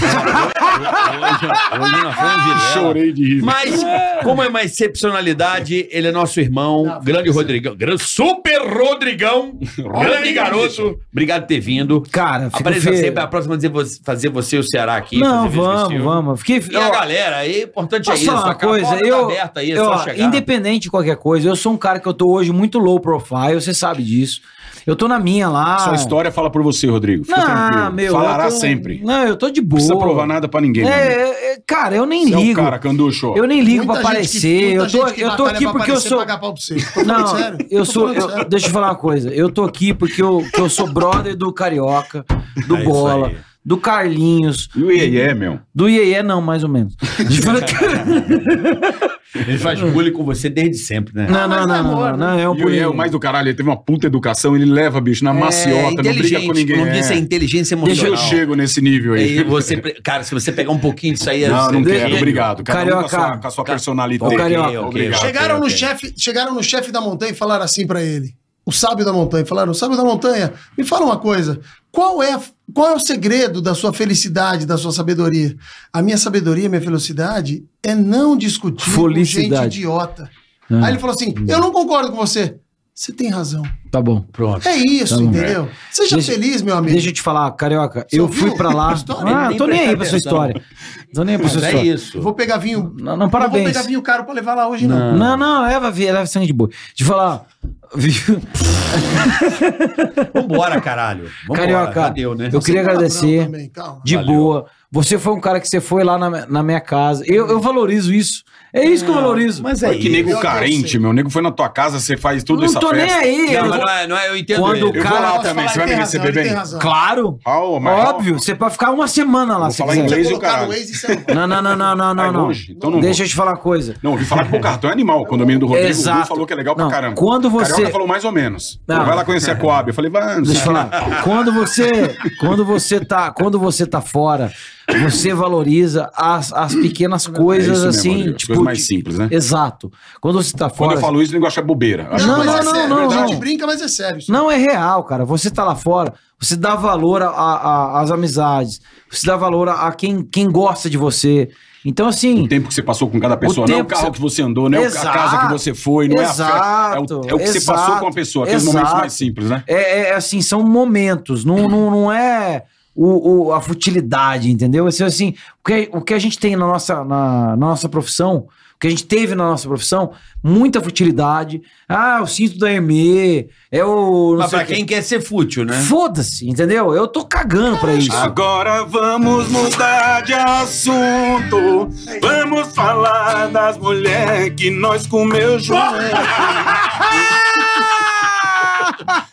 Speaker 4: Hoje nós fomos Vilela.
Speaker 7: Chorei de rir.
Speaker 4: Mas, como é uma excepcionalidade, ele é nosso irmão, grande Rodrigão, grande, super Rodrigão, grande garoto. Obrigado por ter vindo.
Speaker 5: Cara, fica
Speaker 4: Apareça
Speaker 5: feio.
Speaker 4: sempre a próxima dizer você- fazer você e o Ceará aqui.
Speaker 5: Não,
Speaker 4: fazer vezes
Speaker 5: vamos,
Speaker 4: possível.
Speaker 5: vamos. Fiquei,
Speaker 4: E a galera, aí, o importante é
Speaker 5: Posso
Speaker 4: isso.
Speaker 5: falar uma
Speaker 4: cara, a
Speaker 5: coisa?
Speaker 4: porta tá
Speaker 5: Eu-
Speaker 4: aberta aí, é
Speaker 5: Eu,
Speaker 4: só
Speaker 5: ó,
Speaker 4: chegar.
Speaker 5: independente de qualquer coisa, eu sou um cara que eu tô hoje muito low profile, você sabe disso. Eu tô na minha lá.
Speaker 7: Sua história fala por você, Rodrigo. Fica
Speaker 5: não,
Speaker 7: tranquilo.
Speaker 5: meu,
Speaker 7: Falará
Speaker 5: eu tô-
Speaker 7: sempre. Não
Speaker 5: Não, eu tô de boa.
Speaker 7: precisa provar nada pra ninguém. meu amigo.
Speaker 5: É, é, cara, eu nem
Speaker 7: Você
Speaker 5: ligo.
Speaker 7: é o cara, Canducho.
Speaker 5: Eu nem ligo pra
Speaker 8: Muita gente que-
Speaker 5: aparecer.
Speaker 8: muita
Speaker 5: Eu tô,
Speaker 8: gente que
Speaker 5: eu tô
Speaker 8: batalha
Speaker 5: aqui
Speaker 8: pra
Speaker 5: porque eu
Speaker 8: aparecer,
Speaker 5: sou.
Speaker 8: pagar pau pra você. Tô falando
Speaker 5: Não,
Speaker 8: sério.
Speaker 5: eu
Speaker 8: Tô
Speaker 5: sou.
Speaker 8: falando
Speaker 5: eu-
Speaker 8: sério.
Speaker 5: deixa eu falar uma coisa. Eu tô aqui porque eu, que eu sou brother do Carioca,
Speaker 4: (laughs)
Speaker 5: do
Speaker 4: É isso
Speaker 5: Bola,
Speaker 4: aí.
Speaker 5: do Carlinhos,
Speaker 7: E o Iê, meu.
Speaker 5: do Iê, não, mais
Speaker 4: (laughs)
Speaker 5: ou menos.
Speaker 4: Ele faz
Speaker 5: Hum.
Speaker 4: bullying com você desde sempre, né?
Speaker 5: É. Não, não, não, não, não, não, é um
Speaker 7: E o Iê,
Speaker 5: bullying.
Speaker 7: o mais do caralho, ele teve uma puta educação, ele leva, bicho,
Speaker 5: É,
Speaker 7: na maciota, não briga com ninguém.
Speaker 4: Como disse, é
Speaker 7: é.
Speaker 4: inteligência
Speaker 7: Deixa
Speaker 4: emocional.
Speaker 7: eu chego nesse nível
Speaker 4: E
Speaker 7: aí.
Speaker 4: você, pre- cara, se você pegar um pouquinho disso aí...
Speaker 7: Não,
Speaker 4: você-
Speaker 7: não
Speaker 5: Deixa-
Speaker 7: quero, obrigado. Cada um com a sua,
Speaker 5: Carioca.
Speaker 7: com a sua
Speaker 4: Ca-
Speaker 7: personalidade.
Speaker 5: Ô, Carioca.
Speaker 4: Ok, ok.
Speaker 7: Obrigado.
Speaker 8: Chegaram no
Speaker 4: ok.
Speaker 8: chefe, chegaram no chefe da montanha e falaram assim pra ele. O sábio da montanha falaram: "Sábio da montanha, me fala uma coisa. Qual é qual é o segredo da sua felicidade, da sua sabedoria? A minha sabedoria, minha felicidade é não discutir com gente
Speaker 5: Felicidade. Ah,
Speaker 8: idiota." Aí ele falou assim: "Eu não concordo com você. Você tem razão.
Speaker 5: Tá bom.
Speaker 4: Pronto.
Speaker 8: É isso,
Speaker 5: Tá bom.
Speaker 8: entendeu? Seja
Speaker 5: Deixa-
Speaker 8: feliz, meu amigo."
Speaker 5: Deixa eu te falar, carioca,
Speaker 8: Você
Speaker 5: eu
Speaker 8: ouviu
Speaker 5: fui pra lá.
Speaker 8: a história?
Speaker 5: Ah, eu tô nem aí pra sua história. Não nem
Speaker 4: Mas
Speaker 5: processou.
Speaker 4: é isso.
Speaker 8: Eu vou pegar vinho.
Speaker 5: Não, não,
Speaker 8: Não vou
Speaker 5: parabéns.
Speaker 8: pegar vinho caro pra levar lá hoje, não.
Speaker 5: Não, não, é, vai ver, leva sangue de boi. De falar, (laughs) viu?
Speaker 4: Vambora, caralho. Vambora.
Speaker 5: Carioca,
Speaker 4: já deu, né?
Speaker 5: eu queria
Speaker 8: Palavrão
Speaker 5: agradecer.
Speaker 8: é também, calma.
Speaker 5: De
Speaker 4: Valeu.
Speaker 5: boa. Você foi um cara que você foi lá na, na minha casa. Eu, eu valorizo isso. É isso que eu valorizo.
Speaker 4: Mas é
Speaker 7: Olha que
Speaker 4: isso.
Speaker 7: nego
Speaker 8: eu
Speaker 7: carente,
Speaker 8: sei.
Speaker 7: meu. O nego foi na tua casa, você faz tudo
Speaker 5: não
Speaker 7: essa
Speaker 5: tô
Speaker 7: festa.
Speaker 5: nem aí.
Speaker 4: Não,
Speaker 5: eu
Speaker 4: mas
Speaker 5: vou-
Speaker 4: não é, não é, eu entendo.
Speaker 5: Quando
Speaker 4: ele.
Speaker 7: Eu vou
Speaker 5: Cara,
Speaker 7: lá
Speaker 5: posso
Speaker 7: também,
Speaker 8: falar,
Speaker 7: você vai
Speaker 8: ele tem
Speaker 7: me receber
Speaker 8: razão, ele
Speaker 7: bem.
Speaker 8: tem razão.
Speaker 5: Claro.
Speaker 7: Calma, é. mas
Speaker 5: Óbvio. Você pode ficar uma semana lá
Speaker 7: Vou
Speaker 5: se
Speaker 7: falar
Speaker 5: quiser.
Speaker 7: inglês. Blaze o
Speaker 8: colocar
Speaker 7: caralho.
Speaker 8: no Waze, você não-
Speaker 5: Não, não, não, não, não,
Speaker 7: Vai
Speaker 5: não. não.
Speaker 7: longe, então não
Speaker 5: Deixa eu te falar uma coisa.
Speaker 7: Não, ouvi falar que Boca Raton é animal. O condomínio do Rodrigo o Gu
Speaker 5: Exato.
Speaker 7: falou que é legal
Speaker 5: Não,
Speaker 7: pra caramba.
Speaker 5: quando você-
Speaker 7: Carioca falou mais ou menos. Pô,
Speaker 5: Não.
Speaker 7: vai lá conhecer a Coab. Eu falei, vai, não sei
Speaker 5: Deixa eu
Speaker 7: o
Speaker 5: falar.
Speaker 7: (laughs)
Speaker 5: Quando você, quando você tá, quando você tá fora, você valoriza as, as pequenas
Speaker 7: que. É
Speaker 5: coisas
Speaker 7: isso mesmo,
Speaker 5: assim,
Speaker 7: Rodrigo, as
Speaker 5: tipo,
Speaker 7: coisas mais
Speaker 5: de-
Speaker 7: simples, né?
Speaker 5: exato. Quando você tá
Speaker 7: Quando
Speaker 5: fora,
Speaker 7: eu falo isso, o nego acha bobeira. Acha
Speaker 8: Não,
Speaker 5: Não, não,
Speaker 8: mas é
Speaker 5: não,
Speaker 8: sério.
Speaker 5: não,
Speaker 8: a gente
Speaker 5: não.
Speaker 8: brinca, mas é sério. isso.
Speaker 5: Não, é real, cara. Você tá lá fora, você dá valor a- a- a- às amizades, você dá valor a, a quem, quem gosta de você. Então, assim.
Speaker 7: O tempo que você passou com cada pessoa,
Speaker 5: O
Speaker 7: não é o
Speaker 5: tempo que
Speaker 7: carro
Speaker 5: você-
Speaker 7: que você andou, não é o- a
Speaker 5: Exato.
Speaker 7: casa que você foi, não é a fé. É
Speaker 5: Exato.
Speaker 7: o, é o que você passou
Speaker 5: Exato.
Speaker 7: com a pessoa, aqueles momentos
Speaker 5: Exato.
Speaker 7: mais simples, né?
Speaker 5: É, é, assim, são momentos, não, não, não é o, o- a futilidade, entendeu? Assim, assim, o, que, o que a gente tem na nossa, na, na nossa profissão, o que a gente teve na nossa profissão, muita futilidade. Ah, o cinto da Hermê, é o. não
Speaker 4: Mas
Speaker 5: sei
Speaker 4: pra
Speaker 5: o quê.
Speaker 4: quem quer ser fútil, né?
Speaker 5: Foda-se, entendeu? Eu tô cagando pra isso.
Speaker 7: Agora vamos mudar de assunto. Vamos falar das mulheres que nós
Speaker 5: (laughs)
Speaker 7: comeu junto.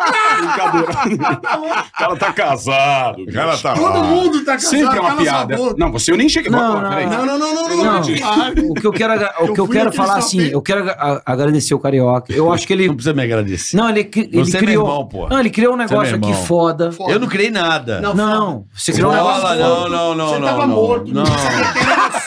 Speaker 7: Brincadeira. O cara tá casado.
Speaker 21: O cara tá
Speaker 8: Todo
Speaker 21: lá.
Speaker 8: mundo tá casado,
Speaker 7: Sempre é uma
Speaker 8: cala
Speaker 7: piada.
Speaker 8: sua boca.
Speaker 7: Não, você eu nem cheguei.
Speaker 5: Não,
Speaker 7: Não,
Speaker 5: não,
Speaker 7: peraí.
Speaker 8: Não, não, não, não, não.
Speaker 5: Não,
Speaker 8: não. Ah,
Speaker 5: o que eu quero, agra- o
Speaker 8: (laughs) Eu
Speaker 5: que eu
Speaker 8: fui
Speaker 5: quero
Speaker 8: naquele
Speaker 5: falar
Speaker 8: shopping.
Speaker 5: assim, eu quero aga- a- agradecer o Carioca. Eu acho que ele.
Speaker 4: Não precisa me agradecer.
Speaker 5: Não, ele, cri- ele
Speaker 4: Você é meu
Speaker 5: criou.
Speaker 4: irmão, porra.
Speaker 5: Não, ele criou um
Speaker 4: Você é meu
Speaker 5: negócio aqui
Speaker 4: irmão.
Speaker 5: foda.
Speaker 8: foda.
Speaker 4: Eu não criei nada.
Speaker 8: Não,
Speaker 5: Não, não. Você criou um negócio
Speaker 4: Bola,
Speaker 5: foda.
Speaker 4: não, não, não,
Speaker 8: Você
Speaker 4: não.
Speaker 8: tava
Speaker 4: não,
Speaker 8: morto,
Speaker 4: não.
Speaker 8: não sabia quem era você.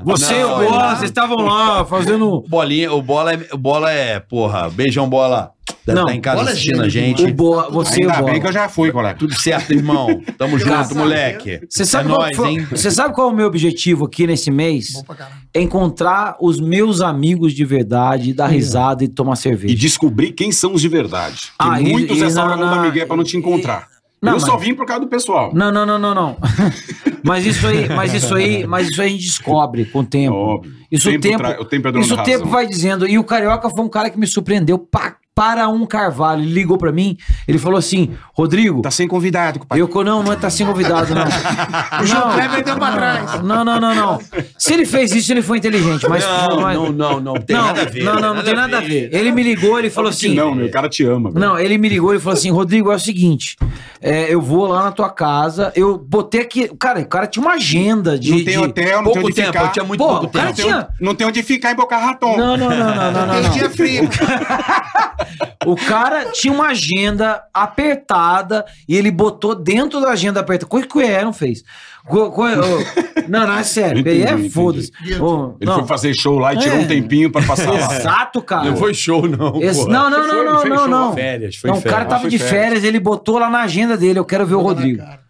Speaker 4: (laughs)
Speaker 5: Você e o
Speaker 4: Não,
Speaker 5: Bola,
Speaker 4: não.
Speaker 5: vocês estavam lá fazendo.
Speaker 4: Bolinha, o bola é, o bola é, porra, beijão bola. Deve
Speaker 5: Não,
Speaker 4: tá em casa
Speaker 8: Bola é
Speaker 4: assistindo a
Speaker 8: gênio
Speaker 4: gente.
Speaker 5: O Bola, você e o
Speaker 7: Ainda bem que
Speaker 5: Bola.
Speaker 7: eu já fui, colega.
Speaker 4: Tudo certo, irmão. Tamo junto,
Speaker 8: Graças
Speaker 4: moleque.
Speaker 5: Você sabe,
Speaker 4: é
Speaker 5: qual
Speaker 4: nóis,
Speaker 5: foi-
Speaker 4: hein?
Speaker 5: você sabe qual é o meu objetivo aqui nesse mês?
Speaker 8: Bom pra caralho.
Speaker 5: É encontrar os meus amigos de verdade, dar risada e tomar
Speaker 7: E
Speaker 5: cerveja.
Speaker 7: descobrir quem são os de verdade. Porque
Speaker 5: Ah, e-
Speaker 7: muitos
Speaker 5: e
Speaker 7: essa
Speaker 5: na-
Speaker 7: hora vão
Speaker 5: na-
Speaker 7: dar migué pra não te
Speaker 5: e-
Speaker 7: encontrar.
Speaker 5: Não,
Speaker 7: eu só
Speaker 5: mas-
Speaker 7: vim por causa do pessoal.
Speaker 5: Não, não, não, não, não. (laughs) mas isso aí, mas isso aí, mas isso aí a gente descobre com o tempo.
Speaker 7: Óbvio.
Speaker 5: Isso o tempo,
Speaker 7: tra- o tempo
Speaker 4: um
Speaker 7: é dono
Speaker 5: isso
Speaker 7: da
Speaker 5: o tempo
Speaker 7: razão.
Speaker 5: vai dizendo. E o Carioca foi um cara que me surpreendeu pa- para um carvalho. Ele ligou pra mim, ele falou assim: Rodrigo.
Speaker 7: Tá sem convidado, compadre.
Speaker 5: Eu co- não, não é tá sem
Speaker 4: (laughs)
Speaker 5: convidado, não.
Speaker 8: O João
Speaker 5: Não,
Speaker 8: Kleber deu pra trás.
Speaker 5: Não, não, não, não. Se ele fez isso, ele foi inteligente, mas.
Speaker 4: Não,
Speaker 5: mas-
Speaker 4: não, não, não. Tem
Speaker 5: não,
Speaker 4: nada a ver.
Speaker 5: Não, não, não tem nada a ver. Ele me ligou, ele falou assim.
Speaker 7: Não, meu, o cara te ama. velho.
Speaker 5: Não, ele me ligou e falou assim: Rodrigo, é o seguinte, é, eu vou lá na tua casa, eu botei aqui. Cara, o cara tinha uma agenda de.
Speaker 7: Não tem
Speaker 5: de-
Speaker 7: hotel, não tem
Speaker 4: Pouco
Speaker 7: onde
Speaker 4: tempo, eu
Speaker 7: ficar.
Speaker 4: tinha muito
Speaker 5: Porra,
Speaker 4: pouco
Speaker 5: o cara
Speaker 4: tempo.
Speaker 5: tinha.
Speaker 7: Não tem onde ficar em Boca Raton.
Speaker 5: Não, não, não, não, não, não.
Speaker 8: Aquele dia
Speaker 5: não.
Speaker 8: frio.
Speaker 5: O cara tinha uma agenda apertada e ele botou dentro da agenda apertada. Coisa que o EE não fez. Co- co- ô, Não, não, é sério.
Speaker 7: Entendi,
Speaker 5: Ele é
Speaker 7: entendi.
Speaker 5: foda-se. Ô,
Speaker 7: Ele foi
Speaker 5: não.
Speaker 7: fazer show lá e tirou
Speaker 5: É.
Speaker 7: um tempinho pra passar lá.
Speaker 5: Exato, cara.
Speaker 4: Não foi show, não.
Speaker 5: Esse-
Speaker 4: porra.
Speaker 5: não, não, não,
Speaker 7: Foi,
Speaker 5: não,
Speaker 7: foi
Speaker 5: não,
Speaker 7: show,
Speaker 5: não.
Speaker 4: Férias, foi
Speaker 5: Não, o cara
Speaker 4: férias.
Speaker 5: tava
Speaker 7: foi
Speaker 5: de
Speaker 7: férias.
Speaker 5: férias, ele botou lá na agenda dele, eu quero ver o Rodrigo.
Speaker 8: Cara,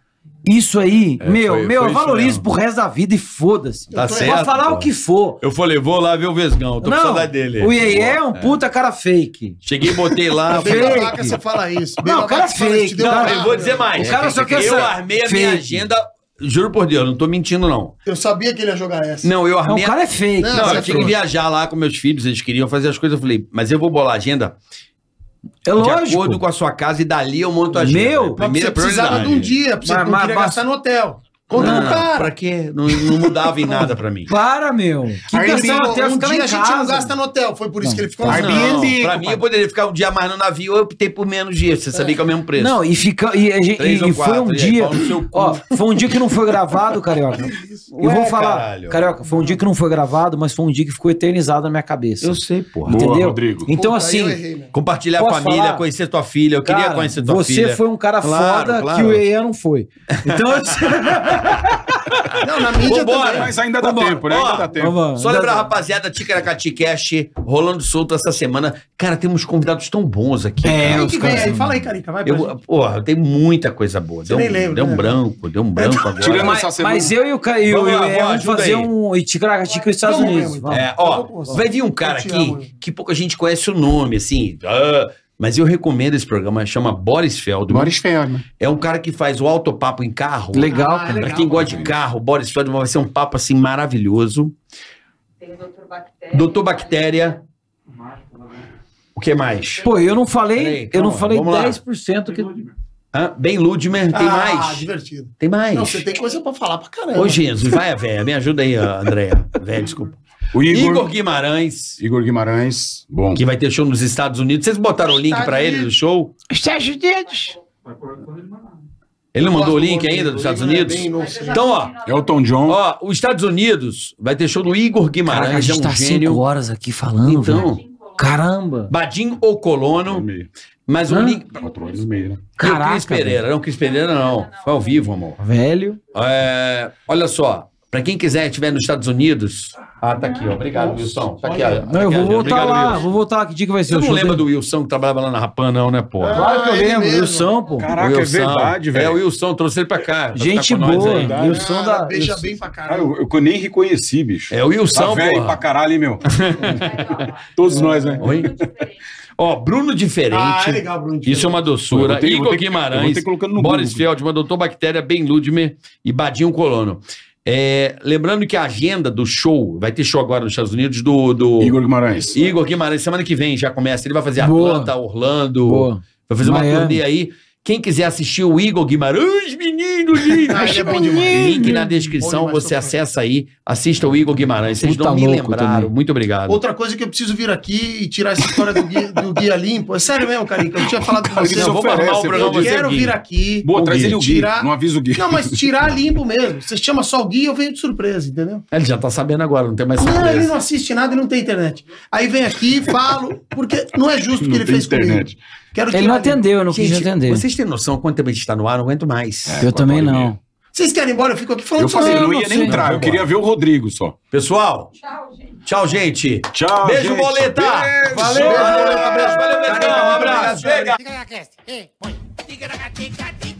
Speaker 5: Isso aí,
Speaker 4: É,
Speaker 5: meu,
Speaker 4: foi- foi
Speaker 5: meu, eu
Speaker 4: isso
Speaker 5: valorizo
Speaker 4: mesmo.
Speaker 5: pro resto da vida e foda-se.
Speaker 4: Tá
Speaker 5: Pode
Speaker 4: certo,
Speaker 5: falar
Speaker 4: pô.
Speaker 5: o que for.
Speaker 4: Eu falei, vou lá ver o Vesgão. Tô com saudade dele.
Speaker 5: o Iê é um puta cara fake.
Speaker 4: Cheguei, botei
Speaker 5: (laughs)
Speaker 4: lá.
Speaker 8: Bem
Speaker 4: falei,
Speaker 8: babaca você fala isso. Bem
Speaker 5: Não, o cara
Speaker 8: babaca você fala
Speaker 5: fez.
Speaker 8: isso, te deu
Speaker 5: Não,
Speaker 8: uma-
Speaker 4: eu vou dizer mais.
Speaker 5: O cara só quer
Speaker 4: Eu
Speaker 5: essa-
Speaker 4: armei a minha
Speaker 5: fake.
Speaker 4: agenda, juro por Deus, não tô mentindo, não.
Speaker 8: Eu sabia que ele ia jogar essa.
Speaker 4: Não, eu
Speaker 5: Não,
Speaker 4: armei
Speaker 5: o
Speaker 4: a
Speaker 5: cara é fake.
Speaker 8: Não,
Speaker 4: Não, eu
Speaker 8: Você é
Speaker 4: tinha que
Speaker 8: trouxa.
Speaker 4: viajar lá com meus filhos, eles queriam fazer as coisas. Eu falei, mas eu vou bolar a agenda
Speaker 5: é
Speaker 4: de acordo
Speaker 5: lógico.
Speaker 4: com a sua casa e dali eu monto a agenda.
Speaker 5: Meu,
Speaker 4: É a
Speaker 8: Mas
Speaker 4: primeira
Speaker 8: você precisava de
Speaker 4: prioridade.
Speaker 8: um dia, porque você
Speaker 5: Mas-
Speaker 8: não
Speaker 5: mas-
Speaker 8: queria
Speaker 5: mas-
Speaker 8: gastar no hotel. Conta
Speaker 4: Não,
Speaker 8: pro cara.
Speaker 4: pra quê? Não, não mudava em nada pra
Speaker 5: (laughs)
Speaker 4: mim.
Speaker 5: Para, meu. Que
Speaker 8: Ele
Speaker 5: gastar no
Speaker 8: falou,
Speaker 5: hotel,
Speaker 8: um
Speaker 5: fica lá
Speaker 8: dia a
Speaker 5: em
Speaker 8: gente não
Speaker 5: casa.
Speaker 8: gasta no hotel. Foi por isso que ele ficou assim.
Speaker 4: Não,
Speaker 8: lá.
Speaker 7: Airbnb,
Speaker 4: pra mim eu poderia ficar um dia mais no navio, eu optei por menos dias, você sabia que é o mesmo preço.
Speaker 5: Não, e, fica, e, a gente-
Speaker 4: Três
Speaker 5: e-
Speaker 4: ou
Speaker 5: e foi
Speaker 4: quatro,
Speaker 5: um
Speaker 4: e aí,
Speaker 5: dia.
Speaker 4: pau no seu cu.
Speaker 5: Ó, foi um dia que não foi
Speaker 4: (laughs)
Speaker 5: gravado, Carioca. E
Speaker 4: Ué,
Speaker 5: vou falar.
Speaker 4: caralho.
Speaker 5: Carioca, foi um dia que não foi gravado, mas foi um dia que ficou eternizado na minha cabeça.
Speaker 4: eu sei, porra.
Speaker 5: entendeu?
Speaker 7: Boa, Rodrigo.
Speaker 5: Então,
Speaker 8: Puta, aí eu
Speaker 5: assim,
Speaker 8: errei, né? meu.
Speaker 4: Compartilhar a
Speaker 5: Posso
Speaker 4: família,
Speaker 5: falar?
Speaker 4: conhecer tua filha, eu queria
Speaker 5: cara,
Speaker 4: conhecer tua
Speaker 5: você
Speaker 4: filha.
Speaker 5: foi um cara
Speaker 4: Claro,
Speaker 5: foda
Speaker 4: claro.
Speaker 5: que o EE não foi.
Speaker 4: (laughs)
Speaker 5: Então, assim,
Speaker 8: Não, na mídia
Speaker 4: Vambora.
Speaker 5: Então,
Speaker 8: também.
Speaker 7: Mas ainda dá
Speaker 4: Vambora.
Speaker 7: tempo, né?
Speaker 4: Ó,
Speaker 7: Ainda dá tempo.
Speaker 5: vamos lá.
Speaker 4: Só lembrar, rapaziada, Ticaracati Cast, rolando solto essa semana. Cara, temos convidados tão bons aqui.
Speaker 5: É,
Speaker 4: cara.
Speaker 8: Quem que vem aí? Fala aí, Carica. Vai pra
Speaker 4: Eu, porra, tem muita coisa boa. Deu,
Speaker 8: nem
Speaker 4: um-
Speaker 8: lembra,
Speaker 4: deu um
Speaker 8: né?
Speaker 4: branco, deu um branco agora.
Speaker 7: Tirando
Speaker 5: Mas,
Speaker 7: essa semana.
Speaker 5: mas eu e o Caio
Speaker 4: Vamos
Speaker 5: vamos,
Speaker 4: lá, vó,
Speaker 5: vamos
Speaker 4: ajuda
Speaker 5: fazer
Speaker 4: aí.
Speaker 5: um Iticaracatica com os Estados
Speaker 8: Vamos
Speaker 5: Unidos.
Speaker 8: mesmo,
Speaker 5: vamos.
Speaker 4: É,
Speaker 8: Eu vou com
Speaker 4: ó,
Speaker 8: você.
Speaker 4: vai vir um cara
Speaker 8: Eu te
Speaker 4: aqui
Speaker 8: amo.
Speaker 4: que pouca gente conhece o nome, assim. ah, Mas eu recomendo esse programa, chama Boris Feldman.
Speaker 22: Boris
Speaker 7: né?
Speaker 22: Feldman.
Speaker 4: É um cara que faz o autopapo em carro.
Speaker 5: Legal,
Speaker 4: Pra
Speaker 5: cara.
Speaker 4: quem gosta de carro, Boris Feldman vai ser um papo assim maravilhoso.
Speaker 1: Tem o Dr. Bactéria.
Speaker 4: Doutor Bactéria. O que mais?
Speaker 5: Pô, eu não falei,
Speaker 4: Peraí,
Speaker 5: eu não
Speaker 4: calma,
Speaker 5: falei
Speaker 4: vamos lá.
Speaker 5: 10% que.
Speaker 4: Hã? Ben Ludmer, tem
Speaker 8: ah,
Speaker 4: mais? É
Speaker 8: divertido.
Speaker 4: Tem mais.
Speaker 8: Não, você tem coisa pra falar pra caramba.
Speaker 4: Ô, Jesus, vai a véia. Me ajuda aí, Andréia. Véia,
Speaker 8: (laughs)
Speaker 4: desculpa.
Speaker 7: O
Speaker 4: Igor,
Speaker 7: Igor,
Speaker 4: Guimarães,
Speaker 7: Igor Guimarães, bom.
Speaker 4: que vai ter show nos Estados Unidos. Vocês botaram o link pra ele do show?
Speaker 8: é
Speaker 5: Sérgio Dedos.
Speaker 4: Ele não mandou o
Speaker 8: gosto
Speaker 4: link
Speaker 8: do
Speaker 4: ainda dos
Speaker 8: Igor,
Speaker 4: Estados
Speaker 8: ele é
Speaker 4: Unidos?
Speaker 8: bem inocente.
Speaker 4: Então, ó,
Speaker 7: Elton John.
Speaker 4: ó, os Estados Unidos vai ter show do Igor Guimarães,
Speaker 5: Caraca, a gente
Speaker 4: é um
Speaker 5: tá
Speaker 4: gênio.
Speaker 5: 5 horas aqui falando,
Speaker 4: Então.
Speaker 5: velho. Caramba.
Speaker 4: Badim ou Colono, mas um
Speaker 5: Hã?
Speaker 4: link.
Speaker 7: Quatro horas e meia, né?
Speaker 4: E o
Speaker 5: Caraca,
Speaker 4: Cris Pereira. Não, Cris Pereira não. Foi ao vivo, amor.
Speaker 5: Velho.
Speaker 4: É, olha só, pra quem quiser, estiver nos Estados Unidos. Ah, tá aqui, ó. Obrigado, Wilson. Tá aqui, ó. Tá
Speaker 5: Não, eu
Speaker 4: aqui,
Speaker 5: vou
Speaker 4: ó.
Speaker 5: voltar
Speaker 4: Obrigado,
Speaker 5: lá.
Speaker 4: Wilson.
Speaker 5: Vou voltar lá. Que dia que vai ser
Speaker 4: Você
Speaker 5: o
Speaker 4: não
Speaker 5: show
Speaker 4: lembra
Speaker 5: dele?
Speaker 4: do Wilson que trabalhava lá na Rapan, não, né, pô?
Speaker 5: Claro que eu
Speaker 8: Ah, ele
Speaker 5: lembro.
Speaker 8: mesmo.
Speaker 5: Wilson, pô.
Speaker 7: Caraca, é verdade,
Speaker 4: É, o
Speaker 7: velho.
Speaker 4: Wilson trouxe ele pra cá. pra
Speaker 5: Gente
Speaker 4: ficar com nós
Speaker 5: boa.
Speaker 4: aí.
Speaker 7: verdade.
Speaker 5: Wilson da.
Speaker 8: Deixa
Speaker 5: Wilson-
Speaker 8: bem pra caramba.
Speaker 7: Cara, eu, eu nem reconheci, bicho.
Speaker 4: É o
Speaker 7: Tá
Speaker 4: Wilson,
Speaker 7: velho pra
Speaker 4: pô.
Speaker 7: caralho, hein, (laughs) meu.
Speaker 1: Carioca.
Speaker 7: Todos nós, né?
Speaker 4: Oi? Ó, Bruno
Speaker 8: Ah, é
Speaker 4: Diferente.
Speaker 8: legal, Bruno.
Speaker 4: Isso é uma doçura.
Speaker 7: Eu vou ter- eu vou
Speaker 4: Igor
Speaker 7: ter que- eu vou
Speaker 4: Guimarães,
Speaker 7: ter colocando no
Speaker 4: Boris
Speaker 7: Google.
Speaker 4: Feldman, Doutor Bactéria, Ben Ludmer e Badinho Colono. É, lembrando que a agenda do show, vai ter show agora nos Estados Unidos do, do
Speaker 7: Igor Guimarães.
Speaker 4: Igor Guimarães, semana que vem já começa. Ele vai fazer
Speaker 5: Boa.
Speaker 4: Atlanta, Orlando,
Speaker 5: Boa.
Speaker 4: vai fazer uma
Speaker 5: Miami.
Speaker 4: turnê aí. Quem quiser assistir o Igor Guimarães, menino lindo!
Speaker 8: Ah, ele é bom demais.
Speaker 4: Link na
Speaker 8: Bom
Speaker 4: descrição,
Speaker 8: demais,
Speaker 4: você
Speaker 8: sou fã.
Speaker 4: acessa aí, assista o Igor Guimarães. Vocês
Speaker 5: Puta
Speaker 4: não me
Speaker 5: louco
Speaker 4: lembraram.
Speaker 5: também.
Speaker 4: Muito obrigado.
Speaker 8: Outra coisa que eu preciso vir aqui e tirar essa história do guia, do guia limpo. É sério mesmo, Carica. Eu tinha falado com
Speaker 7: Cara,
Speaker 8: você.
Speaker 7: ele
Speaker 4: Não,
Speaker 7: só
Speaker 8: Eu
Speaker 4: vamos arrumar o
Speaker 7: oferece,
Speaker 4: programa,
Speaker 7: vou-
Speaker 4: você,
Speaker 8: quero
Speaker 4: Gui.
Speaker 8: vir aqui.
Speaker 7: Boa, traz
Speaker 4: Gui,
Speaker 7: ele o Gui.
Speaker 8: tirar-
Speaker 7: Não avisa o Gui.
Speaker 8: Não, mas tirar limpo mesmo. Você chama só o guia, eu venho de surpresa, entendeu?
Speaker 4: Ele já tá sabendo agora, não tem mais
Speaker 8: Não, ele
Speaker 4: surpresa.
Speaker 8: não assiste nada e não tem internet. Aí vem aqui, falo, porque não é justo o que
Speaker 7: Não
Speaker 8: ele
Speaker 7: tem
Speaker 8: fez
Speaker 7: internet.
Speaker 8: comigo. Quero
Speaker 5: Ele não
Speaker 8: tirar limpo.
Speaker 5: atendeu, eu não quis
Speaker 4: Gente,
Speaker 5: atender.
Speaker 4: vocês têm noção quanto tempo a gente tá no ar? Não aguento mais.
Speaker 8: É.
Speaker 5: Eu também não.
Speaker 8: Vocês querem ir embora? Eu fico aqui falando
Speaker 7: Eu falei,
Speaker 8: sozinho.
Speaker 7: não
Speaker 5: não
Speaker 7: ia nem
Speaker 5: sei.
Speaker 7: entrar. Eu queria ver o Rodrigo só.
Speaker 4: Pessoal,
Speaker 1: Tchau, gente.
Speaker 4: tchau, gente.
Speaker 7: Tchau,
Speaker 4: Beijo,
Speaker 7: gente.
Speaker 4: boleta!
Speaker 7: Beijo.
Speaker 4: Valeu, boleta! Beijo, valeu, Betão! Um abraço! Chega!
Speaker 1: Tica na cateca,